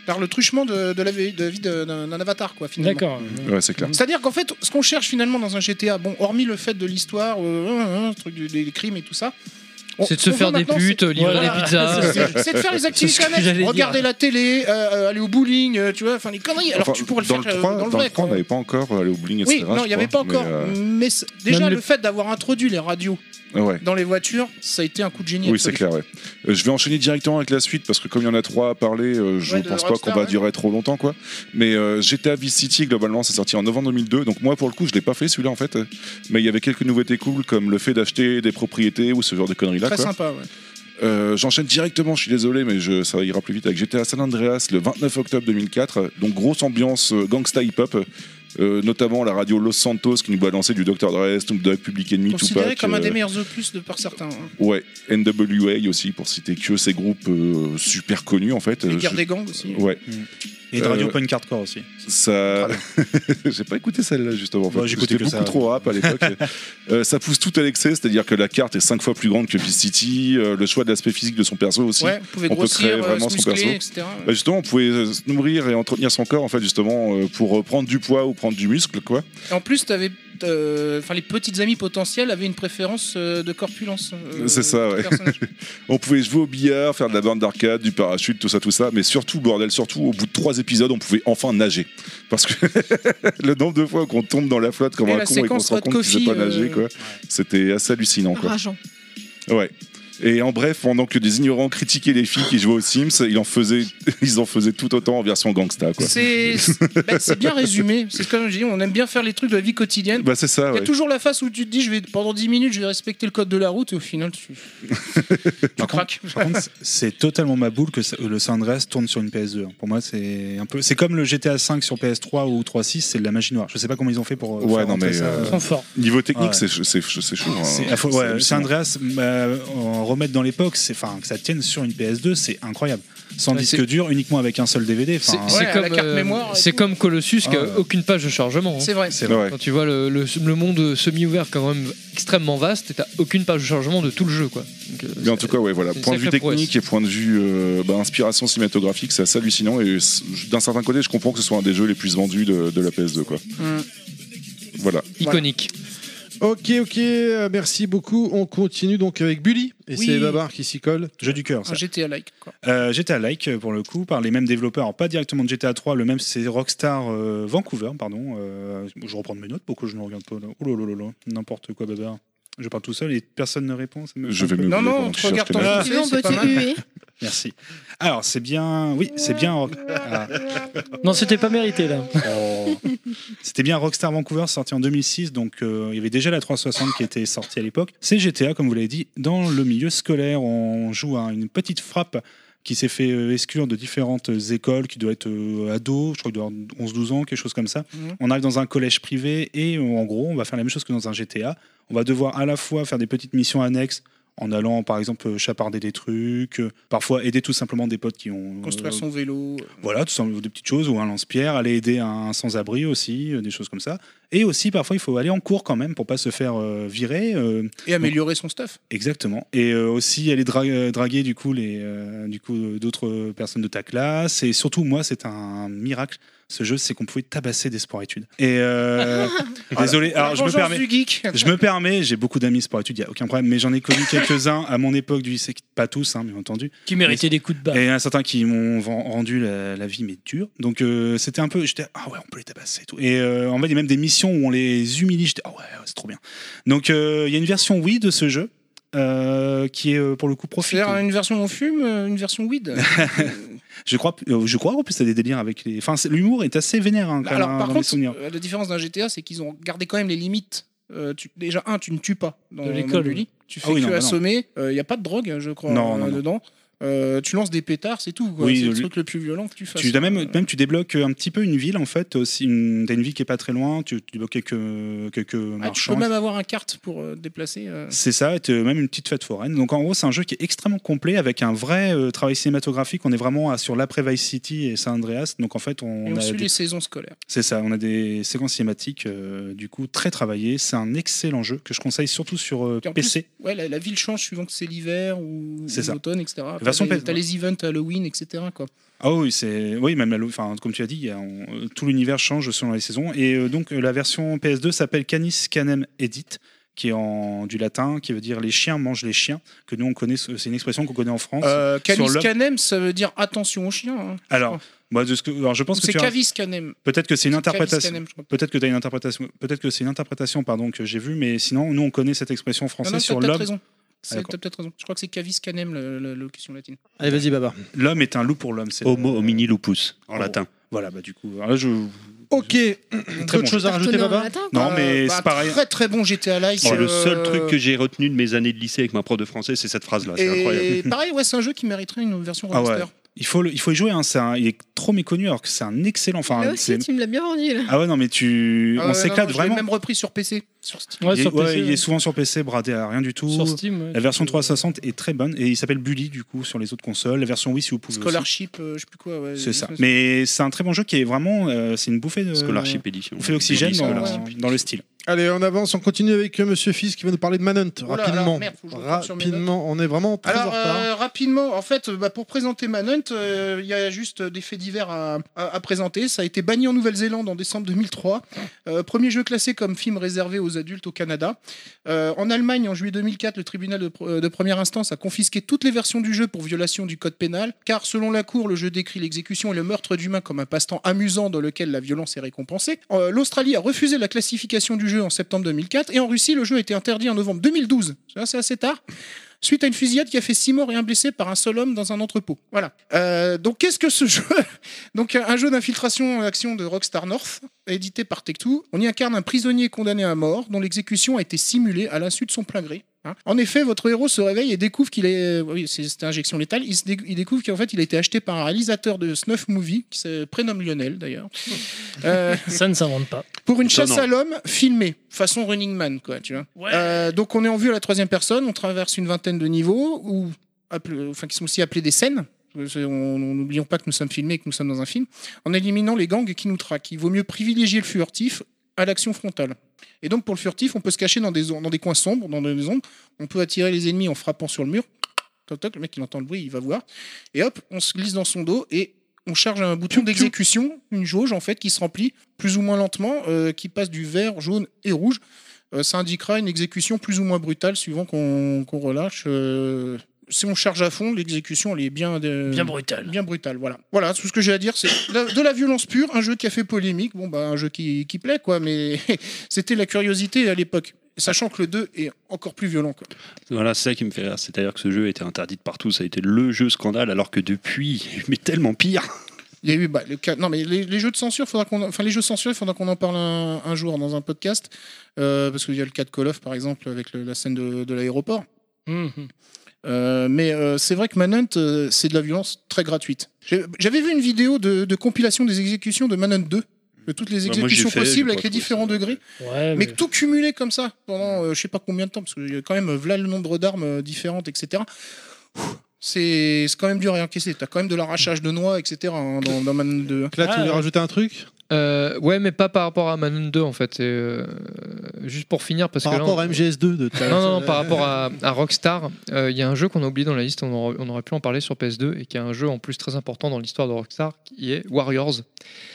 Speaker 6: Par le truchement de, de la vie de la vie de- d'un d'un avatar, quoi, finalement.
Speaker 10: D'accord.
Speaker 5: Ouais, c'est clair.
Speaker 6: C'est-à-dire qu'en fait, ce qu'on cherche finalement dans un GTA, bon, hormis le fait de l'histoire, euh, euh, euh, truc du- des, des crimes et tout ça. on-
Speaker 8: C'est de se
Speaker 6: on
Speaker 8: faire
Speaker 6: veut
Speaker 8: des
Speaker 6: maintenant,
Speaker 8: putes,
Speaker 6: c'est-
Speaker 8: livrer des pizzas.
Speaker 6: c'est- c'est- C'est de faire les
Speaker 8: C'est ce
Speaker 6: activités
Speaker 8: que
Speaker 6: annexes,
Speaker 8: j'allais dire.
Speaker 6: regarder la télé, euh, euh, aller au bowling, euh, tu vois, enfin les conneries. Alors
Speaker 5: Enfin,
Speaker 6: tu pourrais le
Speaker 5: dans
Speaker 6: faire euh,
Speaker 5: 3,
Speaker 6: dans le
Speaker 5: dans
Speaker 6: vrai.
Speaker 5: trois, on
Speaker 6: quoi.
Speaker 5: n'avait pas encore euh, allé au bowling, etc.
Speaker 6: Oui, non,
Speaker 5: je
Speaker 6: il n'y avait pas
Speaker 5: crois,
Speaker 6: encore.
Speaker 5: mais, euh,
Speaker 6: Mais c'est- déjà,
Speaker 5: Même
Speaker 6: le
Speaker 5: les-
Speaker 6: fait d'avoir introduit les radios
Speaker 5: ouais.
Speaker 6: dans les voitures, ça a été un coup de génie.
Speaker 5: Oui, c'est
Speaker 6: absolu.
Speaker 5: clair. ouais. Euh, Je vais enchaîner directement avec la suite parce que comme il y en a trois à parler, euh, je
Speaker 6: Ouais,
Speaker 5: ne
Speaker 6: de
Speaker 5: pense pas
Speaker 6: Rockstar,
Speaker 5: qu'on va
Speaker 6: ouais.
Speaker 5: durer trop longtemps, quoi. Mais euh, GTA Vice City, globalement, c'est sorti en novembre 2002. Donc moi, pour le coup, je l'ai pas fait celui-là en fait. Euh, Mais il y avait quelques nouveautés cool comme le fait d'acheter des propriétés ou ce genre de conneries là.
Speaker 6: Très sympa, ouais.
Speaker 5: Euh, J'enchaîne directement, je suis désolé, mais je, ça ira plus vite avec GTA San Andreas le 29 octobre 2004. Donc, grosse ambiance euh, gangsta hip-hop, euh, notamment la radio Los Santos qui nous balançait du Dr. Dre, Snoop Dogg, Public Enemy,
Speaker 6: Considéré
Speaker 5: Tupac.
Speaker 6: comme un des
Speaker 5: euh,
Speaker 6: meilleurs opus de par certains. hein.
Speaker 5: Ouais, NWA aussi, pour citer que ces groupes euh, super connus en fait.
Speaker 6: Les
Speaker 5: Euh,
Speaker 6: guerres
Speaker 5: je-
Speaker 6: des gangs aussi.
Speaker 5: Ouais.
Speaker 9: Mm. Et de Radio
Speaker 5: Euh,
Speaker 9: Punk Hardcore aussi.
Speaker 5: Ça... J'ai pas écouté celle-là justement. En fait,
Speaker 9: Moi,
Speaker 5: parce que
Speaker 9: j'écoutais
Speaker 5: J'écoutais beaucoup
Speaker 9: que ça.
Speaker 5: trop rap à l'époque. Euh, ça pousse tout à l'excès, c'est-à-dire que la carte est 5 fois plus grande que Vice City, euh, le choix de l'aspect physique de son perso aussi.
Speaker 25: Ouais, vous pouvez grossir, euh, se muscler, etc., ouais.
Speaker 5: Bah, justement, on pouvait euh, se nourrir et entretenir son corps en fait justement euh, pour euh, prendre du poids ou prendre du muscle quoi.
Speaker 6: Et en plus, t'avais, euh, enfin, les petites amies potentielles avaient une préférence euh, de corpulence. euh,
Speaker 5: C'est ça,
Speaker 6: de
Speaker 5: ouais.
Speaker 6: personnage.
Speaker 5: on pouvait jouer au billard, faire de la bande d'arcade, du parachute, tout ça, tout ça. Mais surtout, bordel, surtout, au bout de trois épisodes, on pouvait enfin nager. Parce que le nombre de fois qu'on tombe dans la flotte comme
Speaker 6: Et
Speaker 5: un
Speaker 6: la
Speaker 5: con et qu'on
Speaker 6: séquence
Speaker 5: se rend
Speaker 6: Hot
Speaker 5: compte qu'on sait
Speaker 6: Coffee,
Speaker 5: pas nager,
Speaker 6: euh,
Speaker 5: quoi, c'était assez hallucinant, quoi.
Speaker 26: Rageant.
Speaker 5: Ouais. Et en bref, pendant que des ignorants critiquaient les filles qui jouaient aux Sims, ils en faisaient, ils en faisaient tout autant en version gangsta, quoi.
Speaker 6: C'est bah, c'est bien résumé. C'est comme je dis, on aime bien faire les trucs de la vie quotidienne.
Speaker 5: Bah, c'est ça,
Speaker 6: Il y a
Speaker 5: ouais.
Speaker 6: toujours la face où tu te dis, je vais pendant 10 minutes, je vais respecter le code de la route, et au final, tu, tu craques.
Speaker 9: Par contre, c'est totalement ma boule que ça- le San Andreas tourne sur une PS2. hein. Pour moi, c'est un peu. C'est comme le GTA V sur PS3 ou 3.6, c'est de la magie noire. Je sais pas comment ils ont fait pour. euh,
Speaker 5: Ouais,
Speaker 9: faire
Speaker 5: non,
Speaker 9: rentrer
Speaker 5: mais.
Speaker 9: ça,
Speaker 5: euh,
Speaker 9: euh,
Speaker 5: Niveau technique,
Speaker 9: Ouais.
Speaker 5: c'est ch- c'est ch- c'est chaud. hein.
Speaker 9: C'est affo- ouais,
Speaker 5: hallucinant.
Speaker 9: San Andreas, euh, en remettre dans l'époque, c'est enfin que ça tienne sur une PS2, c'est incroyable. Sans
Speaker 12: Ouais,
Speaker 9: disque
Speaker 12: c'est-
Speaker 9: dur, uniquement avec un seul DVD.
Speaker 12: C'est
Speaker 9: enfin,
Speaker 12: c'est
Speaker 9: euh,
Speaker 12: comme, euh, c'est comme Colossus qui a
Speaker 9: Ah ouais.
Speaker 12: aucune page de chargement. hein.
Speaker 9: C'est vrai. C'est vrai.
Speaker 12: Quand tu vois le, le- le monde semi-ouvert quand même extrêmement vaste, et t'as aucune page de chargement de tout le jeu quoi. Donc, euh,
Speaker 5: Mais en tout cas, ouais, voilà.
Speaker 12: c'est une
Speaker 5: Point de vue
Speaker 12: sacrée
Speaker 5: technique et point de vue euh, bah, inspiration cinématographique, c'est assez hallucinant. Et c- d'un certain côté, je comprends que ce soit un des jeux les plus vendus de, de la PS2, quoi.
Speaker 9: Hmm,
Speaker 5: Voilà.
Speaker 12: iconique.
Speaker 4: Ok, ok, euh, merci beaucoup. On continue donc avec Bully. Et
Speaker 9: Oui. Ah,
Speaker 4: c'est Babar qui s'y colle.
Speaker 9: Jeu du cœur, ça.
Speaker 6: Un GTA like. quoi.
Speaker 9: Euh, GTA Like euh, pour le coup par les mêmes développeurs Alors, pas directement de GTA 3 le même c'est Rockstar euh, Vancouver pardon Euh, je reprends mes notes pourquoi je ne regarde pas là oh là là là là, n'importe quoi baba je parle tout seul et personne ne répond ça me-
Speaker 5: Je vais
Speaker 9: un peu-
Speaker 5: me Non, non, on te regarde tant que
Speaker 26: tu veux, on peut te huer.
Speaker 9: merci alors c'est bien oui c'est bien Rock- Ah.
Speaker 27: Non, c'était pas mérité là.
Speaker 5: Oh.
Speaker 9: C'était bien Rockstar Vancouver, sorti en 2006, donc euh, il y avait déjà la 360 qui était sortie à l'époque. C'est GTA, comme vous l'avez dit, dans le milieu scolaire. On joue à une petite frappe qui s'est fait euh, exclure de différentes écoles, qui doit être euh, ado, je crois qu'il doit avoir 11-12 ans, quelque chose comme ça.
Speaker 6: Mhm.
Speaker 9: On arrive dans un collège privé et euh, en gros, on va faire la même chose que dans un GTA. On va devoir à la fois faire des petites missions annexes en allant, par exemple, euh, chaparder des trucs, euh, parfois aider tout simplement des potes qui ont... euh,
Speaker 6: Construire son vélo.
Speaker 9: voilà, tout simplement des petites choses, ou un lance-pierre, aller aider un sans-abri aussi, euh, des choses comme ça. Et aussi, parfois, il faut aller en cours quand même pour pas se faire euh, virer. euh,
Speaker 6: Et améliorer son stuff.
Speaker 9: Exactement. Et euh, aussi aller dra- euh, draguer du coup les euh, du coup euh, d'autres personnes de ta classe. Et surtout moi, c'est un miracle. Ce jeu, c'est qu'on pouvait tabasser des sports-études. Et euh, désolé,
Speaker 6: La
Speaker 9: alors je me
Speaker 6: vengeance
Speaker 9: permets.
Speaker 6: du geek.
Speaker 9: Je me permets, j'ai beaucoup d'amis sports-études, il n'y a aucun problème, mais j'en ai connu quelques-uns à mon époque du lycée, pas tous, hein, bien entendu.
Speaker 27: Qui méritaient des coups de barre.
Speaker 9: Et il y en a certains qui m'ont ven- rendu la, la vie mais dure. Donc euh, c'était un peu, j'étais ah ouais on peut les tabasser et tout. Et euh, en fait il y a même des missions où on les humilie. J'étais ah ouais, ouais, c'est trop bien. Donc euh, il y a une version Wii de ce jeu euh, qui est euh, pour le coup profitée.
Speaker 6: C'est-à-dire une version on fume, euh, une version weed.
Speaker 9: je crois, euh, je crois en plus t'as des délires avec les. Enfin c'est- l'humour est assez vénère hein, quand
Speaker 6: Alors,
Speaker 9: même, hein,
Speaker 6: par
Speaker 9: dans mes
Speaker 6: contre,
Speaker 9: souvenirs.
Speaker 6: euh, la différence d'un GTA, c'est qu'ils ont gardé quand même les limites. Euh, tu- déjà, un, tu ne tues pas dans
Speaker 9: De l'école,
Speaker 6: Monopoly.
Speaker 9: oui.
Speaker 6: Tu
Speaker 9: Ah
Speaker 6: fais
Speaker 9: oui,
Speaker 6: que
Speaker 9: non, bah non.
Speaker 6: assommer. Il n'y a pas de drogue, je crois,
Speaker 9: Non,
Speaker 6: euh,
Speaker 9: non, non.
Speaker 6: dedans. Euh, tu lances des pétards, c'est tout. quoi.
Speaker 9: Oui,
Speaker 6: c'est le
Speaker 9: lui-
Speaker 6: truc le plus violent que tu fasses.
Speaker 9: Tu, t'as même, même tu débloques un petit peu une ville en fait. Aussi, une, t'as une ville qui est pas très loin. Tu, tu débloques quelques, quelques
Speaker 6: Ah, tu peux
Speaker 9: marchands.
Speaker 6: même avoir un carte pour euh, te déplacer. euh.
Speaker 9: C'est ça, et t'as même une petite fête foraine. Donc en gros, c'est un jeu qui est extrêmement complet avec un vrai euh, travail cinématographique. On est vraiment à- sur l'après Vice City et San Andreas. Donc en fait, on,
Speaker 6: Et on,
Speaker 9: a
Speaker 6: suit
Speaker 9: des-
Speaker 6: les saisons scolaires.
Speaker 9: c'est ça, on a des séquences cinématiques euh, du coup très travaillées. C'est un excellent jeu que je conseille surtout sur euh,
Speaker 6: Et en
Speaker 9: PC.
Speaker 6: plus, ouais, la, la ville change suivant que c'est l'hiver ou,
Speaker 9: C'est
Speaker 6: ou
Speaker 9: ça.
Speaker 6: l'automne, etc. Après,
Speaker 9: Version
Speaker 6: t'as,
Speaker 9: PS,
Speaker 6: t'as
Speaker 9: ouais.
Speaker 6: les events Halloween, etc. Quoi.
Speaker 9: Ah oui, c'est oui, même la- enfin, comme tu as dit, il y a- on- tout l'univers change selon les saisons. Et euh, donc euh, la version PS2 s'appelle Canis Canem Edit, qui est en du latin, qui veut dire les chiens mangent les chiens. Que nous on connaît, c'est une expression qu'on connaît en France.
Speaker 6: Euh,
Speaker 9: Sur
Speaker 6: canis
Speaker 9: l'homme-
Speaker 6: canem, ça veut dire attention aux chiens. hein.
Speaker 9: Alors, moi, de ce que, alors je pense que
Speaker 6: c'est
Speaker 9: tu as-
Speaker 6: cavis canem.
Speaker 9: Peut-être que c'est une
Speaker 6: C'est Travis
Speaker 9: interprétation.
Speaker 6: Kalem, je crois.
Speaker 9: Peut-être que t'as une interprétation. Peut-être que c'est une interprétation, pardon, que j'ai vue, mais sinon, nous, on connaît cette expression
Speaker 6: Ah Non,
Speaker 9: française
Speaker 6: non, t'as
Speaker 9: sur
Speaker 6: peut-être
Speaker 9: l'homme.
Speaker 6: raison.
Speaker 9: Ah,
Speaker 6: C'est-
Speaker 9: d'accord.
Speaker 6: T'as peut-être raison. Je crois que c'est cavis canem, le- le- l'occasion latine.
Speaker 4: Allez, vas-y, Baba.
Speaker 9: L'homme est un loup pour l'homme. c'est Oh.
Speaker 28: Homo homini lupus, en latin.
Speaker 9: Voilà, bah du coup. alors là, je...
Speaker 4: Ok.
Speaker 9: très
Speaker 4: D'autres
Speaker 9: bon.
Speaker 4: choses à rajouter, Baba
Speaker 9: Non, mais c'est pareil.
Speaker 6: Bah, Très très bon GTA Like.
Speaker 11: C'est le
Speaker 6: euh,
Speaker 11: seul truc que j'ai retenu de mes années de lycée avec ma prof de français, c'est cette phrase-là. C'est
Speaker 6: Et
Speaker 11: incroyable.
Speaker 6: pareil, ouais, c'est un jeu qui mériterait une version
Speaker 11: Ah ouais.
Speaker 6: remaster.
Speaker 9: Il faut, le- il faut y jouer, hein, c'est un- il est trop méconnu alors que c'est un excellent.
Speaker 6: Ah,
Speaker 9: Enfin,
Speaker 7: Là aussi,
Speaker 9: c'est-
Speaker 7: tu me l'as bien vendu là.
Speaker 9: Ah ouais, non, mais tu.
Speaker 7: Ah
Speaker 9: on
Speaker 6: Euh,
Speaker 7: ouais,
Speaker 9: s'éclate
Speaker 7: non, je l'ai
Speaker 9: vraiment.
Speaker 7: même
Speaker 6: repris sur PC, sur Steam.
Speaker 9: il, est, ouais, il est souvent sur PC, bradé à rien du tout.
Speaker 10: Sur Steam, ouais.
Speaker 9: La version 360 est très bonne et il s'appelle Bully du coup sur les autres consoles. La version Wii si vous pouvez. aussi.
Speaker 6: Scholarship, euh, je sais plus quoi. ouais,
Speaker 9: C'est ça.
Speaker 6: je-
Speaker 9: Mais c'est un très bon jeu qui est vraiment. euh, c'est une bouffée de.
Speaker 11: Scholarship Edition.
Speaker 9: Bouffée d'oxygène
Speaker 4: Bully
Speaker 9: dans,
Speaker 4: Scholarship
Speaker 9: dans le style.
Speaker 4: Allez, on avance, on continue avec euh, Monsieur Fils qui va nous parler de Manhunt.
Speaker 6: Oula,
Speaker 4: rapidement.
Speaker 6: alors, Oh merde, faut que je retourne sur mes
Speaker 4: rapidement, on est vraiment très en
Speaker 6: Alors,
Speaker 4: retard.
Speaker 6: euh, rapidement, en fait, euh, bah, pour présenter Manhunt, euh, il y a juste des faits divers à, à- à présenter. Ça a été banni en Nouvelle-Zélande en décembre 2003. Euh, premier jeu classé comme film réservé aux adultes au Canada. Euh, en Allemagne, en juillet 2004, le tribunal de, pr- euh, de première instance a confisqué toutes les versions du jeu pour violation du code pénal, car selon la Cour, le jeu décrit l'exécution et le meurtre d'humains comme un passe-temps amusant dans lequel la violence est récompensée. Euh, L'Australie a refusé la classification du jeu en septembre 2004, et en Russie, le jeu a été interdit en novembre 2012. Ça, c'est assez tard suite à une fusillade qui a fait six morts et un blessé par un seul homme dans un entrepôt. Voilà. Euh, donc qu'est-ce que ce jeu Donc un un jeu d'infiltration et action de Rockstar North, édité par Tech2. On y incarne un prisonnier condamné à mort dont l'exécution a été simulée à l'insu de son plein gré. hein. en effet, votre héros se réveille et découvre qu'il est. euh, Oui, c'est c'est injection létale. Il, se dé- il découvre qu'en fait, il a été acheté par un réalisateur de Snuff Movie, qui se prénomme Lionel d'ailleurs. Euh,
Speaker 10: Ça ne s'invente pas.
Speaker 6: pour une
Speaker 10: Étonnant.
Speaker 6: chasse à l'homme filmée, façon Running Man, quoi, tu vois. Euh, donc on est en vue à la troisième personne, on traverse une vingtaine de niveaux, ou appelé- enfin qui sont aussi appelés des scènes. Euh, c'est- on- on- N'oublions pas que nous sommes filmés et que nous sommes dans un film, en éliminant les gangs qui nous traquent. Il vaut mieux privilégier le furtif à l'action frontale. Et donc pour le furtif, on peut se cacher dans des, dans des coins sombres, dans des ombres. On peut attirer les ennemis en frappant sur le mur. Toc toc, le mec il entend le bruit, il va voir. Et hop, on se glisse dans son dos et on charge un bouton d'exécution, une jauge en fait qui se remplit plus ou moins lentement, euh, qui passe du vert, jaune et rouge. Euh, ça indiquera une exécution plus ou moins brutale suivant qu'on qu'on relâche. Euh, si on charge à fond, l'exécution elle est bien euh,
Speaker 10: Bien brutale.
Speaker 6: Bien brutale, voilà. Voilà, tout ce que j'ai à dire, c'est de, de la violence pure, un jeu qui a fait polémique, bon bah un jeu qui, qui plaît quoi, mais c'était la curiosité à l'époque, sachant que le 2 est encore plus violent quoi.
Speaker 11: Voilà, c'est ça qui me fait rire. C'est-à-dire que ce jeu était interdit de partout. Ça a été le jeu scandale, alors que depuis, mais tellement pire.
Speaker 6: Il y a eu bah, le cas- Non, mais les, les jeux de censure, faudra qu'on, enfin les jeux censurés, faudra qu'on en parle un, un jour dans un podcast, euh, parce qu'il y a le cas de Call of par exemple avec le- la scène de, de l'aéroport.
Speaker 10: Hum,
Speaker 6: Euh, mais euh, c'est vrai que Manhunt, euh, c'est de la violence très gratuite. J'ai- J'avais vu une vidéo de, de compilation des exécutions de Manhunt 2, de toutes les
Speaker 11: Bah, moi, j'ai
Speaker 6: exécutions
Speaker 11: fait, j'ai
Speaker 6: possibles
Speaker 11: pas
Speaker 6: avec les
Speaker 11: trouvé
Speaker 6: différents degrés.
Speaker 10: Ouais,
Speaker 6: mais... tout cumulé comme ça pendant euh, je sais pas combien de temps, parce qu'il y a quand même euh, voilà le nombre d'armes euh, différentes, etc. Ouh, C'est c'est quand même dur à encaisser. T'as quand même de l'arrachage de noix, etc. hein, dans, dans Manhunt 2.
Speaker 4: Là, tu voulais
Speaker 10: Ah.
Speaker 4: rajouter un truc
Speaker 12: Euh, ouais, mais pas par rapport à Manon 2 en fait. Et, euh, juste pour finir, parce
Speaker 4: Par
Speaker 12: que là,
Speaker 4: rapport
Speaker 12: on-
Speaker 4: à MGS2 de ta-
Speaker 12: Non, non, non, par rapport à, à Rockstar, euh, il y a un jeu qu'on a oublié dans la liste, on aurait, on aurait pu en parler sur PS2, et qui est un jeu en plus très important dans l'histoire de Rockstar, qui est Warriors. Euh,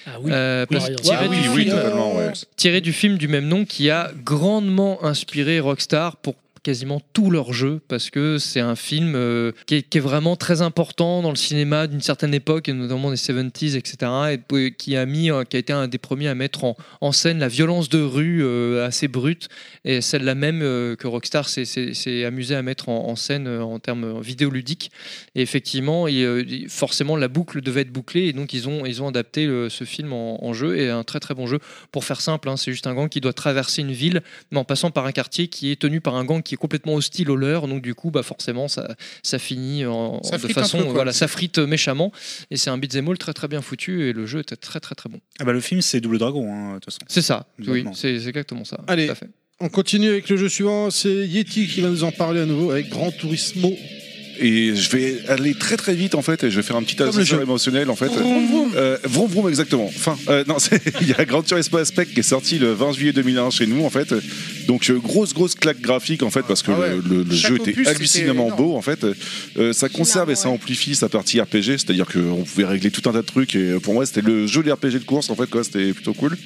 Speaker 10: Ah oui,
Speaker 12: parce-
Speaker 10: Warriors.
Speaker 5: Ah
Speaker 12: Tiré,
Speaker 10: Oui,
Speaker 12: du
Speaker 10: oui,
Speaker 12: film,
Speaker 10: totalement, ouais.
Speaker 12: tiré du film du même nom, qui a grandement inspiré Rockstar pour quasiment tous leurs jeux parce que c'est un film euh, qui, est, qui est vraiment très important dans le cinéma d'une certaine époque et notamment des 70s etc et euh, qui a mis euh, qui a été un des premiers à mettre en, en scène la violence de rue euh, assez brute et celle-là même euh, que Rockstar s'est- s'est s'est amusé à mettre en, en scène euh, en termes vidéoludiques et effectivement il, euh, il- forcément la boucle devait être bouclée et donc ils ont ils ont adapté euh, ce film en, en jeu et un très très bon jeu pour faire simple hein, c'est juste un gang qui doit traverser une ville mais en passant par un quartier qui est tenu par un gang qui est complètement hostile au leur donc du coup bah forcément ça ça finit en,
Speaker 6: Ça
Speaker 12: de
Speaker 6: frite un
Speaker 12: façon
Speaker 6: peu, quoi.
Speaker 12: voilà ça frite méchamment et c'est un beat'em all très très bien foutu et le jeu était très très très bon
Speaker 9: Ah bah le film c'est Double Dragon hein, de toute façon.
Speaker 12: c'est ça oui
Speaker 9: Complètement.
Speaker 12: c'est c'est exactement ça
Speaker 4: Allez,
Speaker 12: tout à fait.
Speaker 4: on continue avec le jeu suivant. C'est Yeti qui va nous en parler à nouveau avec Grand Turismo.
Speaker 5: Et je vais aller très très vite en fait et je vais faire un petit
Speaker 4: Comme le
Speaker 5: ascenseur
Speaker 4: jeu.
Speaker 5: émotionnel en fait.
Speaker 4: Vroom, vroom.
Speaker 5: Euh, vroom, vroom, exactement. Enfin, euh, non, c'est- il y a Grand Turismo Aspect qui est sorti le 20 juillet 2001 chez nous en fait. Donc euh, grosse grosse claque graphique en fait parce que
Speaker 20: Ah ouais.
Speaker 5: le, le
Speaker 20: Chaque
Speaker 5: jeu était
Speaker 20: opus,
Speaker 5: hallucinamment
Speaker 20: c'était
Speaker 5: beau en fait. Euh, ça conserve et ça amplifie sa partie RPG, c'est-à-dire qu'on pouvait régler tout un tas de trucs et euh, pour moi c'était le jeu des RPG de course en fait quoi, c'était plutôt cool.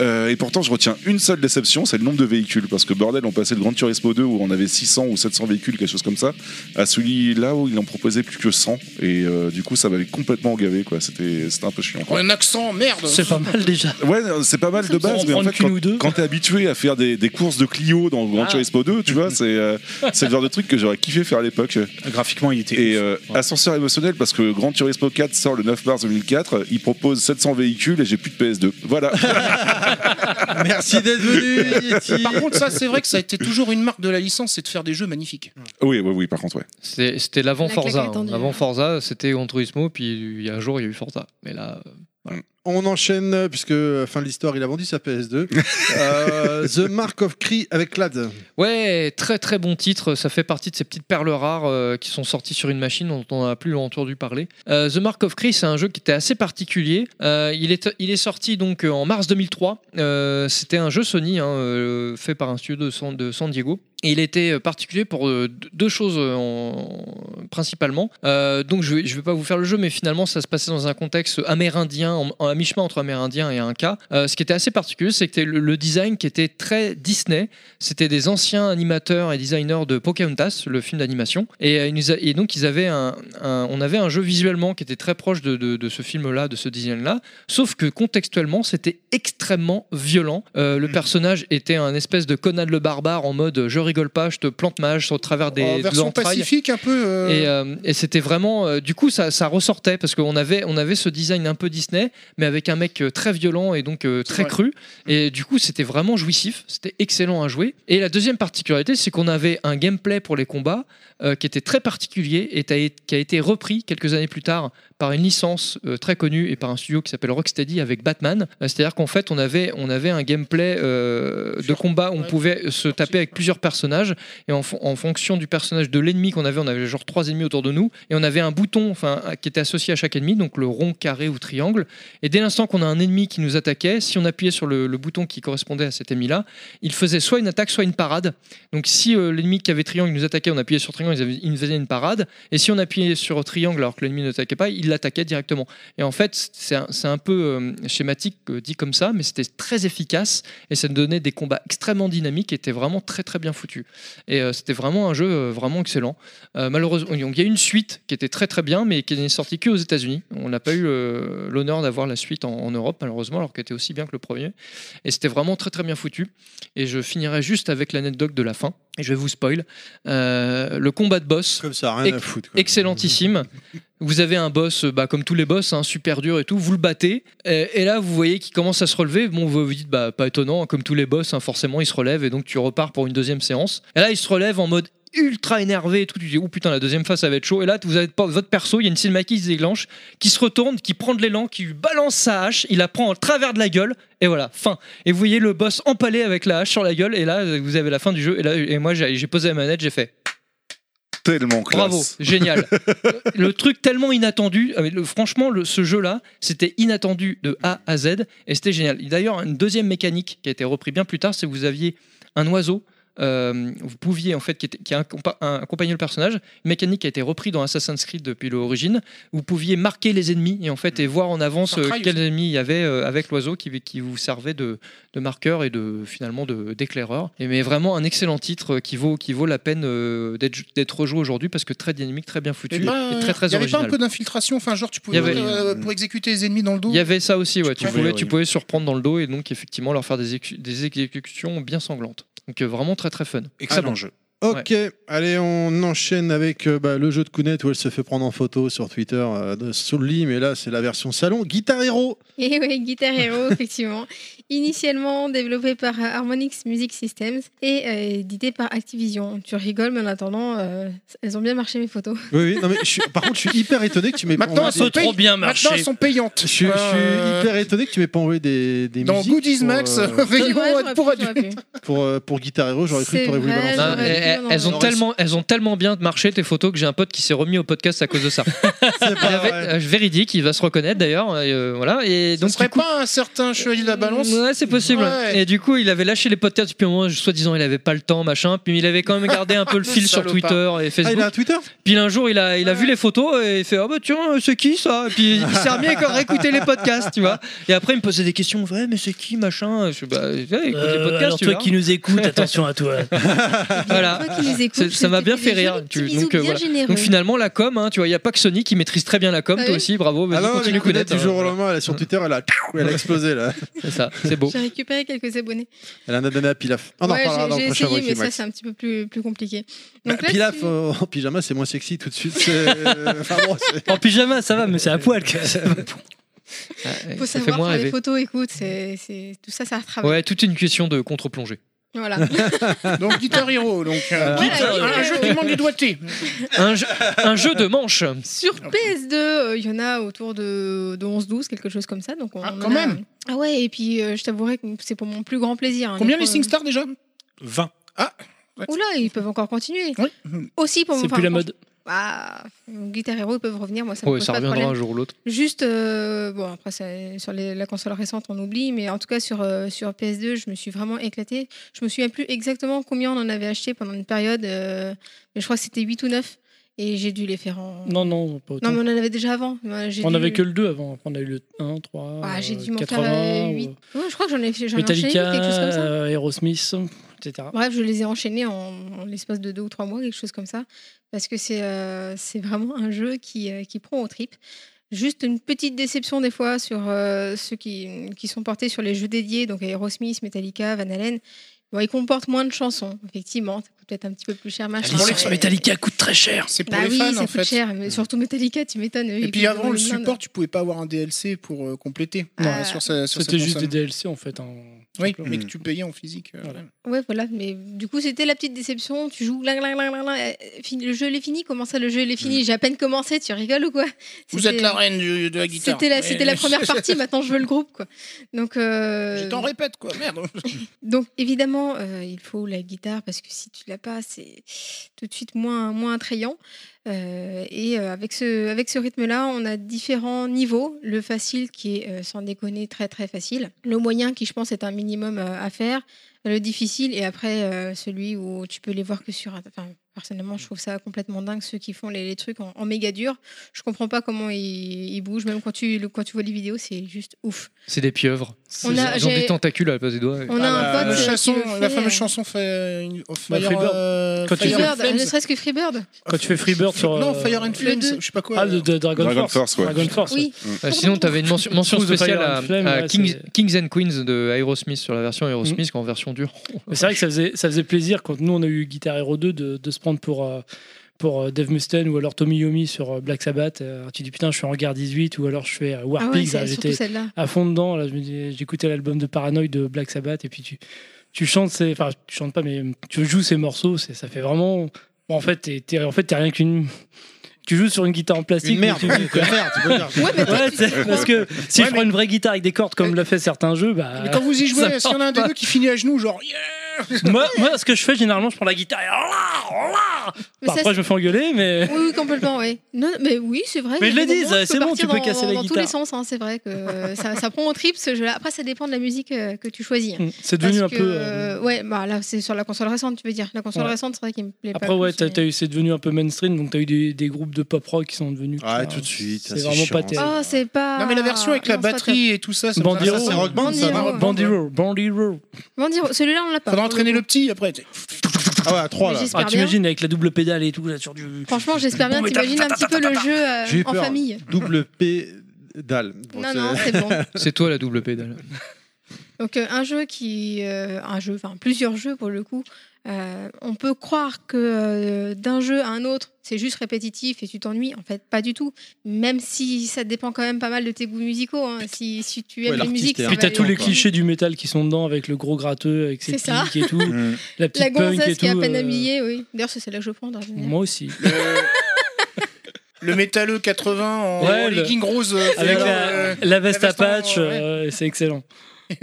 Speaker 5: Euh, et pourtant, je retiens une seule déception, c'est le nombre de véhicules. Parce que bordel, on passait de Grand Turismo 2 où on avait 600 ou 700 véhicules, quelque chose comme ça, à celui-là où il en proposait plus que 100. Et euh, du coup, ça m'avait complètement gavé, quoi. C'était c'était un peu chiant.
Speaker 6: Oh, un accent, merde
Speaker 10: C'est pas mal déjà.
Speaker 5: Ouais, c'est pas mal de base, mais en fait, quand, quand t'es habitué à faire des, des courses de Clio dans Grand
Speaker 6: Ah.
Speaker 5: Turismo 2, tu vois, c'est euh, c'est le genre de truc que j'aurais kiffé faire à l'époque.
Speaker 9: Graphiquement, il était.
Speaker 5: Et euh, ascenseur émotionnel parce que Grand Turismo 4 sort le 9 mars 2004, il propose 700 véhicules et j'ai plus de PS2. Voilà.
Speaker 4: Merci d'être venu, Yeti.
Speaker 29: Par contre, ça, c'est vrai que ça a été toujours une marque de la licence, c'est de faire des jeux magnifiques.
Speaker 5: Oui, oui, oui, par contre, ouais.
Speaker 12: C'était c'était l'avant
Speaker 29: La claque
Speaker 12: Forza. hein.
Speaker 29: attendue.
Speaker 12: L'avant Forza, c'était Gran Turismo, puis il y a un jour, il y a eu Forza. Mais là. euh, voilà.
Speaker 4: On enchaîne, euh, puisque euh, fin de l'histoire, il a vendu sa PS2. Euh, The Mark of Cree avec Clad.
Speaker 12: Ouais, très très bon titre. Ça fait partie de ces petites perles rares euh, qui sont sorties sur une machine dont on n'a plus entendu parler. Euh, The Mark of Cree, c'est un jeu qui était assez particulier. Euh, il, est, il est sorti donc euh, en mars 2003. Euh, C'était un jeu Sony hein, euh, fait par un studio de San, de San Diego. Et il était euh, particulier pour euh, deux- deux choses euh, en- principalement. Euh, donc je ne vais, je vais pas vous faire le jeu, mais finalement ça se passait dans un contexte amérindien, en- en- à mi-chemin entre amérindien et un cas. ce qui était assez particulier, c'était le, le design qui était très Disney. C'était des anciens animateurs et designers de Pocahontas, le film d'animation. Et, euh, ils nous a- et donc ils avaient un, un- on avait un jeu visuellement qui était très proche de, de- de ce film-là, de ce design-là. Sauf que contextuellement, c'était extrêmement violent. Euh,
Speaker 6: Hmm.
Speaker 12: le personnage était un espèce de Conan le barbare en mode euh, je rigole pas, je te plante mage au travers des
Speaker 6: En
Speaker 12: de
Speaker 6: version
Speaker 12: l'entraille.
Speaker 6: pacifique, un peu. euh,
Speaker 12: Et, euh, et c'était vraiment, euh, du coup, ça, ça ressortait parce qu'on avait, on avait ce design un peu Disney, mais avec un mec euh, très violent et donc euh, très
Speaker 6: vrai.
Speaker 12: cru. Et du coup, c'était vraiment jouissif, c'était excellent à jouer. Et la deuxième particularité, c'est qu'on avait un gameplay pour les combats euh, qui était très particulier et t'as- qui a été repris quelques années plus tard par une licence euh, très connue et par un studio qui s'appelle Rocksteady avec Batman. Euh, C'est-à-dire qu'en fait, on avait, on avait un gameplay euh, de combat où on pouvait se taper avec plusieurs personnages et en, fon- en fonction du personnage de l'ennemi qu'on avait, on avait genre trois ennemis autour de nous et on avait un bouton enfin, à- qui était associé à chaque ennemi, donc le rond, carré ou triangle. Et dès l'instant qu'on a un ennemi qui nous attaquait, si on appuyait sur le, le bouton qui correspondait à cet ennemi-là, il faisait soit une attaque, soit une parade. Donc si euh, l'ennemi qui avait triangle nous attaquait, on appuyait sur triangle, il avait- il nous faisait une parade. Et si on appuyait sur triangle alors que l'ennemi ne attaquait pas, il l'attaquait directement. Et en fait, c'est un, c'est un peu euh, schématique euh, dit comme ça, mais c'était très efficace et ça donnait des combats extrêmement dynamiques et était vraiment très très bien foutu. Et euh, c'était vraiment un jeu euh, vraiment excellent. Euh, malheureusement, donc, il y a une suite qui était très très bien, mais qui n'est sortie que aux États-Unis. On n'a pas eu euh, l'honneur d'avoir la suite en, en Europe, malheureusement, alors qu'elle était aussi bien que le premier. Et c'était vraiment très très bien foutu. Et je finirai juste avec l'anecdote de la fin. Et je vais vous spoil. Euh, le combat de boss.
Speaker 4: Comme ça, rien à foutre, quoi.
Speaker 12: Excellentissime. Vous avez un boss, euh, bah, comme tous les boss, hein, super dur et tout, vous le battez, et, et là vous voyez qu'il commence à se relever, bon vous vous dites bah pas étonnant, hein, comme tous les boss, hein, forcément il se relève et donc tu repars pour une deuxième séance. Et là il se relève en mode ultra énervé et tout, tu dis oh putain la deuxième phase ça va être chaud, et là vous avez pas- votre perso, il y a une cinématique qui se déclenche, qui se retourne, qui prend de l'élan, qui lui balance sa hache, il la prend en travers de la gueule, et voilà, fin. Et vous voyez le boss empalé avec la hache sur la gueule, et là vous avez la fin du jeu, et là et moi j'ai j'ai posé la manette, j'ai fait
Speaker 5: Tellement classe.
Speaker 12: Bravo, génial. le truc tellement inattendu. euh, mais le- franchement, le- ce jeu-là, c'était inattendu de A à Z et c'était génial. Et D'ailleurs, une deuxième mécanique qui a été reprise bien plus tard, c'est que vous aviez un oiseau. euh, vous pouviez en fait qui, était- qui accompa- un- accompagnait le personnage, une mécanique qui a été reprise dans Assassin's Creed depuis l'origine. Vous pouviez marquer les ennemis et en fait et voir en avance
Speaker 29: Far
Speaker 12: euh,
Speaker 29: Cry
Speaker 12: quels
Speaker 29: aussi.
Speaker 12: ennemis il y avait euh, avec l'oiseau qui, qui vous servait de, de marqueur et de finalement de d'éclaireur. Et mais vraiment un excellent titre euh, qui vaut qui vaut la peine euh, d'être d'être rejoué aujourd'hui parce que très dynamique, très bien
Speaker 6: eh
Speaker 12: foutu
Speaker 6: ben,
Speaker 12: et très très
Speaker 6: y avait pas un
Speaker 12: original.
Speaker 6: peu d'infiltration, enfin genre tu pouvais
Speaker 12: Y avait-
Speaker 6: euh, pour exécuter les ennemis dans le dos.
Speaker 12: Il y avait ça aussi, ouais. Tu,
Speaker 6: pouvais,
Speaker 12: pouvais,
Speaker 6: ouais.
Speaker 12: tu pouvais surprendre dans le dos et donc effectivement leur faire des, exé- des exécutions bien sanglantes. Donc euh, vraiment très très fun. Ah,
Speaker 4: Excellent jeu. Ok, allez, on enchaîne avec euh, bah, le jeu de Kounet où elle se fait prendre en photo sur Twitter euh, de- sous le lit, mais là c'est la version salon. Guitar Hero
Speaker 7: Et oui, Guitar Hero, effectivement. Initialement développé par euh, Harmonix Music Systems et euh, édité par Activision. Tu rigoles, mais en attendant, euh, elles ont bien marché mes photos.
Speaker 4: Oui, oui, non, mais je suis- par contre, je suis hyper étonné que tu m'aies pas
Speaker 6: Maintenant, elles sont paye- Maintenant, elles sont payantes.
Speaker 4: Je, suis- je suis hyper étonné que tu m'aies pas envoyé des, des
Speaker 6: Dans
Speaker 4: musiques
Speaker 6: Goodies
Speaker 4: pour,
Speaker 6: Max,
Speaker 4: euh,
Speaker 6: rayon
Speaker 7: Ouais, j'aurais
Speaker 6: pour
Speaker 7: pu, j'aurais
Speaker 6: adulte.
Speaker 4: pour, euh, pour Guitar Hero, j'aurais cru que
Speaker 7: C'est
Speaker 4: t'aurais voulu
Speaker 7: vrai,
Speaker 4: balancer.
Speaker 12: Non,
Speaker 7: j'aurais
Speaker 12: elles-
Speaker 7: dû
Speaker 12: elles,
Speaker 7: en
Speaker 12: Eh, elles ont
Speaker 7: envoyer.
Speaker 12: tellement, elles ont tellement bien marché tes photos que j'ai un pote qui s'est remis au podcast à cause de ça. Il avait- euh, véridique, il va se reconnaître d'ailleurs. et, euh, voilà. Et donc,
Speaker 6: serait
Speaker 12: du coup-
Speaker 6: pas un certain chevalier de la balance
Speaker 12: Ouais, c'est possible.
Speaker 6: Ouais.
Speaker 12: Et du coup, il avait lâché les podcasts depuis un moment, soi-disant, il avait pas le temps, machin. Puis il avait quand même gardé un peu le fil sur
Speaker 6: Salopard.
Speaker 12: Twitter et Facebook.
Speaker 4: Ah, il a un Twitter
Speaker 12: Puis un jour, il a, il a vu les photos et il fait Ah bah tiens, c'est qui ça Et puis il s'est remis à réécouter les podcasts, tu vois. Et après, il me posait des questions Ouais, mais c'est qui, machin Je fais, Bah, ouais, écoute les
Speaker 10: Euh,
Speaker 12: podcasts.
Speaker 10: alors
Speaker 12: tu
Speaker 10: toi
Speaker 12: verras.
Speaker 10: qui nous écoutes, attention à toi.
Speaker 12: Voilà.
Speaker 10: Toi qui nous écoutes,
Speaker 12: C'est- Ah, ça m'a bien
Speaker 10: c'était
Speaker 12: fait
Speaker 10: des
Speaker 12: rire.
Speaker 10: jolis
Speaker 12: Tu-
Speaker 10: petits
Speaker 12: donc,
Speaker 10: bisous
Speaker 12: euh,
Speaker 10: bien
Speaker 12: voilà.
Speaker 10: généreux.
Speaker 12: Donc, finalement, la com, hein, tu vois, il n'y a pas que Sony qui maîtrise très bien la com.
Speaker 10: Ah
Speaker 12: toi
Speaker 10: oui.
Speaker 12: aussi, bravo. Vas-y,
Speaker 4: Ah non,
Speaker 12: continue hein.
Speaker 4: mais Kounet,
Speaker 12: Kounet,
Speaker 4: du jour au lendemain, elle est sur Twitter, elle a, elle a explosé là.
Speaker 12: C'est ça, c'est beau.
Speaker 7: J'ai récupéré quelques abonnés.
Speaker 4: Elle a un adana à Pilaf. Ah On en
Speaker 7: Ouais,
Speaker 4: reparlera
Speaker 7: j'ai-
Speaker 4: dans le
Speaker 7: j'ai
Speaker 4: prochain
Speaker 7: essayé,
Speaker 4: Wiki
Speaker 7: mais ça,
Speaker 4: Max.
Speaker 7: c'est un petit peu plus, plus compliqué.
Speaker 4: Bah,
Speaker 7: Donc là,
Speaker 4: Pilaf
Speaker 7: tu-
Speaker 4: euh, en pyjama, c'est moins sexy tout de suite. c'est- enfin, euh, bon, c'est-
Speaker 10: En pyjama, ça va, mais c'est à poil. que-
Speaker 7: Faut
Speaker 12: Ah, ça fait
Speaker 7: savoir
Speaker 12: moins
Speaker 7: faire les
Speaker 12: rêver.
Speaker 7: photos, écoute, c'est c'est- tout ça, ça retravaille.
Speaker 12: Ouais, toute une question de contre-plongée.
Speaker 7: Voilà.
Speaker 6: donc Guitar Hero, donc euh,
Speaker 12: Voilà,
Speaker 6: Guitar-
Speaker 12: Guitar
Speaker 6: un, un
Speaker 12: Hero.
Speaker 6: jeu qui demande du doigté.
Speaker 12: Un jeu, un jeu de manche.
Speaker 7: Sur PS2, euh, il y en a autour de, de 11-12, quelque chose comme ça. Donc on ah,
Speaker 6: quand même.
Speaker 7: Ah ouais, et puis euh, je t'avouerai que c'est pour mon plus grand plaisir. hein,
Speaker 6: Combien
Speaker 7: des
Speaker 6: les
Speaker 7: fois,
Speaker 6: SingStar déjà
Speaker 9: 20.
Speaker 7: euh, Oula, ils peuvent encore continuer. Aussi pour
Speaker 10: C'est
Speaker 7: mon-
Speaker 10: plus la
Speaker 7: enfin,
Speaker 10: mode.
Speaker 7: Bah, Guitar Hero, ils peuvent revenir. Moi, ça me
Speaker 12: Ouais,
Speaker 7: pose
Speaker 12: ça
Speaker 7: pas de
Speaker 12: reviendra un
Speaker 7: problème.
Speaker 12: jour ou l'autre.
Speaker 7: Juste, euh, bon, après, ça- sur les- la console récente, on oublie, mais en tout cas, sur, euh, sur PS2, je me suis vraiment éclatée. Je me souviens plus exactement combien on en avait acheté pendant une période, euh, mais je crois que c'était 8 ou 9, et j'ai dû les faire en.
Speaker 10: Non, non, pas autant.
Speaker 7: Non, mais on en avait déjà avant. Moi, j'ai
Speaker 10: on
Speaker 7: dû-
Speaker 10: avait que le 2 avant. On a eu le 1, 3,
Speaker 7: Ah, j'ai dû m'en faire
Speaker 10: 80,
Speaker 7: 8. je crois que j'en ai fait j'en ai enchaîné huit, quelque chose comme
Speaker 10: euh, Metallica,
Speaker 7: ça.
Speaker 10: euh, Aerosmith, etc.
Speaker 7: Bref, je les ai enchaînés en, en l'espace de deux ou trois mois, quelque chose comme ça, parce que c'est euh, c'est vraiment un jeu qui, euh, qui prend aux tripes. Juste une petite déception des fois sur euh, ceux qui, qui sont portés sur les jeux dédiés, donc Aerosmith, Metallica, Van Halen. Bon, ils comportent moins de chansons, effectivement. Ça coûte peut-être un petit peu plus cher, machin.
Speaker 6: Metallica
Speaker 10: Metallica coûte très cher.
Speaker 6: C'est pour
Speaker 7: Bah
Speaker 6: les
Speaker 7: oui,
Speaker 6: fans
Speaker 7: ça
Speaker 6: en
Speaker 7: coûte
Speaker 6: fait.
Speaker 7: cher, mais surtout Metallica, tu m'étonnes. eux,
Speaker 6: Et
Speaker 7: ils
Speaker 6: puis
Speaker 7: payent
Speaker 6: avant le
Speaker 7: une blinde.
Speaker 6: support, tu pouvais pas avoir un DLC pour euh, compléter
Speaker 7: Ah.
Speaker 6: euh, sur sa sur
Speaker 10: C'était
Speaker 6: cette
Speaker 10: juste des
Speaker 6: console.
Speaker 10: DLC en fait. hein.
Speaker 6: Oui, mais que
Speaker 10: Mm.
Speaker 6: tu payais en physique. euh, voilà.
Speaker 7: Ouais, voilà, mais du coup, c'était la petite déception. Tu joues, gling, gling, gling, gling, gling, euh, fini- le jeu il est fini. Comment ça, le jeu il est fini J'ai à peine commencé, tu rigoles ou quoi
Speaker 29: Mm. Vous
Speaker 7: C'était-
Speaker 29: êtes la reine du- de la guitare.
Speaker 7: C'était la,
Speaker 29: Mais-
Speaker 7: c'était la première partie, maintenant je veux le groupe, quoi. Donc, euh,
Speaker 29: Je t'en répète, quoi, merde.
Speaker 7: donc évidemment, euh, il faut la guitare parce que si tu l'as pas, c'est tout de suite moins, moins attrayant. Euh, et euh, avec ce, avec ce rythme-là, on a différents niveaux. Le facile qui est euh, sans déconner très très facile. Le moyen qui, je pense, est un minimum euh, à faire. Le difficile et après euh, celui où tu peux les voir que sur. un- Enfin, personnellement, je trouve ça complètement dingue ceux qui font les, les trucs en, en méga dur. Je comprends pas comment ils, ils bougent. Même quand tu, le- quand tu vois les vidéos, c'est juste ouf.
Speaker 12: C'est des pieuvres.
Speaker 7: On a-
Speaker 12: Ils ont
Speaker 7: j'ai-
Speaker 12: des tentacules à la place des doigts.
Speaker 7: On a un pote,
Speaker 6: Ah, la,
Speaker 7: euh, qui
Speaker 6: chanson-
Speaker 7: le
Speaker 6: la
Speaker 7: fait,
Speaker 6: fameuse
Speaker 7: euh,
Speaker 6: chanson fait, of
Speaker 10: Ah Bah,
Speaker 6: Fire,
Speaker 10: Freebird.
Speaker 6: euh,
Speaker 10: Quand tu
Speaker 6: Fire
Speaker 10: fais-
Speaker 6: and
Speaker 7: Freebird,
Speaker 6: Flames.
Speaker 7: ne serait-ce que Freebird.
Speaker 10: Quand tu fais Freebird sur.
Speaker 6: Non,
Speaker 10: euh,
Speaker 6: Fire and Flames,
Speaker 7: deux.
Speaker 6: je sais pas quoi.
Speaker 10: Ah, de, de Dragon,
Speaker 5: Dragon
Speaker 10: Force.
Speaker 5: Force, ouais.
Speaker 10: Dragon Force.
Speaker 7: Oui.
Speaker 12: Euh, sinon, tu avais une mention, mention
Speaker 10: Cruise de
Speaker 12: spéciale
Speaker 10: Fire
Speaker 12: à,
Speaker 10: and Flame,
Speaker 12: à
Speaker 10: ouais,
Speaker 12: Kings,
Speaker 10: c'est- Mm.
Speaker 12: Kings and Queens de Aerosmith sur la version Aerosmith qu'en version dure.
Speaker 10: Mais c'est vrai que ça faisait, ça faisait plaisir quand nous on a eu Guitar Hero 2 de, de se prendre pour, euh, pour euh, Dave Mustaine ou alors Tommy Yomi sur euh, Black Sabbath. Euh, tu dis putain, je suis en guerre 18 ou alors je fais euh, War
Speaker 7: Ah ouais,
Speaker 10: Pigs.
Speaker 7: c'est
Speaker 10: là,
Speaker 7: surtout
Speaker 10: J'étais
Speaker 7: celle-là.
Speaker 10: à fond dedans. Là, je me dis- j'écoutais l'album de Paranoid de Black Sabbath et puis tu, tu chantes, ces- enfin tu chantes pas, mais tu joues ces morceaux. c'est- Ça fait vraiment. bon, en fait, t'es t'es- en fait, t'es rien qu'une. Tu joues sur une guitare en plastique.
Speaker 4: Une merde,
Speaker 10: mais tu-
Speaker 4: tu peux faire, tu peux faire.
Speaker 7: Ouais, mais
Speaker 10: Ouais, c'est- parce que si
Speaker 6: Ouais,
Speaker 10: je prends une vraie guitare avec des cordes comme l'a fait certains jeux, bah.
Speaker 6: Mais quand vous y
Speaker 10: ça
Speaker 6: jouez, s'il y en a un des
Speaker 10: marche
Speaker 6: deux qui finit à genoux, genre yeah
Speaker 10: pas. moi, moi, ce que je fais généralement, je prends la guitare et.
Speaker 7: Mais
Speaker 10: Bah,
Speaker 7: ça,
Speaker 10: après, je me fais engueuler, mais.
Speaker 7: Oui, oui, complètement, oui. Non, mais oui, c'est vrai.
Speaker 10: Mais
Speaker 7: il y a
Speaker 10: je le
Speaker 7: des
Speaker 10: dis,
Speaker 7: moments où
Speaker 10: c'est
Speaker 7: partir
Speaker 10: bon, tu peux
Speaker 7: dans-
Speaker 10: casser la
Speaker 7: Dans tous
Speaker 10: guitare.
Speaker 7: les sens, hein, c'est vrai que euh, ça, ça prend au trip ce jeu-là. Après, ça dépend de la musique euh, que tu choisis.
Speaker 10: Mm, c'est devenu
Speaker 7: Parce
Speaker 10: un
Speaker 7: que,
Speaker 10: peu, euh,
Speaker 7: euh, Ouais, bah là, c'est sur la console récente, tu veux dire. La console
Speaker 10: Ouais.
Speaker 7: récente, c'est vrai qu'il me plaît pas.
Speaker 10: Après, ouais,
Speaker 7: plus,
Speaker 10: t'as-
Speaker 7: mais-
Speaker 10: t'as eu- c'est devenu un peu mainstream, donc t'as eu des, des groupes de pop rock qui sont devenus.
Speaker 4: Ah,
Speaker 10: putain,
Speaker 4: tout de suite,
Speaker 10: C'est
Speaker 4: c'est
Speaker 10: vraiment
Speaker 4: chiant,
Speaker 10: pas terrible.
Speaker 7: Oh, c'est pas.
Speaker 6: Non, mais la version avec la
Speaker 7: Non, c'est pas
Speaker 6: batterie et tout ça, ça
Speaker 10: Bandiro.
Speaker 6: ça,
Speaker 4: C'est Rock Band, ça, non
Speaker 7: Bandiro.
Speaker 10: Bandiro, Bandiro.
Speaker 7: top. Bon, dire- celui-là, on l'a pas.
Speaker 6: Faudra entraîner le petit après.
Speaker 4: Ah ouais, à 3
Speaker 7: Mais
Speaker 4: là.
Speaker 7: j'espère
Speaker 10: Ah,
Speaker 7: bien.
Speaker 10: t'imagines avec la double pédale et tout, là, sur du.
Speaker 7: Franchement, j'espère bien.
Speaker 10: Bon, mais
Speaker 7: T'imagines un petit peu le jeu euh,
Speaker 4: J'ai eu
Speaker 7: en
Speaker 4: peur.
Speaker 7: famille.
Speaker 4: Double P dalle. Bon,
Speaker 7: Non,
Speaker 4: c'est-
Speaker 7: non, c'est bon.
Speaker 12: C'est toi la double pédale.
Speaker 7: Donc euh, un jeu qui, euh, un jeu, enfin plusieurs jeux pour le coup. euh, on peut croire que euh, d'un jeu à un autre, c'est juste répétitif et tu t'ennuies. En fait, pas du tout. Même si ça dépend quand même pas mal de tes goûts musicaux. hein. Si, si tu aimes
Speaker 4: Ouais,
Speaker 7: les
Speaker 4: l'artiste
Speaker 7: musiques,
Speaker 4: est
Speaker 7: ça
Speaker 10: Puis
Speaker 7: va
Speaker 10: t'as
Speaker 7: aller
Speaker 10: tous les
Speaker 7: loin.
Speaker 10: clichés du métal qui sont dedans avec le gros gratteux, avec ses
Speaker 7: C'est ça.
Speaker 10: pics et tout, la
Speaker 5: Mm.
Speaker 7: La
Speaker 10: petite punk et
Speaker 7: gonzesse
Speaker 10: tout.
Speaker 7: qui est à peine
Speaker 10: euh,
Speaker 7: habillée, oui. D'ailleurs, c'est celle-là que je prends. en général.
Speaker 10: Moi aussi.
Speaker 6: Le métalleux 80 en
Speaker 10: Ouais, le-
Speaker 6: legging rose. euh,
Speaker 10: Avec
Speaker 6: euh,
Speaker 10: la, la veste
Speaker 6: la
Speaker 10: à
Speaker 6: veste en-
Speaker 10: patch,
Speaker 6: ouais.
Speaker 10: euh, c'est excellent.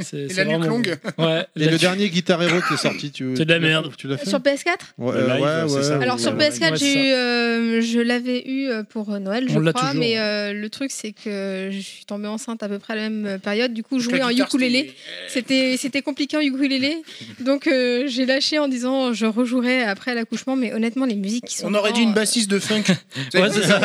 Speaker 10: C'est
Speaker 6: Et
Speaker 10: c'est
Speaker 6: la nuque
Speaker 10: vraiment-
Speaker 6: longue.
Speaker 10: Ouais,
Speaker 4: Et
Speaker 10: la-
Speaker 4: le dernier Guitar Hero qui est sorti, tu
Speaker 10: C'est de la
Speaker 4: tu l'as-
Speaker 10: merde.
Speaker 4: Tu l'as fait
Speaker 7: Sur PS4
Speaker 4: Ouais,
Speaker 9: Le live,
Speaker 4: ouais,
Speaker 9: c'est
Speaker 4: ouais,
Speaker 9: ça,
Speaker 4: ouais.
Speaker 7: Alors sur
Speaker 9: ouais.
Speaker 7: PS4,
Speaker 10: Ouais,
Speaker 7: j'ai
Speaker 10: ça.
Speaker 7: eu, euh, je l'avais eu euh, pour Noël, je
Speaker 10: On l'a
Speaker 7: crois,
Speaker 10: toujours,
Speaker 7: mais
Speaker 10: hein.
Speaker 7: euh, le truc c'est que je suis tombée enceinte à peu près à la même euh, période. Du coup,
Speaker 6: la
Speaker 7: jouer en
Speaker 6: guitare,
Speaker 7: ukulélé, c'était c'était compliqué en ukulélé. Donc euh, j'ai lâché en disant je rejouerai après l'accouchement, mais honnêtement les musiques qui sont
Speaker 6: On aurait dit
Speaker 7: dedans, euh,
Speaker 6: une bassiste de funk.
Speaker 10: Ouais, c'est ça.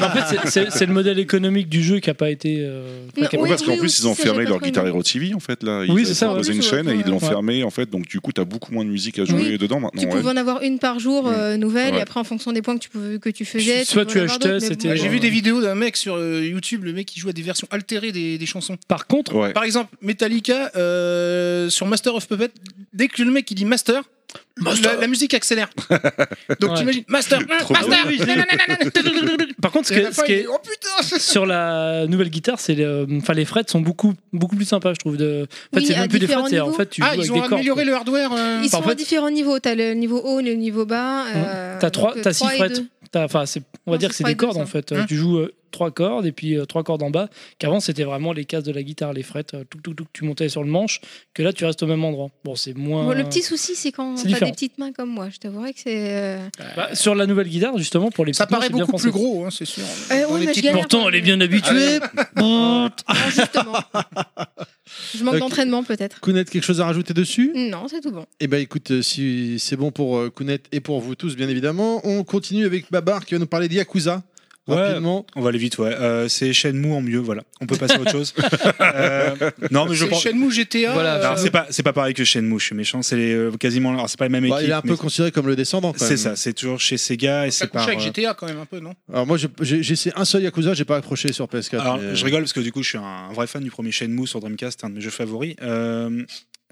Speaker 10: en fait, c'est- c'est- c'est le modèle économique du jeu qui a pas été. euh, enfin,
Speaker 7: Non,
Speaker 10: qui a-
Speaker 7: ouais,
Speaker 5: parce qu'en
Speaker 7: oui,
Speaker 5: plus,
Speaker 7: aussi,
Speaker 5: ils ont
Speaker 7: ça,
Speaker 5: fermé
Speaker 7: j'ai
Speaker 5: leur
Speaker 7: pas
Speaker 5: Guitar
Speaker 7: connu.
Speaker 5: Hero TV en fait. Là. Ils
Speaker 10: Oui, c'est ça,
Speaker 5: avaient
Speaker 7: ouais.
Speaker 5: proposé une chaîne et ils l'ont
Speaker 7: Ouais.
Speaker 5: fermée en fait. Donc du coup, t'as beaucoup moins de musique à jouer
Speaker 7: Oui.
Speaker 5: dedans maintenant.
Speaker 7: Tu
Speaker 5: ouais.
Speaker 7: pouvais en avoir une par jour euh, nouvelle,
Speaker 5: Ouais.
Speaker 7: et après en fonction des points que tu, pouvais- que tu faisais. pouvais
Speaker 10: Soit
Speaker 7: en
Speaker 10: tu
Speaker 7: avoir
Speaker 10: achetais,
Speaker 7: d'autres, mais
Speaker 10: c'était- euh,
Speaker 7: bon.
Speaker 10: Ouais,
Speaker 6: J'ai
Speaker 10: ouais.
Speaker 6: vu des vidéos d'un mec sur euh, YouTube, le mec qui joue à des versions altérées des, des chansons.
Speaker 10: Par contre,
Speaker 5: Ouais.
Speaker 6: Par exemple, Metallica euh, sur Master of Puppet, dès que le mec il dit Master, La, la musique accélère. Donc
Speaker 10: Ouais.
Speaker 6: t'imagines, Master,
Speaker 10: Trop
Speaker 6: Master.
Speaker 10: bien.
Speaker 9: euh,
Speaker 10: Par contre, ce
Speaker 6: Et à
Speaker 10: qui
Speaker 6: la
Speaker 10: est-
Speaker 6: fin,
Speaker 10: ce qui
Speaker 6: il
Speaker 10: est-
Speaker 6: dit, Oh putain
Speaker 10: sur la nouvelle guitare, c'est le- enfin les frettes sont beaucoup beaucoup plus sympas, je trouve. De... En fait,
Speaker 7: Oui,
Speaker 10: c'est
Speaker 7: à
Speaker 10: même plus des
Speaker 7: différents
Speaker 10: frettes, c'est en
Speaker 7: niveaux.
Speaker 10: fait tu
Speaker 7: Ah, ils
Speaker 10: joues avec
Speaker 7: ont
Speaker 10: des cordes.
Speaker 7: amélioré
Speaker 10: quoi.
Speaker 7: le hardware. Ils
Speaker 10: Enfin,
Speaker 7: sont
Speaker 10: en
Speaker 7: à
Speaker 10: fait- Mm.
Speaker 7: différents niveaux. T'as le niveau haut, le niveau bas. euh,
Speaker 10: T'as trois,
Speaker 7: donc,
Speaker 10: t'as six
Speaker 7: trois et
Speaker 10: frettes.
Speaker 7: deux.
Speaker 10: T'as- Enfin, c'est- on va
Speaker 7: Non,
Speaker 10: dire que
Speaker 7: c'est
Speaker 10: c'est
Speaker 7: trois
Speaker 10: des
Speaker 7: et deux,
Speaker 10: cordes
Speaker 7: ça.
Speaker 10: en fait. Euh,
Speaker 7: Hein
Speaker 10: tu joues euh, trois cordes et puis euh, trois cordes en bas. Qu'avant c'était vraiment les cases de la guitare, les frettes, euh, touc, touc, touc, tu montais sur le manche. Que là tu restes au même endroit. Bon, c'est moins.
Speaker 7: Bon, le petit souci, c'est quand
Speaker 10: C'est
Speaker 7: t'as
Speaker 10: différent.
Speaker 7: des petites mains comme moi. Je t'avouerais que c'est. euh,
Speaker 10: Bah, sur la nouvelle guitare justement pour les.
Speaker 6: Ça
Speaker 10: petites mains,
Speaker 6: paraît
Speaker 10: c'est bien
Speaker 6: beaucoup
Speaker 10: pensé.
Speaker 6: plus gros, hein, c'est sûr.
Speaker 7: Euh,
Speaker 6: Dans
Speaker 7: ouais, mais
Speaker 6: les
Speaker 7: je
Speaker 6: petites- Ah
Speaker 7: galère.
Speaker 10: Pourtant elle est bien habituée.
Speaker 7: Je manque
Speaker 4: Ok.
Speaker 7: d'entraînement peut-être.
Speaker 4: Kounet, quelque chose à rajouter dessus
Speaker 7: Non, c'est tout bon.
Speaker 4: Eh ben écoute, euh, si c'est bon pour euh, Kounet et pour vous tous, bien évidemment, on continue avec Babar qui va nous parler de Yakuza. Rapidement.
Speaker 9: On va aller vite, ouais. Euh, c'est Shenmue en mieux, voilà. On peut passer à autre chose. Euh, non, mais je
Speaker 6: C'est
Speaker 9: pense.
Speaker 6: Shenmue GTA.
Speaker 9: Voilà,
Speaker 6: euh,
Speaker 9: alors, c'est pas c'est pas pareil que Shenmue, je suis méchant, c'est les- euh, quasiment alors c'est pas les mêmes
Speaker 4: Bah,
Speaker 9: équipes.
Speaker 4: il est un peu
Speaker 9: mais-
Speaker 4: considéré comme le descendant. quand
Speaker 9: c'est
Speaker 4: même.
Speaker 9: ça, c'est toujours chez Sega et c'est
Speaker 6: couché
Speaker 9: par
Speaker 6: avec
Speaker 9: euh,
Speaker 6: GTA quand même un peu, non
Speaker 4: Alors moi, j'ai- j'ai j'ai essayé un seul Yakuza, j'ai pas accroché sur PS4.
Speaker 9: Alors,
Speaker 4: mais, euh,
Speaker 9: je rigole parce que du coup, je suis un vrai fan du premier Shenmue sur Dreamcast, c'est un de mes jeux favoris. Euh,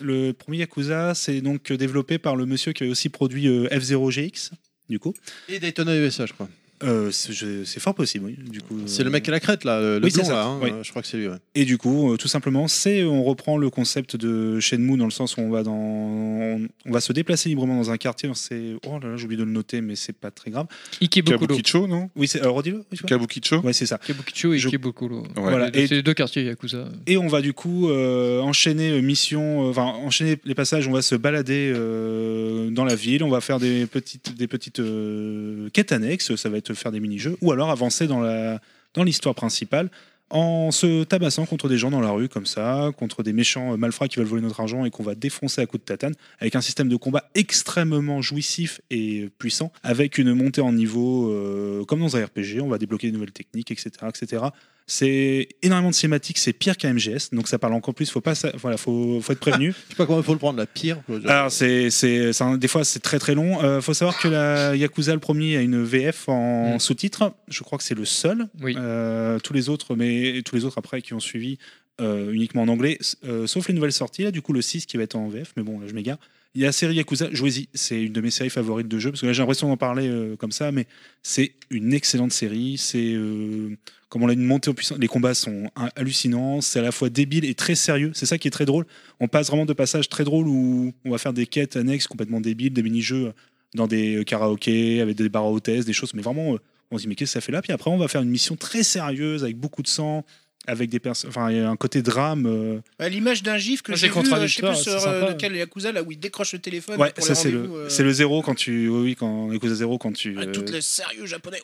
Speaker 9: le premier Yakuza, c'est donc euh, développé par le monsieur qui avait aussi produit euh, F0GX, du coup.
Speaker 4: Et Daytona USA, je crois.
Speaker 9: Euh, c'est je- c'est fort possible, oui. Du coup,
Speaker 4: C'est
Speaker 9: euh,
Speaker 4: le mec à la crête là, le le
Speaker 9: Oui, c'est
Speaker 4: blond
Speaker 9: ça,
Speaker 4: là. hein,
Speaker 9: oui.
Speaker 4: euh, Je crois que c'est lui. ouais.
Speaker 9: Et du coup, euh, tout simplement, c'est on reprend le concept de Shenmue dans le sens où on va dans, on, on va se déplacer librement dans un quartier. C'est oh là là, j'ai oublié de le noter, mais c'est pas très grave.
Speaker 5: Ikebukuro. Kabukicho,
Speaker 9: non Oui, c'est euh, redis-le, oui, tu vois
Speaker 5: Kabukicho
Speaker 9: Ouais, c'est ça.
Speaker 8: Kabukicho et Ikebukuro.
Speaker 9: Voilà,
Speaker 8: Les-
Speaker 9: et-
Speaker 8: C'est les deux quartiers Yakuza.
Speaker 9: Et on va du coup euh, enchaîner euh, mission, euh, enfin enchaîner les passages. On va se balader euh, dans la ville. On va faire des petites, des petites euh, quêtes annexes. Ça va être faire des mini-jeux ou alors avancer dans la dans l'histoire principale en se tabassant contre des gens dans la rue comme ça, contre des méchants euh, malfrats qui veulent voler notre argent et qu'on va défoncer à coups de tatane avec un système de combat extrêmement jouissif et euh, puissant avec une montée en niveau euh, comme dans un RPG. On va débloquer des nouvelles techniques, etc., etc. C'est énormément de cinématiques, c'est pire qu'un MGS, donc ça parle encore plus. Faut pas, ça- voilà, faut, faut être prévenu.
Speaker 4: Je sais pas comment il faut le prendre, la pire.
Speaker 9: Alors c'est, c'est, c'est un- des fois c'est très très long. Euh, faut savoir que la Yakuza le premier a une VF en
Speaker 8: Mm.
Speaker 9: sous-titres. Je crois que c'est le seul. Euh, tous les autres, mais tous les autres après qui ont suivi euh, uniquement en anglais, s- euh, sauf les nouvelles sorties. Là, du coup le 6 qui va être en VF, mais bon là je m'égare. Il y a la série Yakuza, jouez-y, c'est une de mes séries favorites de jeu, parce que là j'ai l'impression d'en parler euh, comme ça, mais c'est une excellente série, c'est euh, comme on l'a dit, une montée en puissance, les combats sont hein, hallucinants, c'est à la fois débile et très sérieux, c'est ça qui est très drôle, on passe vraiment de passages très drôles où on va faire des quêtes annexes complètement débiles, des mini-jeux dans des euh, karaokés, avec des bars à hôtesses, des choses, mais vraiment, euh, on se dit mais qu'est-ce que ça fait là Puis après on va faire une mission très sérieuse, avec beaucoup de sang, avec des personnes, enfin il y a un côté drame... euh,
Speaker 6: À l'image d'un gif que
Speaker 9: Ah,
Speaker 6: j'ai
Speaker 9: c'est
Speaker 6: vu, euh, je sais
Speaker 9: contradictoire,
Speaker 6: plus sur
Speaker 9: c'est
Speaker 6: euh,
Speaker 9: sympa.
Speaker 6: lequel Yakuza, là où il décroche le téléphone.
Speaker 9: Ouais,
Speaker 6: pour
Speaker 9: ça
Speaker 6: les
Speaker 9: c'est le,
Speaker 6: rendez-vous, euh,
Speaker 9: c'est le zéro quand tu, oui, oui, quand Yakuza zéro quand tu. euh,
Speaker 6: Tout le sérieux japonais.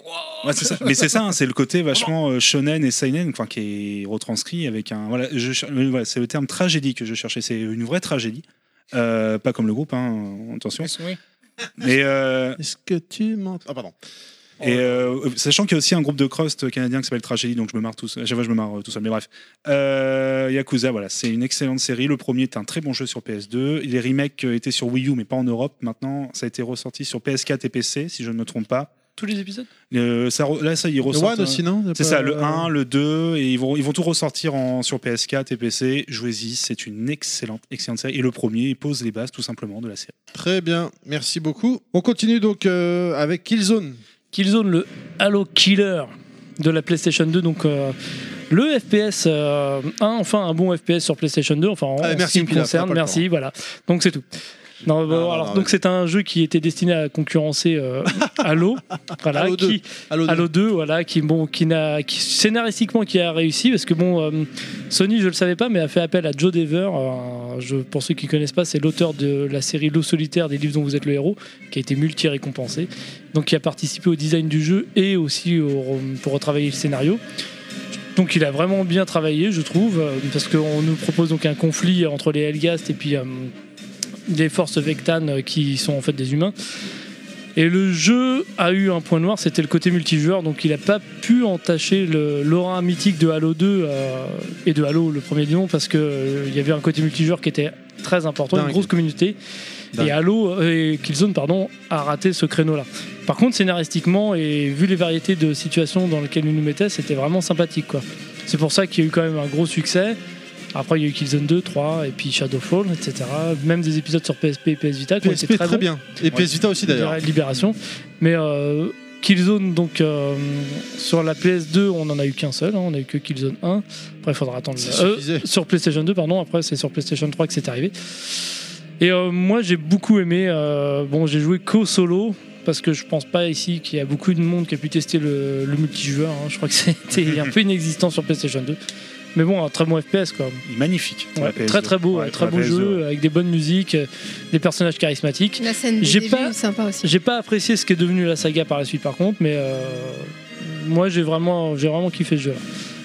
Speaker 9: Ouais, c'est ça. Mais c'est ça, hein, c'est le côté vachement euh, shonen et seinen, enfin qui est retranscrit avec un. Voilà, je cher- euh, voilà, c'est le terme tragédie que je cherchais. C'est une vraie tragédie, Euh, pas comme le groupe, hein, attention. Mais euh,
Speaker 4: est-ce que tu m'entends Ah pardon.
Speaker 9: Et euh, sachant qu'il y a aussi un groupe de crust canadien qui s'appelle Tragédie, donc je me marre tous. À chaque fois, je me marre euh, tout seul. Mais bref, Euh, Yakuza, voilà, c'est une excellente série. Le premier est un très bon jeu sur PS2. Les remakes euh, étaient sur Wii U, mais pas en Europe. Maintenant, ça a été ressorti sur PS4 et PC, si je ne me trompe pas.
Speaker 10: Tous les épisodes
Speaker 9: Euh, ça re- là, ça y ressort.
Speaker 4: One aussi, non Il y a
Speaker 9: C'est
Speaker 4: pas-
Speaker 9: ça, le 1, le 2, et ils vont, ils vont tout ressortir en, sur PS4 et PC. Jouez-y, c'est une excellente, excellente série. Et le premier, il pose les bases tout simplement de la série.
Speaker 4: Très bien, merci beaucoup. On continue donc euh, avec Killzone.
Speaker 10: Killzone, le Halo Killer de la PlayStation 2. Donc, euh, le FPS euh, un, enfin un bon FPS sur PlayStation 2. Enfin, en,
Speaker 4: Ah,
Speaker 10: en
Speaker 4: merci,
Speaker 10: ce qui me
Speaker 4: Pilaf,
Speaker 10: concerne,
Speaker 4: t'as pas le
Speaker 10: merci. Voilà. Donc, c'est tout. Non, bah,
Speaker 4: non,
Speaker 10: alors,
Speaker 4: non,
Speaker 10: donc
Speaker 4: mais-
Speaker 10: c'est un jeu qui était destiné à concurrencer euh, Halo, voilà,
Speaker 4: Halo
Speaker 10: qui,
Speaker 4: 2. Halo 2.
Speaker 10: Halo 2, voilà, qui bon, qui n'a, qui scénaristiquement qui a réussi parce que bon, euh, Sony, je le savais pas, mais a fait appel à Joe Dever. euh, un jeu- pour ceux qui connaissent pas, c'est l'auteur de la série L'eau solitaire des livres dont vous êtes le héros, qui a été multi récompensé, donc qui a participé au design du jeu et aussi au- pour retravailler le scénario. Donc il a vraiment bien travaillé, je trouve, euh, parce qu'on nous propose donc un conflit entre les Helgast et puis euh, les forces Vectan euh, qui sont en fait des humains. Et le jeu a eu un point noir, c'était le côté multijoueur, donc il n'a pas pu entacher le- l'aura mythique de Halo 2 euh, et de Halo le premier du nom, parce qu'il y avait un côté multijoueur qui était très important,
Speaker 4: Dingue.
Speaker 10: une grosse communauté.
Speaker 4: Dingue.
Speaker 10: Et Halo euh, et Killzone pardon, a raté ce créneau-là. Par contre, scénaristiquement et vu les variétés de situations dans lesquelles ils nous mettaient, c'était vraiment sympathique. quoi. C'est pour ça qu'il y a eu quand même un gros succès. Après, il y a eu Killzone 2, 3, et puis Shadowfall, etc. Même des épisodes sur PSP et PS Vita qui ont
Speaker 4: PSP,
Speaker 10: été très,
Speaker 4: très
Speaker 10: bons.
Speaker 4: bien. Et PS Vita aussi, d'ailleurs.
Speaker 10: Libéra- Libération. Mais euh, Killzone, donc euh, sur la PS2, on en a eu qu'un seul, hein, on a eu que Killzone 1. Après, il faudra attendre.
Speaker 4: Ça
Speaker 10: euh,
Speaker 4: suffisait.
Speaker 10: sur PlayStation 2, pardon, après, c'est sur PlayStation 3 que c'est arrivé. Et euh, moi, j'ai beaucoup aimé. euh, bon, j'ai joué qu'au solo. Parce que je pense pas ici qu'il y a beaucoup de monde qui a pu tester le, le multijoueur. hein. Je crois que c'était un peu inexistant sur PlayStation 2. Mais bon, un très bon FPS quoi.
Speaker 9: Magnifique.
Speaker 10: Ouais, très très beau, ouais, très beau jeu, avec des bonnes musiques, euh, des personnages charismatiques.
Speaker 7: La scène du
Speaker 10: J'ai
Speaker 7: début,
Speaker 10: pas-
Speaker 7: sympa aussi.
Speaker 10: J'ai pas apprécié ce qui est devenu la saga par la suite par contre, mais euh, moi j'ai vraiment, j'ai vraiment kiffé ce jeu.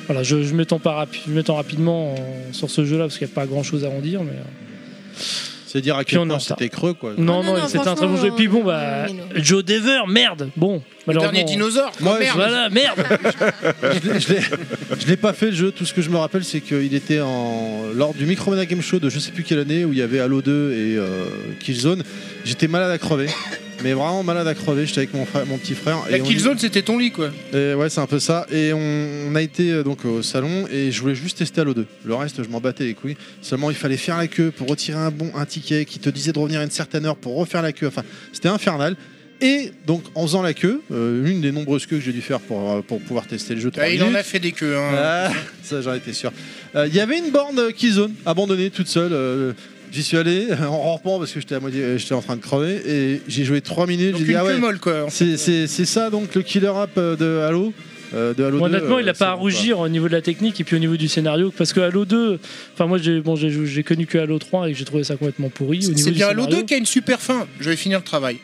Speaker 10: Voilà, je, je m'étends pas rapi- je m'étends rapidement euh, sur ce jeu-là parce qu'il n'y a pas grand-chose à en dire, mais. euh,
Speaker 4: C'est dire à
Speaker 10: Puis
Speaker 4: quel
Speaker 10: on
Speaker 4: point
Speaker 10: en
Speaker 4: c'était creux, quoi.
Speaker 10: Non, non, c'était un très bon jeu. Et puis bon, bah, Joe Dever, merde. Bon, malheureusement.
Speaker 4: dernier dinosaure, quoi, Moi, merde. je-
Speaker 10: Voilà, merde.
Speaker 4: je l'ai- je l'ai- je l'ai pas fait le jeu. Tout ce que je me rappelle, c'est qu'il était en lors du Micromania Game Show de je sais plus quelle année où il y avait Halo 2 et euh, Killzone. J'étais malade à crever, mais vraiment malade à crever. J'étais avec mon frère, mon petit frère.
Speaker 6: La
Speaker 4: on-
Speaker 6: Killzone, c'était ton lit, quoi.
Speaker 4: et ouais, c'est un peu ça. Et on, on a été euh, donc au salon et je voulais juste tester Halo 2. Le reste, je m'en battais les couilles. Seulement, il fallait faire la queue pour retirer un bon, un ticket qui te disait de revenir à une certaine heure pour refaire la queue. Enfin, c'était infernal. Et donc, en faisant la queue, euh, une des nombreuses queues que j'ai dû faire pour, euh, pour pouvoir tester le jeu. trois
Speaker 6: Ah, il en a
Speaker 4: minutes,
Speaker 6: fait des queues. hein.
Speaker 4: ah, ça j'en étais sûr. Euh, Il y avait une borne euh, Keyzone abandonnée toute seule. euh, J'y suis allé en rampant parce que j'étais à moitié- euh, j'étais en train de crever et j'ai joué 3 minutes. J'ai dit
Speaker 6: une
Speaker 4: ah
Speaker 6: queue
Speaker 4: ouais,
Speaker 6: molle, quoi, en
Speaker 4: c'est c'est- c'est ça donc le killer app euh, de Halo. euh, de Halo
Speaker 10: Bon,
Speaker 4: 2,
Speaker 10: honnêtement,
Speaker 4: euh,
Speaker 10: il n'a
Speaker 4: c'est
Speaker 10: pas à
Speaker 4: bon,
Speaker 10: rougir au niveau de la technique et puis au niveau du scénario. Parce que Halo 2, enfin, moi j'ai bon, j'ai joué- j'ai connu que Halo 3 et que j'ai trouvé ça complètement pourri. au niveau
Speaker 6: C'est
Speaker 10: du
Speaker 6: bien Halo
Speaker 10: scénario.
Speaker 6: 2 qui a une super fin. Je vais finir le travail.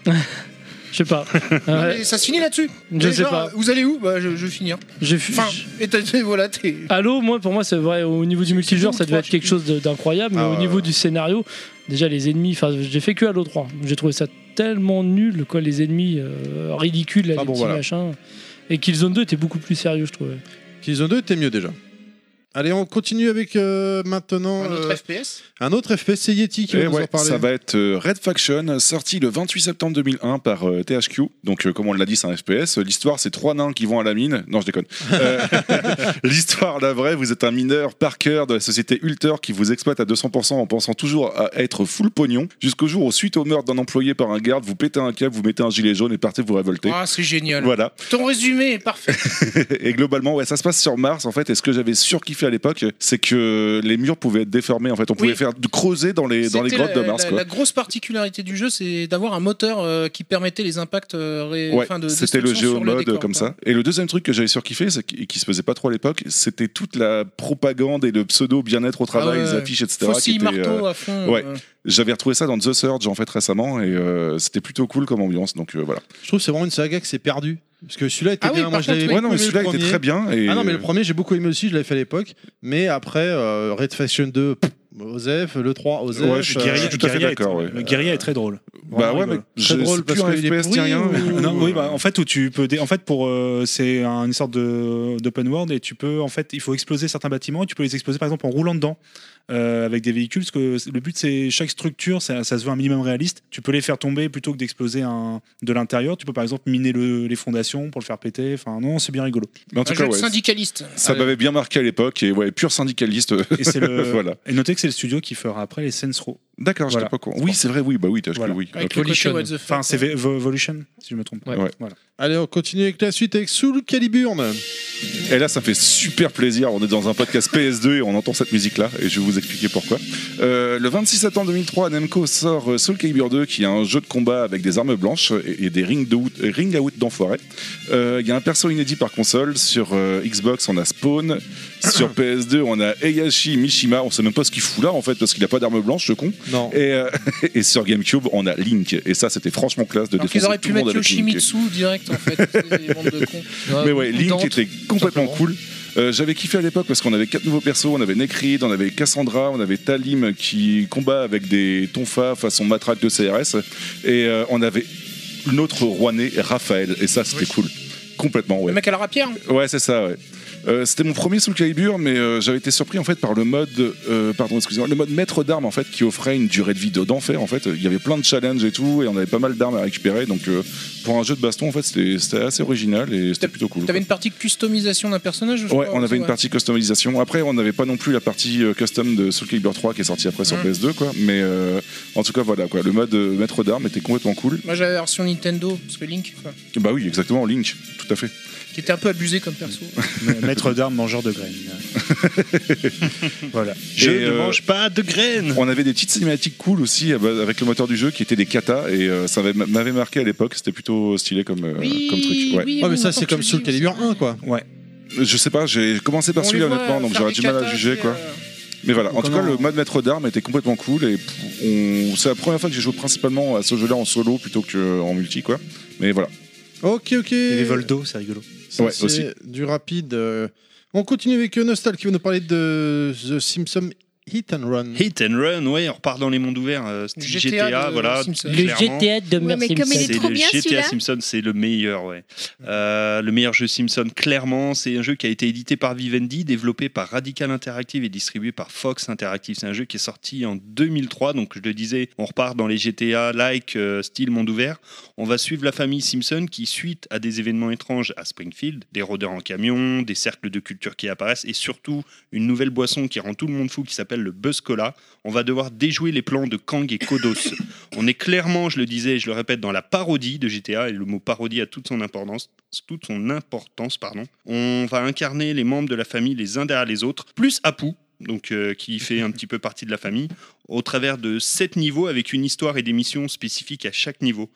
Speaker 10: Je sais pas.
Speaker 6: Non,
Speaker 10: Ouais.
Speaker 6: mais ça se finit là-dessus.
Speaker 10: Euh, Je
Speaker 6: Et
Speaker 10: sais
Speaker 6: genre,
Speaker 10: pas.
Speaker 6: Vous allez où Bah, je, je vais finir.
Speaker 10: J'ai fi-
Speaker 6: Enfin, et t'as et voilà, t'es.
Speaker 10: Halo, moi, pour moi, c'est vrai. Au niveau du multijoueur, ça devait être quelque chose de- d'incroyable. Mais
Speaker 6: Ah,
Speaker 10: au
Speaker 6: ouais,
Speaker 10: niveau
Speaker 6: ouais.
Speaker 10: du scénario, déjà les ennemis. Enfin, j'ai fait que Halo 3. J'ai trouvé ça tellement nul, quoi, les ennemis euh, ridicules, là,
Speaker 4: Ah
Speaker 10: les
Speaker 4: bon,
Speaker 10: petits
Speaker 4: voilà.
Speaker 10: machins. Et Killzone 2 était beaucoup plus sérieux, je trouvais.
Speaker 4: Killzone 2 était mieux déjà. Allez, on continue avec euh, maintenant euh, un autre
Speaker 6: FPS.
Speaker 4: c'est Yeti qui va
Speaker 5: Eh
Speaker 4: nous
Speaker 5: ouais,
Speaker 4: en parler.
Speaker 5: ça va être euh, Red Faction, sorti le 28 septembre 2001 par euh, THQ. Donc, euh, comme on l'a dit, c'est un FPS. Euh, L'histoire, c'est trois nains qui vont à la mine. Non, je déconne. Euh, L'histoire, la vraie, vous êtes un mineur par cœur de la société Ulter qui vous exploite à 200% en pensant toujours à être full pognon. Jusqu'au jour où, suite au meurtre d'un employé par un garde, vous pétez un câble, vous mettez un gilet jaune et partez vous révolter.
Speaker 6: Ah, c'est génial.
Speaker 5: Voilà.
Speaker 6: Ton résumé est parfait.
Speaker 5: et globalement, ouais, ça se passe sur Mars en fait. Et ce que j'avais surkiffé à l'époque, c'est que les murs pouvaient être déformés. En fait, on pouvait faire creuser dans les dans les
Speaker 6: C'était
Speaker 5: grottes
Speaker 6: la,
Speaker 5: de Mars.
Speaker 6: la-
Speaker 5: quoi.
Speaker 6: la grosse particularité du jeu, c'est d'avoir un moteur euh, qui permettait les impacts. euh, ré-
Speaker 5: Ouais,
Speaker 6: enfin, de-
Speaker 5: c'était le
Speaker 6: destruction sur
Speaker 5: géomode
Speaker 6: décor,
Speaker 5: comme
Speaker 6: quoi.
Speaker 5: ça. Et le deuxième truc que j'avais surkiffé, c'est qui, qui se faisait pas trop à l'époque, c'était toute la propagande et le pseudo bien-être au travail,
Speaker 6: Ah ouais.
Speaker 5: les affiches, etc.
Speaker 6: Faucille,
Speaker 5: qui étaient,
Speaker 6: marteau à fond,
Speaker 5: Ouais.
Speaker 6: euh.
Speaker 5: J'avais retrouvé ça dans The Surge en fait récemment et euh, c'était plutôt cool comme ambiance. Donc euh, voilà.
Speaker 4: Je trouve que c'est vraiment une saga qui s'est perdue. Parce que celui-là était
Speaker 5: Ah oui,
Speaker 4: bien,
Speaker 5: par
Speaker 4: moi je
Speaker 5: contre,
Speaker 4: l'avais
Speaker 5: oui. Ouais, non, mais
Speaker 4: beaucoup aimé, le
Speaker 5: celui-là était
Speaker 4: premier.
Speaker 5: très bien, et-
Speaker 4: Ah non, mais le premier, j'ai beaucoup aimé aussi, je l'avais fait à l'époque. Mais après, euh, Red Faction 2, pff, Osef, le 3, Osef.
Speaker 5: Ouais, je suis guerrier,
Speaker 4: euh,
Speaker 5: je suis tout à fait d'accord, ouais.
Speaker 9: Le guerrier est très drôle.
Speaker 5: Bah ouais, mais je-
Speaker 4: Très drôle
Speaker 5: c'est
Speaker 4: parce
Speaker 5: plus un
Speaker 4: qu'il est
Speaker 5: FPS,
Speaker 4: pourri.
Speaker 5: rien.
Speaker 4: ou-
Speaker 9: Non, oui, bah, en fait, où tu peux, dé- en fait, pour, euh, c'est un- une sorte de d'open world et tu peux, en fait, il faut exploser certains bâtiments et tu peux les exploser par exemple en roulant dedans euh, avec des véhicules parce que c- le but c'est chaque structure, ça, ça se veut un minimum réaliste. Tu peux les faire tomber plutôt que d'exploser un de l'intérieur. Tu peux par exemple miner le- les fondations pour le faire péter. Enfin, non, c'est bien rigolo.
Speaker 5: Mais en tout cas, Ah ouais,
Speaker 6: syndicaliste.
Speaker 5: Ça m'avait bien marqué à l'époque et ouais, pur syndicaliste.
Speaker 9: Et c'est le
Speaker 5: voilà.
Speaker 9: Et notez que c'est le studio qui fera après les Saints Row.
Speaker 5: D'accord, j'étais
Speaker 9: Voilà.
Speaker 5: pas con. Oui, c'est vrai, oui, bah oui, t'as acheté, oui.
Speaker 9: Avec
Speaker 5: Ok.
Speaker 9: le côté what the fuck, Enfin, c'est ouais. Vo- Volition, si je me trompe.
Speaker 5: Ouais.
Speaker 9: Voilà.
Speaker 4: Allez, on continue avec la suite avec Soul Caliburn.
Speaker 5: Et là, ça fait super plaisir. On est dans un podcast PS2 et on entend cette musique-là. Et je vais vous expliquer pourquoi. Euh, le 26 septembre 2003, Namco sort euh, Soul Calibur 2, qui est un jeu de combat avec des armes blanches et, et des ring, de out, euh, ring out d'enfoirés. Euh, Il y a un perso inédit par console. Sur euh, Xbox, on a Spawn. Sur PS2, on a Heihachi Mishima. On sait même pas ce qu'il fout là, en fait, parce qu'il a pas d'arme blanche, ce con.
Speaker 4: Non.
Speaker 5: Et, euh, et sur GameCube, on a Link. Et ça, c'était franchement classe de
Speaker 6: Alors qu'ils
Speaker 5: défoncer
Speaker 6: auraient
Speaker 5: tout
Speaker 6: pu
Speaker 5: le monde
Speaker 6: mettre
Speaker 5: avec Link.
Speaker 6: Yoshimitsu direct, en fait. des bandes de cons.
Speaker 5: Mais ouais, Link était complètement cool. Euh, J'avais kiffé à l'époque parce qu'on avait quatre nouveaux persos. On avait Necrid, on avait Cassandra, on avait Talim qui combat avec des tonfas façon matraque de CRS. Et euh, on avait notre Rouennais, Raphaël. Et ça, c'était cool. Complètement, ouais.
Speaker 6: Le mec à la rapière. hein.
Speaker 5: Ouais, c'est ça, ouais. Euh, C'était mon premier Soul Calibur, mais euh, j'avais été surpris en fait par le mode, euh, pardon, excusez-moi, le mode maître d'armes en fait qui offrait une durée de vie de- d'enfer. En fait, il y avait plein de challenges et tout, et on avait pas mal d'armes à récupérer. Donc euh, pour un jeu de baston, en fait, c'était c'était assez original et c'était plutôt cool.
Speaker 29: T'avais une partie customisation d'un personnage je
Speaker 5: Ouais,
Speaker 29: crois,
Speaker 5: on
Speaker 29: aussi,
Speaker 5: avait une partie customisation. Après, on n'avait pas non plus la partie euh, custom de Soul Calibur 3 qui est sortie après sur
Speaker 29: Mm.
Speaker 5: PS2, quoi. Mais euh, en tout cas, voilà, quoi. Le mode euh, maître d'armes était complètement cool.
Speaker 29: Moi j'avais la version Nintendo, parce que Link, enfin,
Speaker 5: Bah oui, exactement, Link, tout à fait.
Speaker 29: qui était un peu abusé comme perso.
Speaker 9: Maître d'armes, mangeur de graines.
Speaker 5: voilà. euh,
Speaker 9: Je ne mange
Speaker 5: pas de graines. On avait des petites cinématiques cool aussi euh, bah, avec le moteur du jeu qui était des katas et euh, ça avait- m'avait marqué à l'époque. C'était plutôt stylé comme, euh, comme truc. Ouais,
Speaker 4: oui, Ouais, mais ça, c'est comme Soul Calibur 1, quoi.
Speaker 5: Ouais. Euh, Je sais pas, j'ai commencé par
Speaker 4: On
Speaker 5: celui-là
Speaker 4: les voit
Speaker 5: honnêtement, donc
Speaker 4: faire
Speaker 5: j'aurais
Speaker 4: des
Speaker 5: du mal à
Speaker 4: katas,
Speaker 5: juger quoi. Mais voilà, en
Speaker 4: Donc
Speaker 5: tout cas,
Speaker 4: on en-
Speaker 5: le mode maître d'armes était complètement cool et pff, on... c'est la première fois que j'ai joué principalement à ce jeu-là en solo plutôt qu'en multi quoi. Mais voilà.
Speaker 4: Ok, ok.
Speaker 9: les vols d'eau, c'est rigolo.
Speaker 4: Ça,
Speaker 5: Ouais,
Speaker 4: c'est
Speaker 5: aussi.
Speaker 4: du rapide. euh. On continue avec euh, Nostal qui va nous parler de The Simpsons Hit and Run.
Speaker 11: Hit and Run, ouais, on repart dans les mondes ouverts. euh, style
Speaker 4: GTA
Speaker 11: GTA,
Speaker 4: de
Speaker 11: voilà.
Speaker 4: Simpson.
Speaker 11: clairement.
Speaker 4: Le GTA de Homer Ouais, mais comme Simpson. il est
Speaker 11: C'est
Speaker 4: trop
Speaker 11: le
Speaker 4: bien,
Speaker 11: GTA
Speaker 4: celui-là.
Speaker 11: Simpson, c'est le meilleur, ouais. Euh, le meilleur jeu Simpson, clairement. C'est un jeu qui a été édité par Vivendi, développé par Radical Interactive et distribué par Fox Interactive. C'est un jeu qui est sorti en 2003. Donc, je le disais, on repart dans les GTA like, euh, style monde ouvert. On va suivre la famille Simpson qui, suite à des événements étranges à Springfield, des rôdeurs en camion, des cercles de culture qui apparaissent et surtout une nouvelle boisson qui rend tout le monde fou qui s'appelle le Buzz Cola, on va devoir déjouer les plans de Kang et Kodos. On est clairement, je le disais et je le répète, dans la parodie de GTA et le mot parodie a toute son importance. Toute son importance pardon. On va incarner les membres de la famille les uns derrière les autres, plus Apu, donc euh, qui fait un petit peu partie de la famille, au travers de sept niveaux avec une histoire et des missions spécifiques à chaque niveau.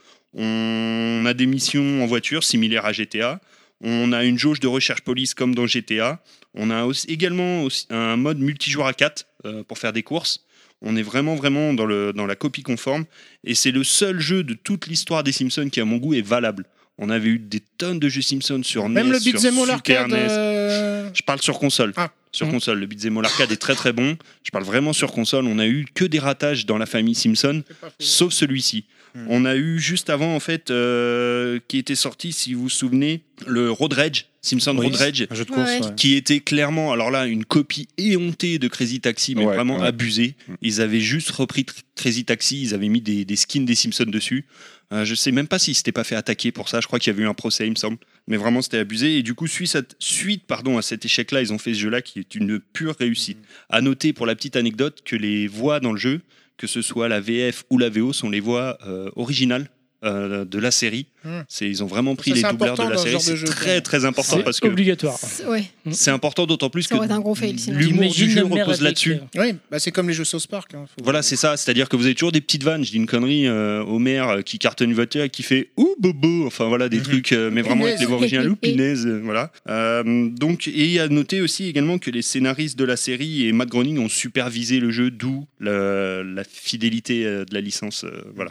Speaker 11: On a des missions en voiture similaires à GTA. On a une jauge de recherche police comme dans GTA. On a aussi- également aussi un mode multijoueur à 4 pour faire des courses. On est vraiment, vraiment dans, le, dans la copie conforme. Et c'est le seul jeu de toute l'histoire des Simpsons qui, à mon goût, est valable. On avait eu des tonnes de jeux Simpsons sur
Speaker 29: Même
Speaker 11: NES,
Speaker 29: le
Speaker 11: sur
Speaker 29: Beat'em All
Speaker 11: Super E
Speaker 29: Arcade.
Speaker 11: NES.
Speaker 29: euh,
Speaker 11: Je parle sur console. Sur console, le Beat'em All Arcade est très très bon. Je parle vraiment sur console. On a eu que des ratages dans la famille Simpson, sauf celui-ci. On a eu juste avant, en fait, euh, qui était sorti, si vous vous souvenez, le Road Rage, Simpson
Speaker 9: Oui,
Speaker 11: Road Rage,
Speaker 9: un jeu de course, Ouais. ouais.
Speaker 11: qui était clairement, alors là, une copie éhontée de Crazy Taxi, mais vraiment abusée.
Speaker 29: Hmm.
Speaker 11: Ils avaient juste repris Tr- Crazy Taxi, ils avaient mis des, des skins des Simpsons dessus. Euh, je sais même pas s'ils s'étaient pas fait attaquer pour ça. Je crois qu'il y avait eu un procès, il me semble. Mais vraiment, c'était abusé. Et du coup, suite à, suite, pardon, à cet échec-là, ils ont fait ce jeu-là qui est une pure réussite.
Speaker 29: Hmm.
Speaker 11: À noter pour la petite anecdote que les voix dans le jeu, que ce soit la VF ou la VO, sont les voix euh, originales euh, de la série.
Speaker 29: Hmm.
Speaker 11: C'est, ils ont vraiment pris
Speaker 29: Ça,
Speaker 11: les
Speaker 29: c'est
Speaker 11: doubleurs
Speaker 29: important
Speaker 11: de la
Speaker 29: dans ce
Speaker 11: série.
Speaker 29: genre de jeu,
Speaker 11: C'est très très important
Speaker 10: C'est
Speaker 11: parce que
Speaker 10: obligatoire.
Speaker 7: Ouais.
Speaker 11: c'est important d'autant plus
Speaker 7: Ça
Speaker 11: que
Speaker 7: aurait été un gros fail sinon.
Speaker 11: l'humour du jeu repose là-dessus.
Speaker 29: Oui, bah, c'est comme les jeux South Park. hein.
Speaker 11: Voilà, c'est ça. C'est-à-dire que vous avez toujours des petites vannes. Je dis une connerie, euh, Homer euh, qui cartonne une voiture et qui fait Ouh, bobo Enfin voilà,
Speaker 12: Mhm.
Speaker 11: des trucs, euh, mais vraiment avec les voix originales. Ouh, punaise, euh, Voilà. Euh, donc, et à noter aussi également que les scénaristes de la série et Matt Groening ont supervisé le jeu, d'où la, la fidélité euh, de la licence. euh, voilà.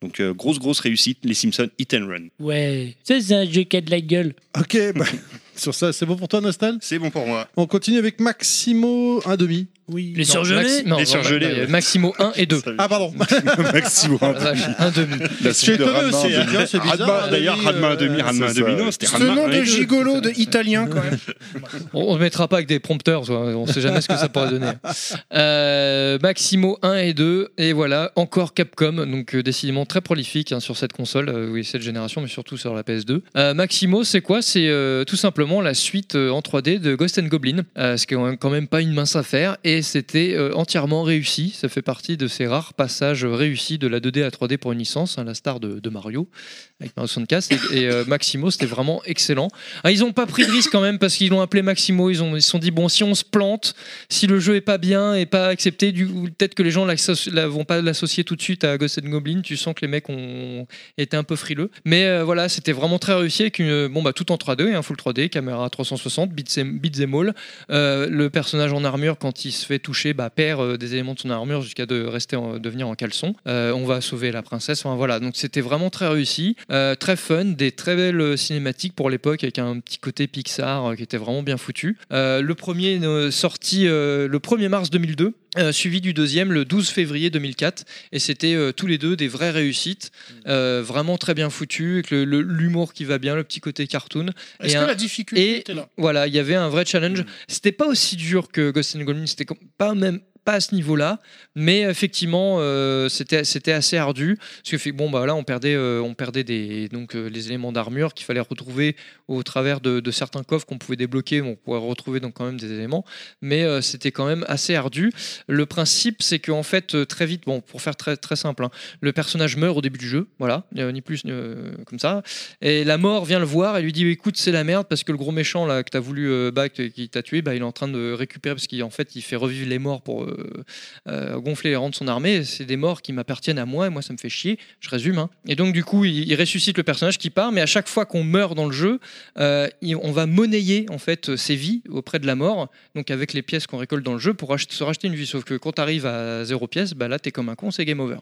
Speaker 11: Donc, euh, grosse, grosse réussite, les Simpsons Hit and Run.
Speaker 10: Ouais, ça c'est un jeu qui a de la gueule.
Speaker 4: Ok, bah, sur ça, c'est bon pour toi, Nostal
Speaker 11: C'est bon pour moi.
Speaker 4: On continue avec Maximo 1,5.
Speaker 10: Oui.
Speaker 4: Les surgelés
Speaker 12: Maxi- non,
Speaker 4: Les
Speaker 12: non,
Speaker 4: surgelés,
Speaker 12: bah,
Speaker 4: ouais.
Speaker 12: Maximo 1 et 2.
Speaker 4: Ah, pardon.
Speaker 5: Maximo
Speaker 12: un demi.
Speaker 5: La suite de Radma en demi. Radma,
Speaker 11: d'ailleurs, Radma un demi, Radma un demi. Non, c'était
Speaker 29: Ce nom de gigolo de italien quand même.
Speaker 12: On ne mettra pas avec des prompteurs, quoi. on ne sait jamais ce que ça pourrait donner. Euh, Maximo 1 et 2, et voilà, encore Capcom, donc euh, décidément très prolifique hein, sur cette console, euh, oui, cette génération, mais surtout sur la PS2. Euh, Maximo, c'est quoi C'est euh, tout simplement la suite euh, en 3D de Ghost and Goblin, euh, ce qui est quand même- quand même pas une mince affaire, et c'était euh, entièrement réussi. Ça fait partie de ces rares passages réussis de la 2D à 3D pour une licence, hein, la star de, de Mario avec Mario 64 et, et, euh, Maximo c'était vraiment excellent Ah, ils n'ont pas pris de risque quand même parce qu'ils l'ont appelé Maximo ils ont ils se sont dit bon si on se plante si le jeu est pas bien et pas accepté du ou peut-être que les gens ne vont pas l'associer tout de suite à Ghost and Goblin tu sens que les mecs ont été un peu frileux mais euh, voilà c'était vraiment très réussi avec une bon bah tout en 3D un full 3D caméra 360 beats em- beats em all Euh, le personnage en armure quand il se fait toucher bah, perd euh, des éléments de son armure jusqu'à de rester en- devenir en caleçon Euh, on va sauver la princesse enfin voilà donc c'était vraiment très réussi euh, très fun des très belles cinématiques pour l'époque avec un petit côté Pixar euh, qui était vraiment bien foutu Euh, le premier euh, sorti euh, le 1er mars 2002 Euh, suivi du deuxième le 12 février 2004 et c'était euh, tous les deux des vraies réussites euh, vraiment très bien foutues avec le- le- l'humour qui va bien le petit côté cartoon
Speaker 29: Est-ce que
Speaker 12: Et un-
Speaker 29: la difficulté
Speaker 12: et
Speaker 29: était là Mm.
Speaker 12: voilà il y avait un vrai challenge c'était pas aussi dur que Ghost and Goblins c'était comme- pas même pas à ce niveau-là, mais effectivement, euh, c'était c'était assez ardu parce que fait- bon bah là on perdait euh, on perdait des donc euh, les éléments d'armure qu'il fallait retrouver au travers de, de certains coffres qu'on pouvait débloquer, on pouvait retrouver donc quand même des éléments, mais euh, c'était quand même assez ardu. Le principe c'est que en fait euh, très vite bon pour faire très très simple, hein, le personnage meurt au début du jeu, voilà euh, ni plus euh, comme ça, et la mort vient le voir et lui dit écoute c'est la merde parce que le gros méchant là que t'as voulu euh, bah, que- qui t'a tué bah, il est en train de récupérer parce qu'en fait il fait revivre les morts pour euh, euh, gonfler les rangs de son armée c'est des morts qui m'appartiennent à moi et moi ça me fait chier je résume hein. et donc du coup il, il ressuscite le personnage qui part mais à chaque fois qu'on meurt dans le jeu euh, il- on va monnayer en fait euh, ses vies auprès de la mort donc avec les pièces qu'on récolte dans le jeu pour ach- se racheter une vie sauf que quand t'arrives à zéro pièce bah là t'es comme un con c'est game over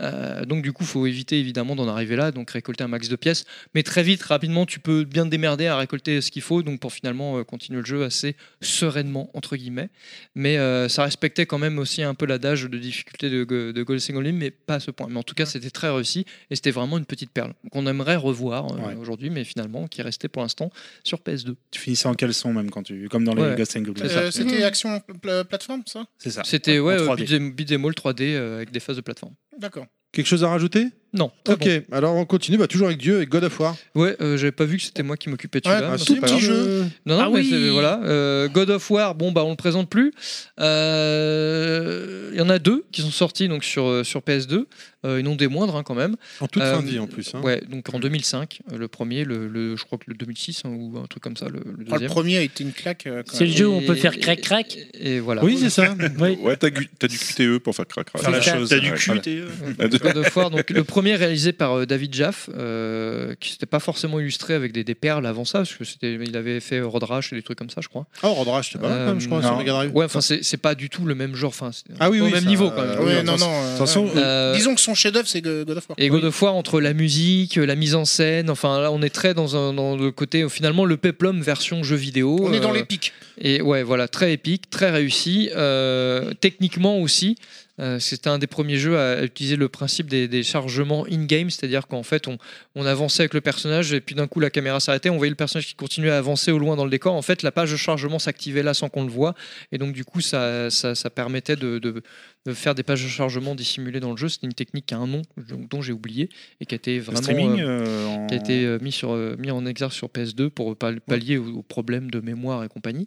Speaker 12: euh, donc du coup, faut éviter évidemment d'en arriver là, donc récolter un max de pièces. Mais très vite, rapidement, tu peux bien te démerder à récolter ce qu'il faut, donc pour finalement euh, continuer le jeu assez sereinement entre guillemets. Mais euh, ça respectait quand même aussi un peu l'adage de difficulté de, Go- de Gold Single Limb, mais pas à ce point. Mais en tout cas, c'était très réussi et c'était vraiment une petite perle qu'on aimerait revoir euh, aujourd'hui, mais finalement qui restait pour l'instant sur PS2.
Speaker 9: Tu finissais en caleçon même quand tu, comme dans les
Speaker 12: Ouais.
Speaker 9: Ghost and Goblins.
Speaker 12: C'est ça.
Speaker 6: Euh,
Speaker 7: Hmm.
Speaker 6: C'était action pla- plateforme, ça
Speaker 9: C'est ça.
Speaker 12: C'était ouais,
Speaker 9: En
Speaker 12: euh,
Speaker 9: 3D.
Speaker 12: beat'em beat'em all 3D euh, avec des phases de plateforme.
Speaker 6: D'accord.
Speaker 4: Quelque chose à rajouter
Speaker 12: Non.
Speaker 4: Ok, alors on continue, bah, toujours avec Dieu et God of War.
Speaker 12: Ouais, euh, j'avais pas vu que c'était moi qui m'occupais de
Speaker 4: Ouais,
Speaker 12: celui-là.
Speaker 4: bah,
Speaker 12: mais
Speaker 4: tout
Speaker 12: c'est pas
Speaker 4: petit
Speaker 12: grave.
Speaker 4: jeu.
Speaker 12: Non, non,
Speaker 4: Ah
Speaker 12: mais
Speaker 4: oui.
Speaker 12: c'est- voilà. euh, God of War, bon, bah on le présente plus. Euh, Il y en a deux qui sont sortis donc sur euh, sur PS2. Euh, et non des moindres hein, quand même.
Speaker 4: En toute fin de vie, en plus, hein.
Speaker 12: Ouais, donc en 2005, euh, le premier, le, le- je crois que le 2006 hein, ou un truc comme ça, le, le
Speaker 6: Ah, le
Speaker 12: deuxième.
Speaker 6: premier a été une claque. euh, quand
Speaker 12: C'est
Speaker 6: même.
Speaker 12: le jeu où on peut faire crac, crac. Et voilà. Oui, c'est ça.
Speaker 5: Ouais, t'as gu- t'as du QTE pour faire crac crac.
Speaker 12: Faire la chose. euh,
Speaker 5: T'as
Speaker 12: Ouais.
Speaker 5: du QTE.
Speaker 12: E. God of War, donc le premier réalisé par euh, David Jaffe, euh, qui s'était pas forcément illustré avec des, des perles avant ça, parce que c'était, il avait fait Road Rash et des trucs comme ça, je crois.
Speaker 4: Oh, Road Rash, c'est pas
Speaker 12: Euh,
Speaker 4: mal, quand même, je crois, sur
Speaker 12: non.
Speaker 4: Mega Drive.
Speaker 12: Ouais, enfin, c'est, c'est pas du tout le même genre. Enfin, c'est
Speaker 4: Ah oui,
Speaker 12: pas au
Speaker 4: oui,
Speaker 12: même
Speaker 4: ça,
Speaker 12: niveau quand même.
Speaker 4: euh,
Speaker 6: Ouais, non, non. euh,
Speaker 12: Euh,
Speaker 6: Disons que son chef-d'œuvre, c'est God of War.
Speaker 12: et God of War, entre la musique, la mise en scène, enfin là on est très dans, un- dans le côté finalement le peplum version jeu vidéo.
Speaker 6: On est dans
Speaker 12: euh,
Speaker 6: l'épique.
Speaker 12: Et ouais voilà, très épique, très réussi, euh, techniquement aussi. euh, C'était un des premiers jeux à utiliser le principe des, des chargements in-game, c'est-à-dire qu'en fait on, on avançait avec le personnage et puis d'un coup la caméra s'arrêtait, on voyait le personnage qui continuait à avancer au loin dans le décor. En fait la page de chargement s'activait là sans qu'on le voit et donc du coup ça, ça, ça permettait de- de, de faire des pages de chargement dissimulées dans le jeu. C'était une technique qui a un nom donc, dont j'ai oublié et qui a été vraiment
Speaker 9: streaming,
Speaker 12: euh,
Speaker 9: euh, en-
Speaker 12: qui a été euh, mis sur euh, mis en exergue sur PS2 pour euh, pal- pallier aux, aux problèmes de mémoire et compagnie.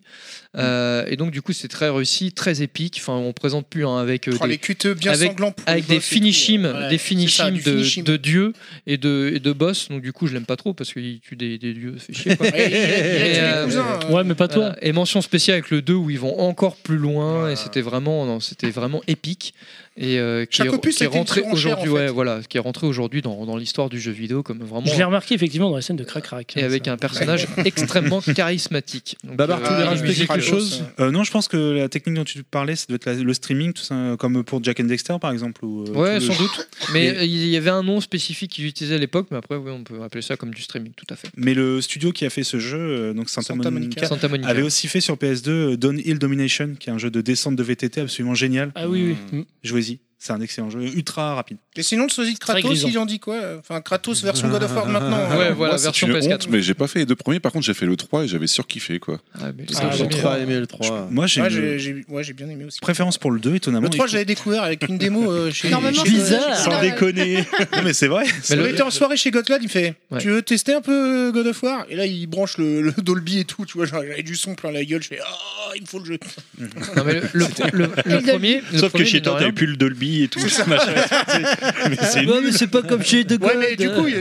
Speaker 6: Mm.
Speaker 12: Euh, et donc du coup c'est très réussi, très épique. Enfin on présente plus hein, avec euh,
Speaker 6: Oh, les QTE bien
Speaker 12: avec,
Speaker 6: sanglants pour les
Speaker 12: avec des
Speaker 6: boss et tout, hein.
Speaker 12: finishim,
Speaker 6: ouais.
Speaker 12: des
Speaker 6: C'est ça,
Speaker 12: finishim
Speaker 6: du
Speaker 12: de,
Speaker 6: finishim.
Speaker 12: de dieux et de et de boss. Donc du coup je l'aime pas trop parce qu'il tue des, des dieux. ça fait chier, quoi.
Speaker 10: Ouais, il a- il a tué les
Speaker 12: Et,
Speaker 10: cousins, euh. Ouais, mais pas toi.
Speaker 12: voilà. Et mention spéciale avec le 2 où ils vont encore plus loin et c'était vraiment, non, c'était vraiment épique et euh, qui,
Speaker 10: Chaque
Speaker 12: est,
Speaker 10: opus
Speaker 12: qui est
Speaker 10: a été une
Speaker 12: rentré
Speaker 10: surenchère,
Speaker 12: aujourd'hui,
Speaker 10: en fait.
Speaker 12: ouais, voilà, qui est rentré aujourd'hui dans, dans l'histoire du jeu vidéo comme vraiment.
Speaker 10: Je l'ai remarqué effectivement dans la scène de hein, Crac Crac.
Speaker 12: et avec un personnage extrêmement charismatique. Donc,
Speaker 11: Bah,
Speaker 12: euh,
Speaker 10: voulais
Speaker 12: et
Speaker 10: rajouter
Speaker 12: musique,
Speaker 10: quelque
Speaker 12: euh,
Speaker 10: chose
Speaker 9: Euh, Non, je pense que la technique dont tu parlais, ça doit être la- le streaming, tout ça, comme pour Jack and Dexter par exemple. Ou, euh,
Speaker 12: Ouais,
Speaker 9: tout le-
Speaker 12: sans doute. Mais euh, il y avait un nom spécifique qu'ils utilisaient à l'époque, mais après, oui, on peut appeler ça comme du streaming, tout à fait.
Speaker 9: Mais le studio qui a fait ce jeu, euh, donc Santa,
Speaker 12: Santa
Speaker 9: Monica,
Speaker 12: Monica. Santa Monica.
Speaker 9: avait aussi fait sur PS2 euh, Downhill Domination, qui est un jeu de descente de VTT absolument génial.
Speaker 10: Ah oui, oui.
Speaker 9: Jouez-y, c'est un excellent jeu, ultra rapide.
Speaker 6: Et sinon, le sosie de Kratos,
Speaker 9: grisant.
Speaker 6: il en dit quoi Enfin, Kratos version God of War maintenant. hein.
Speaker 5: Moi, c'est une honte, mais j'ai pas fait les deux premiers. Par contre, j'ai fait le 3 et j'avais surkiffé quoi.
Speaker 4: Ah, le 3 aimé le 3.
Speaker 9: Moi, j'ai
Speaker 6: Ouais,
Speaker 9: une
Speaker 6: j'ai j'ai- ouais, j'ai bien aimé aussi.
Speaker 9: préférence pour le 2, étonnamment.
Speaker 6: Le 3,
Speaker 9: Il-
Speaker 6: j'avais découvert avec une démo euh, chez.
Speaker 9: Normalement,
Speaker 6: chez-
Speaker 9: c'est bizarre.
Speaker 6: chez-
Speaker 9: Sans déconner. Non, mais c'est vrai.
Speaker 6: Mais le... était en soirée chez Gotlad, il me fait
Speaker 9: Ouais.
Speaker 6: Tu veux tester un peu euh, God of War Et là, il branche le, le Dolby et tout, tu vois, genre, j'avais du son plein la gueule, je fais Ah, il me faut le jeu.
Speaker 12: Non, mais le, le- le- le premier. le
Speaker 20: Sauf que
Speaker 12: premier,
Speaker 20: chez
Speaker 12: mine
Speaker 20: toi,
Speaker 12: de
Speaker 20: t'avais
Speaker 12: rien,
Speaker 20: plus le Dolby et tout.
Speaker 6: ça.
Speaker 20: machin. mais c'est
Speaker 12: Ouais,
Speaker 20: nul.
Speaker 12: mais c'est pas comme chez De
Speaker 6: Ouais, mais du coup, il-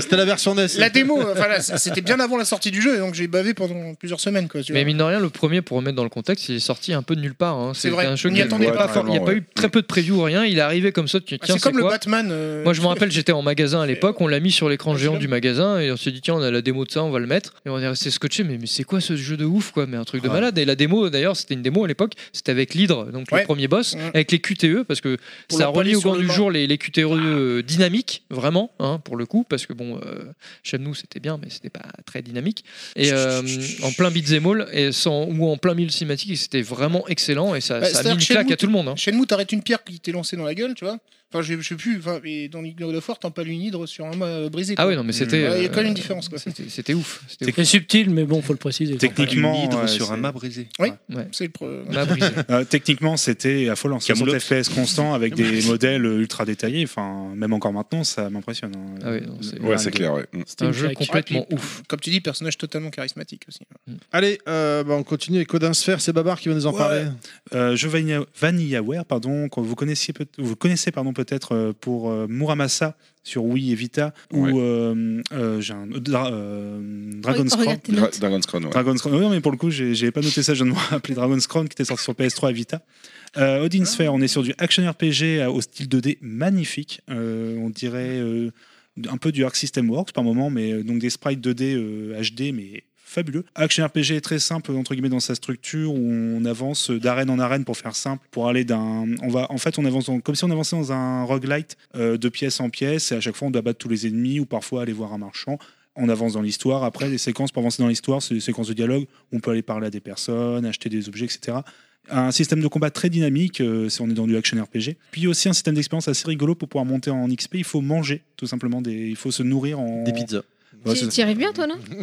Speaker 4: C'était la version E NES.
Speaker 6: la démo, euh, enfin, là, c'était bien avant la sortie du jeu, et donc j'ai bavé pendant plusieurs semaines, quoi. tu
Speaker 12: Mais
Speaker 6: vois.
Speaker 12: mine de rien, le premier, pour remettre dans le contexte, il est sorti un peu de nulle part. hein.
Speaker 6: C'est
Speaker 12: C'était
Speaker 6: vrai,
Speaker 12: un jeu
Speaker 6: on
Speaker 12: qui-
Speaker 6: n'y attendait
Speaker 12: il y a
Speaker 6: pas
Speaker 12: Il n'y a
Speaker 6: vraiment,
Speaker 12: pas
Speaker 6: ouais.
Speaker 12: eu très peu de preview ou rien. Il est arrivé comme ça. tu-
Speaker 6: Ah,
Speaker 12: Tiens,
Speaker 6: c'est comme le
Speaker 12: quoi
Speaker 6: Batman. euh,
Speaker 12: Moi, je me rappelle, j'étais en magasin à l'époque. On l'a mis sur l'écran géant du magasin et on s'est dit tiens, on a la démo de ça, on va le mettre. Et on est resté scotché. Mais, mais c'est quoi ce jeu de ouf, quoi Mais un truc de malade. Et la démo d'ailleurs, c'était une démo à l'époque, c'était avec l'hydre, donc
Speaker 6: Ouais.
Speaker 12: le premier boss,
Speaker 6: Mm.
Speaker 12: avec les QTE, parce que
Speaker 6: Pour
Speaker 12: ça
Speaker 6: leur palais
Speaker 12: relie au
Speaker 6: sur
Speaker 12: grand
Speaker 6: le
Speaker 12: du
Speaker 6: mât.
Speaker 12: jour les, les QTE euh, dynamiques, vraiment, hein, pour le coup, parce que bon, euh, chez nous c'était bien, mais c'était pas très dynamique. Et euh, en plein beat'em all, et sans, ou en plein milieu de cinématique, et c'était vraiment excellent, et ça, ça
Speaker 6: Bah,
Speaker 12: a
Speaker 6: c'est-à-dire
Speaker 12: mis une
Speaker 6: que
Speaker 12: claque
Speaker 6: Shenmue,
Speaker 12: à tout le monde. hein.
Speaker 6: Shenmue, t'arrêtes une pierre qui t'est lancée dans la gueule, tu vois. Enfin, je, je sais plus, enfin, et dans God of War, t'en pas une hydre sur un mât euh, brisé.
Speaker 12: Ah
Speaker 6: quoi.
Speaker 12: oui, non, mais c'était,
Speaker 6: Ouais, Il y a quand même
Speaker 12: euh,
Speaker 6: une différence, quoi.
Speaker 12: C'était ouf. c'était ouf.
Speaker 10: C'est subtil, mais bon, faut le préciser.
Speaker 9: Techniquement,
Speaker 10: Une hydre
Speaker 9: ouais,
Speaker 10: sur un
Speaker 9: c'est-
Speaker 10: mât
Speaker 20: brisé.
Speaker 6: Oui,
Speaker 12: Ouais.
Speaker 6: c'est le pro-
Speaker 9: Euh, techniquement, c'était affolant. 60
Speaker 20: Camelot.
Speaker 9: FPS constant avec des modèles ultra détaillés. Enfin, même encore maintenant, ça m'impressionne. hein. Le-
Speaker 5: Ouais, Ah c'est clair, ouais. Mm.
Speaker 9: C'était une claque.
Speaker 6: Ouais, puis, Comme tu dis, personnage totalement charismatique aussi.
Speaker 4: Ah,
Speaker 9: Ah,
Speaker 4: Allez, euh, bah, on continue avec Odin Sphere, c'est Babar qui va nous en
Speaker 9: Ouais.
Speaker 4: parler.
Speaker 9: Euh, jeu Vanilla- VanillaWare, pardon, que vous connaissiez peut- vous connaissez pardon peut-être euh, pour euh, Muramasa sur Wii et Vita ou euh, euh, j'ai un- euh, Dra- euh, Dragon's
Speaker 5: Oh, regarde
Speaker 9: Crown.
Speaker 5: tes notes. Dra- Dragon's Crown, ouais.
Speaker 9: Dragon's Crown. Non mais pour le coup, j'ai- j'avais pas noté ça, je viens de me rappeler Dragon's Crown qui était sorti sur PS3 et Vita. Euh, Odin Sphere, on est sur du action RPG euh, au style 2D magnifique. Euh, on dirait euh, un peu du Arc System Works par moment, mais euh, donc des sprites 2D euh, HD, mais fabuleux. Action RPG est très simple entre guillemets dans sa structure où on avance d'arène en arène pour faire simple, pour aller d'un, on va, en fait on avance dans- comme si on avançait dans un roguelite euh, de pièce en pièce et à chaque fois on doit battre tous les ennemis ou parfois aller voir un marchand. On avance dans l'histoire. Après, des séquences pour avancer dans l'histoire, c'est des séquences de dialogue. où On peut aller parler à des personnes, acheter des objets, etc un système de combat très dynamique euh, si on est dans du action RPG. Puis aussi un système d'expérience assez rigolo pour pouvoir monter en XP. Il faut manger, tout simplement. Des... Il faut se nourrir en. Des
Speaker 4: pizzas.
Speaker 7: Tu T'y arrives bien, toi, non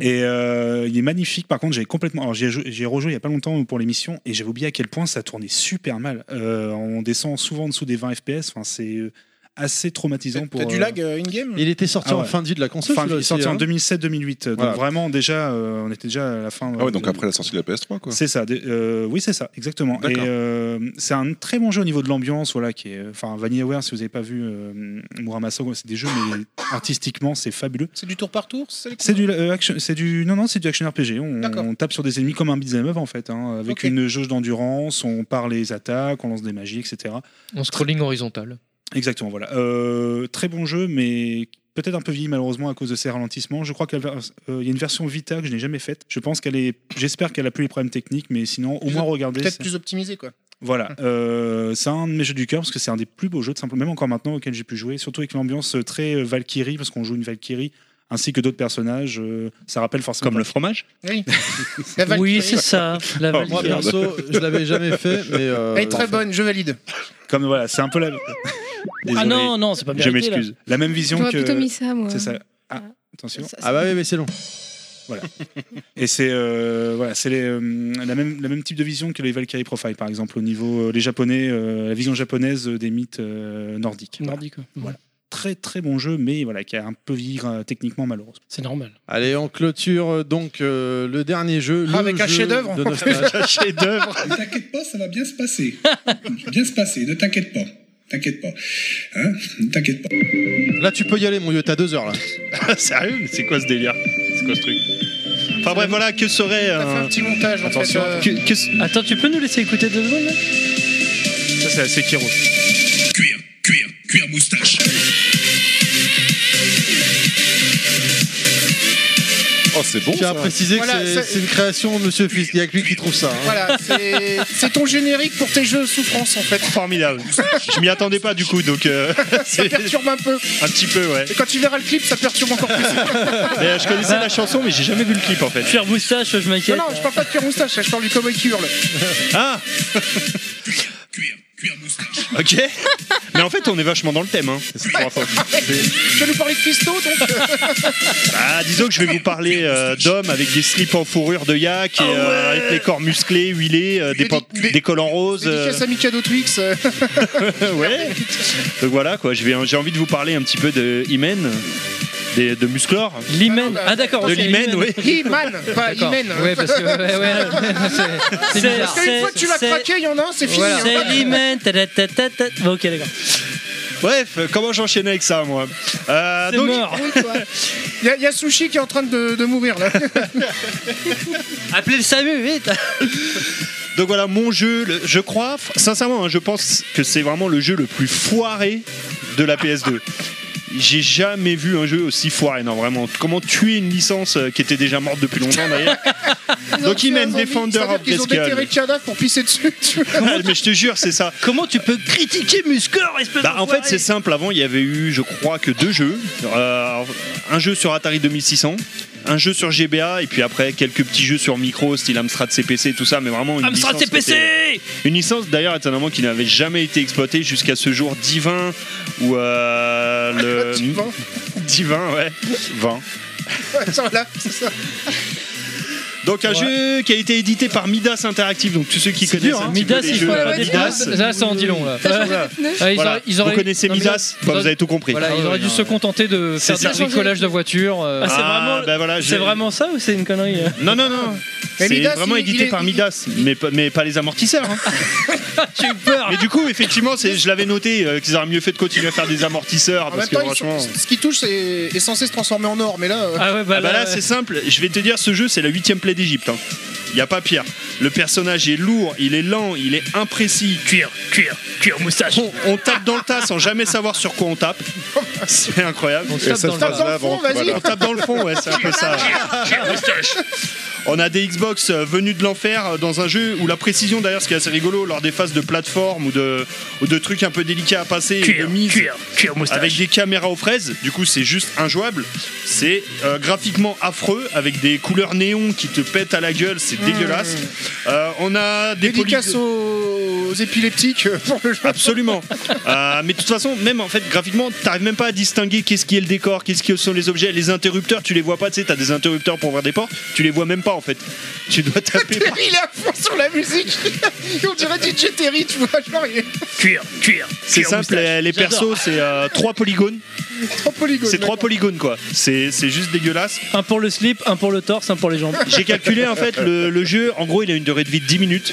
Speaker 9: Et euh, il est magnifique. Par contre, j'ai complètement. Alors, j'ai rejoué il y a pas longtemps pour l'émission et j'avais oublié à quel point ça tournait super mal. Euh, on descend souvent en dessous des 20 FPS. Enfin, c'est euh, assez traumatisant pour.
Speaker 6: T'as du
Speaker 9: euh,
Speaker 6: lag euh, in-game
Speaker 4: Il était sorti
Speaker 9: Ah
Speaker 4: en
Speaker 9: ouais.
Speaker 4: fin de vie de la console.
Speaker 9: Fin de
Speaker 4: celui-là
Speaker 9: vie,
Speaker 4: aussi,
Speaker 9: sorti en
Speaker 4: hein.
Speaker 9: 2007-2008. Donc
Speaker 4: Voilà.
Speaker 9: vraiment déjà, euh, on était déjà à la fin.
Speaker 5: Ah ouais, donc
Speaker 9: de-
Speaker 5: après la sortie de la PS3, quoi.
Speaker 9: c'est ça, des- euh, oui, c'est ça, exactement. Et
Speaker 5: D'accord.
Speaker 9: euh, c'est un très bon jeu au niveau de l'ambiance, voilà, qui est, enfin, VanillaWare, si vous n'avez pas vu euh, Muramasa, c'est des jeux, mais artistiquement, c'est fabuleux.
Speaker 6: C'est du tour par tour c'est le-
Speaker 9: C'est du, euh, action- c'est du, non non, c'est du action RPG. On,
Speaker 6: D'accord.
Speaker 9: on tape sur des ennemis comme un beat'em up en fait, hein, avec
Speaker 6: Ok.
Speaker 9: une jauge d'endurance, on part les attaques, on lance des magies, etc.
Speaker 12: En scrolling horizontal.
Speaker 9: Exactement, voilà. Euh, très bon jeu, mais peut-être un peu vieilli malheureusement à cause de ses ralentissements. Je crois qu'il y a vers- euh, il y a une version Vita que je n'ai jamais faite. Je pense qu'elle est, j'espère qu'elle a plus les problèmes techniques, mais sinon au moins regardez.
Speaker 6: Peut-être
Speaker 9: c'est-
Speaker 6: plus optimisé, quoi.
Speaker 9: Voilà, euh, c'est un de mes jeux du cœur parce que c'est un des plus beaux jeux, tout simplement, même encore maintenant auquel j'ai pu jouer, surtout avec l'ambiance euh, très euh, Valkyrie, parce qu'on joue une Valkyrie ainsi que d'autres personnages. euh, ça rappelle forcément. Comme le
Speaker 20: fromage
Speaker 6: Oui,
Speaker 10: Oui, c'est ça. La
Speaker 9: Oh,
Speaker 10: Valkyrie.
Speaker 9: moi, perso, je l'avais jamais fait, mais, euh,
Speaker 6: Elle est très
Speaker 9: parfait.
Speaker 6: bonne, je valide.
Speaker 9: Comme voilà, c'est un peu la. Désolé.
Speaker 10: Ah non, non, c'est pas
Speaker 9: Je
Speaker 10: mérité, là.
Speaker 9: m'excuse. La même vision
Speaker 7: J'aurais
Speaker 9: que.
Speaker 7: plutôt mis ça, moi.
Speaker 9: C'est ça. Ah, attention.
Speaker 4: Ah bah oui, mais c'est long.
Speaker 9: Voilà. Et c'est euh, voilà, c'est les, euh, la même la même type de vision que les Valkyrie Profile par exemple au niveau euh, les japonais euh, la vision japonaise euh, des mythes euh, nordiques.
Speaker 10: Nordique, quoi.
Speaker 9: Voilà. Très très bon jeu mais voilà qui a un peu vieilli euh, techniquement malheureusement.
Speaker 10: C'est normal.
Speaker 4: Allez, on clôture euh, donc euh, le dernier jeu. le
Speaker 6: avec un
Speaker 4: jeu
Speaker 6: chef-d'œuvre.
Speaker 4: de Nostal.
Speaker 6: Un chef-d'œuvre.
Speaker 30: Ne t'inquiète pas, ça va bien se passer. Ça va bien se passer, ne t'inquiète pas. T'inquiète pas. Hein Ne t'inquiète pas.
Speaker 4: Là, tu peux y aller, mon vieux, t'as deux heures là.
Speaker 20: Sérieux Mais c'est quoi ce délire C'est quoi ce truc Enfin bref, voilà, que serait.
Speaker 6: fait un petit montage, en Attention. fait, euh.
Speaker 20: Que- que s-
Speaker 10: Attends, tu peux nous laisser écouter deux secondes là
Speaker 9: Ça c'est assez Kiro.
Speaker 1: Cuir, cuir, cuir moustache.
Speaker 5: Oh, c'est bon.
Speaker 4: Je tiens à
Speaker 5: ça.
Speaker 4: préciser que
Speaker 6: Voilà,
Speaker 4: c'est-
Speaker 6: ça-
Speaker 4: c'est une création de Monsieur Fisk. Il y a que lui qui trouve ça. hein.
Speaker 6: Voilà, c'est c'est ton générique pour tes jeux souffrance, en fait.
Speaker 20: Formidable. Je m'y attendais pas du coup, donc. euh,
Speaker 6: Ça
Speaker 20: c'est-
Speaker 6: perturbe un peu.
Speaker 20: un petit peu, ouais.
Speaker 6: Et quand tu verras le clip, ça perturbe encore plus.
Speaker 20: Mais, euh, je connaissais la chanson, mais j'ai jamais vu le clip en fait.
Speaker 10: Faire moustache, je
Speaker 6: Non,
Speaker 10: m'inquiète.
Speaker 6: non, je parle pas de cuir moustache, je parle du cowboy qui hurle.
Speaker 20: Ah Ok Mais en fait, on est vachement dans le thème. Hein.
Speaker 6: Tu vas nous parler de Christo, donc
Speaker 20: Ah, disons que je vais vous parler euh, d'hommes avec des slips en fourrure de yak et
Speaker 6: Ah
Speaker 20: euh, avec les corps musclés, huilés, euh, des, pop- des collants roses. euh.
Speaker 6: dédicace à Mikado Twix. euh.
Speaker 20: ouais. Donc voilà, quoi. je vais- J'ai envie de vous parler un petit peu de Imen, des- de Musclor.
Speaker 10: L'hymen. Ah d'accord.
Speaker 20: De l'hymen, oui.
Speaker 6: He-Man, pas
Speaker 10: D'accord.
Speaker 6: He-Man.
Speaker 10: Ouais, parce que- ouais, ouais.
Speaker 6: c'est
Speaker 10: C'est-
Speaker 6: Parce qu'une fois que tu l'as
Speaker 10: c'est-
Speaker 6: craqué, il y en a un, c'est fini.
Speaker 10: Voilà.
Speaker 6: hein.
Speaker 10: C'est l'hymen. ta-ta-ta-ta-ta. Bon, Ok, d'accord.
Speaker 20: Bref, euh, comment j'enchaînais avec ça, moi
Speaker 11: Ah,
Speaker 20: Euh,
Speaker 6: C'est
Speaker 20: donc-
Speaker 6: mort. Il y, a- il y a Sushi qui est en train de, de mourir là.
Speaker 10: Appelez le SAMU, vite
Speaker 20: Donc voilà, mon jeu, le- je crois, f- sincèrement, hein, je pense que c'est vraiment le jeu le plus foiré de la PS2.
Speaker 11: j'ai jamais vu un jeu aussi foiré. Non, vraiment. Comment tuer une licence euh, qui était déjà morte depuis longtemps d'ailleurs Donc ils mènent Defender of
Speaker 6: Ils ont
Speaker 11: Grayskull.
Speaker 6: déterré le cadavre pour pisser dessus. tu vois.
Speaker 11: Ah, mais je te jure, c'est ça.
Speaker 6: Comment tu peux critiquer Muscor,
Speaker 11: Bah, en fait, c'est simple. Avant, il y avait eu, je crois, que deux jeux. Euh, un jeu sur Atari 2600, un jeu sur GBA, et puis après, quelques petits jeux sur micro, style Amstrad CPC, tout ça, mais vraiment une
Speaker 12: Amstrad
Speaker 11: licence qui
Speaker 12: CPC
Speaker 11: était- Une licence, d'ailleurs, étonnamment, qui n'avait jamais été exploitée jusqu'à ce jour divin, où euh, le... divin ouais. 20.
Speaker 6: Voilà, c'est ça.
Speaker 11: Donc un jeu qui a été édité par Midas Interactive, donc tous ceux qui connaissent
Speaker 12: dur, hein.
Speaker 11: un petit
Speaker 12: Midas,
Speaker 11: peu les
Speaker 12: il
Speaker 11: jeux,
Speaker 12: faut la
Speaker 11: euh,
Speaker 12: voiture. Ça, ça, ça en dit long, là.
Speaker 11: Voilà.
Speaker 12: Ouais. Ouais, ils auraient- ils
Speaker 11: Vous
Speaker 12: auraient-
Speaker 11: connaissez
Speaker 12: non, mais
Speaker 11: Midas
Speaker 12: ils
Speaker 11: Bah,
Speaker 12: auraient-
Speaker 11: Vous avez tout compris.
Speaker 12: Voilà, ils auraient dû se contenter de
Speaker 11: C'est
Speaker 12: faire des
Speaker 11: ça.
Speaker 12: bricolages de voitures. euh.
Speaker 11: Ah, c'est Ah, vraiment- bah voilà,
Speaker 12: c'est
Speaker 11: j'ai-
Speaker 12: vraiment
Speaker 10: ça ou c'est une connerie euh
Speaker 11: Non, non, non.
Speaker 10: Mais
Speaker 11: C'est
Speaker 10: Midas,
Speaker 11: vraiment
Speaker 10: il-
Speaker 11: édité
Speaker 10: il est-
Speaker 11: par
Speaker 10: il-
Speaker 11: Midas, mais, pas- mais pas les amortisseurs. hein. Mais du coup, effectivement, c'est- je l'avais noté euh, qu'ils auraient mieux fait de continuer à faire des amortisseurs
Speaker 6: En
Speaker 11: parce
Speaker 6: même
Speaker 11: que
Speaker 6: temps, ils
Speaker 11: franchement.
Speaker 6: sont- ce qui touche c'est- est censé se transformer en or, mais là. euh,
Speaker 11: Ah bah là, c'est simple, je vais te dire, ce jeu c'est la huitième plaie d'Egypte. Il Y a pas pire. Le personnage est lourd, il est lent, il est imprécis. Cuir, cuir, cuir, moustache. On, on tape dans le tas sans jamais savoir sur quoi on tape. C'est incroyable.
Speaker 5: Et tape ça dans se le passe tas. là, bon, voilà.
Speaker 11: On tape dans le fond, ouais, c'est un peu ça. On a des Xbox euh, venus de l'enfer euh, dans un jeu où la précision, d'ailleurs, ce qui est assez rigolo, lors des phases de plateforme ou de, ou de trucs un peu délicats à passer, et de mise, avec des caméras aux fraises, du coup, c'est juste injouable. C'est euh, graphiquement affreux, avec des couleurs néon qui te pètent à la gueule, c'est dégueulasse. Euh, on a des
Speaker 6: Dédicace
Speaker 11: polygo-
Speaker 6: aux épileptiques euh, pour le jeu.
Speaker 11: Absolument. Euh, mais de toute façon, même en fait, graphiquement, t'arrives même pas à distinguer qu'est-ce qui est le décor, qu'est-ce qui sont les objets. Les interrupteurs, tu les vois pas, tu sais, t'as des interrupteurs pour ouvrir des portes, tu les vois même pas en fait. Tu dois taper. par-
Speaker 6: Il est à fond sur la musique. Et on dirait DJ Terry, tu vois. Genre, il est
Speaker 11: Cuir, cuir. C'est
Speaker 6: cuir,
Speaker 11: simple,
Speaker 6: moustache.
Speaker 11: les, les
Speaker 6: J'adore.
Speaker 11: persos, c'est euh, trois polygones.
Speaker 6: trop polygone.
Speaker 11: C'est trois polygones quoi. C'est c'est juste dégueulasse.
Speaker 10: Un pour le slip, un pour le torse, un pour les jambes.
Speaker 11: J'ai calculé en fait le, le jeu, en gros, il a une durée de vie de 10 minutes.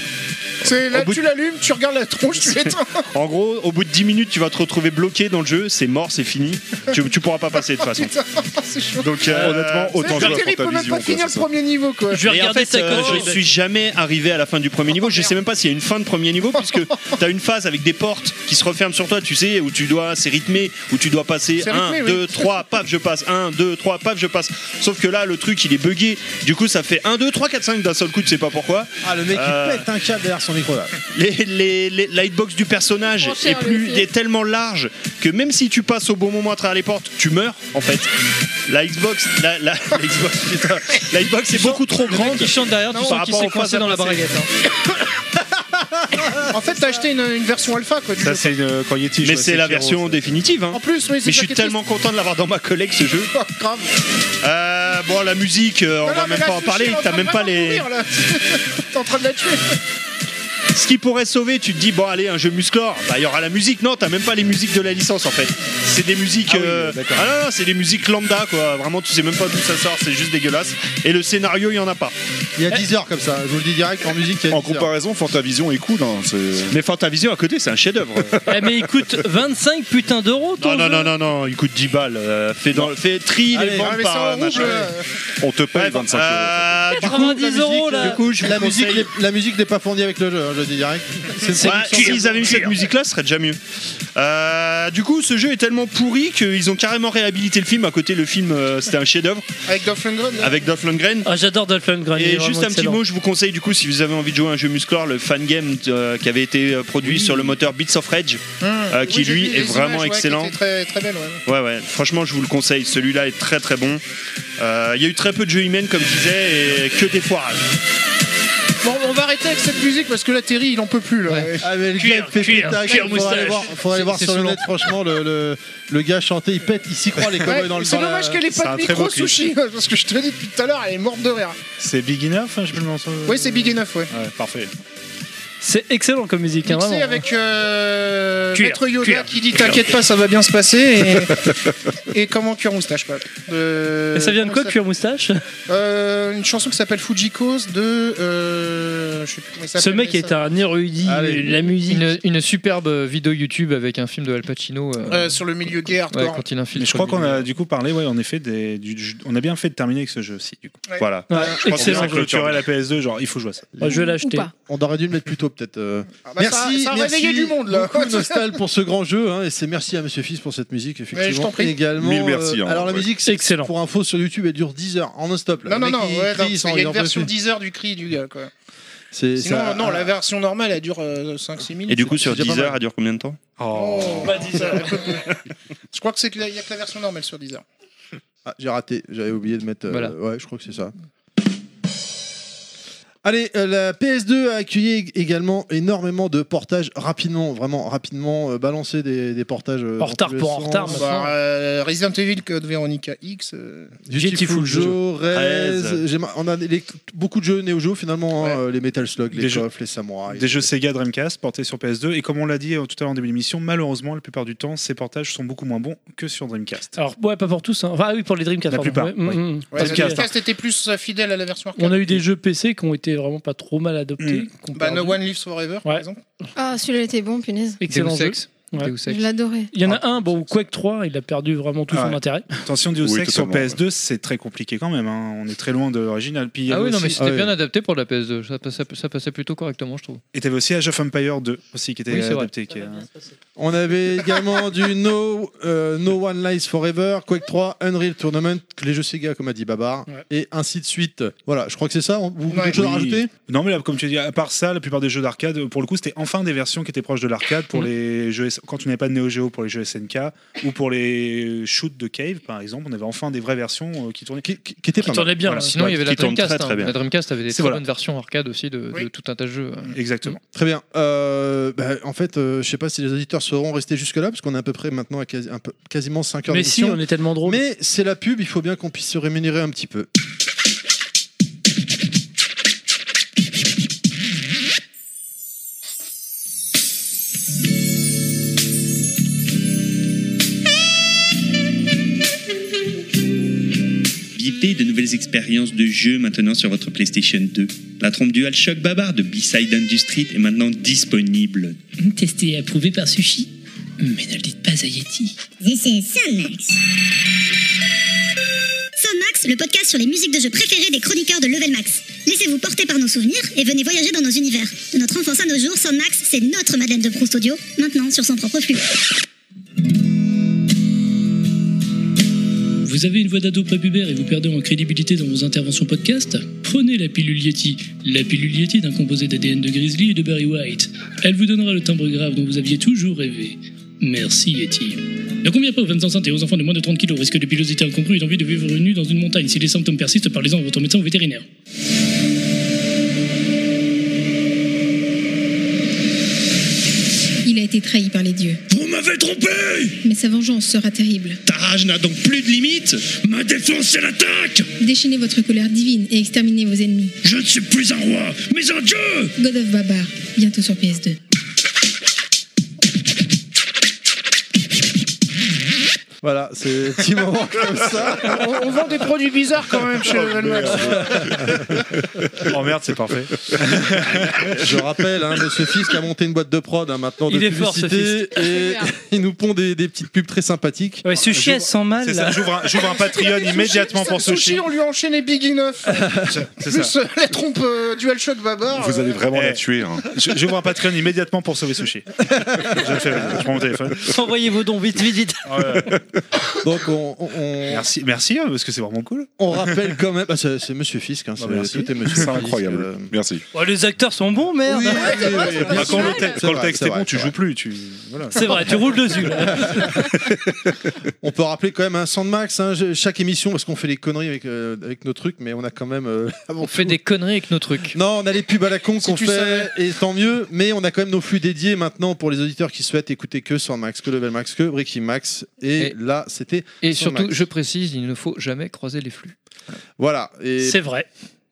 Speaker 6: C'est là,
Speaker 11: Au bout
Speaker 6: tu
Speaker 11: de-
Speaker 6: l'allumes, tu regardes la tronche, tu l'éteins.
Speaker 11: En gros, au bout de 10 minutes, tu vas te retrouver bloqué dans le jeu, c'est mort, c'est fini. Tu, tu pourras pas passer de toute façon.
Speaker 6: Oh, Putain, c'est chaud.
Speaker 11: Donc, euh, honnêtement, autant
Speaker 6: C'est
Speaker 11: jouer à
Speaker 6: terrible, on n'a
Speaker 11: Fantavision,
Speaker 6: pas
Speaker 11: quoi,
Speaker 6: fini
Speaker 11: c'est
Speaker 6: le
Speaker 11: ça.
Speaker 6: premier niveau, quoi.
Speaker 11: Et en fait, euh, je suis jamais arrivé à la fin du premier niveau. Je sais même pas s'il y a une fin de premier niveau, puisque t'as une phase avec des portes qui se referment sur toi, tu sais, où tu dois, c'est rythmé, où tu dois passer
Speaker 6: C'est
Speaker 11: 1,
Speaker 6: rythmé, oui.
Speaker 11: 2, 3, paf, je passe, 1, 2, 3, paf, je passe. Sauf que là, le truc, il est buggé. Du coup, ça fait 1, 2, 3, 4, 5 d'un seul coup, tu sais pas pourquoi.
Speaker 4: Ah, le mec
Speaker 11: Euh,
Speaker 4: il pète un câble derrière son micro là.
Speaker 11: les, les, les- la hitbox du personnage
Speaker 4: Trop cher,
Speaker 11: est, plus,
Speaker 4: le film.
Speaker 11: est tellement large que même si tu passes au bon moment à travers les portes, tu meurs en fait. La Xbox, la, la- la Xbox, putain. La Xbox est beaucoup trop grande.
Speaker 12: qui chante derrière, tu
Speaker 11: par
Speaker 12: sens qu'il
Speaker 11: rapport
Speaker 12: s'est
Speaker 11: aux phases
Speaker 12: coincé dans la
Speaker 11: passées.
Speaker 12: braguette. hein.
Speaker 6: En fait, t'as acheté une, une version alpha, quoi. du
Speaker 9: Ça,
Speaker 6: jeu.
Speaker 9: c'est euh, quand Yeti
Speaker 11: Mais
Speaker 9: jouait à
Speaker 11: c'est la
Speaker 9: Sekiro,
Speaker 11: version
Speaker 9: ça.
Speaker 11: définitive. hein.
Speaker 6: En plus, oui, c'est
Speaker 11: Mais je
Speaker 6: ça
Speaker 11: suis
Speaker 6: qui est
Speaker 11: tellement content de l'avoir dans ma collègue ce jeu.
Speaker 6: Grave.
Speaker 11: Euh, bon, la musique, euh, on
Speaker 6: Non, non,
Speaker 11: va
Speaker 6: mais
Speaker 11: même
Speaker 6: là,
Speaker 11: pas en
Speaker 6: je suis
Speaker 11: parler.
Speaker 6: en train
Speaker 11: T'as
Speaker 6: de
Speaker 11: même pas
Speaker 6: vraiment
Speaker 11: les.
Speaker 6: mourir, là. T'es en train de la tuer.
Speaker 11: Ce qui pourrait sauver, tu te dis, bon, allez, un jeu musclore, bah, il y aura la musique. Non, t'as même pas les musiques de la licence en fait. C'est des musiques. euh, ah non, non, c'est des musiques lambda quoi. Vraiment, tu sais même pas d'où ça sort, c'est juste dégueulasse. Et le scénario, il y en a pas.
Speaker 4: Il y a 10 heures comme ça, je vous le dis direct en musique.
Speaker 5: En comparaison, Fantavision est cool. hein, c'est-
Speaker 11: Mais Fantavision à côté, c'est un chef-d'œuvre.
Speaker 10: Eh, mais il coûte 25 putains d'euros ton
Speaker 11: non, non,
Speaker 10: jeu.
Speaker 11: non, non, non, il coûte 10 balles. euh, fais, dans, fais tri
Speaker 4: Allez,
Speaker 11: les ventes
Speaker 4: ah, mais c'est en
Speaker 11: par
Speaker 4: rouble,
Speaker 11: machin.
Speaker 4: là.
Speaker 5: On te paye 25 euros.
Speaker 11: Euh, du coup,
Speaker 10: 90
Speaker 11: la musique,
Speaker 10: euros, là.
Speaker 11: Du coup, je
Speaker 4: la,
Speaker 11: vous
Speaker 4: musique,
Speaker 11: conseille-
Speaker 4: n'est- la musique n'est pas fournie avec le jeu, hein, je le dis direct. C'est une
Speaker 11: Ouais,
Speaker 4: production de-
Speaker 11: S'ils avaient mis cette musique-là, ce serait déjà mieux. Euh, du coup, ce jeu est tellement pourri qu'ils ont carrément réhabilité le film. À côté, le film, euh, c'était un chef-d'œuvre
Speaker 6: Avec Dolph Lundgren, là.
Speaker 11: avec Dolph Lundgren.
Speaker 10: Ah, j'adore Dolphin Grind.
Speaker 11: Et juste un petit mot, je vous conseille du coup si vous avez envie de jouer à un jeu Musclor, le fan game euh, qui avait été euh, produit sur le moteur Beats of Rage, euh, qui
Speaker 6: Mmh. Oui, j'ai
Speaker 11: lui
Speaker 6: vu
Speaker 11: est
Speaker 6: les
Speaker 11: vraiment
Speaker 6: images, ouais, qui
Speaker 11: excellent.
Speaker 6: étaient très, très belle, ouais.
Speaker 11: Ouais, ouais, franchement, je vous le conseille. Celui-là est très très bon. Euh, Il y a eu très peu de jeux humains, comme je disais, et que des foirages.
Speaker 6: Bon, on va arrêter avec cette musique parce que là, Terry, il en peut plus, là.
Speaker 4: Ah, mais le gars, il fait péter un câble, faudra aller voir, faudra aller voir sur le net, franchement, le, le, le gars chanter, il pète, il s'y croit, les cowboys
Speaker 6: Ouais,
Speaker 4: dans le
Speaker 6: C'est
Speaker 4: dans la-
Speaker 6: dommage qu'elle ait
Speaker 4: C'est
Speaker 6: pas
Speaker 4: un
Speaker 6: de
Speaker 4: très beau
Speaker 6: micro
Speaker 4: clip.
Speaker 6: sushi parce que je te dis depuis tout à l'heure, elle est morte de rire.
Speaker 9: C'est Big Enough, hein, je peux le mentionner.
Speaker 6: Oui, c'est Big Enough, ouais.
Speaker 9: Ouais, parfait.
Speaker 10: C'est excellent comme musique. Hein,
Speaker 6: Mixé
Speaker 10: vraiment.
Speaker 6: avec euh,
Speaker 10: Cuir,
Speaker 6: Maître Yoda
Speaker 10: cuir,
Speaker 6: qui dit
Speaker 10: cuir.
Speaker 6: T'inquiète pas, ça va bien se passer. Et, et comment cuire moustache, quoi. De-
Speaker 11: Euh,
Speaker 10: Et ça vient de quoi,
Speaker 6: comment
Speaker 10: cuir moustache
Speaker 6: Euh, Une chanson qui s'appelle Fujikos de. euh, je sais plus comment il
Speaker 10: Ce
Speaker 6: s'appelle,
Speaker 10: mec
Speaker 6: mais
Speaker 10: est
Speaker 6: ça-
Speaker 10: un érudit,
Speaker 12: Ah
Speaker 6: Allez.
Speaker 10: la musique.
Speaker 12: Une, une superbe vidéo YouTube avec un film de Al Pacino. euh,
Speaker 6: Euh, sur le milieu gay hardcore.
Speaker 12: ouais, quand il infiltre
Speaker 9: Mais je crois
Speaker 12: le
Speaker 9: qu'on a du coup parlé, ouais, en effet, des, du- du- on a bien fait de terminer avec ce jeu aussi. Du coup.
Speaker 6: Ouais.
Speaker 9: Voilà.
Speaker 10: Ouais,
Speaker 9: je pense que
Speaker 10: excellent
Speaker 9: ça
Speaker 10: jeu.
Speaker 9: clôturait la PS2, genre il faut jouer à ça.
Speaker 4: Bah,
Speaker 10: Moi, je vais l'acheter.
Speaker 4: On aurait dû le mettre plus tôt, peut-être. euh.
Speaker 6: bah, ça- ça a réveillé du monde, là.
Speaker 4: Beaucoup de nostal pour ce grand jeu, hein, et c'est merci à Monsieur Fils pour cette musique, effectivement.
Speaker 6: Ouais, je t'en prie.
Speaker 4: Également, euh,
Speaker 5: Mille merci, hein,
Speaker 4: alors la
Speaker 5: ouais.
Speaker 4: musique, c'est excellent. Pour info, sur YouTube, elle dure 10 heures en non-stop. là.
Speaker 6: Non, non,
Speaker 4: Le
Speaker 6: non,
Speaker 4: mec, il
Speaker 6: ouais,
Speaker 4: crie,
Speaker 6: non,
Speaker 4: hein, il
Speaker 6: il
Speaker 4: s'en
Speaker 6: y a une
Speaker 4: en peut
Speaker 6: version
Speaker 4: plus.
Speaker 6: 10 heures du cri du gars. Quoi.
Speaker 4: C'est-
Speaker 6: Sinon,
Speaker 4: ça-
Speaker 6: non, la version normale, elle dure 5-6 minutes.
Speaker 11: Et du coup,
Speaker 6: c'est-
Speaker 11: sur
Speaker 6: c'est déjà pas
Speaker 11: 10 heures,
Speaker 6: mal.
Speaker 11: elle dure combien de temps
Speaker 6: Oh, ça, un peu plus. Je crois que c'est que la- il y a que la version normale sur 10 heures.
Speaker 4: Ah, j'ai raté, j'avais oublié de mettre. euh,
Speaker 12: Voilà.
Speaker 4: Ouais, je crois que c'est ça. Allez, euh, la PS2 a accueilli ég- également énormément de portages rapidement, vraiment rapidement, euh, balancé des, des portages.
Speaker 10: En
Speaker 4: euh, dans
Speaker 10: retard
Speaker 4: tous les
Speaker 10: pour en
Speaker 4: sens.
Speaker 10: retard,
Speaker 6: Bon,
Speaker 10: maintenant.
Speaker 6: bah, euh, Resident Evil Code Veronica X. euh,
Speaker 4: Beautiful
Speaker 10: Beautiful
Speaker 4: Joe,
Speaker 10: Joe.
Speaker 4: Rez,
Speaker 9: Rez.
Speaker 4: j'ai mar- on a les- beaucoup de jeux Neo Geo finalement, hein, euh, les Metal Slug, les
Speaker 9: Des jeux-
Speaker 4: Coffs, les Samurai.
Speaker 9: Des jeux Sega Dreamcast portés sur PS2 et comme on l'a dit euh, tout à l'heure en début d'émission, malheureusement la plupart du temps ces portages sont beaucoup moins bons que sur Dreamcast.
Speaker 10: Alors, ouais, pas pour tous. hein. Enfin, ah oui, pour les Dreamcast.
Speaker 9: La
Speaker 10: pardon.
Speaker 9: plupart,
Speaker 10: Ouais, mm,
Speaker 9: oui.
Speaker 10: mm.
Speaker 6: Ouais,
Speaker 10: Parce
Speaker 6: le
Speaker 10: que
Speaker 6: podcast était plus euh, fidèle à la version arcade.
Speaker 10: On a eu des jeux PC qui ont été vraiment pas trop mal adoptés. qu'on
Speaker 6: Bah,
Speaker 10: perdait.
Speaker 6: No One Lives Forever, par
Speaker 10: Ouais.
Speaker 6: exemple.
Speaker 7: Ah, celui-là était bon, punaise.
Speaker 10: Excellent
Speaker 12: Deus
Speaker 10: jeu.
Speaker 12: Ex.
Speaker 10: Ouais.
Speaker 12: Deus Ex.
Speaker 7: Je l'adorais.
Speaker 10: Il y
Speaker 6: Ah.
Speaker 10: en a un, bon, Quake 3, il a perdu vraiment tout
Speaker 9: Ah
Speaker 10: son
Speaker 9: ouais.
Speaker 10: intérêt.
Speaker 9: Attention Deus
Speaker 5: Oui,
Speaker 9: Ex sur
Speaker 5: totalement,
Speaker 9: PS2, c'est très compliqué quand même. hein. On est très loin de l'original. Puis il y
Speaker 12: Ah
Speaker 9: avait
Speaker 12: oui, non,
Speaker 9: aussi-
Speaker 12: mais c'était
Speaker 9: Ah ouais.
Speaker 12: bien adapté pour la PS2. Ça passait, ça passait plutôt correctement, je trouve.
Speaker 9: Et t'avais aussi Age of Empire 2 aussi qui était
Speaker 12: Oui, c'est vrai.
Speaker 9: adapté. qui est- euh,
Speaker 4: On avait également du No, euh, no One Lies Forever, Quake 3, Unreal Tournament, les jeux Sega comme a dit Babar, et ainsi de suite. Voilà, je crois que c'est ça. Vous voulez quelque chose à
Speaker 9: Oui.
Speaker 4: rajouter
Speaker 9: Non, mais là, comme tu dis, à part ça, la plupart des jeux d'arcade, pour le coup, c'était enfin des versions qui étaient proches de l'arcade
Speaker 12: Mm.
Speaker 9: pour les jeux S- quand tu n'avais pas de Neo Geo pour les jeux SNK ou pour les shoots de Cave, par exemple, on avait enfin des vraies versions euh, qui tournaient.
Speaker 4: Qui, étaient
Speaker 10: Qui tournait bien. là.
Speaker 12: hein. Sinon, il y avait la
Speaker 11: qui tourne très,
Speaker 12: Dreamcast.
Speaker 11: très
Speaker 12: hein.
Speaker 11: bien.
Speaker 12: La Dreamcast avait des
Speaker 9: C'est
Speaker 12: très
Speaker 9: voilà.
Speaker 12: bonnes versions arcade aussi de, de
Speaker 6: Oui.
Speaker 12: tout un tas de jeux. hein.
Speaker 9: Exactement.
Speaker 4: Très bien. Euh, bah, en fait, euh, je sais pas si les auditeurs seront restés jusque-là, parce qu'on est à peu près maintenant à quasi- un peu- quasiment 5 heures
Speaker 10: Mais si,
Speaker 4: d'émission.
Speaker 10: on est tellement drôle.
Speaker 4: Mais c'est la pub, il faut bien qu'on puisse se rémunérer un petit peu.
Speaker 31: Bipez de nouvelles expériences de jeu maintenant sur votre PlayStation 2. La trompe DualShock Babar de B-Side Industry est maintenant disponible.
Speaker 32: Testé et approuvé par Sushi. Mais ne le dites pas à Yeti.
Speaker 33: This is Sonmax. Sonmax, le podcast sur les musiques de jeux préférées des chroniqueurs de Level Max. Laissez-vous porter par nos souvenirs et venez voyager dans nos univers. De notre enfance à nos jours, Sonmax, c'est notre Madeleine de Proust Audio, maintenant sur son propre flux.
Speaker 32: Vous avez une voix d'ado prépubère et vous perdez en crédibilité dans vos interventions podcast Prenez la pilule Yeti. La pilule Yeti est un composé d'ADN de Grizzly et de Barry White. Elle vous donnera le timbre grave dont vous aviez toujours rêvé. Merci Yeti. Ne convient pas aux femmes enceintes et aux enfants de moins de 30 kg, risque de pilosité incongrue et d'envie de vivre nu dans une montagne. Si les symptômes persistent, parlez-en à votre médecin ou vétérinaire.
Speaker 34: Il a été trahi par les dieux.
Speaker 1: Vous m'avez trompé
Speaker 34: Mais sa vengeance sera terrible.
Speaker 1: Ta rage n'a donc plus de limite Ma défense, c'est l'attaque
Speaker 34: Déchaînez votre colère divine et exterminez vos ennemis.
Speaker 1: Je ne suis plus un roi, mais un dieu
Speaker 34: God of Babar, bientôt sur PS2.
Speaker 4: Voilà, c'est un petit moment comme ça.
Speaker 6: on, on vend des produits bizarres quand même chez Level Max.
Speaker 9: Euh, oh merde, c'est parfait.
Speaker 4: Je rappelle, hein, monsieur Fisk a monté une boîte de prod hein, maintenant de
Speaker 10: Il est fort, ce
Speaker 4: publicité
Speaker 10: Fisk.
Speaker 4: et il nous pond des, des petites pubs très sympathiques.
Speaker 10: Ouais, Sushi, elle sent mal.
Speaker 9: C'est
Speaker 10: là.
Speaker 9: ça, j'ouvre un, j'ouvre un Patreon immédiatement pour
Speaker 6: sushi.
Speaker 9: Sushi.
Speaker 6: on lui a enchaîné Big Enough.
Speaker 9: C'est
Speaker 6: plus
Speaker 9: ça.
Speaker 6: euh, la trompe euh, DualShock Babar. euh,
Speaker 5: vraiment la tuer.
Speaker 9: Eh.
Speaker 5: hein.
Speaker 9: Je- J'ouvre un Patreon immédiatement pour sauver Sushi. je le fais, je prends mon téléphone.
Speaker 10: Envoyez vos dons vite, vite, vite.
Speaker 4: Donc on, on- on-
Speaker 9: Merci, merci, hein, parce que c'est vraiment cool.
Speaker 4: on rappelle quand même. bah, c'est c'est monsieur Fisk, hein, c'est-
Speaker 9: merci.
Speaker 4: tout est monsieur
Speaker 5: C'est
Speaker 4: Fisk,
Speaker 5: incroyable.
Speaker 4: euh,
Speaker 5: Merci.
Speaker 10: Oh, les acteurs sont bons, merde.
Speaker 4: Oui, oui, oui, oui, bien
Speaker 9: Bah, quand
Speaker 4: sûr.
Speaker 9: le, te-
Speaker 4: C'est
Speaker 9: quand le
Speaker 4: vrai,
Speaker 9: texte
Speaker 4: c'est
Speaker 9: est bon,
Speaker 4: vrai,
Speaker 9: tu
Speaker 4: c'est
Speaker 9: joues plus. Tu... Voilà.
Speaker 10: C'est vrai, tu roules dessus. là.
Speaker 4: On peut rappeler quand même un Sandmax, hein, je- chaque émission, parce qu'on fait les conneries avec, euh, avec nos trucs, mais on a quand même. euh, avant
Speaker 12: On fait
Speaker 4: tout-
Speaker 12: des conneries avec nos trucs.
Speaker 4: Non, on a les pubs à la con qu'on
Speaker 6: tu
Speaker 4: fait, et tant mieux, mais on a quand même nos flux dédiés maintenant pour les auditeurs qui souhaitent écouter que Sandmax, que Level Max, que Bricky Max, et,
Speaker 12: Et-
Speaker 4: là c'était.
Speaker 12: Et
Speaker 4: Sandmax.
Speaker 12: surtout, je précise, il ne faut jamais croiser les flux.
Speaker 4: Voilà. Et
Speaker 10: C'est vrai.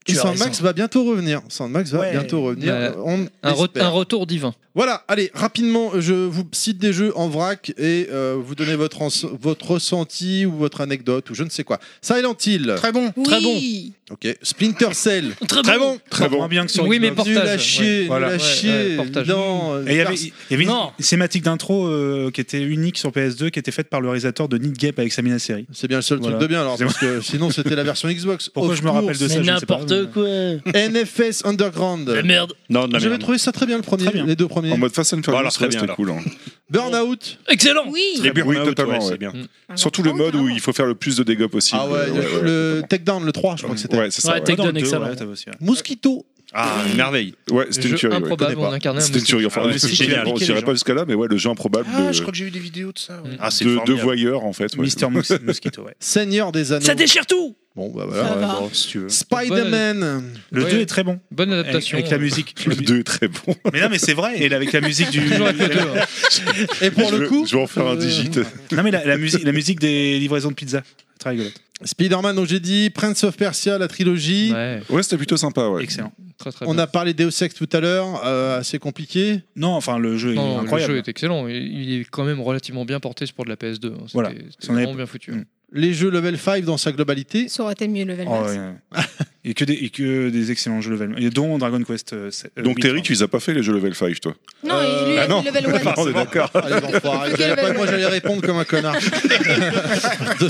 Speaker 4: Et Sandmax va bientôt revenir. Sandmax va
Speaker 12: Ouais.
Speaker 4: bientôt revenir.
Speaker 12: Euh,
Speaker 4: on
Speaker 12: un, re-
Speaker 4: l'espère.
Speaker 12: un retour divin.
Speaker 4: Voilà, allez, rapidement, euh, je vous cite des jeux en vrac et euh, vous donnez votre, ens- votre ressenti ou votre anecdote ou je ne sais quoi. Silent Hill.
Speaker 6: Très bon.
Speaker 4: Très bon. Ok. Splinter Cell.
Speaker 6: Très Très bon. bon.
Speaker 9: Très bon. Moins bien que sur
Speaker 4: oui, mais
Speaker 9: Xbox.
Speaker 4: portage. Nul à
Speaker 9: Ouais,
Speaker 4: chier,
Speaker 9: voilà.
Speaker 4: nul à
Speaker 9: Ouais,
Speaker 4: chier.
Speaker 9: ouais, portage.
Speaker 4: Non, euh,
Speaker 9: Et il y avait,
Speaker 4: Dark-
Speaker 9: il y avait une cinématique d'intro euh, qui était unique sur PS2 qui était faite par le réalisateur de Need Gap avec Samina Seri.
Speaker 4: C'est bien le seul truc de bien alors parce que sinon c'était la version Xbox.
Speaker 9: Pourquoi
Speaker 4: Of
Speaker 9: je me rappelle de
Speaker 4: course.
Speaker 9: ça je ne sais pas.
Speaker 4: quoi. NFS Underground.
Speaker 9: La merde.
Speaker 4: Non,
Speaker 9: de la
Speaker 4: J'avais
Speaker 9: merde.
Speaker 4: trouvé ça très bien le premier,
Speaker 9: Très bien.
Speaker 4: les deux premiers.
Speaker 5: En mode Fast and Furious,
Speaker 4: Voilà, très
Speaker 5: ouais,
Speaker 4: bien,
Speaker 5: c'était
Speaker 4: alors.
Speaker 5: cool. hein.
Speaker 4: Burnout.
Speaker 22: Excellent.
Speaker 7: Oui.
Speaker 5: Les burn-out,
Speaker 4: burn-out,
Speaker 5: totalement,
Speaker 4: ouais, c'est
Speaker 5: ouais.
Speaker 4: bien.
Speaker 5: Surtout le mode où il faut faire le plus de dégâts possible.
Speaker 4: Ah ouais,
Speaker 5: Euh, ouais, ouais.
Speaker 4: le Takedown, le 3, je crois que c'était.
Speaker 5: Ouais, c'est ça, Ouais, ouais. Takedown,
Speaker 4: Dans le deux,
Speaker 5: excellent.
Speaker 4: ouais,
Speaker 5: t'avais aussi, ouais.
Speaker 4: Mosquito.
Speaker 5: Ah, une merveille. Ouais, c'était
Speaker 4: Le
Speaker 5: une
Speaker 4: jeu
Speaker 5: tuerie. ouais.
Speaker 4: improbable,
Speaker 5: Je connais
Speaker 4: on
Speaker 5: pas.
Speaker 4: incarnait un
Speaker 5: C'était une tuerie. Enfin,
Speaker 4: Ah ouais,
Speaker 5: on-
Speaker 4: c'est génial.
Speaker 5: on n'irait pas jusqu'à là, mais ouais, le jeu improbable euh,
Speaker 6: Ah,
Speaker 5: de-
Speaker 6: je crois que j'ai eu des vidéos de ça.
Speaker 9: Mm.
Speaker 6: ouais. Ah.
Speaker 4: Ah,
Speaker 5: de- de,
Speaker 9: formidable.
Speaker 5: voyeurs, en fait.
Speaker 9: Mister Mous- Mosquito, ouais.
Speaker 4: Seigneur des Anneaux.
Speaker 9: Ça déchire
Speaker 4: tout. Bon, bah voilà.
Speaker 9: Ça
Speaker 4: ouais,
Speaker 9: va.
Speaker 4: bon,
Speaker 9: si tu veux.
Speaker 4: Spider-Man.
Speaker 9: Le 2 est très bon.
Speaker 12: Bonne
Speaker 9: adaptation. Avec, la musique.
Speaker 5: Le 2 est très bon.
Speaker 9: Mais non, mais c'est vrai. Et avec la musique du.
Speaker 5: Toujours avec le deux, hein.
Speaker 4: Et pour
Speaker 5: Je
Speaker 4: le
Speaker 5: vais-
Speaker 4: coup.
Speaker 5: je vais en faire un digit.
Speaker 9: Non, mais la, la musique, la musique des livraisons de pizza. Très rigolote.
Speaker 4: Spider-Man, donc j'ai dit, Prince of Persia, la trilogie.
Speaker 5: Ouais, c'était plutôt sympa, ouais.
Speaker 9: Excellent.
Speaker 4: On a parlé Deus Ex tout à l'heure, euh, assez compliqué.
Speaker 9: Non, enfin le jeu
Speaker 12: Non, Le jeu est excellent. Il- Il est quand même relativement bien porté ce pour de la PS2. hein. C'était
Speaker 4: Voilà.
Speaker 12: c'était
Speaker 4: Si on avait-
Speaker 12: vraiment bien foutu.
Speaker 4: Les jeux level 5 dans sa globalité.
Speaker 7: Ça aurait été mieux level
Speaker 9: Oh,
Speaker 7: max.
Speaker 9: ouais, ouais. et, que des, et que des excellents jeux level. Et dont Dragon Quest. euh, sept- euh,
Speaker 5: Donc,
Speaker 9: huit,
Speaker 5: Terry,
Speaker 9: pardon.
Speaker 5: tu les as pas fait les jeux level 5, toi
Speaker 7: Non, il lui
Speaker 5: Ah
Speaker 7: a
Speaker 5: non.
Speaker 7: dit level 1.
Speaker 5: on est d'accord.
Speaker 4: Enfoiré, Ah, vous avez pas- Moi j'allais répondre comme un connard. de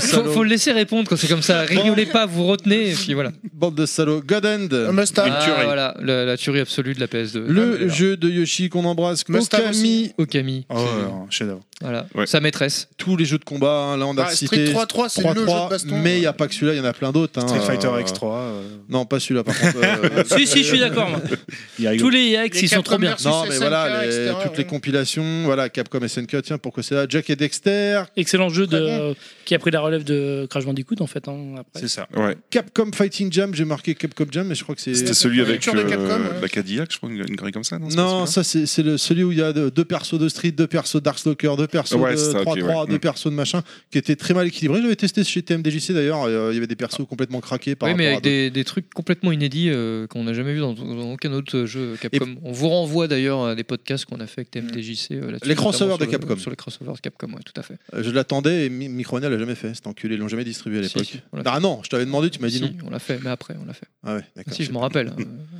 Speaker 12: Faut,
Speaker 4: salauds.
Speaker 12: faut le laisser répondre quand c'est comme ça. Rigolez pas, vous retenez. Et puis voilà.
Speaker 4: Bande de salauds. God Hand.
Speaker 12: Ah, voilà, la, la tuerie absolue de la PS2.
Speaker 4: Le jeu de Yoshi qu'on embrasse,
Speaker 12: Mustang
Speaker 4: Okami.
Speaker 12: Okami. Ah,
Speaker 9: Oh, un chef-d'œuvre.
Speaker 12: Voilà. Sa maîtresse.
Speaker 4: Tous les jeux de combat, hein, là on a
Speaker 12: Ah, Street
Speaker 4: cité.
Speaker 12: 3-3, c'est le jeu de
Speaker 4: 3-3,
Speaker 12: baston.
Speaker 4: Mais il n'y a pas que celui-là, il y en a plein d'autres. hein.
Speaker 9: Street Fighter
Speaker 4: Euh,
Speaker 9: X3. euh,
Speaker 4: Non, pas celui-là par contre. euh,
Speaker 10: Si, si, je suis d'accord. moi.
Speaker 9: il y a-
Speaker 10: Tous les hacks,
Speaker 9: Les
Speaker 10: ils sont
Speaker 9: Capcom
Speaker 10: trop bien.
Speaker 9: versus
Speaker 4: Non, mais
Speaker 9: SNK,
Speaker 4: voilà, les-
Speaker 9: etc.,
Speaker 4: toutes les compilations, voilà, Capcom SNK, tiens, pourquoi c'est là Jack et Dexter,
Speaker 10: Excellent jeu de, qui a pris la relève de Crash Bandicoot en fait. hein, après.
Speaker 9: C'est ça.
Speaker 5: Ouais.
Speaker 4: Capcom Fighting Jam, j'ai marqué Capcom Jam, mais je crois que c'est.
Speaker 5: C'était celui avec euh, la Cadillac, je crois, une une grille comme ça. Non, c'est pas
Speaker 4: Non, ça c'est c'est le- celui où il y a de- deux persos de Street, deux persos d'Arkstalker, deux persos
Speaker 5: Ouais,
Speaker 4: de
Speaker 5: c'est ça,
Speaker 4: 3-3,
Speaker 5: ok, ouais.
Speaker 4: deux
Speaker 5: Mm.
Speaker 4: persos de machin, qui étaient très mal équilibrés. J'avais testé chez TMDJC d'ailleurs, et, euh, il y avait des
Speaker 5: Ah.
Speaker 4: persos complètement craqués par
Speaker 12: Oui, mais
Speaker 4: rapport
Speaker 12: avec
Speaker 4: à d'autres.
Speaker 12: des, des trucs complètement inédits euh, qu'on n'a jamais vu dans, dans aucun autre jeu Capcom. On vous renvoie d'ailleurs à des podcasts qu'on a fait avec TMTJC euh, là-dessus,
Speaker 4: Les crossovers
Speaker 12: notamment sur
Speaker 4: de
Speaker 12: le-
Speaker 4: Capcom.
Speaker 12: Sur les crossovers de Capcom, ouais, tout à fait.
Speaker 4: Euh, Je l'attendais et Mi- Micronia l'a jamais fait, cet enculé, ils l'ont jamais distribué à
Speaker 12: Si,
Speaker 4: l'époque.
Speaker 12: si, on l'a
Speaker 4: ah non, je t'avais demandé, tu m'as dit
Speaker 12: Si,
Speaker 4: non.
Speaker 12: On l'a fait, mais après, on l'a fait.
Speaker 4: Ah ouais, d'accord.
Speaker 12: Si, je m'en rappelle.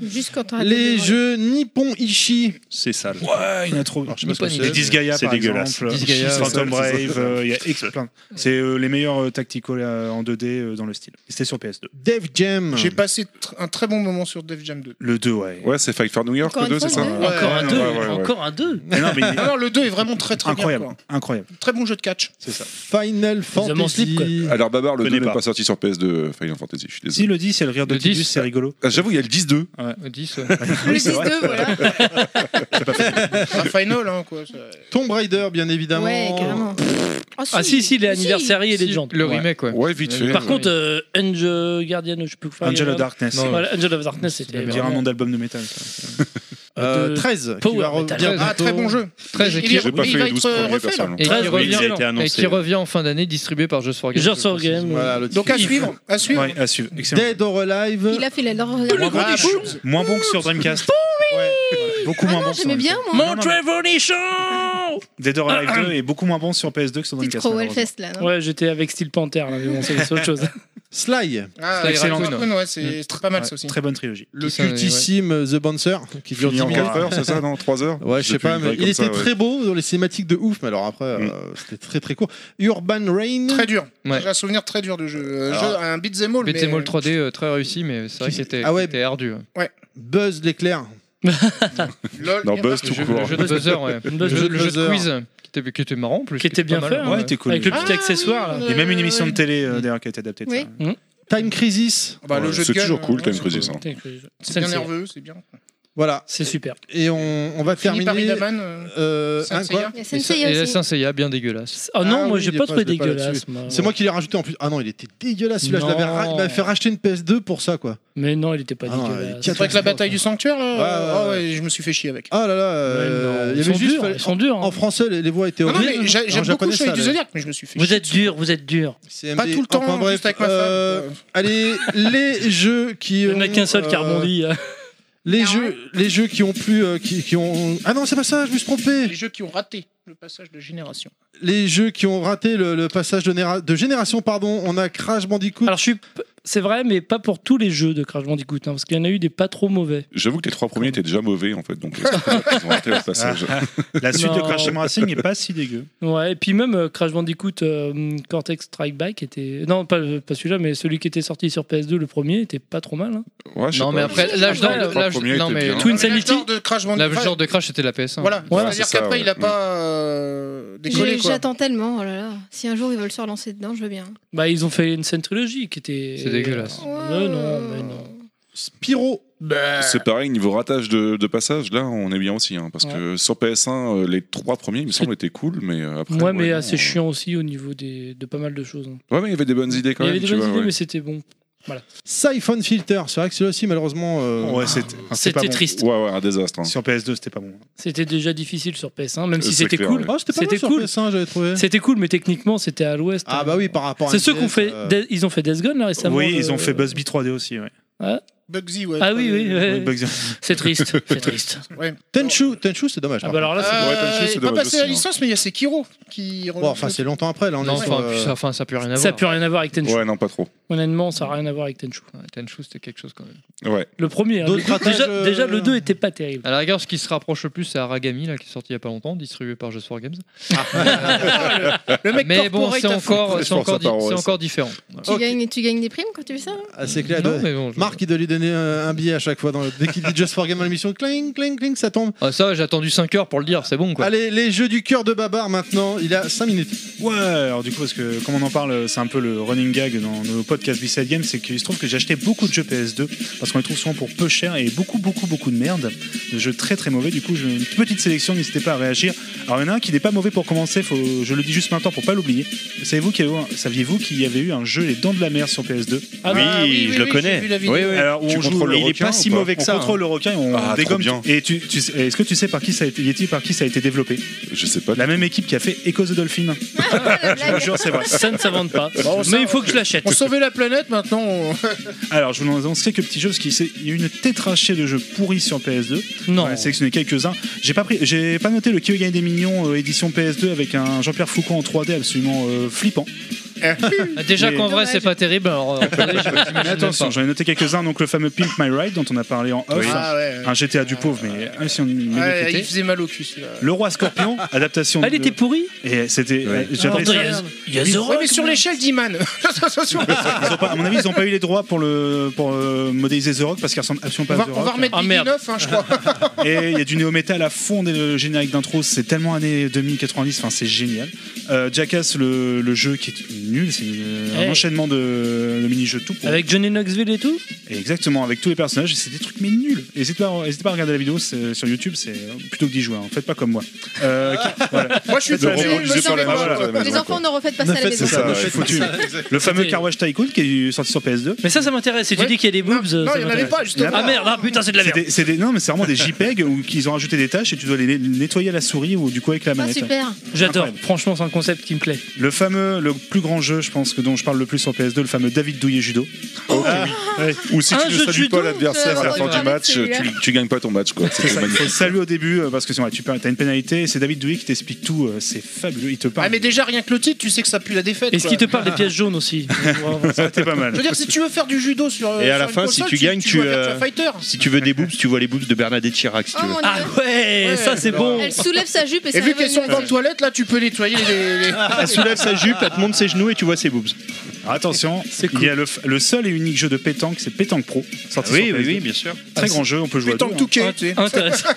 Speaker 7: Juste quand t'as
Speaker 4: Les jeux Nippon Ishi.
Speaker 11: C'est sale.
Speaker 9: Ouais, il y en a trop.
Speaker 4: Alors, je sais pas ce que c'est,
Speaker 9: les
Speaker 4: mais-
Speaker 9: Disgaea,
Speaker 11: C'est
Speaker 9: par
Speaker 11: dégueulasse.
Speaker 9: exemple.
Speaker 11: Disgaea,
Speaker 9: Phantom
Speaker 11: c'est ça.
Speaker 9: Brave, euh, il y a X plein. C'est euh, les meilleurs euh, tacticals euh, en 2D euh, dans le style. Et C'était sur PS2.
Speaker 4: Dev Jam.
Speaker 6: J'ai passé tr- un très bon moment sur Def Jam 2.
Speaker 9: Le 2, ouais.
Speaker 5: Ouais, c'est Fight for New York,
Speaker 6: Encore
Speaker 5: le
Speaker 6: une
Speaker 5: 2, c'est
Speaker 6: fois,
Speaker 5: ça
Speaker 6: le deux Ouais, Encore un ouais, deux, ouais, ouais, ouais.
Speaker 10: Encore un 2.
Speaker 9: Mais non, mais il-
Speaker 6: Non, non, le 2 est vraiment très très
Speaker 9: Incroyable,
Speaker 6: bien. quoi.
Speaker 9: incroyable.
Speaker 6: Très bon jeu de catch.
Speaker 9: C'est ça.
Speaker 4: Final
Speaker 9: hommes en slip, quoi.
Speaker 4: Fantasy.
Speaker 5: Alors, Babar, le
Speaker 9: Connais
Speaker 5: 2 n'est
Speaker 9: pas.
Speaker 5: pas sorti sur PS2 Final Fantasy, je suis
Speaker 9: Si
Speaker 5: désolé.
Speaker 9: le 10, c'est le rire de
Speaker 12: Le
Speaker 9: Tidus,
Speaker 12: 10,
Speaker 9: c'est rigolo.
Speaker 5: Ah, J'avoue, il y a le 10-2.
Speaker 12: Le 10, ouais.
Speaker 9: Oui, c'est vrai.
Speaker 6: Un final, hein, quoi. ça-
Speaker 4: Tomb Raider, bien évidemment.
Speaker 6: Ouais, carrément.
Speaker 10: Ah si, si, les anniversaires et
Speaker 12: Si,
Speaker 10: les légendes.
Speaker 12: le remake, ouais.
Speaker 5: Ouais, vite fait.
Speaker 10: Par contre, euh, Angel Guardian, je peux faire.
Speaker 9: Angel of Darkness. Non.
Speaker 10: Voilà, Angel of Darkness, c'était.
Speaker 9: On dirait un
Speaker 10: vraiment-
Speaker 9: nom d'album de métal. ça.
Speaker 4: Euh,
Speaker 10: de
Speaker 4: 13 qui
Speaker 10: Power
Speaker 4: va
Speaker 10: Metal.
Speaker 4: revenir
Speaker 10: Ah,
Speaker 4: bientôt.
Speaker 10: très bon jeu.
Speaker 12: 13 et
Speaker 10: Il
Speaker 12: qui,
Speaker 10: est- J'ai pas il fait va les être 12 premiers, refait, là.
Speaker 9: Ah,
Speaker 10: personnellement.
Speaker 12: Et qui
Speaker 10: Très
Speaker 12: revient,
Speaker 10: bien. Il a été
Speaker 12: et
Speaker 10: annoncé.
Speaker 12: qui revient en fin d'année, distribué par Just for Games.
Speaker 10: Just for Games.
Speaker 4: Voilà, le
Speaker 6: Donc
Speaker 4: titre.
Speaker 6: à suivre, à suivre.
Speaker 9: Ouais, à suivre. Excellent.
Speaker 4: Dead or Alive.
Speaker 7: Il a fait la leur.
Speaker 9: Moins bon, que- moins bon que sur Dreamcast. Ouais, ouais. Beaucoup moins bon. sur
Speaker 7: J'aimais bien,
Speaker 9: Dreamcast.
Speaker 7: moi.
Speaker 9: Non, non, mais Dead or Alive 2 est beaucoup moins bon sur PS2 que sur
Speaker 7: Petite
Speaker 9: Dreamcast.
Speaker 7: Crowell
Speaker 9: malheureusement.
Speaker 7: Fest,
Speaker 6: Ah
Speaker 7: là. non
Speaker 10: Ouais, j'étais avec Steel Panther, là, mais bon, c'est c'est autre chose.
Speaker 4: Sly.
Speaker 6: Ah,
Speaker 9: Sly
Speaker 6: excellent.
Speaker 9: Raccoon.
Speaker 6: Raccoon, ouais, c'est c'est pas mal ça aussi.
Speaker 9: Très bonne trilogie.
Speaker 4: Le cultissime euh, The Bouncer qui dure 10
Speaker 5: Fini en
Speaker 4: minutes.
Speaker 5: 4 heures, c'est ça Non, 3 heures
Speaker 4: Ouais, je sais
Speaker 5: Depuis
Speaker 4: pas,
Speaker 5: une
Speaker 4: mais
Speaker 5: vraie
Speaker 4: il
Speaker 5: comme
Speaker 4: était
Speaker 5: ça, ouais.
Speaker 4: très beau dans les cinématiques de ouf, mais alors après, euh, c'était très très court. Urban Rain.
Speaker 6: Très dur.
Speaker 12: Ouais.
Speaker 6: J'ai un souvenir très dur de jeu. Euh,
Speaker 4: Alors,
Speaker 6: jeu- un beat'em all. mais-
Speaker 12: Beat'em all 3D, euh, très réussi, mais c'est vrai que c'était
Speaker 4: Ah ouais.
Speaker 12: c'était ardu.
Speaker 6: Ouais.
Speaker 4: Buzz l'éclair.
Speaker 6: LOL,
Speaker 5: Non,
Speaker 6: bien
Speaker 5: Buzz
Speaker 6: parti.
Speaker 12: Le
Speaker 5: tout
Speaker 12: jeu-
Speaker 5: court.
Speaker 12: Le jeu de buzzer, ouais.
Speaker 10: Le
Speaker 12: Le
Speaker 10: jeu
Speaker 12: jeu
Speaker 10: de
Speaker 12: le jeu de
Speaker 10: buzzer.
Speaker 12: quiz qui était, qui était marrant en plus.
Speaker 10: Qui était bien
Speaker 12: pas
Speaker 10: fait.
Speaker 12: mal,
Speaker 10: hein,
Speaker 9: Ouais, il était cool.
Speaker 10: Avec le
Speaker 9: Ah,
Speaker 10: petit accessoire, là.
Speaker 9: Il y a même une émission de télé euh, d'ailleurs qui a été adaptée de
Speaker 7: Oui.
Speaker 9: ça.
Speaker 4: Mm. Time Crisis.
Speaker 6: Bah, le
Speaker 5: Ouais,
Speaker 6: jeu de
Speaker 5: C'est
Speaker 6: gueule,
Speaker 5: toujours cool,
Speaker 6: euh,
Speaker 5: Time Crisis. hein.
Speaker 10: Ah,
Speaker 6: C'est bien nerveux, c'est bien.
Speaker 4: Voilà.
Speaker 10: C'est super.
Speaker 4: Et on, on va terminer.
Speaker 6: Fini par Idaman, euh,
Speaker 4: euh,
Speaker 6: Saint
Speaker 4: hein, quoi
Speaker 6: Seiya.
Speaker 7: Il y a
Speaker 12: Et ça-
Speaker 7: Sensei
Speaker 12: et
Speaker 7: aussi.
Speaker 12: Senseiya, bien dégueulasse.
Speaker 10: Ah non, moi,
Speaker 4: oui,
Speaker 10: j'ai
Speaker 4: il est
Speaker 10: pas trouvé
Speaker 4: je l'ai
Speaker 10: dégueulasse,
Speaker 4: là-dessus.
Speaker 10: moi.
Speaker 4: C'est moi qui l'ai rajouté en plus. Ah non, il était dégueulasse celui-là. Je l'avais ra-
Speaker 10: Non.
Speaker 4: Il m'avait fait racheter une PS2 pour ça, quoi.
Speaker 10: Mais non, il était pas
Speaker 4: Ah, il est
Speaker 10: dégueulasse.
Speaker 6: C'est vrai que la bataille du sanctuaire, là,
Speaker 4: Ouais,
Speaker 6: ah ouais, je me suis fait chier avec.
Speaker 4: Ah là là, euh,
Speaker 10: non,
Speaker 4: il y
Speaker 10: ils
Speaker 4: avait
Speaker 10: sont
Speaker 4: juste
Speaker 10: durs,
Speaker 4: fallait-
Speaker 10: ils sont durs, hein.
Speaker 4: En, en français, les, les voix étaient
Speaker 6: Non, non,
Speaker 4: horribles.
Speaker 6: mais j'a-
Speaker 4: En
Speaker 6: j'aime beaucoup
Speaker 4: japonais,
Speaker 6: Chevalier
Speaker 4: ça
Speaker 6: du
Speaker 4: allait.
Speaker 6: Zodiac, mais je me suis fait
Speaker 10: Vous
Speaker 6: chier.
Speaker 10: êtes dur, vous êtes dur.
Speaker 4: CMD.
Speaker 6: Pas tout le temps,
Speaker 4: Enfin, bref,
Speaker 6: juste avec ma femme.
Speaker 4: euh,
Speaker 6: Ouais.
Speaker 4: Allez, les jeux qui
Speaker 10: Il y en a
Speaker 4: ont,
Speaker 10: qu'un seul qui a
Speaker 4: euh,
Speaker 10: rebondi.
Speaker 4: Les jeux, les jeux qui ont plus, euh, qui, qui ont. Ah non, c'est pas ça, je me suis trompé.
Speaker 6: Les jeux qui ont raté le passage de génération.
Speaker 4: Les jeux qui ont raté le, le passage de, néra- de génération, ah, pardon. On a Crash Bandicoot.
Speaker 10: Alors, je suis. p- C'est vrai, mais pas pour tous les jeux de Crash Bandicoot, hein, parce qu'il y en a eu des pas trop mauvais.
Speaker 5: J'avoue que les trois premiers étaient déjà mauvais en fait, donc euh, c'est pour ça qu'ils ont raté le passage.
Speaker 9: La suite de
Speaker 10: Non.
Speaker 9: Crash Team Racing n'est pas si dégueu.
Speaker 10: Ouais, et puis même euh, Crash Bandicoot euh, Cortex Strike Back était. Non, pas, pas celui-là, mais celui qui était sorti sur PS2, le premier, était pas trop mal. hein.
Speaker 5: Ouais, je sais
Speaker 12: Non,
Speaker 5: pas,
Speaker 12: mais après,
Speaker 5: je-
Speaker 12: l'âge
Speaker 5: les
Speaker 12: d'or.
Speaker 5: trois
Speaker 12: l'âge-
Speaker 5: premiers
Speaker 12: Non,
Speaker 5: étaient
Speaker 12: mais.
Speaker 5: bien.
Speaker 10: Twin
Speaker 6: Mais l'âge
Speaker 10: Sanity.
Speaker 6: d'or de Crash
Speaker 12: L'âge
Speaker 6: Bandicoot.
Speaker 12: d'or de Crash, c'était la PS1.
Speaker 6: Voilà,
Speaker 10: Voilà,
Speaker 6: c'est-à-dire
Speaker 5: c'est ça,
Speaker 6: qu'après,
Speaker 5: ouais.
Speaker 6: il a pas euh, décollé
Speaker 7: J'ai-
Speaker 6: quoi.
Speaker 7: J'attends tellement, oh là là. Si un jour ils veulent se relancer dedans, je veux bien.
Speaker 10: Bah, ils ont fait une scène trilogie qui était.
Speaker 12: C'est dégueulasse.
Speaker 10: Non, non, mais non.
Speaker 4: Spyro.
Speaker 7: Euh.
Speaker 5: C'est pareil, niveau ratage de, de passage, là on est bien aussi, hein, parce que sur PS1, euh, les trois premiers, il me semble, étaient cool, mais euh, après.
Speaker 10: Ouais, mais
Speaker 5: non,
Speaker 10: assez
Speaker 5: euh,
Speaker 10: chiant aussi au niveau des, de pas mal de choses. hein.
Speaker 5: Ouais, mais il y avait des bonnes idées quand
Speaker 10: Il y
Speaker 5: même.
Speaker 10: avait des
Speaker 5: tu
Speaker 10: bonnes
Speaker 5: vois,
Speaker 10: idées,
Speaker 5: ouais.
Speaker 10: mais c'était bon.
Speaker 4: Siphon Filter. C'est vrai que celui-ci, malheureusement. euh,
Speaker 9: Ouais, c'était
Speaker 10: C'était triste.
Speaker 5: Ouais, ouais, un désastre. hein.
Speaker 9: Sur PS2, c'était pas bon.
Speaker 10: C'était déjà difficile sur PS1, même
Speaker 5: Euh,
Speaker 10: si
Speaker 5: c'est
Speaker 10: c'était
Speaker 5: clair,
Speaker 10: cool.
Speaker 5: ouais.
Speaker 4: Ah, c'était pas
Speaker 10: C'était
Speaker 4: mal sur
Speaker 10: cool.
Speaker 4: PS1, j'avais trouvé.
Speaker 10: C'était cool, mais techniquement, c'était à l'ouest. hein.
Speaker 4: Ah bah oui, par rapport à.
Speaker 10: C'est ceux
Speaker 4: NES,
Speaker 10: qu'on fait.
Speaker 4: euh,
Speaker 10: Death- Ils ont fait Death Gun là récemment. euh,
Speaker 9: oui,
Speaker 10: le-
Speaker 9: ils ont fait Busby 3D aussi. Ouais.
Speaker 6: Bugsy, ouais.
Speaker 10: Ah oui, oui,
Speaker 6: Euh,
Speaker 10: ouais.
Speaker 9: Oui, Bugsy.
Speaker 10: C'est triste, c'est triste.
Speaker 6: ouais.
Speaker 4: Tenchu, Tenchu, c'est dommage.
Speaker 10: Ah
Speaker 4: par
Speaker 10: bah alors là, c'est- hein.
Speaker 5: Ouais, Tenchu,
Speaker 6: Euh,
Speaker 5: c'est
Speaker 6: il est pas
Speaker 5: dommage
Speaker 6: passé à la
Speaker 5: aussi, hein.
Speaker 6: licence, mais il y a Sekiro qui.
Speaker 4: Bon, enfin, c'est longtemps après. Là, on
Speaker 12: Non,
Speaker 4: est sur,
Speaker 12: enfin,
Speaker 4: euh,
Speaker 12: puis ça- enfin, ça n'a plus rien à
Speaker 10: ça n'a
Speaker 12: voir.
Speaker 10: plus rien à voir avec Tenchu.
Speaker 5: Ouais, non, pas trop.
Speaker 10: Honnêtement, ça n'a rien à voir avec Tenchu.
Speaker 12: Ouais, Tenchu, c'était quelque chose quand même.
Speaker 5: Ouais.
Speaker 10: Le premier, hein,
Speaker 4: D'autres
Speaker 10: le deux-
Speaker 4: ratages,
Speaker 10: déjà,
Speaker 4: euh,
Speaker 10: déjà, le 2 était pas terrible.
Speaker 12: À la rigueur, ce qui se rapproche le plus, c'est Aragami, là, qui est sorti il y a pas longtemps, distribué par Just for Games.
Speaker 10: Ah.
Speaker 6: Le mec
Speaker 12: Mais bon,
Speaker 6: corporate
Speaker 12: c'est
Speaker 6: à fond.
Speaker 12: encore, c'est
Speaker 5: Je pense
Speaker 12: encore,
Speaker 5: à
Speaker 12: di-
Speaker 5: Paro,
Speaker 12: c'est
Speaker 5: ouais,
Speaker 12: encore différent.
Speaker 7: Tu, gagnes, tu gagnes des primes quand tu fais ça hein
Speaker 4: ah, c'est clair.
Speaker 12: Non,
Speaker 4: de-
Speaker 12: mais bon, je-
Speaker 4: Marc, il doit lui donner euh, un, un billet à chaque fois. dans le- Dès qu'il dit Just for Game à l'émission, cling, cling, cling, ça tombe.
Speaker 12: Ah, ça, j'ai attendu 5 heures pour le dire, c'est bon quoi.
Speaker 4: Allez, les jeux du cœur de Babar maintenant. Il a 5 minutes.
Speaker 9: Ouais, alors du coup, parce que comme on en parle, c'est un peu le running gag dans nos podcasts B-Side Games, c'est qu'il se trouve que j'ai acheté beaucoup de jeux PS2, parce qu'on les trouve souvent pour peu cher et beaucoup, beaucoup, beaucoup de merde, de jeux très, très mauvais. Du coup, j'ai une petite sélection, n'hésitez pas à réagir. Alors, il y en a un qui n'est pas mauvais pour commencer, faut, je le dis juste maintenant pour pas l'oublier. Savez-vous qu'il y, avait- saviez-vous qu'il y avait eu un jeu Les Dents de la Mer sur PS2
Speaker 10: Ah
Speaker 11: oui,
Speaker 6: Ah oui,
Speaker 11: je le
Speaker 6: oui, oui, j'ai vu
Speaker 11: connais.
Speaker 6: la vidéo.
Speaker 9: Alors, où
Speaker 5: Tu
Speaker 9: on joue,
Speaker 5: contrôles le
Speaker 9: il est
Speaker 5: requin
Speaker 9: pas
Speaker 5: ou
Speaker 9: si
Speaker 5: pas
Speaker 9: mauvais que
Speaker 5: On
Speaker 9: ça.
Speaker 5: contrôle
Speaker 9: le requin et on
Speaker 5: Ah, trop
Speaker 9: dégomme.
Speaker 5: bien.
Speaker 9: Et tu, tu sais- est-ce que tu sais par qui ça a été, y a-t-il par qui ça a été développé
Speaker 5: Je sais pas.
Speaker 9: La même équipe qui a fait Echoes the Dolphin. Je vous jure, c'est vrai.
Speaker 10: Ça ne s'invente pas.
Speaker 6: ça-
Speaker 10: mais il faut que je l'achète.
Speaker 6: On sauvait la planète, maintenant. on-
Speaker 9: Alors, je vous annonce quelques petits jeux parce qu'il s'est- il y a eu une tétrachée de jeux pourris sur PS2.
Speaker 10: Non.
Speaker 9: On a sélectionné quelques-uns. J'ai pas pris, j'ai pas noté le Kyogai des Mignons euh, édition PS2 avec un Jean-Pierre Foucault en 3D absolument euh, flippant.
Speaker 12: Ah, Déjà
Speaker 10: Eh.
Speaker 9: Mais-
Speaker 12: qu'en vrai, c'est pas terrible, alors. euh, attendez, je m'imagine même
Speaker 9: Mais attention,
Speaker 12: pas.
Speaker 9: j'en ai noté quelques-uns. Donc le fameux Pimp My Ride dont on a parlé en off.
Speaker 6: Ah ouais.
Speaker 9: Un GTA du pauvre, mais un si on
Speaker 6: Ouais,
Speaker 9: médiocrité.
Speaker 6: il faisait mal au cul celui-là.
Speaker 9: Le Roi Scorpion, adaptation.
Speaker 10: Ah, Elle
Speaker 9: de-
Speaker 10: était pourrie
Speaker 9: Et c'était. euh,
Speaker 5: Ouais.
Speaker 9: j'avais
Speaker 10: Attends,
Speaker 9: ça-
Speaker 10: il y a- il y a
Speaker 9: Ils-
Speaker 10: Zorro.
Speaker 6: Ouais, mais sur l'échelle d'Iman.
Speaker 9: ils ont pas- à mon avis, ils ont pas eu les droits pour le pour euh, modéliser The Rock parce qu'il ressemble absolument
Speaker 6: On
Speaker 9: pas à
Speaker 6: va,
Speaker 9: The
Speaker 6: on va
Speaker 9: Rock.
Speaker 6: remettre
Speaker 10: Ah,
Speaker 6: Biggie
Speaker 10: merde.
Speaker 6: 9, hein, je crois.
Speaker 9: Et il y a du néo-metal à fond dès le générique d'intro, c'est tellement années 2090, enfin c'est génial. Euh, Jackass, le, le jeu qui est nul, c'est une-
Speaker 10: Hey.
Speaker 9: un enchaînement de, de mini-jeux tout pour.
Speaker 10: Avec Johnny Knoxville et tout
Speaker 9: Et exactement, avec tous les personnages, c'est des trucs mais nuls. N'hésitez pas, à- n'hésitez pas à regarder la vidéo c'est- sur YouTube, c'est plutôt que d'y jouer, hein. faites pas comme moi. Euh, qui- voilà.
Speaker 6: Ah. Moi, je suis
Speaker 9: Faites pas
Speaker 6: fan.
Speaker 9: la même-
Speaker 5: on disait pas la même
Speaker 9: Ah, voilà.
Speaker 5: chose à la
Speaker 7: Les
Speaker 5: maison,
Speaker 7: enfants,
Speaker 5: quoi.
Speaker 7: ne refaites pas ça à la maison.
Speaker 5: c'est ça,
Speaker 9: Ah,
Speaker 5: ouais.
Speaker 9: je suis foutu. Le fameux
Speaker 10: C'était-
Speaker 9: Car Wash Tycoon qui est sorti sur PS2.
Speaker 10: Mais ça, ça m'intéresse. Si tu
Speaker 6: Ouais.
Speaker 10: dis qu'il y a des boobs.
Speaker 6: Non,
Speaker 10: ça
Speaker 6: il y en avait
Speaker 10: m'intéresse.
Speaker 6: pas, justement.
Speaker 10: Ah merde, ah putain, c'est de la
Speaker 9: C'est
Speaker 10: merde.
Speaker 9: des- c'est des- non mais c'est vraiment des JPEG où ils ont rajouté des tâches et tu dois les les nettoyer à la souris ou du coup avec la
Speaker 7: Ah,
Speaker 9: manette.
Speaker 7: super.
Speaker 10: J'adore.
Speaker 9: Incroyable.
Speaker 10: Franchement, c'est un concept qui me plaît.
Speaker 9: Le fameux, le plus grand jeu, je pense que dont je parle le plus sur PS2, le fameux David Douillet Judo. Ah, ouais.
Speaker 5: Ou si
Speaker 10: Un
Speaker 5: tu
Speaker 10: jeu
Speaker 5: ne
Speaker 10: de
Speaker 5: salues
Speaker 10: judo,
Speaker 5: pas l'adversaire à
Speaker 7: ça,
Speaker 5: la
Speaker 7: euh, on va
Speaker 5: fin du
Speaker 7: parler de
Speaker 5: match,
Speaker 7: celui-là.
Speaker 5: tu, tu gagnes pas ton match. quoi.
Speaker 9: C'est
Speaker 5: C'était
Speaker 9: ça, il faut
Speaker 5: magnifique.
Speaker 9: le saluer au début euh, parce que sinon ouais, tu perds- t'as une pénalité. et C'est David Douillet qui t'explique tout. euh, C'est fabuleux. Il te parle.
Speaker 6: Ah, mais déjà, rien que le titre, tu sais que ça pue la défaite.
Speaker 10: Est-ce
Speaker 6: quoi.
Speaker 10: qu'il te parle des pièces jaunes aussi
Speaker 9: ça aurait été pas mal.
Speaker 6: Je veux dire, si tu veux faire du judo sur. euh,
Speaker 11: Et à la
Speaker 6: sur
Speaker 11: fin,
Speaker 6: une
Speaker 11: si
Speaker 6: console,
Speaker 11: tu gagnes, tu,
Speaker 6: joues à
Speaker 11: euh,
Speaker 6: Virtua Fighter.
Speaker 11: Si tu veux des boobs, tu vois les boobs de Bernadette Chirac. Si
Speaker 7: Oh
Speaker 11: tu veux.
Speaker 7: mon
Speaker 10: Ah
Speaker 7: dieu.
Speaker 10: ouais,
Speaker 6: Ouais,
Speaker 10: ça c'est
Speaker 6: non.
Speaker 10: bon.
Speaker 7: Elle soulève sa jupe et,
Speaker 6: Et
Speaker 7: ça
Speaker 6: vu
Speaker 7: réveille
Speaker 6: qu'elles sont
Speaker 7: une-
Speaker 6: dans les toilettes, là, tu peux nettoyer les. les-
Speaker 11: Elle soulève sa jupe, elle te montre ses genoux et tu vois ses boobs.
Speaker 9: Alors, attention, il y a le, f- le seul et unique jeu de pétanque, c'est Pétanque Pro. Sorti
Speaker 11: Oui,
Speaker 9: sur
Speaker 11: oui,
Speaker 9: PS2.
Speaker 11: oui, bien sûr.
Speaker 9: Très grand jeu, on peut jouer. à
Speaker 6: Pétanque
Speaker 9: deux, hein.
Speaker 6: touquet, tu sais.
Speaker 10: Intéressant.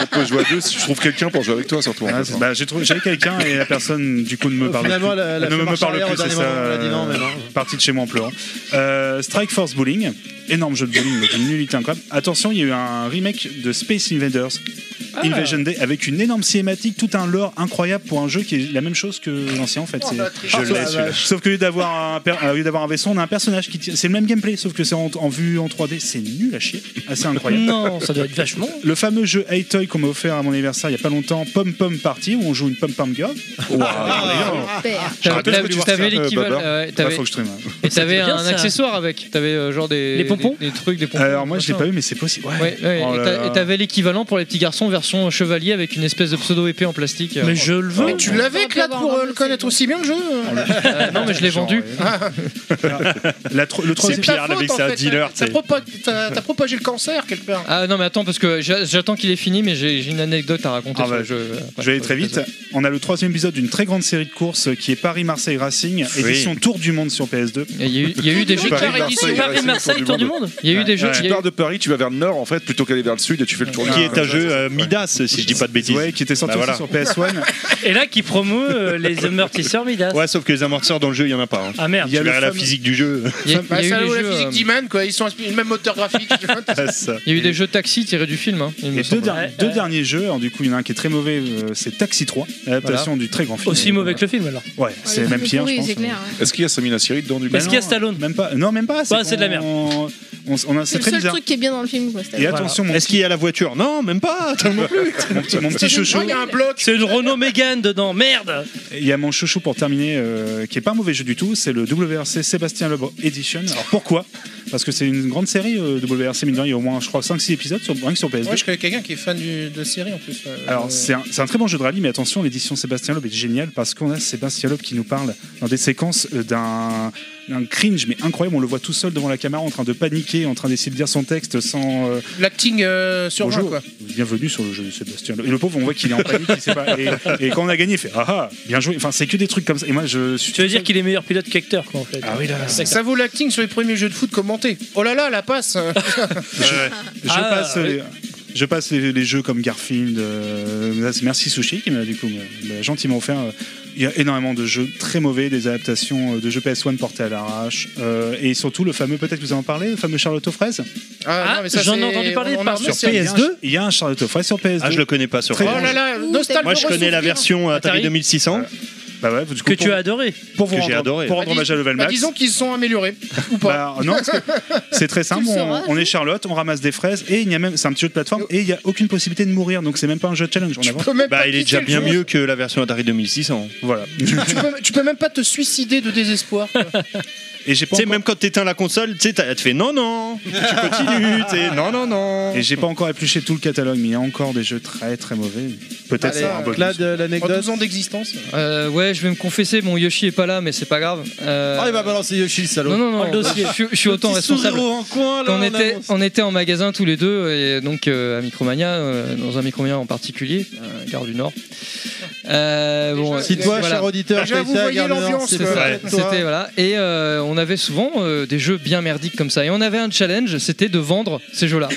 Speaker 5: On peut jouer à deux si je trouve quelqu'un pour jouer avec toi, surtout. en
Speaker 9: Ah,
Speaker 5: fait,
Speaker 9: c'est-
Speaker 5: hein.
Speaker 9: bah, j'ai trouvé- J'avais quelqu'un et la personne du coup ne me parle
Speaker 4: Finalement,
Speaker 9: plus.
Speaker 4: elle a- elle a
Speaker 9: ne
Speaker 4: fait
Speaker 9: me
Speaker 4: marche
Speaker 9: parle
Speaker 4: arrière au
Speaker 9: plus, c'est euh,
Speaker 4: dernier
Speaker 9: ça.
Speaker 4: moment, elle a dit non, mais non.
Speaker 9: Partie de chez moi en pleurant. Euh, Strike Force Bowling, énorme jeu de bowling, mais d'une nullité incroyable. Attention, il y a eu un remake de Space Invaders.
Speaker 12: Ah.
Speaker 9: Invasion Day avec une énorme cinématique, tout un lore incroyable pour un jeu qui est la même chose que l'ancien en fait.
Speaker 35: Oh,
Speaker 9: C'est-
Speaker 35: la triche. Je l'ai,
Speaker 10: Ah,
Speaker 9: Sauf-
Speaker 35: celui-là.
Speaker 9: Sauf qu'au lieu d'avoir un, per- euh, au lieu d'avoir un vaisseau, on a un personnage qui tient- C'est le même gameplay, sauf que c'est en, en vue en 3D. C'est nul à chier. Assez incroyable.
Speaker 10: Non, ça doit
Speaker 12: Bah,
Speaker 10: être vachement.
Speaker 9: Le fameux jeu Hey Toy qu'on m'a offert à mon anniversaire il y a pas longtemps, Pom Pom Party, où on joue une Pom Pom Girl.
Speaker 10: Ah,
Speaker 9: les gars.
Speaker 10: super.
Speaker 9: Je rappelle ce que
Speaker 12: T'avais-
Speaker 9: tu
Speaker 12: t'avais
Speaker 9: fais, euh,
Speaker 12: l'équivalent,
Speaker 9: Babar.
Speaker 12: euh,
Speaker 9: Bah,
Speaker 12: t'avais-
Speaker 9: faut que je stream, hein.
Speaker 12: Et t'avais
Speaker 9: Bien,
Speaker 12: un
Speaker 9: ça.
Speaker 12: accessoire avec. T'avais euh, genre des.
Speaker 10: Les pompons
Speaker 12: Des, des trucs, des pompons.
Speaker 9: Alors moi je l'ai
Speaker 12: machin.
Speaker 9: pas eu mais c'est possible. Ouais.
Speaker 12: Ouais, ouais,
Speaker 9: Oh
Speaker 12: et
Speaker 9: là
Speaker 12: t'a-
Speaker 9: là.
Speaker 12: et t'avais l'équivalent pour les petits garçons version chevalier avec une espèce de pseudo épée en plastique. euh,
Speaker 10: Mais je le veux. Ah,
Speaker 12: Mais
Speaker 6: Tu l'avais, Clad, pour euh, le connaître aussi bien le jeu
Speaker 11: Oh,
Speaker 12: Non, mais je l'ai vendu.
Speaker 9: La tro- le
Speaker 6: C'est
Speaker 12: troisième
Speaker 6: ta faute, en fait. T'as propa- T'as t'as propagé le cancer quelque part.
Speaker 12: Ah non mais attends parce que j'a- j'attends qu'il ait fini mais j'ai j'ai une anecdote à raconter
Speaker 9: Ah
Speaker 12: sur
Speaker 9: bah,
Speaker 12: le jeu.
Speaker 9: je vais aller très vite. On a le troisième épisode d'une très grande série de courses qui est Paris-Marseille Racing,
Speaker 12: Oui.
Speaker 9: édition Tour du Monde sur PS2.
Speaker 12: Il y a eu- il y a eu des jeux- Paris-Marseille, Paris-Marseille, Tour du Monde Il y a eu des jeux-
Speaker 5: Tu
Speaker 12: il y a eu-
Speaker 5: pars de Paris, tu vas vers le nord en fait, plutôt qu'aller vers le sud et tu fais le tour.
Speaker 11: Qui est un jeu,
Speaker 5: euh,
Speaker 11: Midas, si je dis pas de bêtises.
Speaker 5: Ouais, qui était sorti
Speaker 11: Bah voilà.
Speaker 5: aussi sur
Speaker 9: PS1.
Speaker 10: Et là, qui promeut euh, les amortisseurs Midas.
Speaker 11: Ouais, sauf que les amortisseurs dans le jeu, il y en a pas. hein.
Speaker 10: Ah, merde.
Speaker 11: Tu
Speaker 10: Il y a le
Speaker 11: verrais la
Speaker 10: fameux-
Speaker 11: physique du jeu.
Speaker 6: Bah, ça, la
Speaker 12: jeux,
Speaker 6: physique
Speaker 12: euh,
Speaker 7: hein.
Speaker 6: d'Iman, quoi. Ils sont inspirés du même moteur graphique. tu vois.
Speaker 12: Il y a eu des jeux taxi tirés du film. hein, il me
Speaker 9: Les deux,
Speaker 12: semble.
Speaker 9: derniers, deux derniers jeux, alors du coup il y en a un qui est très mauvais, euh, c'est Taxi 3, l'adaptation
Speaker 10: Voilà.
Speaker 9: du très grand film.
Speaker 10: Aussi mauvais que le film alors.
Speaker 9: Ouais, c'est même pire, je pense. hein.
Speaker 5: Est-ce qu'il y a Samina Siri dedans du coup
Speaker 9: Mais non, Même pas. Non, même pas.
Speaker 10: Ouais, c'est de la
Speaker 9: qu'on- on- on a-
Speaker 7: C'est
Speaker 9: C'est
Speaker 7: le
Speaker 9: très
Speaker 7: seul
Speaker 9: bizarre.
Speaker 7: truc qui est bien dans le film. Quoi,
Speaker 9: Et attention, mon
Speaker 11: Est-ce qu'il y a la voiture Non, même pas, attends non plus.
Speaker 9: mon petit, mon petit chouchou.
Speaker 10: C'est une Renault Mégane dedans, merde
Speaker 9: Il y a mon chouchou pour terminer, euh, qui est pas un mauvais jeu du tout, c'est le WRC Sébastien Loeb Edition. Alors pourquoi Parce que c'est une grande série euh, WRC, mine de rien, il y a au moins, je crois, 5-6 épisodes, sur, rien que sur PS2.
Speaker 35: Ouais, je connais quelqu'un qui est fan du- de la série en plus. euh,
Speaker 9: Alors c'est un, c'est un très bon jeu de rallye, mais attention, l'édition Sébastien Loeb est géniale parce qu'on a Sébastien Loeb qui nous parle dans des séquences euh, d'un d'un cringe mais incroyable. On le voit tout seul devant la caméra en train de paniquer, en train d'essayer de dire son texte sans. euh,
Speaker 6: L'acting euh, sur
Speaker 9: Bonjour.
Speaker 6: vingt, quoi.
Speaker 9: Bienvenue sur le jeu de Sébastien. Loeb. Et le pauvre, on voit qu'il est en panique, il sait pas. Et, et quand on a gagné, il fait Ah ah, bien joué. Enfin, c'est que des trucs comme ça. Et moi, je suis.
Speaker 10: Tu veux dire qu'il est meilleur pilote qu'acteur quoi en fait.
Speaker 9: Ah oui, là, là.
Speaker 10: C'est
Speaker 6: Euh, Ça vaut l'acting sur les premiers jeux de foot commentés. Oh là là, la passe Ah.
Speaker 9: Je passe, les, je passe les, les jeux comme Garfield. euh, merci Sushi qui m'a du coup m'a- m'a gentiment offert. euh, Il y a énormément de jeux très mauvais, des adaptations euh, de jeux PS1 portés à l'arrache, euh, et surtout le fameux, peut-être que vous en parlez, le fameux Charlotte aux fraises.
Speaker 6: Ah, non, mais ça,
Speaker 10: j'en ai
Speaker 6: c'est-
Speaker 10: entendu parler,
Speaker 6: on en a
Speaker 10: pardon.
Speaker 6: sur
Speaker 9: Il y a un-
Speaker 6: PS2?
Speaker 9: Il y a un Charlotte aux fraises sur PS2.
Speaker 11: Ah, je le connais pas sur
Speaker 9: Très
Speaker 11: French.
Speaker 9: bon
Speaker 6: Oh là là, nostalgie.
Speaker 11: Moi, je connais la version Atari
Speaker 10: Atari
Speaker 11: 2600.
Speaker 9: Bah ouais, du coup,
Speaker 10: Que tu
Speaker 9: pour-
Speaker 10: as adoré.
Speaker 9: pour vous
Speaker 11: que j'ai
Speaker 9: rendre,
Speaker 11: adoré.
Speaker 9: pour rendre hommage à Level
Speaker 6: Bah,
Speaker 9: Max.
Speaker 6: disons qu'ils se sont améliorés. Ou pas.
Speaker 9: Bah, non, parce que c'est très simple.
Speaker 6: Tu le sauras,
Speaker 9: On, on est Charlotte, on ramasse des fraises et il n'y a même, c'est un petit jeu de plateforme et il n'y a aucune possibilité de mourir. Donc c'est même pas un jeu de challenge. On avance.
Speaker 6: peux même
Speaker 11: Bah,
Speaker 6: pas
Speaker 11: il est
Speaker 6: quitter
Speaker 11: déjà
Speaker 6: le
Speaker 11: bien
Speaker 6: jeu.
Speaker 11: mieux que la version Atari 2600.
Speaker 9: Voilà.
Speaker 6: tu, peux, tu peux même pas te suicider de désespoir. quoi.
Speaker 9: Et j'ai
Speaker 11: Tu
Speaker 9: pas
Speaker 11: sais,
Speaker 9: encore-
Speaker 11: même quand t'éteins la console, tu sais, t'as- elle te fait non, non, tu continues, tu sais, non, non, non.
Speaker 9: Et j'ai pas encore épluché tout le catalogue, mais il y a encore des jeux très très mauvais. Peut-être
Speaker 4: Allez,
Speaker 9: ça, un bonus.
Speaker 4: Clad, euh,
Speaker 6: En
Speaker 4: l'anecdote.
Speaker 6: 12 ans d'existence.
Speaker 12: Euh, ouais, je vais me confesser, mon Yoshi est pas là, mais c'est pas grave. Euh,
Speaker 4: Ah, il va balancer Yoshi, salaud.
Speaker 12: Non, non, non,
Speaker 4: Oh, le dossier.
Speaker 12: je, suis- je suis
Speaker 4: Le
Speaker 12: autant
Speaker 4: petit
Speaker 12: responsable.
Speaker 4: sourire au coin, là,
Speaker 12: on,
Speaker 4: en
Speaker 12: était,
Speaker 4: avance.
Speaker 12: on était en magasin tous les deux, et donc euh, à Micromania, euh, dans un Micromania en particulier, euh, Gare du Nord. Euh, bon,
Speaker 4: Si
Speaker 12: euh,
Speaker 4: toi,
Speaker 12: voilà.
Speaker 4: cher auditeur,
Speaker 6: Déjà,
Speaker 4: t'as
Speaker 6: vous
Speaker 4: été à
Speaker 6: voyez
Speaker 4: Gare du Nord,
Speaker 6: l'ambiance,
Speaker 4: c'est
Speaker 6: quoi.
Speaker 4: ça,
Speaker 6: Ouais.
Speaker 4: toi.
Speaker 12: C'était voilà et euh, on avait souvent euh, des jeux bien merdiques comme ça et on avait un challenge c'était de vendre ces jeux-là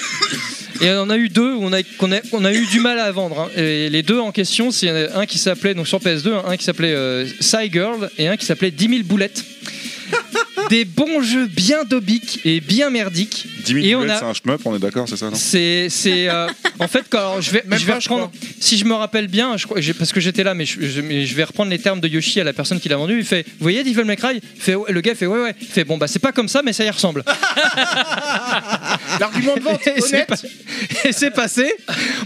Speaker 12: et on en a eu deux où on a qu'on a, on a eu du mal à vendre hein. et les deux en question c'est un qui s'appelait donc sur PS2 un qui s'appelait euh, Girl et un qui s'appelait 10 000 boulettes des bons jeux bien dobiques et bien merdiques
Speaker 5: 10 000
Speaker 12: et on
Speaker 5: boulettes,
Speaker 12: a
Speaker 5: c'est un shmup, on est d'accord, c'est ça non
Speaker 12: c'est, c'est euh, en fait quand alors, je vais, je vais reprendre. si je me rappelle bien, je crois, j'ai- parce que j'étais là, mais je, je- mais je vais reprendre les termes de Yoshi à la personne qui l'a vendu. Il fait, vous voyez, Devil May Cry Il fait, ouais, le gars fait, ouais, ouais. Il fait, bon bah c'est pas comme ça, mais ça y ressemble.
Speaker 6: L'argument de vente,
Speaker 12: Et c'est
Speaker 6: honnête.
Speaker 12: pas- et c'est passé.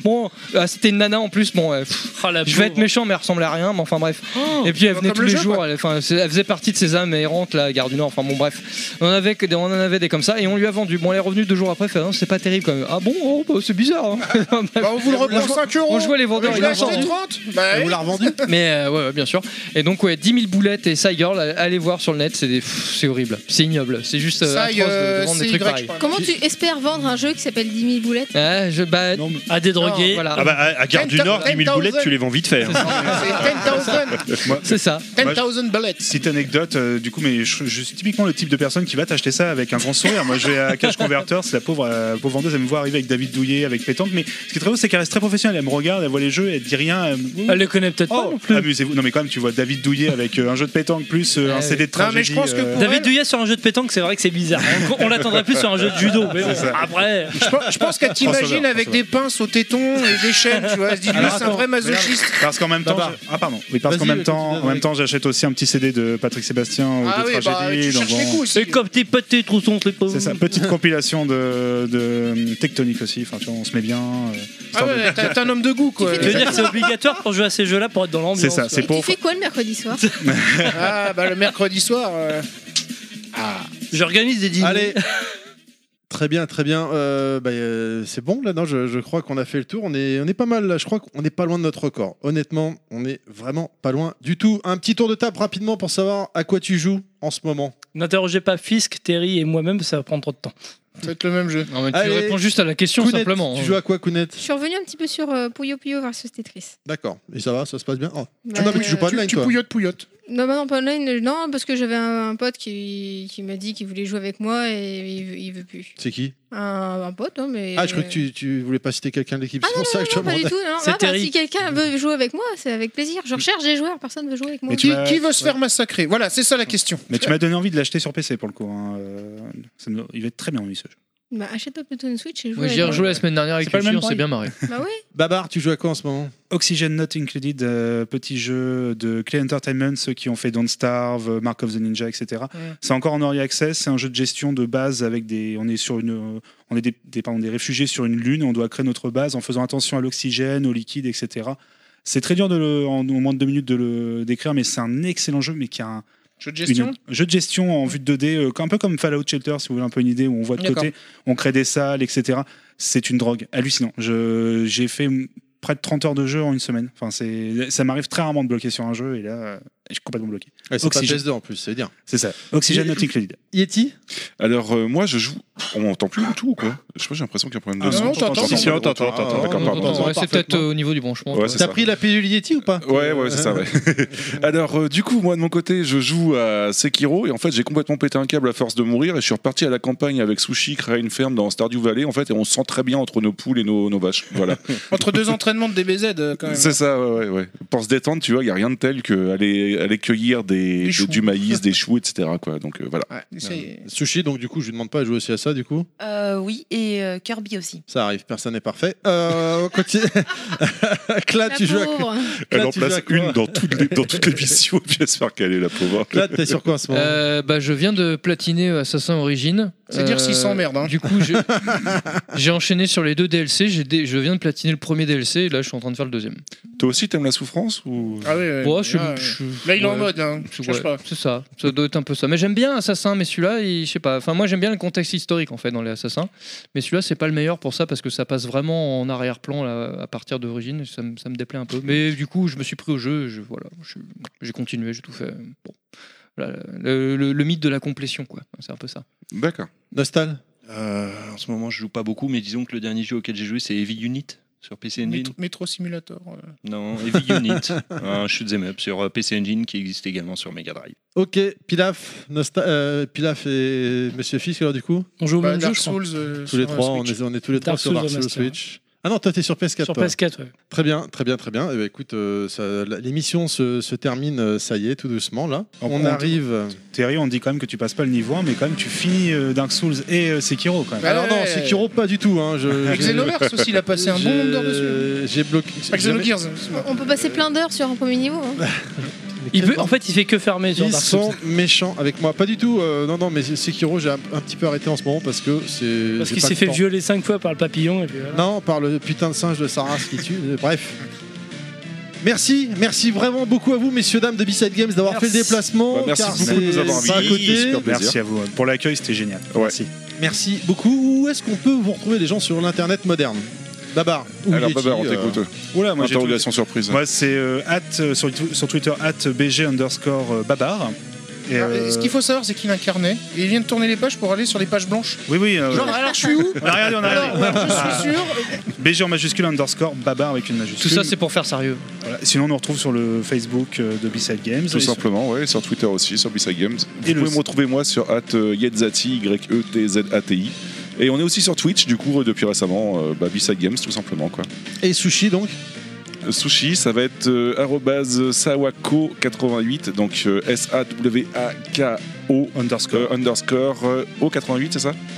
Speaker 12: Bon, euh, c'était une nana en plus. Bon, euh, pff, je vais être méchant, mais elle ressemble à rien. Mais enfin bref. et puis elle venait
Speaker 6: comme
Speaker 12: tous
Speaker 6: le
Speaker 12: les
Speaker 6: jeu,
Speaker 12: jours. Elle, enfin, c'est- elle faisait partie de ces âmes errantes là, à Gare du Nord. Enfin bon bref, on en avait, que des- on en avait des comme ça et on lui a vendu. Bon, elle est revenue deux jours après. elle Fait, non, c'est pas terrible quand même. Ah bon, oh, bah, c'est bizarre. hein.
Speaker 6: Bah, on vous le reprend
Speaker 12: On joue-
Speaker 6: 5 euros.
Speaker 12: On jouait les vendeurs.
Speaker 6: Je
Speaker 12: ils
Speaker 6: l'ai
Speaker 12: l'ont
Speaker 6: acheté
Speaker 12: vendu.
Speaker 6: 30. Bah,
Speaker 4: On vous
Speaker 6: oui.
Speaker 4: l'a revendu
Speaker 12: Mais euh, ouais, ouais, bien sûr. Et donc, ouais, 10 000 boulettes et Cygirl, allez voir sur le net, c'est des... pff, c'est horrible. C'est ignoble. C'est juste euh,
Speaker 6: Cy,
Speaker 12: atroce de,
Speaker 6: euh,
Speaker 12: de vendre des
Speaker 6: CY,
Speaker 12: trucs
Speaker 6: je
Speaker 12: pareils.
Speaker 6: crois.
Speaker 7: Comment tu espères vendre un jeu qui s'appelle 10 000 boulettes
Speaker 12: Ah, je, bah,
Speaker 10: À des drogués.
Speaker 12: voilà.
Speaker 11: Ah bah, à, à Gare du Nord, 10 000 boulettes, tu les vends vite fait. hein.
Speaker 6: C'est 10,000
Speaker 29: Ah,
Speaker 9: Moi,
Speaker 12: C'est ça.
Speaker 9: Moi,
Speaker 6: 10,000 bullets.
Speaker 9: petite anecdote, euh, du coup, mais je, je- typiquement franchement le type de personne qui va t'acheter ça avec un grand sourire. Moi, je vais à Cash Converters, la pauvre, euh, pauvre vendeuse, elle me voit arriver avec David Douillet, avec Pétanque. Mais ce qui est très beau, c'est qu'elle reste très professionnelle. Elle me regarde, elle voit les jeux, elle dit rien. Elle, me-
Speaker 10: Elle le connaît peut-être pas non plus.
Speaker 9: Amusez-vous. Non, mais quand même, tu vois David Douillet avec euh, un jeu de pétanque plus euh, un CD de tragédie. euh,
Speaker 10: Eh David Douillet sur un jeu de pétanque, c'est vrai que c'est bizarre. On, on l'attendrait plus sur un jeu de judo. Mais bon,
Speaker 9: C'est ça.
Speaker 10: après. euh.
Speaker 29: Je, pe- je pense qu'elle t'imagine avec des pinces aux tétons et des chaînes, tu vois. Elle se dit, lui,
Speaker 9: Alors,
Speaker 29: c'est un
Speaker 9: attends,
Speaker 29: vrai
Speaker 9: mais là,
Speaker 29: masochiste.
Speaker 9: Parce qu'en même temps,
Speaker 29: Babar.
Speaker 9: je- ah pardon, oui, parce
Speaker 29: Vas-y,
Speaker 9: qu'en même temps,
Speaker 29: continue,
Speaker 9: en même temps, j'achète aussi un petit CD de Patrick Sébastien ou
Speaker 29: Ah
Speaker 9: de
Speaker 29: oui, bah,
Speaker 9: Tragédie.
Speaker 29: tu
Speaker 9: donc
Speaker 29: cherches les
Speaker 9: bon.
Speaker 29: coups aussi. Et
Speaker 10: comme tes potes, tes troussons, les pauvres.
Speaker 9: C'est ça, petite compilation de, de tectonique aussi. Enfin, tu vois, on se met bien. euh,
Speaker 29: Ah
Speaker 9: histoire de-
Speaker 29: ouais, t'es t'es un homme de goût, quoi.
Speaker 10: Tu veux dire que c'est obligatoire pour jouer à ces jeux-là pour être dans l'ambiance
Speaker 9: C'est ça,
Speaker 10: quoi.
Speaker 9: c'est
Speaker 7: Tu fais quoi le mercredi soir
Speaker 29: Ah, bah le mercredi soir. euh,
Speaker 10: J'organise des dîners.
Speaker 4: Allez. Très bien, très bien. Euh, bah, euh, c'est bon là, non je, je crois qu'on a fait le tour. On est, on est pas mal là. Je crois qu'on n'est pas loin de notre record. Honnêtement, on est vraiment pas loin du tout. Un petit tour de table rapidement pour savoir à quoi tu joues en ce moment.
Speaker 10: N'interrogez pas Fisk, Terry et moi-même, ça va prendre trop de temps.
Speaker 29: Ça va être le même jeu.
Speaker 10: Non, mais
Speaker 4: tu Allez. réponds juste
Speaker 10: à la question
Speaker 4: Kounet, Tu joues à quoi, Kounet
Speaker 7: Je suis revenu un petit peu sur euh, Puyo Puyo versus Tetris.
Speaker 4: D'accord. Et ça va, ça se passe bien. Oh.
Speaker 7: Bah,
Speaker 4: Ah non, mais tu joues pas
Speaker 7: tu-
Speaker 4: online,
Speaker 7: tu
Speaker 4: toi.
Speaker 7: pouillotes,
Speaker 29: pouillotte.
Speaker 7: Non, bah non, pas online. euh, Non, parce que j'avais un, un pote qui, qui m'a dit qu'il voulait jouer avec moi et il, veut- il veut plus.
Speaker 4: C'est qui
Speaker 7: Un, un pote, hein, mais.
Speaker 4: Ah, je croyais que tu, tu voulais pas citer quelqu'un de l'équipe.
Speaker 7: Ah
Speaker 4: c'est
Speaker 7: non,
Speaker 4: pour ça
Speaker 7: non,
Speaker 4: que je te
Speaker 7: non, pas du
Speaker 4: demandais.
Speaker 7: tout. non. Ah, bah, si quelqu'un veut jouer avec moi, c'est avec plaisir. Je recherche des joueurs, personne ne veut jouer avec moi.
Speaker 9: Mais tu
Speaker 29: Qui,
Speaker 9: m'as-
Speaker 29: qui veut se faire massacrer Voilà, c'est ça la question.
Speaker 9: Mais tu m'as donné envie de l'acheter sur PC pour le coup. hein. Euh, ça me- Il va être très bien lui ce jeu.
Speaker 7: Bah, achète-toi plutôt une Switch et joue.
Speaker 12: Moi, j'y ai
Speaker 7: avec
Speaker 12: rejoué
Speaker 7: moi.
Speaker 12: la semaine dernière avec
Speaker 9: C'est pas le
Speaker 12: Lucie,
Speaker 9: même
Speaker 12: on s'est
Speaker 9: prix.
Speaker 12: bien marré.
Speaker 7: Bah oui.
Speaker 4: Babar, tu joues à quoi en ce moment
Speaker 9: Oxygen Not Included, euh, petit jeu de Clay Entertainment, ceux qui ont fait Don't Starve, euh, Mark of the Ninja, etc. C'est encore en early access, c'est un jeu de gestion de base avec des. On est sur une, euh, on est des, des- pardon, des réfugiés sur une lune, on doit créer notre base en faisant attention à l'oxygène, au liquide, etc. C'est très dur de le, en, au moins de deux minutes de le décrire, mais c'est un excellent jeu, mais qui a un
Speaker 29: Jeu de gestion
Speaker 9: une- jeu de gestion en vue de 2D, euh, un peu comme Fallout Shelter, si vous voulez un peu une idée, où on voit de
Speaker 29: D'accord.
Speaker 9: côté, on crée des salles, etc. C'est une drogue, hallucinant. Je- J'ai fait m- près de 30 heures de jeu en une semaine. Enfin, c'est- ça m'arrive très rarement de bloquer sur un jeu, et là, euh, je suis complètement bloqué.
Speaker 4: Ouais, C'est pas
Speaker 9: Oxygène.
Speaker 4: PS2 en plus, c'est
Speaker 5: Ah
Speaker 4: bien.
Speaker 9: C'est ça. Oxygène Not Included.
Speaker 4: Yeti
Speaker 5: Alors, euh, moi, je joue. On m'entend plus du tout ou quoi Je sais pas, j'ai l'impression qu'il y a un problème de
Speaker 4: Ah
Speaker 5: son.
Speaker 4: non, t'entends,
Speaker 5: Si, si,
Speaker 4: t'entends.
Speaker 5: on t'entend, on t'entend.
Speaker 4: Ah,
Speaker 5: D'accord,
Speaker 4: on
Speaker 5: pardon.
Speaker 4: t'entend.
Speaker 12: Ouais, c'est peut-être euh, au niveau du branchement.
Speaker 5: Ouais,
Speaker 12: toi.
Speaker 5: c'est
Speaker 4: T'as
Speaker 5: ça.
Speaker 4: pris la pilule Yeti ou pas
Speaker 5: Ouais, ouais, c'est ça, ouais. Alors, euh, du coup, moi, de mon côté, je joue à Sekiro et en fait, j'ai complètement pété un câble à force de mourir et je suis reparti à la campagne avec Sushi, créer une ferme dans Stardew Valley en fait, et on se sent très bien entre nos poules et nos, nos vaches. Voilà.
Speaker 29: Entre deux entraînements de DBZ, euh, quand même.
Speaker 5: C'est ça, ouais, ouais, ouais. Pour se détendre, tu vois, il n'y a rien de tel que aller, aller cueillir des, des- du maïs, des choux, etc. Quoi. Donc euh, voilà.
Speaker 29: C'est-
Speaker 4: Sushi, donc du coup, je lui demande pas à jouer aussi à ça, du coup.
Speaker 21: Euh, oui, et euh, Kirby aussi.
Speaker 4: Ça arrive, personne n'est parfait. Euh, on continue. Clad,
Speaker 21: La
Speaker 4: tu joues à
Speaker 21: pauvre.
Speaker 4: quoi
Speaker 5: Elle
Speaker 4: Clad,
Speaker 5: en
Speaker 4: tu joues
Speaker 5: place
Speaker 4: à quoi
Speaker 5: une dans toutes les, dans toutes les missions, puis j'espère qu'elle est la pauvre.
Speaker 4: Clad, t'es sur quoi en ce moment
Speaker 12: Euh, bah, je viens de platiner Assassin Origin. Euh,
Speaker 29: C'est dire s'il s'emmerde, hein.
Speaker 12: Du coup, je- j'ai enchaîné sur les deux DLC. J'ai dé- Je viens de platiner le premier DLC. Et là, je suis en train de faire le deuxième.
Speaker 5: Toi aussi, t'aimes la souffrance ou...
Speaker 29: Ah oui, oui.
Speaker 12: Ouais, je suis-
Speaker 29: Ah, ouais.
Speaker 12: je-
Speaker 29: Là, il est en
Speaker 12: ouais.
Speaker 29: mode, hein.
Speaker 12: Je-
Speaker 29: Je cherche
Speaker 12: ouais,
Speaker 29: pas.
Speaker 12: C'est ça, ça doit être un peu ça. Mais j'aime bien Assassin, mais celui-là, il- je sais pas. Enfin, moi j'aime bien le contexte historique en fait dans les Assassins, mais celui-là c'est pas le meilleur pour ça parce que ça passe vraiment en arrière-plan là, à partir d'origine. Ça, me- ça me déplaît un peu. Mais du coup, je me suis pris au jeu. Je, voilà, je- j'ai continué, j'ai tout fait. Bon. Voilà, le, le- le mythe de la complétion, quoi. C'est un peu ça.
Speaker 5: D'accord.
Speaker 4: Nostal
Speaker 20: Euh, en ce moment, je joue pas beaucoup, mais disons que le dernier jeu auquel j'ai joué, c'est Heavy Unit sur PC Engine.
Speaker 29: Métro- Métro Simulator. euh.
Speaker 20: Non, Heavy Unit, un shoot'em up sur euh, PC Engine qui existe également sur Mega Drive.
Speaker 4: Ok, Pilaf, Nosta- euh, Pilaf et Monsieur Fisk, alors du coup
Speaker 10: On joue au
Speaker 29: Bah,
Speaker 10: même jeu,
Speaker 29: Dark
Speaker 10: je crois.
Speaker 29: Souls, euh,
Speaker 4: Tous les
Speaker 29: sur, euh,
Speaker 4: trois, on
Speaker 29: Switch.
Speaker 4: est, on est tous les trois
Speaker 10: Dark
Speaker 4: sur
Speaker 10: Souls
Speaker 4: Dark Souls
Speaker 10: Remaster.
Speaker 4: Switch. Ah non, toi, t'es sur PS4.
Speaker 10: Sur
Speaker 4: toi.
Speaker 10: PS4, ouais.
Speaker 4: Très bien, très bien, très bien. Eh ben, écoute, euh, ça- la- l'émission se, se termine, euh, ça y est, tout doucement, là.
Speaker 9: En-
Speaker 4: on
Speaker 9: en-
Speaker 4: arrive.
Speaker 9: Terry, on dit quand même que tu passes pas le niveau 1, mais quand même tu finis euh, Dark Souls et euh, Sekiro quand même.
Speaker 4: Alors non, Sekiro pas du tout. Hein. Je,
Speaker 9: Avec
Speaker 4: je-
Speaker 9: Xenoverse aussi, il a passé un bon nombre d'heures
Speaker 4: J'ai- Euh, J'ai bloqué.
Speaker 29: Pas
Speaker 4: jamais-
Speaker 29: Xenogears.
Speaker 7: On peut passer plein d'heures sur un premier niveau. hein.
Speaker 10: Il veut- en fait, il fait que fermer sur
Speaker 4: Ils
Speaker 10: Dark Souls.
Speaker 4: sont méchants avec moi. Pas du tout. euh, non, non, mais Sekiro, j'ai un, un petit peu arrêté en ce moment parce que c'est.
Speaker 10: Parce
Speaker 4: j'ai
Speaker 10: qu'il
Speaker 4: pas
Speaker 10: s'est
Speaker 4: le
Speaker 10: fait
Speaker 4: temps.
Speaker 10: violer 5 fois par le papillon. Et puis voilà.
Speaker 4: Non, par le putain de singe de sa race qui tue. euh, Bref. Merci, merci vraiment beaucoup à vous, messieurs, dames de B-Side Games, d'avoir fait le déplacement.
Speaker 9: Bah,
Speaker 4: car
Speaker 9: beaucoup
Speaker 4: c'est pas à côté.
Speaker 9: Merci à vous euh, pour l'accueil, c'était génial. Merci.
Speaker 4: Merci beaucoup. Où est-ce qu'on peut vous retrouver les gens sur l'internet moderne Babar. ou
Speaker 5: Alors,
Speaker 4: Yeti,
Speaker 5: Babar, on
Speaker 4: euh,
Speaker 5: t'écoute.
Speaker 9: Oula, moi, j'ai
Speaker 5: Interrogation surprise.
Speaker 9: Moi, c'est euh, at, euh, sur, sur Twitter, at BG underscore euh, Babar. Et,
Speaker 6: Alors,
Speaker 9: euh,
Speaker 6: Ce qu'il faut savoir, c'est qu'il incarnait. Et il vient de tourner les pages pour aller sur les pages blanches.
Speaker 9: Oui, oui.
Speaker 4: Ah
Speaker 9: euh,
Speaker 6: Genre, alors je suis où
Speaker 9: On a regardé, on a
Speaker 6: Alors,
Speaker 9: regardé.
Speaker 6: alors, je suis sûr.
Speaker 9: BG en majuscule underscore Babar avec une majuscule.
Speaker 8: Tout ça, c'est pour faire sérieux.
Speaker 9: Voilà. Sinon, on nous retrouve sur le Facebook euh, de B-Side Games.
Speaker 5: Tout
Speaker 9: Et sur-
Speaker 5: simplement, ouais, sur Twitter aussi, sur Bisa Games. Vous
Speaker 9: Et le-
Speaker 5: pouvez me retrouver moi sur at euh, Yetzati, Y-E-T-Z-A-T-I. Et on est aussi sur Twitch, du coup, euh, depuis récemment, euh, bah, B-Side Games, tout simplement, quoi.
Speaker 4: Et sushi donc
Speaker 5: Euh, Sushi, ça va être euh, arrobase sawako88, donc euh, S-A-W-A-K-O underscore, underscore euh, O88, c'est ça
Speaker 9: O88.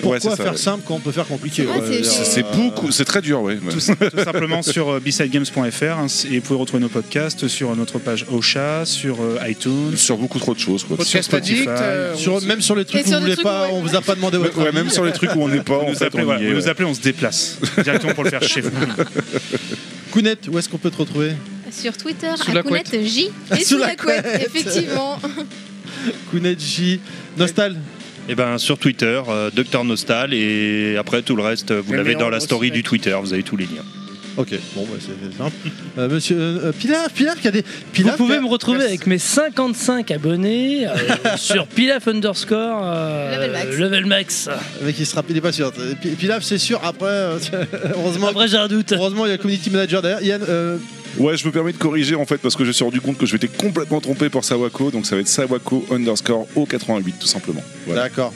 Speaker 4: Pourquoi
Speaker 5: ouais, c'est ça,
Speaker 4: faire
Speaker 5: ouais.
Speaker 4: simple quand on peut faire compliqué
Speaker 5: Ouais,
Speaker 4: ouais,
Speaker 5: Ah, c'est-
Speaker 4: euh,
Speaker 5: C'est beaucoup, c'est très dur, ouais.
Speaker 9: tout, tout simplement sur euh, bsidegames.fr hein, et vous pouvez retrouver nos podcasts sur euh, notre page Ocha, sur euh, iTunes.
Speaker 5: Sur beaucoup trop de choses. Quoi.
Speaker 9: Sur Spotify.
Speaker 4: euh,
Speaker 6: euh,
Speaker 4: sur- même sur les trucs
Speaker 9: Euh, Et
Speaker 4: où
Speaker 9: sur
Speaker 4: vous
Speaker 9: des
Speaker 4: voulez
Speaker 9: trucs
Speaker 4: pas,
Speaker 9: où-
Speaker 4: on vous a pas demandé
Speaker 9: Ouais,
Speaker 4: votre
Speaker 9: ouais,
Speaker 4: avis.
Speaker 9: même sur les trucs où on n'est pas,
Speaker 4: Vous
Speaker 9: en
Speaker 4: nous
Speaker 9: fait,
Speaker 4: appelez,
Speaker 9: on y
Speaker 4: voilà,
Speaker 9: est,
Speaker 4: vous
Speaker 9: ouais.
Speaker 4: nous appelez,
Speaker 9: on se déplace directement pour le faire chez vous.
Speaker 4: Kounet, où est-ce qu'on peut te retrouver
Speaker 7: Sur Twitter,
Speaker 4: Sous la
Speaker 7: à Coulette
Speaker 4: couette.
Speaker 7: J et sous la couette,
Speaker 4: couette.
Speaker 7: effectivement.
Speaker 4: Kounet J, Nostal
Speaker 20: Et ben sur Twitter, Docteur Nostal, et après tout le reste, vous
Speaker 4: Mais
Speaker 20: l'avez
Speaker 4: on
Speaker 20: dans la
Speaker 4: reçoit.
Speaker 20: story du Twitter, vous avez tous les liens.
Speaker 4: Ok, bon, bah, c'est c'est simple. Euh, monsieur euh, Pilaf, Pilaf qui a des. Pilaf,
Speaker 10: Vous pouvez
Speaker 4: qui a-
Speaker 10: me retrouver avec mes 55 abonnés euh, sur Pilaf underscore euh,
Speaker 4: Level Max.
Speaker 10: Level Max.
Speaker 4: Le mec, il se rappelle, il est pas sûr. Pi- Pilaf, c'est sûr, après, euh, heureusement.
Speaker 10: Après, j'ai un doute.
Speaker 4: Heureusement, il y a le community manager derrière. Yann, euh,
Speaker 5: Ouais, je me permets de corriger en fait parce que je me suis rendu compte que je m'étais complètement trompé pour Sawako, donc ça va être Sawako underscore O88 tout simplement. Voilà.
Speaker 4: D'accord.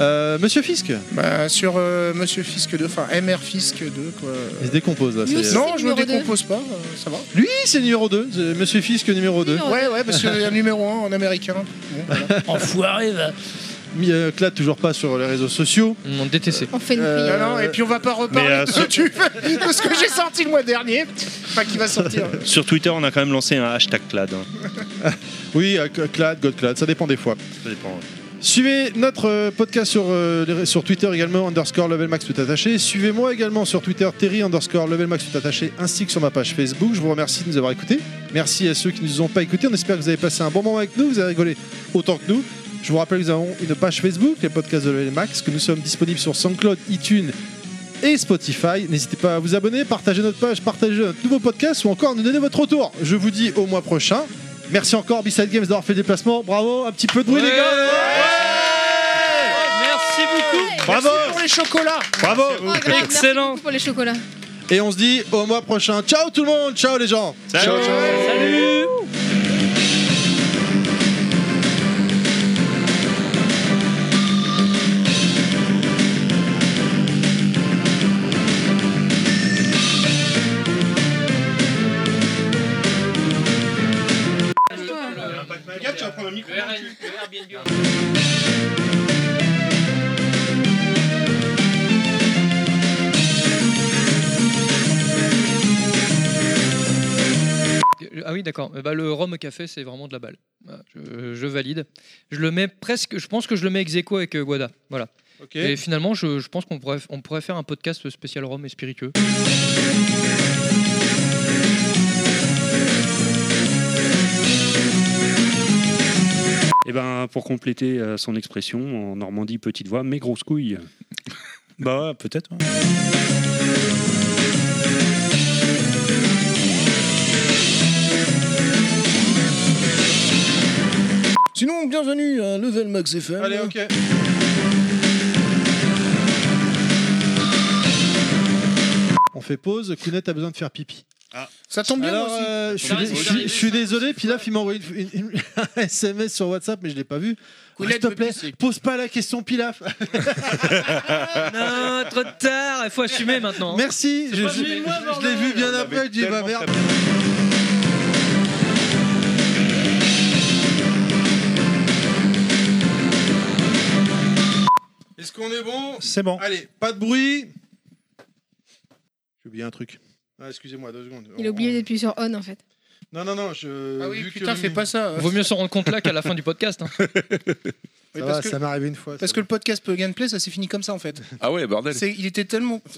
Speaker 4: Euh, Monsieur Fisk
Speaker 6: Bah, sur euh, Monsieur Fisk 2, enfin MR Fisk 2, quoi.
Speaker 4: il se décompose là. c'est-
Speaker 6: Non, je me décompose pas, euh, ça va.
Speaker 4: Lui, c'est le numéro 2. Monsieur Fisk, numéro 2.
Speaker 6: Ouais, ouais, parce qu'il y a le numéro 1 en américain. Bon, voilà.
Speaker 10: Enfoiré, va.
Speaker 4: Clad, euh, toujours pas sur les réseaux sociaux.
Speaker 8: On DTC.
Speaker 7: On fait une
Speaker 9: Euh,
Speaker 6: Non, Euh, non, et puis on va pas reparler
Speaker 20: Mais, euh,
Speaker 6: de, ce...
Speaker 20: sur-
Speaker 6: de ce que j'ai sorti le mois dernier. Enfin, qui va sortir.
Speaker 20: Sur Twitter, on a quand même lancé un hashtag CLAD. hein.
Speaker 4: Oui, euh, Clad, God Clad, ça dépend des fois.
Speaker 20: Ça dépend, ouais.
Speaker 4: Suivez notre euh, podcast sur, euh, les ré- sur Twitter également, underscore level max tout attaché. Suivez-moi également sur Twitter, Terry underscore level max tout attaché, ainsi que sur ma page Facebook. Je vous remercie de nous avoir écoutés. Merci à ceux qui ne nous ont pas écoutés. On espère que vous avez passé un bon moment avec nous, vous avez rigolé autant que nous. Je vous rappelle que nous avons une page Facebook, les podcasts de level max, que nous sommes disponibles sur SoundCloud, iTunes et Spotify. N'hésitez pas à vous abonner, partager notre page, partager notre nouveau podcast ou encore nous donner votre retour. Je vous dis au mois prochain. Merci encore B-Side Games d'avoir fait le déplacement. Bravo, un petit peu de bruit les gars.
Speaker 8: Merci beaucoup.
Speaker 4: Bravo.
Speaker 6: Pour les chocolats
Speaker 4: Bravo.
Speaker 7: Oh, grave, merci beaucoup pour les chocolats.
Speaker 4: Et on se dit au mois prochain. Ciao tout le monde, ciao les gens. Ciao, ciao.
Speaker 8: Salut. Ah oui, d'accord. Eh ben, le rhum au café, c'est vraiment de la balle. Voilà, Je, je valide. Je le mets presque. Je pense que je le mets ex aequo avec euh, Guada. Voilà.
Speaker 4: Ok.
Speaker 8: Et finalement, je, je pense qu'on pourrait, on pourrait faire un podcast spécial rhum et spiritueux.
Speaker 20: Et ben pour compléter euh, son expression, en Normandie, petite voix, mais grosse couille.
Speaker 9: bah ouais, peut-être.
Speaker 20: hein.
Speaker 9: ouais.
Speaker 29: Sinon, bienvenue à Level Max FM.
Speaker 4: Allez, ok. On fait pause. Kounet a besoin de faire pipi.
Speaker 6: Ça tombe bien,
Speaker 4: Alors,
Speaker 6: moi aussi.
Speaker 4: euh, je, suis,
Speaker 6: Ça
Speaker 4: je
Speaker 6: reste au
Speaker 4: suis-
Speaker 6: dernier.
Speaker 4: je suis désolé, Pilaf il m'a envoyé une- une- une- un SMS sur WhatsApp, mais je l'ai pas vu. Oh, S'il te plaît, pose pas la question, Pilaf.
Speaker 8: non, trop tard. Il faut assumer maintenant. hein.
Speaker 4: Merci, je, je- je l'ai vu bien après, je dis bah merde. Est-ce qu'on est bon
Speaker 9: C'est bon.
Speaker 4: Allez, pas de bruit. J'ai oublié un truc. Ah, excusez-moi, deux secondes.
Speaker 7: Il a oublié d'appuyer sur on en fait.
Speaker 4: Non, non, non, je.
Speaker 6: Ah oui,
Speaker 4: vu que
Speaker 6: putain,
Speaker 4: le-
Speaker 6: fais pas ça.
Speaker 8: Vaut mieux s'en rendre compte là qu'à la fin du podcast. hein.
Speaker 6: Oui,
Speaker 4: Ça,
Speaker 6: parce
Speaker 4: va,
Speaker 6: que-
Speaker 4: ça m'est arrivé une fois.
Speaker 6: Parce
Speaker 4: ça.
Speaker 6: que le podcast Plug and Play, ça s'est fini comme ça en fait.
Speaker 5: Ah ouais, bordel.
Speaker 6: C'est- Il était tellement.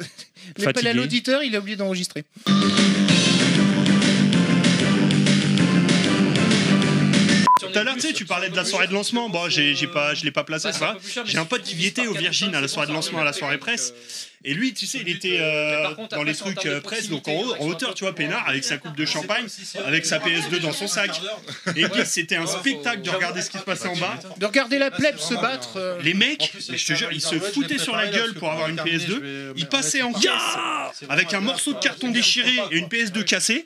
Speaker 6: Mais pas
Speaker 5: Fatigué.
Speaker 6: à l'auditeur, il a oublié d'enregistrer.
Speaker 8: Si on
Speaker 11: tout à l'heure, tu sais, tu parlais de la soirée de lancement. Bon, j'ai j'ai pas, je l'ai pas placé, c'est pas grave. J'ai un pote qui était au Virgin à la soirée de lancement, à la soirée presse. Et lui, tu sais, il était euh, dans les trucs euh, presse, donc en, haut- en hauteur, tu vois, peinard, avec sa coupe de champagne, avec sa PS2 dans son sac. Et puis, c'était un spectacle de regarder ce qui se passait en bas. Ah,
Speaker 29: De regarder
Speaker 6: Ah,
Speaker 29: la plèbe se battre. euh,
Speaker 11: Les mecs, mais je te jure, ils se foutaient sur la gueule pour avoir une
Speaker 6: euh,
Speaker 11: PS2. Ils passaient en caisse avec un morceau de carton déchiré et une PS2 cassée.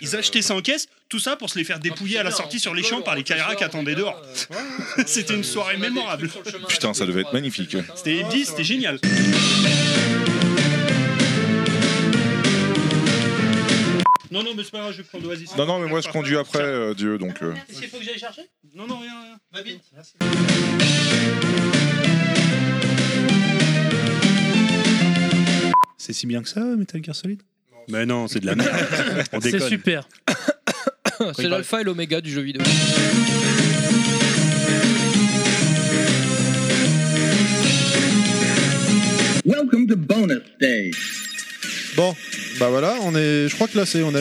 Speaker 11: Ils achetaient ça en caisse, tout ça pour se les faire dépouiller à la sortie sur les champs par les caïras qui attendaient dehors. C'était une soirée mémorable.
Speaker 5: Putain, ça devait être magnifique.
Speaker 11: C'était Ebdi, c'était génial. Non, non, mais c'est pas grave, je vais prendre Oasis.
Speaker 5: Non, non, mais moi je conduis après, euh, Dieu, donc. euh.
Speaker 11: Est-ce qu'il faut que j'aille chercher Non, non, rien, rien. Ma bite.
Speaker 9: C'est si bien que ça, Metal Gear Solid
Speaker 20: Mais non, c'est de la merde. On
Speaker 9: C'est
Speaker 20: déconne.
Speaker 9: super.
Speaker 12: C'est l'alpha et l'oméga du jeu vidéo.
Speaker 3: Welcome to bonus stage.
Speaker 4: Bon, bah voilà, on est. Je crois que là, c'est, on a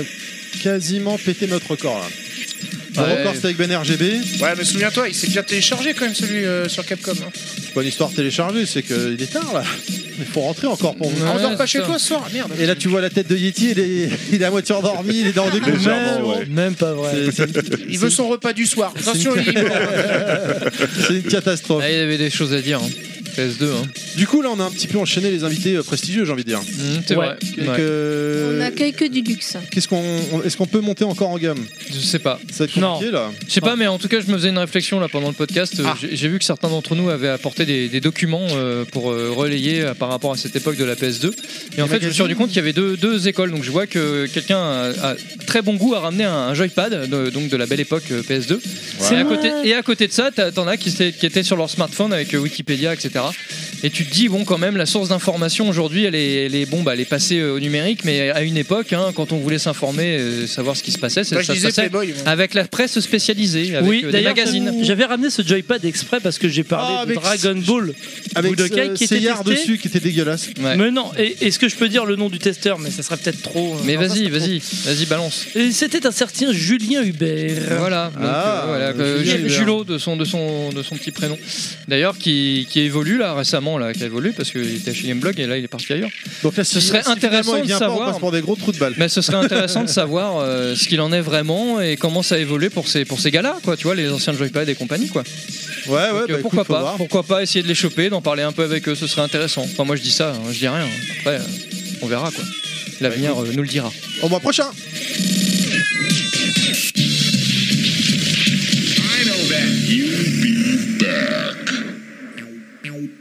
Speaker 4: quasiment pété notre record. Là. Le
Speaker 29: Ouais.
Speaker 4: record, c'était avec Ben RGB.
Speaker 29: Ouais, mais souviens-toi, il s'est bien téléchargé quand même celui euh, sur Capcom. hein.
Speaker 4: C'est pas une histoire téléchargée, c'est qu'il est tard là. Il faut rentrer encore pour vous.
Speaker 29: Ah, on dort pas chez toi ce soir, merde.
Speaker 4: Ah, bah, Et là, tu vois la tête de Yeti, il est, il est à moitié endormi, il est dans des coups
Speaker 9: Légèrement, ouais.
Speaker 4: Même pas vrai. C'est,
Speaker 29: Il veut son repas du soir. Attention, il
Speaker 4: c'est une catastrophe.
Speaker 12: Ah, il avait des choses à dire. hein. PS2. Hein.
Speaker 4: Du coup, là, on a un petit peu enchaîné les invités euh, prestigieux, j'ai envie de dire.
Speaker 12: Mmh, c'est Ouais. vrai.
Speaker 4: Quelques- Euh,
Speaker 7: On accueille que du luxe.
Speaker 4: Qu'est-ce qu'on, on- est-ce qu'on peut monter encore en gamme
Speaker 12: Je sais pas.
Speaker 4: Ça va être compliqué là. Ah.
Speaker 12: Je sais pas, mais en tout cas, je me faisais une réflexion là pendant le podcast. Euh, J'ai j'ai vu que certains d'entre nous avaient apporté des, des documents euh, pour euh, relayer euh, par rapport à cette époque de la PS2. Et en
Speaker 4: Des
Speaker 12: fait, je me suis rendu compte qu'il y avait deux, deux écoles. Donc je vois que quelqu'un a, a très bon goût à ramener un, un joypad de, donc de la belle époque euh, PS2.
Speaker 8: C'est
Speaker 12: Et, à
Speaker 8: moi.
Speaker 12: côté, et à côté de ça, t'as- t'en as qui, s'étaient- qui étaient sur leur smartphone avec euh, Wikipédia, etc. Et tu te dis, bon, quand même, la source d'information aujourd'hui, elle est, elle est- bon, bah, elle est passée euh, au numérique, mais à une époque, hein, quand on voulait s'informer, euh, savoir ce qui se passait, c'est
Speaker 29: Moi, je
Speaker 12: ça se
Speaker 29: disais
Speaker 12: passait
Speaker 29: Playboy, moi.
Speaker 12: avec la presse spécialisée, avec
Speaker 10: oui,
Speaker 12: euh, des
Speaker 10: d'ailleurs,
Speaker 12: magazines.
Speaker 10: j'avais ramené ce joypad exprès parce que j'ai parlé
Speaker 12: Ah,
Speaker 10: de
Speaker 12: avec
Speaker 10: Dragon Ball
Speaker 4: Avec
Speaker 10: Budokai
Speaker 4: ce-
Speaker 10: qui
Speaker 4: ces
Speaker 10: était
Speaker 4: yards
Speaker 10: testé.
Speaker 4: dessus qui était dégueulasse.
Speaker 10: Mais non, et- est-ce que je peux dire le nom du testeur Mais ça serait peut-être trop. euh,
Speaker 12: Mais vas-y, vas-y, vas-y, balance.
Speaker 10: Et c'était un certain Julien Hubert.
Speaker 12: Voilà, donc,
Speaker 10: Ah,
Speaker 12: euh, voilà, euh,
Speaker 10: Julien
Speaker 12: Ju-
Speaker 10: Hubert.
Speaker 12: Julot de son, de, son, de son petit prénom. D'ailleurs, qui, qui évolue là récemment, là, qui a évolué parce qu'il était chez Gameblog et là il est parti ailleurs.
Speaker 4: Donc là,
Speaker 12: ce serait intéressant de
Speaker 4: on
Speaker 12: savoir.
Speaker 4: passe pour des gros trous de balle.
Speaker 12: Mais ce serait intéressant de savoir euh, ce qu'il en est vraiment et comment ça a évolué pour ces, pour ces gars-là, quoi, tu vois, les anciens de Joypad et compagnie, quoi.
Speaker 4: Ouais, ouais, bah, écoute,
Speaker 12: euh, pourquoi
Speaker 4: faut
Speaker 12: pas
Speaker 4: voir.
Speaker 12: Pourquoi pas essayer de les choper, d'en parler un peu avec eux, ce serait intéressant. Enfin, moi je dis ça, hein, je dis rien. Après, euh, on verra, quoi. L'avenir euh, nous le dira.
Speaker 4: Bah, Au mois prochain